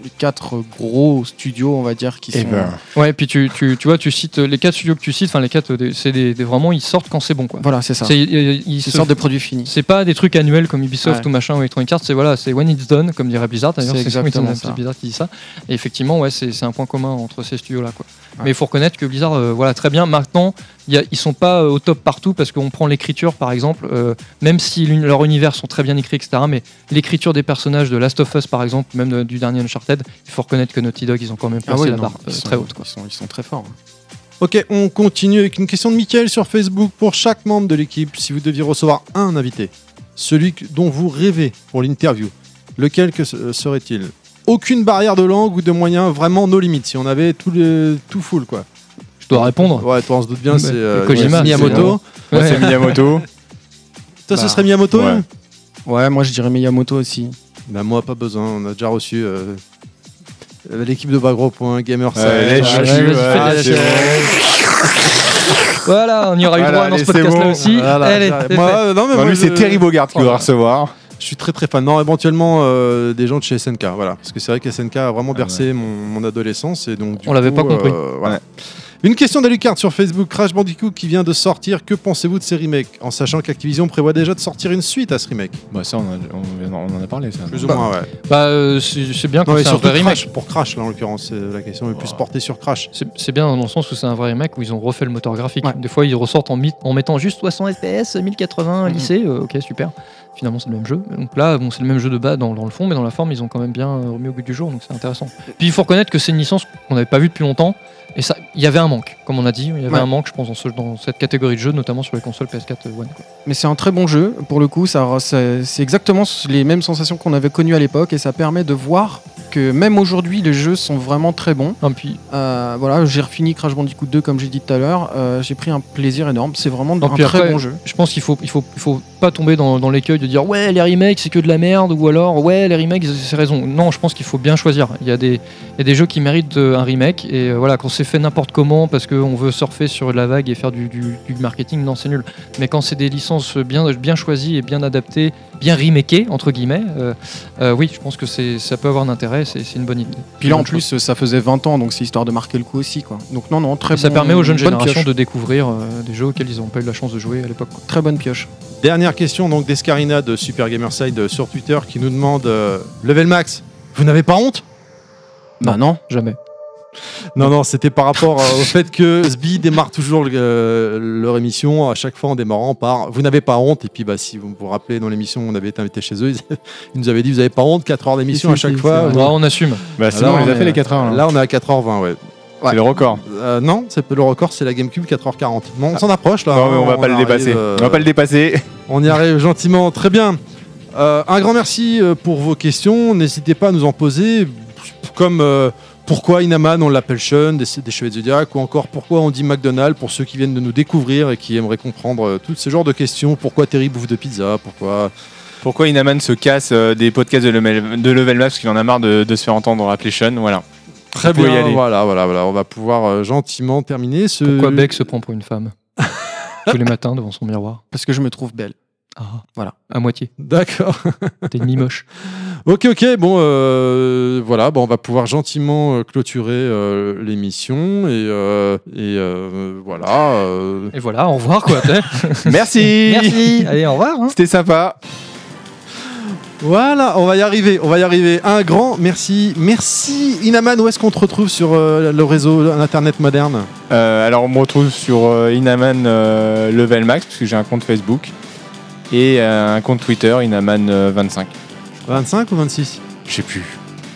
E: les quatre gros studios, on va dire, qui sont.
C: Ouais, puis tu, tu, tu vois, tu cites euh, les quatre studios que tu cites, enfin les quatre, euh, des- c'est des, des- vraiment ils sortent quand c'est bon quoi.
E: Voilà, c'est ça.
C: C'est- euh, ils- ils
E: Ils
C: se
E: sortent des produits finis.
C: C'est pas des trucs annuels comme Ubisoft
E: Ouais.
C: ou machin ou Electronic Arts, c'est voilà, c'est when it's done, comme dirait Blizzard d'ailleurs.
E: C'est
C: when it's
E: exactement
C: done,
E: ça.
C: c'est Blizzard qui dit ça. Et effectivement, ouais, c'est c'est un point commun entre ces studios là, quoi.
E: Ouais.
C: Mais il faut reconnaître que Blizzard, euh, voilà, très bien. Maintenant, il y a- ils sont pas euh, au top partout parce qu'on prend l'écriture, par exemple, euh, même si l'un- leurs univers sont très bien écrits, etc. Mais l'écriture des personnages de Last of Us, par exemple, même de- du dernier Uncharted, il faut reconnaître que Naughty Dog, ils ont quand même passé
E: ouais,
C: la
E: Ah non,
C: barre euh,
E: ils sont-
C: très haute, quoi.
E: Ils sont, ils sont très forts. hein.
A: Ok, on continue avec une question de Mickaël sur Facebook pour chaque membre de l'équipe. Si vous deviez recevoir un invité, celui que- dont vous rêvez pour l'interview, lequel que ce- serait-il Aucune barrière de langue ou de moyens, vraiment nos limites. Si on avait tout, le, tout full, quoi.
C: Je dois répondre.
A: Ouais, toi on se doute bien,
C: Ouais.
A: c'est euh,
C: Kojima,
A: ouais,
C: c'est
A: Miyamoto.
C: vraiment-
F: Moi,
C: Ouais.
F: c'est (laughs)
C: (laughs)
F: Miyamoto.
A: Toi, ce
E: Bah,
A: serait Miyamoto
F: ouais.
A: hein
E: Ouais, moi je dirais Miyamoto aussi.
A: Bah, moi, pas besoin. On a déjà reçu euh, euh, l'équipe de Bagro Point, Gamer
F: Ouais,
A: Sage,
F: lèche,
A: euh,
C: ouais,
F: lèche,
C: vas-y,
F: ouais,
C: fais de la
F: c'est
C: lèche. Voilà, on y aura eu
F: Voilà,
C: droit dans ce
F: allez, c'est
C: podcast-là
F: bon.
C: aussi.
A: voilà,
C: Allez,
A: j'ai-
C: c'est
A: moi,
C: fait.
A: euh, non,
F: Bon,
A: mais moi,
F: Bah, lui,
A: je-
F: c'est Terry Bogard qui doit recevoir.
A: Je suis très très fan. Non, éventuellement euh, des gens de chez SNK, voilà. Parce que c'est vrai que SNK a
C: Ah
A: vraiment bercé mon, mon adolescence et donc. du
C: On l'avait
A: coup,
C: pas compris.
A: euh, voilà. Une question d'Alucard sur Facebook, Crash Bandicoot qui vient de sortir. Que pensez-vous de ces remakes En sachant qu'Activision prévoit déjà de sortir une suite à ce remake.
F: Bah, ça, on, a- on- on en a parlé, ça.
A: Plus ou moins, ouais.
C: Bah, euh, c'est c'est bien
A: Non,
C: quand
A: mais
C: c'est un
A: surtout
C: vrai remake.
A: Crash, pour Crash, là en l'occurrence, c'est- la question est plus portée sur Crash.
C: C'est c'est bien dans le sens où c'est un vrai remake où ils ont refait le moteur graphique.
E: Ouais.
C: Des fois, ils ressortent en, mit- en mettant juste 60 FPS, 1080
E: Mhm.
C: lycée. euh, ok, super. Finalement, c'est le même jeu. Donc là, bon, c'est le même jeu de bas dans, dans le fond, mais dans la forme, ils ont quand même bien euh, remis au goût du jour, donc c'est intéressant. Puis il faut reconnaître que c'est une licence qu'on n'avait pas vue depuis longtemps. Et ça, il y avait un manque, comme on a dit. Il y avait
E: Ouais.
C: un manque, je pense, dans, ce- dans cette catégorie de jeux, notamment sur les consoles PS4 euh, One. quoi.
E: Mais c'est un très bon jeu. Pour le coup, ça, ça- c'est exactement les mêmes sensations qu'on avait connues à l'époque et ça permet de voir que même aujourd'hui, les jeux sont vraiment très bons.
C: Non, puis,
E: Euh, voilà, j'ai refini Crash Bandicoot 2 comme j'ai dit tout à l'heure. Euh, j'ai pris un plaisir énorme. C'est vraiment
C: Non,
E: un
C: puis
E: très
C: après-
E: bon jeu.
C: je pense qu'il faut, il faut, il faut pas tomber dans, dans l'écueil de dire ouais les remakes c'est que de la merde ou alors ouais les remakes c'est- c'est raison. Non, je pense qu'il faut bien choisir. Il y a des, il y a des jeux qui méritent euh, un remake et euh, voilà quand c'est fait n'importe comment parce qu'on veut surfer sur de la vague et faire du, du- du marketing, non c'est nul. Mais quand c'est des licences bien, bien choisies et bien adaptées, bien remakées entre guillemets, euh, euh, oui je pense que c'est, ça peut avoir un intérêt, c'est, c'est une bonne idée.
E: Puis là, en plus, ça faisait 20 ans, donc c'est histoire de marquer le coup aussi. Quoi. Donc, non, non, très
C: Et ça
E: bon-
C: permet aux jeunes
E: bonne
C: générations
E: pioche.
C: de découvrir euh, des jeux auxquels ils n'ont pas eu la chance de jouer à l'époque. quoi.
E: Très bonne pioche.
A: Dernière question donc d'Escarina de Super Gamerside euh, sur Twitter qui nous demande euh, Level Max, vous n'avez pas honte
E: Bah, non.
C: Jamais.
A: Non, non, c'était par rapport euh, au fait que SBI démarre toujours euh, leur émission à chaque fois en démarrant par Vous n'avez pas honte. Et puis, bah, si vous vous rappelez, dans l'émission, on avait été invité chez eux, ils, (laughs) ils nous avaient dit Vous n'avez pas honte, 4 heures d'émission à chaque
E: euh,
A: fois.
C: Ouais, on assume.
F: Bah, c'est bon,
A: Alors,
F: on les a
A: mais-
F: fait les 4 heures. là.
A: Là, on est à 4h20, ouais.
F: C'est le record.
A: Euh, non, c'est le record, c'est la GameCube 4h40. Bon, on s'en approche là.
F: Non, mais Ah, on va pas le
A: arrive,
F: dépasser.
A: euh,
F: On va pas le dépasser.
A: on y arrive gentiment, très bien. Euh, un grand merci euh, pour vos questions. N'hésitez pas à nous en poser, comme euh, pourquoi Inaman on l'appelle Sean, des, des Chevets de Zodiac, ou encore pourquoi on dit McDonald's pour ceux qui viennent de nous découvrir et qui aimeraient comprendre euh, tous ces genres de questions. Pourquoi Terry bouffe de pizza Pourquoi
F: (laughs) Pourquoi Inaman se casse euh, des podcasts de Level, de level Maps parce qu'il en a marre de, de se faire entendre appeler Sean Voilà.
A: Très
F: pouvez y aller.
A: Voilà, voilà, voilà. On va pouvoir euh, gentiment terminer ce.
C: Pourquoi Beck se prend pour une (laughs) femme Tous les matins devant son miroir.
E: Parce que je me trouve belle.
C: Ah, voilà. À moitié.
A: D'accord. (laughs)
C: T'es demi-moche.
A: Ok, ok, bon, euh, voilà, bon, on va pouvoir gentiment euh, clôturer euh, l'émission et, euh, et euh, voilà. euh,
C: Et voilà, au revoir quoi. (laughs) t'sais.
F: Merci.
C: Merci. Allez, au revoir. hein.
F: C'était sympa.
A: Voilà, on va y arriver, on va y arriver. Un grand merci, merci Inaman, où est-ce qu'on te retrouve sur euh, le réseau Internet moderne
F: Euh, alors on me retrouve sur euh, Inaman euh, Level Max parce que j'ai un compte Facebook et euh, un compte Twitter Inaman euh, 25.
A: 25 ou 26
F: Je sais plus.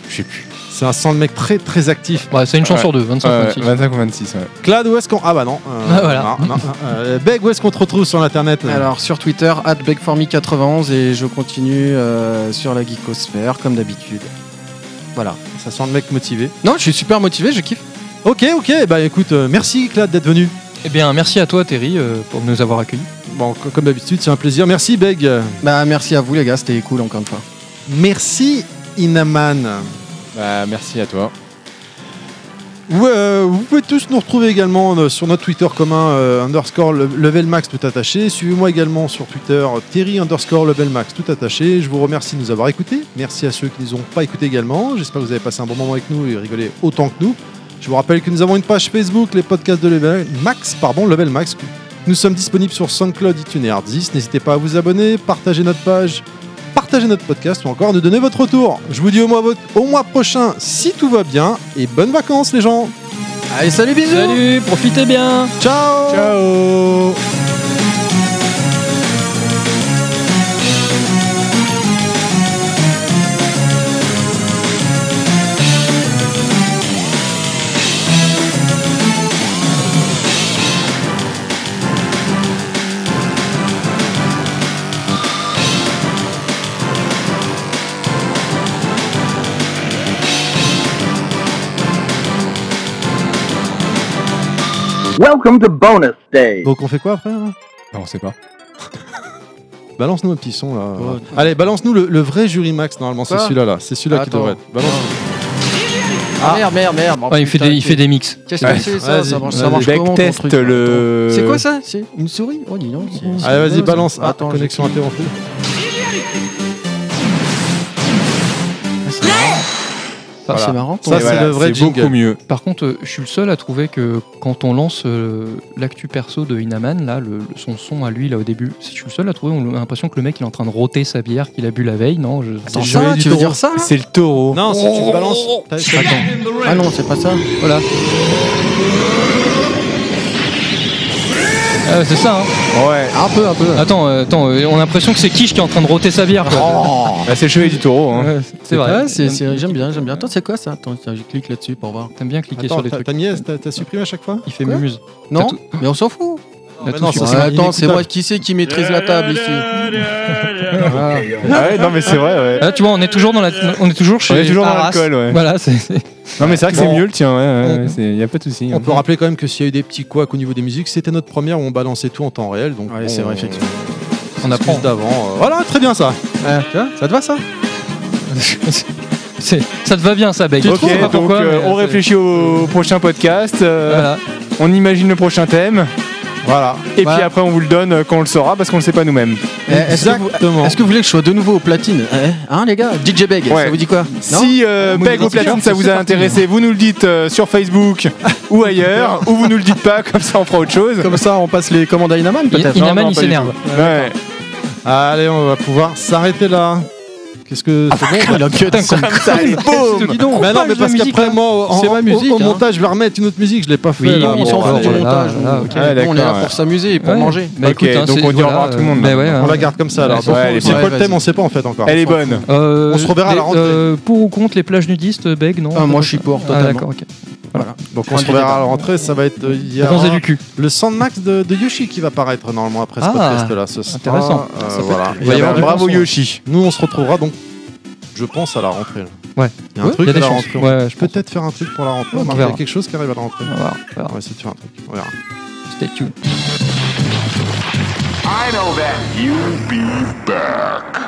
F: Je sais plus.
A: C'est un sang de mec très très actif.
C: Ouais, c'est une chance
F: Ouais.
C: sur deux, 25
D: Euh,
F: Ouais,
C: 26.
F: 25 ou 26. ouais.
A: Clad, où est-ce qu'on... Ah bah non. euh,
C: Ah, voilà.
A: non, non, euh, Beg, où est-ce qu'on te retrouve sur Internet euh,
E: Alors, sur Twitter, @begforme91 et je continue euh, sur la geekosphère, comme d'habitude. Voilà.
A: Ça sent le mec motivé.
E: Non, je suis super motivé, je kiffe.
A: Ok, ok, bah écoute, euh, merci Clad d'être venu.
C: Eh bien, merci à toi Terry euh, pour nous avoir accueillis.
A: Bon, co- comme d'habitude, c'est un plaisir. Merci Beg.
E: Bah, merci à vous, les gars, c'était cool encore une fois.
A: Merci Inaman.
F: Bah, merci à toi.
A: Vous, euh, vous pouvez tous nous retrouver également euh, sur notre Twitter commun euh, underscore le- levelmax tout attaché. Suivez-moi également sur Twitter euh, Terry underscore levelmax tout attaché. Je vous remercie de nous avoir écoutés. Merci à ceux qui ne nous ont pas écoutés également. J'espère que vous avez passé un bon moment avec nous et rigolé autant que nous. Je vous rappelle que nous avons une page Facebook, les podcasts de Level Max, pardon, Level Max. Nous sommes disponibles sur SoundCloud, iTunes et Hardzis. N'hésitez pas à vous abonner, partager notre page, partager notre podcast ou encore nous donner votre retour. Je vous dis au mois, au mois prochain si tout va bien et bonnes vacances les gens
E: Allez, salut, bisous
C: Salut, profitez bien.
A: Ciao Ciao
K: Welcome to bonus day.
A: Donc on fait quoi après là
D: Bah,
F: Non, on sait pas.
A: Balance-nous un petit son là. Allez, balance-nous le, le vrai jury max normalement, c'est
E: Quoi
A: celui-là là. C'est celui-là qui
E: Attends.
A: devrait être. Bah, Balance.
E: Ah, merde, merde, merde. Oh,
C: Ouais, il fait
E: putain,
C: des, il fait des mix.
E: Qu'est-ce que
A: Ouais,
E: c'est ça
A: vas-y,
E: Ça marche, ça
A: vas-y.
E: marche
F: Beck
E: comment, ton
F: teste
E: truc, là
D: Euh,
F: le.
E: C'est quoi ça C'est une souris Oh, dis donc. c'est-
A: Allez, vas-y,
E: c'est-
A: balance. Ah,
E: Attends,
A: connexion
E: je-
A: interrompue.
E: Ah,
A: Voilà.
E: C'est marrant.
A: Ça,
F: Et
A: c'est
F: voilà,
A: le vrai
F: C'est beaucoup
A: jingle.
F: mieux.
C: Par contre, euh, je suis le seul à trouver que quand on lance euh, l'actu perso de Inaman, là, le, le- son son à lui là au début, je suis le seul à trouver. On a l'impression que le mec il est en train de roter sa bière qu'il a bu la veille, non je-
E: Attends,
A: c'est
E: ça,
A: le jury du
E: tu veux
A: taureau.
E: dire ça là
F: C'est le taureau.
A: Non, si tu balances.
E: Ah non, c'est pas ça. Voilà.
C: Ah, c'est ça. hein.
F: Ouais.
E: Un peu, un peu.
C: Attends, euh, attends, euh, on a l'impression que c'est Quiche qui est en train de roter sa bière. quoi.
F: Bah, c'est le chevet du taureau. hein.
C: Ouais, c'est vrai.
E: Ouais, c'est- c'est- j'aime bien, j'aime bien. Attends, c'est quoi ça Attends, tiens, je clique là-dessus pour voir.
C: T'aimes bien cliquer
A: Attends,
C: sur des
A: ta,
C: trucs.
A: ta nièce, t'as t'as supprimé à chaque fois
C: Il fait
E: Quoi
C: mumuse.
E: Non,
C: tout-
E: mais on s'en fout.
C: On a tous
A: non,
C: eu
A: ça,
C: ça.
A: c'est
E: Ouais, attends,
A: inécoutable.
E: c'est moi qui sais qui maîtrise la table ici. Ah.
D: Ah ouais, non, mais c'est vrai, ouais.
C: Là, Ah, tu vois, on est toujours dans la, on est toujours chez
D: On est toujours dans
C: Arras.
D: l'alcool, ouais.
C: Voilà, c'est- c'est-
D: Non, mais c'est vrai que
A: Bon.
D: c'est mieux le tien, ouais, ouais, ouais. c'est- y a pas de souci. hein.
A: On peut rappeler quand même que s'il y a eu des petits couacs au niveau des musiques, c'était notre première où on balançait tout en temps réel. Donc
E: Ouais, c'est
A: on-
E: vrai, effectivement.
C: on apprend.
A: Plus d'avant. euh, Voilà, très bien ça. Tu vois, ça te va ça
C: (laughs) C'est- ça te va bien, ça, Beck.
D: Ok,
C: Je sais pas
D: donc
C: hein, pourquoi,
D: euh,
C: mais
D: on
C: c'est-
D: réfléchit au prochain podcast, euh,
C: Voilà.
D: on imagine le prochain thème,
A: Voilà.
D: et
E: Voilà.
D: puis après on vous le donne euh, quand on le saura parce qu'on le sait pas nous-mêmes.
E: Eh, Est-ce que, vous-
A: Exactement.
E: est-ce que vous voulez que je sois de nouveau au platine Eh, Hein, les gars DJ Beg,
D: Ouais.
E: ça vous dit quoi Non Ah,
D: Si euh,
E: Moon
D: Beg au
E: Identity,
D: platine
E: c'est
D: ça vous a
E: parti.
D: intéressé, vous nous le dites euh, sur
E: (laughs)
D: Facebook ou ailleurs, ou vous nous le dites pas, comme ça on fera autre chose.
E: Comme ça, on passe les commandes à Inaman
C: Il-
E: peut-être
C: il
E: non
C: amène,
E: Non,
C: il
E: pas du
C: s'énerve.
D: Ouais.
A: Allez, on va pouvoir s'arrêter là. Qu'est-ce que c'est bon
E: tout. Il a que
C: Putain,
E: ça.
C: comme-
A: Dis donc, bah non, mais
C: de
A: parce
C: musique,
A: qu'après moi, en-
E: hein. C'est
A: en-
E: ma musique,
A: au, au
E: hein.
A: montage, je vais remettre une autre musique. Je l'ai pas fait.
C: Oui,
A: là.
C: oui,
E: on s'en
C: voilà,
E: fout du
A: ah,
C: voilà,
E: montage.
C: voilà,
E: nous.
C: ok.
D: Ouais,
E: Nous, on est là
D: d'accord,
E: pour s'amuser et pour
C: Ouais.
E: manger.
C: Bah,
D: Ok,
C: écoute, hein,
D: donc
C: c'est-
D: on dit au revoir
C: voilà,
D: à tout le monde,
C: bah
D: là.
C: ouais,
A: On
C: ouais.
A: la garde comme ça. Alors,
D: Ouais, elle est
A: c'est
E: bonne.
A: quoi le
E: Ouais,
A: thème
E: vas-y.
A: On sait pas en fait encore.
D: Elle est bonne.
C: Euh,
A: On se reverra à la
C: des-
A: rentrée.
C: euh, pour ou contre les plages nudistes, Beg, non
E: Ah, moi, je suis pour,
C: Ah,
E: totalement.
C: d'accord, ok.
A: Donc on se reverra à la rentrée. Ça va être euh, il y a
C: Bronzé du cul.
A: le Sandmax de, de Yoshi qui va paraître normalement après ce
C: Ah,
A: podcast là. Ce sera,
C: intéressant.
A: euh, voilà.
C: Il va y avoir du
A: bravo
C: bon son.
A: Yoshi. Nous on se retrouvera donc, je pense à la rentrée. là.
C: Ouais.
A: Il y a un
C: Il
A: truc
C: y a
A: à
C: des
A: la
C: chances.
A: rentrée.
C: Ouais, je peux.
A: Peut-être faire un truc pour la rentrée.
C: On
A: Marc, Il y a
C: verra.
A: quelque chose qui arrive à la rentrée.
C: On va voir, on va voir.
A: On va essayer de faire un truc. On verra.
C: Stay tuned.
L: I know that.
M: You'll be back.